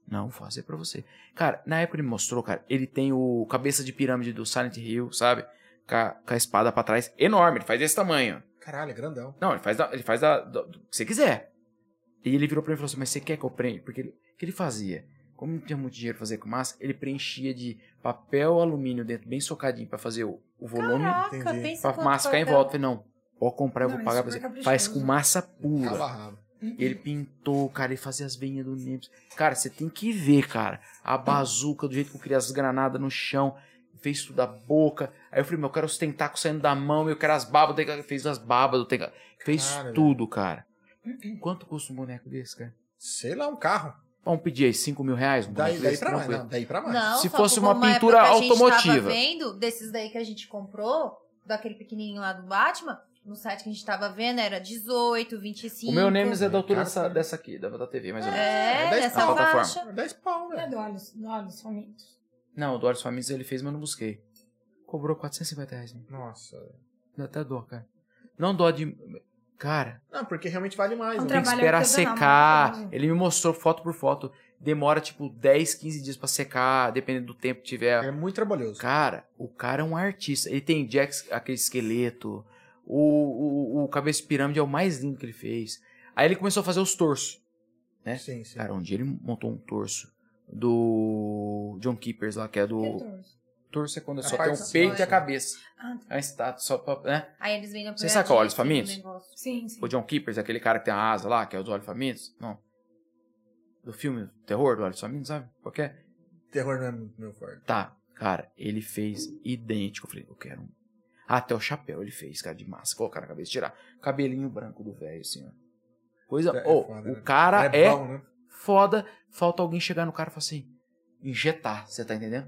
Speaker 3: Não, vou fazer pra você. Cara, na época ele me mostrou, cara, ele tem o cabeça de pirâmide do Silent Hill, sabe? Com a, com a espada pra trás, enorme, ele faz desse tamanho.
Speaker 2: Caralho, é grandão.
Speaker 3: Não, ele faz, da, ele faz da, do- do que você quiser. E ele virou pra mim e falou assim, mas você quer que eu preencha? Porque ele, o que ele fazia? Como não tinha muito dinheiro pra fazer com massa, ele preenchia de papel alumínio dentro, bem socadinho, pra fazer o, o volume
Speaker 1: Caraca,
Speaker 2: entendi.
Speaker 1: pensa
Speaker 3: pra
Speaker 1: quanto
Speaker 3: massa ficar em
Speaker 1: papel.
Speaker 3: volta. Eu Falei, não, pode comprar, eu
Speaker 4: Não,
Speaker 3: vou
Speaker 4: é
Speaker 3: pagar pra você.
Speaker 4: super caprichoso.
Speaker 3: Faz com massa
Speaker 2: Cala a
Speaker 3: pura.
Speaker 2: raba.
Speaker 3: Ele pintou, cara, ele fazia as veinhas do Nimbus. Cara, você tem que ver, cara. A bazuca, do jeito que eu queria as granadas no chão. Fez tudo da boca. Aí eu falei, meu, eu quero os tentáculos saindo da mão, eu quero as babas. do Tenga- Fez as babas do Tenga- Fez
Speaker 2: Cara,
Speaker 3: tudo, cara. Quanto custa um boneco desse, cara?
Speaker 2: Sei lá, um carro.
Speaker 3: Vamos pedir aí, 5 mil reais? Um
Speaker 2: Daí,
Speaker 3: boneco
Speaker 2: daí
Speaker 3: desse?
Speaker 2: pra mais.
Speaker 3: Tranquilo.
Speaker 2: Não, daí pra mais.
Speaker 1: Não,
Speaker 3: Se
Speaker 1: só
Speaker 3: fosse
Speaker 1: que
Speaker 3: uma
Speaker 1: como época
Speaker 3: pintura
Speaker 1: que a gente
Speaker 3: automotiva.
Speaker 1: Tava vendo, desses daí que a gente comprou, daquele pequenininho lá do Batman, no site que a gente tava vendo era 18, 25.
Speaker 3: O meu Nemesis é da altura
Speaker 2: Cara,
Speaker 3: dessa, dessa aqui, da, da TV, mais ou menos.
Speaker 1: É,
Speaker 2: dez
Speaker 1: dessa
Speaker 3: pau. A Ah, plataforma.
Speaker 1: faixa.
Speaker 2: 10 pau, né?
Speaker 4: Não é
Speaker 2: velho.
Speaker 4: do olhos, do olhos famintos.
Speaker 3: Não, o Doris Famílias ele fez, mas eu não busquei. Cobrou 450 reais, né?
Speaker 2: Nossa.
Speaker 3: Dá até dó, cara. Não dó de. Cara,
Speaker 2: Não, porque realmente vale mais.
Speaker 4: É um né,
Speaker 2: né?
Speaker 3: tem que
Speaker 4: Trabalho
Speaker 3: esperar
Speaker 4: artesanal,
Speaker 3: secar.
Speaker 4: maravilhoso.
Speaker 3: Ele me mostrou foto por foto. Demora tipo 10, 15 dias pra secar, dependendo do tempo que tiver.
Speaker 2: É muito trabalhoso.
Speaker 3: Cara, o cara é um artista. Ele tem Jack, aquele esqueleto. O, o, o cabeça de pirâmide é o mais lindo que ele fez. Aí ele começou a fazer os torsos. né?
Speaker 2: Sim, sim.
Speaker 3: Cara, um dia ele montou um torso do John Keepers lá, que é do.
Speaker 4: Retorso.
Speaker 3: Torso é quando
Speaker 2: A
Speaker 3: só tem
Speaker 2: parte
Speaker 3: o
Speaker 2: da
Speaker 3: peito e
Speaker 1: coxa.
Speaker 3: a cabeça.
Speaker 4: Ah,
Speaker 3: É um status só pra. Né?
Speaker 1: Aí eles vendem
Speaker 3: Você saca olhos famintos?
Speaker 4: sim, sim.
Speaker 3: O John Keepers, aquele cara que tem a asa lá, que é o do Olhos Famintos? Não. Do filme Terror do Olhos Famintos, sabe? Qualquer.
Speaker 2: Terror não é muito meu forte.
Speaker 3: Tá, cara, ele fez idêntico. Eu falei, eu quero um. Até o chapéu ele fez, cara, de massa. Colocar na cabeça, tirar. Cabelinho branco do velho, assim, ó. Coisa.
Speaker 2: É
Speaker 3: Ô,
Speaker 2: foda, né?
Speaker 3: o cara é,
Speaker 2: bom, né?
Speaker 3: foda. Falta alguém chegar no cara e falar assim: injetar, você tá entendendo?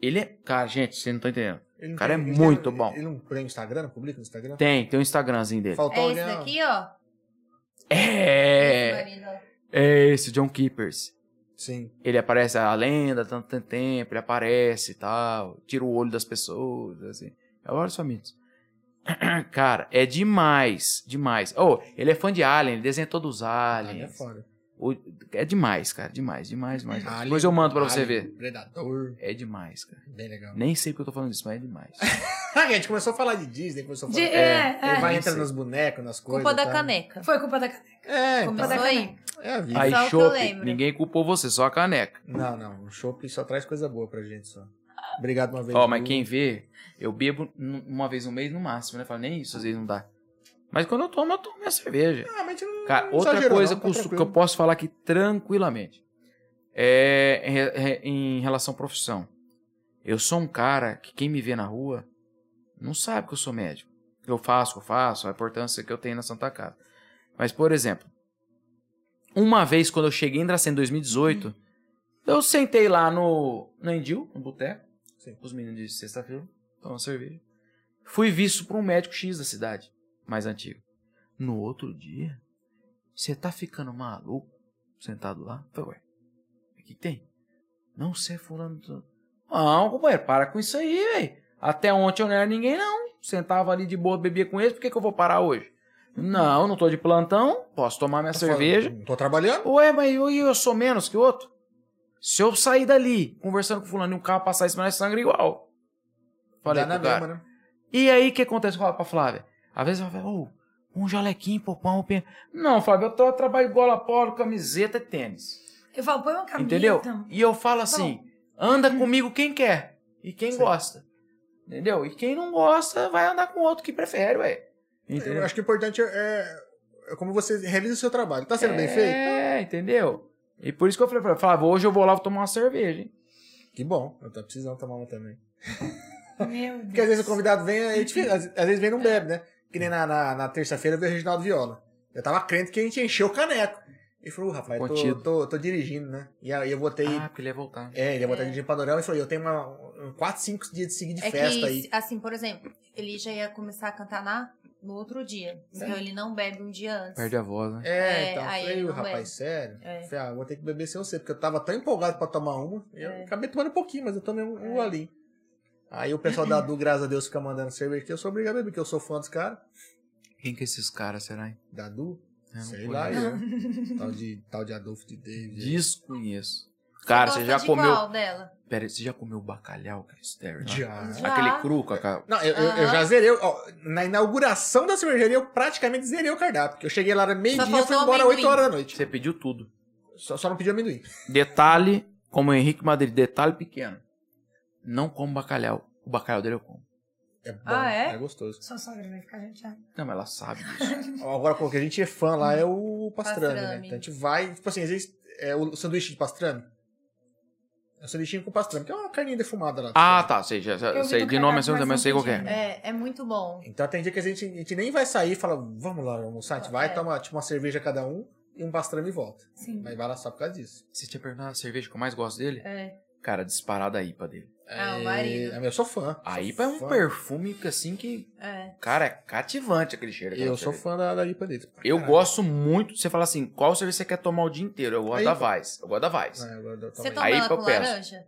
Speaker 3: Ele é. Cara, gente, você não tá entendendo.
Speaker 2: Ele não
Speaker 3: cara
Speaker 2: tem-
Speaker 3: é
Speaker 2: ele tem- um-
Speaker 3: muito bom.
Speaker 2: Ele não tem Instagram? Não publica no Instagram?
Speaker 3: Tem, tem um Instagramzinho dele.
Speaker 1: É
Speaker 2: Faltou
Speaker 1: esse
Speaker 2: alguém.
Speaker 1: daqui, ó.
Speaker 3: É!
Speaker 1: Esse marido, ó.
Speaker 3: É esse, John Keepers.
Speaker 2: Sim.
Speaker 3: Ele aparece a lenda, tanto, tanto tempo, ele aparece e tal, tira o olho das pessoas, assim. É o Horus Famintos. Cara, é demais. Demais. Oh, ele é fã de Alien, ele desenha todos os
Speaker 2: Alien é
Speaker 3: aliens.
Speaker 2: foda.
Speaker 3: O- É demais, cara. Demais, demais, demais.
Speaker 2: Alien,
Speaker 3: Depois eu mando pra você
Speaker 2: Alien,
Speaker 3: ver.
Speaker 2: Predador,
Speaker 3: É demais, cara.
Speaker 2: bem legal.
Speaker 3: Nem sei porque eu tô falando isso, mas é demais.
Speaker 2: Ah, a gente começou a falar de Disney, começou a
Speaker 4: De-
Speaker 2: falar...
Speaker 4: é,
Speaker 2: Ele
Speaker 4: é.
Speaker 2: vai
Speaker 3: Nem
Speaker 2: entra
Speaker 3: sei.
Speaker 2: nos bonecos, nas coisas.
Speaker 1: Culpa da
Speaker 2: tá?
Speaker 1: caneca.
Speaker 4: Foi culpa da caneca.
Speaker 2: É, então,
Speaker 1: Culpa da
Speaker 4: Só
Speaker 1: caneca.
Speaker 2: é a vida.
Speaker 3: Aí,
Speaker 1: Só o que eu
Speaker 3: chope,
Speaker 1: lembro.
Speaker 3: ninguém culpou você, só a caneca.
Speaker 2: Não, não. O chopp só traz coisa boa pra gente só. Obrigado uma vez.
Speaker 3: Ó, mas
Speaker 2: Lu.
Speaker 3: quem vê, eu bebo n- uma vez no mês no máximo, né? Fala, nem isso às vezes não dá. Mas quando eu tomo, eu tomo minha cerveja.
Speaker 2: Ah, mas a gente não-
Speaker 3: Cara,
Speaker 2: não
Speaker 3: outra
Speaker 2: exagerou,
Speaker 3: coisa
Speaker 2: não, tá
Speaker 3: que eu su- que
Speaker 2: tranquilo.
Speaker 3: eu posso falar aqui tranquilamente é em re- re- em relação à profissão. Eu sou um cara que quem me vê na rua não sabe que eu sou médico. Eu faço, eu faço, a importância que eu tenho na Santa Casa. Mas, por exemplo, uma vez quando eu cheguei em Dracena em 2018, eu sentei lá no, no Endil, no boteco,
Speaker 2: Sim.
Speaker 3: com os meninos de sexta-feira, tomando cerveja. Fui visto por um médico X da cidade, mais antigo. No outro dia, você tá ficando maluco sentado lá? Eu Falei, ué, o que que tem? Não, você é fulano. do- Não, companheiro, para com isso aí, velho. Até ontem eu não era ninguém, não. Sentava ali de boa, bebia com eles, por que, que eu vou parar hoje? Não, não tô de plantão, posso tomar minha
Speaker 2: Tá
Speaker 3: cerveja.
Speaker 2: falando, Não tô trabalhando.
Speaker 3: Ué, mas eu, eu sou menos que o outro? Se eu sair dali conversando com fulano e um carro passar em cima, nós sangra igual. Falei
Speaker 2: Dá na
Speaker 3: pro cara.
Speaker 2: mesma, né?
Speaker 3: E aí, o que acontece com a pra Flávia? Às vezes ela fala, ô, um jalequinho, pô, pão, pê. Não, Flávia, eu tô, trabalho gola polo, camiseta e tênis.
Speaker 4: Eu falo, põe uma camisa.
Speaker 3: Entendeu? E eu falo assim, anda
Speaker 2: uhum.
Speaker 3: comigo quem quer e quem
Speaker 2: Sim.
Speaker 3: gosta. Entendeu? E quem não gosta, vai andar com outro que prefere, ué.
Speaker 2: Eu acho que o importante é, é como você realiza o seu trabalho. Tá sendo bem feito?
Speaker 3: É, entendeu? E por isso que eu falei pra ela, Flávia, hoje eu vou lá vou tomar uma cerveja, hein?
Speaker 2: Que bom. Eu tô precisando tomar uma também.
Speaker 4: Meu Deus.
Speaker 2: Porque às vezes o convidado vem, a gente, fica- às, às vezes vem e não bebe, né? Que nem na, na, na terça-feira veio o Reginaldo Viola. Eu tava crente que a gente encheu o caneco. Ele falou, "Uh, rapaz, eu tô,
Speaker 3: Contido.
Speaker 2: tô, tô dirigindo, né? E aí eu botei.
Speaker 3: Ah, porque ele ia voltar.
Speaker 2: É, ele ia botar dirigindo panorama e falou, eu tenho uma, um, quatro, cinco dias de seguida de
Speaker 1: É
Speaker 2: festa
Speaker 1: que,
Speaker 2: aí.
Speaker 1: se- assim, por exemplo, ele já ia começar a cantar na, no outro dia. Então ele não bebe um dia antes.
Speaker 3: Perde a voz, né?
Speaker 2: É,
Speaker 1: É,
Speaker 2: então, eu
Speaker 1: aí
Speaker 2: falei,
Speaker 1: não
Speaker 2: rapaz,
Speaker 1: bebe.
Speaker 2: sério?
Speaker 1: É.
Speaker 2: Falei, ah, vou ter que beber sem você, porque eu tava tão empolgado pra tomar uma, eu
Speaker 1: É.
Speaker 2: acabei tomando um pouquinho, mas eu tomei um, um ali. Aí o pessoal da Du, graças a Deus, fica mandando cerveja aqui, eu sou obrigado a beber, porque eu sou fã dos caras.
Speaker 3: Quem que é esses caras, será, hein?
Speaker 2: Da Du,
Speaker 3: Eu
Speaker 1: né?
Speaker 3: não
Speaker 2: sei
Speaker 3: conheço.
Speaker 2: lá, eu. tal, de, tal de Adolfo de David.
Speaker 3: Desconheço. Cara, você
Speaker 1: gosta
Speaker 3: já
Speaker 1: de
Speaker 3: comeu.
Speaker 1: Qual dela?
Speaker 3: Pera aí, você já comeu bacalhau, cara? Estéreo, né?
Speaker 2: Já.
Speaker 1: Já.
Speaker 3: Aquele cru com a ca-
Speaker 2: Não, eu, eu- eu
Speaker 1: Aham.
Speaker 2: já zerei. ó, na inauguração da cervejaria, eu praticamente zerei o cardápio. Porque eu cheguei lá meio-dia e fui
Speaker 1: faltou
Speaker 2: embora
Speaker 1: amendoim.
Speaker 2: 8 horas da noite.
Speaker 3: Você pediu tudo.
Speaker 2: Só, só não pedi amendoim.
Speaker 3: Detalhe, como o Henrique Madrid, detalhe pequeno. Não como bacalhau. O bacalhau dele eu como.
Speaker 2: É bom,
Speaker 1: Ah, é?
Speaker 2: é gostoso.
Speaker 4: Sua sogra vai ficar chateada.
Speaker 3: Não, mas ela sabe disso.
Speaker 2: Ó, Agora, pô, que a gente é fã lá é o pastrame, né?
Speaker 1: Pastrame.
Speaker 2: Então a gente vai. Tipo assim, às vezes é o sanduíche de pastrame. É um sanduíche com pastrame, que é uma carninha defumada lá.
Speaker 3: ah, tá. Sei, já, já-
Speaker 4: Eu vi
Speaker 3: sei,
Speaker 4: do
Speaker 3: de nome assim,
Speaker 4: cardápio,
Speaker 3: também eu
Speaker 4: mas
Speaker 3: sei
Speaker 4: não
Speaker 3: qual que é.
Speaker 4: entendi.
Speaker 1: É, é muito bom.
Speaker 2: Então tem dia que a gente, a gente nem vai sair e fala, vamos lá almoçar, a gente vai,
Speaker 1: É.
Speaker 2: toma tipo, uma cerveja cada um e um pastrame e volta.
Speaker 4: Sim.
Speaker 2: Mas vai lá só por causa disso.
Speaker 3: Você tinha perguntado a cerveja que eu mais gosto dele?
Speaker 1: É.
Speaker 3: Cara, disparada a IPA dele.
Speaker 1: Ah, o
Speaker 2: É,
Speaker 1: marido.
Speaker 2: é, Eu sou fã.
Speaker 3: A
Speaker 2: Sou
Speaker 3: IPA é um
Speaker 2: fã.
Speaker 3: perfume que assim que.
Speaker 1: É.
Speaker 3: Cara, é cativante aquele cheiro. daquela
Speaker 2: Eu sou
Speaker 3: cerveja.
Speaker 2: fã da, da IPA dele.
Speaker 3: né, Eu gosto muito. Você fala assim, qual cerveja você quer tomar o dia inteiro? Eu gosto
Speaker 2: Aí-
Speaker 3: da Vice. Eu gosto da Vice.
Speaker 2: É, eu gosto da-
Speaker 1: Você
Speaker 2: também.
Speaker 1: toma
Speaker 3: Aí
Speaker 1: ela
Speaker 3: que eu
Speaker 1: com
Speaker 3: peço.
Speaker 1: laranja?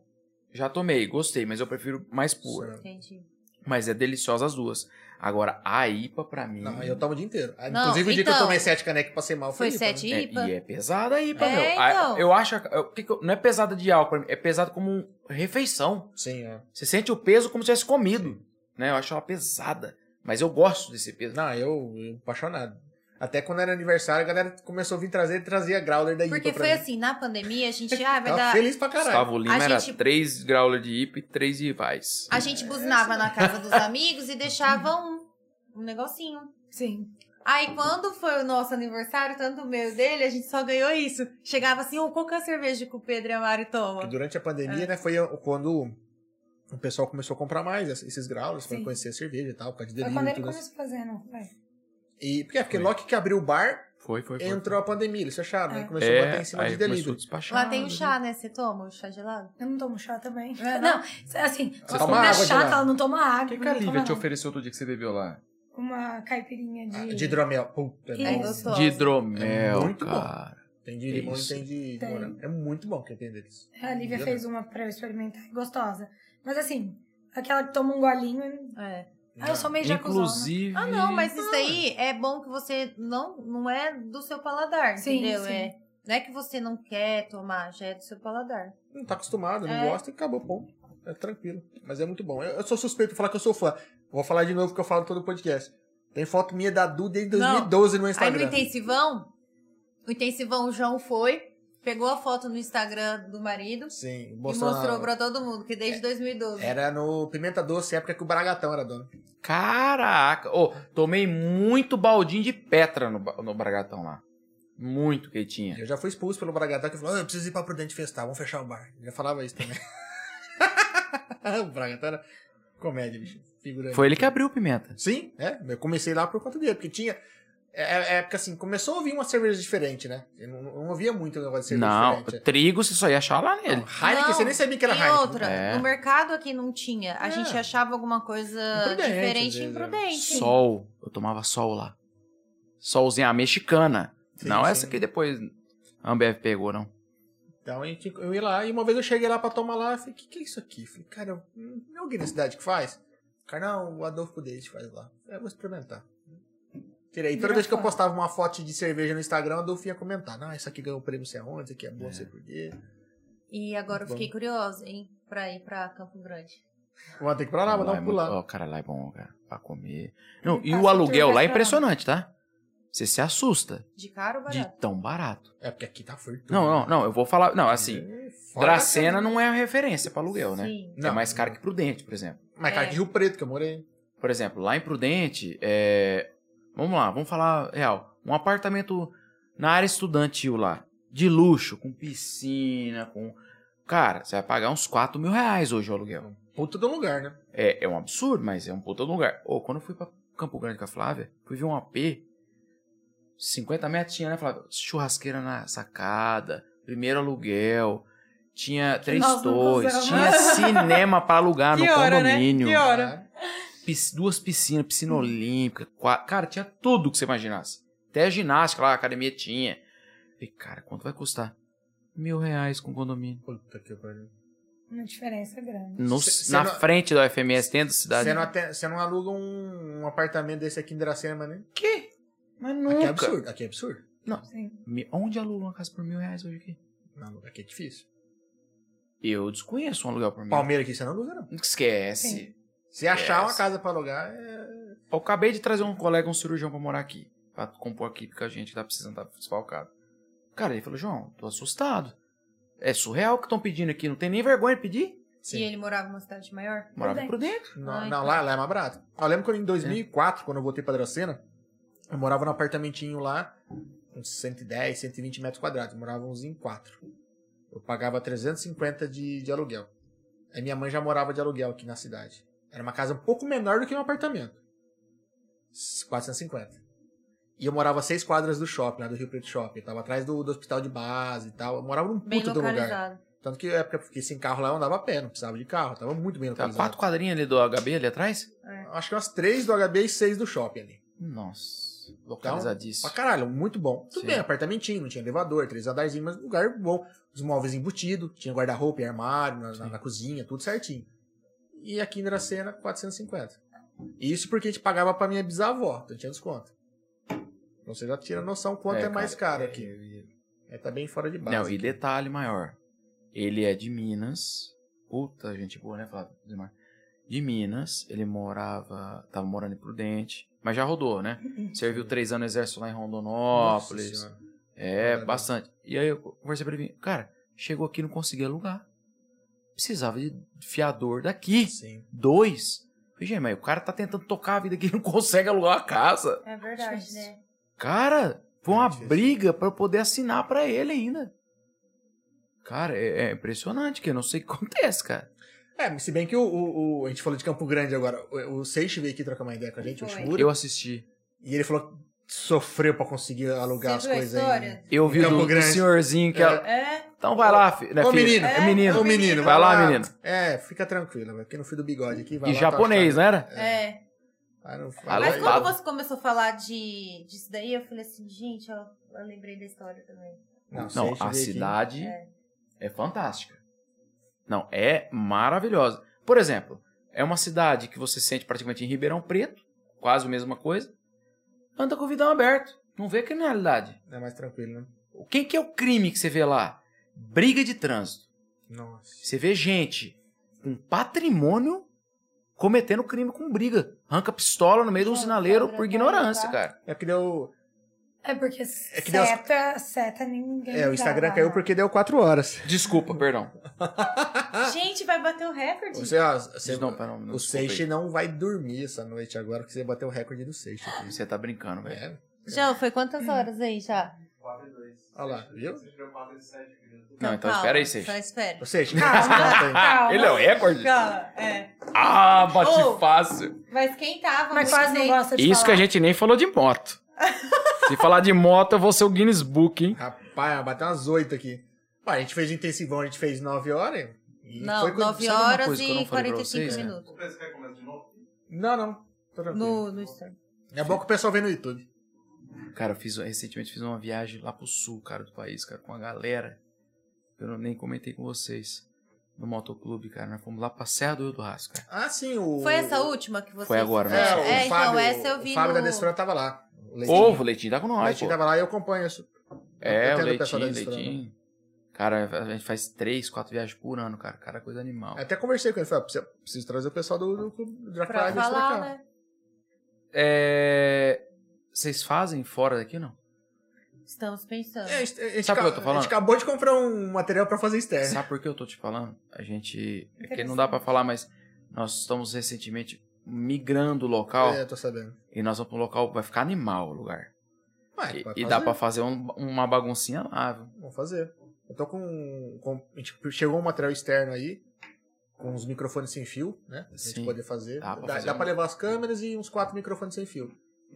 Speaker 3: Já tomei, gostei, mas eu prefiro mais pura.
Speaker 2: Sim.
Speaker 1: Entendi.
Speaker 3: Mas é deliciosa as duas. Agora, a IPA pra mim.
Speaker 2: Não, eu tomo o dia inteiro. Ah,
Speaker 1: Não,
Speaker 2: Inclusive, o dia que eu
Speaker 1: então.
Speaker 2: tomei sete canecas e passei mal
Speaker 1: Foi
Speaker 2: IPA,
Speaker 1: sete
Speaker 2: né?
Speaker 3: é,
Speaker 1: IPA?
Speaker 3: E é pesada a IPA,
Speaker 1: É,
Speaker 3: meu. A-
Speaker 1: então.
Speaker 3: eu acho. eu- o que que eu- não é pesada de álcool, pra mim, é pesada como refeição.
Speaker 2: Sim, é.
Speaker 3: Você sente o peso como se tivesse comido. Né? Eu acho ela pesada. Mas eu gosto desse peso.
Speaker 2: Não, eu, eu apaixonado. Até quando era aniversário, a galera começou a vir trazer, trazia growler da
Speaker 1: Porque
Speaker 2: IPA
Speaker 1: foi
Speaker 2: então, pra mim.
Speaker 1: assim, na pandemia a gente, ah, vai
Speaker 2: Tava
Speaker 1: dar.
Speaker 2: feliz pra caralho.
Speaker 3: Gustavo Lima
Speaker 1: A
Speaker 3: era
Speaker 1: gente-
Speaker 3: 3 grauler de IPA e 3 de Vice.
Speaker 1: A gente buzinava na casa dos amigos e deixava um, um negocinho.
Speaker 4: Sim.
Speaker 1: Aí quando foi o nosso aniversário, tanto o meu e dele, a gente só ganhou isso. Chegava assim, ô, qual que é a cerveja que o Pedro e a Mari
Speaker 2: Porque
Speaker 1: tomam?
Speaker 2: durante a
Speaker 4: É.
Speaker 2: pandemia, né, foi quando o pessoal começou a comprar mais es- esses growlers, foi
Speaker 4: Sim.
Speaker 2: conhecer a cerveja e tal, por causa de
Speaker 4: Foi quando
Speaker 2: delivery e
Speaker 4: ele
Speaker 2: tudo isso.
Speaker 4: começou a fazer, não foi?
Speaker 2: E, porque, é, porque
Speaker 3: Foi.
Speaker 2: logo que abriu o bar,
Speaker 3: Foi, foi, foi.
Speaker 2: entrou a pandemia, eles fecharam, né?
Speaker 4: É.
Speaker 2: Começou a bater em cima
Speaker 3: aí
Speaker 2: de
Speaker 3: começou a
Speaker 2: delivery.
Speaker 3: despachar,
Speaker 1: Lá tem o
Speaker 3: né?
Speaker 1: chá, né? Você toma o chá gelado?
Speaker 4: Eu não tomo chá também.
Speaker 1: É, não?
Speaker 4: não, assim,
Speaker 2: Você
Speaker 4: você
Speaker 2: toma
Speaker 4: tá
Speaker 2: água de lá.
Speaker 4: chata, ela não toma
Speaker 6: O
Speaker 4: água.
Speaker 6: que, que
Speaker 4: não
Speaker 6: a
Speaker 4: toma
Speaker 6: Lívia
Speaker 1: né?
Speaker 6: te
Speaker 4: nada.
Speaker 6: ofereceu outro dia que você bebeu lá?
Speaker 4: Uma caipirinha de...
Speaker 2: Ah, De hidromel. Puta,
Speaker 4: Isso.
Speaker 1: É
Speaker 2: nossa.
Speaker 1: gostoso.
Speaker 3: De hidromel,
Speaker 2: É muito bom.
Speaker 3: cara.
Speaker 2: Tem de limão e
Speaker 3: Isso.
Speaker 2: tem de
Speaker 4: Tem. É,
Speaker 2: morango. É muito bom quem tem deles. né?
Speaker 4: A Lívia
Speaker 2: Entendeu?
Speaker 4: fez uma pra eu experimentar, gostosa. Mas assim, aquela que toma um golinho,
Speaker 1: É.
Speaker 4: Ah, eu sou meio jacuzona.
Speaker 3: Inclusive.
Speaker 1: Ah, não, mas isso aí é bom que você não, não é do seu paladar,
Speaker 4: Sim,
Speaker 1: entendeu?
Speaker 4: sim.
Speaker 1: É, não é que você não quer tomar, já é do seu paladar.
Speaker 2: Não tá acostumado, não
Speaker 1: É.
Speaker 2: gosta e acabou, pô. É tranquilo. Mas é muito bom. Eu, eu sou suspeito de falar que eu sou fã. Vou falar de novo que eu falo todo o podcast. Tem foto minha da Du desde
Speaker 1: Não.
Speaker 2: 2012
Speaker 1: Aí
Speaker 2: no
Speaker 1: no
Speaker 2: Instagram.
Speaker 1: intensivão, o intensivão o João foi, pegou a foto no Instagram do marido
Speaker 2: Sim,
Speaker 1: e mostrou
Speaker 2: mostrou. É,
Speaker 1: pra todo mundo que desde 2012.
Speaker 2: Era no Pimenta Doce, época que o Bragatão era dono.
Speaker 3: Caraca! Ô, tomei muito baldinho de Petra no, ba- no Bragatão lá. Muito que tinha.
Speaker 2: Eu já fui expulso pelo Bragatão que falou: "Ah, eu preciso ir pra Prudente festar, vamos fechar o bar. Eu já falava isso também. o Bragatão era comédia, bicho. Figurante.
Speaker 3: Foi ele que abriu o Pimenta.
Speaker 2: Sim, é. Eu comecei lá por conta dele, porque tinha. É, é época assim, começou a ouvir uma cerveja diferente, né? Eu não, não ouvia muito o negócio de cerveja
Speaker 3: Não,
Speaker 2: diferente. é.
Speaker 3: trigo você só ia achar lá
Speaker 2: Não,
Speaker 3: nele.
Speaker 2: Heineken,
Speaker 1: Não,
Speaker 2: você nem sabia que era
Speaker 1: e
Speaker 2: Heineken.
Speaker 1: outra,
Speaker 3: É.
Speaker 1: no mercado aqui não tinha. A
Speaker 2: É.
Speaker 1: gente achava alguma coisa
Speaker 2: Imprudente, às
Speaker 1: diferente e
Speaker 2: vezes, é.
Speaker 1: imprudente.
Speaker 3: Sol. Eu tomava sol lá. Solzinha a mexicana.
Speaker 2: Sim,
Speaker 3: não
Speaker 2: sim.
Speaker 3: essa que depois a Ambev pegou, não.
Speaker 2: Então a gente- eu ia lá, e uma vez eu cheguei lá pra tomar lá, eu falei, que que é isso aqui? Eu falei, cara, eu- hum, não é alguém na cidade que faz? Cara, não, o Adolfo Deide faz lá. Eu falei, eu vou experimentar. Tirei. Toda vez que eu
Speaker 4: Engraçado.
Speaker 2: postava uma foto de cerveja no Instagram, o Adolfo ia comentar. Não, isso aqui ganhou o prêmio sei aonde, isso aqui é bom,
Speaker 3: É.
Speaker 2: sei por quê.
Speaker 1: E agora eu
Speaker 2: Bom.
Speaker 1: fiquei curiosa, hein, pra ir pra Campo Grande.
Speaker 2: Vou ter que ir pra lá, vou
Speaker 3: lá
Speaker 2: dar
Speaker 3: é
Speaker 2: um
Speaker 3: muito-
Speaker 2: pular.
Speaker 3: Ó, cara, lá é bom, cara. Pra comer. Não, e
Speaker 4: Passa
Speaker 3: o aluguel
Speaker 4: tudo
Speaker 3: lá é
Speaker 4: restaurante.
Speaker 3: impressionante, tá? Você se assusta
Speaker 1: De caro ou
Speaker 3: de
Speaker 1: barato?
Speaker 3: tão barato.
Speaker 2: É porque aqui tá fortuna.
Speaker 3: Não, não, não, eu vou falar. Não, assim, Dracena não é a referência pra aluguel, né?
Speaker 1: Sim.
Speaker 3: É mais caro que Prudente, por exemplo.
Speaker 2: Mas cara,
Speaker 1: É.
Speaker 2: que Rio Preto que eu morei.
Speaker 3: Por exemplo, lá em Prudente, é... vamos lá, vamos falar real. Um apartamento na área estudantil lá, de luxo, com piscina, com... Cara, você vai pagar uns 4 mil reais hoje o aluguel.
Speaker 2: Puta de um lugar, né?
Speaker 3: É, é um absurdo, mas é um puta de um lugar. Ô, quando eu fui pra Campo Grande com a Flávia, fui ver um AP, 50 metros tinha, né, Flávia? Churrasqueira na sacada, primeiro aluguel, tinha três
Speaker 4: nós não
Speaker 3: torres,
Speaker 4: usamos. né?
Speaker 3: tinha cinema pra alugar no condomínio.
Speaker 2: Hora.
Speaker 3: Pis- duas piscinas,
Speaker 2: Hum.
Speaker 3: piscina olímpica, qua- cara, tinha tudo que você imaginasse. Até a ginástica lá, a academia tinha. Falei, cara, quanto vai custar? Mil reais com condomínio.
Speaker 2: Puta que pariu.
Speaker 4: Uma diferença grande.
Speaker 3: No-
Speaker 2: Cê- cê
Speaker 3: na
Speaker 2: não-
Speaker 3: frente da UFMS, dentro da cidade.
Speaker 2: Você não, até- você não aluga um, um apartamento desse aqui em Dracena, mas nem.
Speaker 3: Que? Mas
Speaker 2: Aqui é
Speaker 3: nunca.
Speaker 2: absurdo, aqui é absurdo.
Speaker 4: Sim.
Speaker 3: Me- Onde aluga uma casa por mil reais hoje aqui?
Speaker 2: Não, aqui é difícil.
Speaker 3: Eu desconheço um aluguel por mil.
Speaker 2: Palmeira aqui você não aluga, não.
Speaker 3: Esquece.
Speaker 2: Se achar uma
Speaker 3: Yes.
Speaker 2: casa pra alugar, é...
Speaker 3: Eu acabei de trazer um colega, um cirurgião, pra morar aqui. Pra compor aqui, porque a gente tá precisando, tá desfalcado. Cara, ele falou, João, tô assustado. É surreal o que estão pedindo aqui, não tem nem vergonha de pedir.
Speaker 1: E
Speaker 2: Sim.
Speaker 1: ele morava numa cidade maior?
Speaker 3: Morava
Speaker 4: Prudente.
Speaker 3: por dentro.
Speaker 2: Não,
Speaker 1: Ai,
Speaker 2: não, lá, lá é mais barato. Eu lembro quando em 2004, quando eu voltei pra Dracena, eu morava num apartamentinho lá, uns 110, 120 metros quadrados. Morávamos em quatro. Eu pagava 350 de, de aluguel. Aí minha mãe já morava de aluguel aqui na cidade. Era uma casa um pouco menor do que um apartamento. S- 450. E eu morava a seis quadras do shopping, lá do Rio Preto Shopping. Eu tava atrás do, do hospital de base e tal. Eu morava num
Speaker 1: Bem
Speaker 2: puta do lugar.
Speaker 1: localizado.
Speaker 2: Tanto que na época eu fiquei sem carro lá, eu andava a pé, não precisava de carro. Tava muito bem
Speaker 3: Tá
Speaker 2: localizado.
Speaker 3: quatro quadrinhas ali do HB ali atrás.
Speaker 2: Acho que umas três do HB e seis do shopping ali.
Speaker 3: Nossa,
Speaker 2: Então, Pra
Speaker 3: localizadíssimo.
Speaker 2: caralho, muito bom. Tudo
Speaker 3: Sim.
Speaker 2: bem, apartamentinho, não tinha elevador, três andarzinhos, mas lugar bom. Os móveis embutidos, tinha guarda-roupa e armário na, na-
Speaker 3: Sim.
Speaker 2: na cozinha, tudo certinho. E aqui em Dracena, 450. E Isso porque a gente pagava pra minha bisavó, então tinha desconto. Então você já tira a noção quanto é,
Speaker 3: cara,
Speaker 2: mais caro
Speaker 3: é,
Speaker 2: aqui.
Speaker 3: é,
Speaker 2: É, tá bem fora de
Speaker 3: é.
Speaker 2: base.
Speaker 3: Não, e detalhe maior. Ele é de Minas. Puta, gente boa, né, Flávio? Demar. De Minas, ele morava. Tava morando em Prudente. Mas já rodou, né? Serviu três anos no exército lá em
Speaker 2: Nossa
Speaker 3: Rondonópolis.
Speaker 2: Senhora.
Speaker 3: É,
Speaker 2: Caralho.
Speaker 3: bastante. E aí eu conversei pra ele. Cara, chegou aqui e não conseguia alugar. Precisava de fiador daqui.
Speaker 2: Sim.
Speaker 3: Dois. Falei, Gente, mas o cara tá tentando tocar a vida aqui e não consegue alugar a casa.
Speaker 1: É verdade, né?
Speaker 3: Cara, foi
Speaker 2: É
Speaker 3: uma
Speaker 2: difícil.
Speaker 3: briga pra eu poder assinar pra ele ainda. Cara, é, é impressionante, que eu não sei o que acontece, cara.
Speaker 2: É, mas se bem que o, o- o- a gente falou de Campo Grande agora. O, o Seixi veio aqui trocar uma ideia com a gente, o
Speaker 1: Foi.
Speaker 2: Shimura.
Speaker 3: Eu assisti.
Speaker 2: E ele falou que sofreu pra conseguir alugar
Speaker 1: Você viu
Speaker 2: as
Speaker 1: a
Speaker 2: coisas
Speaker 1: história?
Speaker 2: um aí.
Speaker 3: Eu vi
Speaker 2: Campo
Speaker 3: do, do
Speaker 2: Grande.
Speaker 3: senhorzinho que
Speaker 2: É.
Speaker 3: ela.
Speaker 1: É?
Speaker 3: Então vai lá, filho. Né,
Speaker 2: Ô,
Speaker 3: filho?
Speaker 2: menino.
Speaker 3: É menino.
Speaker 2: Ô menino,
Speaker 3: Vai lá, menino.
Speaker 2: É, fica tranquila, vai. Aqui no fio do bigode aqui, vai
Speaker 3: E
Speaker 2: lá,
Speaker 3: japonês, né?
Speaker 2: tá
Speaker 3: não era?
Speaker 1: É.
Speaker 2: achado. Ah, não
Speaker 3: Alô,
Speaker 2: fala
Speaker 1: Mas
Speaker 2: aí.
Speaker 3: Fábio.
Speaker 1: quando você começou a falar de, disso daí, eu falei assim, gente, ó, eu lembrei da história também.
Speaker 3: Não,
Speaker 2: Seixas veio
Speaker 3: a
Speaker 2: aqui.
Speaker 3: cidade
Speaker 1: É.
Speaker 3: é fantástica. Não, é maravilhosa. Por exemplo, É uma cidade que você sente praticamente em Ribeirão Preto, quase a mesma coisa. Anda com o vidão aberto, não vê criminalidade.
Speaker 2: É mais tranquilo, né?
Speaker 3: Quem que é o crime que você vê lá? Briga de trânsito.
Speaker 2: Nossa.
Speaker 3: Você vê gente com patrimônio cometendo crime com briga. Arranca pistola no meio de um
Speaker 6: Não,
Speaker 3: sinaleiro
Speaker 6: tá
Speaker 3: por
Speaker 6: brincando,
Speaker 3: ignorância,
Speaker 6: tá?
Speaker 3: cara.
Speaker 2: É que deu.
Speaker 4: É porque
Speaker 2: É que Deus-
Speaker 4: seta, seta ninguém.
Speaker 2: É, o Instagram
Speaker 4: dá,
Speaker 2: caiu
Speaker 4: né?
Speaker 2: porque deu 4 horas.
Speaker 3: Desculpa, perdão.
Speaker 1: Gente, vai bater o recorde.
Speaker 2: Você, ó, você,
Speaker 3: não, perdão, não,
Speaker 2: o
Speaker 3: desculpa aí.
Speaker 2: Seixe não vai dormir essa noite agora, porque você bateu o recorde do Seixe. aqui.
Speaker 3: Você tá brincando, velho.
Speaker 2: É.
Speaker 1: Já foi quantas horas aí já?
Speaker 5: 4 e 2.
Speaker 2: Olha lá, viu?
Speaker 5: Você tirou 4 e 7 minutos.
Speaker 3: Não, então espera aí, Seixas.
Speaker 1: Só espera.
Speaker 2: O Seixe,
Speaker 4: Calma.
Speaker 2: desconta aí.
Speaker 4: Calma.
Speaker 3: Ele é o recorde?
Speaker 1: Calma, é.
Speaker 3: Ah, bati
Speaker 1: Ô.
Speaker 3: fácil.
Speaker 1: Vai esquentar, vamos
Speaker 4: Mas quase não
Speaker 1: ver.
Speaker 4: gosta de
Speaker 3: Isso que
Speaker 4: falar.
Speaker 3: a gente nem falou de moto. Se falar de moto, eu vou ser o Guinness Book, hein?
Speaker 2: Rapaz, bateu umas 8 aqui. Pá, a gente fez intensivão, a gente fez 9 horas. e foi
Speaker 1: Não,
Speaker 2: quando-
Speaker 1: 9
Speaker 3: sabe uma
Speaker 1: horas
Speaker 3: coisa que eu não
Speaker 1: e
Speaker 3: falei pra
Speaker 1: 45
Speaker 3: vocês, né?
Speaker 1: minutos.
Speaker 5: O preço quer começar de novo?
Speaker 2: Não, não. Tô tranquilo.
Speaker 1: No, no Instagram.
Speaker 2: É bom que o pessoal vê no YouTube.
Speaker 3: Cara, eu fiz, recentemente fiz uma viagem lá pro sul, cara, do país, cara, com a galera. Eu não- nem comentei com vocês. No motoclube, cara. Nós fomos lá pra Serra do Rio do Rastro, cara.
Speaker 2: Ah, sim, o.
Speaker 1: Foi essa última que você
Speaker 3: Foi agora,
Speaker 2: É,
Speaker 3: né?
Speaker 1: É,
Speaker 2: o
Speaker 1: é, então
Speaker 2: Fábio,
Speaker 1: essa eu vi
Speaker 2: O
Speaker 1: no...
Speaker 2: Fábio da Destrona tava lá. O Leitinho.
Speaker 3: Ovo, leitinho, tá com
Speaker 2: O
Speaker 3: nós, pô.
Speaker 2: Leitinho tava lá e eu acompanho isso.
Speaker 3: É,
Speaker 2: Eu
Speaker 3: o
Speaker 2: entendo o pessoal
Speaker 3: leitinho,
Speaker 2: da Destrona.
Speaker 3: leitinho. Cara, a gente faz três, quatro viagens por ano, cara. Cara, é coisa animal.
Speaker 2: Até conversei com ele, falei, "Ah, preciso, preciso trazer o pessoal do, do, clube do Drag
Speaker 1: pra
Speaker 2: Pride pra cá."
Speaker 1: falar, né?
Speaker 3: É... Vocês fazem fora daqui, não?
Speaker 1: Estamos pensando.
Speaker 2: É, a gente, a gente
Speaker 3: Sabe o que eu tô
Speaker 2: ca-
Speaker 3: falando?
Speaker 2: A gente acabou de comprar um material pra fazer externo.
Speaker 3: Sabe por que eu tô te falando? A gente... É que não dá pra falar, mas nós estamos recentemente migrando o local.
Speaker 2: É, eu tô sabendo.
Speaker 3: E nós vamos pra um local... Vai ficar animal o lugar.
Speaker 2: Ué,
Speaker 3: E,
Speaker 2: pode
Speaker 3: e dá
Speaker 2: fazer.
Speaker 3: pra fazer um- uma baguncinha lá, viu?
Speaker 2: Vamos fazer. Eu tô com, com- A gente chegou um material externo aí, com uns microfones sem fio, né? Pra gente
Speaker 3: Sim.
Speaker 2: poder fazer.
Speaker 3: Dá
Speaker 2: Dá,
Speaker 3: pra
Speaker 2: dá pra,
Speaker 3: fazer um-
Speaker 2: levar as câmeras e uns quatro microfones sem fio.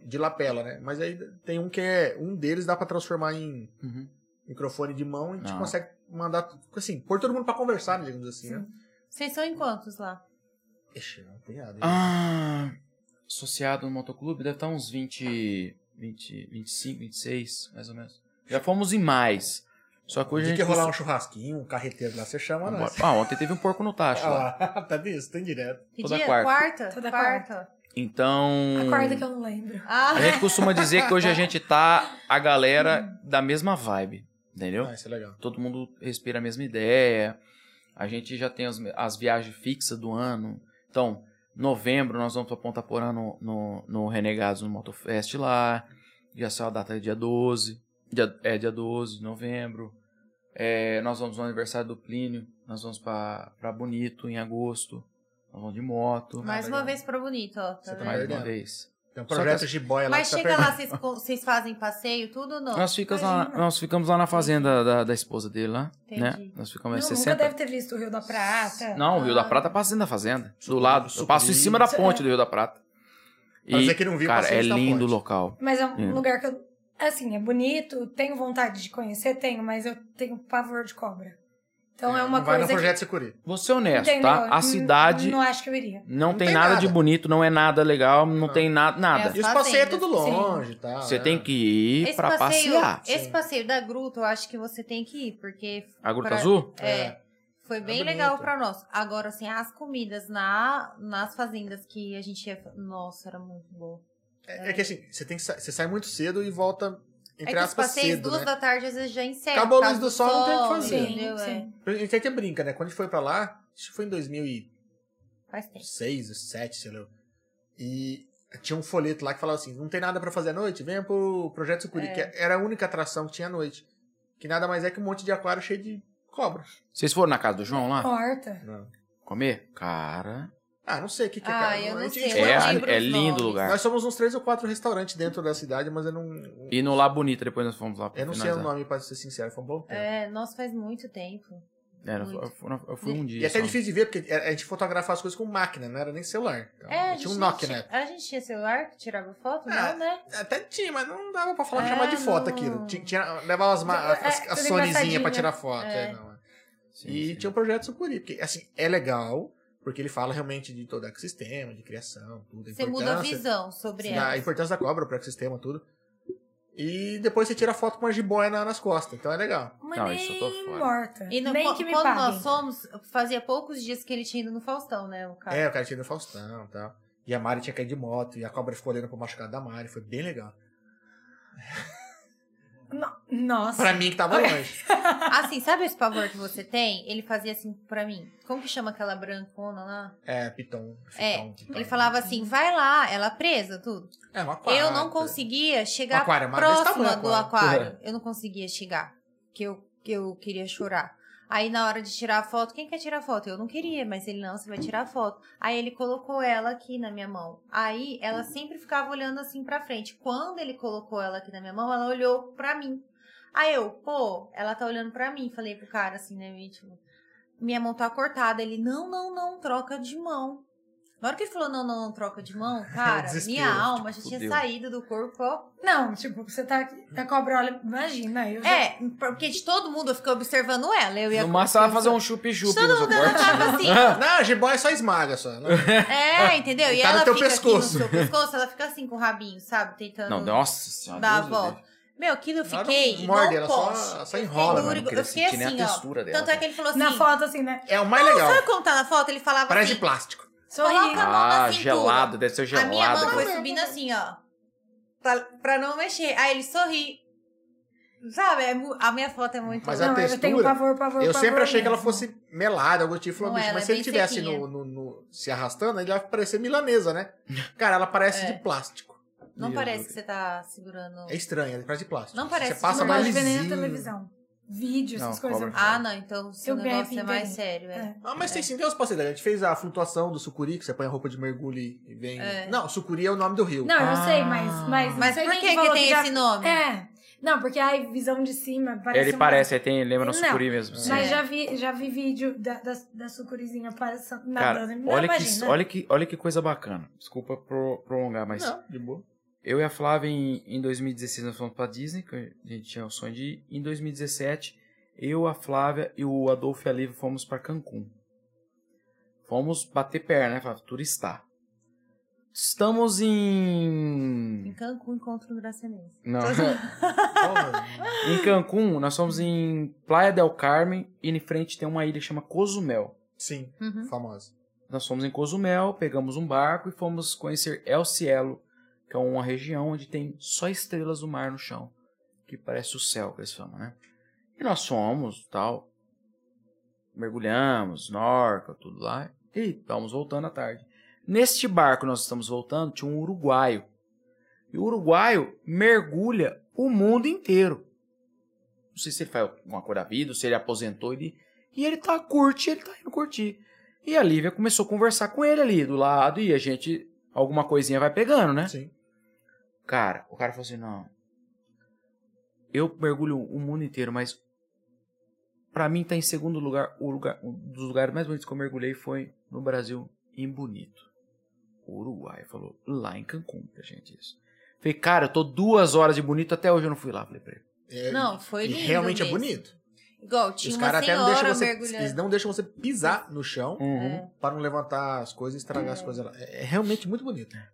Speaker 2: De lapela, né? Mas aí tem um que é. Um deles dá pra transformar em microfone de mão e a gente
Speaker 3: Não.
Speaker 2: consegue mandar. tudo- Assim, pôr todo mundo pra conversar, né, digamos assim, né?
Speaker 1: Vocês são em quantos lá?
Speaker 2: Ixi, não tem nada. hein?
Speaker 3: Ah, associado no motoclube deve estar uns 20, 20, 25, 26, mais ou menos. Já fomos em mais. Só que hoje
Speaker 2: Tem
Speaker 3: a
Speaker 2: que
Speaker 3: gente...
Speaker 2: rolar um churrasquinho, um carreteiro lá, você chama
Speaker 3: Vambora.
Speaker 2: nós.
Speaker 3: Ah, ontem teve um porco no tacho
Speaker 2: Ah
Speaker 3: lá.
Speaker 2: lá, tá disso, tem direto.
Speaker 1: Que
Speaker 3: Toda
Speaker 1: dia?
Speaker 3: quarta.
Speaker 4: Toda
Speaker 1: quarta.
Speaker 3: Então...
Speaker 4: Acorda que eu não lembro.
Speaker 1: Ah,
Speaker 3: A gente costuma dizer que hoje a gente tá a galera da mesma vibe, entendeu?
Speaker 2: Ah, isso é legal.
Speaker 3: Todo mundo respira a mesma ideia. A gente já tem as, as viagens fixas do ano. Então, novembro nós vamos pra Ponta Porã no, no, no Renegados no Motofest lá. Já saiu a data é dia 12. Dia, é dia 12 de novembro. É, nós vamos no aniversário do Plínio. Nós vamos pra, pra Bonito em agosto. Nós vamos de moto.
Speaker 1: mais
Speaker 2: Ah,
Speaker 1: uma
Speaker 2: legal.
Speaker 1: vez pra bonito, ó. Tá
Speaker 2: Você
Speaker 1: vendo?
Speaker 2: também.
Speaker 3: Mais uma
Speaker 2: legal.
Speaker 3: vez.
Speaker 2: Tem um
Speaker 3: Só
Speaker 2: projeto
Speaker 3: que-
Speaker 2: de boia lá
Speaker 1: Mas
Speaker 2: que tá
Speaker 1: chega
Speaker 2: perdendo.
Speaker 1: lá, vocês co- vocês fazem passeio, tudo ou não?
Speaker 3: Nós, ficamos lá,
Speaker 4: imagina.
Speaker 3: nós ficamos lá na fazenda da, da esposa dele lá. Né?
Speaker 1: Entendi.
Speaker 3: Nós ficamos
Speaker 4: Não,
Speaker 3: lá
Speaker 4: nunca
Speaker 3: 60
Speaker 4: deve ter visto o Rio da Prata.
Speaker 3: Não, o Rio da
Speaker 1: Ah.
Speaker 3: Prata passa dentro da fazenda. Do lado. Eu
Speaker 2: Sucuri.
Speaker 3: passo em cima da ponte do Rio da Prata.
Speaker 2: Pra
Speaker 3: E,
Speaker 2: você que não viu,
Speaker 3: cara,
Speaker 2: passei
Speaker 3: é
Speaker 2: isso na
Speaker 3: lindo o
Speaker 2: ponte.
Speaker 3: local.
Speaker 4: Mas é um
Speaker 3: É.
Speaker 4: lugar que eu. Assim, é bonito, tenho vontade de conhecer, tenho, mas eu tenho pavor de cobra. Então é, uma
Speaker 2: Vai no
Speaker 4: coisa.
Speaker 2: projeto Securi.
Speaker 3: Vou ser honesto,
Speaker 4: Entendeu?
Speaker 3: tá? A
Speaker 4: N-
Speaker 3: cidade
Speaker 4: Não acho que eu iria.
Speaker 3: não,
Speaker 2: não
Speaker 3: tem,
Speaker 2: tem
Speaker 3: nada,
Speaker 2: nada.
Speaker 3: de bonito, não é nada legal, não,
Speaker 2: Não.
Speaker 3: tem nada. nada.
Speaker 1: As
Speaker 2: E os passeios é
Speaker 1: fazendas,
Speaker 2: tudo
Speaker 1: tá sim.
Speaker 2: longe e tal.
Speaker 3: Você
Speaker 2: né?
Speaker 3: tem que ir
Speaker 1: Esse
Speaker 3: pra
Speaker 1: passeio, é
Speaker 3: passear.
Speaker 1: esse
Speaker 2: Sim.
Speaker 1: passeio da gruta, eu acho que você tem que ir, porque
Speaker 3: A Gruta
Speaker 1: pra-
Speaker 3: Azul?
Speaker 1: é,
Speaker 2: É.
Speaker 1: foi bem
Speaker 2: bonito.
Speaker 1: legal pra nós. Agora, assim, as comidas na, nas fazendas que a gente ia. Nossa, era muito bom.
Speaker 2: É, é que assim, você, tem que sa- você sai muito cedo e volta,
Speaker 1: é
Speaker 2: entre
Speaker 1: que os
Speaker 2: aspas,
Speaker 1: passeios
Speaker 2: cedo,
Speaker 1: duas
Speaker 2: né?
Speaker 1: da tarde às vezes já encerra. tá
Speaker 2: Acabou a
Speaker 1: por causa
Speaker 2: luz do sol, não tem o que fazer.
Speaker 4: Sim,
Speaker 1: Entendeu? É,
Speaker 4: sim.
Speaker 2: A gente até brinca, né? Quando a gente foi pra lá, isso foi em 2006,
Speaker 1: faz tempo.
Speaker 2: 2007, sei lá. E tinha um folheto lá que falava assim, não tem nada pra fazer à noite? Venha pro Projeto Sucuri,
Speaker 1: É.
Speaker 2: que era a única atração que tinha à noite. Que nada mais é que um monte de aquário cheio de cobra.
Speaker 3: Vocês foram na casa do João lá?
Speaker 4: Porta.
Speaker 3: Comer? Cara.
Speaker 2: Ah, não sei o que, que é
Speaker 1: Ah,
Speaker 2: cara.
Speaker 1: eu
Speaker 2: a
Speaker 1: não
Speaker 2: gente-
Speaker 1: sei.
Speaker 2: a gente
Speaker 1: Eu
Speaker 2: foi-
Speaker 3: É,
Speaker 1: não lembro
Speaker 3: é
Speaker 1: os
Speaker 3: lindo
Speaker 1: nomes.
Speaker 3: o lugar.
Speaker 2: Nós somos uns três ou quatro restaurantes dentro da cidade, mas eu não.
Speaker 3: E no Lá Bonita, depois nós fomos lá pra
Speaker 2: Eu não sei
Speaker 3: finalizar.
Speaker 2: o nome, pra ser sincero, foi um bom tempo.
Speaker 1: É, nossa, faz muito tempo.
Speaker 3: É, eu, fui- eu fui- eu fui um dia.
Speaker 2: E é até
Speaker 3: só.
Speaker 2: difícil de ver, porque a gente fotografava as coisas com máquina, não era nem celular. Então,
Speaker 1: É, a gente
Speaker 2: tinha um
Speaker 1: não
Speaker 2: Nokia,
Speaker 1: tinha-
Speaker 2: né?
Speaker 1: A gente tinha celular que tirava foto,
Speaker 2: Ah,
Speaker 1: não, né?
Speaker 2: Até tinha, mas não dava pra falar,
Speaker 1: É,
Speaker 2: chamar de foto
Speaker 1: não.
Speaker 2: aquilo. Tinha, tinha- levava as, ma-
Speaker 4: É,
Speaker 2: as,
Speaker 4: tudo
Speaker 2: as Sonyzinha
Speaker 4: engraçadinho.
Speaker 2: pra tirar foto.
Speaker 1: É.
Speaker 2: é, não.
Speaker 3: Sim,
Speaker 2: E
Speaker 3: sim.
Speaker 2: tinha um o projeto Sucuri, porque assim, é legal, porque ele fala realmente de todo o ecossistema, de criação, tudo. a
Speaker 1: Você muda a
Speaker 2: importância.
Speaker 1: visão sobre
Speaker 2: da-
Speaker 1: ela.
Speaker 2: a importância da cobra para o ecossistema, tudo. E depois você tira foto com a jiboia na- nas costas. Então é legal.
Speaker 4: Mas
Speaker 3: Não,
Speaker 4: nem
Speaker 3: isso eu tô fora.
Speaker 4: morta.
Speaker 1: E no-
Speaker 4: nem
Speaker 1: qu-
Speaker 4: que me
Speaker 1: quando
Speaker 4: paguem.
Speaker 1: nós fomos, fazia poucos dias que ele tinha ido no Faustão, né, o cara?
Speaker 2: É, o cara tira do Faustão e tal. E a Mari tinha caído de moto. E a cobra ficou olhando pro machucado da Mari. Foi bem legal.
Speaker 4: No- Nossa.
Speaker 2: Pra mim que tava longe.
Speaker 1: Assim, sabe esse pavor que você tem? Ele fazia assim pra mim. Como que chama aquela brancona lá?
Speaker 2: É, Piton. Piton,
Speaker 1: É,
Speaker 2: Piton.
Speaker 1: Ele falava assim, vai lá, ela presa, tudo.
Speaker 2: É, uma
Speaker 1: Eu
Speaker 2: quarta.
Speaker 1: não conseguia
Speaker 2: Um
Speaker 1: chegar
Speaker 2: aquário, uma vez né?" tava no
Speaker 1: próxima do aquário.
Speaker 2: Porra.
Speaker 1: Eu não conseguia chegar, que eu, que eu queria chorar. Aí na hora de tirar a foto, quem quer tirar a foto? Eu não queria, mas ele não, você vai tirar a foto. Aí ele colocou ela aqui na minha mão. Aí ela sempre ficava olhando assim pra frente. Quando ele colocou ela aqui na minha mão, ela olhou pra mim. Aí eu, pô, ela tá olhando pra mim. Falei pro cara assim, né, tipo, minha mão tá cortada. Ele, não, não, não, troca de mão. Na hora que ele falou, não, não, não, troca de mão, cara,
Speaker 2: desespero,
Speaker 1: minha alma já
Speaker 3: tipo,
Speaker 1: tinha
Speaker 3: fudeu.
Speaker 1: saído do corpo, ó.
Speaker 4: Não, tipo, você tá aqui. A cobra olha. Imagina, eu já.
Speaker 1: É, porque de todo mundo eu fiquei observando ela. Eu ia
Speaker 3: No máximo ela um vai fazer um chup-chup
Speaker 1: Todo
Speaker 3: no né?
Speaker 1: mundo ela
Speaker 3: suporte.
Speaker 1: tava assim.
Speaker 2: Não, a jiboia é só esmaga só. Ela-
Speaker 1: É, entendeu? E
Speaker 2: Tá no
Speaker 1: ela
Speaker 2: teu
Speaker 1: fica
Speaker 2: pescoço.
Speaker 1: aqui no seu pescoço, ela fica assim com o rabinho, sabe? Tentando
Speaker 3: Não, nossa senhora.
Speaker 1: dar a
Speaker 3: Deus me
Speaker 1: volta.
Speaker 3: livre.
Speaker 1: Meu, aquilo eu
Speaker 2: Ela não
Speaker 1: fiquei.
Speaker 2: morde,
Speaker 1: não
Speaker 2: ela só-
Speaker 1: posso.
Speaker 2: só
Speaker 1: Eu fiquei
Speaker 2: enrola, né?
Speaker 1: duro,
Speaker 2: mano,
Speaker 1: igual-
Speaker 3: porque
Speaker 1: Eu fiquei
Speaker 3: eu senti nem a
Speaker 1: assim, ó.
Speaker 3: textura dela,
Speaker 1: Tanto é que ele falou assim.
Speaker 4: Na foto, assim, né?
Speaker 2: É o mais legal.
Speaker 1: Sabe quando tá na foto? Ele falava
Speaker 2: Parece de
Speaker 1: assim.
Speaker 2: plástico.
Speaker 4: Sou
Speaker 1: Coloca-
Speaker 4: eu.
Speaker 1: mão na
Speaker 3: Ah,
Speaker 1: cintura.
Speaker 3: gelado, deve ser
Speaker 1: A minha
Speaker 3: gelado.
Speaker 1: mão foi subindo assim, ó. Pra, pra não mexer. Aí ele sorri. Sabe? é mu- a minha foto é muito
Speaker 2: Mas a
Speaker 4: não,
Speaker 2: textura-
Speaker 4: eu tenho pavor, pavor,
Speaker 2: Eu
Speaker 4: pavor
Speaker 2: sempre achei que ela
Speaker 4: mesmo.
Speaker 2: fosse melada, algum tipo,
Speaker 1: tá
Speaker 2: falou,
Speaker 1: Não,
Speaker 2: bicho,
Speaker 1: ela
Speaker 2: mas
Speaker 1: é
Speaker 2: se ele
Speaker 1: bem
Speaker 2: tivesse
Speaker 1: sequinha.
Speaker 2: no, no- no- se arrastando, ele ia parecer milanesa, né? Cara, ela parece
Speaker 1: É.
Speaker 2: de plástico.
Speaker 1: Não
Speaker 3: Meu
Speaker 1: parece
Speaker 3: Deus.
Speaker 1: que você tá segurando.
Speaker 2: É estranha, ela parece de plástico.
Speaker 1: Não parece
Speaker 2: Você
Speaker 1: de
Speaker 2: passa
Speaker 4: não
Speaker 1: verdade.
Speaker 2: mais
Speaker 4: gosto de ver nem na
Speaker 2: lisinho.
Speaker 4: televisão. Vídeo, essas
Speaker 3: Não,
Speaker 4: coisas.
Speaker 2: É
Speaker 3: cobra.
Speaker 1: Ah, não. Então o seu
Speaker 4: Eu ganho
Speaker 1: negócio é mais
Speaker 4: pinta.
Speaker 1: sério. É.
Speaker 4: É.
Speaker 2: Ah, mas tem sim, tem umas possibilidades. A gente fez a flutuação do sucuri, que você põe a roupa de mergulho e vem...
Speaker 1: É.
Speaker 2: Não, sucuri é o nome do rio.
Speaker 4: Não, eu
Speaker 3: Ah.
Speaker 4: sei, mas. Mas,
Speaker 1: Mas
Speaker 4: não sei
Speaker 1: por
Speaker 4: quem
Speaker 1: que, que
Speaker 4: falou
Speaker 1: tem
Speaker 4: já-
Speaker 1: esse nome?
Speaker 4: É. Não, porque ai, visão de cima parece.
Speaker 3: Ele
Speaker 4: uma-
Speaker 3: parece, aí tem, lembra no
Speaker 4: Não.
Speaker 3: sucuri mesmo. assim. sim.
Speaker 4: Mas
Speaker 1: É.
Speaker 4: já vi, já vi vídeo da, da, da sucurizinha passando,
Speaker 3: Cara,
Speaker 4: nadando. Não,
Speaker 3: olha que,
Speaker 4: imagina.
Speaker 3: olha, que, olha que coisa bacana. Desculpa pro- prolongar, mas
Speaker 2: Não, de boa.
Speaker 3: eu e a Flávia, em, em 2016, nós fomos pra Disney, que a gente tinha o sonho de ir. Em 2017, eu, a Flávia e o Adolfo e a Lívia fomos pra Cancún. Fomos bater perna, né, Flávia? Turistar. Estamos
Speaker 1: Em
Speaker 3: em...
Speaker 1: Cancún encontro um gracenense.
Speaker 3: Não.
Speaker 2: Porra,
Speaker 3: em Cancún, nós fomos em Playa del Carmen e em frente tem uma ilha que chama Cozumel.
Speaker 2: sim,
Speaker 1: Uhum.
Speaker 2: famosa.
Speaker 3: Nós fomos em Cozumel, pegamos um barco e fomos conhecer El Cielo, que é uma região onde tem só estrelas do mar no chão, que parece o céu que eles falam, né? E nós fomos, tal, mergulhamos, norca, tudo lá, e estávamos voltando à tarde. Neste barco que nós estamos voltando, tinha um uruguaio. E o uruguaio mergulha o mundo inteiro. Não sei se ele faz alguma coisa da vida, ou se ele aposentou, ele... e ele tá curte, ele tá indo curtir. E a Lívia começou a conversar com ele ali do lado e a gente alguma coisinha vai pegando, né?
Speaker 2: Sim.
Speaker 3: Cara, o cara falou assim: "Não. Eu mergulho o mundo inteiro, mas pra mim tá em segundo lugar, o lugar um dos lugares mais bonitos que eu mergulhei foi no Brasil, em Bonito. Uruguai falou lá em Cancún pra gente isso. Falei, cara, eu tô duas horas de bonito, até hoje eu não fui lá. Falei pra ele.
Speaker 2: É-
Speaker 1: Não, foi
Speaker 2: e
Speaker 1: lindo.
Speaker 2: realmente é
Speaker 1: mesmo.
Speaker 2: bonito.
Speaker 1: Igual,
Speaker 2: E
Speaker 1: tinha
Speaker 2: Os
Speaker 1: uma
Speaker 2: caras até não deixam
Speaker 1: senhora
Speaker 2: você... Eles
Speaker 1: mergulhando.
Speaker 2: não deixam você pisar no chão
Speaker 1: É.
Speaker 2: para não levantar as coisas e estragar as coisas lá. É, é realmente muito bonito.
Speaker 1: É.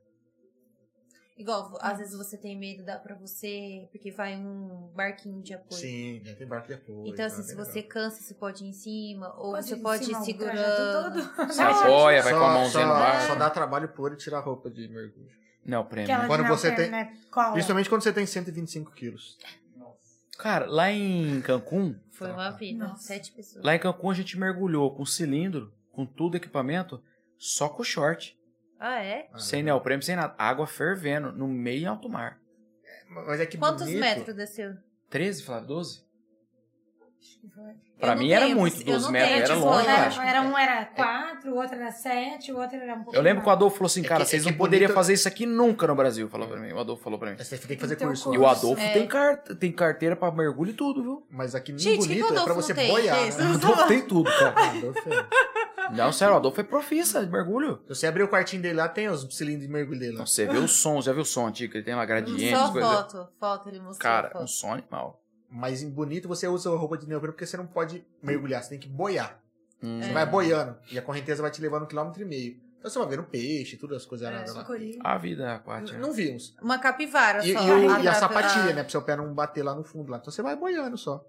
Speaker 1: Igual, às vezes você tem medo, dá pra você. Porque vai um barquinho de apoio.
Speaker 2: Sim, né, tem barco depois.
Speaker 1: Então,
Speaker 2: tá,
Speaker 1: assim, se
Speaker 2: legal.
Speaker 1: você cansa, você pode ir em cima, ou
Speaker 4: Pode
Speaker 1: você
Speaker 4: ir em
Speaker 1: pode
Speaker 4: cima,
Speaker 1: ir
Speaker 4: o
Speaker 1: segurando.
Speaker 4: trajeto todo.
Speaker 3: Sai boia, É, vai
Speaker 2: Só-
Speaker 3: com a mãozinha no
Speaker 2: só-
Speaker 3: barco.
Speaker 2: Só dá trabalho pro ele tirar a roupa de mergulho.
Speaker 3: Não, prêmio.
Speaker 4: Aquela
Speaker 2: Quando
Speaker 4: de
Speaker 2: você
Speaker 4: Napster,
Speaker 2: tem-
Speaker 4: né?
Speaker 1: Ah, é.
Speaker 4: Cola.
Speaker 2: Principalmente quando você tem 125 quilos.
Speaker 5: Nossa.
Speaker 3: Cara, lá em Cancún,
Speaker 1: Foi uma vida,
Speaker 4: Nossa.
Speaker 1: sete pessoas.
Speaker 3: Lá em Cancún a gente mergulhou com cilindro, com tudo equipamento, só com short.
Speaker 1: Ah, é?
Speaker 2: Ah,
Speaker 3: sem
Speaker 2: legal.
Speaker 3: neoprêmio, sem nada. Água fervendo, no meio em alto mar.
Speaker 2: Mas é que
Speaker 1: Quantos
Speaker 2: bonito.
Speaker 1: metros desceu?
Speaker 3: 13, Flávio? 12?
Speaker 1: Eu
Speaker 3: Pra
Speaker 1: não
Speaker 3: mim era
Speaker 1: tenho,
Speaker 3: muito,
Speaker 1: eu
Speaker 3: 12
Speaker 1: não
Speaker 3: metros,
Speaker 1: tenho,
Speaker 3: era
Speaker 1: tipo,
Speaker 3: longe,
Speaker 1: né?
Speaker 3: eu
Speaker 4: era,
Speaker 3: acho.
Speaker 4: era
Speaker 2: É.
Speaker 4: um era quatro, o outro era sete, o outro era um pouco.
Speaker 3: Eu lembro que o
Speaker 4: mais.
Speaker 3: Adolfo falou assim,
Speaker 2: É
Speaker 3: cara,
Speaker 2: que-
Speaker 3: vocês
Speaker 2: é que
Speaker 3: não poderiam
Speaker 2: bonito-
Speaker 3: fazer isso aqui nunca no Brasil, falou pra mim. O Adolfo falou pra mim.
Speaker 2: Aí Você tem que fazer
Speaker 4: Então,
Speaker 2: curso.
Speaker 4: com-
Speaker 3: E o Adolfo
Speaker 1: É.
Speaker 3: tem, car- tem carteira pra mergulho e tudo, viu?
Speaker 2: Mas aqui no
Speaker 1: Gente, que
Speaker 2: bonito
Speaker 1: que o
Speaker 2: é pra
Speaker 1: Adolfo
Speaker 2: você
Speaker 1: não tem,
Speaker 2: boiar.
Speaker 1: gente?
Speaker 2: né?
Speaker 3: O Adolfo tem tudo, tá? cara.
Speaker 2: Adolfo é-
Speaker 3: Não, sério, o Adolfo é profissa de mergulho.
Speaker 2: Se você abrir o quartinho dele lá, tem os cilindros de mergulho dele lá.
Speaker 3: Então, você vê o som, já viu o som antigo, ele tem lá gradientes,
Speaker 1: Só
Speaker 3: coisa.
Speaker 1: foto, foto, ele mostrou
Speaker 3: Cara, um
Speaker 1: foto.
Speaker 3: som animal.
Speaker 2: Mas em bonito você usa a roupa de neopreno porque você não pode mergulhar, você tem que boiar.
Speaker 3: Hum.
Speaker 1: É.
Speaker 2: é Você vai boiando e a correnteza vai te levando um quilômetro e meio. Então você vai ver um peixe, todas as
Speaker 1: É,
Speaker 2: coisas erradas lá.
Speaker 4: sucuri.
Speaker 3: A vida aquática.
Speaker 2: N- Não vimos.
Speaker 1: Uma capivara
Speaker 2: E, e
Speaker 1: só. é.
Speaker 2: o- e a
Speaker 1: Atrapalha-
Speaker 2: sapatilha, né? Pra seu pé não bater lá no fundo lá. Então você vai boiando só.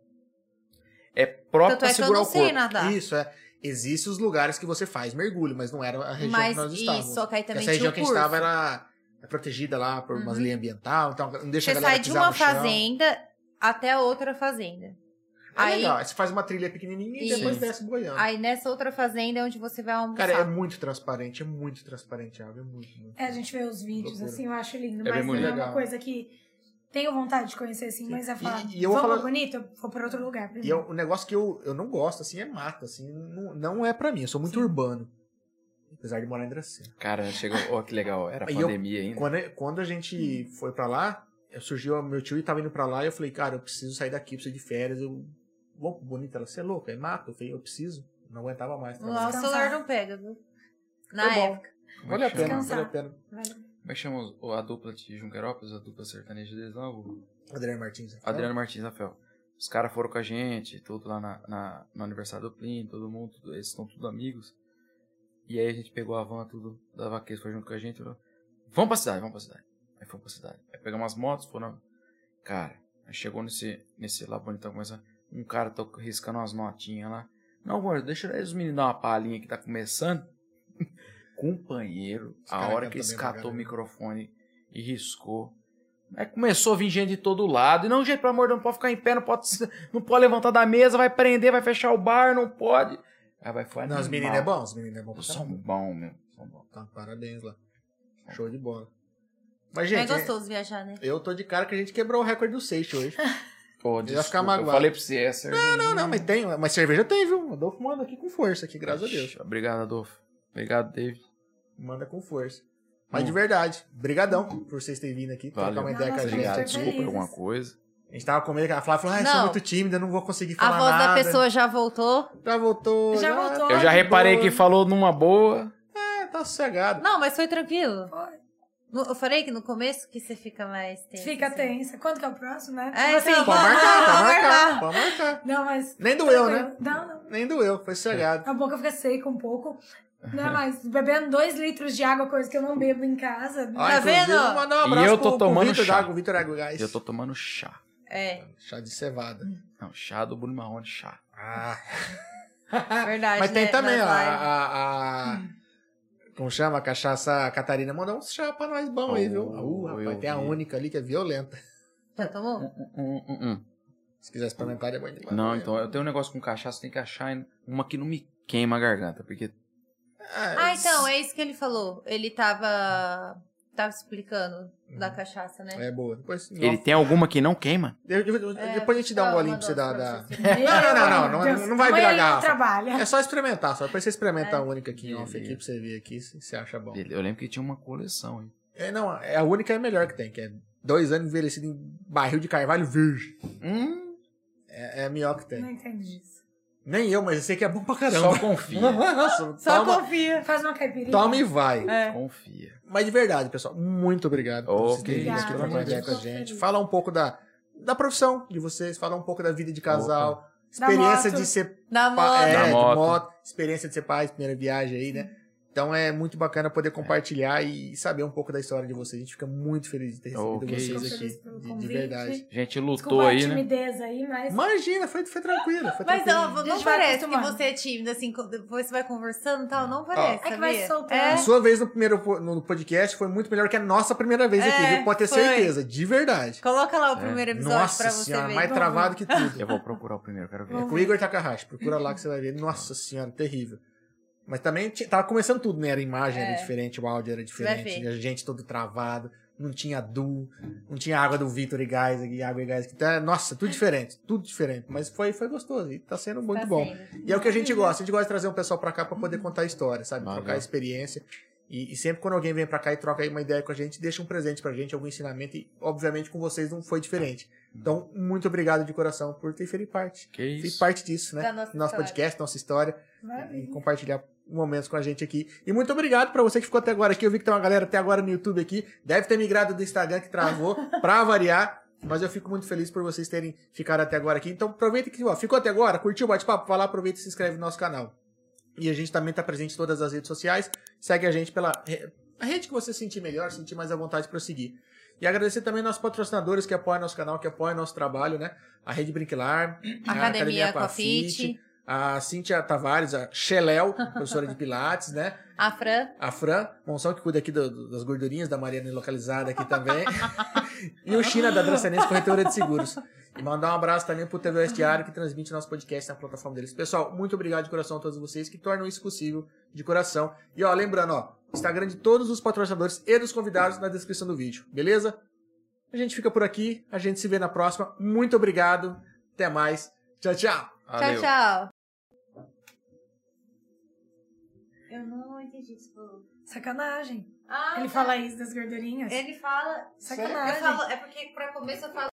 Speaker 3: É próprio
Speaker 1: Tanto
Speaker 3: pra
Speaker 1: é que eu
Speaker 3: segurar
Speaker 1: não
Speaker 3: o
Speaker 1: sei
Speaker 3: corpo.
Speaker 1: nadar.
Speaker 2: Isso, é. Existem os lugares que você faz mergulho, mas não era a região
Speaker 1: Mas
Speaker 2: que nós estávamos.
Speaker 1: isso, só que aí também
Speaker 2: Essa
Speaker 1: tinha
Speaker 2: região
Speaker 1: o
Speaker 2: que a gente
Speaker 1: curso.
Speaker 2: estava era é protegida lá por umas
Speaker 1: Uhum.
Speaker 2: leis ambiental, então não
Speaker 1: Você
Speaker 2: deixa a galera
Speaker 1: sai de
Speaker 2: pisar
Speaker 1: uma
Speaker 2: no chão.
Speaker 1: fazenda até outra fazenda.
Speaker 2: É
Speaker 1: aí,
Speaker 2: legal, aí você faz uma trilha pequenininha e
Speaker 1: Isso.
Speaker 2: depois desce boiando.
Speaker 1: aí nessa outra fazenda é onde você vai almoçar.
Speaker 2: Ah. Cara, é muito transparente, é muito transparente a água, é muito, muito.
Speaker 4: É, a gente vê os vídeos,
Speaker 2: Loucura.
Speaker 4: assim, eu acho lindo.
Speaker 3: É bem
Speaker 4: mas não
Speaker 3: bonito.
Speaker 4: é uma
Speaker 2: Legal.
Speaker 4: coisa que tenho vontade de conhecer, assim,
Speaker 2: Sim.
Speaker 4: mas é
Speaker 2: E-
Speaker 4: falar,
Speaker 2: e eu vou
Speaker 4: vamos
Speaker 2: falar-
Speaker 4: bonito, eu vou pra outro lugar.
Speaker 2: E é um um negócio que eu, eu não gosto, assim, é mata, assim, não, não é pra mim, eu sou muito urbano. Apesar de morar em Dracena.
Speaker 3: Cara, chegou. Ó, que legal. Era
Speaker 2: Aí eu-
Speaker 3: pandemia ainda.
Speaker 2: Quando, quando a gente
Speaker 1: Hum.
Speaker 2: foi pra lá, eu- surgiu meu tio e tava indo pra lá, e eu falei, cara, eu preciso sair daqui, preciso de férias, eu vou pro Bonito, ela, você é louca, é mata, eu falei, eu preciso, não aguentava mais. tá
Speaker 1: Lá o
Speaker 2: trabalhar.
Speaker 1: celular não pega, viu? Na
Speaker 2: Foi bom.
Speaker 1: época.
Speaker 2: Vale a
Speaker 3: Como é que
Speaker 2: pena,
Speaker 3: chama?
Speaker 2: vale a
Speaker 4: Descansar.
Speaker 2: pena.
Speaker 3: Como é que chama os- a dupla de Junquerópolis, a dupla sertaneja deles lá? O...
Speaker 2: Adriano Martins. né?
Speaker 3: Adriano Martins Rafael. Os caras foram com a gente, tudo lá na, na- no aniversário do Plínio, todo mundo, tudo- eles estão tudo amigos. E aí a gente pegou a van, tudo, da vaqueira, foi junto com a gente. Falou, vamos pra cidade, vamos pra cidade. Aí fomos pra cidade. Aí pegamos as motos, foram. Cara, aí chegou nesse, nesse lá bonitão, começando. Um cara tô riscando umas notinhas lá. Não, amor, deixa eles meninos dar uma palhinha que tá começando. Companheiro,
Speaker 2: Esse
Speaker 3: a
Speaker 2: cara
Speaker 3: hora que
Speaker 2: canta
Speaker 3: eles
Speaker 2: bem pra
Speaker 3: catou o
Speaker 2: caralho.
Speaker 3: microfone e riscou. Aí começou a vir gente de todo lado. E não, gente, pelo amor de Deus, não pode ficar em pé, não pode, se- não pode levantar da mesa, vai prender, vai fechar o bar, não pode. Aí vai foi
Speaker 2: Não, os meninos é bom, os meninos é bom. pra
Speaker 3: São
Speaker 2: caramba.
Speaker 3: bom, meu. São bom.
Speaker 2: Tá, parabéns lá. Show de bola. Mas, gente,
Speaker 1: é gostoso viajar, né?
Speaker 2: eu tô de cara que a gente quebrou o recorde do Seixo hoje. Ele
Speaker 3: Pô,
Speaker 2: vai
Speaker 3: desculpa,
Speaker 2: ficar
Speaker 3: eu
Speaker 2: magoado.
Speaker 3: falei pra você, é essa Não,
Speaker 2: Não, não, mas tem, mas cerveja tem, viu? O Adolfo manda aqui com força, aqui, graças a Deus.
Speaker 3: Obrigado, Adolfo. Obrigado, David.
Speaker 2: Manda com força. Mas
Speaker 3: Hum.
Speaker 2: de verdade, brigadão por vocês terem vindo aqui,
Speaker 3: Valeu.
Speaker 2: trocar uma ideia com a
Speaker 4: Nossa,
Speaker 2: gente.
Speaker 3: Obrigado,
Speaker 4: super
Speaker 3: desculpa
Speaker 4: felizes.
Speaker 3: alguma coisa.
Speaker 2: A gente tava com medo que ela falava, ah, eu sou
Speaker 1: Não.
Speaker 2: muito tímida, não vou conseguir
Speaker 1: A
Speaker 2: falar
Speaker 1: voz
Speaker 2: nada.
Speaker 1: da pessoa já voltou.
Speaker 2: Já voltou.
Speaker 4: Já voltou.
Speaker 3: Eu já
Speaker 2: tá de
Speaker 3: reparei
Speaker 2: boa.
Speaker 3: que falou numa boa.
Speaker 2: É, tá sossegado.
Speaker 1: Não, mas foi tranquilo.
Speaker 4: Foi.
Speaker 1: No- Eu falei que no começo que você fica mais tenso.
Speaker 4: Fica
Speaker 1: assim.
Speaker 4: tensa. Quando que é o próximo, né?
Speaker 1: É,
Speaker 4: Você-
Speaker 1: então.
Speaker 2: Pode marcar, pode
Speaker 1: Vou
Speaker 2: marcar,
Speaker 1: marcar.
Speaker 2: pode marcar.
Speaker 4: Não, mas...
Speaker 2: Nem doeu,
Speaker 4: tranquilo.
Speaker 2: né?
Speaker 4: Não, não.
Speaker 2: Nem doeu, foi sossegado.
Speaker 4: A boca fica seca um pouco, né? Mas bebendo dois litros de água, coisa que eu não bebo em casa. né?
Speaker 2: Ó,
Speaker 1: Tá
Speaker 2: inclusive,
Speaker 1: vendo?
Speaker 2: mandar um
Speaker 3: E
Speaker 2: abraço
Speaker 3: eu tô
Speaker 2: pro-
Speaker 3: tomando
Speaker 2: pro Vitor
Speaker 3: chá.
Speaker 2: Dago, o Vitor Dago Gás.
Speaker 3: Eu tô tomando chá.
Speaker 1: É,
Speaker 2: Chá de cevada.
Speaker 3: Não, chá do Bruno Marrone, chá.
Speaker 2: Ah.
Speaker 1: verdade.
Speaker 2: Mas tem
Speaker 1: né?
Speaker 2: também, ó,
Speaker 1: Nas lives.
Speaker 2: a, a- a- Como chama? A cachaça Catarina mandou um chá pra nós bom aí, viu?
Speaker 3: Oh,
Speaker 2: Uh, rapaz,
Speaker 3: eu
Speaker 2: tem a
Speaker 3: vi.
Speaker 2: única ali que é violenta.
Speaker 1: Já tomou?
Speaker 2: é,
Speaker 3: Hum, hum, hum.
Speaker 2: Se quiser experimentar, é bom demais.
Speaker 3: Não,
Speaker 2: né?
Speaker 3: então eu tenho um negócio com cachaça, tem que achar uma que não me queima a garganta, porque
Speaker 2: Ah,
Speaker 1: Ah, então, é isso que ele falou. Ele tava. Tava explicando da cachaça, né?
Speaker 2: É boa. Depois,
Speaker 3: ele tem alguma que não queima?
Speaker 2: Eu- eu- eu-
Speaker 1: É,
Speaker 2: depois a gente dá um
Speaker 1: dá
Speaker 2: golinho
Speaker 1: uma
Speaker 2: pra você dar.
Speaker 1: dose pra
Speaker 2: dar-
Speaker 1: você.
Speaker 2: Não, não, não, não, não, não vai virar
Speaker 4: Amanhã ele não
Speaker 2: garrafa.
Speaker 4: trabalha.
Speaker 2: É só experimentar, só. Depois você experimenta a única aqui em off
Speaker 3: Beleza.
Speaker 2: aqui pra você ver aqui se você acha bom.
Speaker 3: Eu lembro que tinha uma coleção aí.
Speaker 2: É, não, é a única é a melhor que tem, que é dois anos envelhecido em barril de carvalho virgem.
Speaker 3: Hum,
Speaker 2: É, é a melhor que
Speaker 4: Não
Speaker 2: tem.
Speaker 4: entendi isso.
Speaker 2: Nem eu, mas eu sei que é bom pra caramba.
Speaker 3: só confia.
Speaker 2: Nossa,
Speaker 1: Só
Speaker 2: toma,
Speaker 1: confia.
Speaker 4: Faz uma caipirinha.
Speaker 2: toma e vai.
Speaker 1: É.
Speaker 3: confia.
Speaker 2: Mas de verdade, pessoal, muito obrigado
Speaker 3: Ô,
Speaker 2: por vocês terem vindo
Speaker 4: obrigada,
Speaker 2: aqui trocar uma
Speaker 4: gente.
Speaker 2: ideia com a
Speaker 4: Tô
Speaker 2: gente.
Speaker 4: feliz.
Speaker 2: Falar um pouco da, da profissão de vocês, falar um pouco da vida de casal,
Speaker 4: Da
Speaker 2: experiência
Speaker 4: moto.
Speaker 2: de ser
Speaker 1: Na moda.
Speaker 2: pai, é,
Speaker 3: Da
Speaker 2: de
Speaker 3: moto.
Speaker 2: moto, experiência de ser pai, primeira viagem aí, né? Então é muito bacana poder compartilhar e saber um pouco da história de vocês. A gente fica muito feliz de ter recebido
Speaker 3: Ok.
Speaker 2: vocês
Speaker 4: Fico
Speaker 2: aqui,
Speaker 4: feliz pelo
Speaker 2: de- de,
Speaker 4: convite.
Speaker 2: verdade.
Speaker 3: A gente lutou
Speaker 4: Desculpa a
Speaker 3: aí, né?
Speaker 4: timidez aí, mas...
Speaker 2: Imagina, foi, foi tranquilo. Foi
Speaker 1: Mas
Speaker 2: tranquilo.
Speaker 1: ó, não
Speaker 4: Gente, vai
Speaker 1: parece que
Speaker 4: acostumando.
Speaker 1: você é tímida, assim, co- depois você vai conversando e tal, não parece.
Speaker 4: É que vai
Speaker 1: sabia?
Speaker 4: soltando.
Speaker 2: A
Speaker 1: É.
Speaker 2: sua vez no primeiro po- no podcast foi muito melhor que a nossa primeira vez aqui,
Speaker 1: É,
Speaker 2: viu? Pode ter
Speaker 1: foi.
Speaker 2: certeza, de verdade.
Speaker 1: Coloca lá o
Speaker 3: É.
Speaker 1: primeiro episódio
Speaker 2: Nossa
Speaker 1: pra você
Speaker 2: senhora,
Speaker 1: ver.
Speaker 2: mais
Speaker 4: Vamos
Speaker 2: travado que tudo.
Speaker 3: Eu vou procurar o primeiro, quero ver.
Speaker 2: É com o Igor Takahashi, procura lá que você vai ver. Nossa senhora, terrível. Mas também ti- tava começando tudo, né? Era a imagem, era
Speaker 1: É.
Speaker 2: diferente, o áudio era
Speaker 1: vai
Speaker 2: diferente,
Speaker 1: ver.
Speaker 2: a gente todo travado, não tinha duo, não tinha água do Vitor e Gás aqui, água e Gás aqui. Então, nossa, tudo diferente, tudo diferente. Mas foi, foi gostoso e tá sendo muito
Speaker 1: Tá
Speaker 2: bom.
Speaker 1: sendo.
Speaker 2: E é o que a gente gosta, a gente gosta de trazer um pessoal pra cá pra poder contar a história, sabe?
Speaker 3: Valeu.
Speaker 2: Trocar a experiência. E, e sempre quando alguém vem pra cá e troca aí uma ideia com a gente, deixa um presente pra gente, algum ensinamento, e obviamente com vocês não foi diferente. Então, muito obrigado de coração por ter feito parte.
Speaker 3: Que isso?
Speaker 2: Feito parte disso, né?
Speaker 1: Da nossa
Speaker 2: nosso
Speaker 1: história.
Speaker 2: podcast, nossa história, né? e
Speaker 4: Maravilha.
Speaker 2: compartilhar momentos com a gente aqui. E muito obrigado pra você que ficou até agora aqui. Eu vi que tem uma galera até agora no YouTube aqui. Deve ter migrado do Instagram que travou, pra variar. Mas eu fico muito feliz por vocês terem ficado até agora aqui. Então aproveita que, ó, ficou até agora, curtiu o bate-papo, vai lá, aproveita e se inscreve no nosso canal. E a gente também tá presente em todas as redes sociais. Segue a gente pela re- a rede que você sentir melhor, sentir mais à vontade para seguir. E agradecer também nossos patrocinadores que apoiam nosso canal, que apoiam nosso trabalho, né? A Rede Brinquilar, a
Speaker 1: Academia
Speaker 2: Aquafit,
Speaker 1: Aquafit,
Speaker 2: a Cíntia Tavares, a Xeléu, professora de Pilates, né?
Speaker 1: a Fran,
Speaker 2: A Fran, Monção, que cuida aqui do- do- das gordurinhas da Mariana localizada aqui também. e o China, da Dracenense Corretora de Seguros. E mandar um abraço também pro TVS Diário, que transmite nosso podcast na plataforma deles. Pessoal, muito obrigado de coração a todos vocês que tornam isso possível, de coração. E ó, lembrando, ó, Instagram de todos os patrocinadores e dos convidados na descrição do vídeo, beleza? A gente fica por aqui, a gente se vê na próxima. Muito obrigado, até mais. Tchau, tchau!
Speaker 1: tchau, tchau. Eu não entendi o que você falou.
Speaker 4: Sacanagem.
Speaker 1: Ah,
Speaker 4: Ele fala isso das gordurinhas.
Speaker 1: Ele fala.
Speaker 4: Sacanagem.
Speaker 1: Eu falo- é porque pra começo eu falo.